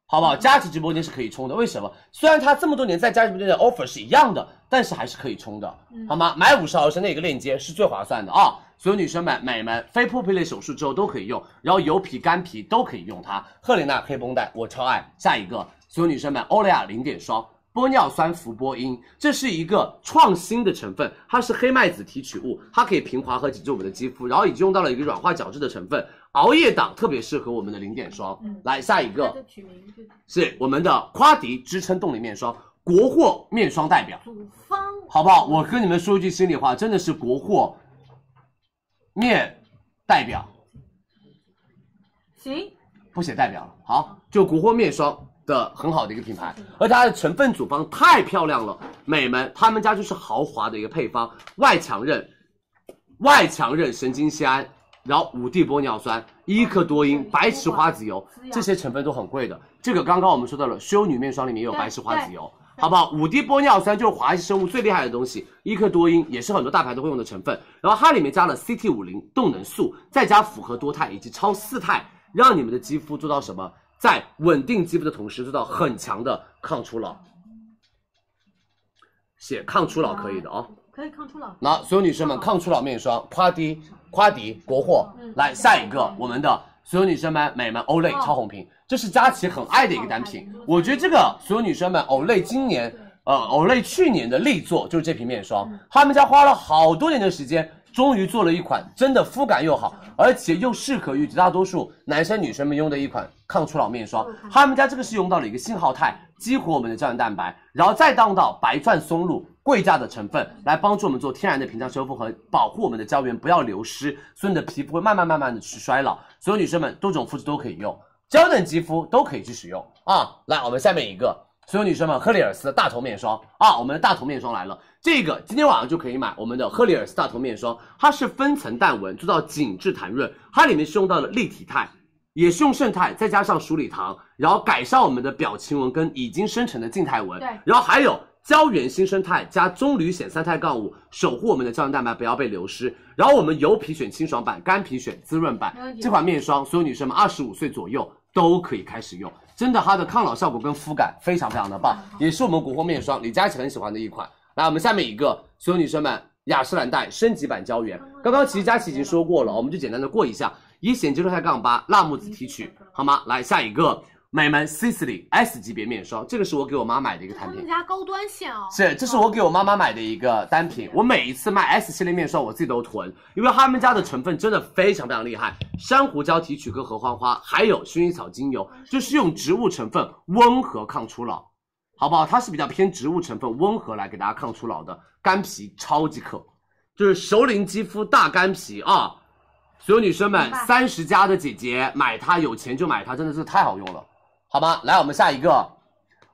[SPEAKER 6] 好不好？佳琦直播间是可以冲的，为什么？虽然它这么多年在佳琦直播间的 offer 是一样的，但是还是可以冲的，好吗？买五十毫升的一个链接是最划算的啊！所有女生们、美们，非破皮类手术之后都可以用，然后油皮、干皮都可以用它。赫莲娜黑绷带我超爱，下一个，所有女生们，欧莱雅零点霜。玻尿酸氟波因，这是一个创新的成分，它是黑麦子提取物，它可以平滑和紧致我们的肌肤，然后已经用到了一个软化角质的成分，熬夜党特别适合我们的零点霜。来下一个，
[SPEAKER 5] 它的取名就是
[SPEAKER 6] 是我们的夸迪支撑动力面霜，国货面霜代表，
[SPEAKER 5] 组方
[SPEAKER 6] 好不好？我跟你们说一句心里话，真的是国货面代表，
[SPEAKER 5] 行，
[SPEAKER 6] 不写代表了。好，就国货面霜的很好的一个品牌，而它的成分组方太漂亮了，美们，他们家就是豪华的一个配方，外强韧，外强韧神经酰胺，然后五地玻尿酸、伊克多因、白池花籽油，这些成分都很贵的。这个刚刚我们说到了，修女面霜里面也有白池花籽油。好不好？五滴玻尿酸就是华谊生物最厉害的东西，伊克多因也是很多大牌都会用的成分。然后它里面加了 CT 五零动能素，再加复合多肽以及超四肽，让你们的肌肤做到什么？在稳定肌肤的同时，做到很强的抗初老。写抗初老可以的哦。
[SPEAKER 5] 可以抗初老，
[SPEAKER 6] 那所有女生们，抗初老面霜，夸迪，夸迪，国货。来下一个，我们的所有女生们、美们，Olay 超红瓶，这是佳琦很爱的一个单品。我觉得这个所有女生们，Olay 今年，呃，Olay 去年的力作就是这瓶面霜，他们家花了好多年的时间，终于做了一款真的肤感又好，而且又适合于绝大多数男生女生们用的一款抗初老面霜。他们家这个是用到了一个信号肽，激活我们的胶原蛋白，然后再当到白钻松露。贵价的成分来帮助我们做天然的屏障修复和保护我们的胶原不要流失，所以你的皮肤会慢慢慢慢的去衰老。所有女生们，多种肤质都可以用，胶等肌肤都可以去使用啊。来，我们下面一个，所有女生们，赫丽尔斯的大头面霜啊，我们的大头面霜来了，这个今天晚上就可以买我们的赫丽尔斯大头面霜，它是分层淡纹，做到紧致弹润，它里面是用到了立体肽。也是用胜肽，再加上鼠李糖，然后改善我们的表情纹跟已经生成的静态纹。
[SPEAKER 5] 对
[SPEAKER 6] 然后还有胶原新生肽加棕榈酰三肽杠五，守护我们的胶原蛋白不要被流失。然后我们油皮选清爽版，干皮选滋润版
[SPEAKER 5] 没问。题
[SPEAKER 6] 这款面霜，所有女生们二十五岁左右都可以开始用，真的它的抗老效果跟肤感非常非常的
[SPEAKER 5] 嗯
[SPEAKER 6] 棒，也是我们国货面霜李佳琦很喜欢的一款。来，我们下面一个，所有女生们，雅诗兰黛升级版胶原，
[SPEAKER 5] 嗯
[SPEAKER 6] 刚刚其实佳琦已经说过了，我们就简单的过一下。以显肌肉肽杠八辣木籽提取，好吗？来下一个，美们 Sisley S 级别面霜，这个是我给我妈买的一个
[SPEAKER 5] 他
[SPEAKER 6] 产品
[SPEAKER 5] 们，家高端线哦，
[SPEAKER 6] 是，这是我给我妈妈买的一个单品。我每一次卖 S 系列面霜，我自己都囤，因为他们家的成分真的非常非常厉害，珊瑚礁提取跟合欢花，还有薰衣草精油，就是用植物成分温和抗初老，好不好？它是比较偏植物成分温和来给大家抗初老的，干皮超级可，就是熟龄肌肤大干皮啊！所有女生们，三十加的姐姐买它，有钱就买它，真的是太好用了，好吗？来，我们下一个，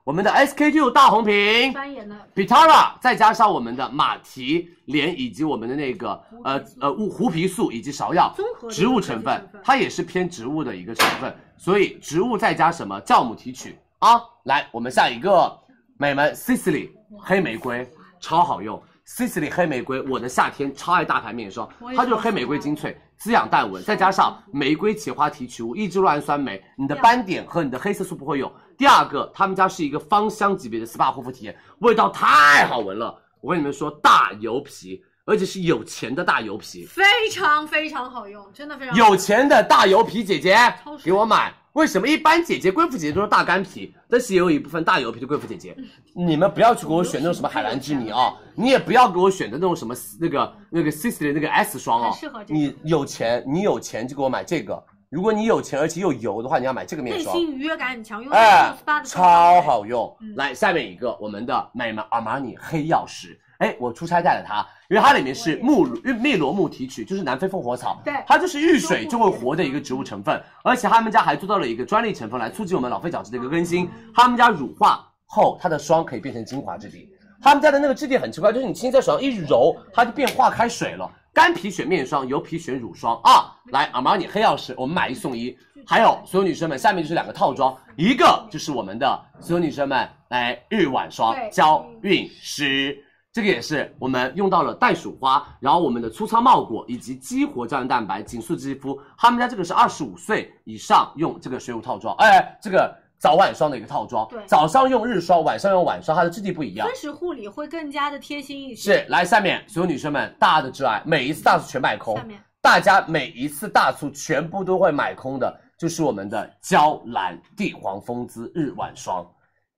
[SPEAKER 6] 我们的 SK two 大红瓶。
[SPEAKER 5] 专研的
[SPEAKER 6] Pitara，再加上我们的马蹄莲以及我们的那个呃呃胡胡皮素以及芍药
[SPEAKER 5] 综合的
[SPEAKER 6] 植物
[SPEAKER 5] 这
[SPEAKER 6] 成
[SPEAKER 5] 些
[SPEAKER 6] 分
[SPEAKER 5] 成分，
[SPEAKER 6] 它也是偏植物的一个成分，所以植物再加什么酵母提取啊？来，我们下一个美们 Sisley 黑玫瑰超好用，Sisley 黑玫瑰我的夏天超爱大牌面霜，它就是黑玫瑰精粹。滋养淡纹，再加上玫瑰茄花提取物、抑制酪氨酸酶，你
[SPEAKER 5] 啊
[SPEAKER 6] 的斑点和你的黑色素不会有。第二个，他们家是一个芳香级别的 SPA 护肤体验，味道太好闻了。我跟你们说，大油皮，而且是有钱的大油皮，
[SPEAKER 5] 非常非常好用，真的非常好用
[SPEAKER 6] 有钱的大油皮姐姐
[SPEAKER 5] 超水
[SPEAKER 6] 给我买。为什么一般姐姐、贵妇姐姐都是大干皮，但是也有一部分大油皮的贵妇姐
[SPEAKER 5] *laughs*
[SPEAKER 6] 姐？你们不要去给我选那种什么海蓝之谜啊，你也不要给我选的那种什么那个那个 Sisley 的那个 S 霜啊
[SPEAKER 5] 很适合这。个
[SPEAKER 6] 你有钱，你有钱就给我买这个。如果你有钱而且又油的话，你要买这个面
[SPEAKER 5] 内
[SPEAKER 6] 霜。
[SPEAKER 5] 心愉悦感很强，用
[SPEAKER 6] 哎
[SPEAKER 5] SPA 的，
[SPEAKER 6] 超，好用。
[SPEAKER 5] 嗯
[SPEAKER 6] 来，下面一个我们的美们阿玛尼黑曜石。哎，我出差带了它，因为它里面是木呃汨罗木提取，就是南非凤凰草，
[SPEAKER 5] 对嗯
[SPEAKER 6] 它就是遇水就会活的一个植物成分，而且他们家还做到了一个专利成分来促进我们老废角质的一个更
[SPEAKER 5] 嗯
[SPEAKER 6] 新。他们家乳化后，它的霜可以变成精华质地，他们家的那个质地很奇怪，就是你轻轻在手上一揉，它就变化开水了。干皮选面霜，油皮选乳霜啊！来，阿玛尼黑曜石，我们买一送一。还有所有女生们，下面就是两个套装，一个就是我们的所有女生们，来日晚霜
[SPEAKER 5] 对
[SPEAKER 6] 娇韵诗，这个也是我们用到了袋鼠花，然后我们的粗糙茂果以及激活胶原蛋白紧塑肌肤，他们家这个是二十五岁以上用这个水乳套装，哎，这个早晚霜的一个套装，
[SPEAKER 5] 对
[SPEAKER 6] 早上用日霜，晚上用晚霜，它的质地不一样
[SPEAKER 5] 真。实护理会更加的贴心一些。
[SPEAKER 6] 是，来下面所有女生们，大的挚爱，哎每一次大促全买空
[SPEAKER 5] 下，面
[SPEAKER 6] 大家每一次大促全部都会买空的，就是我们的娇兰地黄蜂姿日晚霜。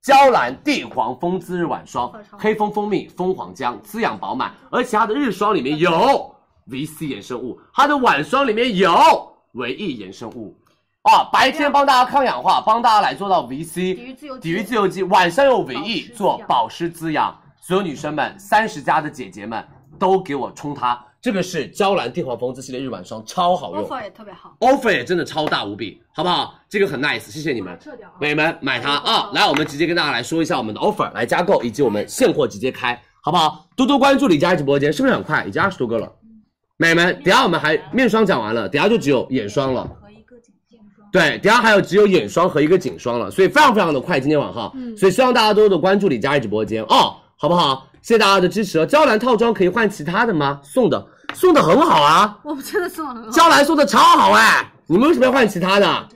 [SPEAKER 6] 娇兰地黄蜂姿日晚霜，黑蜂蜂蜜、蜂皇浆，滋养饱满，而且它的日霜里面有 VC 衍生物，它的晚霜里面有维 E 衍生物。啊，白天帮大家抗氧化，帮大家来做到 VC，
[SPEAKER 5] 抵御自由基
[SPEAKER 6] 抵御自由基，晚上用维
[SPEAKER 5] 保湿
[SPEAKER 6] E
[SPEAKER 5] 滋养
[SPEAKER 6] 做保湿滋养。所有女生们，三十加的姐姐们都给我冲它！这个是娇兰地黄蜂姿系列日晚霜，超好用
[SPEAKER 5] offer 也特别好，
[SPEAKER 6] ，offer 也真的超大无比，好不好？这个很 nice，谢谢你们。
[SPEAKER 5] 撤掉啊。
[SPEAKER 6] 美们买它啊！来，我们直接跟大家来说一下我们的 offer 来加购，以及我们现货直接开，好不好？多多关注李佳琦直播间，是不是很快？已经二十多个了。
[SPEAKER 5] 嗯
[SPEAKER 6] 美们，等一下我们还面霜讲完了，等一下就只有眼霜了。
[SPEAKER 2] 和一个颈线霜。
[SPEAKER 6] 对，等一下还有只有眼霜和一个颈霜了，所以非常非常的快，今天晚上，
[SPEAKER 5] 嗯
[SPEAKER 6] 所以希望大家多多的关注李佳琦直播间哦，好不好？谢谢大家的支持哦。娇兰套装可以换其他的吗？送的，送的很好啊，
[SPEAKER 5] 我们真的送的很好。
[SPEAKER 6] 娇兰送的超好哎，你们为什么要换其他的？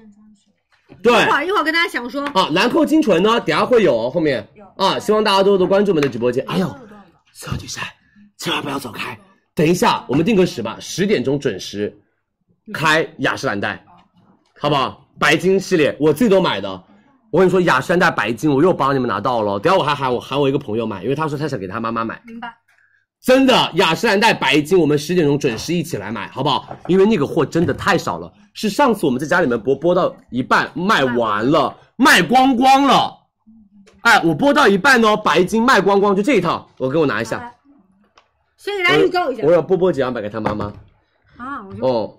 [SPEAKER 6] 对，
[SPEAKER 5] 一会儿一会儿跟大家想说，
[SPEAKER 6] 啊，兰蔻精纯呢，等下会有哦，后面啊，希望大家多多关注我们的直播间。哎呦，所有女生千万不要走开，等一下我们定个时吧，十点钟准时开雅诗兰黛，嗯好不好？白金系列我自己都买的。我跟你说，雅诗兰黛白金我又帮你们拿到了。等下我还喊我喊我一个朋友买，因为他说他想给他妈妈买。
[SPEAKER 5] 明白。
[SPEAKER 6] 真的，雅诗兰黛白金，我们十点钟准时一起来买，好不好？因为那个货真的太少了，是上次我们在家里面播播到一半卖完了，卖光光了。哎，我播到一半哦，白金卖光光，就这一套，我给我拿一下。
[SPEAKER 5] 先给大家预告一下
[SPEAKER 6] 我要波波姐要买给她妈妈。
[SPEAKER 5] 啊，我说
[SPEAKER 6] 哦，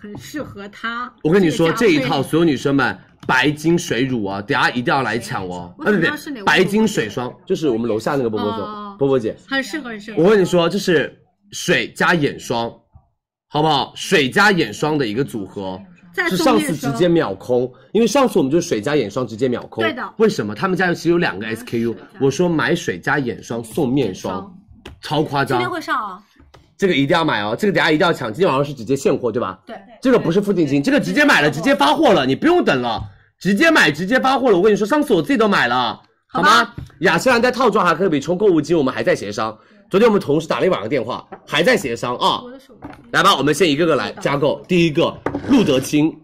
[SPEAKER 5] 很适合她。
[SPEAKER 6] 我跟你说，这
[SPEAKER 5] 这
[SPEAKER 6] 一
[SPEAKER 5] 个价位
[SPEAKER 6] 套所有女生们，白金水乳啊，等下一定要来抢哦。
[SPEAKER 5] 我
[SPEAKER 6] 啊，
[SPEAKER 5] 怎
[SPEAKER 6] 对
[SPEAKER 5] 么
[SPEAKER 6] 对
[SPEAKER 5] 知道是哪，位
[SPEAKER 6] 白金水霜就是我们楼下那个波波
[SPEAKER 5] 哦
[SPEAKER 6] 姐，波波姐。
[SPEAKER 5] 很适合，很适合。
[SPEAKER 6] 我跟你说，这是水加眼霜，好不好？水加眼霜的一个组合。
[SPEAKER 5] 再
[SPEAKER 6] 是
[SPEAKER 5] 送
[SPEAKER 6] 上
[SPEAKER 5] 面
[SPEAKER 6] 次直
[SPEAKER 5] 霜
[SPEAKER 6] 接秒空，因为上次我们就是水加眼霜直接秒空。
[SPEAKER 5] 对的
[SPEAKER 6] 为什么？他们家其实有两个 SKU，我说买水加眼霜送面霜
[SPEAKER 5] 霜，
[SPEAKER 6] 超夸
[SPEAKER 5] 今天
[SPEAKER 6] 张
[SPEAKER 5] 会。上啊，
[SPEAKER 6] 这个一定要买哦，这个等下一定要抢。今天晚上是直接现货对吧？
[SPEAKER 5] 对，
[SPEAKER 6] 这个不是付定金，这个直接买了，直接发货了，你不用等了，直接买，直接发货了。我跟你说，上次我自己都买了，好吗？雅诗兰黛套装还可以充购物金，我们还在协商。昨天我们同事打了一晚上电话，还在协商啊。
[SPEAKER 5] 我的手
[SPEAKER 6] 来吧，我们先一个个来加购。第一个，露得清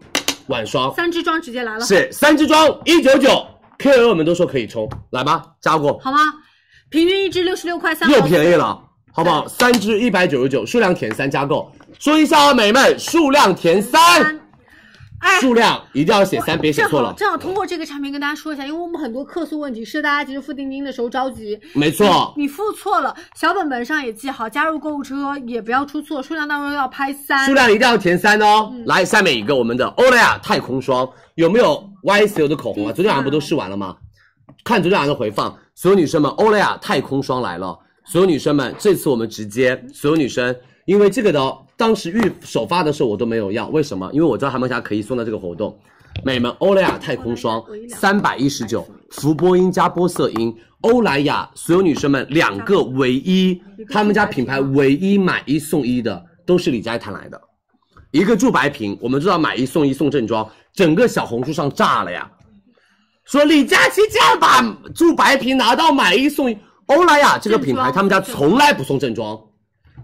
[SPEAKER 6] 晚霜
[SPEAKER 5] 三支装直接来了，
[SPEAKER 6] 是三支装一九九，KOL 们都说可以冲，来吧，加购
[SPEAKER 5] 好吗？平均一支六十六块三毛
[SPEAKER 6] 又
[SPEAKER 5] 四，
[SPEAKER 6] 便宜了，好不好？三支一百九十九，数量填三加购。说一下啊，美们，数量填三，
[SPEAKER 5] 哎，
[SPEAKER 6] 数量一定要写三，别写
[SPEAKER 5] 正
[SPEAKER 6] 错
[SPEAKER 5] 好
[SPEAKER 6] 了。
[SPEAKER 5] 正好通过这个产品跟大家说一下，因为我们很多客诉问题是大家其实付定金的时候着急，
[SPEAKER 6] 没错，
[SPEAKER 5] 你付错了，小本本上也记好，加入购物车也不要出错，数量当中要拍三
[SPEAKER 6] 数。量一定要填三哦。来，下面一个我们的欧莱雅太空霜，有没有 YSL 的口红啊？昨天晚上不都试完了吗？看昨天晚上的回放，所有女生们，欧莱雅太空霜来了，所有女生们，这次我们直接，所有女生，因为这个的哦，当时预首发的时候我都没有要，为什么？因为我知道他们家可以送到这个活动。美们，欧莱雅太空霜三百一十九，氟波因加玻色因，欧莱雅所有女生们两个唯一，他们家品牌唯一买一送一的都是李佳琦来的，一个驻白瓶，我们知道买一送一送正装，整个小红书上炸了呀，说李佳琦竟然把驻白瓶拿到买一送一，欧莱雅这个品牌
[SPEAKER 5] 正装
[SPEAKER 6] 他们家从来不送正装，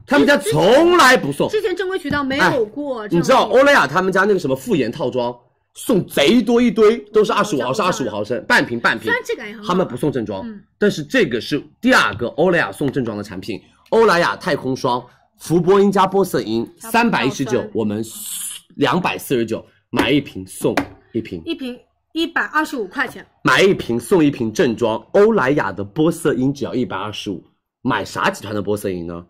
[SPEAKER 6] 他们家从来不送，
[SPEAKER 5] 之前正规渠道没有过这种，
[SPEAKER 6] 哦哎你知道欧莱雅他们家那个什么复颜套装送贼多一堆，都是二十五毫升、
[SPEAKER 5] 我
[SPEAKER 6] 二
[SPEAKER 5] 知
[SPEAKER 6] 十
[SPEAKER 5] 道
[SPEAKER 6] 五毫升，半瓶半瓶
[SPEAKER 5] 虽然。这个也很好，
[SPEAKER 6] 他们不送正装
[SPEAKER 5] 嗯，
[SPEAKER 6] 但是这个是第二个欧莱雅送正装的产品，欧莱雅太空霜，氟波因加玻色因，三百一十九，我们两百四十九买一瓶送一瓶，
[SPEAKER 5] 一瓶一百二十五块钱，
[SPEAKER 6] 买一瓶送一瓶正装，欧莱雅的玻色因只要一百二十五，买啥集团的玻色因呢？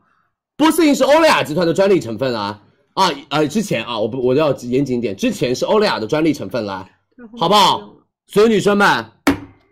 [SPEAKER 6] 玻色因是欧莱雅集团的专利成分啊啊呃，之前啊，我不我要严谨一点，之前是欧莱雅的专利成分啦，好不好？
[SPEAKER 5] 嗯
[SPEAKER 6] 所有女生们，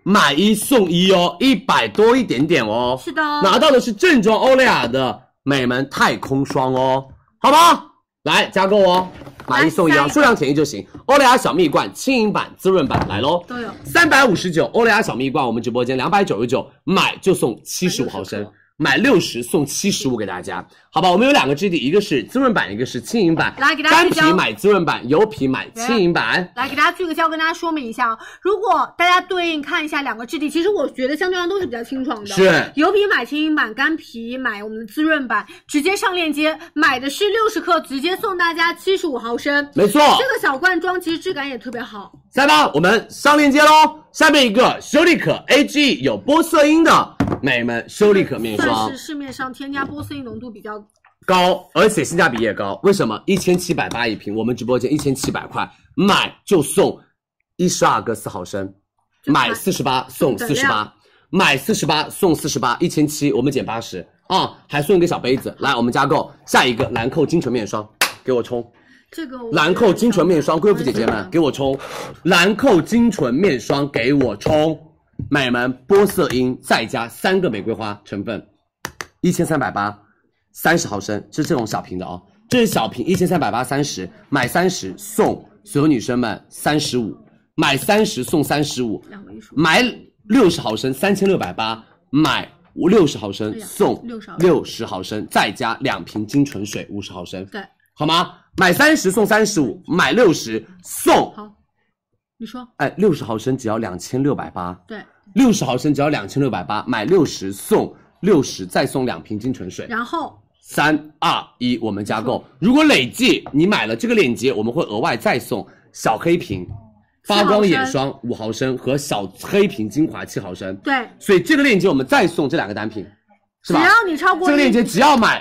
[SPEAKER 6] 买一送一哦，一百多一点点哦，
[SPEAKER 5] 是的哦
[SPEAKER 6] 拿到的是正装欧莱雅的美门太空霜哦，好不好？来加购哦，买一送一
[SPEAKER 5] 来下
[SPEAKER 6] 啊，
[SPEAKER 5] 一个
[SPEAKER 6] 数量填一就行。欧莱雅小蜜罐轻盈版、滋润版来喽，
[SPEAKER 5] 都有
[SPEAKER 6] 三百五十九，欧莱雅小蜜罐，我们直播间两百九十九，买就送七十五毫升，买六十送七十五给大家，好吧？我们有两个质地，一个是滋润版，一个是轻盈版。
[SPEAKER 5] 来给大家
[SPEAKER 6] 干
[SPEAKER 5] 聚焦
[SPEAKER 6] 皮买滋润版，油皮买轻盈版。
[SPEAKER 5] 来给大家聚个焦，跟大家说明一下啊。如果大家对应看一下两个质地，其实我觉得相对上都是比较清爽的。
[SPEAKER 6] 是
[SPEAKER 5] 油皮买轻盈版，干皮买我们的滋润版，直接上链接，买的是六十克，直接送大家七十五毫升。
[SPEAKER 6] 没错，
[SPEAKER 5] 这个小罐装其实质感也特别好，
[SPEAKER 6] 三八，我们上链接喽。下面一个修丽可 AGE 有玻色因的美们修丽可面霜
[SPEAKER 5] 算是，市面上添加玻色因浓度比较
[SPEAKER 6] 高，而且性价比也高。为什么？一千七百八一瓶，我们直播间一千七百块，买就送一十二个四毫升，
[SPEAKER 5] 就买
[SPEAKER 6] 买四十八送
[SPEAKER 5] 等
[SPEAKER 6] 四十八
[SPEAKER 5] 量，
[SPEAKER 6] 买四十八送四十八，一千七我们减八十啊，还送一个小杯子。来，我们加购下一个兰蔻精纯面霜，给我冲！
[SPEAKER 5] 这个我觉得
[SPEAKER 6] 兰蔻精纯面霜，贵妇姐姐们给我冲！兰蔻精纯面霜给我冲！美们，玻色因再加三个玫瑰花成分，一千三百八，三十毫升，是这种小瓶的哦，这是小瓶一千三百八三十，买三十送所有女生们三十五，买三十送三十五，
[SPEAKER 5] 两个一数，
[SPEAKER 6] 买六十毫升三千六百八，买六十毫升
[SPEAKER 5] 哎呀
[SPEAKER 6] 送
[SPEAKER 5] 60毫升
[SPEAKER 6] 六十毫升，再加两瓶精纯水五十毫升，
[SPEAKER 5] 对，
[SPEAKER 6] 好吗？买三十送三十五，买六十送，
[SPEAKER 5] 好，你说
[SPEAKER 6] 哎，六十毫升只要两千六百八，
[SPEAKER 5] 对，
[SPEAKER 6] 六十毫升只要两千六百八，买六十送六十，再送两瓶精纯水。
[SPEAKER 5] 然后
[SPEAKER 6] 三二一，我们加购。如果累计你买了这个链接，我们会额外再送小黑瓶。发光眼霜五毫升和小黑瓶精华七毫升，
[SPEAKER 5] 对，
[SPEAKER 6] 所以这个链接我们再送这两个单品，是
[SPEAKER 5] 只
[SPEAKER 6] 吧？
[SPEAKER 5] 要你超过
[SPEAKER 6] 这个链接只要买，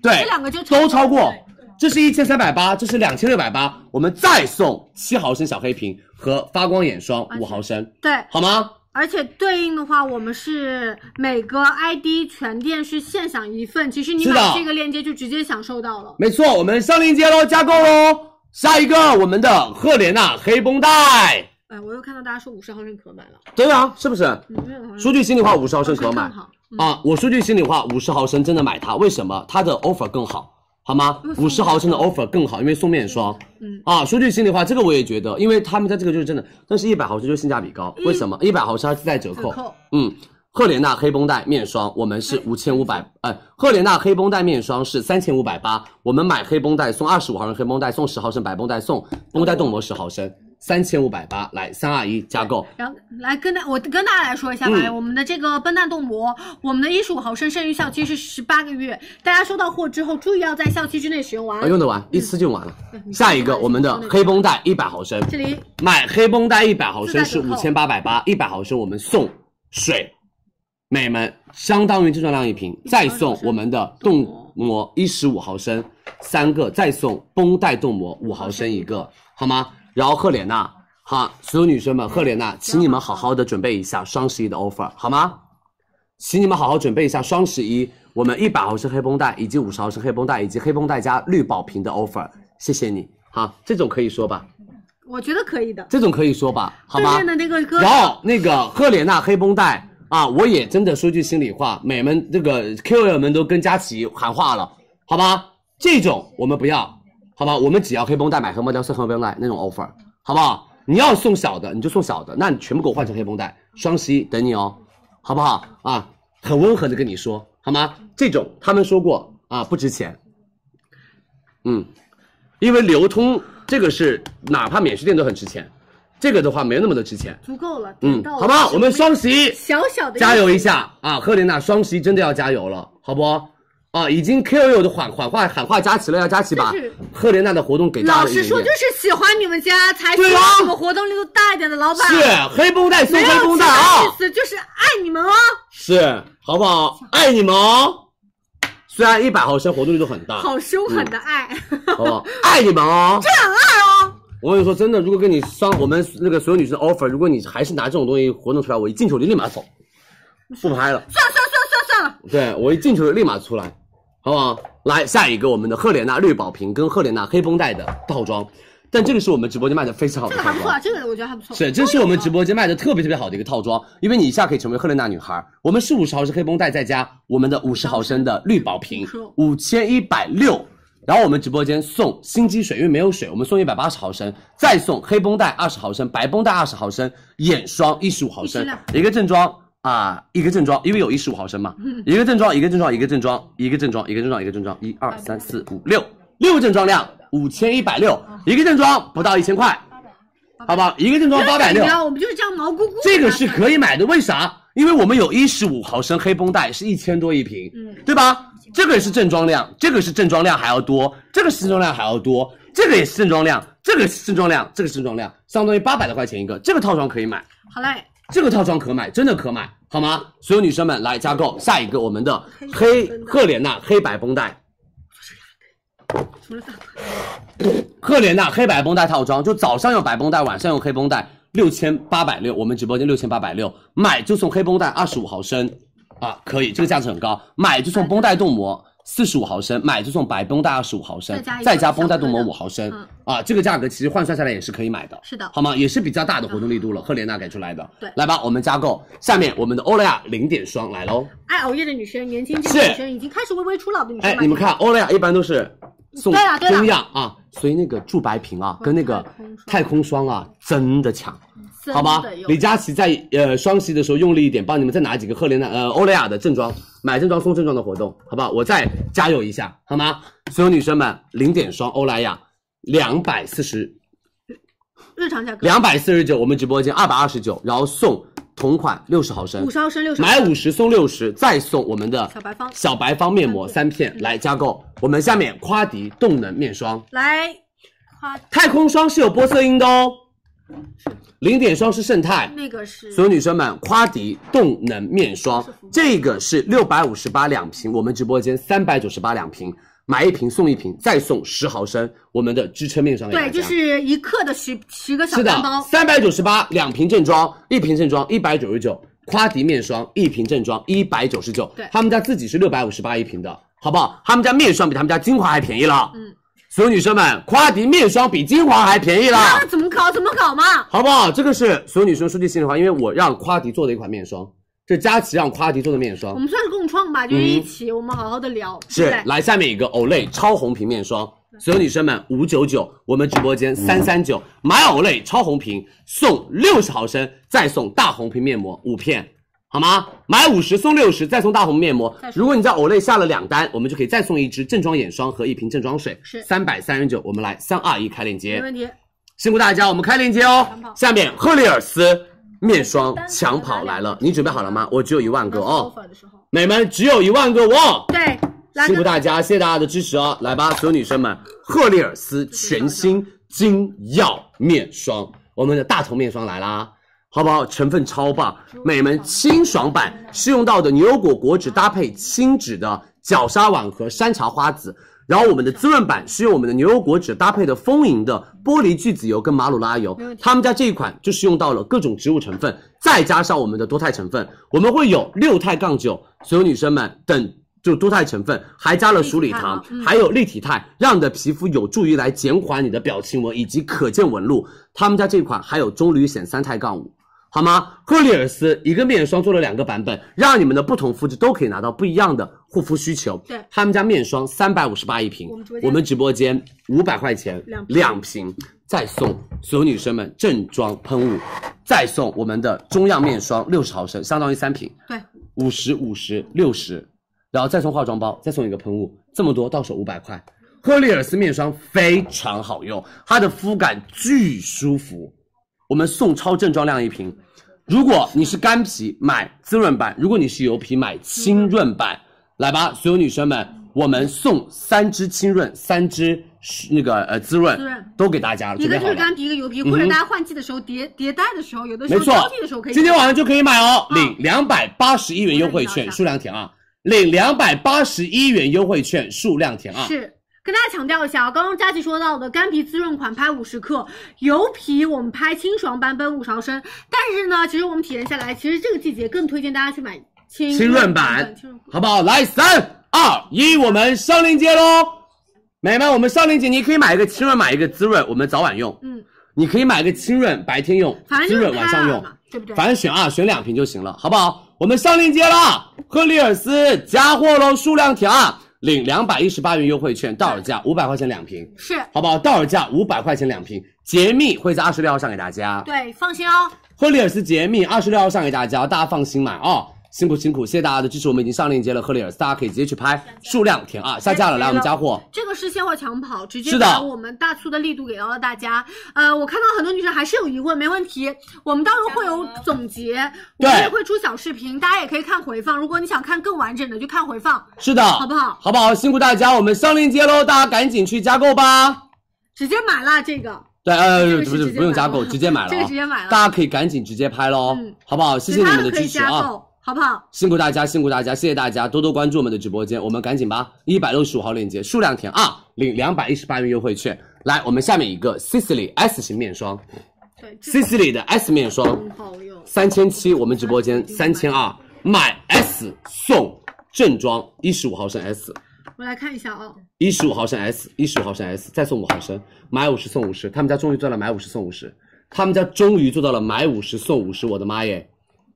[SPEAKER 6] 对，
[SPEAKER 5] 这两个就超
[SPEAKER 6] 都超过，这是一千三百八，这是两千六百八，我们再送七毫升小黑瓶和发光眼霜五毫升，
[SPEAKER 5] 对，
[SPEAKER 6] 好吗？
[SPEAKER 5] 而且对应的话，我们是每个 ID 全店是限享一份，其实你
[SPEAKER 6] 是的
[SPEAKER 5] 买这个链接就直接享受到了。
[SPEAKER 6] 没错，我们上链接喽，加购喽。下一个我们的赫莲娜黑绷带，
[SPEAKER 5] 哎，我又看到大家说五十毫升可买了，
[SPEAKER 6] 对啊，是不是？
[SPEAKER 5] 嗯，这个好像
[SPEAKER 6] 说句心里话，五十毫升可买
[SPEAKER 5] 更好
[SPEAKER 6] 啊！我说句心里话，五十毫升真的买它，为什么？它的 offer 更好，好吗
[SPEAKER 5] 因为？送
[SPEAKER 6] 五
[SPEAKER 5] 面
[SPEAKER 6] 十
[SPEAKER 5] 霜
[SPEAKER 6] 毫升的 offer 更好，因为送面霜。
[SPEAKER 5] 嗯
[SPEAKER 6] 啊，说句心里话，这个我也觉得，因为他们家这个就是真的，但是一百毫升就性价比高，为什么？一百毫升它自带折
[SPEAKER 5] 嗯折
[SPEAKER 6] 扣。
[SPEAKER 5] 扣，哎
[SPEAKER 6] 嗯，赫莲娜黑绷带面霜我们是五千五百，呃，赫莲娜黑绷带面霜是三千五百八，我们买黑绷带送二十五毫升黑绷带，送十毫升白绷带，送绷带冻膜十毫升，三千五百八，来三二一加购。
[SPEAKER 5] 然后来跟大我跟大家来说一下吧，
[SPEAKER 6] 嗯
[SPEAKER 5] 我们的这个笨蛋冻膜，我们的一十五毫升剩余效期是十八个月，大家收到货之后，注意要在效期之内使用完
[SPEAKER 6] 啊，。用得完，一次就完了。下一个，我们的
[SPEAKER 5] 你说
[SPEAKER 6] 黑绷带一百毫升，
[SPEAKER 5] 这里
[SPEAKER 6] 买黑绷带一百毫升
[SPEAKER 5] 自
[SPEAKER 6] 是五
[SPEAKER 5] 带
[SPEAKER 6] 千
[SPEAKER 5] 折
[SPEAKER 6] 八百八，一百毫升我们送水，美们相当于正装量一瓶，再送我们的冻膜一十五毫升三个，再送绷带冻膜五毫升一个，好吗？然后赫莲娜，哈，所有女生
[SPEAKER 5] 嗯
[SPEAKER 6] 们，赫莲娜，请你们好好的准备一下双十一的 offer，好吗？请你们好好准备一下双十一，我们一百毫升黑绷带以及五十毫升黑绷带以及黑绷带加绿宝瓶的 offer，谢谢你。好，这种可以说吧，
[SPEAKER 5] 我觉得可以的。
[SPEAKER 6] 这种可以说吧，好
[SPEAKER 5] 对
[SPEAKER 6] 吗？
[SPEAKER 5] 面的那个哥
[SPEAKER 6] 然后那个赫莲娜黑绷带啊，我也真的说句心里话，美们这个 KOL 们都跟佳琪喊话了，好吧？这种我们不要，好吧？我们只要黑绷带，买黑绷带送黑绷带那种 offer，好不好？你要送小的你就送小的，那你全部给我换成黑绷带，双十一等你哦，好不好？啊，很温和的跟你说，好吗？这种他们说过啊，不值钱，嗯，因为流通这个是哪怕免税店都很值钱，这个的话没那么的值钱。
[SPEAKER 5] 足够了，
[SPEAKER 6] 嗯，
[SPEAKER 5] 到了
[SPEAKER 6] 好不好？我们双十一
[SPEAKER 5] 小小的
[SPEAKER 6] 加油一下啊！赫莲娜，双十一真的要加油了，好不好？啊，已经 KOL 的喊喊话喊话佳琪了，要佳琪把
[SPEAKER 5] 就是
[SPEAKER 6] 赫莲娜的活动给加
[SPEAKER 5] 老
[SPEAKER 6] 了一
[SPEAKER 5] 实
[SPEAKER 6] 点
[SPEAKER 5] 说，就
[SPEAKER 6] 点。
[SPEAKER 5] 是喜欢你们家才
[SPEAKER 6] 对
[SPEAKER 5] 希
[SPEAKER 6] 啊
[SPEAKER 5] 望我们活动力度大一点的老板，
[SPEAKER 6] 是黑绷带
[SPEAKER 5] 没
[SPEAKER 6] 送
[SPEAKER 5] 有
[SPEAKER 6] 黑绷
[SPEAKER 5] 其
[SPEAKER 6] 带
[SPEAKER 5] 他意
[SPEAKER 6] 啊，
[SPEAKER 5] 思，就是爱你们哦，
[SPEAKER 6] 是好不好？爱你们哦！虽然一百毫升活动力度很大，
[SPEAKER 5] 好凶狠的爱，
[SPEAKER 6] 好不好？爱你们哦！
[SPEAKER 5] 很爱哦。
[SPEAKER 6] 我跟你说，真的，如果跟你商我们那个所有女生的 offer，如果你还是拿这种东西活动出来，我一进球就立马走，不拍了。
[SPEAKER 5] 算了算了算了算了算了，
[SPEAKER 6] 对我一进球就立马出来，好不好？来下一个，我们的赫莲娜绿宝瓶跟赫莲娜黑绷带的套装，但这个是我们直播间卖的非常
[SPEAKER 5] *laughs*
[SPEAKER 6] 好
[SPEAKER 5] 这
[SPEAKER 6] 的
[SPEAKER 5] 个还
[SPEAKER 6] 套
[SPEAKER 5] 不错啊，
[SPEAKER 6] 装。
[SPEAKER 5] 这个我觉得还不错。
[SPEAKER 6] 是，这是我们直播间卖的特别特别好的一个套装，因为你一下可以成为赫莲娜女孩。我们是五十毫升黑绷带，再加我们的五十毫升的绿宝瓶，五千一百六。然后我们直播间送心机水，因为没有水，我们送一百八十毫升，再送黑绷带二十毫升、白绷带二十毫升、眼霜一十五毫升
[SPEAKER 5] 一十六，
[SPEAKER 6] 一个正装啊、一个正装，因为有一十五毫升嘛，一个正装，一个正装，一个正装，一个正装，一个正装，一个正装，一二三四五六，六个正装量五千一百六，一个正装不到一千块，好不好？一个正嗯装八百
[SPEAKER 5] 哎你
[SPEAKER 6] 六
[SPEAKER 5] 知，道，我们就是这样毛咕咕。
[SPEAKER 6] 这个是可以买的，为啥？因为我们有一十五毫升黑绷带，是一千多一瓶，对吧？这个是正装量，这个是正装量还要多，这个是正装量还要多，这个也是正装量，这个是正装量，这个是正装量，相当于八百来块钱一个，这个套装可以买。
[SPEAKER 5] 好嘞，
[SPEAKER 6] 这个套装可买，真的可买，好吗？所有女生们来加购下一个我们的黑赫莲娜黑白绷带，
[SPEAKER 5] 除了啊大款
[SPEAKER 6] 赫莲娜黑白绷带套装，就早上用白绷带，晚上用黑绷带，六千八百六，我们直播间六千八百六，买就送黑绷带二十五毫升，啊，可以，这个价值很高，买就送绷带冻膜。四十五毫升，买就送白绷带二十五毫升
[SPEAKER 5] 再加一，个
[SPEAKER 6] 再加绷带冻膜五毫升
[SPEAKER 5] 嗯，
[SPEAKER 6] 啊，这个价格其实换算下来也是可以买的。
[SPEAKER 5] 是的
[SPEAKER 6] 好吗？也是比较大的活动力度了，赫莲娜给出来的。
[SPEAKER 5] 嗯对
[SPEAKER 6] 来吧，我们加购。下面我们的欧莱雅零点霜来喽。
[SPEAKER 5] 爱熬夜的女生，年轻这个
[SPEAKER 6] 是
[SPEAKER 5] 女生已经开始微微初老的女生
[SPEAKER 6] 哎
[SPEAKER 5] 买，，
[SPEAKER 6] 你们看，欧莱雅一般都是送
[SPEAKER 5] 对了对了
[SPEAKER 6] 中药啊，所以那个驻白瓶啊，
[SPEAKER 5] 和
[SPEAKER 6] 跟那个太
[SPEAKER 5] 太
[SPEAKER 6] 空霜啊，真的强，
[SPEAKER 5] 真的有，
[SPEAKER 6] 好吧？李佳琦在呃双十一的时候用力一点，帮你们再拿几个赫莲娜呃欧莱雅的正装，买正装送正装的活动，好不好？我再加油一下，好吗？所有女生们，零点霜欧莱雅两百四十
[SPEAKER 5] 日常价格
[SPEAKER 6] 两百四十九，我们直播间二百二十九，然后送同款六十毫升
[SPEAKER 5] 五，十毫升六十，
[SPEAKER 6] 买五十送六十，再送我们的
[SPEAKER 5] 小白方
[SPEAKER 6] 小
[SPEAKER 5] 嗯
[SPEAKER 6] 白方面膜三片来加购。我们下面夸迪动能面霜，
[SPEAKER 5] 来。
[SPEAKER 6] 太空霜是有玻色因的哦，零点霜是胜肽，
[SPEAKER 5] 那个是
[SPEAKER 6] 所有女生们，夸迪动能面霜，这个是六百五十八两瓶，我们直播间三百九十八两瓶，买一瓶送一瓶，再送十毫升我们的支撑面霜给大家。
[SPEAKER 5] 对，就是一克的十十个小
[SPEAKER 6] 是的
[SPEAKER 5] 蛋包，，
[SPEAKER 6] 三百九十八两瓶正装，一瓶正装一百九十九，夸迪面霜一瓶正装一百九十九，
[SPEAKER 5] 对
[SPEAKER 6] 他们家自己是六百五十八一瓶的，好不好？他们家面霜比他们家精华还便宜了，嗯，所有女生们，夸迪面霜比精华还便宜了。
[SPEAKER 5] 那啊怎么搞？怎么搞嘛？
[SPEAKER 6] 好不好？这个是所有女生说句心里话，因为我让夸迪做的一款面霜，这是佳琦让夸迪做的面
[SPEAKER 5] 我
[SPEAKER 6] 霜。
[SPEAKER 5] 们算是共创吧，就是一起，我们好好的聊，对
[SPEAKER 6] 嗯是
[SPEAKER 5] 不，对？
[SPEAKER 6] 来下面一个 Olay 超红瓶面霜，所有女生们五九九，我们直播间三三九，买 Olay 超红瓶送六十毫升，再送大红瓶面膜五片。好吗？买五十送六十，再送大红面膜
[SPEAKER 5] 再。送
[SPEAKER 6] 如果你在 Olay 下了两单，我们就可以再送一支正装眼霜和一瓶正装水，
[SPEAKER 5] 是
[SPEAKER 6] 三百三十九。我们来三二一开链接，
[SPEAKER 5] 没问题。
[SPEAKER 6] 辛苦大家，我们开链接哦。下面赫丽尔斯面霜抢跑来了，你准备好了吗？我只有一万个哦，
[SPEAKER 5] offer 的时候，
[SPEAKER 6] 美们只有一万个哦，
[SPEAKER 5] 对，来
[SPEAKER 6] 辛苦
[SPEAKER 5] 跟
[SPEAKER 6] 大家，谢谢大家的支持哦。来吧，所有女生们，赫丽尔斯全新金耀面霜，我们的大头面霜来啦。好不好？成分超棒，美们清爽版是用到的牛油果果脂搭配轻脂的绞杀碗和山茶花籽，然后我们的滋润版是用我们的牛油果脂搭配的丰盈的玻璃聚酯油跟马鲁拉油，他们家这一款就是用到了各种植物成分，再加上我们的多肽成分，我们会有六肽杠九，所有女生们等。就多肽成分，还加了鼠李糖
[SPEAKER 5] 立体肽吗嗯，
[SPEAKER 6] 还有立体肽，让你的皮肤有助于来减缓你的表情纹以及可见纹路。他们家这款还有棕榈酰三肽杠五，好吗？赫丽尔斯一个面霜做了两个版本，让你们的不同肤质都可以拿到不一样的护肤需求。
[SPEAKER 5] 对
[SPEAKER 6] 他们家面霜三百五十八一瓶
[SPEAKER 5] 我们直播，间
[SPEAKER 6] 我们直播间五百块钱
[SPEAKER 5] 两瓶
[SPEAKER 6] 两瓶，再送所有女生们正装喷雾，再送我们的中样面霜六十毫升，相当于三瓶。
[SPEAKER 5] 对，
[SPEAKER 6] 五十五十六十，然后再送化妆包，再送一个喷雾，这么多到手五百块。赫丽尔斯面霜非常好用，它的肤感巨舒服。我们送超正装量一瓶。如果你是干皮，买滋润版；如果你是油皮，买清润版。来吧，所有女生们，我们送三支清润，三支是那个呃滋润
[SPEAKER 5] 滋润，
[SPEAKER 6] 都给大家了。
[SPEAKER 5] 一个
[SPEAKER 6] 准
[SPEAKER 5] 就
[SPEAKER 6] 备好
[SPEAKER 5] 是
[SPEAKER 6] 了嗯
[SPEAKER 5] 干皮，一个油皮，或者大家换季的时候迭迭代的时候，有的时
[SPEAKER 6] 没
[SPEAKER 5] 候
[SPEAKER 6] 错
[SPEAKER 5] 交替的时候可以。
[SPEAKER 6] 今天晚上就可以买哦，
[SPEAKER 5] 嗯
[SPEAKER 6] 领两百八十一元优惠券，数量填啊，领两百八十一元优惠券，数量填啊。
[SPEAKER 5] 是跟大家强调一下啊，刚刚佳琪说到的干皮滋润款拍五十克，油皮我们拍清爽版本五十毫升。但是呢，其实我们体验下来，其实这个季节更推荐大家去买清
[SPEAKER 6] 清润版
[SPEAKER 5] 版。清润款
[SPEAKER 6] 好不好？来，三二一，我们上链接喽！美们，我们上链接，你可以买一个清润，买一个滋润，我们早晚用。
[SPEAKER 5] 嗯，
[SPEAKER 6] 你可以买一个清润，白天用
[SPEAKER 5] 反，正
[SPEAKER 6] 滋
[SPEAKER 5] 就是
[SPEAKER 6] 润晚上
[SPEAKER 5] 拍
[SPEAKER 6] 用
[SPEAKER 5] 了，嘛，对不对？
[SPEAKER 6] 反正选啊，选两瓶就行了，好不好？我们上链接啦，赫丽尔斯加货喽，数量填啊，领两百一十八元优惠券，到手价五百块钱两瓶。
[SPEAKER 5] 是
[SPEAKER 6] 好不好？到手价五百块钱两瓶，洁密会在二十六号上给大家。
[SPEAKER 5] 对，放心哦。
[SPEAKER 6] 赫丽尔斯洁密二十六号上给大家，大家放心买哦。辛苦辛苦，谢谢大家的支持，我们已经上链接了赫丽尔斯，大家可以直接去拍，数量填
[SPEAKER 5] 哎
[SPEAKER 6] 啊，下架了，来我们加货。
[SPEAKER 5] 这个是现货抢跑，直接
[SPEAKER 6] 是的
[SPEAKER 5] 把我们大促的力度给到了大家。呃，我看到很多女生还是有疑问，没问题，我们到时候会有总结，我
[SPEAKER 6] 对
[SPEAKER 5] 们也会出小视频，大家也可以看回放。如果你想看更完整的，就看回放，
[SPEAKER 6] 是的，
[SPEAKER 5] 好不好
[SPEAKER 6] 好不好？辛苦大家，我们上链接喽，大家赶紧去加购吧。
[SPEAKER 5] 直接买啦这个。
[SPEAKER 6] 对，呃，
[SPEAKER 5] 这个是
[SPEAKER 6] 不
[SPEAKER 5] 直
[SPEAKER 6] 是
[SPEAKER 5] 接
[SPEAKER 6] 不用
[SPEAKER 5] 买
[SPEAKER 6] 加
[SPEAKER 5] 了
[SPEAKER 6] 购，直接买了、啊，
[SPEAKER 5] 这个直接买了
[SPEAKER 6] 大家可以赶紧直接拍喽，
[SPEAKER 5] 嗯
[SPEAKER 6] 好不好？谢谢
[SPEAKER 5] 其
[SPEAKER 6] 你
[SPEAKER 5] 他
[SPEAKER 6] 们
[SPEAKER 5] 的
[SPEAKER 6] 的
[SPEAKER 5] 可以
[SPEAKER 6] 支持
[SPEAKER 5] 加
[SPEAKER 6] 啊。
[SPEAKER 5] 购，好不好？
[SPEAKER 6] 辛苦大家，辛苦大家，谢谢大家多多关注我们的直播间，我们赶紧吧，一百六十五号链接，数量填啊，领两百一十八元优惠券。来，我们下面一个 Sisley S 型面霜
[SPEAKER 5] 对，这个
[SPEAKER 6] ，Sisley 的 S 面霜，
[SPEAKER 5] 很好用。
[SPEAKER 6] 三千七，我们直播间三千二，买 S 送正装一十五毫升 S，
[SPEAKER 5] 我来看一下啊，
[SPEAKER 6] 一十五毫升 S，一十五毫升 S，再送五毫升，买五十送五十，他们家终于做到了买五十送五十，他们家终于做到了买五十送五十，我的妈耶，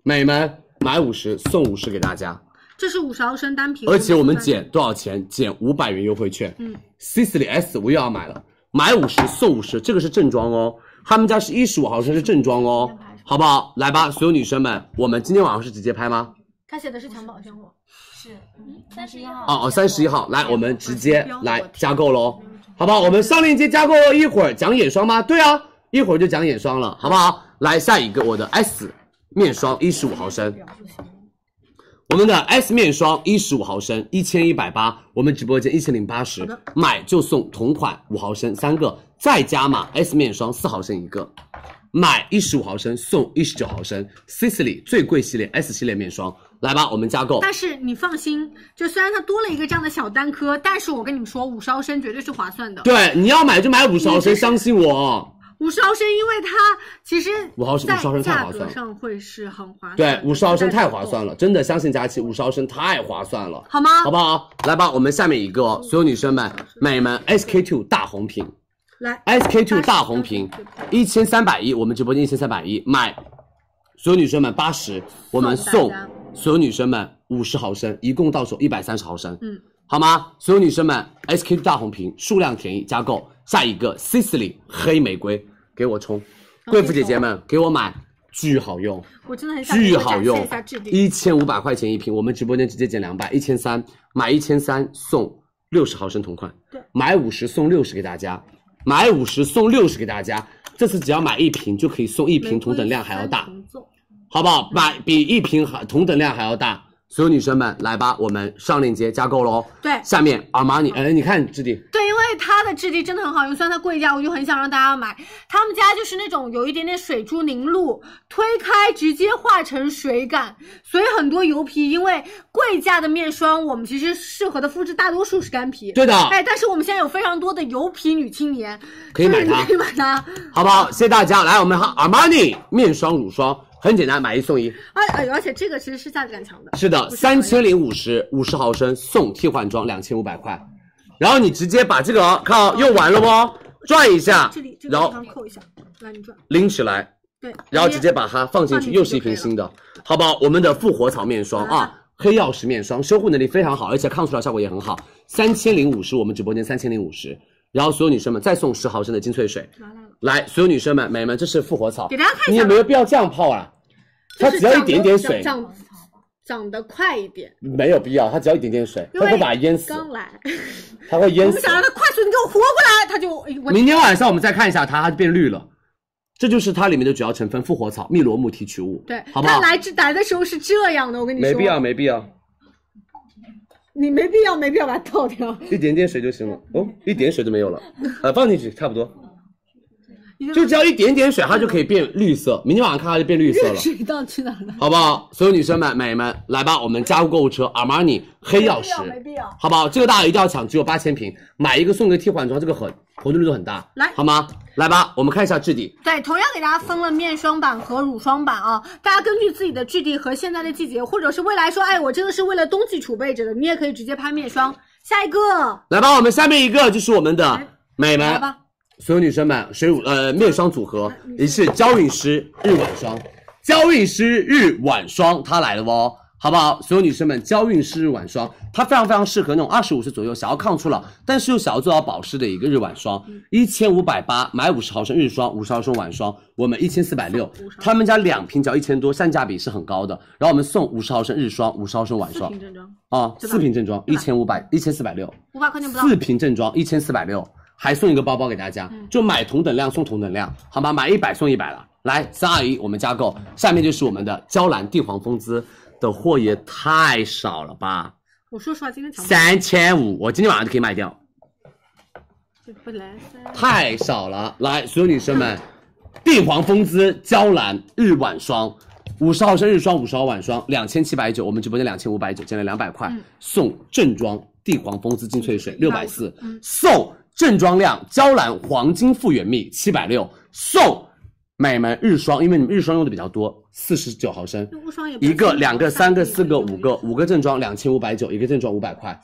[SPEAKER 6] 美们买五十送五十给大家。
[SPEAKER 5] 这是五十毫升单瓶，
[SPEAKER 6] 而且我们
[SPEAKER 5] 送单
[SPEAKER 6] 减多少钱？减五百元优惠券。嗯，Sisley S 我又要买了，买五十送五十，这个是正装哦。他们家是一十五毫升是正装哦，好不好？来吧，所有女生们，我们今天晚上是直接拍吗？
[SPEAKER 5] 他写的是抢宝现货，
[SPEAKER 2] 是三十一号。
[SPEAKER 6] 哦哦，三十一号，来，我嗯们直接来加购喽，好不好？我们上链接加购哦，一会儿讲眼霜吗？对啊，一会儿就讲眼霜了，好不好？来下一个，我的 S 面霜一十五毫升，我们的 S 面霜一十五毫升，一千一百八，我们直播间一千零八十，买就送同款五毫升三个，再加码 S 面霜四毫升一个，买一十五毫升送一十九毫升 Sisley 最贵系列 S 系列面霜。来吧，我们加购。
[SPEAKER 5] 但是你放心，就虽然它多了一个这样的小单颗，但是我跟你们说，五十毫升绝对是划算的。
[SPEAKER 6] 对，你要买就买五十毫升，相信我。
[SPEAKER 5] 五十毫升，因为它其实
[SPEAKER 6] 五毫升
[SPEAKER 5] 在
[SPEAKER 6] 五十毫升太
[SPEAKER 5] 价
[SPEAKER 6] 划算
[SPEAKER 5] 格
[SPEAKER 6] 了
[SPEAKER 5] 上会是很划算
[SPEAKER 6] 对
[SPEAKER 5] 的。，
[SPEAKER 6] 五十毫升太划
[SPEAKER 5] 了，
[SPEAKER 6] 算了，真的，相信佳琪，五十毫升太划算了，
[SPEAKER 5] 好吗？
[SPEAKER 6] 好不好？来吧，我们下面一个哦，所有女生们，美们，SK two 大红瓶
[SPEAKER 5] 来，
[SPEAKER 6] ，SK two 大红瓶，一千三百一，我们直播间一千三百一，买，所有女生们八十，我们
[SPEAKER 5] 送
[SPEAKER 6] 送
[SPEAKER 5] 大家
[SPEAKER 6] 所有女生们五十毫升，一共到手一百三十毫升，
[SPEAKER 5] 嗯，
[SPEAKER 6] 好吗？所有女生们，SK two 大红瓶数量填一，加购。下一个 Sisley 黑玫瑰，给我冲，贵妇姐姐们给我买，巨好用。
[SPEAKER 5] 哦我真的很想
[SPEAKER 6] 巨好
[SPEAKER 5] 展
[SPEAKER 6] 用
[SPEAKER 5] 现一下质，地。
[SPEAKER 6] 一千五百块钱一瓶，我们直播间直接减两百，一千三买一千三送六十毫升同款，买五十送六十给大家，买五十送六十给大家，这次只要买一瓶就可以送一瓶，同等量还要大，好不好？买比一瓶还同等量还要大，所有女生们来吧，我们上链接加购喽。
[SPEAKER 5] 对
[SPEAKER 6] 下面阿玛尼，哎，你看质地，
[SPEAKER 5] 对，因为它的质地真的很好用，虽然它贵价，我就很想让大家买。他们家就是那种有一点点水珠凝露，推开直接化成水感，所以很多油皮，因为贵价的面霜，我们其实适合的肤质大多数是干皮。
[SPEAKER 6] 对的，啊
[SPEAKER 5] 哎，但是我们现在有非常多的油皮女青年，
[SPEAKER 6] 可以买
[SPEAKER 5] 就是你
[SPEAKER 6] 它
[SPEAKER 5] 可以买它。
[SPEAKER 6] 好不好？谢谢大家，来我们哈阿玛尼面霜乳霜，很简单，买一送一。
[SPEAKER 5] 而啊呃而而且这个其实是价值感强的。
[SPEAKER 6] 是的，
[SPEAKER 5] 是很
[SPEAKER 6] 三千零五十五十毫升送替换装两千五百块，然后你直接把这个哦看哦用完了哦，转一下
[SPEAKER 5] 这里这，个
[SPEAKER 6] 然
[SPEAKER 5] 地
[SPEAKER 6] 后
[SPEAKER 5] 方扣一下，来你转，
[SPEAKER 6] 拎起来，
[SPEAKER 5] 对，
[SPEAKER 6] 然后直接把它放进
[SPEAKER 5] 放
[SPEAKER 6] 去，
[SPEAKER 5] 进去
[SPEAKER 6] 又是一瓶新的，好不好？我们的复活草面霜啊，黑曜石面霜，修护能力非常好，而且抗初老效果也很好。三千零五十，我们直播间三千零五十。然后所有女生们再送十毫升的精粹水，来，所有女生们、美们，这是复活草
[SPEAKER 5] 给，大家看一
[SPEAKER 6] 你
[SPEAKER 5] 下
[SPEAKER 6] 有
[SPEAKER 5] 吧，
[SPEAKER 6] 没有必要这样泡啊？它
[SPEAKER 5] 就是
[SPEAKER 6] 只要一
[SPEAKER 5] 长
[SPEAKER 6] 点
[SPEAKER 5] 得
[SPEAKER 6] 点
[SPEAKER 5] 长
[SPEAKER 6] 水，
[SPEAKER 5] 长长得快一点，
[SPEAKER 6] 没有必要，它只要一点点水，
[SPEAKER 5] 因
[SPEAKER 6] 它
[SPEAKER 5] 为
[SPEAKER 6] 会把它淹死，
[SPEAKER 5] 刚来，
[SPEAKER 6] 它会
[SPEAKER 5] 我
[SPEAKER 6] 淹
[SPEAKER 5] 们
[SPEAKER 6] 死。
[SPEAKER 5] 想让它快速，你给我活过来，它就哎我
[SPEAKER 6] 明天晚上我们再看一下它，它就变绿了。这就是它里面的主要成分复活草密罗木提取物，
[SPEAKER 5] 对，
[SPEAKER 6] 好不好
[SPEAKER 5] 它？来之来的时候是这样的，我跟你说，
[SPEAKER 6] 没必要，，没必要，
[SPEAKER 5] 你没必要，没必要把它倒掉，
[SPEAKER 6] 一点点水就行了。哦，一点水都没有了，呃，放进去差不多
[SPEAKER 5] 你，
[SPEAKER 6] 就只要一点点水，它就可以变绿色。明天晚上看它就变绿
[SPEAKER 5] *laughs*
[SPEAKER 6] 色了，
[SPEAKER 5] 水倒去哪了？
[SPEAKER 6] 好不好？所有女生们、美们，来吧，我们加入购物车，阿玛尼黑曜石，
[SPEAKER 5] 没必要
[SPEAKER 6] 好不好？这个大家一定要抢，只有八千瓶，买一个送一个替换装，这个很活动力度很大，
[SPEAKER 5] 来
[SPEAKER 6] 好吗？来吧，我们看一下质地，
[SPEAKER 5] 对，同样给大家分了面霜版和乳霜版啊，大家根据自己的质地和现在的季节，或者是未来说，哎，我这个是为了冬季储备着的，你也可以直接拍面霜。下一个，
[SPEAKER 6] 来吧，我们下面一个就是我们的美
[SPEAKER 5] 来
[SPEAKER 6] 们，
[SPEAKER 5] 吧，
[SPEAKER 6] 所有女生们，水乳呃面霜组合，
[SPEAKER 5] 啊
[SPEAKER 6] 一是娇韵诗日晚霜，娇韵诗日晚霜它来了哦，好不好？所有女生们，娇韵诗日晚霜它非常非常适合那种二十五岁左右想要抗初老，但是又想要做到保湿的一个日晚霜，
[SPEAKER 5] 嗯
[SPEAKER 6] 一千五百八买五十毫升日霜，五十毫升晚霜，我们一千四百六，他们家两瓶只要一千多，性价比是很高的。然后我们送五十毫升日霜，五十毫升晚
[SPEAKER 5] 四
[SPEAKER 6] 霜
[SPEAKER 5] 瓶正装，
[SPEAKER 6] 啊，
[SPEAKER 5] 对吧
[SPEAKER 6] 四瓶正装
[SPEAKER 5] 对
[SPEAKER 6] 一
[SPEAKER 5] 吧
[SPEAKER 6] 千五百一千四百六。
[SPEAKER 5] 五百块钱不到。
[SPEAKER 6] 四瓶正装一千四百六，还送一个包包给大家，就买同等量送同等量，好吗？买一百送一百了。来，三二一，我们加购。下面就是我们的娇兰地黄蜂姿的货也太少了吧，
[SPEAKER 5] 我说实话，今天抢不到
[SPEAKER 6] 三千五，我今天晚上就可以卖掉，
[SPEAKER 5] 本来三
[SPEAKER 6] 太少了。来，所有女生们，地黄蜂姿娇兰日晚霜。五十毫升日霜，五十毫晚霜，两千七百九，我们直播间两千五百九，减了两百块，送正装地黄蜂姿精粹水六百四，送正装量娇兰黄金复原蜜七百六，送美们日霜，因为你们日霜用的比较多，四十九毫升
[SPEAKER 5] 那雾霜也，不是
[SPEAKER 6] 一个、两个、三个、四个、
[SPEAKER 5] 三个
[SPEAKER 6] 五个，五个正装两千五百九，一个正装五百块，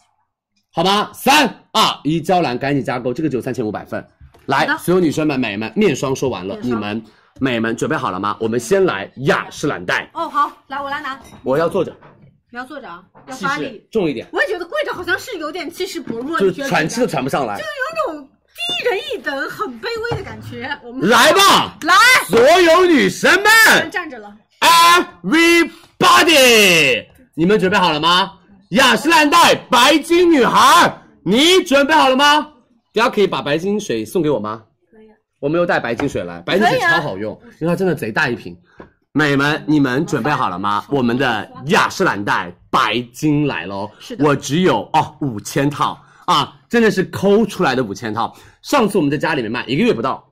[SPEAKER 6] 好吗？三二一，娇兰赶紧加购，这个只有三千五百份。来
[SPEAKER 5] 好的，
[SPEAKER 6] 所有女生们、美们，面霜说完了，
[SPEAKER 5] 面
[SPEAKER 6] 你
[SPEAKER 5] 霜
[SPEAKER 6] 们美们准备好了吗？我们先来雅诗兰黛，
[SPEAKER 5] 哦，好，来我来拿，
[SPEAKER 6] 我要坐着，
[SPEAKER 5] 你要坐着啊，要
[SPEAKER 6] 气
[SPEAKER 5] 发
[SPEAKER 6] 势
[SPEAKER 5] 力。
[SPEAKER 6] 重一点，
[SPEAKER 5] 我也觉得跪着好像是有点气势薄弱，
[SPEAKER 6] 就
[SPEAKER 5] 你
[SPEAKER 6] 是
[SPEAKER 5] 觉得
[SPEAKER 6] 喘气
[SPEAKER 5] 有
[SPEAKER 6] 都喘不上来。
[SPEAKER 5] 那种低人一等、很卑微的感觉。我们
[SPEAKER 6] 来吧，
[SPEAKER 5] 来，
[SPEAKER 6] 所有女生们
[SPEAKER 5] 先，站着了，
[SPEAKER 6] Everybody，你们准备好了吗？雅诗兰黛白金女孩，你准备好了吗？大家可以把白金水送给我吗？我没有带白金水来，白金水超好用，因为它真的贼大一瓶。美们，你们准备好了吗？我们的雅诗兰黛白金来喽！
[SPEAKER 5] 是的
[SPEAKER 6] 我只有哦五千套啊，啊，真的是抠出来的五千套。上次我们在家里面卖，一个月不到，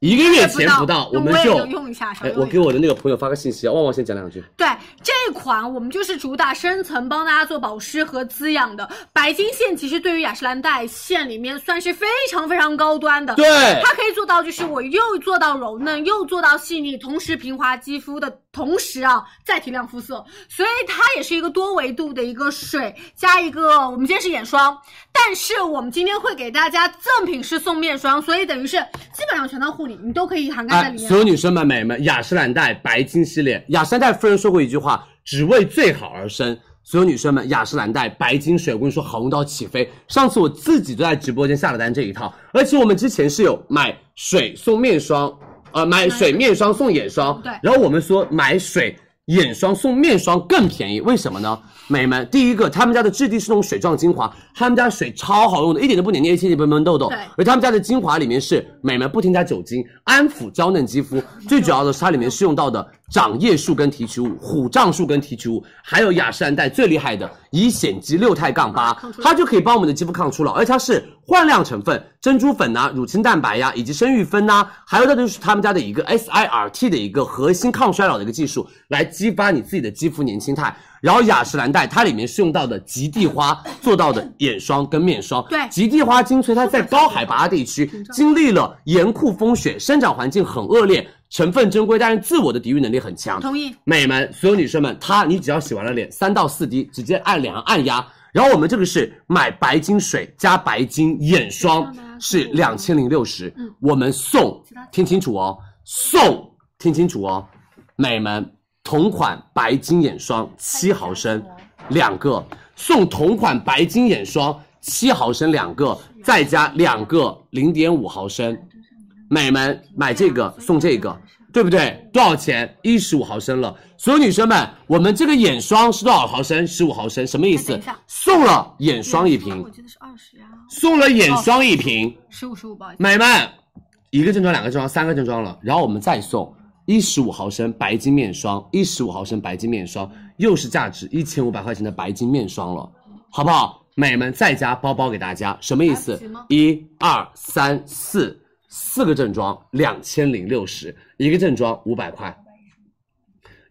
[SPEAKER 6] 一个月前不到，我们
[SPEAKER 5] 也
[SPEAKER 6] 就
[SPEAKER 5] 用一下，少
[SPEAKER 6] 哎，
[SPEAKER 5] 用
[SPEAKER 6] 我
[SPEAKER 5] 一
[SPEAKER 6] 给我的那个朋友发个信息，旺旺先讲两句。
[SPEAKER 5] 对这款，我们就是主打深层帮大家做保湿和滋养的。白金线其实对于雅诗兰黛线里面算是非常非常高端的，
[SPEAKER 6] 对
[SPEAKER 5] 它可以做到就是我又做到柔嫩，又做到细腻，同时平滑肌肤的同时啊，再提亮肤色，所以它也是一个多维度的一个水加一个，我们今天是眼霜，但是我们今天会给大家赠品是送面霜，所以等于是基本上全套护理你都可以涵盖在
[SPEAKER 6] 哎，
[SPEAKER 5] 里面。
[SPEAKER 6] 所有女生们、美们，雅诗兰黛白金系列，雅诗兰黛夫人说过一句话：“只为最好而生。”所有女生们，雅诗兰黛白金水，我跟你说，好用到起飞。上次我自己就在直播间下了单这一套，而且我们之前是有买水送面霜，呃，买水面霜送眼霜，
[SPEAKER 5] 对
[SPEAKER 6] 然后我们说买水。眼霜送面霜更便宜，为什么呢？美们，第一个，他们家的质地是那种水状精华，他们家水超好用的，一点都不黏腻，一点都不闷痘痘。
[SPEAKER 5] 对
[SPEAKER 6] 而他们家的精华里面是美们不添加酒精，安抚娇嫩肌肤。最主要的是它里面是用到的长叶树根提取物、虎杖树根提取物，还有雅诗兰黛最厉害的乙酰基六肽杠八，它就可以帮我们的肌肤抗初老，而且它是焕亮成分，珍珠粉呐、乳清蛋白呀、以及生育酚呐、还有它就是他们家的一个 SIRT 的一个核心抗衰老的一个技术，来激发你自己的肌肤年轻态。然后雅诗兰黛它里面是用到的极地花做到的眼霜跟面霜，
[SPEAKER 5] 对
[SPEAKER 6] 极地花精粹它在高海拔地区经历了严酷风雪，生长环境很恶劣，成分珍贵，但是自我的抵御能力很强。
[SPEAKER 5] 同意。
[SPEAKER 6] 美们，所有女生们，它你只要洗完了脸，三到四滴，直接按两按压。然后我们这个是买白金水加白金眼霜，是两千零六十，我们送，听清楚哦，送，听清楚哦，美们，同款白金眼霜七毫升两个，送同款白金眼霜七毫升两个，再加两个零点五毫升，美们买这个送这个，对不对？多少钱？一十五毫升了。所有女生们，我们这个眼霜是多少毫升？十五毫升，什么意
[SPEAKER 5] 哎等
[SPEAKER 6] 思
[SPEAKER 5] 一下？哦
[SPEAKER 6] 送了眼霜一瓶
[SPEAKER 5] 我，记得是二十呀，
[SPEAKER 6] 送了眼霜一瓶，
[SPEAKER 5] 十五十五，不好意思。
[SPEAKER 6] 美们，一个正装，两个正装，三个正装了。然后我们再送一十五毫升白金面霜，一十五毫升白金面霜，又是价值一千五百块钱的白金面霜了，好不好？美们，再加包包给大家，什么意思
[SPEAKER 5] 来得及吗？
[SPEAKER 6] 一二三四，四个正装两千零六十，一个正装五百块。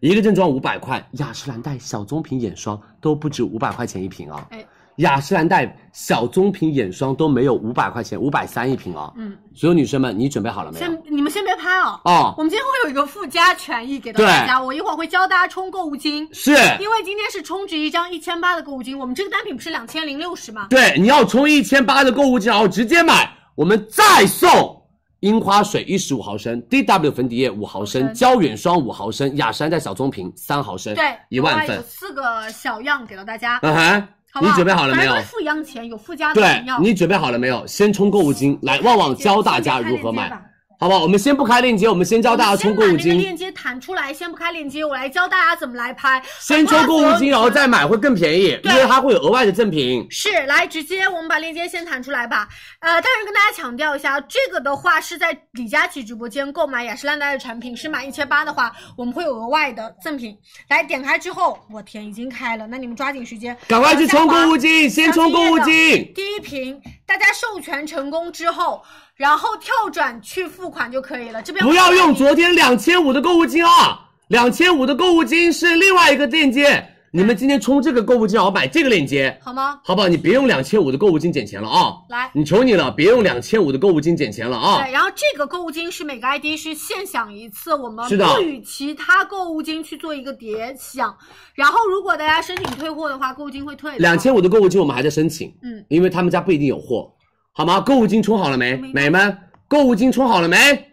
[SPEAKER 6] 一个正装五百块，雅诗兰黛小棕瓶眼霜都不止五百块钱一瓶啊！
[SPEAKER 5] 哎
[SPEAKER 6] 雅诗兰黛小棕瓶眼霜都没有五百块钱，五百三一瓶啊！
[SPEAKER 5] 嗯，
[SPEAKER 6] 所有女生们，你准备好了没有？
[SPEAKER 5] 先你们先别拍哦。
[SPEAKER 6] 哦，
[SPEAKER 5] 我们今天会有一个附加权益给到大家，我一会儿会教大家充购物金，
[SPEAKER 6] 是，
[SPEAKER 5] 因为今天是充值一张一千八的购物金，我们这个单品不是两千零六十吗？
[SPEAKER 6] 对，你要充一千八的购物金，然后直接买，我们再送樱花水一十五毫升，DW 粉底液五毫升，胶原霜五毫升，雅诗兰黛小棕瓶三毫升，
[SPEAKER 5] 对，
[SPEAKER 6] 一万
[SPEAKER 5] 另外有
[SPEAKER 6] 份。
[SPEAKER 5] 四个小样给到大家，
[SPEAKER 6] 嗯哼，
[SPEAKER 5] 好不
[SPEAKER 6] 你
[SPEAKER 5] 好？
[SPEAKER 6] 准备好了没有
[SPEAKER 5] 反正？都是付一样钱，有附加的
[SPEAKER 6] 对
[SPEAKER 5] 我们要。
[SPEAKER 6] 你准备好了没有？先充购物金，来旺旺教大家如何买，好不好？我们先不开链接，我们先教大家充购物
[SPEAKER 5] 我们先把那个
[SPEAKER 6] 金，
[SPEAKER 5] 链接弹出来，先不开链接，我来教大家怎么来拍。
[SPEAKER 6] 先充购物金，然后再买会更便宜，因
[SPEAKER 5] 对
[SPEAKER 6] 为它会有额外的赠品。
[SPEAKER 5] 是，来直接我们把链接先弹出来吧。呃，但是跟大家强调一下，这个的话是在李佳琦直播间购买雅诗兰黛的产品，是满一千八的话，我们会有额外的赠品。来点开之后，我天，已经开了，那你们抓紧时间，
[SPEAKER 6] 赶快去
[SPEAKER 5] 往下
[SPEAKER 6] 充
[SPEAKER 5] 滑
[SPEAKER 6] 购物金，先充购物金。
[SPEAKER 5] 第一瓶，大家授权成功之后，然后跳转去付款就可以了。这边
[SPEAKER 6] 不要用
[SPEAKER 5] 左。
[SPEAKER 6] 昨天两千五的购物金啊，两千五的购物金是另外一个链接，你们今天充这个购物金，然后买这个链接，
[SPEAKER 5] 好吗？
[SPEAKER 6] 好不好？你别用两千五的购物金捡钱了啊！
[SPEAKER 5] 来
[SPEAKER 6] 你求你了，别用两千五的购物金捡钱了啊
[SPEAKER 5] 对，！然后这个购物金是每个 ID 是限享一次，我们
[SPEAKER 6] 是的
[SPEAKER 5] 不与其他购物金去做一个叠享。然后如果大家申请退货的话，购物金会退的。
[SPEAKER 6] 两千五的购物金我们还在申请，
[SPEAKER 5] 嗯，
[SPEAKER 6] 因为他们家不一定有货，好吗？购物金充好了没？美们，购物金充好了没？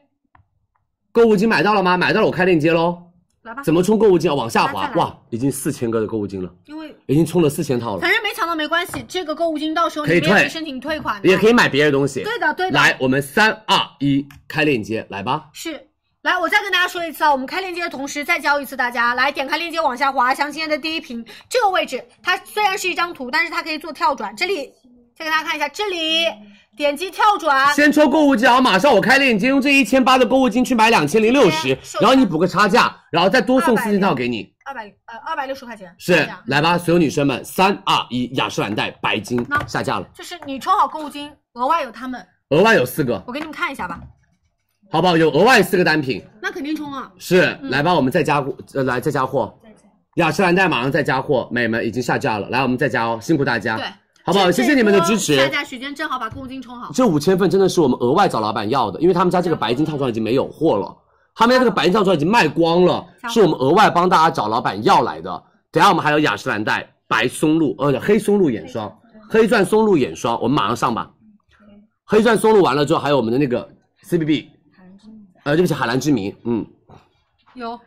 [SPEAKER 6] 购物金买到了吗？买到了，我开链接喽。
[SPEAKER 5] 来吧，
[SPEAKER 6] 怎么充购物金啊？往下
[SPEAKER 5] 来
[SPEAKER 6] 滑
[SPEAKER 5] 再，来
[SPEAKER 6] 哇，已经四千个的购物金了，
[SPEAKER 5] 因为
[SPEAKER 6] 已经充了四千套了
[SPEAKER 5] 反，正没抢到没关系，这个购物金到时候你
[SPEAKER 6] 可
[SPEAKER 5] 们也
[SPEAKER 6] 以退
[SPEAKER 5] 可以申请退款的，
[SPEAKER 6] 也可以买别的东西。
[SPEAKER 5] 对的对的
[SPEAKER 6] 来，我们三二一，开链接，来吧。
[SPEAKER 5] 是。来，我再跟大家说一次啊，我们开链接的同时再教一次大家，来点开链接往下滑，详情页的第一屏这个位置，它虽然是一张图，但是它可以做跳转，这里再给大家看一下这里，
[SPEAKER 6] 嗯
[SPEAKER 5] 点击跳转，
[SPEAKER 6] 先抽购物金，然后马上我开链接，用这一千八的购物金去买两千零六十，然后你补个差价，然后再多送四件套给你。
[SPEAKER 5] 二百呃二百六十块钱
[SPEAKER 6] 是，来吧，所有女生们，三二一，雅诗兰黛白金下架了，
[SPEAKER 5] 就是你充好购物金，额外有他们，
[SPEAKER 6] 额外有四个，
[SPEAKER 5] 我给你们看一下吧。
[SPEAKER 6] 好不好？有额外四个单品，
[SPEAKER 5] 那肯定充啊。
[SPEAKER 6] 是，来吧，我们再加货，呃，来再加货。雅诗兰黛马上再加货，美们已经下架了，来我们再加哦，辛苦大家，
[SPEAKER 5] 对，
[SPEAKER 6] 好不好？谢谢你们的支
[SPEAKER 5] 下
[SPEAKER 6] 持。
[SPEAKER 5] 架时间正好把购物金充好。
[SPEAKER 6] 这五千份真的是我们额外找老板要的，因为他们家这个白金套装已经没有货了，他们家这个白金套装已经卖光了，是我们额外帮大家找老板要来的。等一下我们还有雅诗兰黛白松露，呃，黑松露眼霜，黑钻松露眼霜，我们马上上吧。黑钻松露完了之后，还有我们的那个 CBB，呃，对不起，海蓝之谜，嗯，
[SPEAKER 5] 有。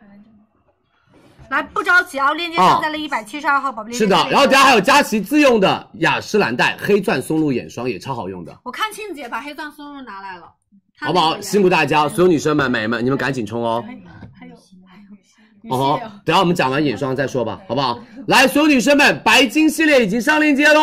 [SPEAKER 5] 来，不着急啊，链接上在了一百七十二号宝贝链接
[SPEAKER 6] 哦是
[SPEAKER 5] 在了。172
[SPEAKER 6] 的然后等一下还有佳琦自用的雅诗兰黛黑钻松露眼霜也超好用的，
[SPEAKER 5] 我看庆姐把黑钻松露拿来了，她
[SPEAKER 6] 好不
[SPEAKER 5] 那
[SPEAKER 6] 好？
[SPEAKER 5] 个
[SPEAKER 6] 辛苦大家，所有女生们、美们，你们赶紧冲哦。哦吼，等一下我们讲完眼霜再说吧，好不好？来，所有女生们，白金系列已经上链接喽，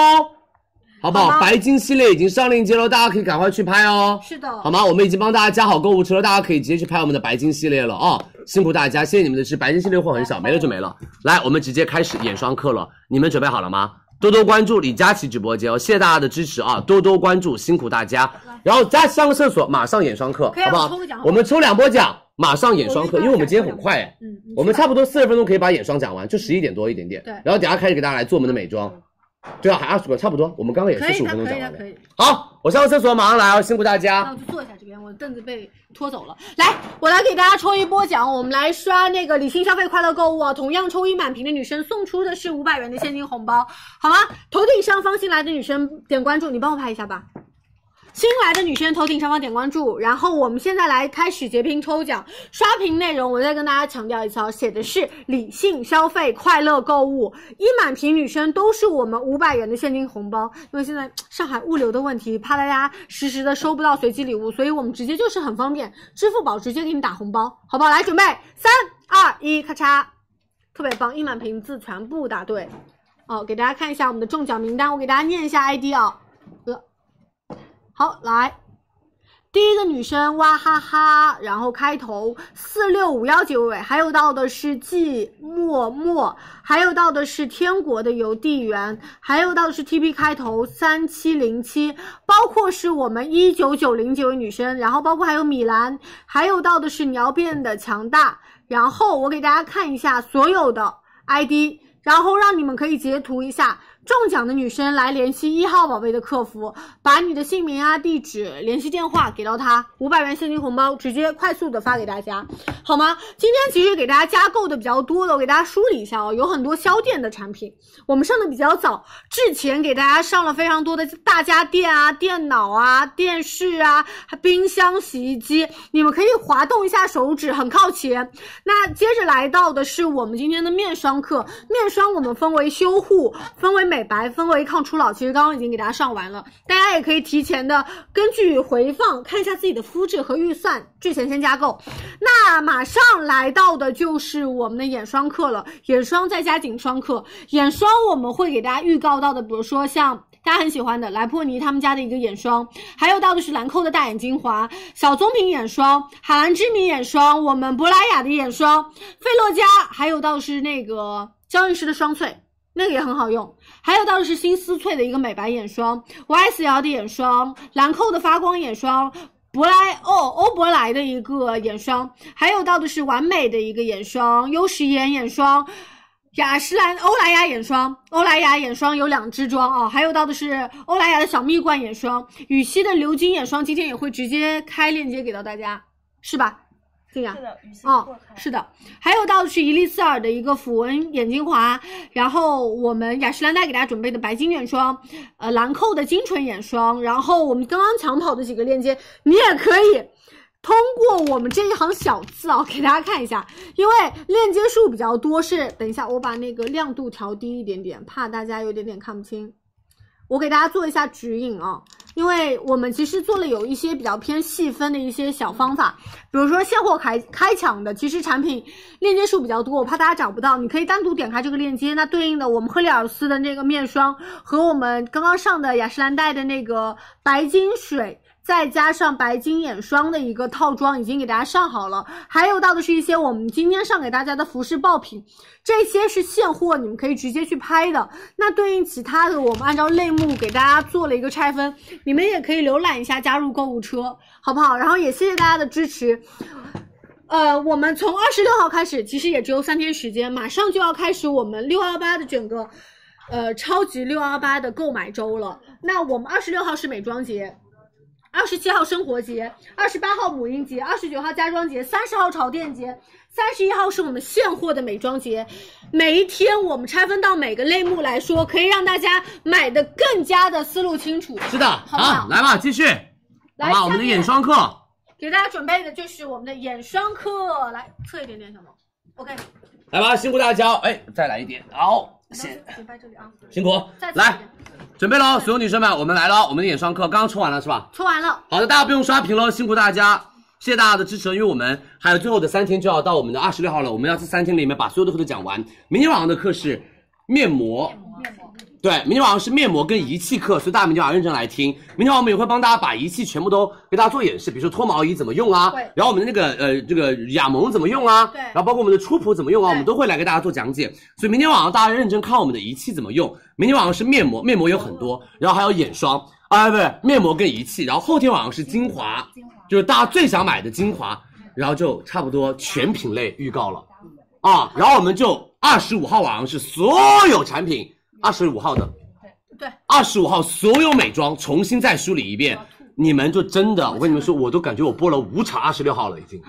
[SPEAKER 6] 好不好？白金系列已经上链接喽，大家可以赶快去拍哦。
[SPEAKER 5] 是的
[SPEAKER 6] 好吗？我们已经帮大家加好购物车了，大家可以直接去拍我们的白金系列了啊、辛苦大家，谢谢你们的支持。白金系列货很少，没了就没了。来，我们直接开始眼霜课了，你们准备好了吗？多多关注李佳琦直播间哦，谢谢大家的支持啊！多多关注，辛苦大家。然后佳琦上个厕所，马上眼霜课，
[SPEAKER 5] 可以啊
[SPEAKER 6] 好不
[SPEAKER 5] 我抽个奖好？
[SPEAKER 6] 好
[SPEAKER 5] 不好
[SPEAKER 6] 我们抽两波奖，马上眼霜
[SPEAKER 5] 我
[SPEAKER 6] 课，
[SPEAKER 5] 们
[SPEAKER 6] 因为我们今天很快哎，
[SPEAKER 5] 嗯，
[SPEAKER 6] 我们差不多四十分钟可以把眼霜讲完，就十一点多一点点。
[SPEAKER 5] 对嗯
[SPEAKER 6] 然后等下开始给大家来做我们的美妆，对啊，还二十个，差不多。我们刚刚也
[SPEAKER 5] 可
[SPEAKER 6] 是
[SPEAKER 5] 以
[SPEAKER 6] 十五
[SPEAKER 5] 的，
[SPEAKER 6] 分钟
[SPEAKER 5] 可
[SPEAKER 6] 讲
[SPEAKER 9] 啊
[SPEAKER 5] 以的，
[SPEAKER 6] 完的
[SPEAKER 5] 可。以的。
[SPEAKER 6] 好，我上个厕所，马上来哦，辛苦大家。
[SPEAKER 5] 那我就坐一下这边，我的凳子被拖走了。来，我来给大家抽一波奖，我们来刷那个理性消费、快乐购物啊！同样抽一满屏的女生送出的是五百元的现金红包，好吗？头顶上方新来的女生点关注，你帮我拍一下吧。新来的女生头顶上方点关注，然后我们现在来开始截屏抽奖。刷屏内容我再跟大家强调一次啊，写的是理性消费、快乐购物，一满屏女生都是我们五百元的现金红包。因为现在上海物流的问题，怕大家实时的收不到随机礼物，所以我们直接就是很方便，支付宝直接给你打红包，好不好？来准备，三二一，咔嚓，特别棒，一满屏字全部答对。哦，给大家看一下我们的中奖名单，我给大家念一下 ID 啊、呃，好，来，第一个女生哇哈哈，然后开头四六五幺结尾，还有到的是季默默，还有到的是天国的邮递员，还有到的是 T P 开头三七零七，包括是我们一九九零几位女生，然后包括还有米兰，还有到的是你要变得强大，然后我给大家看一下所有的 ID，然后让你们可以截图一下。中奖的女生来联系一号宝贝的客服，把你的姓名啊、地址、联系电话给到他，五百元现金红包直接快速的发给大家，好吗？今天其实给大家加购的比较多的，我给大家梳理一下哦，有很多销店的产品，我们上的比较早，之前给大家上了非常多的大家电啊、电脑啊、电视啊、冰箱、洗衣机，你们可以滑动一下手指，很靠前。那接着来到的是我们今天的面霜课，面霜我们分为修护、分为美白、分为抗初老，其实刚刚已经给大家上完了，大家也可以提前的根据回放看一下自己的肤质和预算，之前先加购。那马上来到的就是我们的眼霜课了，眼霜再加颈霜课。眼霜我们会给大家预告到的，比如说像大家很喜欢的莱珀妮他们家的一个眼霜，还有到的是兰蔻的大眼精华、小棕瓶眼霜、海蓝之谜眼霜，我们珀莱雅的眼霜、菲洛嘉，还有到的是那个娇韵诗的双萃。那个也很好用，还有到的是新丝翠的一个美白眼霜，YSL 的眼霜，兰蔻的发光眼霜，珀莱哦欧珀莱的一个眼霜，还有到的是完美的一个眼霜，优时颜眼霜，雅诗兰欧莱雅眼霜，欧莱雅眼霜有两支装啊，还有到的是欧莱雅的小蜜罐眼霜，羽西的鎏金眼霜，今天也会直接开链接给到大家，是吧？对呀、
[SPEAKER 2] 是的，雨欣
[SPEAKER 5] 哦，是的，还有到的是伊丽丝尔的一个抚纹眼精华，然后我们雅诗兰黛给大家准备的白金眼霜，呃，兰蔻的精纯眼霜，然后我们刚刚抢跑的几个链接，你也可以通过我们这一行小字啊、给大家看一下，因为链接数比较多是，等一下我把那个亮度调低一点点，怕大家有点点看不清，我给大家做一下指引啊、因为我们其实做了有一些比较偏细分的一些小方法，比如说现货开开抢的，其实产品链接数比较多，我怕大家找不到，你可以单独点开这个链接，那对应的我们赫丽尔斯的那个面霜和我们刚刚上的雅诗兰黛的那个白金水。再加上白金眼霜的一个套装已经给大家上好了，还有到的是一些我们今天上给大家的服饰爆品，这些是现货，你们可以直接去拍的。那对应其他的，我们按照类目给大家做了一个拆分，你们也可以浏览一下，加入购物车，好不好？然后也谢谢大家的支持。呃，我们从二十六号开始，其实也只有三天时间，马上就要开始我们六幺八的整个，呃，超级六幺八的购买周了。那我们二十六号是美妆节。二十七号生活节，二十八号母婴节，二十九号家装节，三十号潮店节，三十一号是我们现货的美妆节。每一天我们拆分到每个类目来说，可以让大家买的更加的思路清楚。
[SPEAKER 6] 是的，
[SPEAKER 5] 不好
[SPEAKER 6] 好，啊来吧，继续，
[SPEAKER 5] 来
[SPEAKER 6] 好吧，我
[SPEAKER 5] 下
[SPEAKER 6] 们的
[SPEAKER 5] 面
[SPEAKER 6] 眼霜课，
[SPEAKER 5] 给大家准备的就是我们的眼霜课，来侧一点点，小萌。OK，
[SPEAKER 6] 来吧，辛苦大家，哎，再来一点，好，谢，
[SPEAKER 5] 请掰这里啊，
[SPEAKER 6] 辛苦
[SPEAKER 5] 再，侧一
[SPEAKER 6] 来
[SPEAKER 5] 点，，
[SPEAKER 6] 准备喽，所有女生们，我们来了，哦我们的眼霜课刚刚抽完了是吧？
[SPEAKER 5] 搓完了。
[SPEAKER 6] 好的，大家不用刷屏了，辛苦大家，谢谢大家的支持，因为我们还有最后的三天就要到我们的二十六号了，我们要这三天里面把所有的课都讲完。明天晚上的课是面膜，对，明天晚上是面膜跟仪器课，所以大家明天晚上认真来听。明天晚上我们也会帮大家把仪器全部都给大家做演示，比如说脱毛仪怎么用啊
[SPEAKER 5] 对，
[SPEAKER 6] 然后我们的那个呃这个雅萌怎么用啊，
[SPEAKER 5] 对
[SPEAKER 6] 然后包括我们的初普怎么用啊，
[SPEAKER 5] 对
[SPEAKER 6] 我们都会来给大家做讲解。所以明天晚上大家认真看我们的仪器怎么用。明天晚上是面膜，面膜有很多，然后还有眼霜，啊不是面膜跟仪器，然后后天晚上是精华，就是大家最想买的精华，然后就差不多全品类预告了啊。然后我们就二十五号晚上是所有产品，二十五号的，
[SPEAKER 5] 对，
[SPEAKER 6] 二十五号所有美妆重新再梳理一遍，你们就真的，我跟你们说，我都感觉我播了五场二十六号了已经。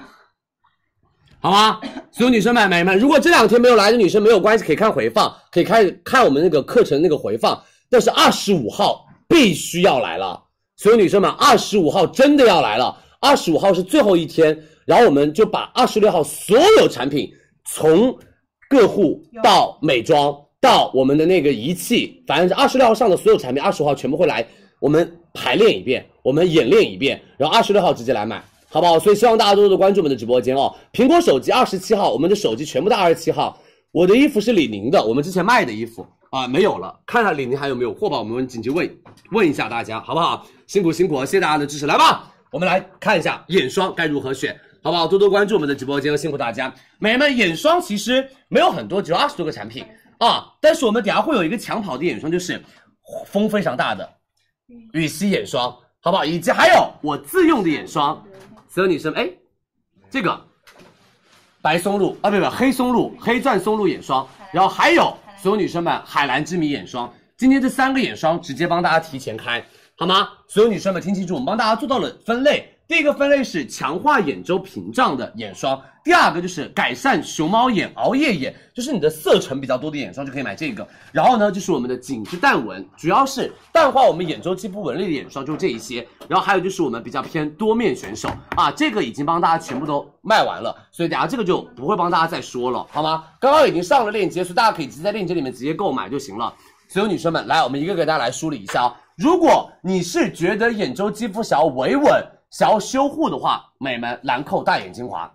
[SPEAKER 6] 好吗？所有女生们、美们，如果这两天没有来的女生没有关系，可以看回放，可以开看我们那个课程那个回放。但是二十五号必须要来了，所有女生们，二十五号真的要来了。二十五号是最后一天，然后我们就把二十六号所有产品从个护到美妆到我们的那个仪器，反正是二十六号上的所有产品，二十五号全部会来我们排练一遍，我们演练一遍，然后二十六号直接来买，好不好？所以希望大家多多的关注我们的直播间哦。苹果手机二十七号，我们的手机全部到二十七号。我的衣服是李宁的，我们之前卖的衣服啊、没有了，看看李宁还有没有货吧，我们紧急问问一下大家，好不好？辛苦辛苦，谢谢大家的支持，来吧，我们来看一下眼霜该如何选，好不好？多多关注我们的直播间，辛苦大家。美们，眼霜其实没有很多，只有二十多个产品啊，但是我们等下会有一个抢跑的眼霜，就是风非常大的羽西眼霜，好不好？以及还有我自用的眼霜，所有女生，哎，这个白松露啊，不不，黑松露、黑钻松露眼霜，然后还有所有女生们海蓝之谜眼霜。今天这三个眼霜直接帮大家提前开，好吗？所有女生们听清楚，我们帮大家做到了分类。第一个分类是强化眼周屏障的眼霜，第二个就是改善熊猫眼、熬夜眼，就是你的色沉比较多的眼霜就可以买这个。然后呢，就是我们的紧致淡纹，主要是淡化我们眼周肌不纹理的眼霜，就这一些。然后还有就是我们比较偏多面选手啊，这个已经帮大家全部都卖完了，所以等下这个就不会帮大家再说了，好吗？刚刚已经上了链接，所以大家可以直接在链接里面直接购买就行了。所有女生们，来，我们一个个给大家来梳理一下哦。如果你是觉得眼周肌肤想要维稳、想要修护的话，美们兰蔻大眼精华，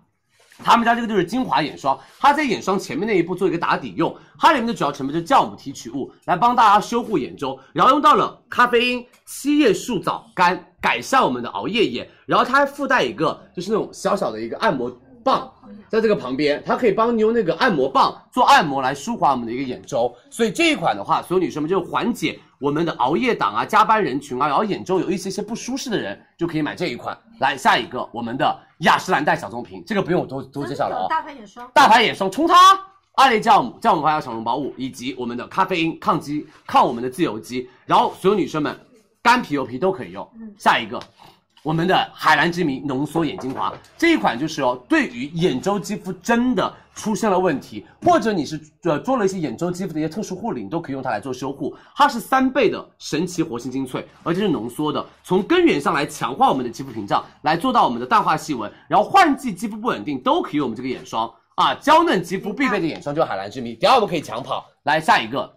[SPEAKER 6] 他们家这个就是精华眼霜，它在眼霜前面那一步做一个打底用，它里面的主要成分就是酵母提取物，来帮大家修护眼周，然后用到了咖啡因、七叶树藻苷，改善我们的熬夜眼，然后它还附带一个就是那种小小的一个按摩棒。在这个旁边，它可以帮你用那个按摩棒做按摩来舒缓我们的一个眼周，所以这一款的话，所有女生们就缓解我们的熬夜党啊、加班人群啊，然后眼周有一些些不舒适的人就可以买这一款。来，下一个我们的雅诗兰黛小棕瓶，这个不用我多多介绍了啊、
[SPEAKER 5] 大牌眼霜，
[SPEAKER 6] 大牌眼霜冲它，阿雷酵母、酵母发酵小笼包物，以及我们的咖啡因抗肌、抗我们的自由基，然后所有女生们干皮油皮都可以用。下一个，我们的海蓝之谜浓缩眼精华这一款就是哦，对于眼周肌肤真的出现了问题，或者你是呃做了一些眼周肌肤的一些特殊护理，你都可以用它来做修护。它是三倍的神奇活性精粹，而且是浓缩的，从根源上来强化我们的肌肤屏障，来做到我们的淡化细纹，然后换季肌肤不稳定都可以用我们这个眼霜啊，娇嫩肌肤必备的眼霜就是海蓝之谜。等一下我们可以抢跑，来下一个，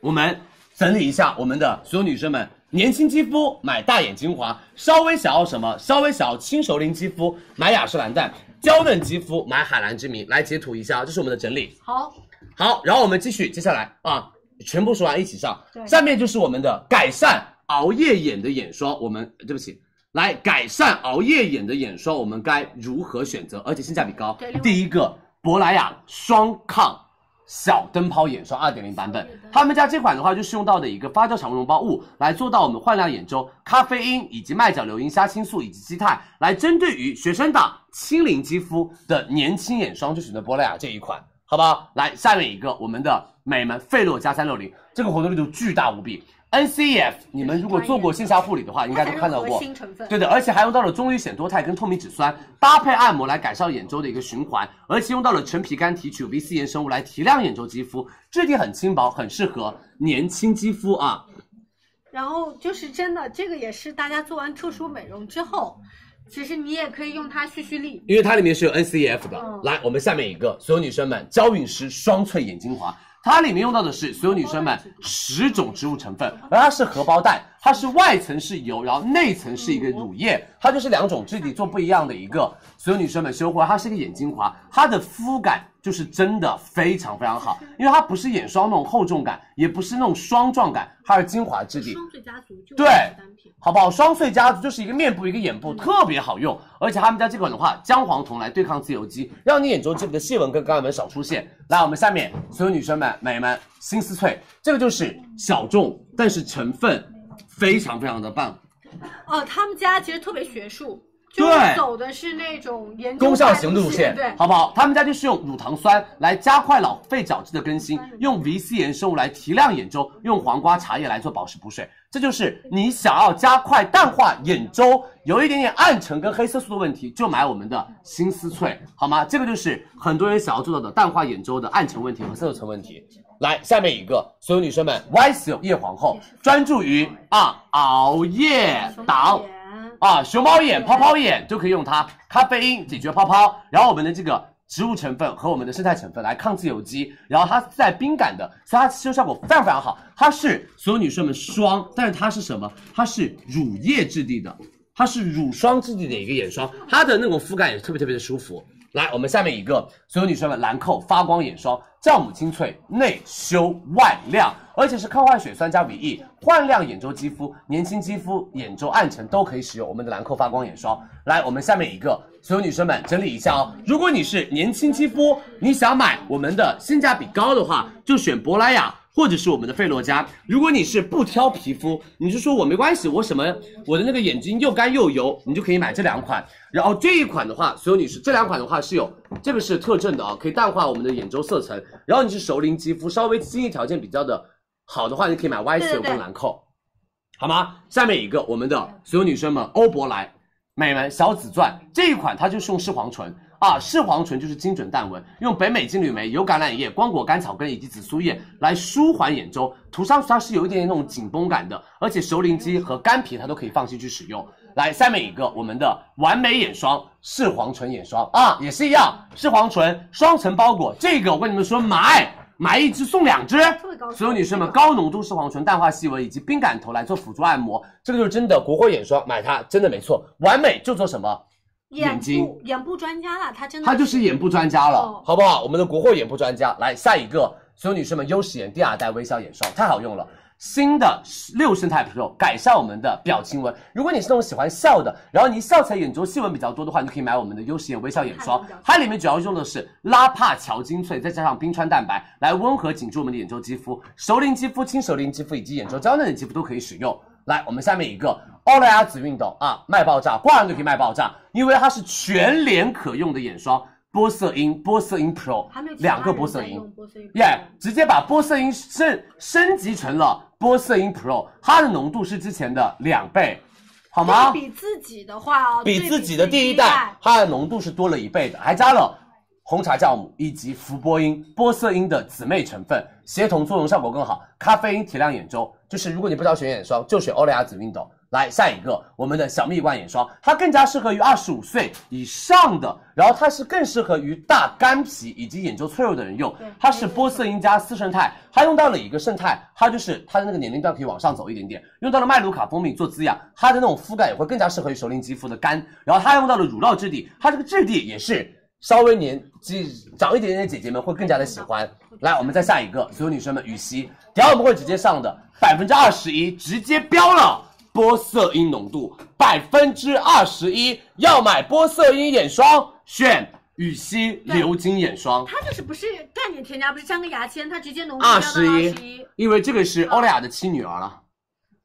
[SPEAKER 6] 我们整理一下我们的所有女生们年轻肌肤买大眼精华，稍微想要什么？稍微想要轻熟龄肌肤，买雅诗兰黛；娇嫩肌肤买海蓝之谜。来截图一下，啊这是我们的整理。
[SPEAKER 5] 好，
[SPEAKER 6] 好，然后我们继续，接下来啊，全部说完一起上。下面就是我们的改善熬夜眼的眼霜，我们对不起。来改善熬夜眼的眼霜，我们该如何选择？而且性价比高。第一个，珀莱雅双抗小灯泡眼霜二点零版本，他们家这款的话就是用到的一个发酵肠溶胞物来做到我们焕亮眼周、咖啡因以及麦角硫因、虾青素以及基肽，来针对于学生党清零肌肤的年轻眼霜，就选择珀莱雅这一款，好不好？来，下面一个我们的美门费洛嘉三六零，这个活动力度巨大无比。NCF，你们如果做过线下护理的话，应该都看到过。
[SPEAKER 5] 新成分，
[SPEAKER 6] 对的，而且还用到了棕榈酰多肽跟透明质酸搭配按摩来改善眼周的一个循环，而且用到了陈皮苷提取 V C 衍生物来提亮眼周肌肤，质地很轻薄，很适合年轻肌肤啊。
[SPEAKER 5] 然后就是真的，这个也是大家做完特殊美容之后，其实你也可以用它蓄蓄力。
[SPEAKER 6] 因为它里面是有 NCF 的。来，我们下面一个，所有女生们，娇韵诗双萃眼精华，它里面用到的是所有女生们十种植物成分，而它是荷包蛋，它是外层是油，然后内层是一个乳液，它就是两种质地做不一样的一个，所有女生们修护，它是一个眼精华，它的肤感就是真的非常非常好，因为它不是眼霜那种厚重感，也不是那种霜状感，它是精华质地，
[SPEAKER 5] 双萃家族就
[SPEAKER 6] 对
[SPEAKER 5] 单品，
[SPEAKER 6] 好不好？双萃家族就是一个面部一个眼部，特别好用。而且他们家这款的话，姜黄酮来对抗自由基，让你眼周肌肤的细纹跟睾丸纹少出现。来，我们下面所有女生们、美们，新丝翠，这个就是小众，但是成分非常非常的棒，
[SPEAKER 5] 哦，他们家其实特别学术，就是
[SPEAKER 6] 对
[SPEAKER 5] 走的是那种研究
[SPEAKER 6] 功效
[SPEAKER 5] 派
[SPEAKER 6] 型的路线，
[SPEAKER 5] 对，
[SPEAKER 6] 好不好？他们家就是用乳糖酸来加快老废角质的更新，
[SPEAKER 5] 嗯
[SPEAKER 6] 用 V C 衍生物来提亮眼周，用黄瓜茶叶来做保湿补水。这就是你想要加快淡化眼周有一点点暗沉跟黑色素的问题，就买我们的新丝翠，好吗？这个就是很多人想要做到的淡化眼周的暗沉问题和色素层问题。来，下面一个，所有女生们，Y 型夜皇后专注于啊熬夜党。啊，熊猫眼、泡泡眼都可以用它，咖啡因解决泡泡，然后我们的这个植物成分和我们的生态成分来抗自由基，然后它自带冰感的，所以它吸收效果非常非常好。它是所有女生们霜，但是它是什么？它是乳液质地的，它是乳霜质地的一个眼霜，它的那种肤感也特别特别的舒服。来，我们下面一个，所有女生们，兰蔻发光眼霜，酵母精粹，内修外亮，而且是抗坏血酸加 VE，焕亮眼周肌肤，年轻肌肤眼周暗沉都可以使用我们的兰蔻发光眼霜。来，我们下面一个，所有女生们整理一下哦。如果你是年轻肌肤，你想买我们的性价比高的话，就选珀莱雅。或者是我们的费洛嘉。如果你是不挑皮肤，你是说我没关系，我什么我的那个眼睛又干又油，你就可以买这两款。然后这一款的话，所有女士，这两款的话是有这个是特征的啊，可以淡化我们的眼周色层。然后你是熟龄肌肤，稍微经济条件比较的好的话，你可以买 Y
[SPEAKER 5] 对
[SPEAKER 6] 型
[SPEAKER 5] 对
[SPEAKER 6] 跟兰蔻，好吗？下面一个我们的所有女生们，欧珀莱美们小紫钻这一款，它就是用视黄醇啊，视黄醇就是精准淡纹，用北美金缕梅、油橄榄叶、光果甘草根以及紫苏叶来舒缓眼周，涂上去它是有一点点那种紧绷感的，而且熟龄肌和干皮它都可以放心去使用。来，下面一个我们的完美眼霜视黄醇眼霜啊，也是一样，视黄醇双层包裹，这个我跟你们说买。买一支送两支
[SPEAKER 5] 别高，级
[SPEAKER 6] 所有女生们，高浓度视黄醇淡化细纹以及冰感头来做辅助按摩，这个就是真的国货眼霜，买它真的没错，完美就做什么眼睛
[SPEAKER 5] 部眼部专家啦，他真的
[SPEAKER 6] 他就是眼部专家了，
[SPEAKER 5] 哦
[SPEAKER 6] 好不好？我们的国货眼部专家，来下一个，所有女生们，优时颜第二代微笑眼霜太好用了。新的六生态 Pro 改善我们的表情纹。如果你是那种喜欢笑的，然后你一笑起来眼周细纹比较多的话，你就可以买我们的优时颜微笑眼霜。它里面主要用的是拉帕乔精粹，再加上冰川蛋白，来温和紧致我们的眼周肌肤。熟龄肌肤、轻熟龄肌肤以及眼周娇嫩的肌肤都可以使用。来，我们下面一个欧莱雅紫熨斗啊，卖爆炸，挂上就可以卖爆炸，因为它是全脸可用的眼霜，玻色因、玻色因 Pro，
[SPEAKER 5] 还没有其他
[SPEAKER 6] 两个
[SPEAKER 5] 人
[SPEAKER 6] 玻色
[SPEAKER 5] 在
[SPEAKER 6] 因
[SPEAKER 5] 用，玻色因
[SPEAKER 6] 耶直接把玻色因升升级成了玻色因 Pro，它的浓度是之前的两倍，好吗？
[SPEAKER 5] 对比自己的话哦，
[SPEAKER 6] 比
[SPEAKER 5] 对
[SPEAKER 6] 自己的第一代，它的浓度是多了一倍的，还加了红茶酵母以及氟波因、玻色因的姊妹成分，协同作用效果更好。咖啡因提亮眼周，就是如果你不知道选眼霜，就选欧莱雅紫熨斗，来下一个，我们的小蜜罐眼霜，它更加适合于二十五岁以上的，然后它是更适合于大干皮以及眼周脆弱的人用。它是玻色因加次胜肽，它用到了一个胜肽，它就是它的那个年龄段可以往上走一点点。用到了麦卢卡蜂蜜做滋养，它的那种肤感也会更加适合于熟龄肌肤的干。然后它用到了乳酪质地，它这个质地也是稍微年纪长一点点的姐姐们会更加的喜欢。来，我们再下一个，所有女生们，羽西，等下我们会直接上的百分之二十一，直接标了。玻色因浓度百分之二十一，要买玻色因眼霜，选羽西鎏金眼霜，
[SPEAKER 5] 它就是不是概念添加，不是粘个牙签，它直接浓度
[SPEAKER 6] 二
[SPEAKER 5] 飙到
[SPEAKER 6] 十
[SPEAKER 5] 21
[SPEAKER 6] 一，因为这个是欧莱雅的亲女儿了，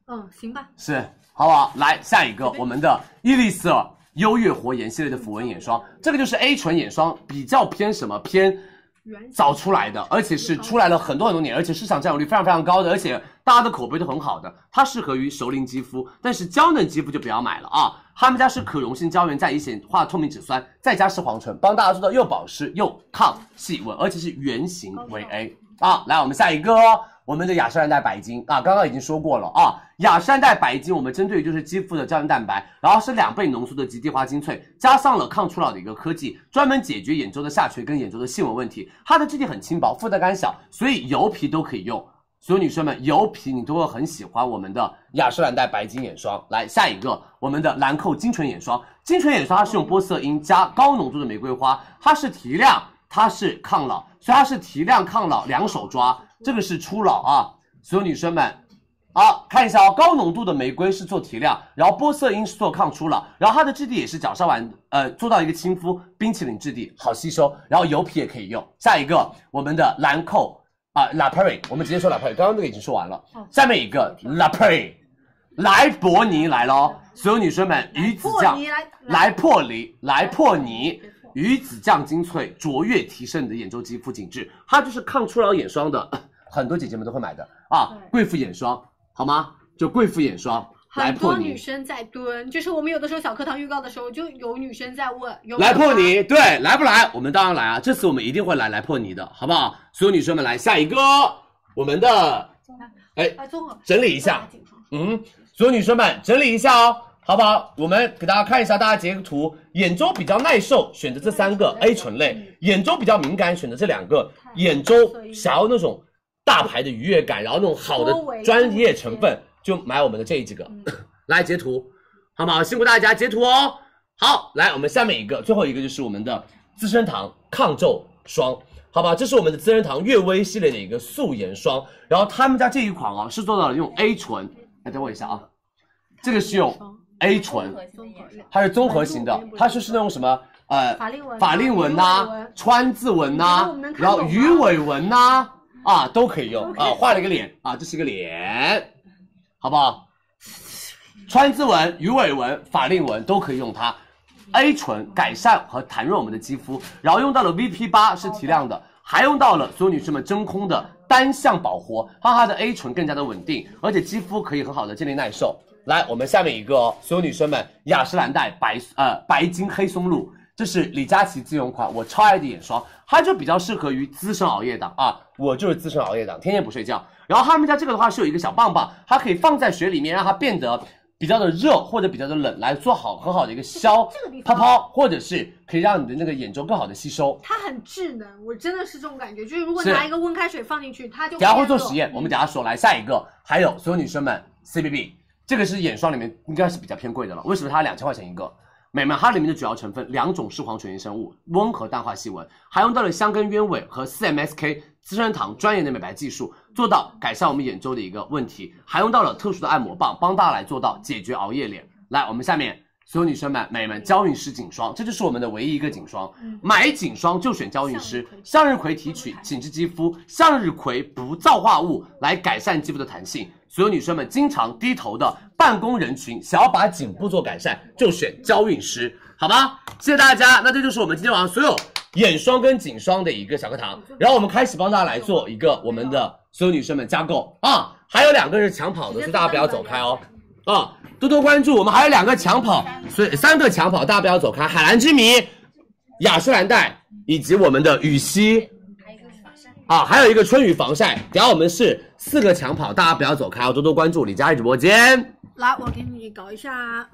[SPEAKER 5] 嗯，行吧，
[SPEAKER 6] 是，好不好？来下一个，我们的伊丽丝尔优越活颜系列的抚纹眼霜，这个就是 A 醇眼霜，比较偏什么偏
[SPEAKER 5] 原
[SPEAKER 6] 早出来的，而且是出来了很多很多年，而且市场占有率非常非常高的，而且大家的口碑都很好的。它适合于熟龄肌肤，但是娇嫩肌肤就不要买了啊。他们家是可溶性胶原再乙酰化透明质酸，再加是黄醇，帮大家做到又保湿又抗细纹，而且是原型为 A 啊。来，我们下一个哦。我们的雅诗兰黛白金啊，刚刚已经说过了啊。雅诗兰黛白金，我们针对就是肌肤的胶原蛋白，然后是两倍浓缩的极地花精粹，加上了抗初老的一个科技，专门解决眼周的下垂跟眼周的细纹问题。它的质地很轻薄，负担感小，所以油皮都可以用。所有女生们，油皮你都会很喜欢我们的雅诗兰黛白金眼霜。来，下一个，我们的兰蔻精纯眼霜。精纯眼霜它是用玻色因加高浓度的玫瑰花，它是提亮，它是抗老，所以它是提亮抗老，两手抓，这个是初老啊。所有女生们，啊，看一下哦，高浓度的玫瑰是做提亮，然后玻色因是做抗初老，然后它的质地也是角鲨烷，呃，做到一个亲肤冰淇淋质地，好吸收，然后油皮也可以用。下一个，我们的兰蔻啊、l a p r i 我们直接说 La p r i 刚刚那个已经说完了。下面一个 La p r i 莱博尼来喽，所有女生们，鱼子酱
[SPEAKER 5] 破泥来
[SPEAKER 6] 莱珀尼，莱珀尼鱼子酱精粹，卓越提升你的眼周肌肤紧致。它就是抗初老眼霜的，很多姐姐们都会买的啊，贵妇眼霜好吗？就贵妇眼霜，莱
[SPEAKER 5] 很
[SPEAKER 6] 珀
[SPEAKER 5] 多女
[SPEAKER 6] 尼，
[SPEAKER 5] 生在蹲，就是我们有的时候小课堂预告的时候，就有女生在问，有
[SPEAKER 6] 莱珀
[SPEAKER 5] 尼，
[SPEAKER 6] 尼，对，来不来？我们当然来啊，这次我们一定会来莱珀尼的，好不好？所有女生们来下一个哦，我们的，哎，
[SPEAKER 5] 啊，综合
[SPEAKER 6] 整理一下，嗯，所有女生们整理一下哦，好不好？我们给大家看一下，大家截个图。眼周比较耐受，选择这三个 A 醇类；眼周比较敏感，选择这两个；眼周想要那种大牌的愉悦感，然后那种好
[SPEAKER 5] 多维
[SPEAKER 6] 的
[SPEAKER 5] 度嗯
[SPEAKER 6] 专业成分，就买我们的这几个。 *coughs* 来截图，好不好？辛苦大家截图哦。好，来我们下面一个，最后一个就是我们的资生堂抗皱霜，好吧？这是我们的资生堂悦薇系列的一个素颜霜，然后他们家这一款啊是做到了用 A 醇，哎，等我一下啊，这个是用 A 醇，它是综合型的，它就是那种什么呃
[SPEAKER 5] 法令纹啊
[SPEAKER 6] 法令纹
[SPEAKER 5] 鱼尾
[SPEAKER 6] 呐
[SPEAKER 5] 纹、啊
[SPEAKER 6] 川字纹
[SPEAKER 5] 你觉得我
[SPEAKER 6] 呐
[SPEAKER 5] 们能，看
[SPEAKER 6] 然后
[SPEAKER 5] 懂吗
[SPEAKER 6] 鱼尾纹呐啊都可以用啊，画了一个脸啊，这是一个脸，好不好？川字纹、鱼尾纹、法令纹都可以用它。A 醇改善和弹润我们的肌肤，然后用到了 VP 八是提亮的，还用到了所有女生们真空的单向保活，让它的 A 醇更加的稳定，而且肌肤可以很好的建立耐受。来，我们下面一个哦，所有女生们，雅诗兰黛白呃白金黑松露，这是李佳琦自用款，我超爱的眼霜，它就比较适合于资深熬夜党啊，我就是资深熬夜党，天天不睡觉。然后他们家这个的话是有一个小棒棒，它可以放在水里面，让它变得比较的热或者比较的冷，来做好很好的一个消
[SPEAKER 5] 这个地
[SPEAKER 6] 泡
[SPEAKER 5] 方
[SPEAKER 6] 泡，或者是可以让你的那个眼周更好的吸收。
[SPEAKER 5] 它很智能，我真的是这种感觉，就是如果
[SPEAKER 6] 是
[SPEAKER 5] 拿一个温开水放进去，它就
[SPEAKER 6] 等下会做
[SPEAKER 5] 变
[SPEAKER 6] 实验，我们等下说。来下一个，还有所有女生们，CBB 这个是眼霜里面应该是比较偏贵的了，为什么它两千块钱一个？美们，它里面的主要成分两种是黄醇衍生物，温和淡化细纹，还用到了香根鸢尾和 4MSK 资生堂专业的美白技术，做到改善我们眼周的一个问题，还用到了特殊的按摩棒，帮大家来做到解决熬夜脸。来，我们下面所有女生们、美们，娇韵诗颈霜，这就是我们的唯一一个颈霜。买颈霜就选娇韵诗，嗯向日葵提取紧致肌肤，向日葵不皂化物来改善肌肤的弹性。所有女生们经常低头的办公人群，想要把颈部做改善，就选娇韵诗，好吗？谢谢大家，那这就是我们今天晚上所有眼霜跟颈霜的一个小课堂。然后我们开始帮大家来做一个我们的所有女生们加购啊，还有两个是抢跑的，所以大家不要走开哦。啊，多多关注。我们还有两个抢跑，所以三个抢跑，大家不要走开。海蓝之谜、雅诗兰黛以及我们的羽西，啊，还有啊一个春雨防晒。等下我们是四个抢跑，大家不要走开哦，多多关注李佳琦直播间。
[SPEAKER 5] 来，我给你搞一下。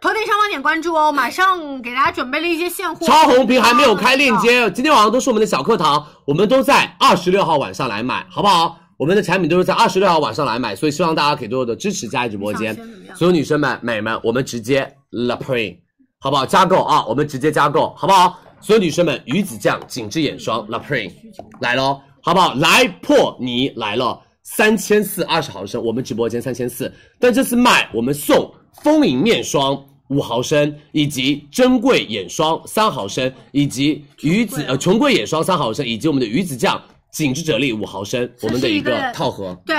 [SPEAKER 5] 头顶上方点关注哦，马上给大家准备了一些现货。
[SPEAKER 6] 超红瓶还没有开链接，今天晚上都是我们的小课堂，我们都在二十六号晚上来买，好不好？我们的产品都是在二十六号晚上来买，所以希望大家可以多多的支持佳怡直播间
[SPEAKER 5] 上线怎么，样
[SPEAKER 6] 所有女生们、美们，我们直接 La Prime，好不好？加购啊，我们直接加购，好不好？所有女生们，鱼子酱紧致眼霜 La Prime 来喽，好不好？来破泥来了，三千四二十毫升，我们直播间三千四，但这次卖我们送丰盈面霜。五毫升，以及珍贵眼霜三毫升，以及鱼子呃纯贵眼霜三毫升，以及我们的鱼子酱紧致啫喱五毫升，我们的一
[SPEAKER 5] 这是一
[SPEAKER 6] 个
[SPEAKER 5] 个
[SPEAKER 6] 套盒。
[SPEAKER 5] 对，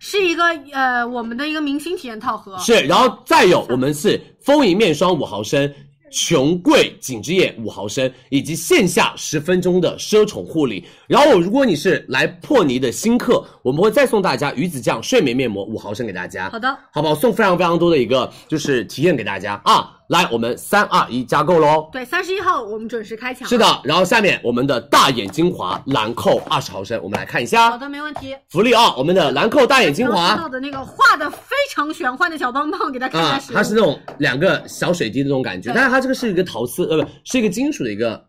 [SPEAKER 5] 是一个呃我们的一个明星体验套盒。
[SPEAKER 6] 是，然后再有我们是丰盈面霜五毫升。琼贵紧致液五毫升，以及线下十分钟的奢宠护理。然后，如果你是来破泥的新客，我们会再送大家鱼子酱睡眠面膜五毫升给大家。
[SPEAKER 5] 好的，
[SPEAKER 6] 好不好？送非常非常多的一个就是体验给大家啊！来，我们三二一加购喽。
[SPEAKER 5] 对，三十一号我们准时开抢。
[SPEAKER 6] 是，的，然后下面我们的大眼精华兰蔻二十毫升，我们来看一下
[SPEAKER 5] 好的，没问题。
[SPEAKER 6] 福利啊，我们的兰蔻大眼精华
[SPEAKER 5] 刚刚收到的那个画的非常玄幻的小棒棒，给大家看一下
[SPEAKER 6] 啊
[SPEAKER 5] 使，用。
[SPEAKER 6] 它是那种两个小水滴的那种感觉，
[SPEAKER 5] 对
[SPEAKER 6] 但是它这个是一个陶瓷，呃，不是一个金属的一个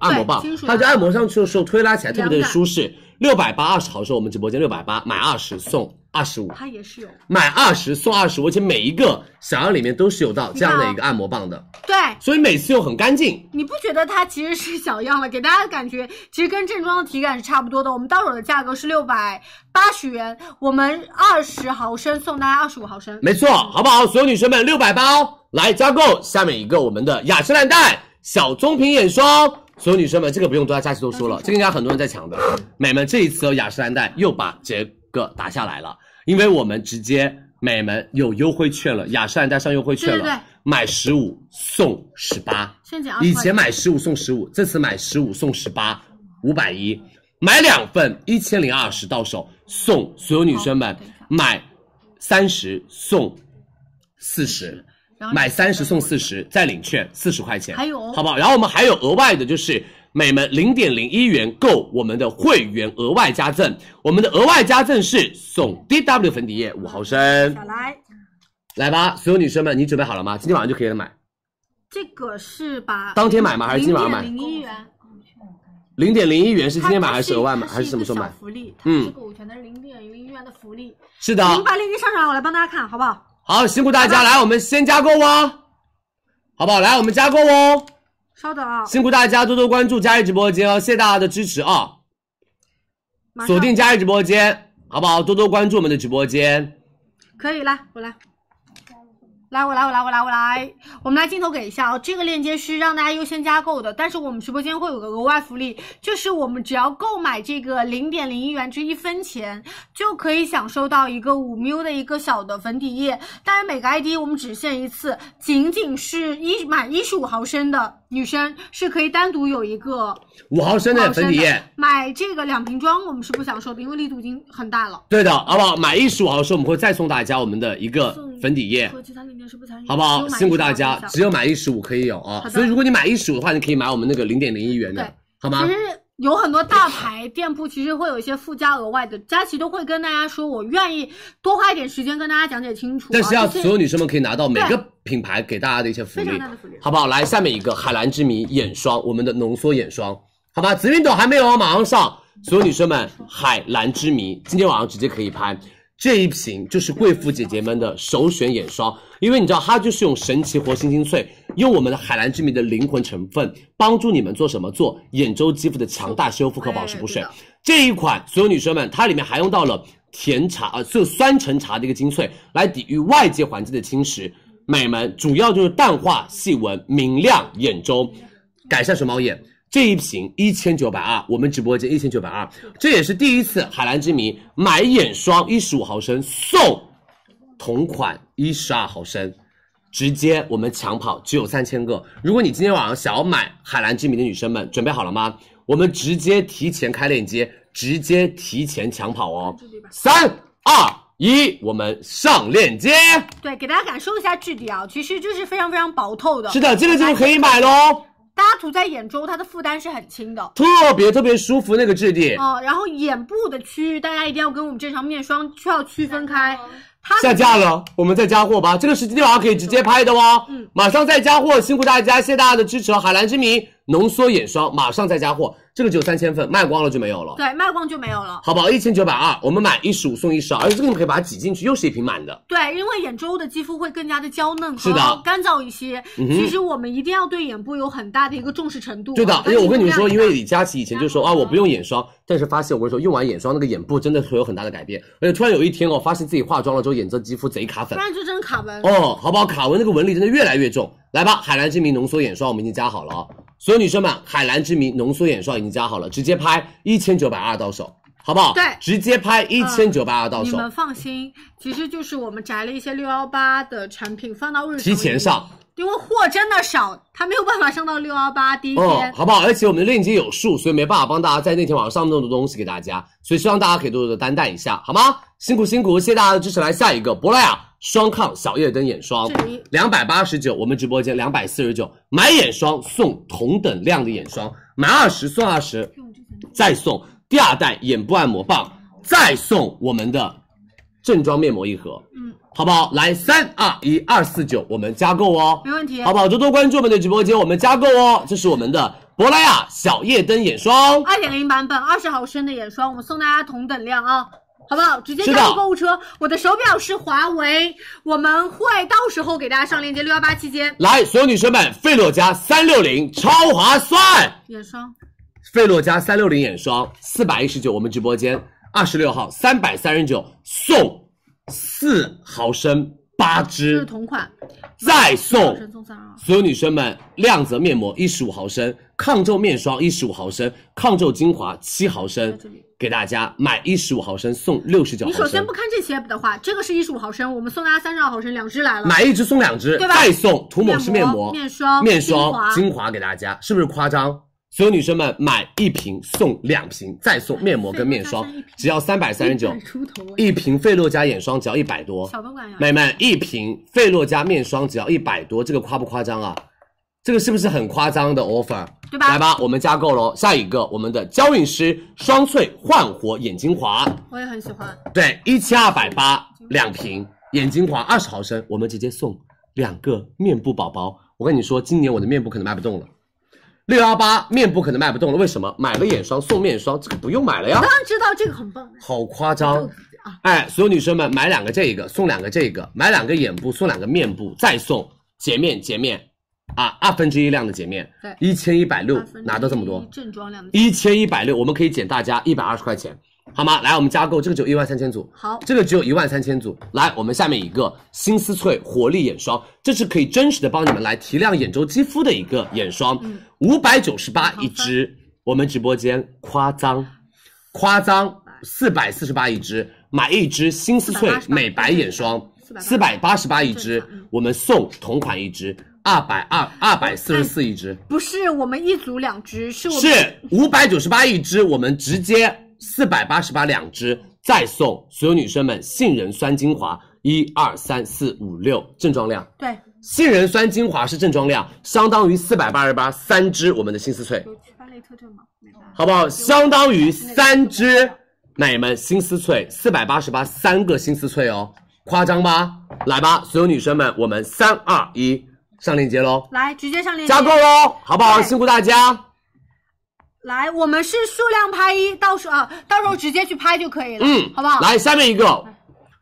[SPEAKER 6] 按摩棒
[SPEAKER 5] 对金属，的
[SPEAKER 6] 它就按摩上去的时候推拉起来特别
[SPEAKER 5] 凉
[SPEAKER 6] 的
[SPEAKER 5] 感
[SPEAKER 6] 舒适。六百八二十毫升，我们直播间六百八，买二十送二十五，
[SPEAKER 5] 它也是有
[SPEAKER 6] 买二十送二十五，而且每一个小样里面都是有到这样的一个按摩棒的，
[SPEAKER 5] 对。
[SPEAKER 6] 所以每次用很干净。
[SPEAKER 5] 你不觉得它其实是小样了？给大家的感觉其实跟正装的体感是差不多的。我们到手的价格是六百八十元，我们二十毫升送大家二十五毫升。
[SPEAKER 6] 没错，好不好？所有女生们，六百八哦，来加购。下面一个我们的雅诗兰黛小棕瓶眼霜，所有女生们，这个不用多加，佳琪都说了，
[SPEAKER 5] 嗯
[SPEAKER 6] 这个应该很多人在抢的。美们，这一次哦，雅诗兰黛又把这个打下来了，因为我们直接美们有优惠券了，雅诗兰黛上优惠券了，
[SPEAKER 5] 对对对
[SPEAKER 6] 买十五送十八，
[SPEAKER 5] 先减二
[SPEAKER 6] 以
[SPEAKER 5] 十块钱。
[SPEAKER 6] 前买十五送十五，这次买十五送十八，五百一，买两份一千零二十到手，送所有女生
[SPEAKER 5] 哦
[SPEAKER 6] 们买三十送四十，
[SPEAKER 5] 然后
[SPEAKER 6] 买三十送四十再领券四十块钱，
[SPEAKER 5] 还有
[SPEAKER 6] 好不好？然后我们还有额外的就是。每门零点零一元购我们的会员额外加赠，我们的额外加赠是送 D W 粉底液五毫升，
[SPEAKER 5] 小来，
[SPEAKER 6] 来吧，所有女生们，你准备好了吗？今天晚上就可以了买，
[SPEAKER 5] 这个是把
[SPEAKER 6] 当天买吗？还是今天晚上买？
[SPEAKER 5] 零一元，
[SPEAKER 6] 零点零一元是
[SPEAKER 5] 它
[SPEAKER 6] 今天买还
[SPEAKER 5] 它
[SPEAKER 6] 是
[SPEAKER 5] 是
[SPEAKER 6] 额外买
[SPEAKER 5] 它
[SPEAKER 6] 还是什么时候
[SPEAKER 5] 一
[SPEAKER 6] 买
[SPEAKER 5] 个小？福利，它
[SPEAKER 6] 嗯啊
[SPEAKER 5] 这个五全的零点零一元的福利。
[SPEAKER 6] 是的，
[SPEAKER 5] 零八零零上上来，我来帮大家看好不好？
[SPEAKER 6] 好辛苦大家，来我们先加购哦，好不好？来我们加购哦，
[SPEAKER 5] 稍等啊，
[SPEAKER 6] 辛苦大家多多关注佳怡直播间哦，谢谢大家的支持啊，
[SPEAKER 5] 马上
[SPEAKER 6] 锁定佳怡直播间，好不好？多多关注我们的直播间，
[SPEAKER 5] 可以，来我来。来，我来，我来，我来，我来，我们来镜头给一下哦。这个链接是让大家优先加购的，但是我们直播间会有个额外福利，就是我们只要购买这个零点零一元至一分钱，就可以享受到一个五 ml 的一个小的粉底液。当然，每个 ID 我们只限一次，仅仅是一满一十五毫升的女生是可以单独有一个
[SPEAKER 6] 五毫升的粉底液，
[SPEAKER 5] 买这个两瓶装我们是不享受的，因为力度已经很大了。
[SPEAKER 6] 对的，好不好？买一十五毫升，我们会再送大家我们的一个
[SPEAKER 5] 送
[SPEAKER 6] 粉底液。
[SPEAKER 5] 和其他零点是不参与的，
[SPEAKER 6] 好不好？
[SPEAKER 5] 只有买
[SPEAKER 6] 辛苦
[SPEAKER 5] 一
[SPEAKER 6] 大
[SPEAKER 5] 双
[SPEAKER 6] 家
[SPEAKER 5] 就，行
[SPEAKER 6] 只有买一十五可以有啊
[SPEAKER 5] 好。的
[SPEAKER 6] 所以如果你买一十五的话，你可以买我们那个零点零一元
[SPEAKER 5] 对
[SPEAKER 6] 的，好吗
[SPEAKER 5] 其？实有很多大牌店铺，其实会有一些附加额外的，佳琪都会跟大家说，我愿意多花一点时间跟大家讲解清楚、啊。
[SPEAKER 6] 但是要
[SPEAKER 5] 这
[SPEAKER 6] 所
[SPEAKER 5] 些
[SPEAKER 6] 有女生们可以拿到每
[SPEAKER 5] 对
[SPEAKER 6] 个品牌给大家的一些福
[SPEAKER 5] 非常
[SPEAKER 6] 利
[SPEAKER 5] 大，的福利。
[SPEAKER 6] 好不好？来，下面一个海蓝之谜眼霜，我们的浓缩眼霜，好吧？紫熨斗还没有哦，马上上。所有女生们，海蓝之谜今天晚上直接可以拍。这一瓶就是贵妇姐姐们的首选眼霜，因为你知道它就是用神奇活性精粹，用我们的海蓝之谜的灵魂成分，帮助你们做什么？做眼周肌肤的强大修复和保湿补水
[SPEAKER 5] 哎对的。
[SPEAKER 6] 这一款，所有女生们，它里面还用到了甜茶呃，就酸橙茶的一个精粹，来抵御外界环境的侵蚀。美们主要就是淡化细纹、明亮眼周，改善水猫眼。这一瓶一千九百二，我们直播间一千九百二，这也是第一次海蓝之谜买眼霜一十五毫升送同款一十二毫升，直接我们抢跑只有三千个。如果你今天晚上想要买海蓝之谜的女生们，准备好了吗？我们直接提前开链接，直接提前抢跑哦！三二一，我们上链接。
[SPEAKER 5] 对，给大家感受一下质地啊，其实就是非常非常薄透的。
[SPEAKER 6] 是的，这个就是可以买喽，
[SPEAKER 5] 大家涂在眼周，它的负担是很轻的。
[SPEAKER 6] 特别特别舒服那个质地。
[SPEAKER 5] 哦，然后眼部的区域，大家一定要跟我们正常面霜需要区分开。它
[SPEAKER 6] 下架了，我们再加货吧。这个是今天晚上可以直接拍的哦。嗯，马上再加货，辛苦大家，谢谢大家的支持。海蓝之谜浓缩眼霜马上再加货，这个只有三千份，卖光了就没有了，
[SPEAKER 5] 对，卖光就没有了。
[SPEAKER 6] 好不好？一千九百二，我们买一十五送一十二，而且这个你们可以把它挤进去，又是一瓶满的。
[SPEAKER 5] 对，因为眼周的肌肤会更加的娇嫩
[SPEAKER 6] 是的
[SPEAKER 5] 和干燥一些。
[SPEAKER 6] 嗯哼
[SPEAKER 5] 其实我们一定要对眼部有很大的一个重视程度。哦
[SPEAKER 6] 对的，因为我跟你们说，因为
[SPEAKER 5] 你
[SPEAKER 6] 李佳琦以前就说啊，我不用眼霜，但是发现我跟你说，用完眼霜那个眼部真的会有很大的改变，而且突然有一天哦，发现自己化妆了之后，眼周肌肤贼卡
[SPEAKER 5] 不
[SPEAKER 6] 粉，
[SPEAKER 5] 然就真卡纹。
[SPEAKER 6] 哦，好不好？卡纹那个纹理真的越来越重。来吧，海蓝之谜浓缩眼霜我们已经加好了哦，所有女生们，海蓝之谜浓缩眼霜已经加好了，直接拍一千九百二到手，好不好？
[SPEAKER 5] 对嗯
[SPEAKER 6] 直接拍一千九百二到
[SPEAKER 5] 你
[SPEAKER 6] 手，
[SPEAKER 5] 们放心，其实就是我们摘了一些六幺八的产品放到日常
[SPEAKER 6] 提前
[SPEAKER 5] 里
[SPEAKER 6] 上，
[SPEAKER 5] 因为货真的少，它没有办法上到六幺八第一天。
[SPEAKER 6] 嗯，好不好？而且我们的链接有数，所以没办法帮大家在那天晚上上那么多东西给大家，所以希望大家可以多多的担待一下，好吗？辛苦辛苦，谢谢大家的支持。来下一个，珀莱雅双抗小夜灯眼霜
[SPEAKER 5] 这，里
[SPEAKER 6] 两百八十九，我们直播间两百四十九，买眼霜送同等量的眼霜，买二十送二十，再送第二代眼部按摩棒，再送我们的正装面膜一盒，嗯，好不好？来三二一，二四九，我们加购哦，
[SPEAKER 5] 没问题
[SPEAKER 6] 好不好？多多关注我们的直播间，我们加购哦，这是我们的珀莱雅小夜灯眼霜。
[SPEAKER 5] 二点零版本二十毫升的眼霜，我们送大家同等量啊。好不好？直接
[SPEAKER 6] 是的
[SPEAKER 5] 加入购物车。我的手表是华为，我们会到时候给大家上链接。六幺八期间，
[SPEAKER 6] 来，所有女生们，费洛嘉三六零超划算，
[SPEAKER 5] 眼霜
[SPEAKER 6] 费洛嘉三六零眼霜四百一十九，我们直播间二十六号三百三十九送四毫升八
[SPEAKER 5] 这是
[SPEAKER 6] 支，
[SPEAKER 5] 同款，
[SPEAKER 6] 再
[SPEAKER 5] 毫
[SPEAKER 6] 送
[SPEAKER 5] 升送三二。
[SPEAKER 6] 所有女生们，亮泽面膜一十五毫升，抗皱面霜一十五毫升，抗皱精华七毫升
[SPEAKER 5] 在这里，
[SPEAKER 6] 给大家买一十五毫升送六十九
[SPEAKER 5] 你
[SPEAKER 6] 毫
[SPEAKER 5] 首先
[SPEAKER 6] 升
[SPEAKER 5] 不，看这些的话，这个是一十五毫升，我们送大家三十二毫升，两支来了。
[SPEAKER 6] 买一支送两支，
[SPEAKER 5] 对吧
[SPEAKER 6] 再送涂抹式面膜、
[SPEAKER 5] 面霜
[SPEAKER 6] 面
[SPEAKER 5] 精华
[SPEAKER 6] 霜、精华给大家，是不是夸张？所有女生们买一瓶送两瓶，再送面膜跟面霜
[SPEAKER 5] 再送一瓶，
[SPEAKER 6] 只要三百三十九
[SPEAKER 5] 100出头哎，
[SPEAKER 6] 一瓶费洛嘉眼霜只要一百多，
[SPEAKER 5] 小本管呀。
[SPEAKER 6] 美们，一瓶费洛嘉面霜只要一百多，这个夸不夸张啊？这个是不是很夸张的 offer？
[SPEAKER 5] 对吧
[SPEAKER 6] 来吧，我们加购喽。下一个，我们的娇韵诗双萃焕活眼精华，
[SPEAKER 5] 我也很喜欢，
[SPEAKER 6] 对，一千二百八两瓶眼精华二十毫升，我们直接送两个面部宝宝。我跟你说，今年我的面部可能卖不动了。六幺八面部可能卖不动了，为什么？买了眼霜送面霜，这个不用买了呀
[SPEAKER 5] 当。然知道这个很棒。啊
[SPEAKER 6] 好夸张！哎，所有女生们买两个这个送两个这个，买两个眼部送两个面部，再送洁面洁面，啊，二分之一量的洁面，
[SPEAKER 5] 对
[SPEAKER 6] 一千一百六
[SPEAKER 5] 八分之一
[SPEAKER 6] 拿到这么多，
[SPEAKER 5] 正装量的
[SPEAKER 6] 一千一百六，我们可以减大家一百二十块钱，好吗？来，我们加购这个只有一万三千组，
[SPEAKER 5] 好
[SPEAKER 6] 这个只有一万三千组。来，我们下面一个新丝翠活力眼霜，这是可以真实的帮你们来提亮眼周肌肤的一个眼霜，五百九十八一支，我们直播间夸张，夸张四百四十八一支，买一支新丝翠
[SPEAKER 5] 488
[SPEAKER 6] 美白眼霜，四百八十八一支
[SPEAKER 5] 正常嗯，
[SPEAKER 6] 我们送同款一支，二百二二百四十四一支。
[SPEAKER 5] 不是我们一组两支，是我们
[SPEAKER 6] 是五百九十八一支，我们直接四百八十八两支，再送所有女生们杏仁酸精华，一二三四五六正装量。
[SPEAKER 5] 对
[SPEAKER 6] 杏仁酸精华是正装量，相当于四百八十八三支我们的新丝翠，
[SPEAKER 5] 有祛斑类特征吗？没有。
[SPEAKER 6] 好不好？相当于三支美们新丝翠，四百八十八三个新丝翠哦，夸张吧？来吧，所有女生们，我们三二一上链接喽，
[SPEAKER 5] 来，直接上链接。
[SPEAKER 6] 加购喽，好不好？
[SPEAKER 5] 对
[SPEAKER 6] 辛苦大家。
[SPEAKER 5] 来，我们是数量拍一，到时候啊，到时候直接去拍就可以了，
[SPEAKER 6] 嗯，
[SPEAKER 5] 好不好？，
[SPEAKER 6] 来，下面一个，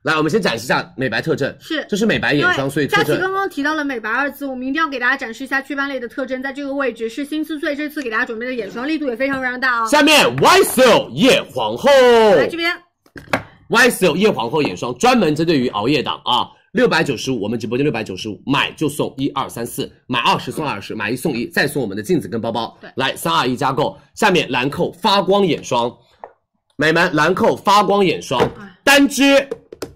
[SPEAKER 6] 来，我们先展示一下美白特征，
[SPEAKER 5] 是
[SPEAKER 6] 这是美白眼霜，
[SPEAKER 5] 对
[SPEAKER 6] 所以特
[SPEAKER 5] 佳琪刚
[SPEAKER 6] 征。
[SPEAKER 5] 刚提到了美白二字，我们一定要给大家展示一下祛斑类的特征，在这个位置是新丝翠这次给大家准备的眼霜，力度也非常非常大啊、
[SPEAKER 6] 下面 YSL 夜皇后
[SPEAKER 5] 来这边，
[SPEAKER 6] ，YSL 夜皇后眼霜专门针对于熬夜党啊，六百九十五，我们直播间六百九十五，买就送一二三四，买二十送二十，买一送一，再送我们的镜子跟包包。
[SPEAKER 5] 对
[SPEAKER 6] 来三二一加购。下面兰蔻发光眼霜，美们，兰蔻发光眼霜单支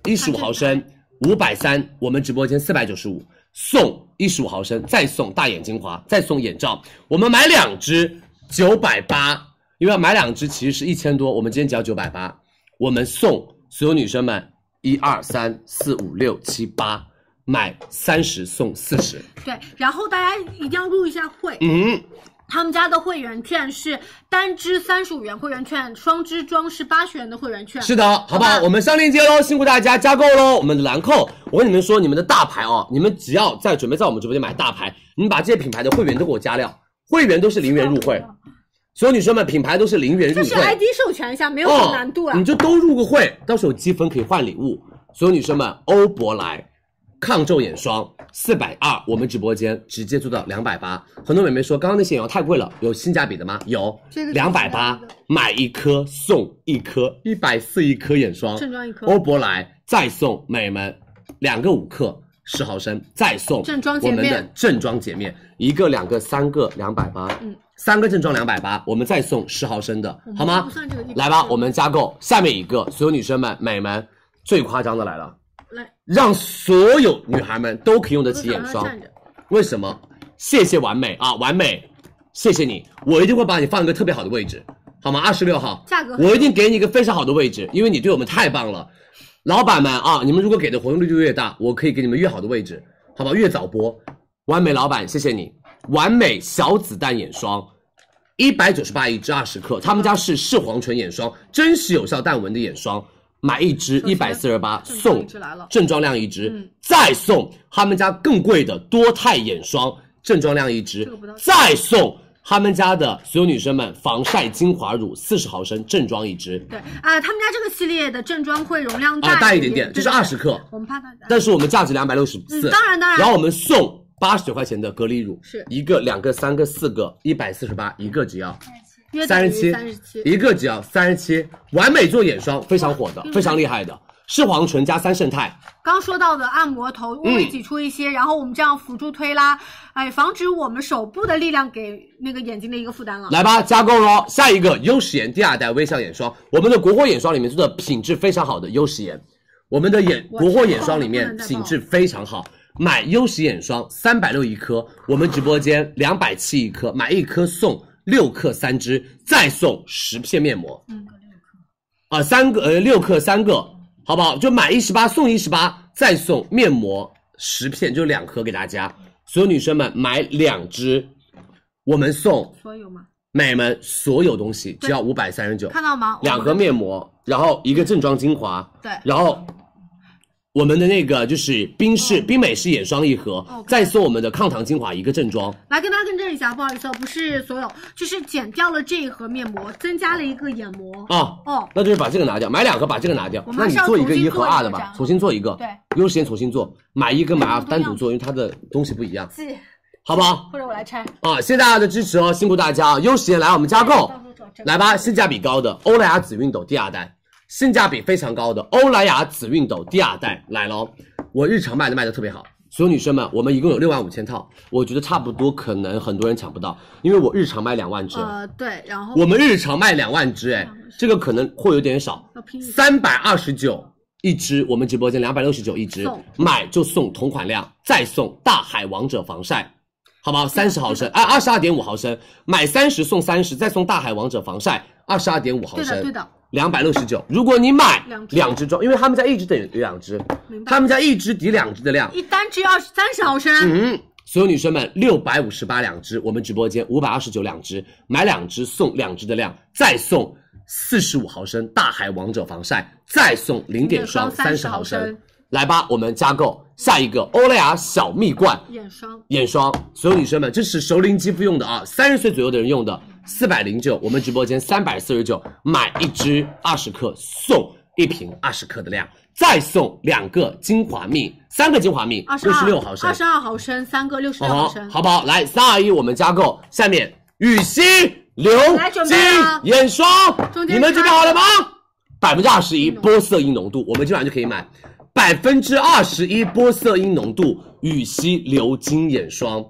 [SPEAKER 6] 一十五毫升，五百三，我们直播间四百九十五，送一十五毫升，再送大眼精华，再送眼罩。我们买两支九百八，因为买两支其实是一千多，我们今天只要九百八，我们送所有女生们一二三四五六七八，买三十送四十。
[SPEAKER 5] 对，然后大家一定要入一下会，
[SPEAKER 6] 嗯，
[SPEAKER 5] 他们家的会员券是单支三十五元会员券，双支装是八十元的会员券。
[SPEAKER 6] 是的，好不好？我们上链接喽，辛苦大家加购喽！我们的兰蔻，我跟你们说，你们的大牌哦，你们只要在准备在我们直播间买大牌，你们把这些品牌的会员都给我加料，会员都是零元入会，所有女生们品牌都是零元
[SPEAKER 5] 就
[SPEAKER 6] 入会，
[SPEAKER 5] 是 ID 授权一下，没有什么难度啊。
[SPEAKER 6] 哦，你就都入个会，到时候有积分可以换礼物。所有女生们，欧珀莱抗皱眼霜四百二，我们直播间直接做到两百八。很多美眉说刚刚那些眼药太贵了，有性价比的吗？有
[SPEAKER 5] 这个，是
[SPEAKER 6] 两百八买一颗送一颗，一百四一颗眼霜，
[SPEAKER 5] 正装一颗
[SPEAKER 6] 欧珀莱再送美们两个五克。十毫升再送
[SPEAKER 5] 正装洁
[SPEAKER 6] 我
[SPEAKER 5] 面
[SPEAKER 6] 们的正装洁面，一个、两个、三个，两百八，嗯，三个正装两百八，我们再送十毫升的，好吗
[SPEAKER 5] 不算这个一？
[SPEAKER 6] 来吧，我们加购下面一个，所有女生们、美们，最夸张的来了，
[SPEAKER 5] 来，
[SPEAKER 6] 让所有女孩们都可以用得起眼
[SPEAKER 5] 我
[SPEAKER 6] 霜
[SPEAKER 5] 站着。
[SPEAKER 6] 为什么？谢谢完美啊，完美，谢谢你，我一定会把你放一个特别好的位置，好吗？二十六号，
[SPEAKER 5] 价格很
[SPEAKER 6] 我一定给你一个非常好的位置，因为你对我们太棒了。老板们啊，你们如果给的活动力度越大，我可以给你们越好的位置，好吧？越早播，完美老板，谢谢你。完美小子弹眼霜，一百九十八一支，二十克，他们家是视黄醇眼霜，真实有效淡纹的眼霜，买一支一百四十八
[SPEAKER 5] 正
[SPEAKER 6] 送
[SPEAKER 5] 一支来了
[SPEAKER 6] 正装量一支，
[SPEAKER 5] 嗯
[SPEAKER 6] 再送他们家更贵的多肽眼霜，正装量一支，
[SPEAKER 5] 这个不到
[SPEAKER 6] 再送他们家的所有女生们防晒精华乳四十毫升正装一支，
[SPEAKER 5] 对啊，他们家这个系列的正装会容量
[SPEAKER 6] 啊、
[SPEAKER 5] 大
[SPEAKER 6] 大一点点，这是二十。
[SPEAKER 5] 对对对
[SPEAKER 6] 克，
[SPEAKER 5] 我们怕它
[SPEAKER 6] 但是我们价值两百六十
[SPEAKER 5] 嗯
[SPEAKER 6] 四，
[SPEAKER 5] 当然当然
[SPEAKER 6] 然后我们送八十九块钱的隔离乳，
[SPEAKER 5] 是
[SPEAKER 6] 一个、两个、三个、四个，一百四十八，一个只要
[SPEAKER 5] 约
[SPEAKER 6] 三
[SPEAKER 5] 等
[SPEAKER 6] 十
[SPEAKER 5] 于
[SPEAKER 6] 七，
[SPEAKER 5] 三十七，
[SPEAKER 6] 一个只要三十七，完美做眼霜非常火的，
[SPEAKER 5] 嗯
[SPEAKER 6] 非常厉害的，视黄醇加三胜肽，
[SPEAKER 5] 刚说到的按摩头微微挤出一
[SPEAKER 6] 嗯
[SPEAKER 5] 些，然后我们这样辅助推拉，哎，防止我们手部的力量给那个眼睛的一个负担了。
[SPEAKER 6] 来吧，加购喽！下一个优时颜第二代微笑眼霜，我们的国货眼霜里面做的品质非常好的优时颜，我们的眼
[SPEAKER 5] 我
[SPEAKER 6] 国货眼霜里面
[SPEAKER 5] 不能再报
[SPEAKER 6] 品质非常好。买优时眼霜三百六一颗，我们直播间两百七一颗，买一颗送六克三支，再送十片面膜。嗯，啊、三个呃六克三个，好不好？就买一十八送一十八，再送面膜十片，就两颗给大家。所有女生们买两支，我们送
[SPEAKER 5] 所有吗？
[SPEAKER 6] 美们所有东西
[SPEAKER 5] 对
[SPEAKER 6] 只要五百三十九，
[SPEAKER 5] 看到吗？
[SPEAKER 6] 两盒面膜，然后一个正装精华，
[SPEAKER 5] 对
[SPEAKER 6] 然后我们的那个就是冰士、冰美式眼霜一盒，
[SPEAKER 5] 哦 OK
[SPEAKER 6] 再送我们的抗糖精华一个正装，
[SPEAKER 5] 来跟大家更正一下，不好意思哦，不是所有，就是减掉了这一盒面膜，增加了一个眼膜。
[SPEAKER 6] 啊，
[SPEAKER 5] 哦，
[SPEAKER 6] 那就是把这个拿掉，买两个把这个拿掉
[SPEAKER 5] 我，们
[SPEAKER 6] 那
[SPEAKER 5] 还
[SPEAKER 6] 你
[SPEAKER 5] 是要
[SPEAKER 6] 做一个
[SPEAKER 5] 重新
[SPEAKER 6] 一和
[SPEAKER 5] 做一
[SPEAKER 6] 二
[SPEAKER 5] 个
[SPEAKER 6] 的
[SPEAKER 5] 这
[SPEAKER 6] 吧
[SPEAKER 5] 样，
[SPEAKER 6] 重新做一个，
[SPEAKER 5] 对，
[SPEAKER 6] 优先重新做，买一个买二
[SPEAKER 5] 都一
[SPEAKER 6] 单
[SPEAKER 5] 样
[SPEAKER 6] 独做，因为它的东西不一样，
[SPEAKER 5] 记，
[SPEAKER 6] 好不好？
[SPEAKER 5] 或者我来拆。
[SPEAKER 6] 啊，谢谢大家的支持哦，辛苦大家啊！优时颜来我们加购，来吧，性价比高的欧莱雅紫熨斗第二代，性价比非常高的欧莱雅紫熨斗第二代来喽！我日常卖的卖的特别好，所有女生们，我们一共有六万五千套，我觉得差不多，可能很多人抢不到，因为我日常卖两万只，
[SPEAKER 5] 呃，对，然后
[SPEAKER 6] 我们日常卖两万只，哎，这个可能会有点少
[SPEAKER 5] 要拼一，下
[SPEAKER 6] 三百二十九一支，我们直播间两百六十九一支
[SPEAKER 5] 送，
[SPEAKER 6] 买就送同款量，再送大海王者防晒，好
[SPEAKER 5] *laughs*
[SPEAKER 6] 不好？三十毫升，啊，二十二点五毫升，买三十送三十，再送大海王者防晒，二十二点五毫
[SPEAKER 5] 对的
[SPEAKER 6] 升，
[SPEAKER 5] 对的，
[SPEAKER 6] 两百六十九。如果你买
[SPEAKER 5] 两支
[SPEAKER 6] 两支装，因为他们家一支等于两支
[SPEAKER 5] 明，白
[SPEAKER 6] 他们家一支抵两支的量，
[SPEAKER 5] 一单只要三十毫升，
[SPEAKER 6] 嗯，所有女生们，六百五十八两支，我们直播间五百二十九两支，买两支送两支的量，再送四十五毫升大海王者防晒，再送零点霜
[SPEAKER 5] 零点霜
[SPEAKER 6] 三十
[SPEAKER 5] 30毫
[SPEAKER 6] 毫
[SPEAKER 5] 升
[SPEAKER 6] 升。来吧，我们加购下一个欧莱雅小蜜罐
[SPEAKER 5] 眼霜
[SPEAKER 6] 眼霜，所有女生们，这是熟龄肌肤用的啊，三十岁左右的人用的，四百零九，我们直播间三百四十九，买一支二十克送一瓶二十克的量，再送两个精华蜜，三个精华蜜
[SPEAKER 5] 二，十
[SPEAKER 6] 六
[SPEAKER 5] 二
[SPEAKER 6] 十六毫升，
[SPEAKER 5] 二十二毫升三个，六十
[SPEAKER 6] 哦好
[SPEAKER 5] 六毫
[SPEAKER 6] 好
[SPEAKER 5] 升，
[SPEAKER 6] 好不好？来，三二一，我们加购。下面雨欣流
[SPEAKER 5] 来准
[SPEAKER 6] 金
[SPEAKER 5] 备啊
[SPEAKER 6] 眼霜
[SPEAKER 5] 中，间
[SPEAKER 6] 你们
[SPEAKER 5] 插
[SPEAKER 6] 准备好了吗？百分之二十
[SPEAKER 5] 嗯
[SPEAKER 6] 一玻色因浓度，我们今晚就可以买百分之二十一玻色因浓度羽西流金眼霜。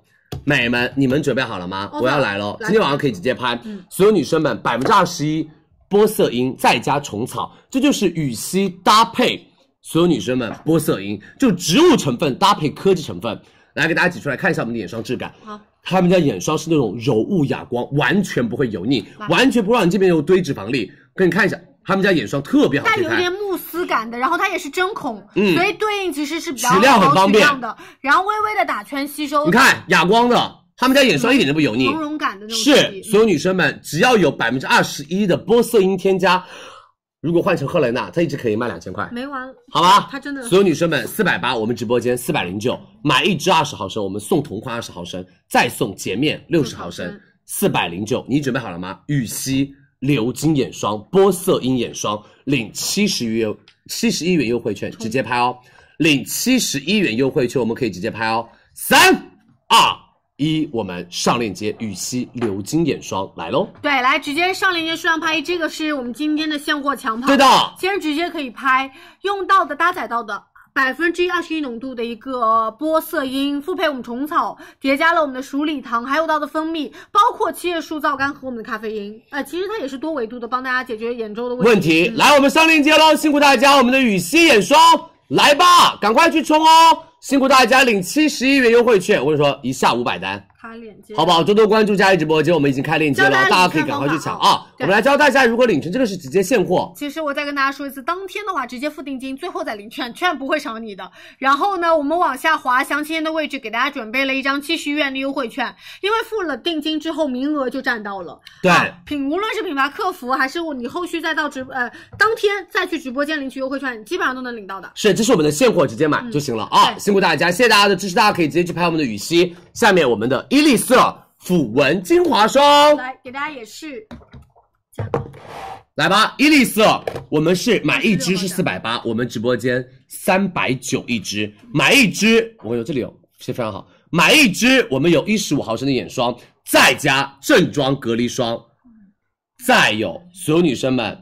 [SPEAKER 6] 美们，你们准备好了吗？
[SPEAKER 5] OK，
[SPEAKER 6] 我要来喽！
[SPEAKER 5] 来嗯
[SPEAKER 6] 今天晚上可以直接拍。所有女生们，百分之二十一玻色因再加虫草，这就是羽西搭配。所有女生们，玻色因就植物成分搭配科技成分，来给大家挤出来看一下我们的眼霜质感。
[SPEAKER 5] 好，
[SPEAKER 6] 他们家眼霜是那种柔雾哑光，完全不会油腻，完全不让你这边有堆脂肪粒。给你看一下，他们家眼霜特别好
[SPEAKER 5] 带
[SPEAKER 6] 推
[SPEAKER 5] 有一
[SPEAKER 6] 开
[SPEAKER 5] 点。慕斯感的，然后它也是针孔，
[SPEAKER 6] 嗯
[SPEAKER 5] 所以对应其实是比较
[SPEAKER 6] 取量很
[SPEAKER 5] 好
[SPEAKER 6] 方
[SPEAKER 5] 取
[SPEAKER 6] 便
[SPEAKER 5] 量的，然后微微的打圈吸收。
[SPEAKER 6] 你看哑光的，他们家眼霜一点都不油腻，
[SPEAKER 5] 从容感的那种质
[SPEAKER 6] 是
[SPEAKER 5] 地，
[SPEAKER 6] 所有女生们只要有百分之二十一的玻色因添加，如果换成赫莲娜，它一直可以卖两千块，
[SPEAKER 5] 没完，
[SPEAKER 6] 好吧？
[SPEAKER 5] 它真的
[SPEAKER 6] 所有女生们四百八，我们直播间四百零九，买一支二十毫升，我们送同款二十毫升，再送洁面六十毫升，四百零九，你准备好了吗？羽西鎏金眼霜、玻色因眼霜，领七十元七十一元优惠券，直接拍哦！领七十一元优惠券，我们可以直接拍哦！三二一，我们上链接，羽西鎏金眼霜来喽！
[SPEAKER 5] 对，来直接上链接数量拍一，这个是我们今天的现货抢跑。
[SPEAKER 6] 对的
[SPEAKER 5] 先直接可以拍用到的搭载到的。百分之二十一浓度的一个玻色因，复配我们虫草，叠加了我们的鼠李糖，还有到的蜂蜜，包括七叶树皂苷和我们的咖啡因。呃，其实它也是多维度的，帮大家解决眼周的
[SPEAKER 6] 问
[SPEAKER 5] 问题。
[SPEAKER 6] 题，来，我们上链接喽！辛苦大家，我们的羽西眼霜来吧，赶快去冲哦！辛苦大家领七十一元优惠券，我跟你说，一下五百单，
[SPEAKER 5] 开链接，
[SPEAKER 6] 好不好？多多关注佳怡直播间，我们已经开链接了，
[SPEAKER 5] 教大家
[SPEAKER 6] 大家可以赶快去抢啊！
[SPEAKER 5] 对
[SPEAKER 6] 我们来教大家，如果领成这个是直接现货，
[SPEAKER 5] 其实我再跟大家说一次，当天的话直接付定金，最后再领券，券不会少你的。然后呢，我们往下滑，详情页的位置给大家准备了一张七十元的优惠券，因为付了定金之后名额就占到了。
[SPEAKER 6] 对
[SPEAKER 5] 啊品无论是品牌客服还是你后续再到直呃当天再去直播间领取优惠券，你基本上都能领到的。
[SPEAKER 6] 是，这是我们的现货，直接买就行了啊！
[SPEAKER 5] 对
[SPEAKER 6] 辛苦大家，谢谢大家的支持，大家可以直接去拍我们的羽西。下面我们的伊丽色抚纹精华霜，
[SPEAKER 5] 来给大家也是
[SPEAKER 6] 来吧，伊丽色，我们是买一支是四百八，我们直播间三百九一支，买一支，我跟你说这里有，是非常好，买一支我们有一十五毫升的眼霜，再加正装隔离霜，再有所有女生们，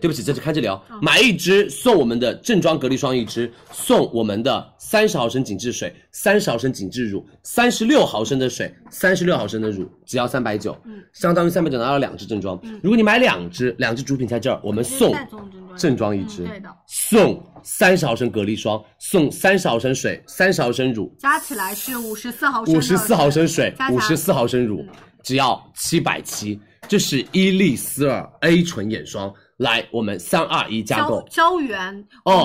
[SPEAKER 6] 对不起，这是看这里哦，买一支送我们的正装隔离霜一支，送我们的三十毫升紧致水、三十毫升紧致乳、三十六毫升的水、三十六毫升的乳，只要三百九，
[SPEAKER 5] 嗯
[SPEAKER 6] 相当于三百九拿到两支正装。如果你买两支，两支主品在这儿，我们送
[SPEAKER 5] 再送正装
[SPEAKER 6] 正装一支，
[SPEAKER 5] 嗯对的
[SPEAKER 6] 送三十毫升隔离霜，送三十毫升水、三十毫升乳、
[SPEAKER 5] 加起来是五十四毫升，
[SPEAKER 6] 五十四毫升水
[SPEAKER 5] 加、起嗯
[SPEAKER 6] 五
[SPEAKER 5] 来
[SPEAKER 6] 十四毫升乳，只要七百七。这是伊丽丝尔 A 醇眼霜，来，我们三二一加
[SPEAKER 5] 胶
[SPEAKER 6] 购。
[SPEAKER 5] 胶原，
[SPEAKER 6] 哦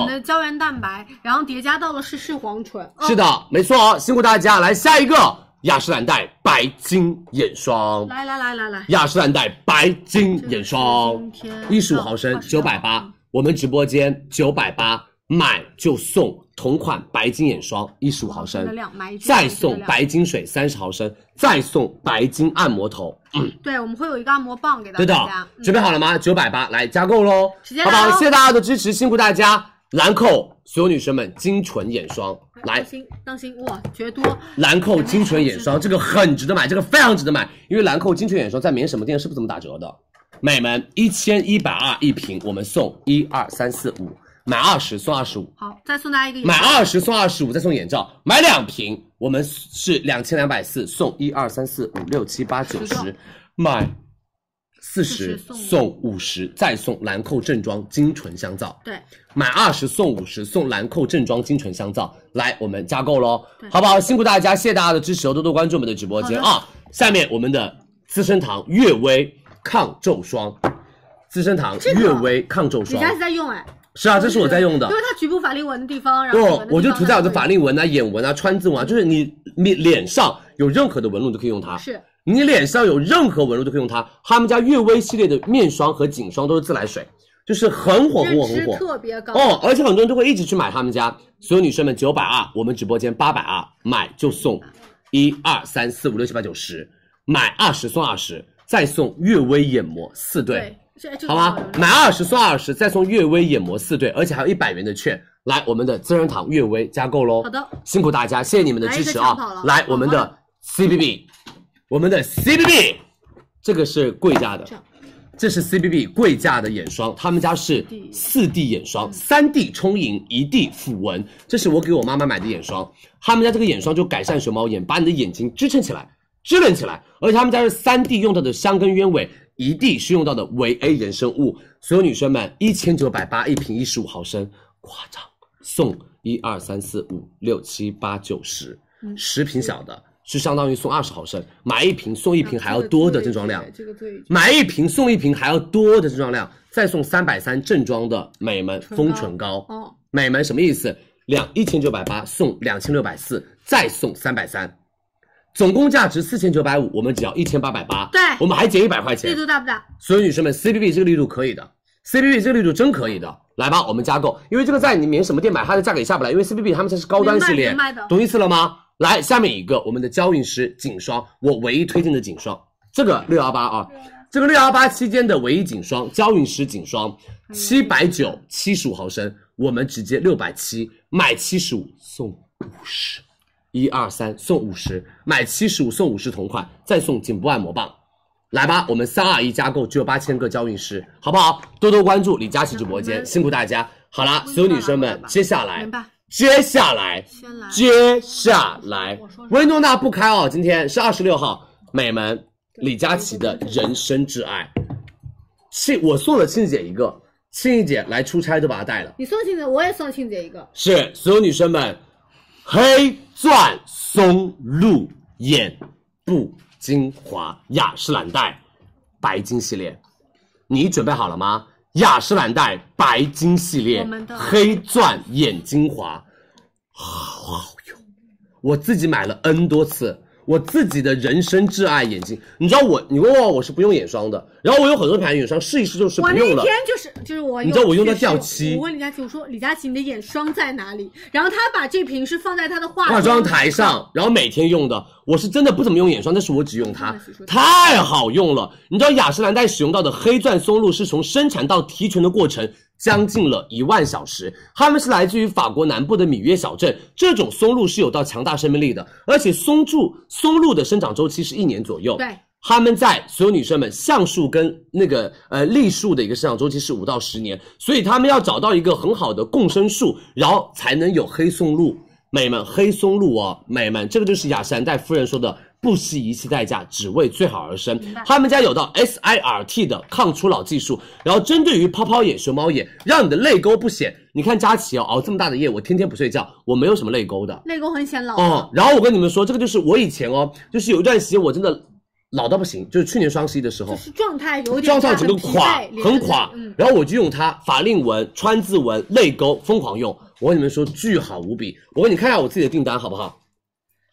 [SPEAKER 5] 我们的胶原蛋白，然后叠加到了是视黄醇，哦
[SPEAKER 6] 是的，没错哦，辛苦大家。来下一个雅诗兰黛白金眼霜，
[SPEAKER 5] 来来来来来，
[SPEAKER 6] 雅诗兰黛白金眼霜
[SPEAKER 5] 这个是今，天
[SPEAKER 6] 一十五毫升
[SPEAKER 5] 哦
[SPEAKER 6] 九百八，我们直播间九百八买就送同款白金眼霜一十五毫
[SPEAKER 5] 的
[SPEAKER 6] 升，
[SPEAKER 5] 量买一支
[SPEAKER 6] 再送
[SPEAKER 5] 的量
[SPEAKER 6] 白金水三十毫升，再送白金按摩头。
[SPEAKER 5] 对，我们会有一个按摩棒给到
[SPEAKER 6] 对的
[SPEAKER 5] 大家。，嗯
[SPEAKER 6] 准备好了吗？九百八，来加购喽
[SPEAKER 5] 直接，
[SPEAKER 6] 好
[SPEAKER 5] 来
[SPEAKER 6] 不
[SPEAKER 5] 喽
[SPEAKER 6] 好？谢谢大家的支持，辛苦大家。兰蔻，所有女生们，精纯眼霜来
[SPEAKER 5] 当，心当心，哇，绝多！
[SPEAKER 6] 兰蔻精纯眼霜，这个很值得买，这个非常值得买，因为兰蔻精纯眼霜在免什么店是不怎么打折的。美们，一千一百二一瓶，我们送一二三四五，买二十送二十五，
[SPEAKER 5] 好，再送大家一个眼
[SPEAKER 6] 买
[SPEAKER 5] 罩
[SPEAKER 6] 二十送二十五，再送眼罩，买两瓶我们是两千两百四，送一二三四五六七八九
[SPEAKER 5] 十
[SPEAKER 6] 十，买四十
[SPEAKER 5] 送
[SPEAKER 6] 送五十，再送兰蔻正装精纯香皂。
[SPEAKER 5] 对，
[SPEAKER 6] 买二十送五十，送兰蔻正装精纯香皂。来，我们加购喽
[SPEAKER 5] 对，
[SPEAKER 6] 好不好？辛苦大家，谢谢大家的支持哦，多多关注我们的直播间
[SPEAKER 5] 好
[SPEAKER 6] 啊。下面我们的资生堂悦薇抗皱霜，资生堂
[SPEAKER 5] 这个
[SPEAKER 6] 悦薇抗皱
[SPEAKER 5] 李
[SPEAKER 6] 霜
[SPEAKER 5] 佳琦在用哎，
[SPEAKER 6] 是啊，这是我在用的
[SPEAKER 5] 因。为它局部法令纹的地方，然后
[SPEAKER 6] 我
[SPEAKER 5] 纹地
[SPEAKER 6] 我就
[SPEAKER 5] 方
[SPEAKER 6] 涂在我的
[SPEAKER 5] 它
[SPEAKER 6] 法
[SPEAKER 5] 会
[SPEAKER 6] 令纹啊、眼纹啊、川字纹啊，就是你你脸上有任何的纹路都可以用它。
[SPEAKER 5] 是
[SPEAKER 6] 你脸上有任何纹路都可以用它。他们家悦薇系列的面霜和颈霜都是自来水，就是很火很火
[SPEAKER 5] 认
[SPEAKER 6] 很
[SPEAKER 5] 知
[SPEAKER 6] 火。
[SPEAKER 5] 特别高。
[SPEAKER 6] 哦，而且很多人都会一直去买他们家。所有女生们，九百二，我们直播间八百二，买就送一二三四五六七八九十，买二十送二十，再送悦薇眼膜四对
[SPEAKER 5] 对，，是哎这
[SPEAKER 6] 好
[SPEAKER 5] 个
[SPEAKER 6] 吗
[SPEAKER 5] 用？
[SPEAKER 6] 买二十送二十，再送悦薇眼膜四对，而且还有一百元的券。来，我们的资生堂悦薇加购喽。
[SPEAKER 5] 好的，
[SPEAKER 6] 辛苦大家，谢谢你们的支持啊
[SPEAKER 5] 来一个抢跑了！
[SPEAKER 6] 来，我们
[SPEAKER 5] 好
[SPEAKER 6] 的 CBB，我们的 CBB，这个是贵价的
[SPEAKER 5] 这样，
[SPEAKER 6] 这是 CBB 贵价的眼霜，他们家是四 D 眼
[SPEAKER 5] 嗯
[SPEAKER 6] 霜，三 D 充盈，一 D 抚纹，这是我给我妈妈买的眼霜，他们家这个眼霜就改善熊猫眼，把你的眼睛支撑起来。支棱起来，而且他们家是三 D 用到的香根鸢尾，一 D 是用到的维 A 衍生物。所有女生们，一千九百八一瓶，一十五毫升，夸张，送一二三四五六七八九十，十瓶小的是相当于送二十毫升，买一瓶送一瓶还要多的正装量，嗯
[SPEAKER 5] 这个最
[SPEAKER 6] 买一瓶送一瓶还要多的正装量，再送三百三正装的美门
[SPEAKER 5] 膏
[SPEAKER 6] 丰唇膏。
[SPEAKER 5] 哦，
[SPEAKER 6] 美门什么意思？两一千九百八送两千六百四，再送三百三，总共价值四千九百五，我们只要一千八百八，
[SPEAKER 5] 对
[SPEAKER 6] 我们还减一百块钱，
[SPEAKER 5] 力度大不大？
[SPEAKER 6] 所以女生们，CPB 这个力度可以的，CPB 这个力度真可以的。来吧，我们加购，因为这个在你免什么店买，它的价格也下不来，因为 CPB 他们才是高端系列
[SPEAKER 5] 明白明白的，
[SPEAKER 6] 懂意思了吗？来，下面一个我们的娇韵诗颈霜，我唯一推荐的颈霜，这个六幺八啊，这个六幺八期间的唯一颈霜，娇韵诗颈霜，
[SPEAKER 5] 嗯
[SPEAKER 6] 七百九七十五毫升，我们直接六百七买七十五送五十，一二三送五十，买七十五送五十同款，再送颈部按摩棒。来吧，我们三二一加购，只有八千个娇韵诗，好不好？多多关注李佳琦直播
[SPEAKER 5] 嗯
[SPEAKER 6] 间，辛苦大家。好啦，所有女生们，接下来
[SPEAKER 5] 明白，
[SPEAKER 6] 接下来，
[SPEAKER 5] 先来
[SPEAKER 6] 接下来，薇诺娜不开哦，今天是二十六号，美们，李佳琦的人生挚爱，庆我送了庆姐一个，庆姐来出差都把它带了。
[SPEAKER 5] 你送庆姐，我也送庆姐一个。
[SPEAKER 6] 是所有女生们，黑钻松露眼部精华雅诗兰黛白金系列，你准备好了吗？雅诗兰黛白金系列
[SPEAKER 5] 我们的
[SPEAKER 6] 黑钻眼精华，好好用，我自己买了 N 多次。我自己的人生挚爱眼睛，你知道我，你问我我是不用眼霜的，然后我有很多牌眼霜试一试就是不
[SPEAKER 5] 我那
[SPEAKER 6] 用
[SPEAKER 5] 一
[SPEAKER 6] 了。
[SPEAKER 5] 天就是就是我，
[SPEAKER 6] 你知道我用到
[SPEAKER 5] 去试
[SPEAKER 6] 掉漆
[SPEAKER 5] 我问李佳琦，我说李佳琦，你的眼霜在哪里？然后他把这瓶是放在他的化
[SPEAKER 6] 化妆台上，然后每天用的。我是真的不怎么用眼霜，但是我只用它，太好用了。你知道雅诗兰黛使用到的黑钻松露是从生产到提纯的过程将近了一万小时，它们是来自于法国南部的米约小镇。这种松露是有到强大生命力的，而且松树松露的生长周期是一年左右。
[SPEAKER 5] 对。
[SPEAKER 6] 他们在所有女生们橡树跟那个呃栗树的一个生长周期是五到十年，所以他们要找到一个很好的共生树，然后才能有黑松露。美们，黑松露哦，美们，这个就是雅诗兰黛夫人说的“不惜一切代价，只为最好而生”。他们家有到 S I R T 的抗初老技术，然后针对于泡泡眼、熊猫眼，让你的泪沟不显。你看佳琪哦，熬这么大的夜，我天天不睡觉，我没有什么泪沟的。
[SPEAKER 5] 泪沟很显老。
[SPEAKER 6] 哦，然后我跟你们说，这个就是我以前哦，就是有一段时间我真的老到不行，就是去年双十一的时候
[SPEAKER 5] 就，是状态有点
[SPEAKER 6] 妆
[SPEAKER 5] 差
[SPEAKER 6] 上整个
[SPEAKER 5] 疲
[SPEAKER 6] 垮
[SPEAKER 5] 惫，
[SPEAKER 6] 很垮
[SPEAKER 5] 嗯，，
[SPEAKER 6] 然后我就用它法令纹、川字纹、泪沟疯狂用，我跟你们说巨好无比。我给你看一下我自己的订单好不好？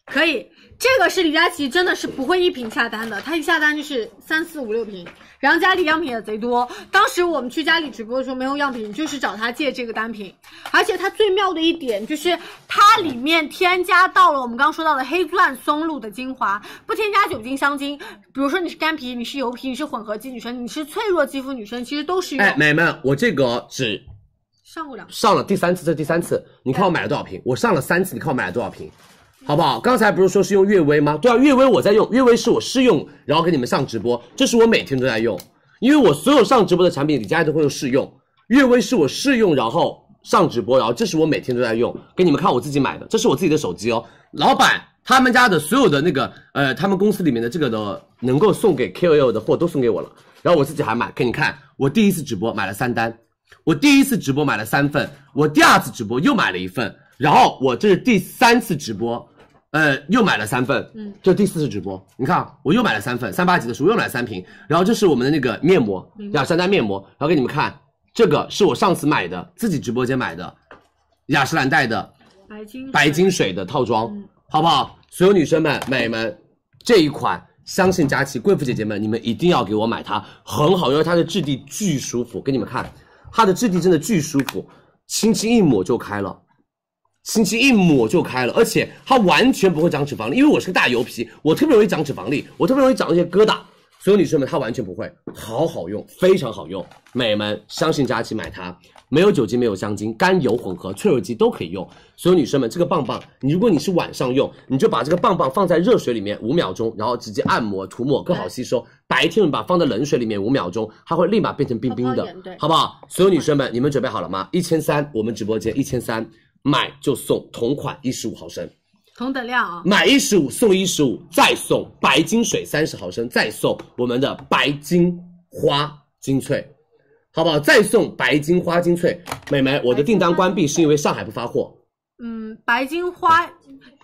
[SPEAKER 5] 可以。这个是李佳琦，真的是不会一瓶下单的，他一下单就是三四五六瓶，然后家里样品也贼多。当时我们去家里直播的时候没有样品，就是找他借这个单品。而且它最妙的一点就是它里面添加到了我们刚刚说到的黑钻松露的精华，不添加酒精、香精。比如说你是干皮，你是油皮，你是混合肌女生，你是脆弱肌肤女生，其实都是用。
[SPEAKER 6] 哎，美们，我这个只
[SPEAKER 5] 上过两次，
[SPEAKER 6] 上了第三次，这第三次，你看我买了多少瓶？我上了三次，你看我买了多少瓶？好不好？刚才不是说是用悦薇吗？对啊，悦薇我在用，悦薇是我试用，然后给你们上直播，这是我每天都在用，因为我所有上直播的产品，李佳琦都会用试用，悦薇是我试用，然后上直播，然后这是我每天都在用，给你们看我自己买的，这是我自己的手机哦。老板他们家的所有的那个呃，他们公司里面的这个的能够送给 KOL 的货都送给我了，然后我自己还买，给你看，我第一次直播买了三单，我第一次直播买了三份，我第二次直播又买了一份，然后我这是第三次直播，呃，又买了三份，嗯，这第四次直播，你看啊我又买了三份，三八级的时候又买了三瓶，然后这是我们的那个面膜，雅诗兰黛面膜，然后给你们看，这个是我上次买的，自己直播间买的，雅诗兰黛的
[SPEAKER 5] 白金水嗯
[SPEAKER 6] 白金水的套装，好不好？所有女生们、美们，这一款相信佳琦贵妇姐姐们，你们一定要给我买它，很好用，因为它的质地巨舒服。给你们看，它的质地真的巨舒服，轻轻一抹就开了。轻轻一抹就开了，而且它完全不会长脂肪粒，因为我是个大油皮，我特别容易长脂肪粒，我特别容易长一些疙瘩。所有女生们，它完全不会，好好用，非常好用，美们相信佳琦买它，没有酒精，没有香精，甘油混合、脆弱肌都可以用。所有女生们，这个棒棒，你如果你是晚上用，你就把这个棒棒放在热水里面五秒钟，然后直接按摩涂抹更好吸收。白天你把它放在冷水里面五秒钟，它会立马变成冰冰
[SPEAKER 5] 泡
[SPEAKER 6] 的
[SPEAKER 5] 泡眼对，
[SPEAKER 6] 好不好？所有女生们，你们准备好了吗？一千三，我们直播间一千三，买就送同款一十五毫升，
[SPEAKER 5] 同等量啊，
[SPEAKER 6] 买一十五送一十五，再送白金水三十毫升，再送我们的白金花精粹，好不好？再送白金花精粹，美眉，我的订单关闭是因为上海不发货。
[SPEAKER 5] 嗯，白金花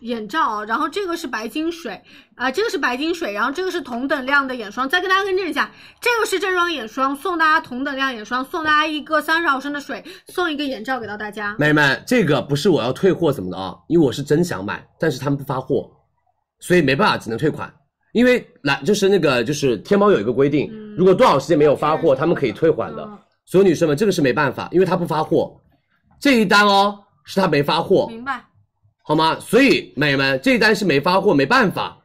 [SPEAKER 5] 眼罩，啊然后这个是白金水，啊、这个是白金水，然后这个是同等量的眼霜。再跟大家更正一下，这个是正装眼霜，送大家同等量眼霜，送大家一个三十毫升的水，送一个眼罩给到大家。
[SPEAKER 6] 美眉，这个不是我要退货什么的啊，因为我是真想买，但是他们不发货，所以没办法，只能退款。因为来就是那个就是天猫有一个规定，如果多少时间没有发货，他们可以退款的。所有女生们，这个是没办法，因为他不发货，这一单哦是他没发货，
[SPEAKER 5] 明白？
[SPEAKER 6] 好吗？所以美们，这一单是没发货，没办法，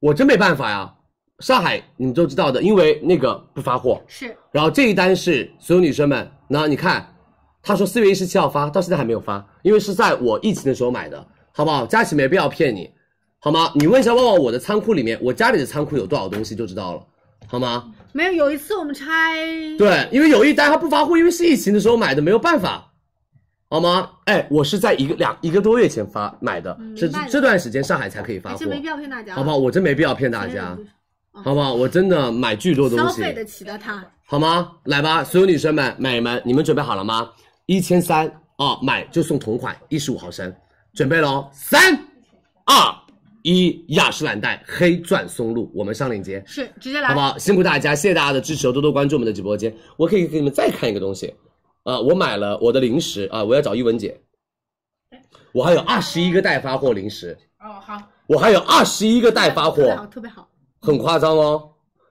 [SPEAKER 6] 我真没办法呀。上海你们都知道的，因为那个不发货，
[SPEAKER 5] 是
[SPEAKER 6] 然后这一单是所有女生们，然后你看，他说四月一十七号发，到现在还没有发，因为是在我疫情的时候买的，好不好？佳琪没必要骗你，好吗？你问一下旺旺我的仓库里面，我家里的仓库有多少东西就知道了，好吗？
[SPEAKER 5] 没有。有一次我们拆，
[SPEAKER 6] 对，因为有一单他不发货，因为是疫情的时候买的，没有办法，好吗？哎，我是在一个两一个多月前发买的，是
[SPEAKER 5] 嗯明白了
[SPEAKER 6] 这段时间上海才可以发
[SPEAKER 5] 哎，
[SPEAKER 6] 货
[SPEAKER 5] 这，没必要骗大家，嗯
[SPEAKER 6] 好不好？？我真没必要骗大家，好不好？我真的买巨多东
[SPEAKER 5] 哦消
[SPEAKER 6] 西，
[SPEAKER 5] 费得起的他，
[SPEAKER 6] 好吗？来吧，所有女生们、美们，你们准备好了吗？一千三啊，买就送同款一十五毫升，准备喽！三、二、一，雅诗兰黛黑钻松露，我们上链接，
[SPEAKER 5] 是直接来
[SPEAKER 6] 好不，好？辛苦大家，谢谢大家的支持，多多关注我们的直播间。我可以给你们再看一个东西，呃，我买了我的零食啊、我要找一文姐，我还有二十一个待发货零食，
[SPEAKER 5] 哦好，
[SPEAKER 6] 我还有二十一个待发
[SPEAKER 5] 特别好，
[SPEAKER 6] 货，
[SPEAKER 5] 特别好，
[SPEAKER 6] 很夸张哦。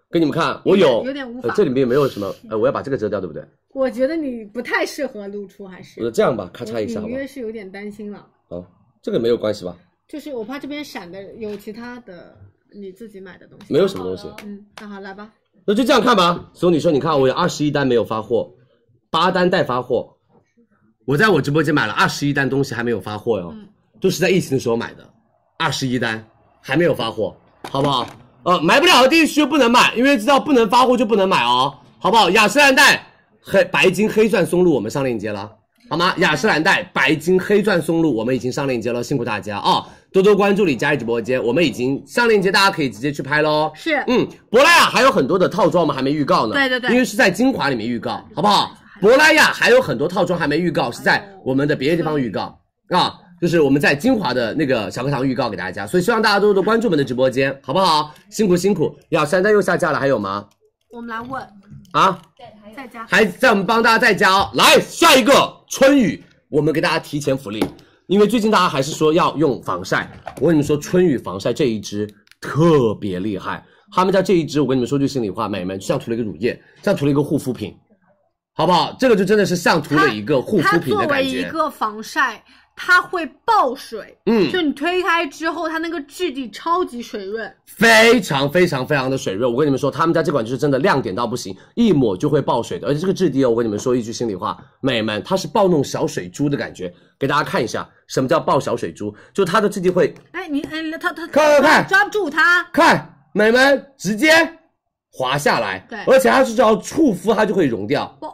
[SPEAKER 6] 给你们看，我有
[SPEAKER 5] 有点无法
[SPEAKER 6] 呃，这里面没有什么，呃，我要把这个遮掉，对不对？
[SPEAKER 5] 我觉得你不太适合露出，还是
[SPEAKER 6] 我就这样吧，咔
[SPEAKER 5] 我
[SPEAKER 6] 嚓一下好
[SPEAKER 5] 隐
[SPEAKER 6] 不
[SPEAKER 5] 约是有点担心了，
[SPEAKER 6] 好？好，这个没有关系吧？
[SPEAKER 5] 就是我怕这边闪的有其他的你自己买的东西，
[SPEAKER 6] 没有什么东西，
[SPEAKER 5] 嗯，那好来吧，
[SPEAKER 6] 那就这样看吧。所有女生，你看我有二十一单没有发货，八单待发货。我在我直播间买了二十一单东西还没有发货哟，都是在疫情的时候买的，二十一单还没有发货，好不好？呃，买不了的地区不能买，因为知道不能发货就不能买哦，好不好？雅诗兰黛黑白金黑钻松露我们上链接了，好吗？雅诗兰黛白金黑钻松露我们已经上链接了，辛苦大家啊、多多关注李佳琦直播间，我们已经上链接，大家可以直接去拍喽。
[SPEAKER 5] 是
[SPEAKER 6] 嗯，珀莱雅还有很多的套装我们还没预告呢，
[SPEAKER 5] 对对对
[SPEAKER 6] 因为是在精华里面预告，好不好？珀莱雅还有很多套装还没预告，是
[SPEAKER 5] 哎
[SPEAKER 6] 在我们的别的地方预告啊，就是我们在精华的那个小课堂预告给大家，所以希望大家多多关注我们的直播间，好不好？辛苦辛苦，雅诗兰黛又下架了，还有吗？
[SPEAKER 5] 我们来问，
[SPEAKER 6] 啊，
[SPEAKER 5] 在家
[SPEAKER 6] 还在我们帮大家再加哦。来，下一个春雨，我们给大家提前福利，因为最近大家还是说要用防晒。我跟你们说，春雨防晒这一支特别厉害，他们家这一支，我跟你们说句心里话，美们就像涂了一个乳液，像涂了一个护肤品，好不好？这个就真的是像涂了一个护
[SPEAKER 5] 它
[SPEAKER 6] 肤品
[SPEAKER 5] 作
[SPEAKER 6] 的
[SPEAKER 5] 为
[SPEAKER 6] 感
[SPEAKER 5] 一
[SPEAKER 6] 觉。
[SPEAKER 5] 个防晒，它会爆水，
[SPEAKER 6] 嗯
[SPEAKER 5] 就你推开之后，它那个质地超级水润，
[SPEAKER 6] 非常非常非常的水润，我跟你们说，他们家这款就是真的亮点到不行，一抹就会爆水的。而且这个质地哦，我跟你们说一句心里话，美们，它是爆那种小水珠的感觉，给大家看一下什么叫爆小水珠，就它的质地会，
[SPEAKER 5] 哎，你哎，它它
[SPEAKER 6] 快快快
[SPEAKER 5] 抓不住它，
[SPEAKER 6] 看美们直接滑下来，
[SPEAKER 5] 对
[SPEAKER 6] 而且它是只要触肤它就会融掉，
[SPEAKER 5] 爆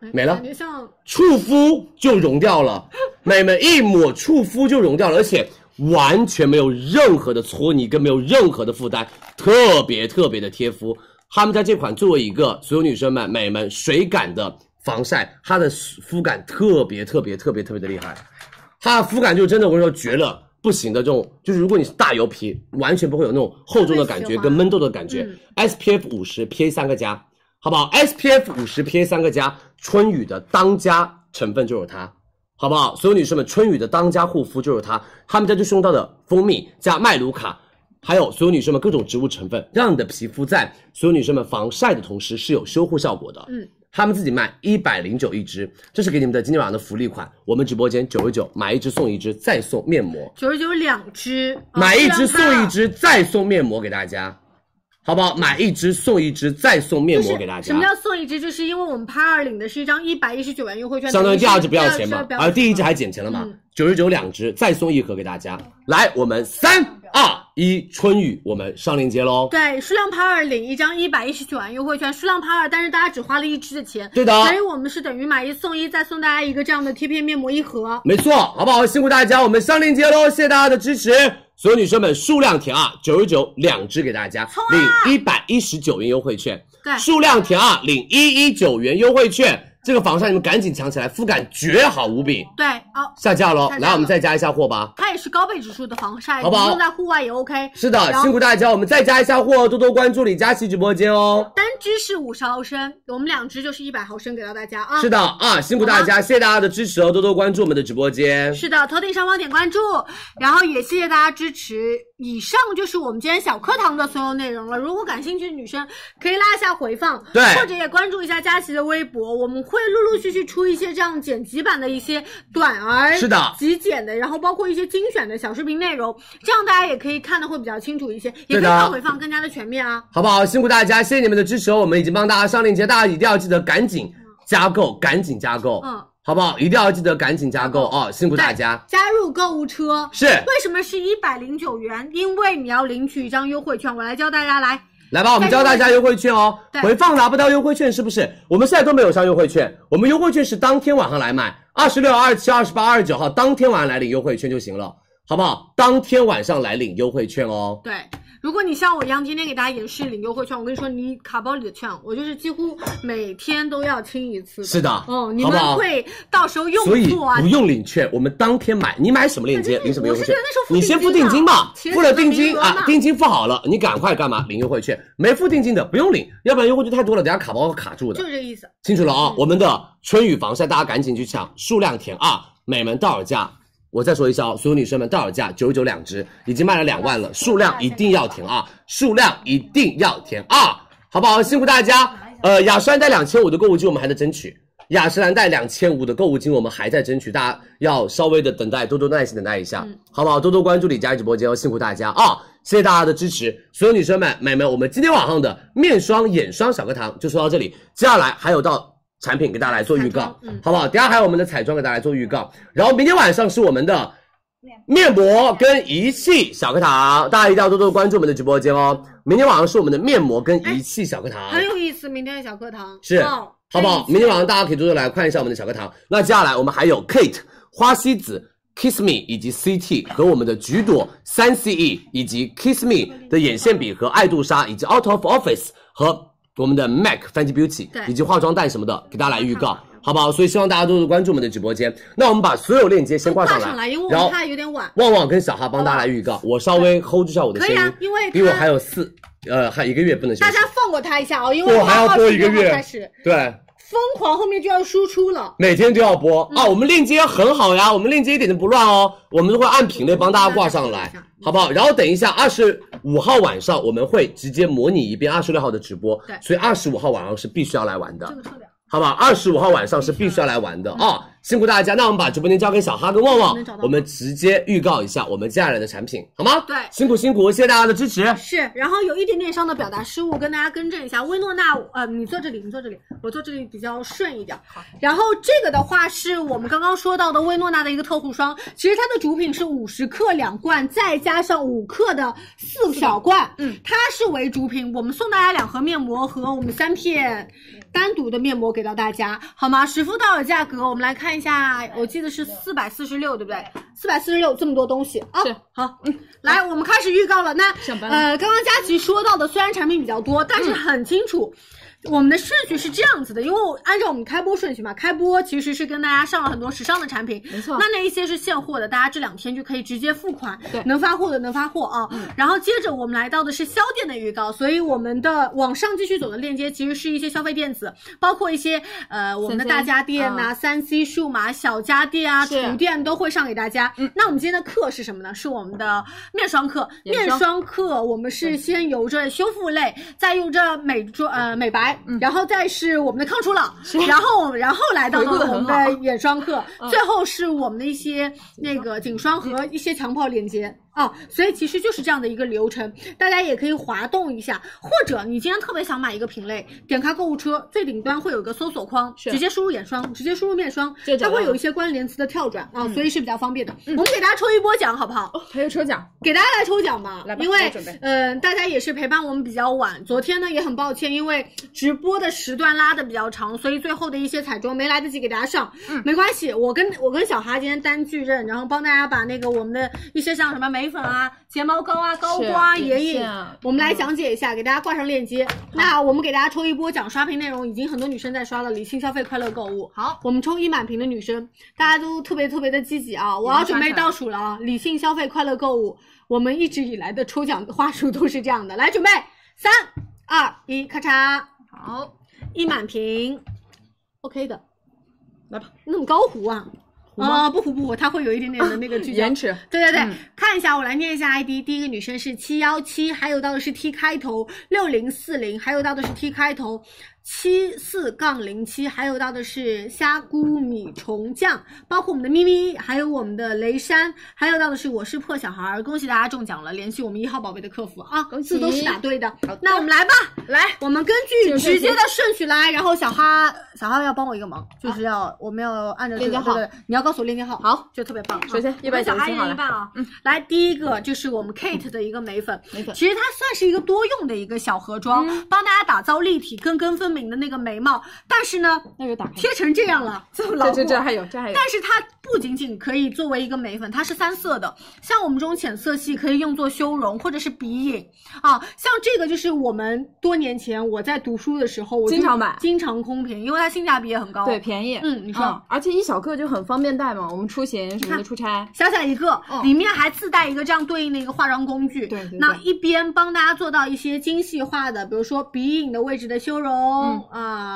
[SPEAKER 5] 哎
[SPEAKER 6] 没了
[SPEAKER 5] 感觉像
[SPEAKER 6] 触肤就融掉了，美们一抹触肤就融掉了，而且完全没有任何的搓泥跟没有任何的负担，特别特别的贴肤。他们家这款作为一个所有女生们美们水感的防晒，它的肤感特别特别特别特别的厉害，它的肤感就真的我跟你说绝了。不行的这种，就是如果你是大油皮，完全不会有那种厚重的感觉
[SPEAKER 5] 特别喜欢
[SPEAKER 6] 跟闷痘的感觉。SPF 五十 PA 三个加，好不好？SPF 五十 PA 三个加，春雨的当家成分就有它，好不好？所有女生们，春雨的当家护肤就有它，他们家就是用到的蜂蜜加麦卢卡，还有所有女生们各种植物成分，让你的皮肤在所有女生们防晒的同时是有修护效果的。
[SPEAKER 5] 嗯。
[SPEAKER 6] 他们自己卖一百零九一支，这是给你们的今天晚上的福利款。我们直播间九十九买一支送一支，再送面膜。
[SPEAKER 5] 九十九两只，啊
[SPEAKER 6] 买一支
[SPEAKER 5] 非常棒
[SPEAKER 6] 送一支，再送面膜给大家，好不好？买一支送一支，再送面
[SPEAKER 5] 嗯就是
[SPEAKER 6] 膜给大家
[SPEAKER 5] 什么，叫送一支？就是因为我们拍二领的是一张一百一十九元优惠券，
[SPEAKER 6] 相当于第二支不
[SPEAKER 5] 第
[SPEAKER 6] 要
[SPEAKER 5] 二
[SPEAKER 6] 钱嘛
[SPEAKER 5] 不，要
[SPEAKER 6] 啊，
[SPEAKER 5] 钱
[SPEAKER 6] 第一
[SPEAKER 5] 嘛
[SPEAKER 6] 支还减钱了嘛
[SPEAKER 5] 嗯，
[SPEAKER 6] 九十九两支，再送一盒给大家。来，我们三二一，春雨，我们上链接喽。
[SPEAKER 5] 对，数量拍二领一张一百一十九元优惠券，数量拍二，但是大家只花了一支的钱，
[SPEAKER 6] 对的
[SPEAKER 5] 所以我们是等于买一送一，再送大家一个这样的贴片面膜一盒。
[SPEAKER 6] 没错，好不好？辛苦大家，我们上链接喽，谢谢大家的支持。所有女生们，数量填啊，九十九两支给大家，领一百一十九元优惠券。
[SPEAKER 5] 啊对
[SPEAKER 6] 数量填啊，领一一九元优惠券。这个防晒你们赶紧抢起来，肤感绝好无比，
[SPEAKER 5] 对哦，
[SPEAKER 6] 下架喽
[SPEAKER 5] 下！架
[SPEAKER 6] 来，我们
[SPEAKER 5] 了
[SPEAKER 6] 再加一下货吧。
[SPEAKER 5] 它也是高倍指数的防晒，
[SPEAKER 6] 好不好
[SPEAKER 5] 你用在户外也 OK。
[SPEAKER 6] 是的，
[SPEAKER 5] 然后
[SPEAKER 6] 辛苦大家，我们再加一下货，多多关注李佳琦直播间哦。
[SPEAKER 5] 单支是五十毫升，我们两支就是一百毫升给到大家啊。
[SPEAKER 6] 是的啊，辛苦大家，谢谢大家的支持哦，多多关注我们的直播间。
[SPEAKER 5] 是的，头顶上方点关注，然后也谢谢大家支持。以上就是我们今天小课堂的所有内容了。如果感兴趣的女生，可以拉一下回放，
[SPEAKER 6] 对
[SPEAKER 5] 或者也关注一下佳琪的微博，我们会陆陆续续出一些这样剪辑版的一些短而
[SPEAKER 6] 是的
[SPEAKER 5] 极简的，然后包括一些精选的小视频内容，这样大家也可以看的会比较清楚一些，也可
[SPEAKER 6] 对
[SPEAKER 5] 以
[SPEAKER 6] 的
[SPEAKER 5] 看回放更加的全面啊。
[SPEAKER 6] 好不好？辛苦大家，谢谢你们的支持哦，我们已经帮大家上链接，大家一定要记得赶紧加购，赶紧加购，
[SPEAKER 5] 嗯，
[SPEAKER 6] 好不好？一定要记得赶紧加购哦，辛苦大家。
[SPEAKER 5] 加入购物车
[SPEAKER 6] 是
[SPEAKER 5] 为什么是一百零九元？因为你要领取一张优惠券，我来教大家来。
[SPEAKER 6] 来吧，我们教大家优惠券哦
[SPEAKER 5] 对。
[SPEAKER 6] 回放拿不到优惠券是不是？我们现在都没有上优惠券，我们优惠券是当天晚上来买，二十六、二七、二十八、二十九号当天晚上来领优惠券就行了，好不好？当天晚上来领优惠券哦。
[SPEAKER 5] 对，如果你像我一样，天天给大家演示领优惠券，我跟你说，你卡包里的券，我就是几乎每天都要清一次。
[SPEAKER 6] 是的
[SPEAKER 5] 哦，你
[SPEAKER 6] 好不
[SPEAKER 5] 们
[SPEAKER 6] 好
[SPEAKER 5] 会到时候用
[SPEAKER 6] 所以
[SPEAKER 5] 错啊
[SPEAKER 6] 不。用领券，我们当天买。你买什么链接
[SPEAKER 5] 对
[SPEAKER 6] 领什么优惠
[SPEAKER 5] 我
[SPEAKER 6] 券
[SPEAKER 5] 是觉得那时候？付
[SPEAKER 6] 你先付定金吧
[SPEAKER 5] 定金，啊
[SPEAKER 6] 付了定金
[SPEAKER 5] 其实是
[SPEAKER 6] 啊，定金付好了，你赶快干嘛领优惠券？没付定金的不用领，要不然优惠券太多了，等下卡包卡住
[SPEAKER 5] 就
[SPEAKER 6] 的。
[SPEAKER 5] 是这个意思，
[SPEAKER 6] 清楚了啊、我们的春雨防晒大家赶紧去抢，数量填二，每门到手价。我再说一下哦，所有女生们到手价九九两支，已经卖了两万了，数量一定要填二，数量一定要填二，好不好？辛苦大家。呃，雅诗兰黛两千五的购物金我们还在争取，雅诗兰黛两千五的购物金我们还在争取，大家要稍微的等待，多多耐心等待一下，好不好？多多关注李佳琦直播间哦，辛苦大家啊！谢谢大家的支持，所有女生们、美们，我们今天晚上的面霜、眼霜小课堂就说到这里，接下来还有到产品嗯给大家来做预告，好不好？等一下还有我们的彩妆给大家来做预告，然后明天晚上是我们的面膜跟仪器小课堂，大家一定要多多关注我们的直播间哦。明天晚上是我们的面膜跟仪器小课堂，
[SPEAKER 5] 很哎有意思。明天的小课堂
[SPEAKER 6] 是，
[SPEAKER 5] 哦
[SPEAKER 6] 好不好？
[SPEAKER 5] 这一次
[SPEAKER 6] 明天晚上大家可以多多来看一下我们的小课堂。那接下来我们还有 Kate、花西子、Kiss Me 以及 CT 和我们的橘朵三 CE 以及 Kiss Me 的眼线笔和爱杜莎以及 Out of Office 和我们的 MAC 番茄 Beauty
[SPEAKER 5] 对
[SPEAKER 6] 以及化妆蛋什么的，给大家来预告。好不好？所以希望大家多多关注我们的直播间。那我们把所有链接先
[SPEAKER 5] 都挂
[SPEAKER 6] 挂上
[SPEAKER 5] 上来，
[SPEAKER 6] 来，
[SPEAKER 5] 因为我
[SPEAKER 6] 然
[SPEAKER 5] 们
[SPEAKER 6] 后
[SPEAKER 5] 怕有点晚。
[SPEAKER 6] 旺旺跟小哈帮大家来预告。我稍微 hold 住一下我的声音，
[SPEAKER 5] 可以啊因为
[SPEAKER 6] 因为我
[SPEAKER 5] 他
[SPEAKER 6] 还有四呃还一个月不能休
[SPEAKER 5] 大
[SPEAKER 6] 息
[SPEAKER 5] 家。放过他一下啊、因为
[SPEAKER 6] 我还要
[SPEAKER 5] 8号
[SPEAKER 6] 播一个
[SPEAKER 5] 10号
[SPEAKER 6] 月
[SPEAKER 5] 开始
[SPEAKER 6] 对，
[SPEAKER 5] 疯狂，后面就要输出了。
[SPEAKER 6] 每天都要播、
[SPEAKER 5] 嗯
[SPEAKER 6] 啊！我们链接很好呀，我们链接一点都不乱哦，我们都会按品类帮大家挂上
[SPEAKER 5] 嗯
[SPEAKER 6] 来，好不好？然后等一下二十五号晚上我们会直接模拟一遍二十六号的直播，
[SPEAKER 5] 对
[SPEAKER 6] 所以二十五号晚上是必须要来玩的，
[SPEAKER 5] 这个特别好，
[SPEAKER 6] 好不好？二十五号晚上是必须要来玩的啊、辛苦大家，那我们把直播间交给小哈跟旺旺
[SPEAKER 5] 能嗯找到，吗
[SPEAKER 6] 我们直接预告一下我们接下来的产品，好吗？
[SPEAKER 5] 对
[SPEAKER 6] 辛苦辛苦，谢谢大家的支持。
[SPEAKER 5] 是，然后有一点点上的表达失误，跟大家更正一下。薇诺娜，呃，你坐这里，你坐这里，我坐这里比较顺一点。然后这个的话是我们刚刚说到的薇诺娜的一个特护霜，其实它的主品是五十克两罐，再加上五克的四小罐，嗯，它是为主品。我们送大家两盒面膜和我们三片单独的面膜给到大家，好吗？实付到手价格，我们来看一下，我记得是四百四十六，对不对？四百四十六，这么多东西啊，
[SPEAKER 7] 是
[SPEAKER 5] 好，嗯，来，我们开始预告了。那
[SPEAKER 7] 上班了
[SPEAKER 5] 呃，刚刚佳琪说到的，虽然产品比较多，但是很清楚。我们的顺序是这样子的，因为我按照我们开播顺序嘛，开播其实是跟大家上了很多时尚的产品，
[SPEAKER 7] 没错
[SPEAKER 5] 那那一些是现货的，大家这两天就可以直接付款，
[SPEAKER 7] 对嗯
[SPEAKER 5] 能发货的能发货啊。然后接着我们来到的是销店的预告，所以我们的往上继续走的链接其实是一些消费电子，包括一些呃我们的
[SPEAKER 7] 3C
[SPEAKER 5] 大家电呐、三 C 数码小家电啊、
[SPEAKER 7] 是
[SPEAKER 5] 厨电都会上给大家。那我们今天的课是什么呢？啊是我们的面霜课，
[SPEAKER 7] 眼
[SPEAKER 5] 面
[SPEAKER 7] 霜
[SPEAKER 5] 霜课我们是先由着修复类，再由着美妆呃
[SPEAKER 7] 嗯
[SPEAKER 5] 美白，然后再是我们的抗初老，然后我们然后来到
[SPEAKER 7] 回顾得
[SPEAKER 5] 了我们
[SPEAKER 7] 很好嗯
[SPEAKER 5] 的眼霜课，最后是我们的一些那个颈霜和一些强泡连接。啊，所以其实就是这样的一个流程，大家也可以滑动一下，或者你今天特别想买一个品类，点开购物车最顶端会有一个搜索框，
[SPEAKER 7] 是
[SPEAKER 5] 直接输入眼霜，直接输入面霜
[SPEAKER 7] 就，找
[SPEAKER 5] 它
[SPEAKER 7] 到
[SPEAKER 5] 会有
[SPEAKER 7] 了
[SPEAKER 5] 一些关联词的跳转
[SPEAKER 7] 嗯
[SPEAKER 5] 啊，所以是比较方便的。我们给大家抽一波奖好不好？
[SPEAKER 7] 还有抽奖，
[SPEAKER 5] 给大家来抽奖吧，
[SPEAKER 7] 来吧
[SPEAKER 5] 因为
[SPEAKER 7] 我准备
[SPEAKER 5] 嗯、呃大家也是陪伴我们比较晚，昨天呢也很抱歉，因为直播的时段拉的比较长，所以最后的一些彩妆没来得及给大家上。
[SPEAKER 7] 嗯
[SPEAKER 5] 没关系，我跟我跟小哈今天单据认，然后帮大家把那个我们的一些像什么眉眉粉啊、睫毛膏啊、高光啊、
[SPEAKER 7] 是
[SPEAKER 5] 眼
[SPEAKER 7] 是
[SPEAKER 5] 影
[SPEAKER 7] 啊，
[SPEAKER 5] 我们来讲解一下，给大家挂上链接。那我们给大家抽一波奖刷屏内容，已经很多女生在刷了，理性消费，快乐购物。好，我们抽一满屏的女生，大家都特别特别的积极啊！我要准备倒数了啊！理性消费，快乐购物。我们一直以来的抽奖话术都是这样的，来准备，三、二、一，咔嚓！好，一满屏，OK 的，来吧，那么高糊啊？啊、不糊不糊，它会有一点点的那个 *laughs* 聚焦。
[SPEAKER 7] 延迟，
[SPEAKER 5] 对对对，
[SPEAKER 7] 嗯
[SPEAKER 5] 看一下，我来念一下 ID。第一个女生是七幺七，还有到的是 T 开头六零四零，还有到的是 T 开头七四杠零七，还有到的是虾菇米虫酱，包括我们的咪咪，还有我们的雷山，还有到的是我是破小孩儿。恭喜大家中奖了，连续我们一号宝贝的客服啊，
[SPEAKER 7] 恭喜
[SPEAKER 5] 字都是打对的
[SPEAKER 7] 的。
[SPEAKER 5] 那我们来吧，
[SPEAKER 7] 来，
[SPEAKER 5] 我们根
[SPEAKER 7] 进入正
[SPEAKER 5] 据直
[SPEAKER 7] 题
[SPEAKER 5] 接的顺序来，然后小哈小哈要帮我一个忙，就是要、我们要按照这
[SPEAKER 7] 链
[SPEAKER 5] 个
[SPEAKER 7] 接号
[SPEAKER 5] 对对对你要告诉我链接号，
[SPEAKER 7] 好，
[SPEAKER 5] 就特别棒。
[SPEAKER 7] 首先
[SPEAKER 5] 一
[SPEAKER 7] 197
[SPEAKER 5] 小哈一
[SPEAKER 7] 好
[SPEAKER 5] 人
[SPEAKER 7] 了
[SPEAKER 5] 一半啊，嗯，来第一个就是我们 Kate 的一个眉粉，
[SPEAKER 7] 眉粉嗯
[SPEAKER 5] 其实它算是一个多用的一个小盒装，帮大家打造立体、根根分明的那个眉毛，但是呢，
[SPEAKER 7] 那就打开。
[SPEAKER 5] 贴成这样了，这么牢
[SPEAKER 7] 这
[SPEAKER 5] 固
[SPEAKER 7] 这。这还有，这还有。
[SPEAKER 5] 但是它不仅仅可以作为一个眉粉，它是三色的。像我们这种浅色系可以用作修容或者是鼻影啊。像这个就是我们多年前我在读书的时候，我就
[SPEAKER 9] 经常买
[SPEAKER 5] 经常空瓶，因为它性价比也很高。
[SPEAKER 9] 对，，便宜。
[SPEAKER 5] 嗯你说
[SPEAKER 9] 而且一小个就很方便带嘛，我们出行什么
[SPEAKER 5] 你看
[SPEAKER 9] 的出差。
[SPEAKER 5] 小小一个，
[SPEAKER 9] 嗯
[SPEAKER 5] 里面还自带一个这样对应的一个化妆工具。
[SPEAKER 9] 对对对
[SPEAKER 5] 那一边帮大家做到一些精细化的，比如说鼻影的位置的修容啊、
[SPEAKER 9] 嗯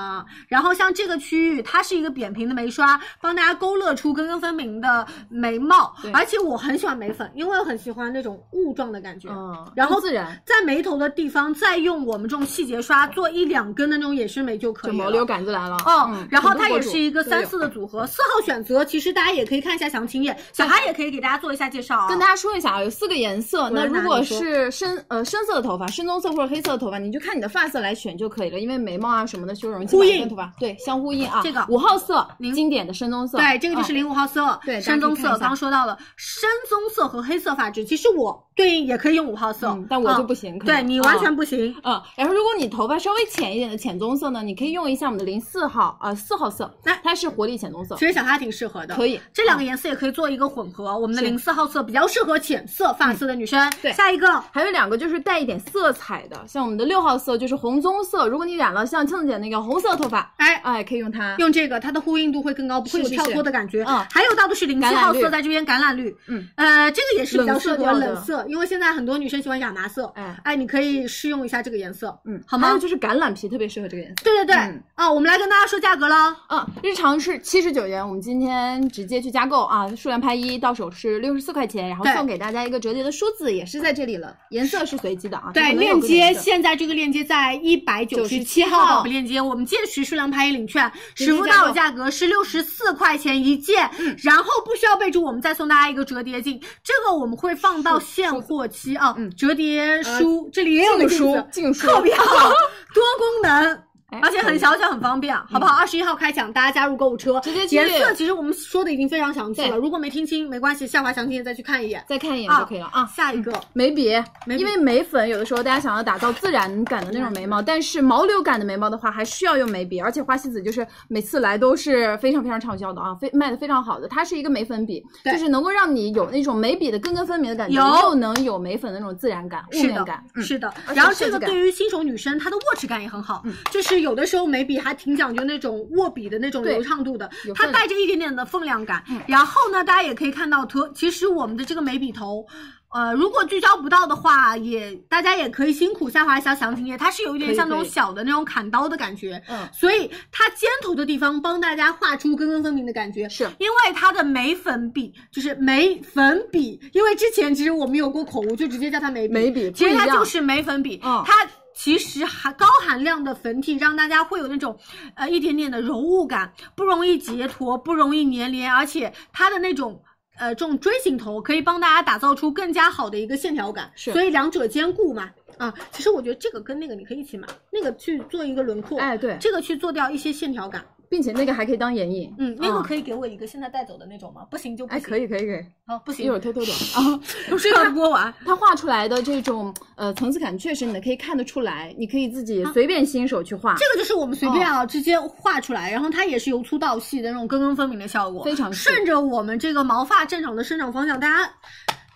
[SPEAKER 5] 然后像这个区域，它是一个扁平的眉刷，帮大家勾勒出根根分明的眉毛
[SPEAKER 9] 对。
[SPEAKER 5] 而且我很喜欢眉粉，因为我很喜欢那种雾状的感觉。
[SPEAKER 9] 嗯，
[SPEAKER 5] 然后
[SPEAKER 9] 就自然，
[SPEAKER 5] 在眉头的地方，再用我们这种细节刷做一两根的那种野生眉就可以
[SPEAKER 9] 就
[SPEAKER 5] 了。
[SPEAKER 9] 毛流感就来了。
[SPEAKER 5] 哦
[SPEAKER 9] 嗯，
[SPEAKER 5] 然后
[SPEAKER 9] 很多
[SPEAKER 5] 它也
[SPEAKER 9] 博主
[SPEAKER 5] 是一个
[SPEAKER 9] 都
[SPEAKER 5] 三
[SPEAKER 9] 有
[SPEAKER 5] 四的组合，四号选择其实大家也可以看一下详情页，小哈也可以给大家做一下介绍啊。
[SPEAKER 9] 跟大家说一下啊，有四个颜色。
[SPEAKER 5] 来
[SPEAKER 9] 那
[SPEAKER 5] 拿
[SPEAKER 9] 如果
[SPEAKER 5] 你说
[SPEAKER 9] 是深呃深色的头发，深棕色或者黑色的头发，你就看你的发色来选就可以了，因为眉毛啊什么的修容基
[SPEAKER 5] 呼
[SPEAKER 9] 本上
[SPEAKER 5] 应
[SPEAKER 9] 跟头发对相呼应啊。
[SPEAKER 5] 这个
[SPEAKER 9] 五号色
[SPEAKER 5] 零
[SPEAKER 9] 经典的深棕色，
[SPEAKER 5] 对，这个就是
[SPEAKER 9] 嗯
[SPEAKER 5] 零五号色，
[SPEAKER 9] 对大家
[SPEAKER 5] 深棕
[SPEAKER 9] 可
[SPEAKER 5] 色，
[SPEAKER 9] 以看一下
[SPEAKER 5] 刚说到了，深棕色和黑色发质，其实我对应也可以用五号色
[SPEAKER 9] 嗯，但我就
[SPEAKER 5] 嗯
[SPEAKER 9] 不行可能
[SPEAKER 5] 对你完全
[SPEAKER 9] 嗯
[SPEAKER 5] 不行，
[SPEAKER 9] 嗯，然后如果你头发稍微浅一点的浅棕色呢，你可以用一下我们的零四号啊四、号色
[SPEAKER 5] 来，
[SPEAKER 9] 它是活力浅棕色
[SPEAKER 5] 其，实小哈挺适合的，
[SPEAKER 9] 可以嗯
[SPEAKER 5] 这两个颜色也可以做一个混合，我们的
[SPEAKER 9] 是嗯
[SPEAKER 5] 零四号色比较适合浅色发色的女生。
[SPEAKER 9] 对
[SPEAKER 5] 下一个
[SPEAKER 9] 还有两个就是带一点色彩的，像我们的六号色就是红棕色，如果你染了像庆姐那个红色头发，
[SPEAKER 5] 哎
[SPEAKER 9] 哎可以用它。
[SPEAKER 5] 用这个，它的呼应度会更高，不会有
[SPEAKER 9] 是
[SPEAKER 5] 跳
[SPEAKER 9] 是
[SPEAKER 5] 脱的感觉。
[SPEAKER 9] 嗯
[SPEAKER 5] 还有到的是零七
[SPEAKER 9] 橄榄
[SPEAKER 5] 号
[SPEAKER 9] 绿
[SPEAKER 5] 色，在这边橄榄绿，
[SPEAKER 9] 嗯，
[SPEAKER 5] 呃，这个也是比较
[SPEAKER 9] 冷
[SPEAKER 5] 适
[SPEAKER 9] 色
[SPEAKER 5] 合
[SPEAKER 9] 调的
[SPEAKER 5] 冷色，因为现在很多女生喜欢亚麻色，
[SPEAKER 9] 哎
[SPEAKER 5] 哎，你可以试用一下这个颜色，
[SPEAKER 9] 嗯，
[SPEAKER 5] 好吗
[SPEAKER 9] 还有就是橄榄皮特别适合这个颜色。
[SPEAKER 5] 对对对，
[SPEAKER 9] 嗯
[SPEAKER 5] 啊，我们来跟大家说价格喽，
[SPEAKER 9] 嗯，日常是七十九元，我们今天直接去加购啊，数量拍一，到手是六十四块钱，然后
[SPEAKER 5] 对
[SPEAKER 9] 送给大家一个折叠的梳子，也是在这里了，颜色是随机的啊。它
[SPEAKER 5] 对，
[SPEAKER 9] 可能有
[SPEAKER 5] 链
[SPEAKER 9] 各种
[SPEAKER 5] 接
[SPEAKER 9] 颜色
[SPEAKER 5] 现在这个链接在一百九十七号宝贝链接，我们届时数量拍一领券，实付到手价格是六十四块钱一件，然后不需要备注，我们再送大家一个折叠镜，这个我们会放到现货期啊，
[SPEAKER 9] 嗯
[SPEAKER 5] 折叠梳这里也有个
[SPEAKER 9] 净
[SPEAKER 5] 镜
[SPEAKER 9] 梳
[SPEAKER 5] 子，，
[SPEAKER 9] 净梳
[SPEAKER 5] 特别好，多功能。
[SPEAKER 9] 哎嗯
[SPEAKER 5] 而且很小巧，很方便，好不好？二十一号开抢，大家加入购物车。
[SPEAKER 9] 直接去
[SPEAKER 5] 颜色其实我们说的已经非常详细了，
[SPEAKER 9] 对
[SPEAKER 5] 如果没听清没关系，下滑详情页再去看一眼。
[SPEAKER 9] *laughs* 再看一眼
[SPEAKER 5] 啊
[SPEAKER 9] 就可以了啊。
[SPEAKER 5] 下一个，
[SPEAKER 9] 眉笔，
[SPEAKER 5] 眉笔
[SPEAKER 9] 因为眉粉有的时候大家想要打造自然感的那种眉毛，但是毛流感的眉毛的话，还需要用眉笔。而且花西子就是每次来都是非常非常畅销的啊，非卖的非常好的。它是一个眉粉笔，
[SPEAKER 5] 对
[SPEAKER 9] 就是能够让你有那种眉笔的根根分明的感觉，
[SPEAKER 5] 有
[SPEAKER 9] 又能有眉粉的那种自然感、雾
[SPEAKER 5] 是
[SPEAKER 9] 面
[SPEAKER 5] 的
[SPEAKER 9] 感，。嗯
[SPEAKER 5] 是的。
[SPEAKER 9] 而且
[SPEAKER 5] 然后
[SPEAKER 9] 设
[SPEAKER 5] 这
[SPEAKER 9] 计
[SPEAKER 5] 个
[SPEAKER 9] 感嗯
[SPEAKER 5] 对于新手女生，她的握持感也很好，就是有的时候眉笔还挺讲究那种握笔的那种
[SPEAKER 9] 对
[SPEAKER 5] 流畅度的
[SPEAKER 9] 有，
[SPEAKER 5] 它
[SPEAKER 9] 分嗯
[SPEAKER 5] 带着一点点的分量感。然后呢，大家也可以看到，头其实我们的这个眉笔头。呃，如果聚焦不到的话，也大家也可以辛苦下滑一下详情页，它是有一点
[SPEAKER 9] 可以
[SPEAKER 5] 像那种
[SPEAKER 9] 可以
[SPEAKER 5] 小的那种砍刀的感觉，
[SPEAKER 9] 嗯
[SPEAKER 5] 所以它尖头的地方帮大家画出根根分明的感觉，
[SPEAKER 9] 是
[SPEAKER 5] 因为它的眉粉笔就是眉粉笔，因为之前其实我们有过口误，就直接叫它眉笔，
[SPEAKER 9] 眉笔
[SPEAKER 5] 其实它
[SPEAKER 9] 不一样
[SPEAKER 5] 就是眉粉笔，
[SPEAKER 9] 嗯
[SPEAKER 5] 它。其实含高含量的粉体，让大家会有那种，呃，一点点的柔雾感，不容易结坨，不容易粘连，而且它的那种，呃，这种锥形头可以帮大家打造出更加好的一个线条感，
[SPEAKER 9] 是
[SPEAKER 5] 所以两者兼顾嘛。啊，其实我觉得这个跟那个你可以一起买，那个去做一个轮廓，
[SPEAKER 9] 哎对
[SPEAKER 5] 这个去做掉一些线条感，
[SPEAKER 9] 并且那个还可以当眼影，
[SPEAKER 5] 嗯，那个可
[SPEAKER 9] 以，
[SPEAKER 5] 以给我一个现在带走的那种吗？不行就不
[SPEAKER 9] 哎，
[SPEAKER 5] 行，
[SPEAKER 9] 可以可以可以，
[SPEAKER 5] 好，不
[SPEAKER 9] 一
[SPEAKER 5] 行
[SPEAKER 9] 会儿，偷偷的啊。
[SPEAKER 5] 不是要播完，
[SPEAKER 9] 它画出来的这种呃层次感，确实你可以看得出来，你可以自己
[SPEAKER 5] 啊
[SPEAKER 9] 随便新手去画。
[SPEAKER 5] 这个就是我们随便
[SPEAKER 9] 哦
[SPEAKER 5] 啊、之间画出来，然后它也是由粗到细的那种根根分明的效果，
[SPEAKER 9] 非常细
[SPEAKER 5] 顺着我们这个毛发正常的生长方向，大家。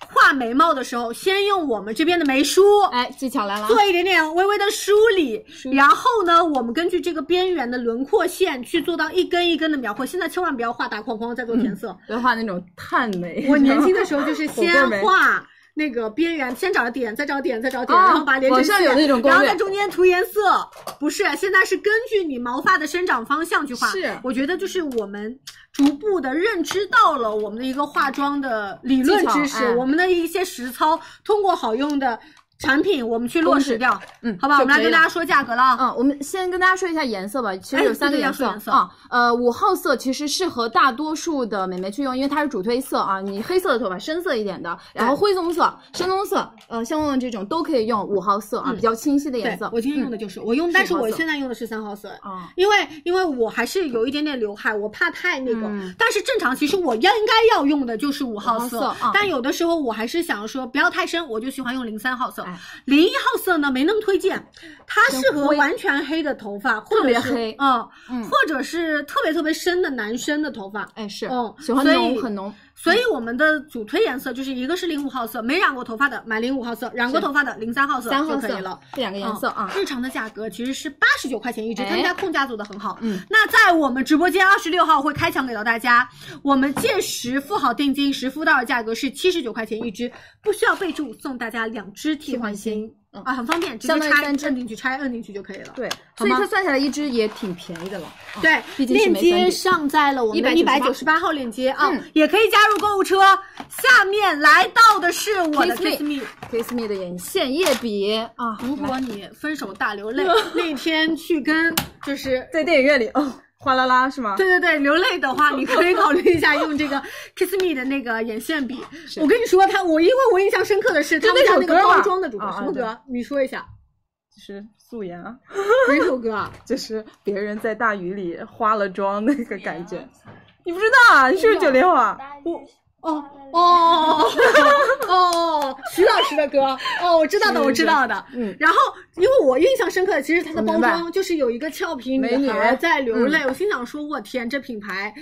[SPEAKER 5] 画眉毛的时候，先用我们这边的眉梳，
[SPEAKER 9] 哎，技巧来了啊，
[SPEAKER 5] 做一点点微微的梳理，然后呢，我们根据这个边缘的轮廓线去做到一根一根的描绘。现在千万不要画大框框再
[SPEAKER 9] 嗯
[SPEAKER 5] 做填色。
[SPEAKER 9] 要画那种炭眉。
[SPEAKER 5] *laughs* 我年轻的时候就是
[SPEAKER 9] *laughs* 火
[SPEAKER 5] 先
[SPEAKER 9] 锅眉
[SPEAKER 5] 画那个边缘，先找点，再找点，再找点，
[SPEAKER 9] 啊
[SPEAKER 5] 然后把连成
[SPEAKER 9] 网上有那种攻略
[SPEAKER 5] 然后在中间涂颜色。不是，现在是根据你毛发的生长方向去画。
[SPEAKER 9] 是
[SPEAKER 5] 我觉得就是我们逐步的认知到了我们的一个化妆的理论
[SPEAKER 9] 技巧
[SPEAKER 5] 知识，
[SPEAKER 9] 哎
[SPEAKER 5] 我们的一些实操，通过好用的产品，我们去落
[SPEAKER 9] 公
[SPEAKER 5] 实
[SPEAKER 9] 式
[SPEAKER 5] 掉。
[SPEAKER 9] 嗯，
[SPEAKER 5] 好吧，我
[SPEAKER 9] 就
[SPEAKER 5] 们来
[SPEAKER 9] 可以
[SPEAKER 5] 跟
[SPEAKER 9] 了
[SPEAKER 5] 大家说价格了啊。
[SPEAKER 9] 嗯，我们先跟大家说一下颜色吧，其实
[SPEAKER 5] 哎
[SPEAKER 9] 有三个
[SPEAKER 5] 对对要
[SPEAKER 9] 颜
[SPEAKER 5] 说
[SPEAKER 9] 色
[SPEAKER 5] 颜色
[SPEAKER 9] 啊、呃，五号色其实适合大多数的美眉去用，因为它是主推色啊，你黑色的头发深色一点的，然后
[SPEAKER 5] 对
[SPEAKER 9] 灰棕色、深棕色，呃，像旺旺这种都可以用五号色啊，
[SPEAKER 5] 嗯
[SPEAKER 9] 比较清晰的
[SPEAKER 5] 对
[SPEAKER 9] 颜色，。嗯
[SPEAKER 5] 我今天用的就是我用，
[SPEAKER 9] 是
[SPEAKER 5] 但是
[SPEAKER 9] 黄
[SPEAKER 5] 我
[SPEAKER 9] 色
[SPEAKER 5] 现在用的是三号色。
[SPEAKER 9] 啊、
[SPEAKER 5] 因为因为我还是有一点点刘海，我怕太那个。
[SPEAKER 9] 嗯
[SPEAKER 5] 但是正常，其实我应该要用的就是五号色，
[SPEAKER 9] 五号色啊
[SPEAKER 5] 但有的时候我还是想说不要太深，我就喜欢用零三号色
[SPEAKER 9] 哎。
[SPEAKER 5] 零一、号色呢没那么推荐，它
[SPEAKER 9] 偏
[SPEAKER 5] 适合
[SPEAKER 9] 灰
[SPEAKER 5] 完全黑的头发，或者
[SPEAKER 9] 特别
[SPEAKER 5] 是
[SPEAKER 9] 黑
[SPEAKER 5] 嗯，
[SPEAKER 9] 嗯
[SPEAKER 5] 或者是特别特别深的男生的头发。
[SPEAKER 9] 哎是，
[SPEAKER 5] 嗯
[SPEAKER 9] 喜欢
[SPEAKER 5] 所以
[SPEAKER 9] 浓很浓，嗯
[SPEAKER 5] 所以我们的主推颜色就是一个是零五号色，没染过头发的买零五号色，染过
[SPEAKER 9] 是
[SPEAKER 5] 头发的零三号色
[SPEAKER 9] 三
[SPEAKER 5] 就
[SPEAKER 9] 号
[SPEAKER 5] 可
[SPEAKER 9] 色
[SPEAKER 5] 以了。嗯
[SPEAKER 9] 这两个颜色啊，
[SPEAKER 5] 日常的价格其实是八十九块钱一支，
[SPEAKER 9] 哎
[SPEAKER 5] 他们家控价做的很好。
[SPEAKER 9] 嗯，
[SPEAKER 5] 那在我们直播间二十六号会开抢给到大家，我们届时付好定金，实付到手价格是七十九块钱一支，不需要备注，送大家两支替换芯。
[SPEAKER 9] 嗯
[SPEAKER 5] 啊，很方便，直接
[SPEAKER 9] 相当于
[SPEAKER 5] 拆，
[SPEAKER 9] 三支
[SPEAKER 5] 摁进去拆，摁进去就可以了。
[SPEAKER 9] 对，
[SPEAKER 5] 好
[SPEAKER 9] 所以
[SPEAKER 5] 吗
[SPEAKER 9] 它算下来一支也挺便宜的了。啊
[SPEAKER 5] 对，
[SPEAKER 9] 毕竟是
[SPEAKER 5] 链
[SPEAKER 9] 美三
[SPEAKER 5] 接
[SPEAKER 9] 底
[SPEAKER 5] 上在了我们的一百九十八
[SPEAKER 9] 198
[SPEAKER 5] 号链接啊
[SPEAKER 9] 嗯，
[SPEAKER 5] 也可以加入购物车。下面来到的是我的
[SPEAKER 9] Kiss
[SPEAKER 5] Kiss Me。
[SPEAKER 9] Kiss Me 的眼线液笔啊，
[SPEAKER 5] 如果你分手大流
[SPEAKER 9] *laughs*
[SPEAKER 5] 泪，那天去跟就是
[SPEAKER 9] 在电影院里哦，哗啦啦是吗？
[SPEAKER 5] 对对对，流泪的话，你可以考虑一下用
[SPEAKER 9] *laughs*
[SPEAKER 5] 这个 Kiss Me 的那个眼线笔。我跟你说，他我因为我印象深刻的是
[SPEAKER 9] 就
[SPEAKER 5] 他们
[SPEAKER 9] 那
[SPEAKER 5] 家
[SPEAKER 9] 首
[SPEAKER 5] 那个
[SPEAKER 9] 歌
[SPEAKER 5] 包
[SPEAKER 9] 吧
[SPEAKER 5] 装的主歌，
[SPEAKER 9] 啊
[SPEAKER 5] 什
[SPEAKER 9] 啊
[SPEAKER 5] 么
[SPEAKER 9] 对
[SPEAKER 5] 歌？你说一
[SPEAKER 9] *laughs*
[SPEAKER 5] 下
[SPEAKER 9] 就是素颜啊， *laughs*
[SPEAKER 5] 哪首歌啊？
[SPEAKER 9] 就是别人在大雨里化了妆那个感觉。你不知道啊？你是不是九零后啊？
[SPEAKER 5] 哦哦哦 *laughs* 哦，徐老师的歌哦，我知道的，我知道的。
[SPEAKER 9] 嗯，
[SPEAKER 5] 然后，因为我印象深刻的，其实它的
[SPEAKER 9] 我
[SPEAKER 5] 包
[SPEAKER 9] 明白
[SPEAKER 5] 装就是有一个俏皮
[SPEAKER 9] 美
[SPEAKER 5] 女
[SPEAKER 9] 女嗯
[SPEAKER 5] 孩在流泪，我心想说，我天，这品牌，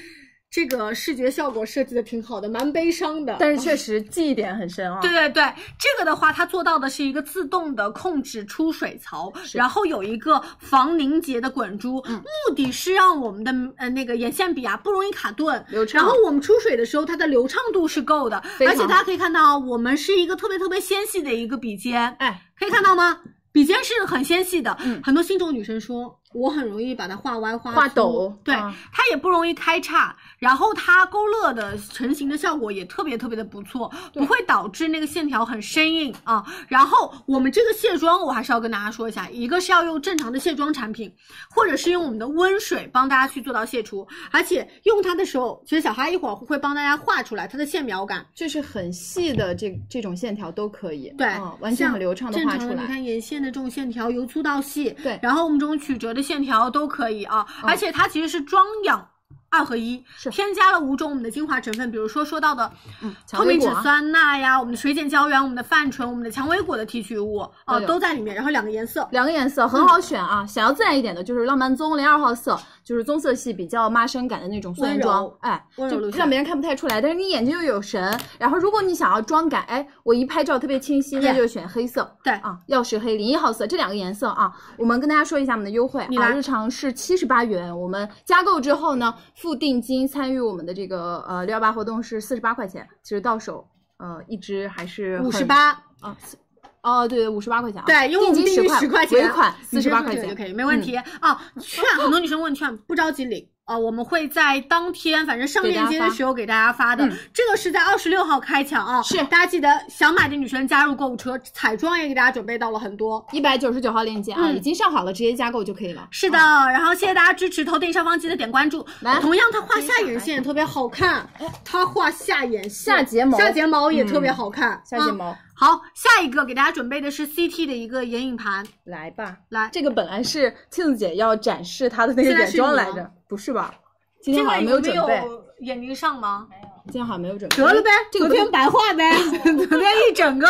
[SPEAKER 5] 这个视觉效果设计的挺好的，蛮悲伤的。
[SPEAKER 9] 但是确实记忆点很深啊。
[SPEAKER 5] 对对对，这个的话，它做到的是一个自动的控制出水槽，然后有一个防凝结的滚珠，
[SPEAKER 9] 嗯
[SPEAKER 5] 目的是让我们的呃那个眼线笔啊不容易卡顿。
[SPEAKER 9] 流畅
[SPEAKER 5] 然后我们出水的时候，它的流畅度是够的，
[SPEAKER 9] 啊非
[SPEAKER 5] 而
[SPEAKER 9] 常
[SPEAKER 5] 且大家可以看到，啊我们是一个特别特别纤细的一个笔尖，
[SPEAKER 9] 哎，
[SPEAKER 5] 可以看到吗？笔尖是很纤细的，
[SPEAKER 9] 嗯
[SPEAKER 5] 很多新手女生说我很容易把它画歪、画
[SPEAKER 9] 画
[SPEAKER 5] 粗
[SPEAKER 9] 抖
[SPEAKER 5] 对、
[SPEAKER 9] 啊
[SPEAKER 5] 它也不容易开叉，然后它勾勒的成型的效果也特别特别的不错，不会导致那个线条很生硬啊。然后我们这个卸妆，我还是要跟大家说一下，一个是要用正常的卸妆产品，或者是用我们的温水帮大家去做到卸除，而且用它的时候，其实小哈一会儿会帮大家画出来它的线描感。
[SPEAKER 9] 就是很细的这这种线条都可以，
[SPEAKER 5] 对
[SPEAKER 9] 啊，完全
[SPEAKER 5] 像
[SPEAKER 9] 很流畅的
[SPEAKER 5] 正
[SPEAKER 9] 画
[SPEAKER 5] 常
[SPEAKER 9] 出
[SPEAKER 5] 的，你
[SPEAKER 9] 来。
[SPEAKER 5] 看眼线的这种线条，由粗到细，
[SPEAKER 9] 对哦
[SPEAKER 5] 然后我们这种曲折的线条都可以啊，而且它其实是妆养。二合一
[SPEAKER 9] 是
[SPEAKER 5] 添加了五种我们的精华成分，比如说说到的
[SPEAKER 9] 嗯，
[SPEAKER 5] 透
[SPEAKER 9] 蔷
[SPEAKER 5] 明
[SPEAKER 9] 薇
[SPEAKER 5] 质
[SPEAKER 9] 果啊
[SPEAKER 5] 酸钠呀，我们的水解胶原、我们的泛醇、我们的蔷薇果的提取物
[SPEAKER 9] 都
[SPEAKER 5] 哦
[SPEAKER 9] 有
[SPEAKER 5] 都在里面，然后两个颜色，
[SPEAKER 9] 两个颜色很好选啊，想要自然一点的，就是浪漫棕零二号色，就是棕色系比较妈生感的那种素颜妆
[SPEAKER 5] 温柔，
[SPEAKER 9] 哎，
[SPEAKER 5] 温柔
[SPEAKER 9] 就
[SPEAKER 5] 路线
[SPEAKER 9] 让别人看不太出来，但是你眼睛又有神。然后如果你想要妆感，哎，我一拍照特别清晰，那
[SPEAKER 5] Yeah
[SPEAKER 9] 就选黑色。
[SPEAKER 5] 对
[SPEAKER 9] 啊，曜石黑零一号色这两个颜色啊，我们跟大家说一下我们的优惠
[SPEAKER 5] 你
[SPEAKER 9] 啊，
[SPEAKER 5] 来
[SPEAKER 9] 日常是七十八元，我们加购之后呢，付定金参与我们的这个呃六幺八活动是四十八块钱，其实到手呃一支还是很
[SPEAKER 5] 五十八，
[SPEAKER 9] 啊，四哦，对对，五十八块钱啊。
[SPEAKER 5] 对，因为我们
[SPEAKER 9] 定
[SPEAKER 5] 定
[SPEAKER 9] 金
[SPEAKER 5] 义
[SPEAKER 9] 10
[SPEAKER 5] 十块钱，
[SPEAKER 9] 尾款
[SPEAKER 5] 你
[SPEAKER 9] 四
[SPEAKER 5] 直
[SPEAKER 9] 十
[SPEAKER 5] 接
[SPEAKER 9] 八
[SPEAKER 5] 付
[SPEAKER 9] 块
[SPEAKER 5] 这个
[SPEAKER 9] 钱嗯
[SPEAKER 5] 就可以，没问题啊。
[SPEAKER 9] *laughs*
[SPEAKER 5] 券很多女生问券，不着急领。啊，我们会在当天，反正上
[SPEAKER 9] 给大
[SPEAKER 5] 链
[SPEAKER 9] 家
[SPEAKER 5] 接的
[SPEAKER 9] 发
[SPEAKER 5] 时候给大家发的。
[SPEAKER 9] 嗯
[SPEAKER 5] 这个是在二十六号开抢啊，
[SPEAKER 9] 是
[SPEAKER 5] 大家记得想买的女生加入购物车，彩妆也给大家准备到了很多。
[SPEAKER 9] 一百九十九号链接啊，
[SPEAKER 5] 嗯
[SPEAKER 9] 已经上好了，直接加购就可以了。
[SPEAKER 5] 是的，
[SPEAKER 9] 啊
[SPEAKER 5] 然后谢谢大家支持，头顶上方记得点关注。
[SPEAKER 9] 来
[SPEAKER 5] 同样她画下眼线也特别好看，她画下眼线
[SPEAKER 9] 哎下睫毛
[SPEAKER 5] 下睫毛也特别
[SPEAKER 9] 嗯
[SPEAKER 5] 好看，
[SPEAKER 9] 下睫
[SPEAKER 5] 嗯。
[SPEAKER 9] 毛
[SPEAKER 5] 好，下一个给大家准备的是 CT 的一个眼影盘，
[SPEAKER 9] 来吧，
[SPEAKER 5] 来，
[SPEAKER 9] 这个本来是庆子姐要展示她的那个
[SPEAKER 5] 现在
[SPEAKER 9] 眼
[SPEAKER 5] 是
[SPEAKER 9] 妆
[SPEAKER 5] 你
[SPEAKER 9] 来
[SPEAKER 5] 吗
[SPEAKER 9] 着，不是吧？今
[SPEAKER 5] 这
[SPEAKER 9] 天
[SPEAKER 5] 个
[SPEAKER 9] 好像没
[SPEAKER 5] 有
[SPEAKER 9] 准备，
[SPEAKER 5] 有眼睛上吗？没有。
[SPEAKER 9] 今天好像没有准备。
[SPEAKER 5] 得了呗，
[SPEAKER 9] 嗯这个
[SPEAKER 5] 昨天
[SPEAKER 9] 不
[SPEAKER 5] 白话呗， *laughs* 昨天一整个，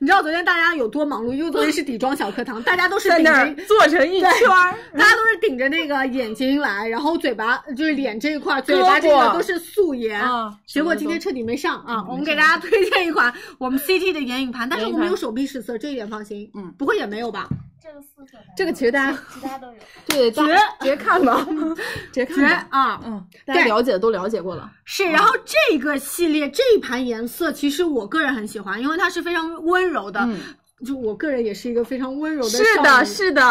[SPEAKER 5] 你知道昨天大家有多忙碌，因为昨天是底妆小课堂，大家都是
[SPEAKER 9] 在
[SPEAKER 5] 顶
[SPEAKER 9] 那
[SPEAKER 5] 着
[SPEAKER 9] 儿坐成一
[SPEAKER 5] 对啊
[SPEAKER 9] 圈儿，
[SPEAKER 5] 大家都是顶着那个眼睛来，然后嘴巴就是脸这一块，嘴巴这
[SPEAKER 9] 胳
[SPEAKER 5] 个
[SPEAKER 9] 膊
[SPEAKER 5] 都是素颜
[SPEAKER 9] 啊，
[SPEAKER 5] 结果今天彻底没上啊。我们给大家推荐一款我们 CT 的眼影盘，但是我
[SPEAKER 9] 嗯眼影盘
[SPEAKER 5] 们有手臂试色，这一点放心，
[SPEAKER 9] 嗯，
[SPEAKER 5] 不会也没有吧？
[SPEAKER 2] 这个四色的，
[SPEAKER 9] 这个其实大家
[SPEAKER 2] 其他都有。
[SPEAKER 9] 对大家直接看吧，直
[SPEAKER 5] *laughs*
[SPEAKER 9] 接
[SPEAKER 5] 绝
[SPEAKER 9] 看吧。
[SPEAKER 5] 啊！
[SPEAKER 9] 嗯，大家
[SPEAKER 5] 对
[SPEAKER 9] 了解的都了解过了。
[SPEAKER 5] 是，然后这个系列这一盘颜色，其实我个人很喜欢，因为它是非常温柔的。
[SPEAKER 9] 嗯
[SPEAKER 5] 就我个人也是一个非常温柔的
[SPEAKER 9] 是
[SPEAKER 5] 少
[SPEAKER 9] 的，
[SPEAKER 5] 女啊
[SPEAKER 9] 是 *laughs* 的，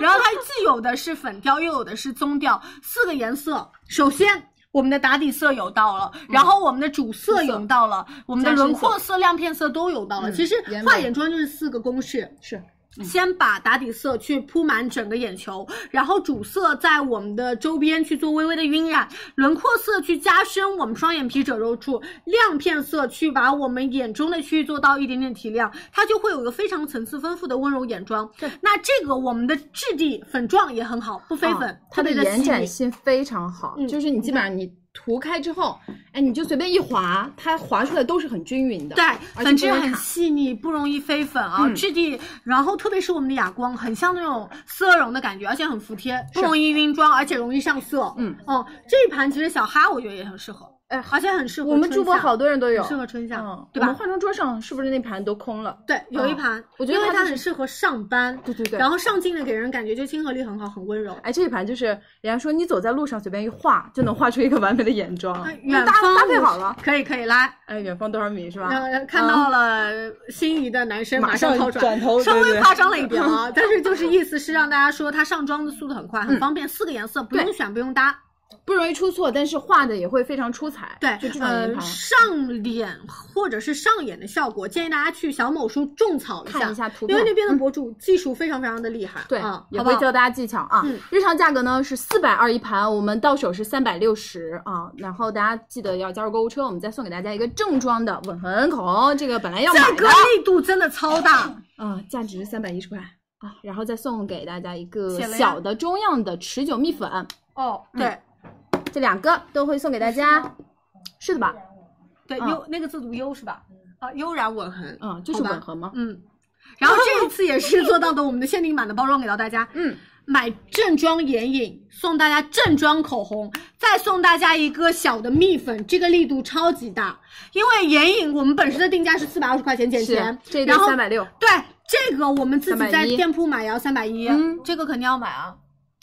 [SPEAKER 5] 然后它既有的是粉调，又有的是棕调，四个颜色。首先。我们的打底色有到
[SPEAKER 9] 嗯
[SPEAKER 5] 了，然后我们的主色有到了，我们的轮廓色、亮片色都有到了。
[SPEAKER 9] 嗯
[SPEAKER 5] 其实
[SPEAKER 9] 眼尾
[SPEAKER 5] 画眼妆就是四个公式，
[SPEAKER 9] 是嗯
[SPEAKER 5] 先把打底色去铺满整个眼球，然后主色在我们的周边去做微微的晕染，轮廓色去加深我们双眼皮褶皱处，亮片色去把我们眼中的区域做到一点点提亮，它就会有一个非常层次丰富的温柔眼妆。那这个我们的质地粉状也很好，不飞粉，
[SPEAKER 9] 啊它
[SPEAKER 5] 特
[SPEAKER 9] 的
[SPEAKER 5] 别地
[SPEAKER 9] 延
[SPEAKER 5] 细
[SPEAKER 9] 展
[SPEAKER 5] 腻
[SPEAKER 9] 性非常好，
[SPEAKER 5] 嗯
[SPEAKER 9] 就是你基本上你涂开之后，哎，你就随便一划，它划出来都是很均匀的。
[SPEAKER 5] 对，
[SPEAKER 9] 哎而且
[SPEAKER 5] 粉质
[SPEAKER 9] 不会
[SPEAKER 5] 很
[SPEAKER 9] 卡
[SPEAKER 5] 细腻，不容易飞粉啊，
[SPEAKER 9] 嗯
[SPEAKER 5] 质地，然后特别是我们的哑光，很像那种丝绒的感觉，而且很服帖，不容易晕妆，而且容易上色。
[SPEAKER 9] 嗯，
[SPEAKER 5] 哦，这一盘其实小哈我觉得也很适合，
[SPEAKER 9] 哎
[SPEAKER 5] 而且很适合
[SPEAKER 9] 我们
[SPEAKER 5] 春
[SPEAKER 9] 主播
[SPEAKER 5] 夏
[SPEAKER 9] 好多人都有
[SPEAKER 5] 很，适合春夏，
[SPEAKER 9] 嗯，
[SPEAKER 5] 对
[SPEAKER 9] 我们
[SPEAKER 5] 吧？
[SPEAKER 9] 化妆桌上是不是那盘都空了？
[SPEAKER 5] 对，有一
[SPEAKER 9] 嗯
[SPEAKER 5] 盘，
[SPEAKER 9] 我觉得
[SPEAKER 5] 因为它
[SPEAKER 9] 它就是
[SPEAKER 5] 很适合上班，
[SPEAKER 9] 对对对
[SPEAKER 5] 然后上镜呢，给人感觉就亲和力很好，很温柔。
[SPEAKER 9] 哎，这一盘就是人家说你走在路上随便一画就能画出一个完美的眼妆，
[SPEAKER 5] 哎
[SPEAKER 9] 因为
[SPEAKER 5] 远
[SPEAKER 9] 搭
[SPEAKER 5] 方
[SPEAKER 9] 搭配
[SPEAKER 5] 五
[SPEAKER 9] 好
[SPEAKER 5] 十呃
[SPEAKER 9] 了。
[SPEAKER 5] 可以可以来，
[SPEAKER 9] 哎，远方多少米是吧？啊
[SPEAKER 5] 然后看到了心仪的男生，
[SPEAKER 9] 马
[SPEAKER 5] 马上
[SPEAKER 9] 上
[SPEAKER 5] 掏出来
[SPEAKER 9] 转头
[SPEAKER 5] 稍
[SPEAKER 9] 对
[SPEAKER 5] 微
[SPEAKER 9] 对
[SPEAKER 5] 夸张了一点啊，但是就是意思是让大家说它上妆的速度很快，很方便，四个颜色不用
[SPEAKER 9] 嗯对
[SPEAKER 5] 选，不用搭。
[SPEAKER 9] 不容易出错，但是画的也会非常出彩。
[SPEAKER 5] 对
[SPEAKER 9] 就这，种
[SPEAKER 5] 呃
[SPEAKER 9] 银，盘，
[SPEAKER 5] 上脸或者是上眼的效果，建议大家去小某书种草
[SPEAKER 9] 看一下图
[SPEAKER 5] 因
[SPEAKER 9] 片嗯
[SPEAKER 5] 为。那边的博主技术非常非常的厉害，
[SPEAKER 9] 对
[SPEAKER 5] 啊，，
[SPEAKER 9] 也
[SPEAKER 5] 好不
[SPEAKER 9] 会
[SPEAKER 5] 好
[SPEAKER 9] 教大家技巧啊
[SPEAKER 5] 嗯。
[SPEAKER 9] 日常价格呢是四百二一盘，我们到手是三百六十啊。然后大家记得要加入购物车，我们再送给大家一个正装的吻痕口，这个本来要买
[SPEAKER 5] 价格
[SPEAKER 9] 的，
[SPEAKER 5] 力度真的超大，
[SPEAKER 9] 啊，价值三百一十块啊。然后再送给大家一个
[SPEAKER 5] 写了呀
[SPEAKER 9] 小的中样的持久蜜粉，
[SPEAKER 5] 哦，
[SPEAKER 9] 嗯
[SPEAKER 5] 对
[SPEAKER 9] 这两个都会送给大家，是的吧？
[SPEAKER 5] 对，
[SPEAKER 9] 嗯
[SPEAKER 5] 悠那个字读悠是吧？啊，悠然吻痕，
[SPEAKER 9] 嗯，就是
[SPEAKER 5] 好吧
[SPEAKER 9] 吻合吗？
[SPEAKER 5] 嗯，然后这一次也是做到的我们的限定版的包装给到大家，
[SPEAKER 9] 嗯，
[SPEAKER 5] 买正装眼影送大家正装口红，再送大家一个小的蜜粉，这个力度超级大，因为眼影我们本身的定价是四百二十块钱减
[SPEAKER 9] 是
[SPEAKER 5] 钱，，
[SPEAKER 9] 这一对
[SPEAKER 5] 然后
[SPEAKER 9] 三百六，
[SPEAKER 5] 对这个我们自己在
[SPEAKER 9] 310
[SPEAKER 5] 店铺买也要三百一
[SPEAKER 9] 嗯，
[SPEAKER 5] 这个肯定要买啊。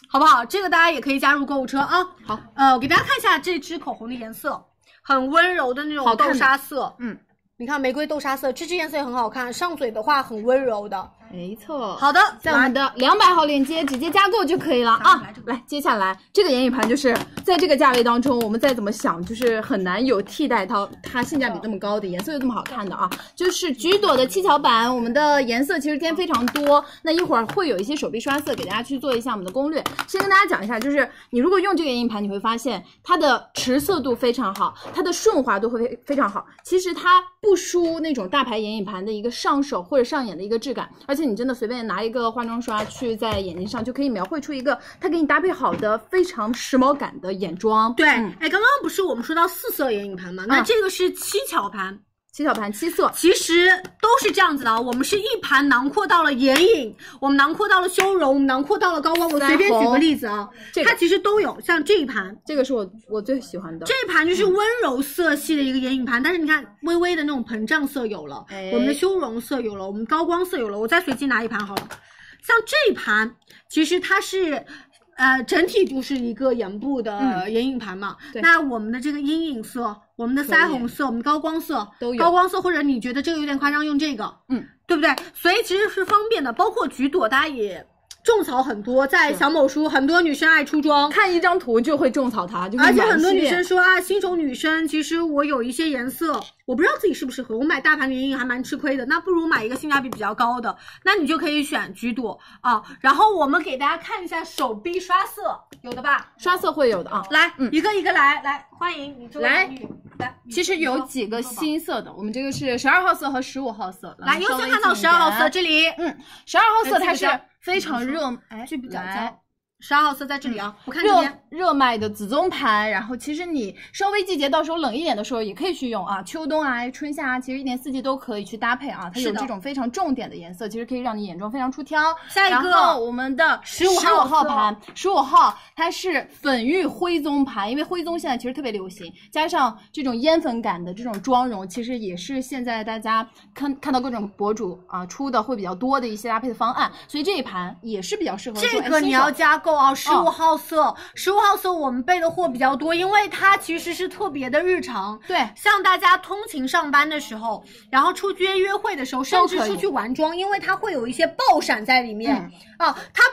[SPEAKER 5] 好不好？这个大家也可以加入购物车啊。
[SPEAKER 9] 好，
[SPEAKER 5] 呃，我给大家看一下这支口红的颜色，很温柔的那种
[SPEAKER 9] 好看
[SPEAKER 5] 豆
[SPEAKER 9] 的
[SPEAKER 5] 沙色。
[SPEAKER 9] 嗯，
[SPEAKER 5] 你看玫瑰豆沙色，这支颜色也很好看，上嘴的话很温柔的。
[SPEAKER 9] 没错。
[SPEAKER 5] 好的，
[SPEAKER 9] 在我们的两百号链接直接加购就可以了啊！来，接下来这个眼影盘就是在这个价位当中，我们再怎么想，就是很难有替代它，它性价比这么高的，颜色又这么好看的啊！就是橘朵的七巧板，我们的颜色其实今天非常多，那一会儿会有一些手臂刷色给大家去做一下我们的攻略。先跟大家讲一下，就是你如果用这个眼影盘，你会发现它的持色度非常好，它的顺滑度会非常好。其实它不输那种大牌眼影盘的一个上手或者上眼的一个质感，而且你真的随便拿一个化妆刷去在眼睛上就可以描绘出一个它给你搭配好的非常时髦感的眼妆。
[SPEAKER 5] 对，
[SPEAKER 9] 嗯
[SPEAKER 5] 哎，刚刚不是我们说到四色眼影盘吗？那
[SPEAKER 9] 嗯
[SPEAKER 5] 这个是七巧盘，
[SPEAKER 9] 七巧盘七色，
[SPEAKER 5] 其实都是这样子的啊。我们是一盘囊括到了眼影，我们囊括到了修容，我们囊括到了高光。我随便举个例子啊，
[SPEAKER 9] 这
[SPEAKER 5] 它
[SPEAKER 9] 个
[SPEAKER 5] 其实都有。像这一盘，
[SPEAKER 9] 这个是我我最喜欢的。嗯
[SPEAKER 5] 这一盘就是温柔色系的一个眼影盘，但是你看微微的那种膨胀色有了，
[SPEAKER 9] 哎
[SPEAKER 5] 我们的修容色有了，我们高光色有了。我再随机拿一盘好了，像这一盘，其实它是。呃，整体就是一个眼部的
[SPEAKER 9] 嗯
[SPEAKER 5] 眼影盘嘛。
[SPEAKER 9] 对
[SPEAKER 5] 那我们的这个阴影色、我们的腮红色、我们高光色
[SPEAKER 9] 都有
[SPEAKER 5] 高光色或者你觉得这个有点夸张，用这个，
[SPEAKER 9] 嗯，
[SPEAKER 5] 对不对？所以其实是方便的，包括橘朵，大家也种草很多，在小某书很多女生爱出妆，
[SPEAKER 9] 看一张图就会种草它，就会
[SPEAKER 5] 而且
[SPEAKER 9] 买一
[SPEAKER 5] 很多
[SPEAKER 9] 系
[SPEAKER 5] 女
[SPEAKER 9] 列
[SPEAKER 5] 生说啊，新手女生，其实我有一些颜色，我不知道自己适不适合，我买大盘眼影还蛮吃亏的，那不如买一个性价比比较高的，那你就可以选橘朵啊。然后我们给大家看一下手臂刷色，有的吧？
[SPEAKER 9] 刷色会有的啊。
[SPEAKER 5] 来，
[SPEAKER 9] 嗯
[SPEAKER 5] 一个一个来，来，欢迎你这位
[SPEAKER 9] 来
[SPEAKER 5] 美女，来，
[SPEAKER 9] 其实
[SPEAKER 5] 你
[SPEAKER 9] 有
[SPEAKER 5] 说
[SPEAKER 9] 几个
[SPEAKER 5] 你说吧
[SPEAKER 9] 新嗯色的，我们这个是十二号色和十五号色。
[SPEAKER 5] 来，优先看到十二号色，这里，
[SPEAKER 9] 嗯，十二号
[SPEAKER 5] 哎
[SPEAKER 9] 色
[SPEAKER 5] 这
[SPEAKER 9] 它
[SPEAKER 5] 个
[SPEAKER 9] 是
[SPEAKER 5] 叫
[SPEAKER 9] 非常热，
[SPEAKER 5] 哎
[SPEAKER 9] 这比较
[SPEAKER 5] 来十二号色在这里啊，我看这
[SPEAKER 9] 热
[SPEAKER 5] 边。
[SPEAKER 9] 热卖的紫棕盘，然后其实你稍微季节到时候冷一点的时候也可以去用啊，秋冬啊、春夏啊，其实一年四季都可以去搭配啊。它
[SPEAKER 5] 是
[SPEAKER 9] 有
[SPEAKER 5] 的
[SPEAKER 9] 这种非常重点的颜色，其实可以让你眼妆非常出挑。
[SPEAKER 5] 下一个
[SPEAKER 9] 然后我们的十五
[SPEAKER 5] 15号
[SPEAKER 9] 号
[SPEAKER 5] 色
[SPEAKER 9] 盘，十五号它是粉玉灰棕盘，因为灰棕现在其实特别流行，加上这种烟粉感的这种妆容，其实也是现在大家看看到各种博主啊出的会比较多的一些搭配的方案，所以这一盘也是比较适合
[SPEAKER 5] 这
[SPEAKER 9] 说哎
[SPEAKER 5] 个
[SPEAKER 9] 新
[SPEAKER 5] 你要
[SPEAKER 9] 手
[SPEAKER 5] 加购啊，十五
[SPEAKER 9] 嗯
[SPEAKER 5] 号色，十五号色我们备的货比较多，因为它其实是特别的日常，
[SPEAKER 9] 对
[SPEAKER 5] 像大家通勤上班的时候，然后出去约会的时候，甚
[SPEAKER 9] 都
[SPEAKER 5] 至
[SPEAKER 9] 可
[SPEAKER 5] 出
[SPEAKER 9] 以
[SPEAKER 5] 去玩妆，因为它会有一些爆闪在里面、
[SPEAKER 9] 嗯
[SPEAKER 5] 啊，它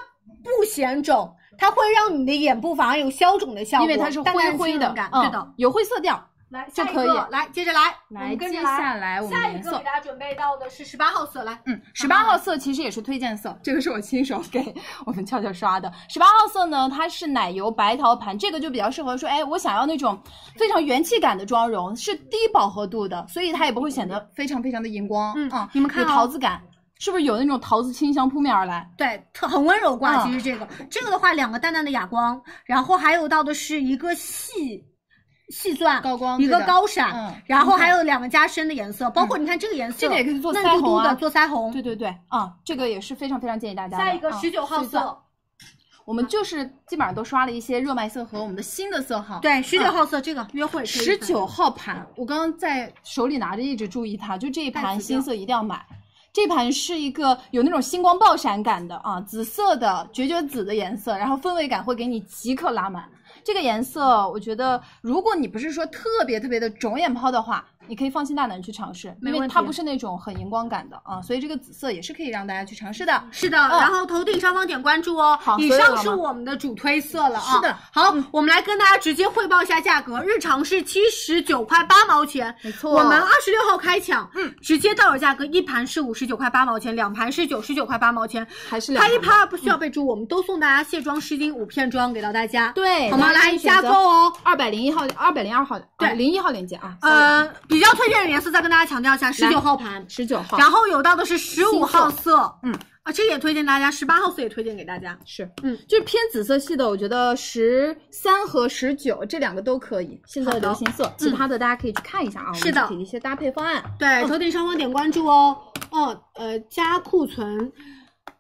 [SPEAKER 5] 不显肿，它会让你的眼部反而有消肿的效果，
[SPEAKER 9] 因为它是
[SPEAKER 5] 淡
[SPEAKER 9] 灰
[SPEAKER 5] 淡
[SPEAKER 9] 灰
[SPEAKER 5] 清
[SPEAKER 9] 的
[SPEAKER 5] 冷感，，
[SPEAKER 9] 嗯
[SPEAKER 5] 对的。
[SPEAKER 9] 有灰色调。
[SPEAKER 5] 来，
[SPEAKER 9] 就
[SPEAKER 5] 下一
[SPEAKER 9] 可以
[SPEAKER 5] 个来，接着来，我
[SPEAKER 9] 来
[SPEAKER 5] 们跟着
[SPEAKER 9] 接下来我们
[SPEAKER 5] 下一
[SPEAKER 9] 颜
[SPEAKER 5] 个
[SPEAKER 9] 色
[SPEAKER 5] 给大家准备到的是十八号色，来，
[SPEAKER 9] 嗯，十八
[SPEAKER 5] 啊
[SPEAKER 9] 号色其实也是推荐色，这个是我亲手给我们俏俏刷的。十八号色呢，它是奶油白桃盘，这个就比较适合说，哎，我想要那种非常元气感的妆容，是低饱和度的，所以它也不会显得非常非常的荧光。
[SPEAKER 5] 嗯
[SPEAKER 9] 啊，
[SPEAKER 5] 你们看
[SPEAKER 9] 有
[SPEAKER 5] 哦
[SPEAKER 9] 桃子感，是不是有那种桃子清香扑面而来？
[SPEAKER 5] 对，特很温柔挂。
[SPEAKER 9] 嗯
[SPEAKER 5] 其实这个，这个的话，两个淡淡的哑光，然后还有到的是一个细细钻
[SPEAKER 9] 高光
[SPEAKER 5] 一
[SPEAKER 9] 对
[SPEAKER 5] 个
[SPEAKER 9] 的
[SPEAKER 5] 高闪，
[SPEAKER 9] 嗯
[SPEAKER 5] 然后还有两个加深的颜色，包括你看这个颜色，
[SPEAKER 9] 这个也可以做
[SPEAKER 5] 嫩
[SPEAKER 9] 腮
[SPEAKER 5] 嘟
[SPEAKER 9] 红
[SPEAKER 5] 嘟
[SPEAKER 9] 啊
[SPEAKER 5] 的做腮红。
[SPEAKER 9] 对对对，啊，这个也是非常非常建议大家的。
[SPEAKER 5] 下一个
[SPEAKER 9] 啊
[SPEAKER 5] 十九号
[SPEAKER 9] 碎钻
[SPEAKER 5] 色，
[SPEAKER 9] 我们就是基本上都刷了一些热卖色和我们的新的色号。
[SPEAKER 5] 对，十九
[SPEAKER 9] 嗯
[SPEAKER 5] 号色这个约会可以
[SPEAKER 9] 十
[SPEAKER 5] 的
[SPEAKER 9] 九号盘，我刚刚在手里拿着，一直注意它，就这一
[SPEAKER 5] 带
[SPEAKER 9] 盘
[SPEAKER 5] 紫
[SPEAKER 9] 新
[SPEAKER 5] 调
[SPEAKER 9] 色一定要买。这盘是一个有那种星光爆闪感的啊，紫色的绝绝紫的颜色，然后氛围感会给你即刻拉满。这个颜色，我觉得如果你不是说特别特别的肿眼泡的话，你可以放心大胆地去尝试，
[SPEAKER 5] 没
[SPEAKER 9] 因为
[SPEAKER 5] 问题
[SPEAKER 9] 它不是那种很荧光感的啊，所以这个紫色也是可以让大家去尝试的。
[SPEAKER 5] 是的，然后头顶上方点关注哦。
[SPEAKER 9] 嗯好
[SPEAKER 5] 以
[SPEAKER 9] 所有
[SPEAKER 5] 上
[SPEAKER 9] 了
[SPEAKER 5] 是
[SPEAKER 9] 吗
[SPEAKER 5] 我们的主推色了啊。
[SPEAKER 9] 是的，嗯
[SPEAKER 5] 好，我们来跟大家直接汇报一下价格，日常是七十九块八毛钱，
[SPEAKER 9] 没错
[SPEAKER 5] 我们二十六号开抢，嗯，直接到手价格一盘是五十九块八毛钱，两盘是九十九块八毛钱，
[SPEAKER 9] 还是两
[SPEAKER 5] 它一
[SPEAKER 9] 盘嗯
[SPEAKER 5] 盘不需要备注，我们都送大家卸妆湿巾五片装给到大家，
[SPEAKER 9] 对，
[SPEAKER 5] 好吗？来加购哦。
[SPEAKER 9] 二百零一号、二百零二号、
[SPEAKER 5] 对
[SPEAKER 9] 零一号链接啊，
[SPEAKER 5] 呃，比较推荐的颜色再跟大家强调一下，十
[SPEAKER 9] 来
[SPEAKER 5] 九号盘，
[SPEAKER 9] 十九号
[SPEAKER 5] 然后有到的是十五号色，
[SPEAKER 9] 嗯，
[SPEAKER 5] 啊，这个也推荐大家，十八号色也推荐给大家。
[SPEAKER 9] 是，
[SPEAKER 5] 嗯，
[SPEAKER 9] 就是偏紫色系的，我觉得十三和十九这两个都可以，现在的流行色，其他的大家可以去看一下啊。
[SPEAKER 5] 嗯是的
[SPEAKER 9] 我们具体的一些搭配方案。
[SPEAKER 5] 对，头顶上方点关注哦。哦，呃，加库存。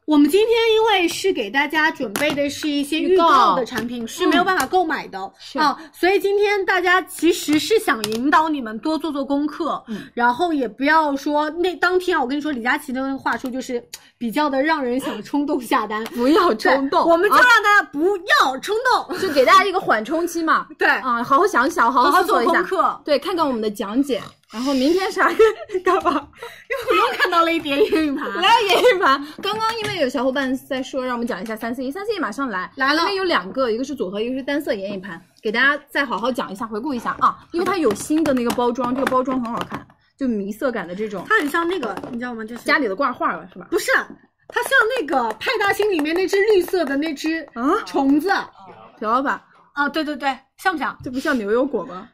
[SPEAKER 5] 我们今天因为是给大家准备的是一些
[SPEAKER 9] 预
[SPEAKER 5] 预
[SPEAKER 9] 告
[SPEAKER 5] 告嗯的产品，是没有办法购买的、
[SPEAKER 9] 是
[SPEAKER 5] 啊，所以今天大家其实是想引导你们多做做功课，
[SPEAKER 9] 嗯
[SPEAKER 5] 然后也不要说那当天啊，我跟你说李佳琦的话术就是比较的让人想冲动下 *laughs* 单，
[SPEAKER 9] 不要冲动，
[SPEAKER 5] 对我们就
[SPEAKER 9] 啊
[SPEAKER 5] 让大家不要冲动，
[SPEAKER 9] 就给大家一个缓冲期嘛。
[SPEAKER 5] *laughs* 对，
[SPEAKER 9] 啊，好好想想，好
[SPEAKER 5] 好好
[SPEAKER 9] 思索
[SPEAKER 5] 做
[SPEAKER 9] 一
[SPEAKER 5] 功
[SPEAKER 9] 下。
[SPEAKER 5] 课。
[SPEAKER 9] 对，看看我们的讲解，然后明天啥干嘛？
[SPEAKER 5] 我 *laughs* 又看到了一叠英语 *laughs* 盘，
[SPEAKER 9] 来演一盘。刚刚因为有小伙伴在说，让我们讲一下三 C 一，三 C 一马上来
[SPEAKER 5] 来了
[SPEAKER 9] 因为有两个，一个是组合，一个是单色眼影盘，给大家再好好讲一下，回顾一下啊，因为它有新的那个包装，这个包装很好看，就迷色感的这种
[SPEAKER 5] 它很像那个，你知道吗？就是
[SPEAKER 9] 家里的挂画了，是吧？
[SPEAKER 5] 不是，啊它像那个派大星里面那只绿色的那只
[SPEAKER 9] 啊
[SPEAKER 5] 虫子
[SPEAKER 9] 朴老板，
[SPEAKER 5] 啊，对对对，像
[SPEAKER 9] *laughs*
[SPEAKER 5] 不像？ *laughs*
[SPEAKER 9] 这不像牛油果吗？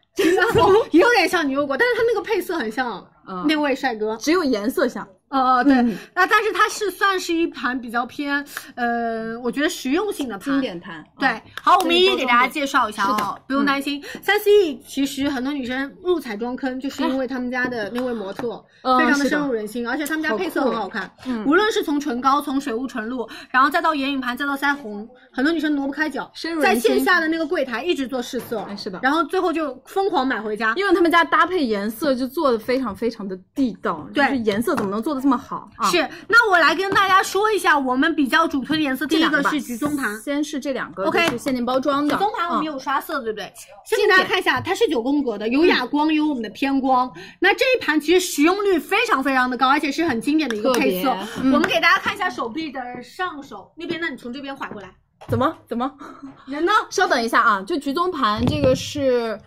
[SPEAKER 5] 哦，也有点像牛油果，但是它那个配色很像
[SPEAKER 9] 嗯
[SPEAKER 5] 那位帅哥。
[SPEAKER 9] 只有颜色像，
[SPEAKER 5] 呃，对
[SPEAKER 9] 嗯，
[SPEAKER 5] 那但是它是算是一盘比较偏，呃，我觉得实用性的盘
[SPEAKER 9] 经。典嗯盘。
[SPEAKER 5] 对，好，我
[SPEAKER 9] 啊这
[SPEAKER 5] 们
[SPEAKER 9] 是
[SPEAKER 5] 一
[SPEAKER 9] 包
[SPEAKER 5] 一给
[SPEAKER 9] 装
[SPEAKER 5] 大家
[SPEAKER 9] 的
[SPEAKER 5] 介绍一下
[SPEAKER 9] 是的嗯
[SPEAKER 5] 哦，不用担心。三 C 其实很多女生入彩妆坑，就是因为他们家的那位模特
[SPEAKER 9] 哎嗯
[SPEAKER 5] 非常
[SPEAKER 9] 是
[SPEAKER 5] 的
[SPEAKER 9] 的
[SPEAKER 5] 深入人心，而且他们家
[SPEAKER 9] 好
[SPEAKER 5] 配色
[SPEAKER 9] 酷嗯
[SPEAKER 5] 很好看。无论是从唇膏、从水雾唇露，然后再到眼影盘，再到腮红，很多女生挪不开脚
[SPEAKER 9] 深入，人
[SPEAKER 5] 在
[SPEAKER 9] 心
[SPEAKER 5] 线下的那个柜台一直做试色
[SPEAKER 9] 哎，是的
[SPEAKER 5] 然后最后就疯狂买回家。
[SPEAKER 9] 因为他们家搭配颜色就做的非常非常的地道，
[SPEAKER 5] 对
[SPEAKER 9] 就是颜色怎么能做的这么好啊？
[SPEAKER 5] 是，那我来跟大家说一下我们比较主推的颜色，第
[SPEAKER 9] 这
[SPEAKER 5] 一
[SPEAKER 9] 两
[SPEAKER 5] 个
[SPEAKER 9] 吧
[SPEAKER 5] 是橘棕盘。
[SPEAKER 9] 先是这两个
[SPEAKER 5] OK
[SPEAKER 9] 就是限定包装的
[SPEAKER 5] 紫棕盘我们
[SPEAKER 9] 嗯
[SPEAKER 5] 有刷色，对不对？啊先给大家看一下，它是九宫格的，有哑光，有我们的偏光。那这一盘其实使用率非常非常的高，而且是很经典的一个
[SPEAKER 9] 特别
[SPEAKER 5] 配色。
[SPEAKER 9] 嗯
[SPEAKER 5] 我们给大家看一下手臂的上手那边，那你从这边缓过来，
[SPEAKER 9] 怎么怎么？
[SPEAKER 5] *laughs* 人呢？
[SPEAKER 9] 稍等一下啊，就橘棕盘这个是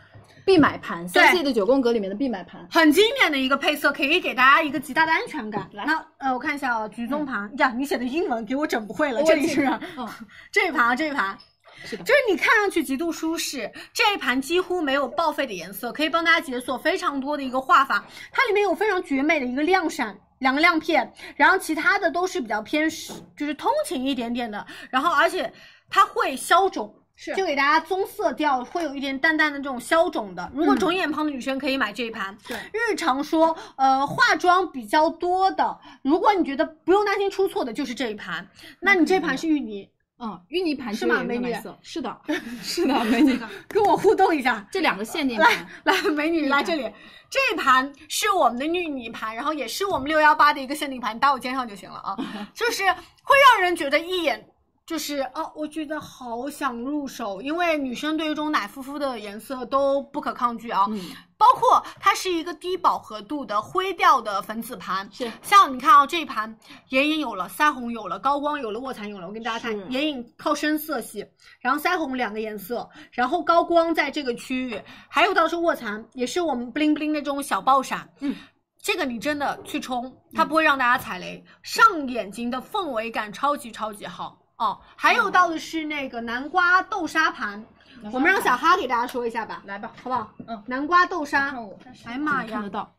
[SPEAKER 9] 必买盘，三 C 的九宫格里面的必买盘。
[SPEAKER 5] 很经典的一个配色，可以给大家一个极大的安全感。那呃，我看一下啊，橘棕盘呀，你写的英文给我整不会了，这里是
[SPEAKER 9] 嗯，
[SPEAKER 5] 这一盘啊，这一盘。
[SPEAKER 9] 是的
[SPEAKER 5] 就是你看上去极度舒适，这一盘几乎没有报废的颜色，可以帮大家解锁非常多的一个画法。它里面有非常绝美的一个亮闪，两个亮片，然后其他的都是比较偏就是通勤一点点的。然后而且它会消肿。是，就给大家棕色调，会有一点淡淡的这种消肿的。如果
[SPEAKER 9] 嗯
[SPEAKER 5] 肿眼泡的女生可以买这一盘。
[SPEAKER 9] 对
[SPEAKER 5] 日常说，呃，化妆比较多的，如果你觉得不用担心出错的，就是这一盘。那你这盘是芋泥，
[SPEAKER 9] 嗯，芋泥盘
[SPEAKER 5] 是吗
[SPEAKER 9] 有一个
[SPEAKER 5] 美女
[SPEAKER 9] 蓝色嗯是的，是的，美女，
[SPEAKER 5] *laughs* 跟我互动一下。
[SPEAKER 9] *laughs* 这两个限定
[SPEAKER 5] 来
[SPEAKER 9] 盘，
[SPEAKER 5] 来，美女来这里，这一盘是我们的芋泥盘，然后也是我们六幺八的一个限定盘，你打我肩上就行了
[SPEAKER 9] *laughs*
[SPEAKER 5] 啊，就是会让人觉得一眼。就是啊，我觉得好想入手，因为女生对于这种奶肤肤的颜色都不可抗拒啊。
[SPEAKER 9] 嗯，
[SPEAKER 5] 包括它是一个低饱和度的灰调的粉紫盘，
[SPEAKER 9] 是
[SPEAKER 5] 像你看啊、这一盘眼影有了，腮红有了，高光有了，卧蚕有了。我跟大家
[SPEAKER 9] 是
[SPEAKER 5] 看，眼影靠深色系，然后腮红两个颜色，然后高光在这个区域，还有到是卧蚕，也是我们 bling bling 的这种小爆闪。
[SPEAKER 9] 嗯。
[SPEAKER 5] 这个你真的去冲，它不会让大家踩雷，上眼睛的氛围感超级超级好哦。还
[SPEAKER 9] 嗯
[SPEAKER 5] 有到的是那个南瓜豆沙盘，我们让小哈给大家说一下吧，
[SPEAKER 9] 来吧，
[SPEAKER 5] 好不好？
[SPEAKER 9] 嗯，
[SPEAKER 5] 南瓜豆沙，
[SPEAKER 9] 看我，
[SPEAKER 5] 哎呀妈
[SPEAKER 9] 看
[SPEAKER 5] 呀
[SPEAKER 9] 得，到，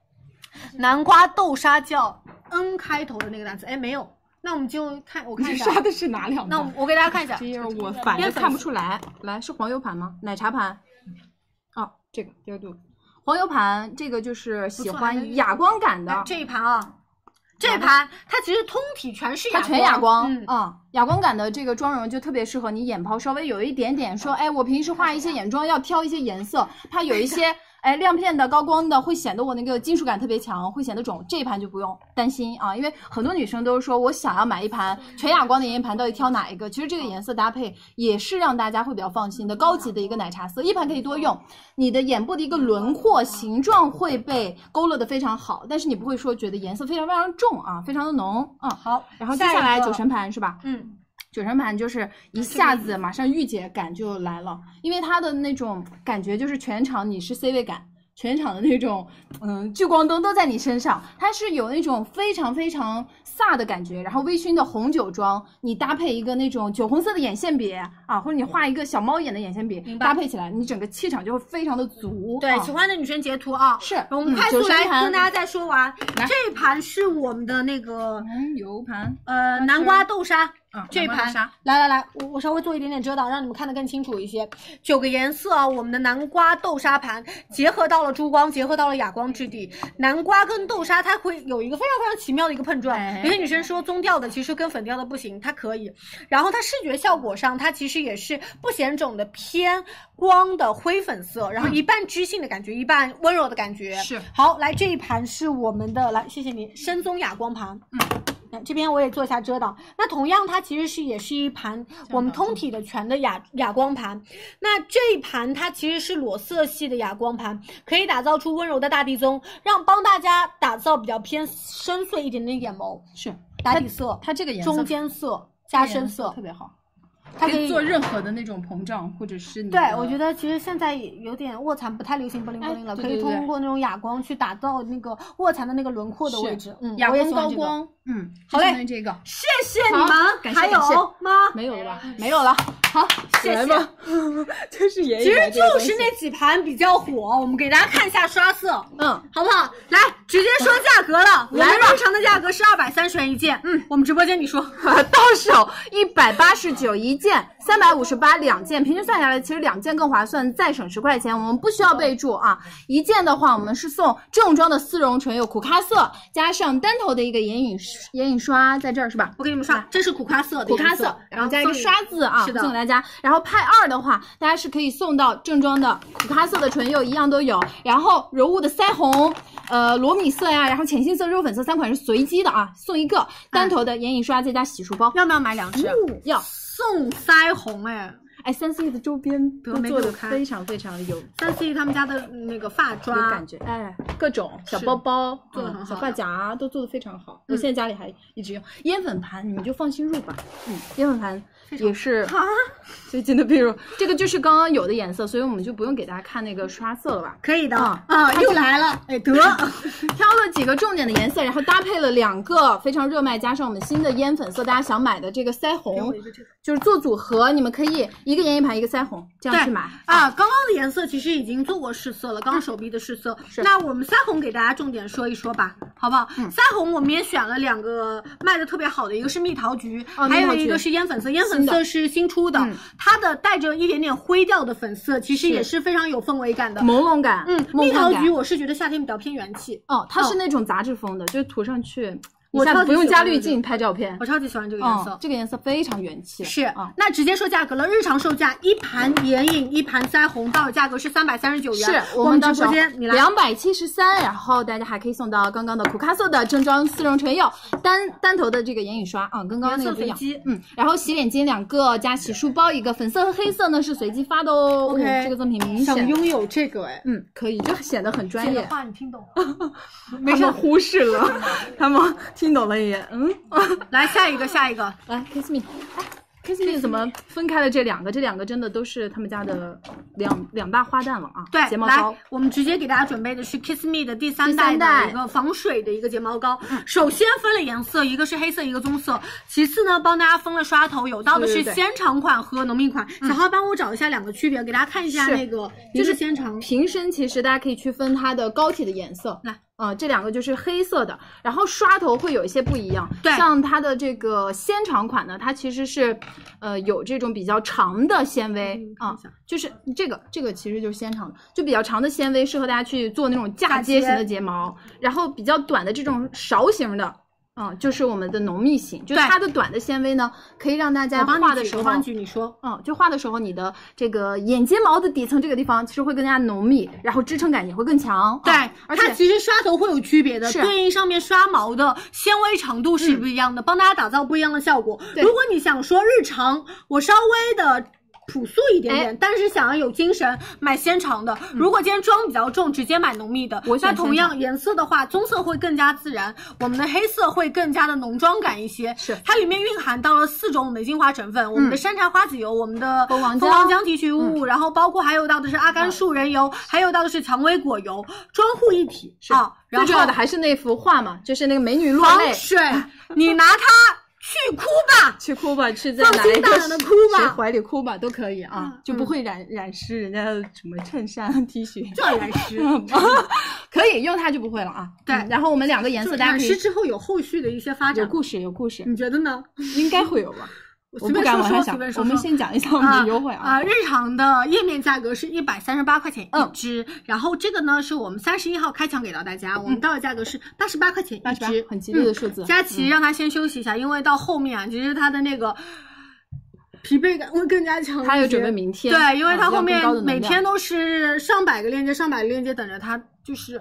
[SPEAKER 5] 南瓜豆沙叫 N 开头的那个单词，哎，没有，那我们就看我看
[SPEAKER 9] 你
[SPEAKER 5] 一下，啊
[SPEAKER 9] 刷的是哪两盘？
[SPEAKER 5] 那我我给大家看一下
[SPEAKER 9] 这，页我反正看不出来。来，是黄油盘吗？奶茶盘？哦，这个第二度，黄油盘，这个就是喜欢哑光感的
[SPEAKER 5] 哎，这一盘啊，这一盘它其实通体全是
[SPEAKER 9] 它
[SPEAKER 5] 哑光，
[SPEAKER 9] 全哑光
[SPEAKER 5] 嗯，
[SPEAKER 9] 啊，哑光感的这个妆容就特别适合你眼泡稍微有一点点
[SPEAKER 5] 嗯
[SPEAKER 9] 说，哎，我平时画一些眼妆要挑一些颜色，怕有
[SPEAKER 5] *laughs*
[SPEAKER 9] 一些哎亮片的、高光的会显得我那个金属感特别强，会显得肿。这一盘就不用担心啊，因为很多女生都是说我想要买一盘全哑光的眼影盘，到底挑哪一个？其实这
[SPEAKER 5] 嗯
[SPEAKER 9] 个颜色搭配也是让大家会比较放心的，高级的一个奶茶色，一盘可以多
[SPEAKER 5] 嗯
[SPEAKER 9] 用。你的眼部的一个轮廓形状会被勾勒的非常好，但是你不会说觉得颜色非常非常重啊，非常的浓啊。
[SPEAKER 5] 好，
[SPEAKER 9] 然后接
[SPEAKER 5] 下一
[SPEAKER 9] 下来
[SPEAKER 5] 个
[SPEAKER 9] 九神盘是吧？
[SPEAKER 5] 嗯，
[SPEAKER 9] 九神盘就是一下子马上御姐感就来了，因为它的那种感觉就是全场你是 C 位感，全场的那种嗯聚光灯都在你身上，它是有那种非常非常飒的感觉。然后微醺的红酒妆，你搭配一个那种酒红色的眼线笔啊，或者你画一个小猫眼的眼线笔，
[SPEAKER 5] 明白
[SPEAKER 9] 搭配起来，你整个气场就会非常的足。
[SPEAKER 5] 对，
[SPEAKER 9] 啊
[SPEAKER 5] 喜欢的女生截图啊，
[SPEAKER 9] 是
[SPEAKER 5] 我们
[SPEAKER 9] 嗯
[SPEAKER 5] 快速
[SPEAKER 9] 九
[SPEAKER 5] 来
[SPEAKER 9] 神盘
[SPEAKER 5] 跟大家再说完，
[SPEAKER 9] 来
[SPEAKER 5] 这一盘是我们的那个
[SPEAKER 9] 嗯油盘
[SPEAKER 5] 呃
[SPEAKER 9] 是
[SPEAKER 5] 南瓜豆沙。
[SPEAKER 9] 啊，
[SPEAKER 5] 这一
[SPEAKER 9] 南瓜豆
[SPEAKER 5] 盘
[SPEAKER 9] 沙，
[SPEAKER 5] 来来来，我我稍微做一点点遮挡，让你们看得更清楚一些。九个颜色啊，我们的南瓜豆沙盘结合到了珠光，结合到了哑光质地。南瓜跟豆沙它会有一个非常非常奇妙的一个碰撞。
[SPEAKER 9] 哎
[SPEAKER 5] 有些女生说棕调的其实跟粉调的不行，它可以。然后它视觉效果上，它其实也是不显肿的偏光的灰粉色，然后一半知性的感觉，一半温柔的感觉。
[SPEAKER 9] 是
[SPEAKER 5] 好，来这一盘是我们的，来谢谢你，深棕哑光盘。那呃这边我也做一下遮挡。那同样，它其实是也是一盘我们通体的全的哑哑光盘。那这一盘它其实是裸色系的哑光盘，可以打造出温柔的大地棕，让帮大家打造比较偏深邃一点点的眼眸、
[SPEAKER 9] 是
[SPEAKER 5] 打底色、
[SPEAKER 9] 它这个颜色
[SPEAKER 5] 中间色、加深色
[SPEAKER 9] 特，别好。
[SPEAKER 5] 它可以
[SPEAKER 9] 做任何的那种膨胀，或者是你
[SPEAKER 5] 对
[SPEAKER 9] 的，
[SPEAKER 5] 我觉得其实现在也有点卧蚕不太流行不灵不灵了，
[SPEAKER 9] 哎对
[SPEAKER 5] 可以
[SPEAKER 9] 对对
[SPEAKER 5] 通过那种哑光去打造那个卧蚕的那个轮廓的位置。嗯，
[SPEAKER 9] 哑
[SPEAKER 5] 我也
[SPEAKER 9] 光
[SPEAKER 5] 喜欢
[SPEAKER 9] 高
[SPEAKER 5] 这个。
[SPEAKER 9] 光，嗯，
[SPEAKER 5] 好嘞
[SPEAKER 9] 就相当于这个
[SPEAKER 5] 谢谢你们
[SPEAKER 9] 好，感谢
[SPEAKER 5] 还有
[SPEAKER 9] 感谢
[SPEAKER 5] 吗？
[SPEAKER 9] 没有了吧？没有了，好，
[SPEAKER 5] 谢
[SPEAKER 9] 来吧， *laughs* 就是爷爷，
[SPEAKER 5] 其实就是那几盘比较火，我们给大家看一下刷色，
[SPEAKER 9] 嗯，
[SPEAKER 5] 好不好？来，直接说价格了，我们
[SPEAKER 9] 来吧
[SPEAKER 5] 日常的价格是二百三十元一件，嗯，我们直播间你说，
[SPEAKER 9] *laughs* 到手哦一百八十九一件，三百五十八两件，平均算下来其实两件更划算，再省十块钱。我们不需要备注啊，一件的话我们是送正装的丝绒唇釉苦咖色，加上单头的一个眼影眼影刷，在这儿是吧？
[SPEAKER 5] 我给你们刷，这是苦咖色的
[SPEAKER 9] 苦咖
[SPEAKER 5] 颜
[SPEAKER 9] 色，
[SPEAKER 5] 然后
[SPEAKER 9] 加
[SPEAKER 5] 加
[SPEAKER 9] 一
[SPEAKER 5] 一
[SPEAKER 9] 个
[SPEAKER 5] 个
[SPEAKER 9] 刷子啊，
[SPEAKER 5] 是的
[SPEAKER 9] 送给大家。然后派二的话，大家是可以送到正装的苦咖色的唇釉一样都有，然后柔雾的腮红，呃，罗米色呀，然后浅杏色、肉粉色三款是随机的啊，送一个单头的眼影刷再加洗漱包。哦
[SPEAKER 5] 要不要买两支？
[SPEAKER 9] 要，
[SPEAKER 5] 送腮红哎，
[SPEAKER 9] 哎，三 C 的周边
[SPEAKER 5] 得
[SPEAKER 9] 都
[SPEAKER 5] 没
[SPEAKER 9] 做
[SPEAKER 5] 给我
[SPEAKER 9] 的
[SPEAKER 5] 看
[SPEAKER 9] 非常非常有
[SPEAKER 5] 三 C 他们家的那个发
[SPEAKER 9] 有
[SPEAKER 5] 抓
[SPEAKER 9] 感觉，哎，各种小
[SPEAKER 5] 是
[SPEAKER 9] 包包
[SPEAKER 5] 做得
[SPEAKER 9] 嗯
[SPEAKER 5] 很
[SPEAKER 9] 小
[SPEAKER 5] 好
[SPEAKER 9] 发
[SPEAKER 5] 的嗯
[SPEAKER 9] 夹啊都做的非常好。我现在家里还一直用烟粉盘，你们就放心入吧。嗯，烟粉盘也是
[SPEAKER 5] 啊， *laughs*
[SPEAKER 9] 最近的被褥，这个就是刚刚有的颜色，所以我们就不用给大家看那个刷色了吧。
[SPEAKER 5] 可以的
[SPEAKER 9] 啊
[SPEAKER 5] 啊，又来了，哎 *laughs* 得，
[SPEAKER 9] 挑了几个重点的颜色，然后搭配了两个非常热卖，加上我们新的烟粉色，大家想买的这个腮红，就是做组合，你们可以一个眼影盘，一个腮红，这样去买嗯
[SPEAKER 5] 啊。刚刚的颜色其实已经做过试色了，刚刚手臂的试色。那我们腮红给大家重点说一说吧，好不好？
[SPEAKER 9] 嗯
[SPEAKER 5] 腮红我们也选了两个卖的特别好的，一个是蜜桃橘，
[SPEAKER 9] 哦
[SPEAKER 5] 还
[SPEAKER 9] 蜜
[SPEAKER 5] 有
[SPEAKER 9] 桃
[SPEAKER 5] 一
[SPEAKER 9] 橘嗯
[SPEAKER 5] 个是烟粉色。烟粉色是新出的，它的带着一点点灰调的粉色，其实
[SPEAKER 9] 是
[SPEAKER 5] 也是非常有氛围感的。
[SPEAKER 9] 朦胧感，
[SPEAKER 5] 嗯，
[SPEAKER 9] 梦
[SPEAKER 5] 蜜桃
[SPEAKER 9] 幻感
[SPEAKER 5] 橘我是觉得夏天比较偏元气，
[SPEAKER 9] 哦，它是那种杂志风的，就是涂上去，
[SPEAKER 5] 我
[SPEAKER 9] 一下
[SPEAKER 5] 超
[SPEAKER 9] 子
[SPEAKER 5] 级
[SPEAKER 9] 不用
[SPEAKER 5] 喜
[SPEAKER 9] 加
[SPEAKER 5] 欢这
[SPEAKER 9] 滤
[SPEAKER 5] 个
[SPEAKER 9] 镜拍照片
[SPEAKER 5] 我。超级喜欢这个颜色
[SPEAKER 9] 哦，。这个颜色非常元气。
[SPEAKER 5] 是
[SPEAKER 9] 啊，
[SPEAKER 5] 那直接说价格了，日常售价一盘眼影一盘腮红到手价格是三百三十九元，
[SPEAKER 9] 是
[SPEAKER 5] 我
[SPEAKER 9] 们
[SPEAKER 5] 直
[SPEAKER 9] 到手
[SPEAKER 5] 播间你来。
[SPEAKER 9] 两百七十三，然后大家还可以送到刚刚的苦咖色的正装丝绒唇釉单单头的这个眼影刷啊，跟刚刚那个不一样
[SPEAKER 5] 颜色随机。
[SPEAKER 9] 嗯，然后洗脸巾两个，加洗漱包一个，粉色和黑色呢是随机发的哦。
[SPEAKER 5] OK
[SPEAKER 9] 哦这个赠品明
[SPEAKER 5] 想
[SPEAKER 9] 显，
[SPEAKER 5] 拥有这个哎，
[SPEAKER 9] 嗯，可以，就显得很专
[SPEAKER 5] 这个
[SPEAKER 9] 业。
[SPEAKER 5] 话你听懂了？
[SPEAKER 9] 没事，忽视了， *laughs* 他们听懂了也嗯。
[SPEAKER 5] *laughs* 来下一个，下一个，
[SPEAKER 9] 来，kiss me。Kiss 哎 me 怎么分开了这两个？这两个真的都是他们家的两两大花旦了啊！
[SPEAKER 5] 对，
[SPEAKER 9] 睫毛膏
[SPEAKER 5] 来，我们直接给大家准备的是 Kiss Me 的第三
[SPEAKER 9] 第
[SPEAKER 5] 代
[SPEAKER 9] 三代嗯
[SPEAKER 5] 的一个防水的一个睫毛膏。首先分了颜色，一个是黑色，一个棕色。其次呢，帮大家分了刷头，有到的是
[SPEAKER 9] 对对对嗯
[SPEAKER 5] 纤长款和浓密款。小花帮我找一下两个区别，给大家看一下
[SPEAKER 9] 是
[SPEAKER 5] 那个，
[SPEAKER 9] 就
[SPEAKER 5] 一个
[SPEAKER 9] 是
[SPEAKER 5] 纤长。
[SPEAKER 9] 瓶身，其实大家可以区分它的膏体的颜色。
[SPEAKER 5] 来，
[SPEAKER 9] 啊、这两个就是黑色的，然后刷头会有一些不一样。
[SPEAKER 5] 对
[SPEAKER 9] 像它的这个纤长款呢，它其实是，呃，有这种比较长的纤维
[SPEAKER 5] 嗯看
[SPEAKER 9] 啊、
[SPEAKER 5] 一下
[SPEAKER 9] 就是这个这个其实就是纤长的，就比较长的纤维适合大家去做那种嫁接型的睫毛，然后比较短的这种勺型的。嗯，就是我们的浓密型，就是
[SPEAKER 5] 对
[SPEAKER 9] 它的短的纤维呢，可以让大家
[SPEAKER 5] 我帮
[SPEAKER 9] 画
[SPEAKER 5] 你
[SPEAKER 9] 的
[SPEAKER 5] 举
[SPEAKER 9] 时候，
[SPEAKER 5] 我帮你举，你说。
[SPEAKER 9] 嗯，就画的时候，你的这个眼睫毛的底层这个地方其实会更加浓密，然后支撑感也会更强。
[SPEAKER 5] 对
[SPEAKER 9] 啊，而
[SPEAKER 5] 它
[SPEAKER 9] 且
[SPEAKER 5] 其实刷头会有区别的，
[SPEAKER 9] 是嗯
[SPEAKER 5] 对应上面刷毛的纤维长度是不一样的，帮大家打造不一样的效果。
[SPEAKER 9] 对
[SPEAKER 5] 如果你想说日常，我稍微的。朴素一点点，
[SPEAKER 9] 哎嗯
[SPEAKER 5] 但是想要有精神，买纤长的。如果今天妆比较重，直接买浓密的。
[SPEAKER 9] 我选
[SPEAKER 5] 那同样
[SPEAKER 9] 纤
[SPEAKER 5] 颜色的话，棕色会更加自然，我们的黑色会更加的浓妆感一些。
[SPEAKER 9] 是嗯
[SPEAKER 5] 它里面蕴含到了四种我们的精华成分：我们的山茶花籽油、我们的
[SPEAKER 9] 蜂王
[SPEAKER 5] 蜂
[SPEAKER 9] 浆
[SPEAKER 5] 王浆提取
[SPEAKER 9] 嗯
[SPEAKER 5] 物，然后包括还有到的是阿甘树仁油，还有到的是蔷薇果油，妆护一体啊。然
[SPEAKER 9] 最
[SPEAKER 5] 后
[SPEAKER 9] 重要的还是那幅画嘛，就是那个美女落
[SPEAKER 5] 防
[SPEAKER 9] 泪，
[SPEAKER 5] 水，
[SPEAKER 9] *laughs*
[SPEAKER 5] 你拿它去哭吧。
[SPEAKER 9] 去哭吧，去在
[SPEAKER 5] 放
[SPEAKER 9] 哪
[SPEAKER 5] 心
[SPEAKER 9] 一
[SPEAKER 5] 大
[SPEAKER 9] 个
[SPEAKER 5] 胆地
[SPEAKER 9] 谁
[SPEAKER 5] 哭吧
[SPEAKER 9] 谁怀里哭吧都可以啊，就不会染染湿人家的什么衬衫、T 啊 *laughs* 恤。
[SPEAKER 5] 这也 *laughs* 是。
[SPEAKER 9] *laughs* 可以用它就不会了啊。
[SPEAKER 5] 对
[SPEAKER 9] 嗯然后我们两个颜
[SPEAKER 5] 就
[SPEAKER 9] 色
[SPEAKER 5] 是
[SPEAKER 9] 大家
[SPEAKER 5] 染
[SPEAKER 9] 可
[SPEAKER 5] 湿
[SPEAKER 9] 以
[SPEAKER 5] 之后有后续的一些发
[SPEAKER 9] 有
[SPEAKER 5] 展，
[SPEAKER 9] 故事，有故事，
[SPEAKER 5] 你觉得呢？
[SPEAKER 9] 应该会有吧？
[SPEAKER 5] 嗯我
[SPEAKER 9] 我
[SPEAKER 5] 随
[SPEAKER 9] 不
[SPEAKER 5] 便说
[SPEAKER 9] 敢往下
[SPEAKER 5] 说，
[SPEAKER 9] 想
[SPEAKER 5] 随便，说
[SPEAKER 9] 我们
[SPEAKER 5] 说
[SPEAKER 9] 先讲一下我们的优惠
[SPEAKER 5] 啊、
[SPEAKER 9] 啊。
[SPEAKER 5] 日常的页面价格是一百三十八块钱
[SPEAKER 9] 嗯
[SPEAKER 5] 一支，然后这个呢是我们三十一号开抢给到大家，
[SPEAKER 9] 嗯
[SPEAKER 5] 我们到手价格是八十八块钱一支，
[SPEAKER 9] 88很吉利的
[SPEAKER 5] 嗯
[SPEAKER 9] 数字
[SPEAKER 5] 佳琪让他先休息一下，因为到后面啊，其实他的那个。疲惫感会更加强一些，
[SPEAKER 9] 他有准备明天
[SPEAKER 5] 对，因为
[SPEAKER 9] 啊
[SPEAKER 5] 他
[SPEAKER 9] 要
[SPEAKER 5] 后
[SPEAKER 9] 更
[SPEAKER 5] 面
[SPEAKER 9] 高的能
[SPEAKER 5] 每
[SPEAKER 9] 量
[SPEAKER 5] 天都是上百个链接，上百个链接等着他，就是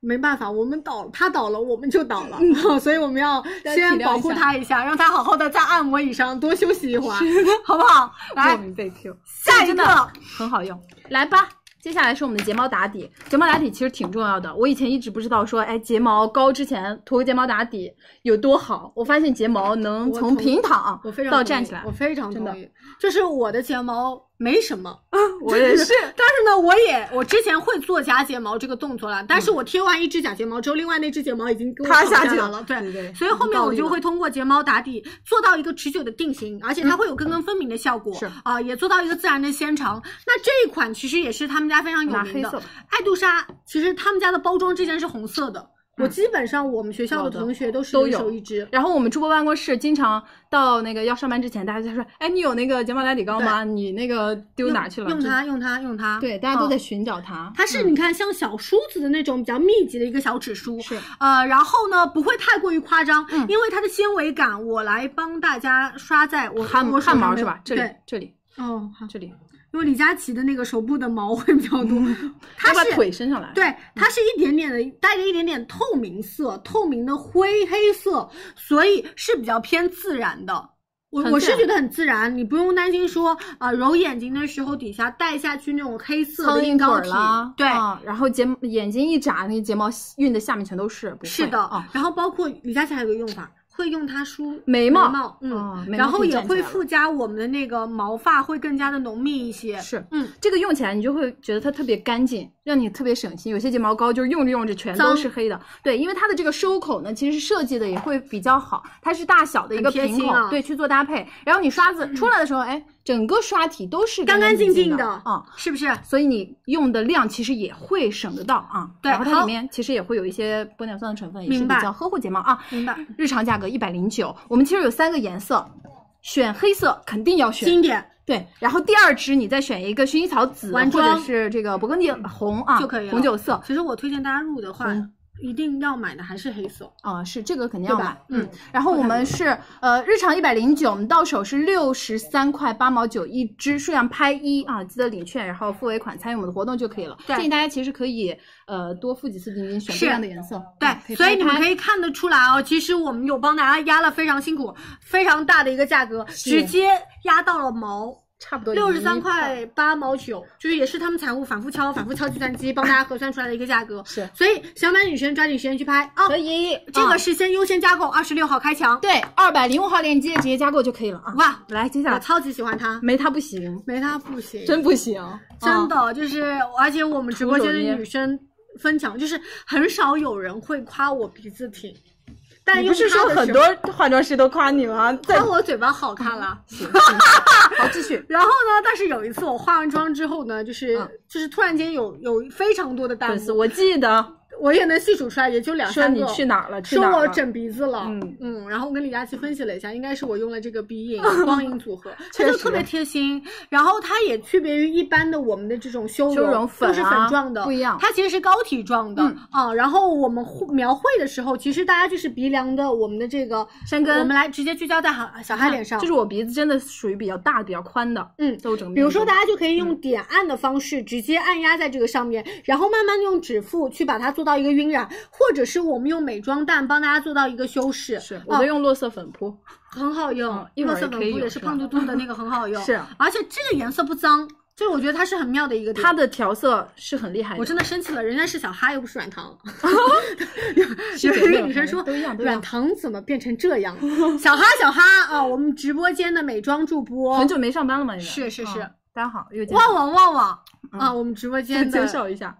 [SPEAKER 5] 没办法，我们倒他倒了，我们就倒了， *laughs* 所以我们要
[SPEAKER 9] 要
[SPEAKER 5] 先
[SPEAKER 9] 嗯体谅
[SPEAKER 5] 保
[SPEAKER 9] 一
[SPEAKER 5] 护
[SPEAKER 9] 下
[SPEAKER 5] 他一下，让他好好的在按摩椅上多休息一会儿，好不好？来
[SPEAKER 9] 莫，名被 Q。
[SPEAKER 5] 下一
[SPEAKER 9] 真
[SPEAKER 5] 个
[SPEAKER 9] 的很好用。来吧，接下来是我们的睫毛打底。睫毛打底其实挺重要的，我以前一直不知道说，哎，睫毛膏之前涂个睫毛打底有多好。我发现睫毛能
[SPEAKER 5] 我
[SPEAKER 9] 从
[SPEAKER 5] 同
[SPEAKER 9] 平躺
[SPEAKER 5] 我非常
[SPEAKER 9] 到
[SPEAKER 5] 同意
[SPEAKER 9] 站起来
[SPEAKER 5] 我，非常
[SPEAKER 9] 真的
[SPEAKER 5] 同意。就是我的睫毛没什么，
[SPEAKER 9] 我也是。
[SPEAKER 5] 但是呢，我也我之前会做假睫毛这个动作了，但是我贴完一只假睫毛之后，另外那只睫毛已经给我
[SPEAKER 9] 嗯塌
[SPEAKER 5] 躺
[SPEAKER 9] 下去
[SPEAKER 5] 来
[SPEAKER 9] 了
[SPEAKER 5] 了，对
[SPEAKER 9] 对对
[SPEAKER 5] 所以后面我就
[SPEAKER 9] 有道
[SPEAKER 5] 会
[SPEAKER 9] 理
[SPEAKER 5] 通过睫毛打底做到一个持久的定型，而且它会有根根分明的效果，
[SPEAKER 9] 嗯是
[SPEAKER 5] 啊，也做到一个自然的纤长。那这一款其实也是他们家非常有
[SPEAKER 9] 拿
[SPEAKER 5] 名
[SPEAKER 9] 黑色
[SPEAKER 5] 的
[SPEAKER 9] 吧，
[SPEAKER 5] 爱杜莎，其实他们家的包装之前是红色的。我基本上我们学校的
[SPEAKER 9] 老嗯的
[SPEAKER 5] 同学都是
[SPEAKER 9] 都
[SPEAKER 5] 人
[SPEAKER 9] 有
[SPEAKER 5] 手一支，
[SPEAKER 9] 然后我们主播办公室经常到那个要上班之前，大家就说，哎，你有那个睫毛打底膏吗？你那个丢
[SPEAKER 5] 用
[SPEAKER 9] 哪去了？
[SPEAKER 5] 用
[SPEAKER 9] 就
[SPEAKER 5] 它，用它，用它。
[SPEAKER 9] 对，大家都
[SPEAKER 5] 嗯
[SPEAKER 9] 在寻找它。嗯
[SPEAKER 5] 它是你看像小梳子的那种比较密集的一个小齿梳，
[SPEAKER 9] 是
[SPEAKER 5] 呃，然后呢不会太过于夸张，
[SPEAKER 9] 嗯
[SPEAKER 5] 因为它的纤维感，我来帮大家刷在我
[SPEAKER 9] 汗
[SPEAKER 5] 我手
[SPEAKER 9] 汗
[SPEAKER 5] 上
[SPEAKER 9] 毛
[SPEAKER 5] 没
[SPEAKER 9] 是
[SPEAKER 5] 有
[SPEAKER 9] 吧？这里
[SPEAKER 5] 对，
[SPEAKER 9] 这里
[SPEAKER 5] 哦，好
[SPEAKER 9] 这里，
[SPEAKER 5] 因为李佳琦的那个手部的毛会比较多，它
[SPEAKER 9] 嗯要把
[SPEAKER 5] 是
[SPEAKER 9] 腿伸上来。
[SPEAKER 5] 对，它是一点点的带着一点点透明色，透明的灰黑色，所以是比较偏自然的。我
[SPEAKER 9] 很
[SPEAKER 5] 我
[SPEAKER 9] 自
[SPEAKER 5] 是
[SPEAKER 9] 然
[SPEAKER 5] 觉得很自然，你不用担心说啊、呃揉眼睛的时候底下带下去那种黑色
[SPEAKER 9] 苍
[SPEAKER 5] 的硬
[SPEAKER 9] 蝇腿
[SPEAKER 5] 膏
[SPEAKER 9] 儿
[SPEAKER 5] 体
[SPEAKER 9] 啦，，
[SPEAKER 5] 对，
[SPEAKER 9] 啊然后睫毛眼睛一眨，那个睫毛晕的下面全都是，不会
[SPEAKER 5] 是的。
[SPEAKER 9] 啊，
[SPEAKER 5] 然后包括李佳琦还有个用法，会用它梳
[SPEAKER 9] 眉毛
[SPEAKER 5] 毛，嗯，
[SPEAKER 9] 哦眉毛
[SPEAKER 5] 然后
[SPEAKER 9] 可以
[SPEAKER 5] 也
[SPEAKER 9] 站起
[SPEAKER 5] 会
[SPEAKER 9] 来了
[SPEAKER 5] 附加我们的那个毛发会更加的浓密一些，
[SPEAKER 9] 是，
[SPEAKER 5] 嗯，
[SPEAKER 9] 这个用起来你就会觉得它特别干净，让你特别省心。有些睫毛膏就是用着用着全都
[SPEAKER 7] 脏
[SPEAKER 9] 是黑的，对，因为它的这个收口呢，其实设计的也会比较好，它是大小的一个
[SPEAKER 5] 很贴
[SPEAKER 9] 平
[SPEAKER 5] 心
[SPEAKER 9] 口，
[SPEAKER 5] 啊嗯
[SPEAKER 9] 对，去做搭配。然后你刷子出来的时候，哎，整个刷体都是
[SPEAKER 5] 干干净
[SPEAKER 9] 净
[SPEAKER 5] 净
[SPEAKER 9] 的
[SPEAKER 5] 的，
[SPEAKER 9] 嗯，
[SPEAKER 5] 是不是？
[SPEAKER 9] 所以你用的量其实也会省得到啊。
[SPEAKER 5] 对
[SPEAKER 9] 然后它
[SPEAKER 5] 好
[SPEAKER 9] 里面其实也会有一些玻尿酸的成分，也是
[SPEAKER 5] 明白
[SPEAKER 9] 比较呵护睫毛啊。
[SPEAKER 5] 明白。
[SPEAKER 9] 日常价格一百零九，我们其实有三个颜色，选黑色肯定要选
[SPEAKER 5] 经典
[SPEAKER 9] 对，然后第二支你再选一个薰衣草紫
[SPEAKER 5] 晚
[SPEAKER 9] 或者
[SPEAKER 5] 装
[SPEAKER 9] 是这个勃艮第红啊，
[SPEAKER 5] 就可以了
[SPEAKER 9] 红酒色
[SPEAKER 5] 其实我推荐大家入的话
[SPEAKER 9] 红，
[SPEAKER 5] 一定要买的还是黑色，
[SPEAKER 9] 啊、是这个肯定
[SPEAKER 5] 对
[SPEAKER 9] 要买
[SPEAKER 5] 吧。？嗯，
[SPEAKER 9] 然后我们是呃日常一百零九，我们到手是六十三块八毛九一支，数量拍一啊，记得领券，然后付尾款，参与我们的活动就可以了。
[SPEAKER 5] 对
[SPEAKER 9] 建议大家其实可以呃多付几次定金，选
[SPEAKER 5] 是
[SPEAKER 9] 不一样的颜色。啊
[SPEAKER 5] 对，所以你们可
[SPEAKER 9] 以
[SPEAKER 5] 以看得出来哦，其实我们有帮大家压了非常辛苦、非常大的一个价格，直接压到了毛。
[SPEAKER 9] 差不多
[SPEAKER 5] 六十三块八毛九，就是也是他们财务反复敲、反复敲计算机帮大家核算出来的一个价格。
[SPEAKER 9] *laughs* 是
[SPEAKER 5] 所以想买的女生抓紧时间去拍啊！
[SPEAKER 9] 可以，
[SPEAKER 5] 这个
[SPEAKER 9] 啊
[SPEAKER 5] 是先优先加购，二十六号开抢。
[SPEAKER 9] 对二百零五号链接直接加购就可以了啊。
[SPEAKER 5] 哇，
[SPEAKER 9] 来，接下
[SPEAKER 5] 我
[SPEAKER 9] 来
[SPEAKER 5] 超级喜欢它，
[SPEAKER 9] 没它不行，
[SPEAKER 5] 没它不行，
[SPEAKER 9] *laughs* 真不行，
[SPEAKER 5] 真
[SPEAKER 9] 啊
[SPEAKER 5] 的就是，而且我们直播间的女生分享，就是很少有人会夸我鼻子挺，但
[SPEAKER 9] 你
[SPEAKER 5] 用
[SPEAKER 9] 不是
[SPEAKER 5] 它
[SPEAKER 9] 说
[SPEAKER 5] 的
[SPEAKER 9] 很
[SPEAKER 5] 时
[SPEAKER 9] 多
[SPEAKER 5] 候
[SPEAKER 9] 化妆师都夸你吗？在
[SPEAKER 5] 夸我嘴巴好看了。
[SPEAKER 9] 好继续，
[SPEAKER 5] 然后呢，但是有一次我化完妆之后呢，就是、
[SPEAKER 9] 嗯
[SPEAKER 5] 就是突然间有有非常多的弹
[SPEAKER 9] 粉丝，
[SPEAKER 5] 幕，
[SPEAKER 9] 我记 *laughs* 得
[SPEAKER 5] 我也能细数出来，也就两
[SPEAKER 9] 说
[SPEAKER 5] 三
[SPEAKER 9] 你
[SPEAKER 5] 个。
[SPEAKER 9] 去哪儿了，去
[SPEAKER 5] 说
[SPEAKER 9] 哪儿
[SPEAKER 5] 我
[SPEAKER 9] 了。
[SPEAKER 5] 整鼻子了，
[SPEAKER 9] 嗯
[SPEAKER 5] 然后我跟李佳琦分析了一下，应该是我用了这个鼻
[SPEAKER 9] *laughs*
[SPEAKER 5] 影光影组合，它
[SPEAKER 9] 确
[SPEAKER 5] 就
[SPEAKER 9] 实
[SPEAKER 5] 特别贴心，然后它也区别于一般的我们的这种修
[SPEAKER 9] 修容粉啊
[SPEAKER 5] 就是粉状的
[SPEAKER 9] 不一样
[SPEAKER 5] 它其实是膏体状的、
[SPEAKER 9] 嗯
[SPEAKER 5] 啊。然后我们绘描绘的时候，其实大家就是鼻梁的我们的这个
[SPEAKER 9] 山根
[SPEAKER 5] 我们来直接聚焦在小小孩脸上，
[SPEAKER 9] 就是我鼻子真的属于比较大、比较宽的，
[SPEAKER 5] 嗯
[SPEAKER 9] 在我整个鼻子中。
[SPEAKER 5] 比如说，大家就可以
[SPEAKER 9] 嗯
[SPEAKER 5] 用点按的方式直接按压在这个上面，然后慢慢地用指腹去把它做到一个晕染，或者是我们用美妆蛋帮大家做到一个修饰，
[SPEAKER 9] 是我
[SPEAKER 5] 哦
[SPEAKER 9] 都用落色粉扑，
[SPEAKER 5] 很好用
[SPEAKER 9] 嗯。一会
[SPEAKER 5] 个
[SPEAKER 9] 儿
[SPEAKER 5] 色
[SPEAKER 9] 也
[SPEAKER 5] 粉
[SPEAKER 9] 可以
[SPEAKER 5] 扑
[SPEAKER 9] 用
[SPEAKER 5] 也是
[SPEAKER 9] 是吧
[SPEAKER 5] 胖嘟嘟的那个很好用，
[SPEAKER 9] *laughs* 是
[SPEAKER 5] 而且这个颜色不脏，就是我觉得它是很妙的一个点
[SPEAKER 9] 它。的调色是很厉害的。
[SPEAKER 5] 嗯我真的生气了，人家是小哈又不是软
[SPEAKER 9] *laughs*
[SPEAKER 5] 糖。
[SPEAKER 9] 是
[SPEAKER 5] 有
[SPEAKER 9] 姐
[SPEAKER 5] 一
[SPEAKER 9] 妹
[SPEAKER 5] 个女生说
[SPEAKER 9] 都一样，都一
[SPEAKER 5] 软
[SPEAKER 9] 样。
[SPEAKER 5] 糖怎么变成这
[SPEAKER 9] *laughs*
[SPEAKER 5] 样？小哈小哈啊，我们直播间的美妆主播，
[SPEAKER 9] 很久没上班了嘛，你们
[SPEAKER 5] 是是是
[SPEAKER 9] 啊大家好，又见
[SPEAKER 5] 旺旺旺旺
[SPEAKER 9] 嗯
[SPEAKER 5] 啊，我们直播间
[SPEAKER 9] 面
[SPEAKER 5] 的
[SPEAKER 9] *laughs* 介绍一下，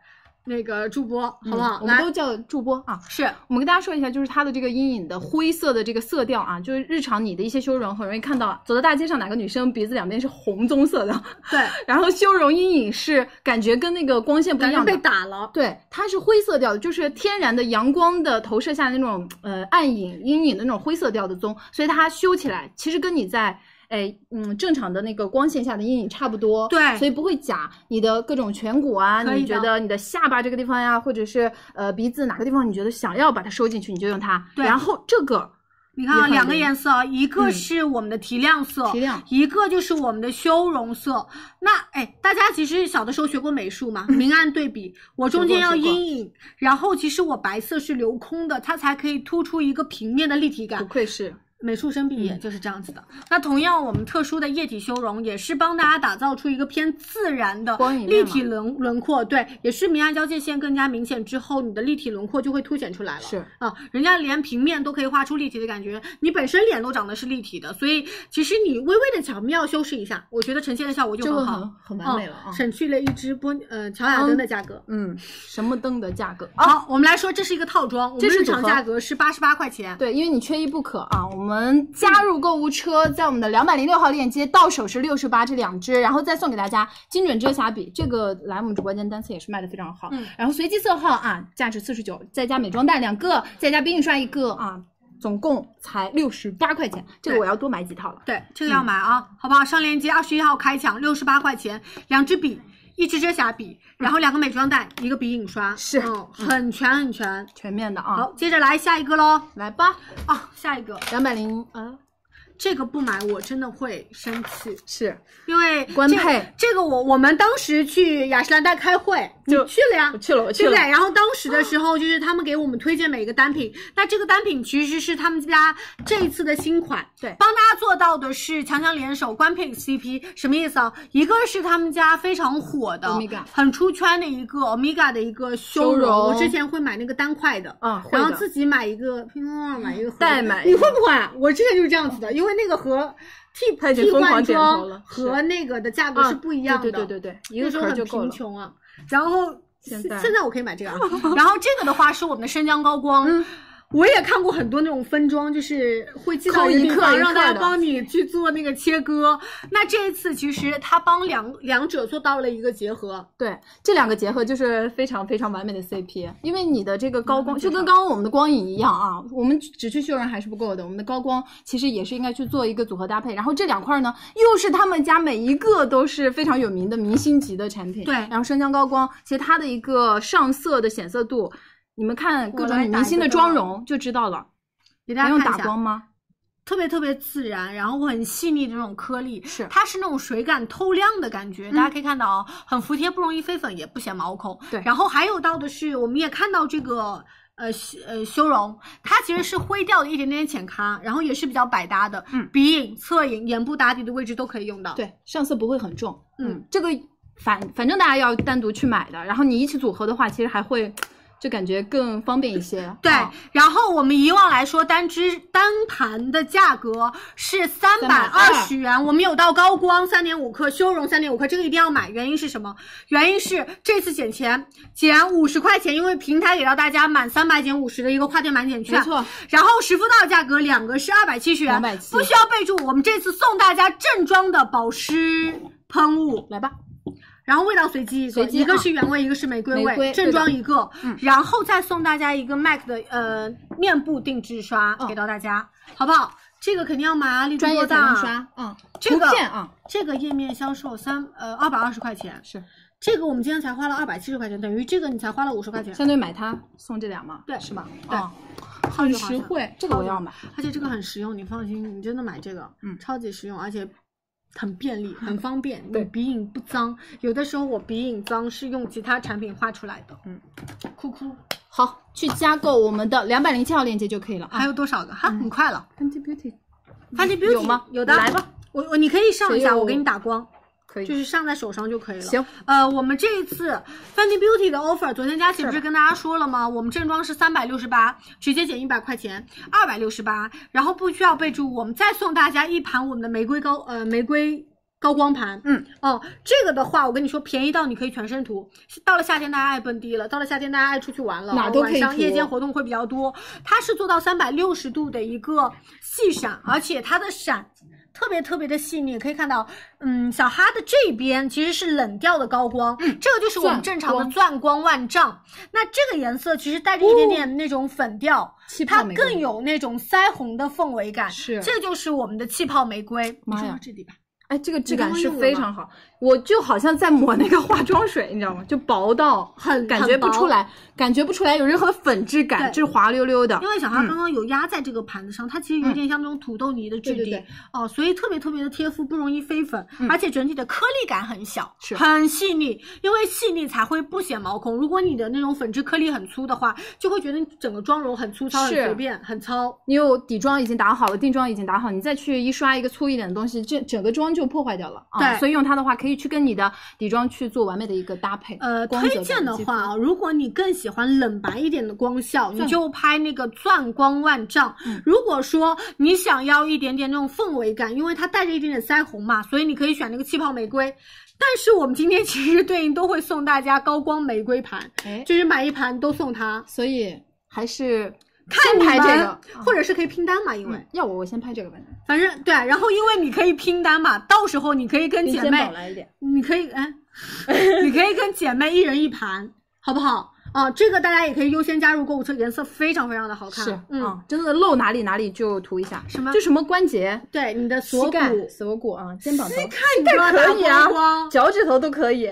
[SPEAKER 5] 那个助播，好不好？
[SPEAKER 9] 嗯我们
[SPEAKER 5] 来
[SPEAKER 9] 都，叫助播啊。
[SPEAKER 5] 是
[SPEAKER 9] 我们跟大家说一下，就是它的这个阴影的灰色的这个色调啊，就是日常你的一些修容很容易看到，走到大街上哪个女生鼻子两边是红棕色的， *laughs*
[SPEAKER 5] 对，
[SPEAKER 9] 然后修容阴影是感觉跟那个光线不一
[SPEAKER 5] 感觉
[SPEAKER 9] 样的
[SPEAKER 5] 被，打了。
[SPEAKER 9] 对，它是灰色调的，就是天然的阳光的投射下那种呃暗影、阴影的那种灰色调的棕，所以它修起来其实跟你在哎嗯正常的那个光线下的阴影差不多，
[SPEAKER 5] 对
[SPEAKER 9] 所以不会假你的各种颧骨啊，
[SPEAKER 5] 可以
[SPEAKER 9] 你
[SPEAKER 5] 的
[SPEAKER 9] 觉得你的下巴这个地方呀，或者是呃鼻子哪个地方你觉得想要把它收进去，你就用它，
[SPEAKER 5] 对
[SPEAKER 9] 然后这个
[SPEAKER 5] 你看啊，
[SPEAKER 9] 也很
[SPEAKER 5] 两个
[SPEAKER 9] 灵
[SPEAKER 5] 颜色，一个
[SPEAKER 9] 嗯
[SPEAKER 5] 是我们的提亮色，
[SPEAKER 9] 提亮
[SPEAKER 5] 一个就是我们的修容色。那哎，大家其实小的时候学过美术
[SPEAKER 9] *laughs*
[SPEAKER 5] 嘛，明暗对比，我中间
[SPEAKER 9] 学
[SPEAKER 5] 要
[SPEAKER 9] 过学过
[SPEAKER 5] 阴影，然后其实我白色是留空的，它才可以突出一个平面的立体感
[SPEAKER 9] 不。愧是
[SPEAKER 5] 美术生毕
[SPEAKER 9] 嗯
[SPEAKER 5] 业就是这样子的。那同样，我们特殊的液体修容也是帮大家打造出一个偏自然的
[SPEAKER 9] 光影
[SPEAKER 5] 立
[SPEAKER 9] 面嘛
[SPEAKER 5] 体轮轮廓，对，也是明暗交界线更加明显之后，你的立体轮廓就会凸显出来了。
[SPEAKER 9] 是
[SPEAKER 5] 啊，人家连平面都可以画出立体的感觉，你本身脸都长得是立体的，所以其实你微微的巧妙修饰一下，我觉得呈现的效果就
[SPEAKER 9] 这个
[SPEAKER 5] 很好，
[SPEAKER 9] 很很完美了啊
[SPEAKER 5] 嗯，，省去了一支波呃乔雅登的价格。
[SPEAKER 9] 嗯，什么灯的价格
[SPEAKER 5] 好，我们来说，这是一个套装，我
[SPEAKER 9] 这
[SPEAKER 5] 们
[SPEAKER 9] 是
[SPEAKER 5] 日
[SPEAKER 9] 组合
[SPEAKER 5] 常价格是八十八块钱。
[SPEAKER 9] 对，因为你缺一不可啊！我们加入购物车，在我们的两百零六号链接到手是六十八这两支，然后再送给大家精准遮瑕笔，这个来我们直播间单次也是卖的非常好。
[SPEAKER 5] 嗯
[SPEAKER 9] 然后随机色号啊，价值四十九，再加美妆蛋两个，再加冰雨刷一个啊，总共才六十八块钱，这个
[SPEAKER 5] 对
[SPEAKER 9] 我要多买几套了。
[SPEAKER 5] 对，这个要买啊，好不好？上链接二十一号开抢，六十八块钱，两支笔，一支遮瑕笔，然后两个美妆蛋，一个鼻影刷，
[SPEAKER 9] 是
[SPEAKER 5] 嗯，很全很全。
[SPEAKER 9] 全面的啊，
[SPEAKER 5] 好，接着来下一个喽，
[SPEAKER 9] 来吧，
[SPEAKER 5] 啊，下一个，
[SPEAKER 9] 两百零嗯
[SPEAKER 5] 这个不买我真的会生气，
[SPEAKER 9] 是
[SPEAKER 5] 因为
[SPEAKER 9] 官
[SPEAKER 5] 这个
[SPEAKER 9] 配
[SPEAKER 5] 这个我我们当时去雅诗兰黛开会，
[SPEAKER 9] 就
[SPEAKER 5] 你去了呀
[SPEAKER 9] 我，去了，我去
[SPEAKER 5] 对不
[SPEAKER 9] 了
[SPEAKER 5] 对？，然后当时的时候，就是他们给我们推荐每一个单品，那这个单品其实是他们家这一次的新款，
[SPEAKER 9] 对
[SPEAKER 5] 帮大家做到的是强强联手官配 CP，什么意思啊？一个是他们家非常火的
[SPEAKER 9] Omega
[SPEAKER 5] 很出圈的一个 Omega 的一个修
[SPEAKER 9] 修容
[SPEAKER 5] 我之前会买那个单块的。
[SPEAKER 9] 啊，会
[SPEAKER 5] 然后
[SPEAKER 9] 的
[SPEAKER 5] 自己买一个，拼多多上买一个盒子，
[SPEAKER 9] 代买
[SPEAKER 5] 你会不会啊？我之前就是这样子的，因为那个和替
[SPEAKER 9] 他已经
[SPEAKER 5] 替
[SPEAKER 9] 疯狂
[SPEAKER 5] 换
[SPEAKER 9] 点头
[SPEAKER 5] 装
[SPEAKER 9] 了是
[SPEAKER 5] 和那个的价格
[SPEAKER 9] 啊
[SPEAKER 5] 是不一样的。
[SPEAKER 9] 对对对对对，一
[SPEAKER 5] 那
[SPEAKER 9] 个
[SPEAKER 5] 时
[SPEAKER 9] 壳
[SPEAKER 5] 候
[SPEAKER 9] 儿
[SPEAKER 5] 很
[SPEAKER 9] 就够
[SPEAKER 5] 贫
[SPEAKER 9] 了。
[SPEAKER 5] 穷啊。然后
[SPEAKER 9] *laughs* 现在
[SPEAKER 5] 现在我可以买这
[SPEAKER 9] *laughs*
[SPEAKER 5] 个啊。然后这个的话是我们的生姜高光。
[SPEAKER 9] 嗯
[SPEAKER 5] 我也看过很多那种分装，就是会寄到
[SPEAKER 9] 抠
[SPEAKER 5] 一个
[SPEAKER 9] 一
[SPEAKER 5] 地
[SPEAKER 9] 克
[SPEAKER 5] 方，
[SPEAKER 9] 一
[SPEAKER 5] 让
[SPEAKER 9] 克
[SPEAKER 5] 大家
[SPEAKER 9] 的
[SPEAKER 5] 帮你去做那个切割。那这一次其实他帮两两者做到了一个结合，
[SPEAKER 9] 对，这两个结合就是非常非常完美的 CP，因为你的这个高光就跟刚刚我们的光影一样啊，我们只去秀人还是不够的，我们的高光其实也是应该去做一个组合搭配。然后这两块呢，又是他们家每一个都是非常有名的明星级的产品。
[SPEAKER 5] 对
[SPEAKER 9] 然后生姜高光，其实它的一个上色的显色度，你们看各种女明星的妆容就知道了，
[SPEAKER 5] 给大
[SPEAKER 9] 不
[SPEAKER 5] 家
[SPEAKER 9] 用
[SPEAKER 5] 看
[SPEAKER 9] 打
[SPEAKER 5] 一下
[SPEAKER 9] 光吗？
[SPEAKER 5] 特别特别自然，然后很细腻的这种颗粒，
[SPEAKER 9] 是
[SPEAKER 5] 它是那种水感透亮的感觉，
[SPEAKER 9] 嗯
[SPEAKER 5] 大家可以看到啊，很服帖，不容易飞粉，也不显毛孔。
[SPEAKER 9] 对
[SPEAKER 5] 然后还有到的是，我们也看到这个。呃，修呃修容，它其实是灰调的一点点浅咖，然后也是比较百搭的，
[SPEAKER 9] 嗯
[SPEAKER 5] 鼻影、侧影、眼部打底的位置都可以用到。，
[SPEAKER 9] 对，上色不会很重。
[SPEAKER 5] 嗯，
[SPEAKER 9] 这个反反正大家要单独去买的，然后你一起组合的话，其实还会就感觉更方便一些。
[SPEAKER 5] 对
[SPEAKER 9] 啊，
[SPEAKER 5] 然后我们以往来说，单支单盘的价格是三百二十元，我们有到高光三点五克，修容三点五克，这个一定要买。原因是什么？原因是这次减钱，减五十块钱，因为平台给到大家满三百减五十的一个跨店满减券。
[SPEAKER 9] 没错，
[SPEAKER 5] 然后实付到价格两个是二百七十元，
[SPEAKER 9] 270
[SPEAKER 5] 不需要备注。我们这次送大家正装的保湿喷雾，
[SPEAKER 9] 来吧，
[SPEAKER 5] 然后味道随机一个，
[SPEAKER 9] 随机
[SPEAKER 5] 一个
[SPEAKER 9] 啊
[SPEAKER 5] 是原味，一个是玫瑰味，
[SPEAKER 9] 玫瑰
[SPEAKER 5] 正装一个，
[SPEAKER 9] 嗯
[SPEAKER 5] 然后再送大家一个 MAC 的呃面部定制刷、
[SPEAKER 9] 嗯
[SPEAKER 5] 给到大家，好不好？这个肯定要买啊，力度
[SPEAKER 9] 专业
[SPEAKER 5] 多
[SPEAKER 9] 才
[SPEAKER 5] 大啊
[SPEAKER 9] 能刷，嗯，
[SPEAKER 5] 这个
[SPEAKER 9] 图片啊，
[SPEAKER 5] 这个页面销售三呃二百二十块钱，
[SPEAKER 9] 是
[SPEAKER 5] 这个我们今天才花了二百七十块钱，等于这个你才花了五十块钱，
[SPEAKER 9] 相对买它送这俩嘛，
[SPEAKER 5] 对
[SPEAKER 9] 是吗？
[SPEAKER 5] 对
[SPEAKER 9] 啊
[SPEAKER 5] 很
[SPEAKER 9] 实惠，这个我要买。
[SPEAKER 5] 而且这个很实用，你放心，你真的买这个，
[SPEAKER 9] 嗯
[SPEAKER 5] 超级实用，而且很便利，很方
[SPEAKER 9] *laughs*
[SPEAKER 5] 便。你鼻影不脏，有的时候我鼻影脏是用其他产品画出来的。
[SPEAKER 9] 嗯，
[SPEAKER 5] 哭哭，
[SPEAKER 9] 好，去加购我们的两百零七号链接就可以了啊。
[SPEAKER 5] 还有多少个？哈，很快了。
[SPEAKER 9] Fenty Beauty
[SPEAKER 5] Fenty Beauty
[SPEAKER 9] 嗯有吗
[SPEAKER 5] 有的，
[SPEAKER 9] 来吧。
[SPEAKER 5] 我我你可以上一
[SPEAKER 9] 谁
[SPEAKER 5] 下，
[SPEAKER 9] 有
[SPEAKER 5] 我给你打光，
[SPEAKER 9] 可以，
[SPEAKER 5] 就是上在手上就可以了。
[SPEAKER 9] 行，
[SPEAKER 5] 呃，我们这一次 Fenty Beauty 的 offer，昨天佳琪不是跟大家说了吗？我们正装是三百六十八，直接减一百块钱，二百六十八，然后不需要备注，我们再送大家一盘我们的玫瑰高呃玫瑰。高光盘，
[SPEAKER 9] 嗯，
[SPEAKER 5] 哦，这个的话，我跟你说，便宜到你可以全身涂。到了夏天，大家爱蹦迪了；到了夏天，大家爱出去玩了。
[SPEAKER 9] 哪都可
[SPEAKER 5] 晚
[SPEAKER 9] 以
[SPEAKER 5] 上
[SPEAKER 9] 涂
[SPEAKER 5] 夜间活动会比较多。它是做到三百六十度的一个细闪，而且它的闪特别特别的细腻，可以看到，嗯，小哈的这边其实是冷调的高光，
[SPEAKER 9] 嗯
[SPEAKER 5] 这个就是我们正常的钻光万丈。那这个颜色其实带着一点
[SPEAKER 9] 哦
[SPEAKER 5] 点那种粉调，
[SPEAKER 9] 气泡
[SPEAKER 5] 它
[SPEAKER 9] 玫
[SPEAKER 5] 更
[SPEAKER 9] 瑰。
[SPEAKER 5] 有那种腮红的氛围感。
[SPEAKER 9] 是
[SPEAKER 5] 这就是我们的气泡玫瑰。
[SPEAKER 9] 妈呀
[SPEAKER 5] 你说到这里吧，
[SPEAKER 9] 哎，这个质
[SPEAKER 5] 刚
[SPEAKER 9] 感
[SPEAKER 5] 刚
[SPEAKER 9] 是
[SPEAKER 5] 用了
[SPEAKER 9] 非
[SPEAKER 5] 吗
[SPEAKER 9] 常好，我就好像在抹那个化妆水，你知道吗？就薄到
[SPEAKER 5] 很
[SPEAKER 9] 感觉不出。
[SPEAKER 5] 很薄
[SPEAKER 9] 来，感觉不出来有任何粉质感，
[SPEAKER 5] 对
[SPEAKER 9] 就是滑溜溜的
[SPEAKER 5] 因。为小哈
[SPEAKER 9] 嗯
[SPEAKER 5] 刚刚有压在这个盘子上，它其实有点像那种土豆泥的质地
[SPEAKER 9] 对对对
[SPEAKER 5] 哦，所以特别特别的贴肤，不容易飞粉，
[SPEAKER 9] 嗯
[SPEAKER 5] 而且整体的颗粒感很小，
[SPEAKER 9] 是
[SPEAKER 5] 很细腻，因为细腻才会不显毛孔。如果你的那种粉质颗粒很粗的话，就会觉得你整个妆容很粗糙、很
[SPEAKER 9] 是
[SPEAKER 5] 随便、很糙。
[SPEAKER 9] 你有底妆已经打好了，定妆已经打好，你再去一刷一个粗一点的东西，这整个妆就破坏掉了啊。
[SPEAKER 5] 对
[SPEAKER 9] 所以用它的话，可以去跟你的底妆去做完美的一个搭配。
[SPEAKER 5] 呃，
[SPEAKER 9] 光泽
[SPEAKER 5] 推荐
[SPEAKER 9] 感
[SPEAKER 5] 的
[SPEAKER 9] 肌肤
[SPEAKER 5] 话啊，如果你更喜欢冷白一点的光效，你
[SPEAKER 9] 钻
[SPEAKER 5] 就拍那个钻光万丈。如果说你想要一点点那种氛围感，因为它带着一点点腮红嘛，所以你可以选那个气泡玫瑰。但是我们今天其实对应都会送大家高光玫瑰盘，
[SPEAKER 9] 哎，
[SPEAKER 5] 就是买一盘都送它。
[SPEAKER 9] 所以还是
[SPEAKER 5] 看
[SPEAKER 9] 先
[SPEAKER 5] 你
[SPEAKER 9] 拍这
[SPEAKER 5] 们
[SPEAKER 9] 个，
[SPEAKER 5] 或者是可以拼单嘛，因为、
[SPEAKER 9] 嗯要我我先拍这个吧，
[SPEAKER 5] 反正对，啊然后因为你可以拼单嘛，到时候你可以跟
[SPEAKER 9] 你
[SPEAKER 5] 姐
[SPEAKER 9] 先
[SPEAKER 5] 妹
[SPEAKER 9] 宝，来一点。
[SPEAKER 5] 你可以，哎， *laughs* 你可以跟姐妹一人一盘，好不好？啊，这个大家也可以优先加入购物车，颜色非常非常的好看。
[SPEAKER 9] 是，
[SPEAKER 5] 嗯，
[SPEAKER 9] 啊，真的露哪里哪里就涂一下，
[SPEAKER 5] 什么
[SPEAKER 9] 就什么关节、
[SPEAKER 5] 对，你的锁
[SPEAKER 9] 膝盖
[SPEAKER 5] 骨、、
[SPEAKER 9] 锁骨啊、肩膀头、
[SPEAKER 5] 看你要打
[SPEAKER 9] 可以啊
[SPEAKER 5] 光光，
[SPEAKER 9] 脚趾头都可以，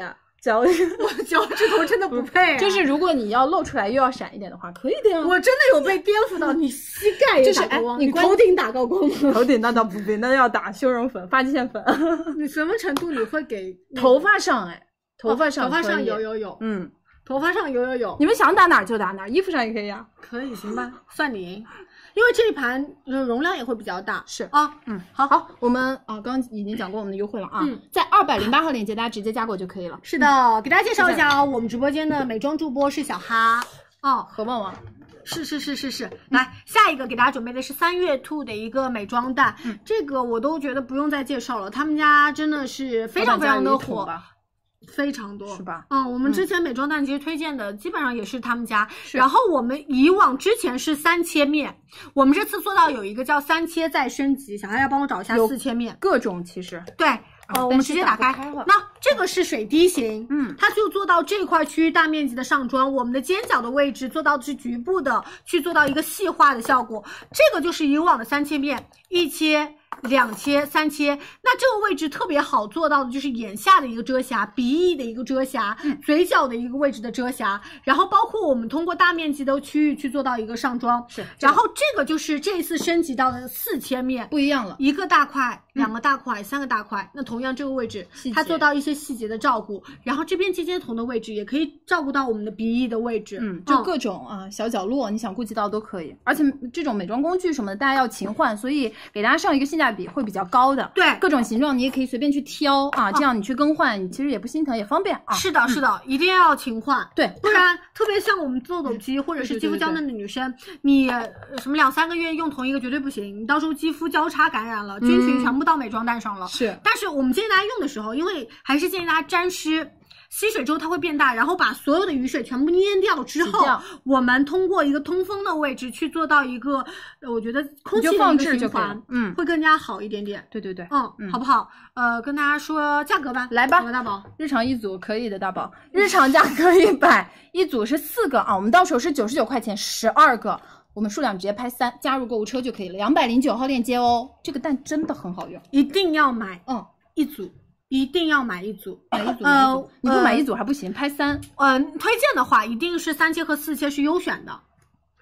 [SPEAKER 5] *laughs*
[SPEAKER 9] 脚。
[SPEAKER 5] 我脚趾头真的不配、啊，
[SPEAKER 9] 就是如果你要露出来又要闪一点的话，可以的呀。
[SPEAKER 5] 我真的有被颠覆到，你膝盖也
[SPEAKER 9] 就是
[SPEAKER 5] 打高光，
[SPEAKER 9] 哎你
[SPEAKER 5] 你
[SPEAKER 9] 关
[SPEAKER 5] 头顶打高光
[SPEAKER 9] *laughs*
[SPEAKER 5] 吗？
[SPEAKER 9] 头顶那倒不必，那要打修容粉、发际线粉。
[SPEAKER 5] 你什么程度你会给那个
[SPEAKER 9] *laughs* 头发上哎，头发上、嗯
[SPEAKER 5] 头发上有
[SPEAKER 9] 有。
[SPEAKER 5] 有有，
[SPEAKER 9] 嗯，
[SPEAKER 5] 头发上有有有，
[SPEAKER 9] 你们想打哪儿就打哪儿，衣服上也可以啊呀。
[SPEAKER 5] 可以行吧，算你赢，因为这一盘呃容量也会比较大。
[SPEAKER 9] 是
[SPEAKER 5] 啊，
[SPEAKER 9] 嗯，
[SPEAKER 5] 好
[SPEAKER 9] 好，我们啊，刚刚已经讲过我们的优惠了啊
[SPEAKER 5] 嗯，
[SPEAKER 9] 在二百零八号链接，大家直接加购就可以 *laughs* 了。
[SPEAKER 5] 是的，给大家介绍一下哦，我们直播间的美妆助播是小哈。哦，
[SPEAKER 9] 何旺旺，
[SPEAKER 5] 是是是是是，来下一个给大家准备的是三月兔的一个美妆蛋，
[SPEAKER 9] 嗯
[SPEAKER 5] 这个我都觉得不用再介绍了，他们家真的是非常非常的
[SPEAKER 9] 老板家有一桶
[SPEAKER 5] 火。
[SPEAKER 9] 吧
[SPEAKER 5] 非常多，
[SPEAKER 9] 是吧？
[SPEAKER 5] 嗯，我们之前美妆蛋其实推荐的基本上也是他们家，然后我们以往之前是三切面，我们这次做到有一个叫三切再升级，小孩要帮我找一下
[SPEAKER 9] 有
[SPEAKER 5] 四切面，
[SPEAKER 9] 各种其实
[SPEAKER 5] 对。
[SPEAKER 9] 哦但
[SPEAKER 5] 呃，我们
[SPEAKER 9] 是
[SPEAKER 5] 直接打
[SPEAKER 9] 打不
[SPEAKER 5] 开
[SPEAKER 9] 开了。
[SPEAKER 5] 那这个是水滴型，
[SPEAKER 9] 嗯，
[SPEAKER 5] 它就做到这块区域大面积的上妆，我们的尖角的位置做到是局部的，去做到一个细化的效果。这个就是以往的三切面，一切。两切、三切，那这个位置特别好做到的就是眼下的一个遮瑕，鼻翼的一个遮瑕，
[SPEAKER 9] 嗯
[SPEAKER 5] 嘴角的一个位置的遮瑕，然后包括我们通过大面积的区域去做到一个上妆，
[SPEAKER 9] 是
[SPEAKER 5] 然后这个就是这一次升级到的四切面，
[SPEAKER 9] 不一样了。
[SPEAKER 5] 一个大块、两个大块、三个大块，那同样这个位置
[SPEAKER 9] 嗯细，
[SPEAKER 5] 它
[SPEAKER 9] 节
[SPEAKER 5] 做到一些细节的照顾，然后这边尖尖头的位置也可以照顾到我们的鼻翼的位置，哦
[SPEAKER 9] 嗯，就各种啊小角落，你想顾及到都可以。而且这种美妆工具什么的，大家要勤换，所以给大家上一个性价比会比较高的。
[SPEAKER 5] 对哦
[SPEAKER 9] 各种形状你也可以随便去挑啊，这样你去更换，你其实也不心疼，也方便啊。
[SPEAKER 5] 是的，是的，一定要勤换。
[SPEAKER 9] 对，嗯
[SPEAKER 5] 不然，特别像我们痘痘肌或者
[SPEAKER 9] 对对
[SPEAKER 5] 是
[SPEAKER 9] 对
[SPEAKER 5] 肌肤
[SPEAKER 9] 对
[SPEAKER 5] 娇嫩的女生，你呃什么两三个月用同一个绝对不行，你到时候肌肤交叉感染了，
[SPEAKER 9] 嗯
[SPEAKER 5] 菌群全部到美妆蛋上了。
[SPEAKER 9] 是
[SPEAKER 5] 但是我们建议大家用的时候，因为还是建议大家沾湿。吸水之后它会变大，然后把所有的雨水全部淹掉之
[SPEAKER 9] 挤
[SPEAKER 5] 后
[SPEAKER 9] 掉，
[SPEAKER 5] 我们通过一个通风的位置去做到一个，呃我觉得空气
[SPEAKER 9] 你就
[SPEAKER 5] 的
[SPEAKER 9] 放
[SPEAKER 5] 一个
[SPEAKER 9] 置就
[SPEAKER 5] 循
[SPEAKER 9] 可以
[SPEAKER 5] 环
[SPEAKER 9] 了。，嗯，
[SPEAKER 5] 会更加好一点点。
[SPEAKER 9] 对对对。
[SPEAKER 5] 嗯，
[SPEAKER 9] 嗯
[SPEAKER 5] 好不好？呃，跟大家说价格吧，
[SPEAKER 9] 来吧
[SPEAKER 5] 好大宝，
[SPEAKER 9] 日常一组可以的，大宝。
[SPEAKER 5] 嗯
[SPEAKER 9] *laughs* 日常价格一百，一组是四个啊，我们到手是九十九块钱，十二个，我们数量直接拍三，加入购物车就可以了。两百零九号链接哦，这个蛋真的很好用。
[SPEAKER 5] 一定要买
[SPEAKER 9] 嗯，
[SPEAKER 5] 一组，一定要买一组。
[SPEAKER 9] 买一组，买一
[SPEAKER 5] 呃
[SPEAKER 9] 组，你不买
[SPEAKER 5] 呃
[SPEAKER 9] 一组还不行，拍三。
[SPEAKER 5] 嗯、推荐的话一定是三切和四切是优选的，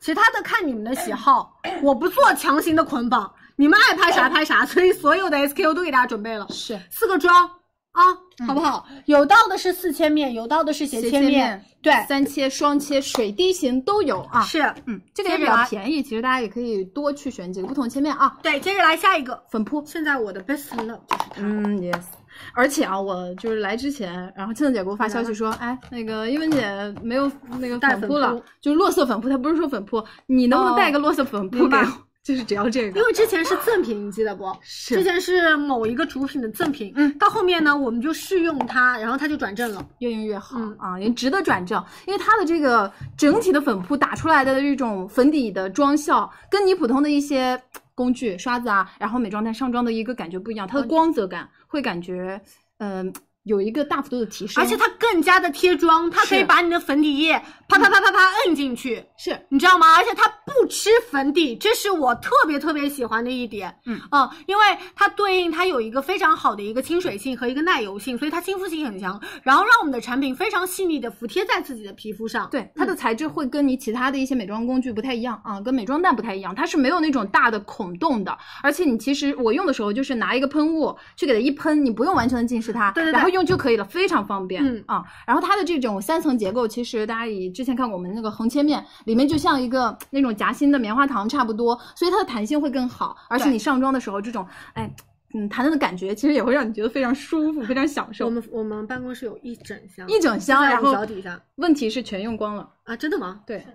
[SPEAKER 5] 其他的看你们的喜 *coughs* 好，我不做强行的捆绑，你们爱拍啥拍啥，所以所有的 SKU 都给大家准备了，
[SPEAKER 9] 是
[SPEAKER 5] 四个装啊，好不好？有到的是四切面，有到的是斜
[SPEAKER 9] 斜
[SPEAKER 5] 切面，
[SPEAKER 9] 面
[SPEAKER 5] 对，
[SPEAKER 9] 三切、双切、水滴型都有啊。
[SPEAKER 5] 是，
[SPEAKER 9] 嗯，这个也
[SPEAKER 5] 接
[SPEAKER 9] 比
[SPEAKER 5] 着
[SPEAKER 9] 较
[SPEAKER 5] 来
[SPEAKER 9] 便宜，其实大家也可以多去选几个不同切面啊。
[SPEAKER 5] 对，接着来下一个。
[SPEAKER 9] 粉扑，
[SPEAKER 5] 现在我的 best love 就是它，
[SPEAKER 9] 嗯，yes。而且啊，我就是来之前，然后倩子姐给我发消息说，哎，那个英文姐没有那个
[SPEAKER 5] 带
[SPEAKER 9] 粉
[SPEAKER 5] 粉
[SPEAKER 9] 扑了
[SPEAKER 5] 扑，
[SPEAKER 9] 就是洛色粉扑，她不是说粉扑，你能不能
[SPEAKER 5] 哦
[SPEAKER 9] 带个洛色粉扑
[SPEAKER 5] 明
[SPEAKER 9] 给
[SPEAKER 5] 白
[SPEAKER 9] 我？ *laughs* 就是只要这个
[SPEAKER 5] 因，为之前是赠品，你记得不？
[SPEAKER 9] 是
[SPEAKER 5] 之前是某一个主品的赠品，
[SPEAKER 9] 嗯，
[SPEAKER 5] 到后面呢，我们就试用它，然后它就转正了。
[SPEAKER 9] 越用越好、
[SPEAKER 5] 嗯
[SPEAKER 9] 啊，也值得转正，因为它的这个整体的粉扑打出来的这种粉底的妆效，跟你普通的一些工具刷子啊，然后美妆蛋上妆的一个感觉不一样，它
[SPEAKER 5] 嗯
[SPEAKER 9] 的光泽感会感觉，嗯、有一个大幅度的提升，
[SPEAKER 5] 而且它更加的贴妆，它可以
[SPEAKER 9] 是
[SPEAKER 5] 把你的粉底液啪啪啪啪啪摁进去，
[SPEAKER 9] 是
[SPEAKER 5] 你知道吗？而且它不吃粉底，这是我特别特别喜欢的一点。
[SPEAKER 9] 嗯
[SPEAKER 5] 因为它对应它有一个非常好的一个亲水性和一个耐油性，所以它亲肤性很强，然后让我们的产品非常细腻的服贴在自己的皮肤上。
[SPEAKER 9] 对，它的材质会跟你其他的一些美妆工具不太一样啊，跟美妆蛋不太一样，它是没有那种大的孔洞的。而且你其实我用的时候就是拿一个喷雾去给它一喷，你不用完全的浸湿它，
[SPEAKER 5] 对对对
[SPEAKER 9] 然后用就可以了，非常方便。
[SPEAKER 5] 嗯
[SPEAKER 9] 啊，然后它的这种三层结构，其实大家以之前看过我们那个横切面，里面就像一个那种夹心的棉花糖差不多，所以它的弹性会更好。而且
[SPEAKER 5] 对
[SPEAKER 9] 你上妆的时候，这种哎。嗯，弹弹的感觉其实也会让你觉得非常舒服，非常享
[SPEAKER 5] 我
[SPEAKER 9] 受。
[SPEAKER 5] 们我们办公室有一整箱，
[SPEAKER 9] 一整箱，
[SPEAKER 5] 在
[SPEAKER 9] 然
[SPEAKER 5] 我们
[SPEAKER 9] 后
[SPEAKER 5] 脚底下
[SPEAKER 9] 问题是全用光了。
[SPEAKER 5] 啊，真的吗？
[SPEAKER 9] 对，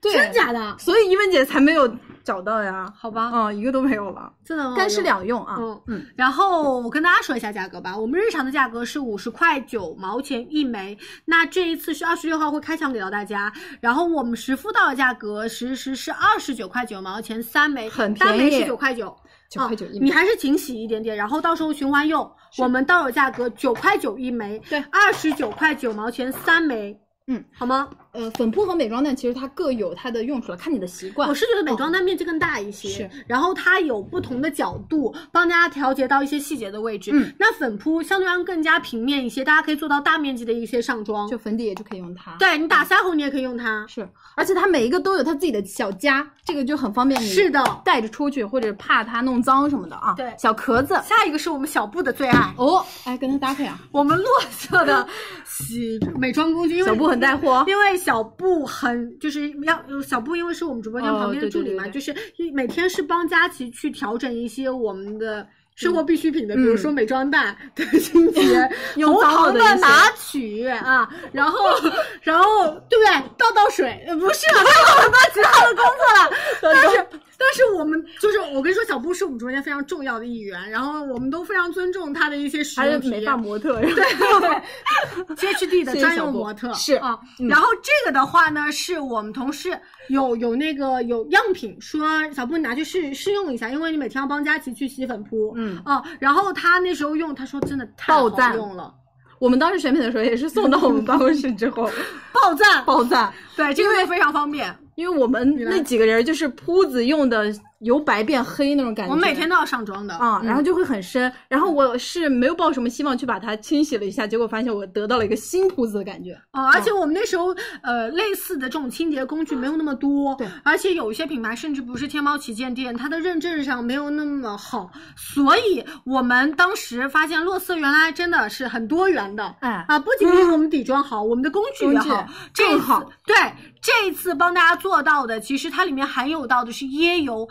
[SPEAKER 9] 对，
[SPEAKER 5] 真假的？
[SPEAKER 9] 所以一文姐才没有找到呀。
[SPEAKER 5] 好吧，
[SPEAKER 9] 嗯，一个都没有了，
[SPEAKER 5] 真的吗
[SPEAKER 9] 干湿两用啊。
[SPEAKER 5] 嗯
[SPEAKER 9] 嗯，
[SPEAKER 5] 然后我跟大家说一下价格吧，我们日常的价格是五十块九毛钱一枚，那这一次是二十六号会开抢给到大家，然后我们实付到的价格实时是二十九块九毛钱三枚，
[SPEAKER 9] 很
[SPEAKER 5] 单
[SPEAKER 9] 便宜
[SPEAKER 5] 枚是九块九。嗯
[SPEAKER 9] 九块九一
[SPEAKER 5] 你
[SPEAKER 9] 枚。
[SPEAKER 5] 还是勤洗一点点，然后到时候循环用。我们到手价格九块九一枚，
[SPEAKER 9] 对
[SPEAKER 5] 二十九块九毛钱三枚，
[SPEAKER 9] 嗯，
[SPEAKER 5] 好吗？
[SPEAKER 9] 呃，粉扑和美妆蛋其实它各有它的用处了，看你的习惯嗯
[SPEAKER 5] 我。是觉得美妆蛋面积更大一些，
[SPEAKER 9] 是
[SPEAKER 5] 然后它有不同的角度，帮大家调节到一些细节的位置。
[SPEAKER 9] 嗯，
[SPEAKER 5] 那粉扑相对上更加平面一些，大家可以做到大面积的一些上妆。
[SPEAKER 9] 嗯就粉底液就可以用它。。
[SPEAKER 5] 对你打腮红，你也可以用它。
[SPEAKER 9] 是，而且它每一个都有它自己的小夹，这个就很方便你
[SPEAKER 5] 是的
[SPEAKER 9] 带着出去或者怕它弄脏什么的啊。
[SPEAKER 5] 对
[SPEAKER 9] 小壳子
[SPEAKER 5] 下一个是我们小布的最爱，
[SPEAKER 9] 哦，哎，跟它搭配啊。
[SPEAKER 5] 我们洛色的洗美妆工具，因为
[SPEAKER 9] 小布很带货哦
[SPEAKER 5] 因为小布很就是要小布，因为是我们直播间
[SPEAKER 9] 哦
[SPEAKER 5] 旁边的
[SPEAKER 9] 对对
[SPEAKER 5] 助理嘛，
[SPEAKER 9] 对
[SPEAKER 5] 就
[SPEAKER 9] 对
[SPEAKER 5] 是每天是帮佳琪去调整一些我们
[SPEAKER 9] 嗯
[SPEAKER 5] 的。生活必需品的，比如说美妆蛋的清洁，
[SPEAKER 9] 嗯用
[SPEAKER 5] 红
[SPEAKER 9] 脏了
[SPEAKER 5] 糖
[SPEAKER 9] 的
[SPEAKER 5] 的
[SPEAKER 9] 一些
[SPEAKER 5] 拿取啊，然后， *laughs* *laughs* 然后对不对？倒倒水，呃不是啊，这是我们班其他的工作了。但是但是我们就是我跟你说，小布是我们直播间非常重要的一员，然后我们都非常尊重他的一些使
[SPEAKER 9] 还是
[SPEAKER 5] 用体
[SPEAKER 9] 美
[SPEAKER 5] 验
[SPEAKER 9] 发模特，
[SPEAKER 5] 对对对，THD 的
[SPEAKER 9] 谢谢
[SPEAKER 5] 专
[SPEAKER 9] 小
[SPEAKER 5] 用
[SPEAKER 9] 布
[SPEAKER 5] 模特
[SPEAKER 9] 是
[SPEAKER 5] 啊。
[SPEAKER 9] 嗯
[SPEAKER 5] 然后这个的话呢，是我们同事有有那个有样品，说小布你拿去试试用一下，因为你每天要帮佳琪去洗粉扑，
[SPEAKER 9] 嗯
[SPEAKER 5] 啊。然后他那时候用，他说真的太
[SPEAKER 9] 爆
[SPEAKER 5] 好
[SPEAKER 9] 赞
[SPEAKER 5] 用了，
[SPEAKER 9] 我们当时选品的时候也是送到我们办公室
[SPEAKER 5] *laughs*
[SPEAKER 9] 之后
[SPEAKER 5] 爆赞，
[SPEAKER 9] 爆赞，
[SPEAKER 5] 对，这个非常方便。
[SPEAKER 9] 因为我们
[SPEAKER 5] 原来
[SPEAKER 9] 那几个人就是铺子用的由白变黑那种感觉，
[SPEAKER 5] 我们每天都要上妆的
[SPEAKER 9] 啊，然后就会很深。然后我是没有抱什么希望去把它清洗了一下，结果发现我得到了一个新铺子的感觉。
[SPEAKER 5] 啊，而且我们那时候呃，类似的这种清洁工具没有那么多，
[SPEAKER 9] 对，
[SPEAKER 5] 而且有一些品牌甚至不是天猫旗舰店，它的认证上没有那么好，所以我们当时发现洛色原来真的是很多元的，
[SPEAKER 9] 哎，
[SPEAKER 5] 啊，不仅仅是我们底妆好，我们的工具也好
[SPEAKER 9] 工具，
[SPEAKER 5] 这
[SPEAKER 9] 更
[SPEAKER 5] 一次
[SPEAKER 9] 好
[SPEAKER 5] 对这一次帮大家做到的，其实它里面含有到的是椰油。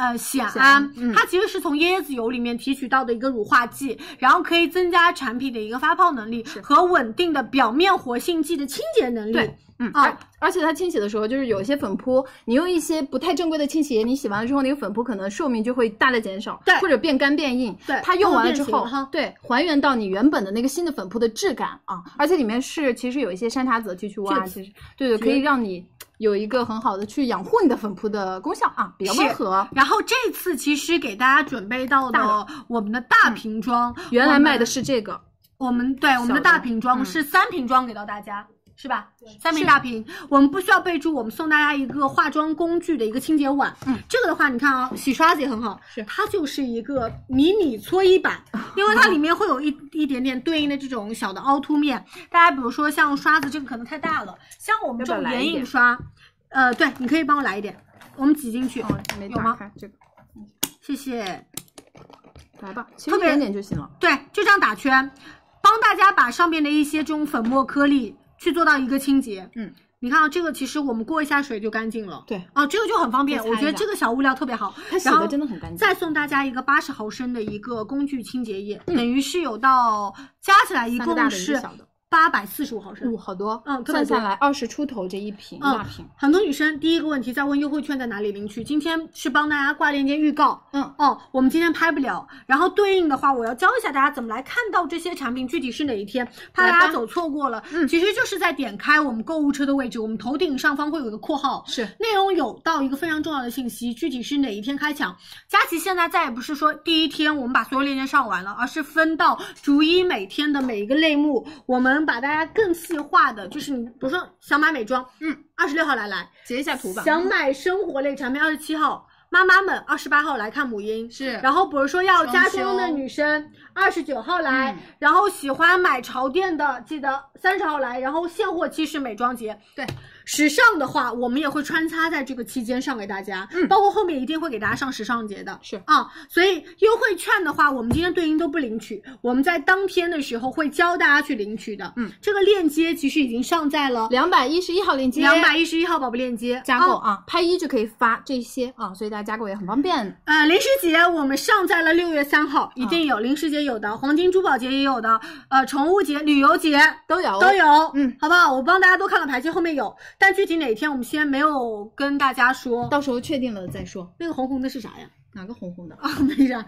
[SPEAKER 5] 呃，酰
[SPEAKER 9] 酰
[SPEAKER 5] 胺
[SPEAKER 9] 胺，嗯
[SPEAKER 5] 它其实是从椰子油里面提取到的一个乳化剂，然后可以增加产品的一个发泡能力和稳定的表面活性剂的清洁能力。
[SPEAKER 9] 对嗯，
[SPEAKER 5] 啊
[SPEAKER 9] 而而且它清洗的时候，就是有一些粉扑，你用一些不太正规的清洗液，你洗完了之后，那个粉扑可能寿命就会大大减少，
[SPEAKER 5] 对
[SPEAKER 9] 或者变干变硬。
[SPEAKER 5] 对
[SPEAKER 9] 它用完了
[SPEAKER 5] 它
[SPEAKER 9] 之
[SPEAKER 5] 会变
[SPEAKER 9] 后
[SPEAKER 5] 形哈，
[SPEAKER 9] 对，还原到你原本的那个新的粉扑的质感啊，而且里面是其实有一些山茶籽去去挖，
[SPEAKER 5] 去
[SPEAKER 9] 其实对对，可以让你有一个很好的去养护你的粉扑的功效啊，比较温
[SPEAKER 5] 是
[SPEAKER 9] 和。
[SPEAKER 5] 然后这次其实给大家准备到
[SPEAKER 9] 大嗯
[SPEAKER 5] 的我们的大瓶装，
[SPEAKER 9] 原
[SPEAKER 5] 我
[SPEAKER 9] 来
[SPEAKER 5] 们
[SPEAKER 9] 卖的是这个，
[SPEAKER 5] 我们对我们的
[SPEAKER 9] 的
[SPEAKER 5] 大瓶装
[SPEAKER 9] 嗯
[SPEAKER 5] 是三瓶装给到大家。是吧？三瓶大瓶，我们不需要备注，我们送大家一个化妆工具的一个清洁碗。
[SPEAKER 9] 嗯，
[SPEAKER 5] 这个的话，你看啊，洗刷子也很好，
[SPEAKER 9] 是哦
[SPEAKER 5] 它就是一个迷你搓衣板，因为它里面会有一一点点对应的这种小的凹凸面。大家比如说像刷子这个可能太大了，像我们这
[SPEAKER 9] 要
[SPEAKER 5] 种
[SPEAKER 9] 不要来
[SPEAKER 5] 眼
[SPEAKER 9] 一
[SPEAKER 5] 影
[SPEAKER 9] 点
[SPEAKER 5] 刷，呃，对，你可以帮我来一点，我们挤进去，
[SPEAKER 9] 哦，没
[SPEAKER 5] 有吗
[SPEAKER 9] 打开这个，
[SPEAKER 5] 谢谢。
[SPEAKER 9] 来吧，其实
[SPEAKER 5] 特
[SPEAKER 9] 一
[SPEAKER 5] 别
[SPEAKER 9] 点点就行了。
[SPEAKER 5] 对，就这样打圈，帮大家把上面的一些这种粉末颗粒去做到一个清洁。
[SPEAKER 9] 嗯，
[SPEAKER 5] 你看啊，这个其实我们过一下水就干净了。
[SPEAKER 9] 对，
[SPEAKER 5] 啊，这个就很方便，
[SPEAKER 9] 再擦
[SPEAKER 5] 我觉得
[SPEAKER 9] 一下
[SPEAKER 5] 这个小物料特别好。
[SPEAKER 9] 它洗
[SPEAKER 5] 然后
[SPEAKER 9] 的真的很干净。
[SPEAKER 5] 再送大家一个八十毫升的一个工具清洁液，等于是有到加起来一
[SPEAKER 9] 嗯三个大
[SPEAKER 5] 共
[SPEAKER 9] 的一
[SPEAKER 5] 是
[SPEAKER 9] 个小的
[SPEAKER 5] 八百四十五毫升。
[SPEAKER 9] 哦，好多，
[SPEAKER 5] 嗯特别
[SPEAKER 9] 算下
[SPEAKER 5] 多
[SPEAKER 9] 来二十出头这一瓶，
[SPEAKER 5] 嗯
[SPEAKER 9] 大瓶，
[SPEAKER 5] 很多女生第一个问题在问优惠券在哪里领取，今天是帮大家挂链接预告，
[SPEAKER 9] 嗯，
[SPEAKER 5] 哦，我们今天拍不了，然后对应的话，我要教一下大家怎么来看到这些产品具体是哪一天，怕
[SPEAKER 9] 来吧
[SPEAKER 5] 大家走错过了，
[SPEAKER 9] 嗯
[SPEAKER 5] 其实就是在点开我们购物车的位置，我们头顶上方会有一个括号，
[SPEAKER 9] 是
[SPEAKER 5] 内容有到一个非常重要的信息，具体是哪一天开抢。佳琪现在再也不是说第一天我们把所有链接上完了，而是分到逐一每天的每一个类目，我们把大家更细化的，就是你比如说想买美妆，
[SPEAKER 9] 嗯，
[SPEAKER 5] 二十六号来来，
[SPEAKER 9] 截一下图吧。
[SPEAKER 5] 想买生活类产品，二十七号。妈妈们二十八号来看母婴，
[SPEAKER 9] 是
[SPEAKER 5] 然后比如说要家
[SPEAKER 9] 装
[SPEAKER 5] 装的
[SPEAKER 9] 修
[SPEAKER 5] 女生，二十九号来，
[SPEAKER 9] 嗯
[SPEAKER 5] 然后喜欢买潮店的，记得三十号来，然后现货期是美妆节，
[SPEAKER 9] 对，
[SPEAKER 5] 时尚的话，我们也会穿插在这个期间上给大家，
[SPEAKER 9] 嗯
[SPEAKER 5] 包括后面一定会给大家上时尚节的，
[SPEAKER 9] 是
[SPEAKER 5] 啊、所以优惠券的话，我们今天对应都不领取，我们在当天的时候会教大家去领取的，
[SPEAKER 9] 嗯，
[SPEAKER 5] 这个链接其实已经上在了
[SPEAKER 9] 两百一十一号链接，
[SPEAKER 5] 两百一十一号宝贝链接
[SPEAKER 9] 加购
[SPEAKER 5] 啊
[SPEAKER 9] 啊，拍一就可以发这些啊，所以大家加购也很方便。
[SPEAKER 5] 呃，零食节我们上在了六月三
[SPEAKER 9] 啊
[SPEAKER 5] 号，一定有零食节有的，黄金珠宝节也有的，呃，宠物节、旅游节
[SPEAKER 9] 都有
[SPEAKER 5] 都有，
[SPEAKER 9] 嗯，
[SPEAKER 5] 好不好？我帮大家多看看牌，这后面有，但具体哪一天我们先没有跟大家说。
[SPEAKER 9] 到时候确定了再说。
[SPEAKER 5] 那个红红的是啥呀？ *laughs*
[SPEAKER 9] 哪个红红的？
[SPEAKER 5] 啊，没啥。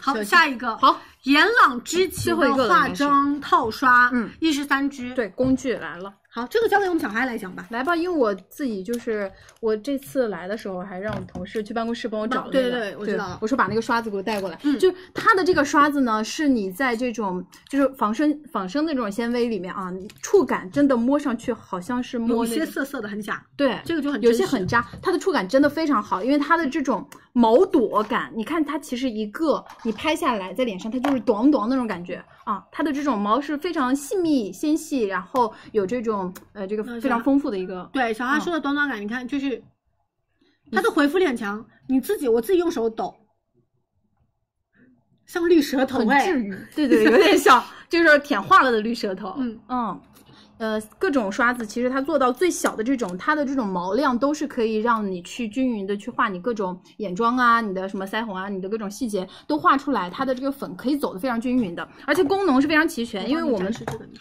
[SPEAKER 5] 好，
[SPEAKER 9] 手机
[SPEAKER 5] 下一个，
[SPEAKER 9] 好，嗯
[SPEAKER 5] 延朗之奇
[SPEAKER 9] 最后一个
[SPEAKER 5] 的
[SPEAKER 9] 了
[SPEAKER 5] 化
[SPEAKER 9] 应该是
[SPEAKER 5] 妆套刷，
[SPEAKER 9] 嗯，
[SPEAKER 5] 一十三支，，
[SPEAKER 9] 对，工具来了，
[SPEAKER 5] 好，这个交给我们小嗨来讲吧。
[SPEAKER 9] 来吧，因为我自己就是我这次来的时候，还让我同事去办公室帮我找了那
[SPEAKER 5] 对
[SPEAKER 9] 个、
[SPEAKER 5] 对对我知道了
[SPEAKER 9] 我说把那个刷子给我带过来，
[SPEAKER 5] 嗯
[SPEAKER 9] 就是它的这个刷子呢，是你在这种就是仿生仿生的这种纤维里面啊，你触感真的摸上去好像是
[SPEAKER 5] 有
[SPEAKER 9] 摸
[SPEAKER 5] 一
[SPEAKER 9] 那
[SPEAKER 5] 些
[SPEAKER 9] 种
[SPEAKER 5] 涩涩的很假，
[SPEAKER 9] 对，
[SPEAKER 5] 这个就很
[SPEAKER 9] 有
[SPEAKER 5] 真
[SPEAKER 9] 些
[SPEAKER 5] 实
[SPEAKER 9] 很扎，它的触感真的非常好，因为它的这种毛朵感，你看它其实一个你拍下来在脸上，它就是短短那种感觉啊，它的这种毛是非常细密纤细，然后有这种呃这个
[SPEAKER 5] 嗯
[SPEAKER 9] 非常
[SPEAKER 5] 是
[SPEAKER 9] 丰富的一个，
[SPEAKER 5] 对，小哈说的短短感，你看就是
[SPEAKER 9] 嗯
[SPEAKER 5] 它的回复力很强，你自己我自己用手抖，像绿舌头
[SPEAKER 9] 很
[SPEAKER 5] 哎
[SPEAKER 9] 治，愈，对对，有点像就是舔化了的绿舌头，
[SPEAKER 5] 嗯
[SPEAKER 9] 嗯，呃各种刷子，其实它做到最小的这种，它的这种毛量都是可以让你去均匀的去画你各种眼妆啊、你的什么腮红啊、你的各种细节都画出来，它的这个粉可以走的非常均匀的，而且功能是非常齐全，因为我们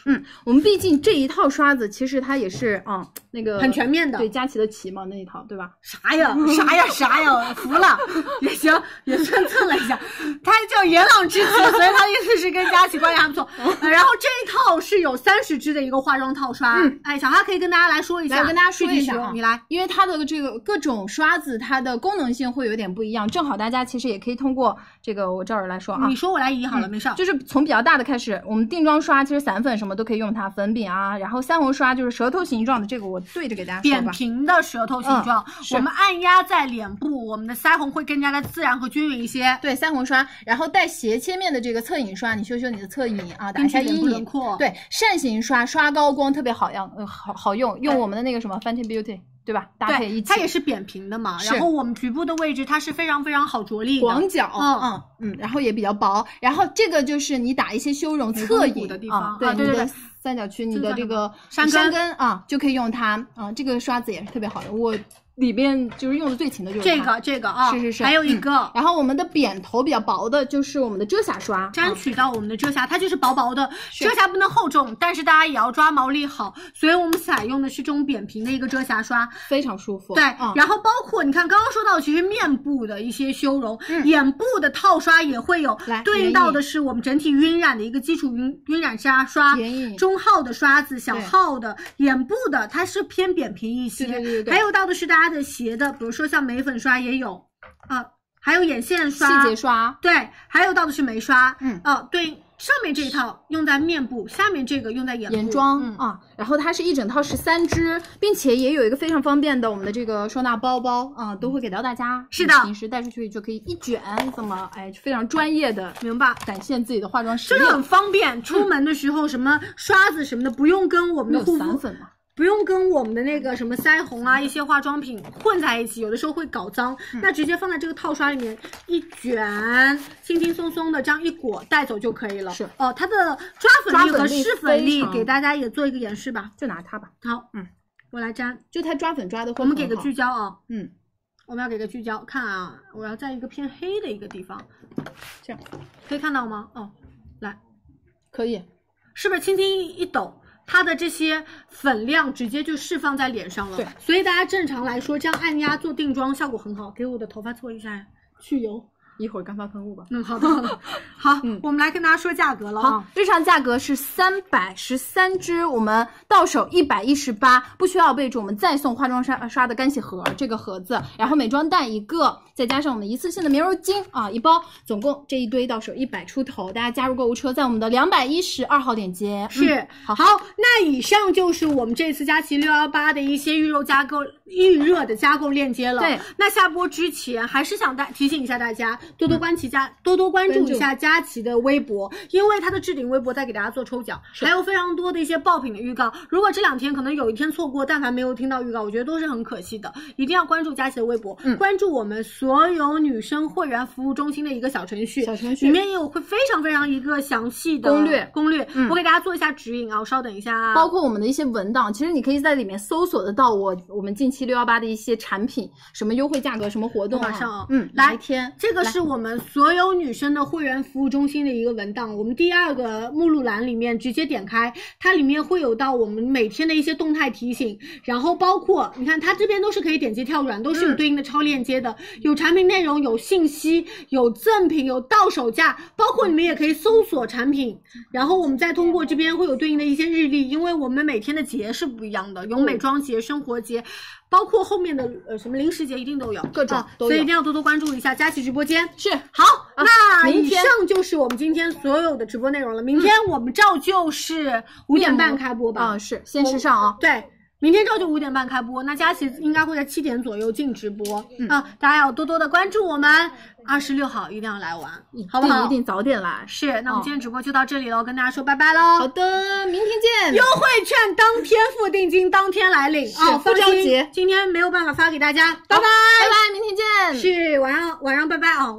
[SPEAKER 9] 嗯，我们毕竟这一套刷子其实它也是啊、那个
[SPEAKER 5] 很全面的
[SPEAKER 9] 对佳琪的琪嘛那一套对吧？
[SPEAKER 5] 啥呀啥呀啥呀，服了， *laughs* 也行，也算蹭了一下。他叫元朗之子，所以他的意思是跟佳琪关系还不错。呃然后这一套是有三十支的一个化妆套刷，
[SPEAKER 9] 嗯
[SPEAKER 5] 哎，小哈可以跟大家来说一下，
[SPEAKER 9] 来跟大家说
[SPEAKER 5] 具体
[SPEAKER 9] 一下
[SPEAKER 5] 使用
[SPEAKER 9] 啊
[SPEAKER 5] 你来。
[SPEAKER 9] 因为它的这个各种刷子，它的功能性会有点不一样。正好大家其实也可以通过这个我这儿来说啊，
[SPEAKER 5] 你说我来移好了，
[SPEAKER 9] 嗯
[SPEAKER 5] 没事儿。
[SPEAKER 9] 就是从比较大的开始，我们定妆刷其实散粉什么都可以用它，粉饼啊，然后腮红刷就是舌头形状的这个，我对着给大家说
[SPEAKER 5] 扁
[SPEAKER 9] 吧。嗯
[SPEAKER 5] 平的舌头形状，
[SPEAKER 9] 是
[SPEAKER 5] 我们按压在脸部，我们的腮红会更加的自然和均匀一些，
[SPEAKER 9] 对腮红刷，然后带斜切面的这个侧影刷，你修修你的侧影啊，打
[SPEAKER 5] 根
[SPEAKER 9] 一下
[SPEAKER 5] 据脸部
[SPEAKER 9] 阴
[SPEAKER 5] 轮
[SPEAKER 9] 影。
[SPEAKER 5] 廓。，
[SPEAKER 9] 对，扇形刷刷高光特别好样，呃，好好用，用我们的那个什么 Fenty Beauty，对吧？搭配
[SPEAKER 5] 对，
[SPEAKER 9] 一起。
[SPEAKER 5] 它也是扁平的嘛。
[SPEAKER 9] 是
[SPEAKER 5] 然后我们局部的位置，它是非常非常好着力的。
[SPEAKER 9] 广角，
[SPEAKER 5] 嗯
[SPEAKER 9] 嗯嗯，然后也比较薄，然后这个就是你打一些修容
[SPEAKER 5] 眉
[SPEAKER 9] 侧
[SPEAKER 5] 骨
[SPEAKER 9] 影
[SPEAKER 5] 的地方
[SPEAKER 9] 啊
[SPEAKER 5] 啊
[SPEAKER 9] 对
[SPEAKER 5] 对
[SPEAKER 9] 你
[SPEAKER 5] 对
[SPEAKER 9] 的
[SPEAKER 5] 对
[SPEAKER 9] 三角区，你
[SPEAKER 5] 这个
[SPEAKER 9] 的
[SPEAKER 5] 叫
[SPEAKER 9] 这
[SPEAKER 5] 什山
[SPEAKER 9] 个
[SPEAKER 5] 根
[SPEAKER 9] 山根啊，就可以用它啊，这个刷子也是特别好的，我里边就是用的最勤的就是
[SPEAKER 5] 这
[SPEAKER 9] 它
[SPEAKER 5] 个这个啊，
[SPEAKER 9] 是是是嗯
[SPEAKER 5] 还有一个。
[SPEAKER 9] 然后我们的扁头比较薄的就是我们的遮瑕刷，
[SPEAKER 5] 沾
[SPEAKER 9] 啊
[SPEAKER 5] 取到我们的遮瑕，它就是薄薄
[SPEAKER 9] 嗯
[SPEAKER 5] 的，遮瑕不能厚重，但是大家也要抓毛力好，所以我们采用的是这种扁平的一个遮瑕刷，
[SPEAKER 9] 非常舒服。
[SPEAKER 5] 对，
[SPEAKER 9] 嗯
[SPEAKER 5] 然后包括你看刚刚说到，其实面部的一些修容，眼部的套刷也会有
[SPEAKER 9] 嗯来，
[SPEAKER 5] 对
[SPEAKER 9] 眼
[SPEAKER 5] 应到
[SPEAKER 9] 影
[SPEAKER 5] 的是我们整体晕染的一个基础晕晕染沙刷
[SPEAKER 9] 眼影，
[SPEAKER 5] 中号的刷子，小
[SPEAKER 9] 对
[SPEAKER 5] 号的，眼部的它是偏扁平一些，
[SPEAKER 9] 对对对对对
[SPEAKER 5] 还有到的是大家的斜的，比如说像眉粉刷也有，啊，还有眼线刷，
[SPEAKER 9] 细节刷，
[SPEAKER 5] 对，还有到的是眉刷，
[SPEAKER 9] 嗯
[SPEAKER 5] 哦、对，上面这一套用在面部，下面这个用在眼部
[SPEAKER 9] 眼妆、
[SPEAKER 5] 嗯
[SPEAKER 9] 啊，然后它是一整套十三支，并且也有一个非常方便的我们的这个收纳包包啊，都会给到大家。
[SPEAKER 5] 是的
[SPEAKER 9] 你平时带出去就可以一卷，这么哎非常专业的，
[SPEAKER 5] 明白。
[SPEAKER 9] 展现自己的化妆实
[SPEAKER 5] 真
[SPEAKER 9] 力
[SPEAKER 5] 的。很方便，出门的时候什么刷子什么的，不用跟我们的
[SPEAKER 9] 没有
[SPEAKER 5] 护
[SPEAKER 9] 散
[SPEAKER 5] 肤，
[SPEAKER 9] 粉嘛？
[SPEAKER 5] 不用跟我们的那个什么腮红啊，一些化妆品混在一起，有的时候会搞脏。
[SPEAKER 9] 嗯
[SPEAKER 5] 那直接放在这个套刷里面一卷，轻轻松松的这样一裹带走就可以了。
[SPEAKER 9] 是
[SPEAKER 5] 哦，它的抓粉力和
[SPEAKER 9] 抓粉力
[SPEAKER 5] 湿粉
[SPEAKER 9] 非
[SPEAKER 5] 力
[SPEAKER 9] 常
[SPEAKER 5] 给大家也做一个演示吧。
[SPEAKER 9] 就拿它吧，
[SPEAKER 5] 好，
[SPEAKER 9] 嗯，
[SPEAKER 5] 我来粘，
[SPEAKER 9] 就它抓粉抓的会
[SPEAKER 5] 我们
[SPEAKER 9] 很
[SPEAKER 5] 给个
[SPEAKER 9] 好
[SPEAKER 5] 聚焦啊、
[SPEAKER 9] 嗯，
[SPEAKER 5] 我们要给个聚焦，看啊，我要在一个偏黑的一个地方，
[SPEAKER 9] 这样
[SPEAKER 5] 可以看到吗？哦，来。
[SPEAKER 9] 可以，
[SPEAKER 5] 是不是轻轻一抖，它的这些粉量直接就释放在脸上了？
[SPEAKER 9] 对，
[SPEAKER 5] 所以大家正常来说这样按压做定妆效果很好。给我的头发做一下呀去油。
[SPEAKER 9] 一会儿干发喷雾吧。
[SPEAKER 5] 嗯，好的，好
[SPEAKER 9] *laughs*
[SPEAKER 5] 的，好，
[SPEAKER 9] 嗯
[SPEAKER 5] 我们来跟大家说价格了
[SPEAKER 9] 好
[SPEAKER 5] 啊。，
[SPEAKER 9] 日常价格是三百十三支，我们到手一百一十八，不需要备注，我们再送化妆刷刷的干洗盒这个盒子，然后美妆蛋一个，再加上我们一次性的棉柔巾啊一包，总共这一堆到手一百出头，大家加入购物车，在我们的两百一十二号链接。
[SPEAKER 5] 是、
[SPEAKER 9] 嗯好
[SPEAKER 5] 那以上就是我们这次佳琦六幺八的一些预热加购、预热的加购链接了。
[SPEAKER 9] 对，
[SPEAKER 5] 那下播之前还是想大提醒一下大家，多
[SPEAKER 9] 嗯
[SPEAKER 5] 多关注佳、多多关注一下佳琦的微博，因为她的置顶微博在给大家做抽奖，还有非常多的一些爆品的预告。如果这两天可能有一天错过，但凡没有听到预告，我觉得都是很可惜的。一定要关注佳琦的微博，
[SPEAKER 9] 嗯
[SPEAKER 5] 关注我们所有女生会员服务中心的一个小程序，
[SPEAKER 9] 小程序
[SPEAKER 5] 里面也有会非常非常一个详细的
[SPEAKER 9] 攻略
[SPEAKER 5] 攻略，
[SPEAKER 9] 嗯
[SPEAKER 5] 我给大家做一下指引啊，我稍等一下啊，
[SPEAKER 9] 包括我们的一些文档，其实你可以在里面搜索得到我我们近期六幺八的一些产品，什么优惠价格，什么活动、啊。
[SPEAKER 5] 马上啊
[SPEAKER 9] 嗯，
[SPEAKER 5] 来
[SPEAKER 9] 哪一天
[SPEAKER 5] 这个
[SPEAKER 9] 来
[SPEAKER 5] 是我们所有女生的会员服务中心的一个文档，我们第二个目录栏里面直接点开，它里面会有到我们每天的一些动态提醒，然后包括你看它这边都是可以点击跳转，都
[SPEAKER 9] 嗯
[SPEAKER 5] 是有对应的超链接的，有产品内容，有信息，有赠品，有到手价，包括你们也可以搜索产品，然后我们再通过这边会有对应的一些日历，因为我们每天的节是不一样的，有美妆节、生活节。包括后面的呃什么零食节一定都有，
[SPEAKER 9] 各种
[SPEAKER 5] 啊
[SPEAKER 9] 都
[SPEAKER 5] 所以
[SPEAKER 9] 有
[SPEAKER 5] 一定要多多关注一下佳琦直播间。
[SPEAKER 9] 是啊
[SPEAKER 5] 好，那
[SPEAKER 9] 明
[SPEAKER 5] 以
[SPEAKER 9] 天嗯
[SPEAKER 5] 上就是我们今天所有的直播内容了。明天我们照旧是五点半开播吧？
[SPEAKER 9] 啊、是先时尚啊、
[SPEAKER 5] 对，明天照旧五点半开播。那佳琦应该会在七点左右进直播，嗯、大家要多多的关注我们。二十六号一定要来玩，好不好？啊
[SPEAKER 9] 一定早点来。
[SPEAKER 5] 是，那我
[SPEAKER 9] 哦
[SPEAKER 5] 们今天直播就到这里喽，跟大家说拜拜喽。
[SPEAKER 9] 好的，明天见。
[SPEAKER 5] 优惠券当天付定金，当天来领啊！
[SPEAKER 9] 不
[SPEAKER 5] 放
[SPEAKER 9] 着
[SPEAKER 5] 心
[SPEAKER 9] 急
[SPEAKER 5] 今天没有办法发给大家，拜拜。
[SPEAKER 9] 拜拜，明天见。
[SPEAKER 5] 是晚上晚上拜拜啊！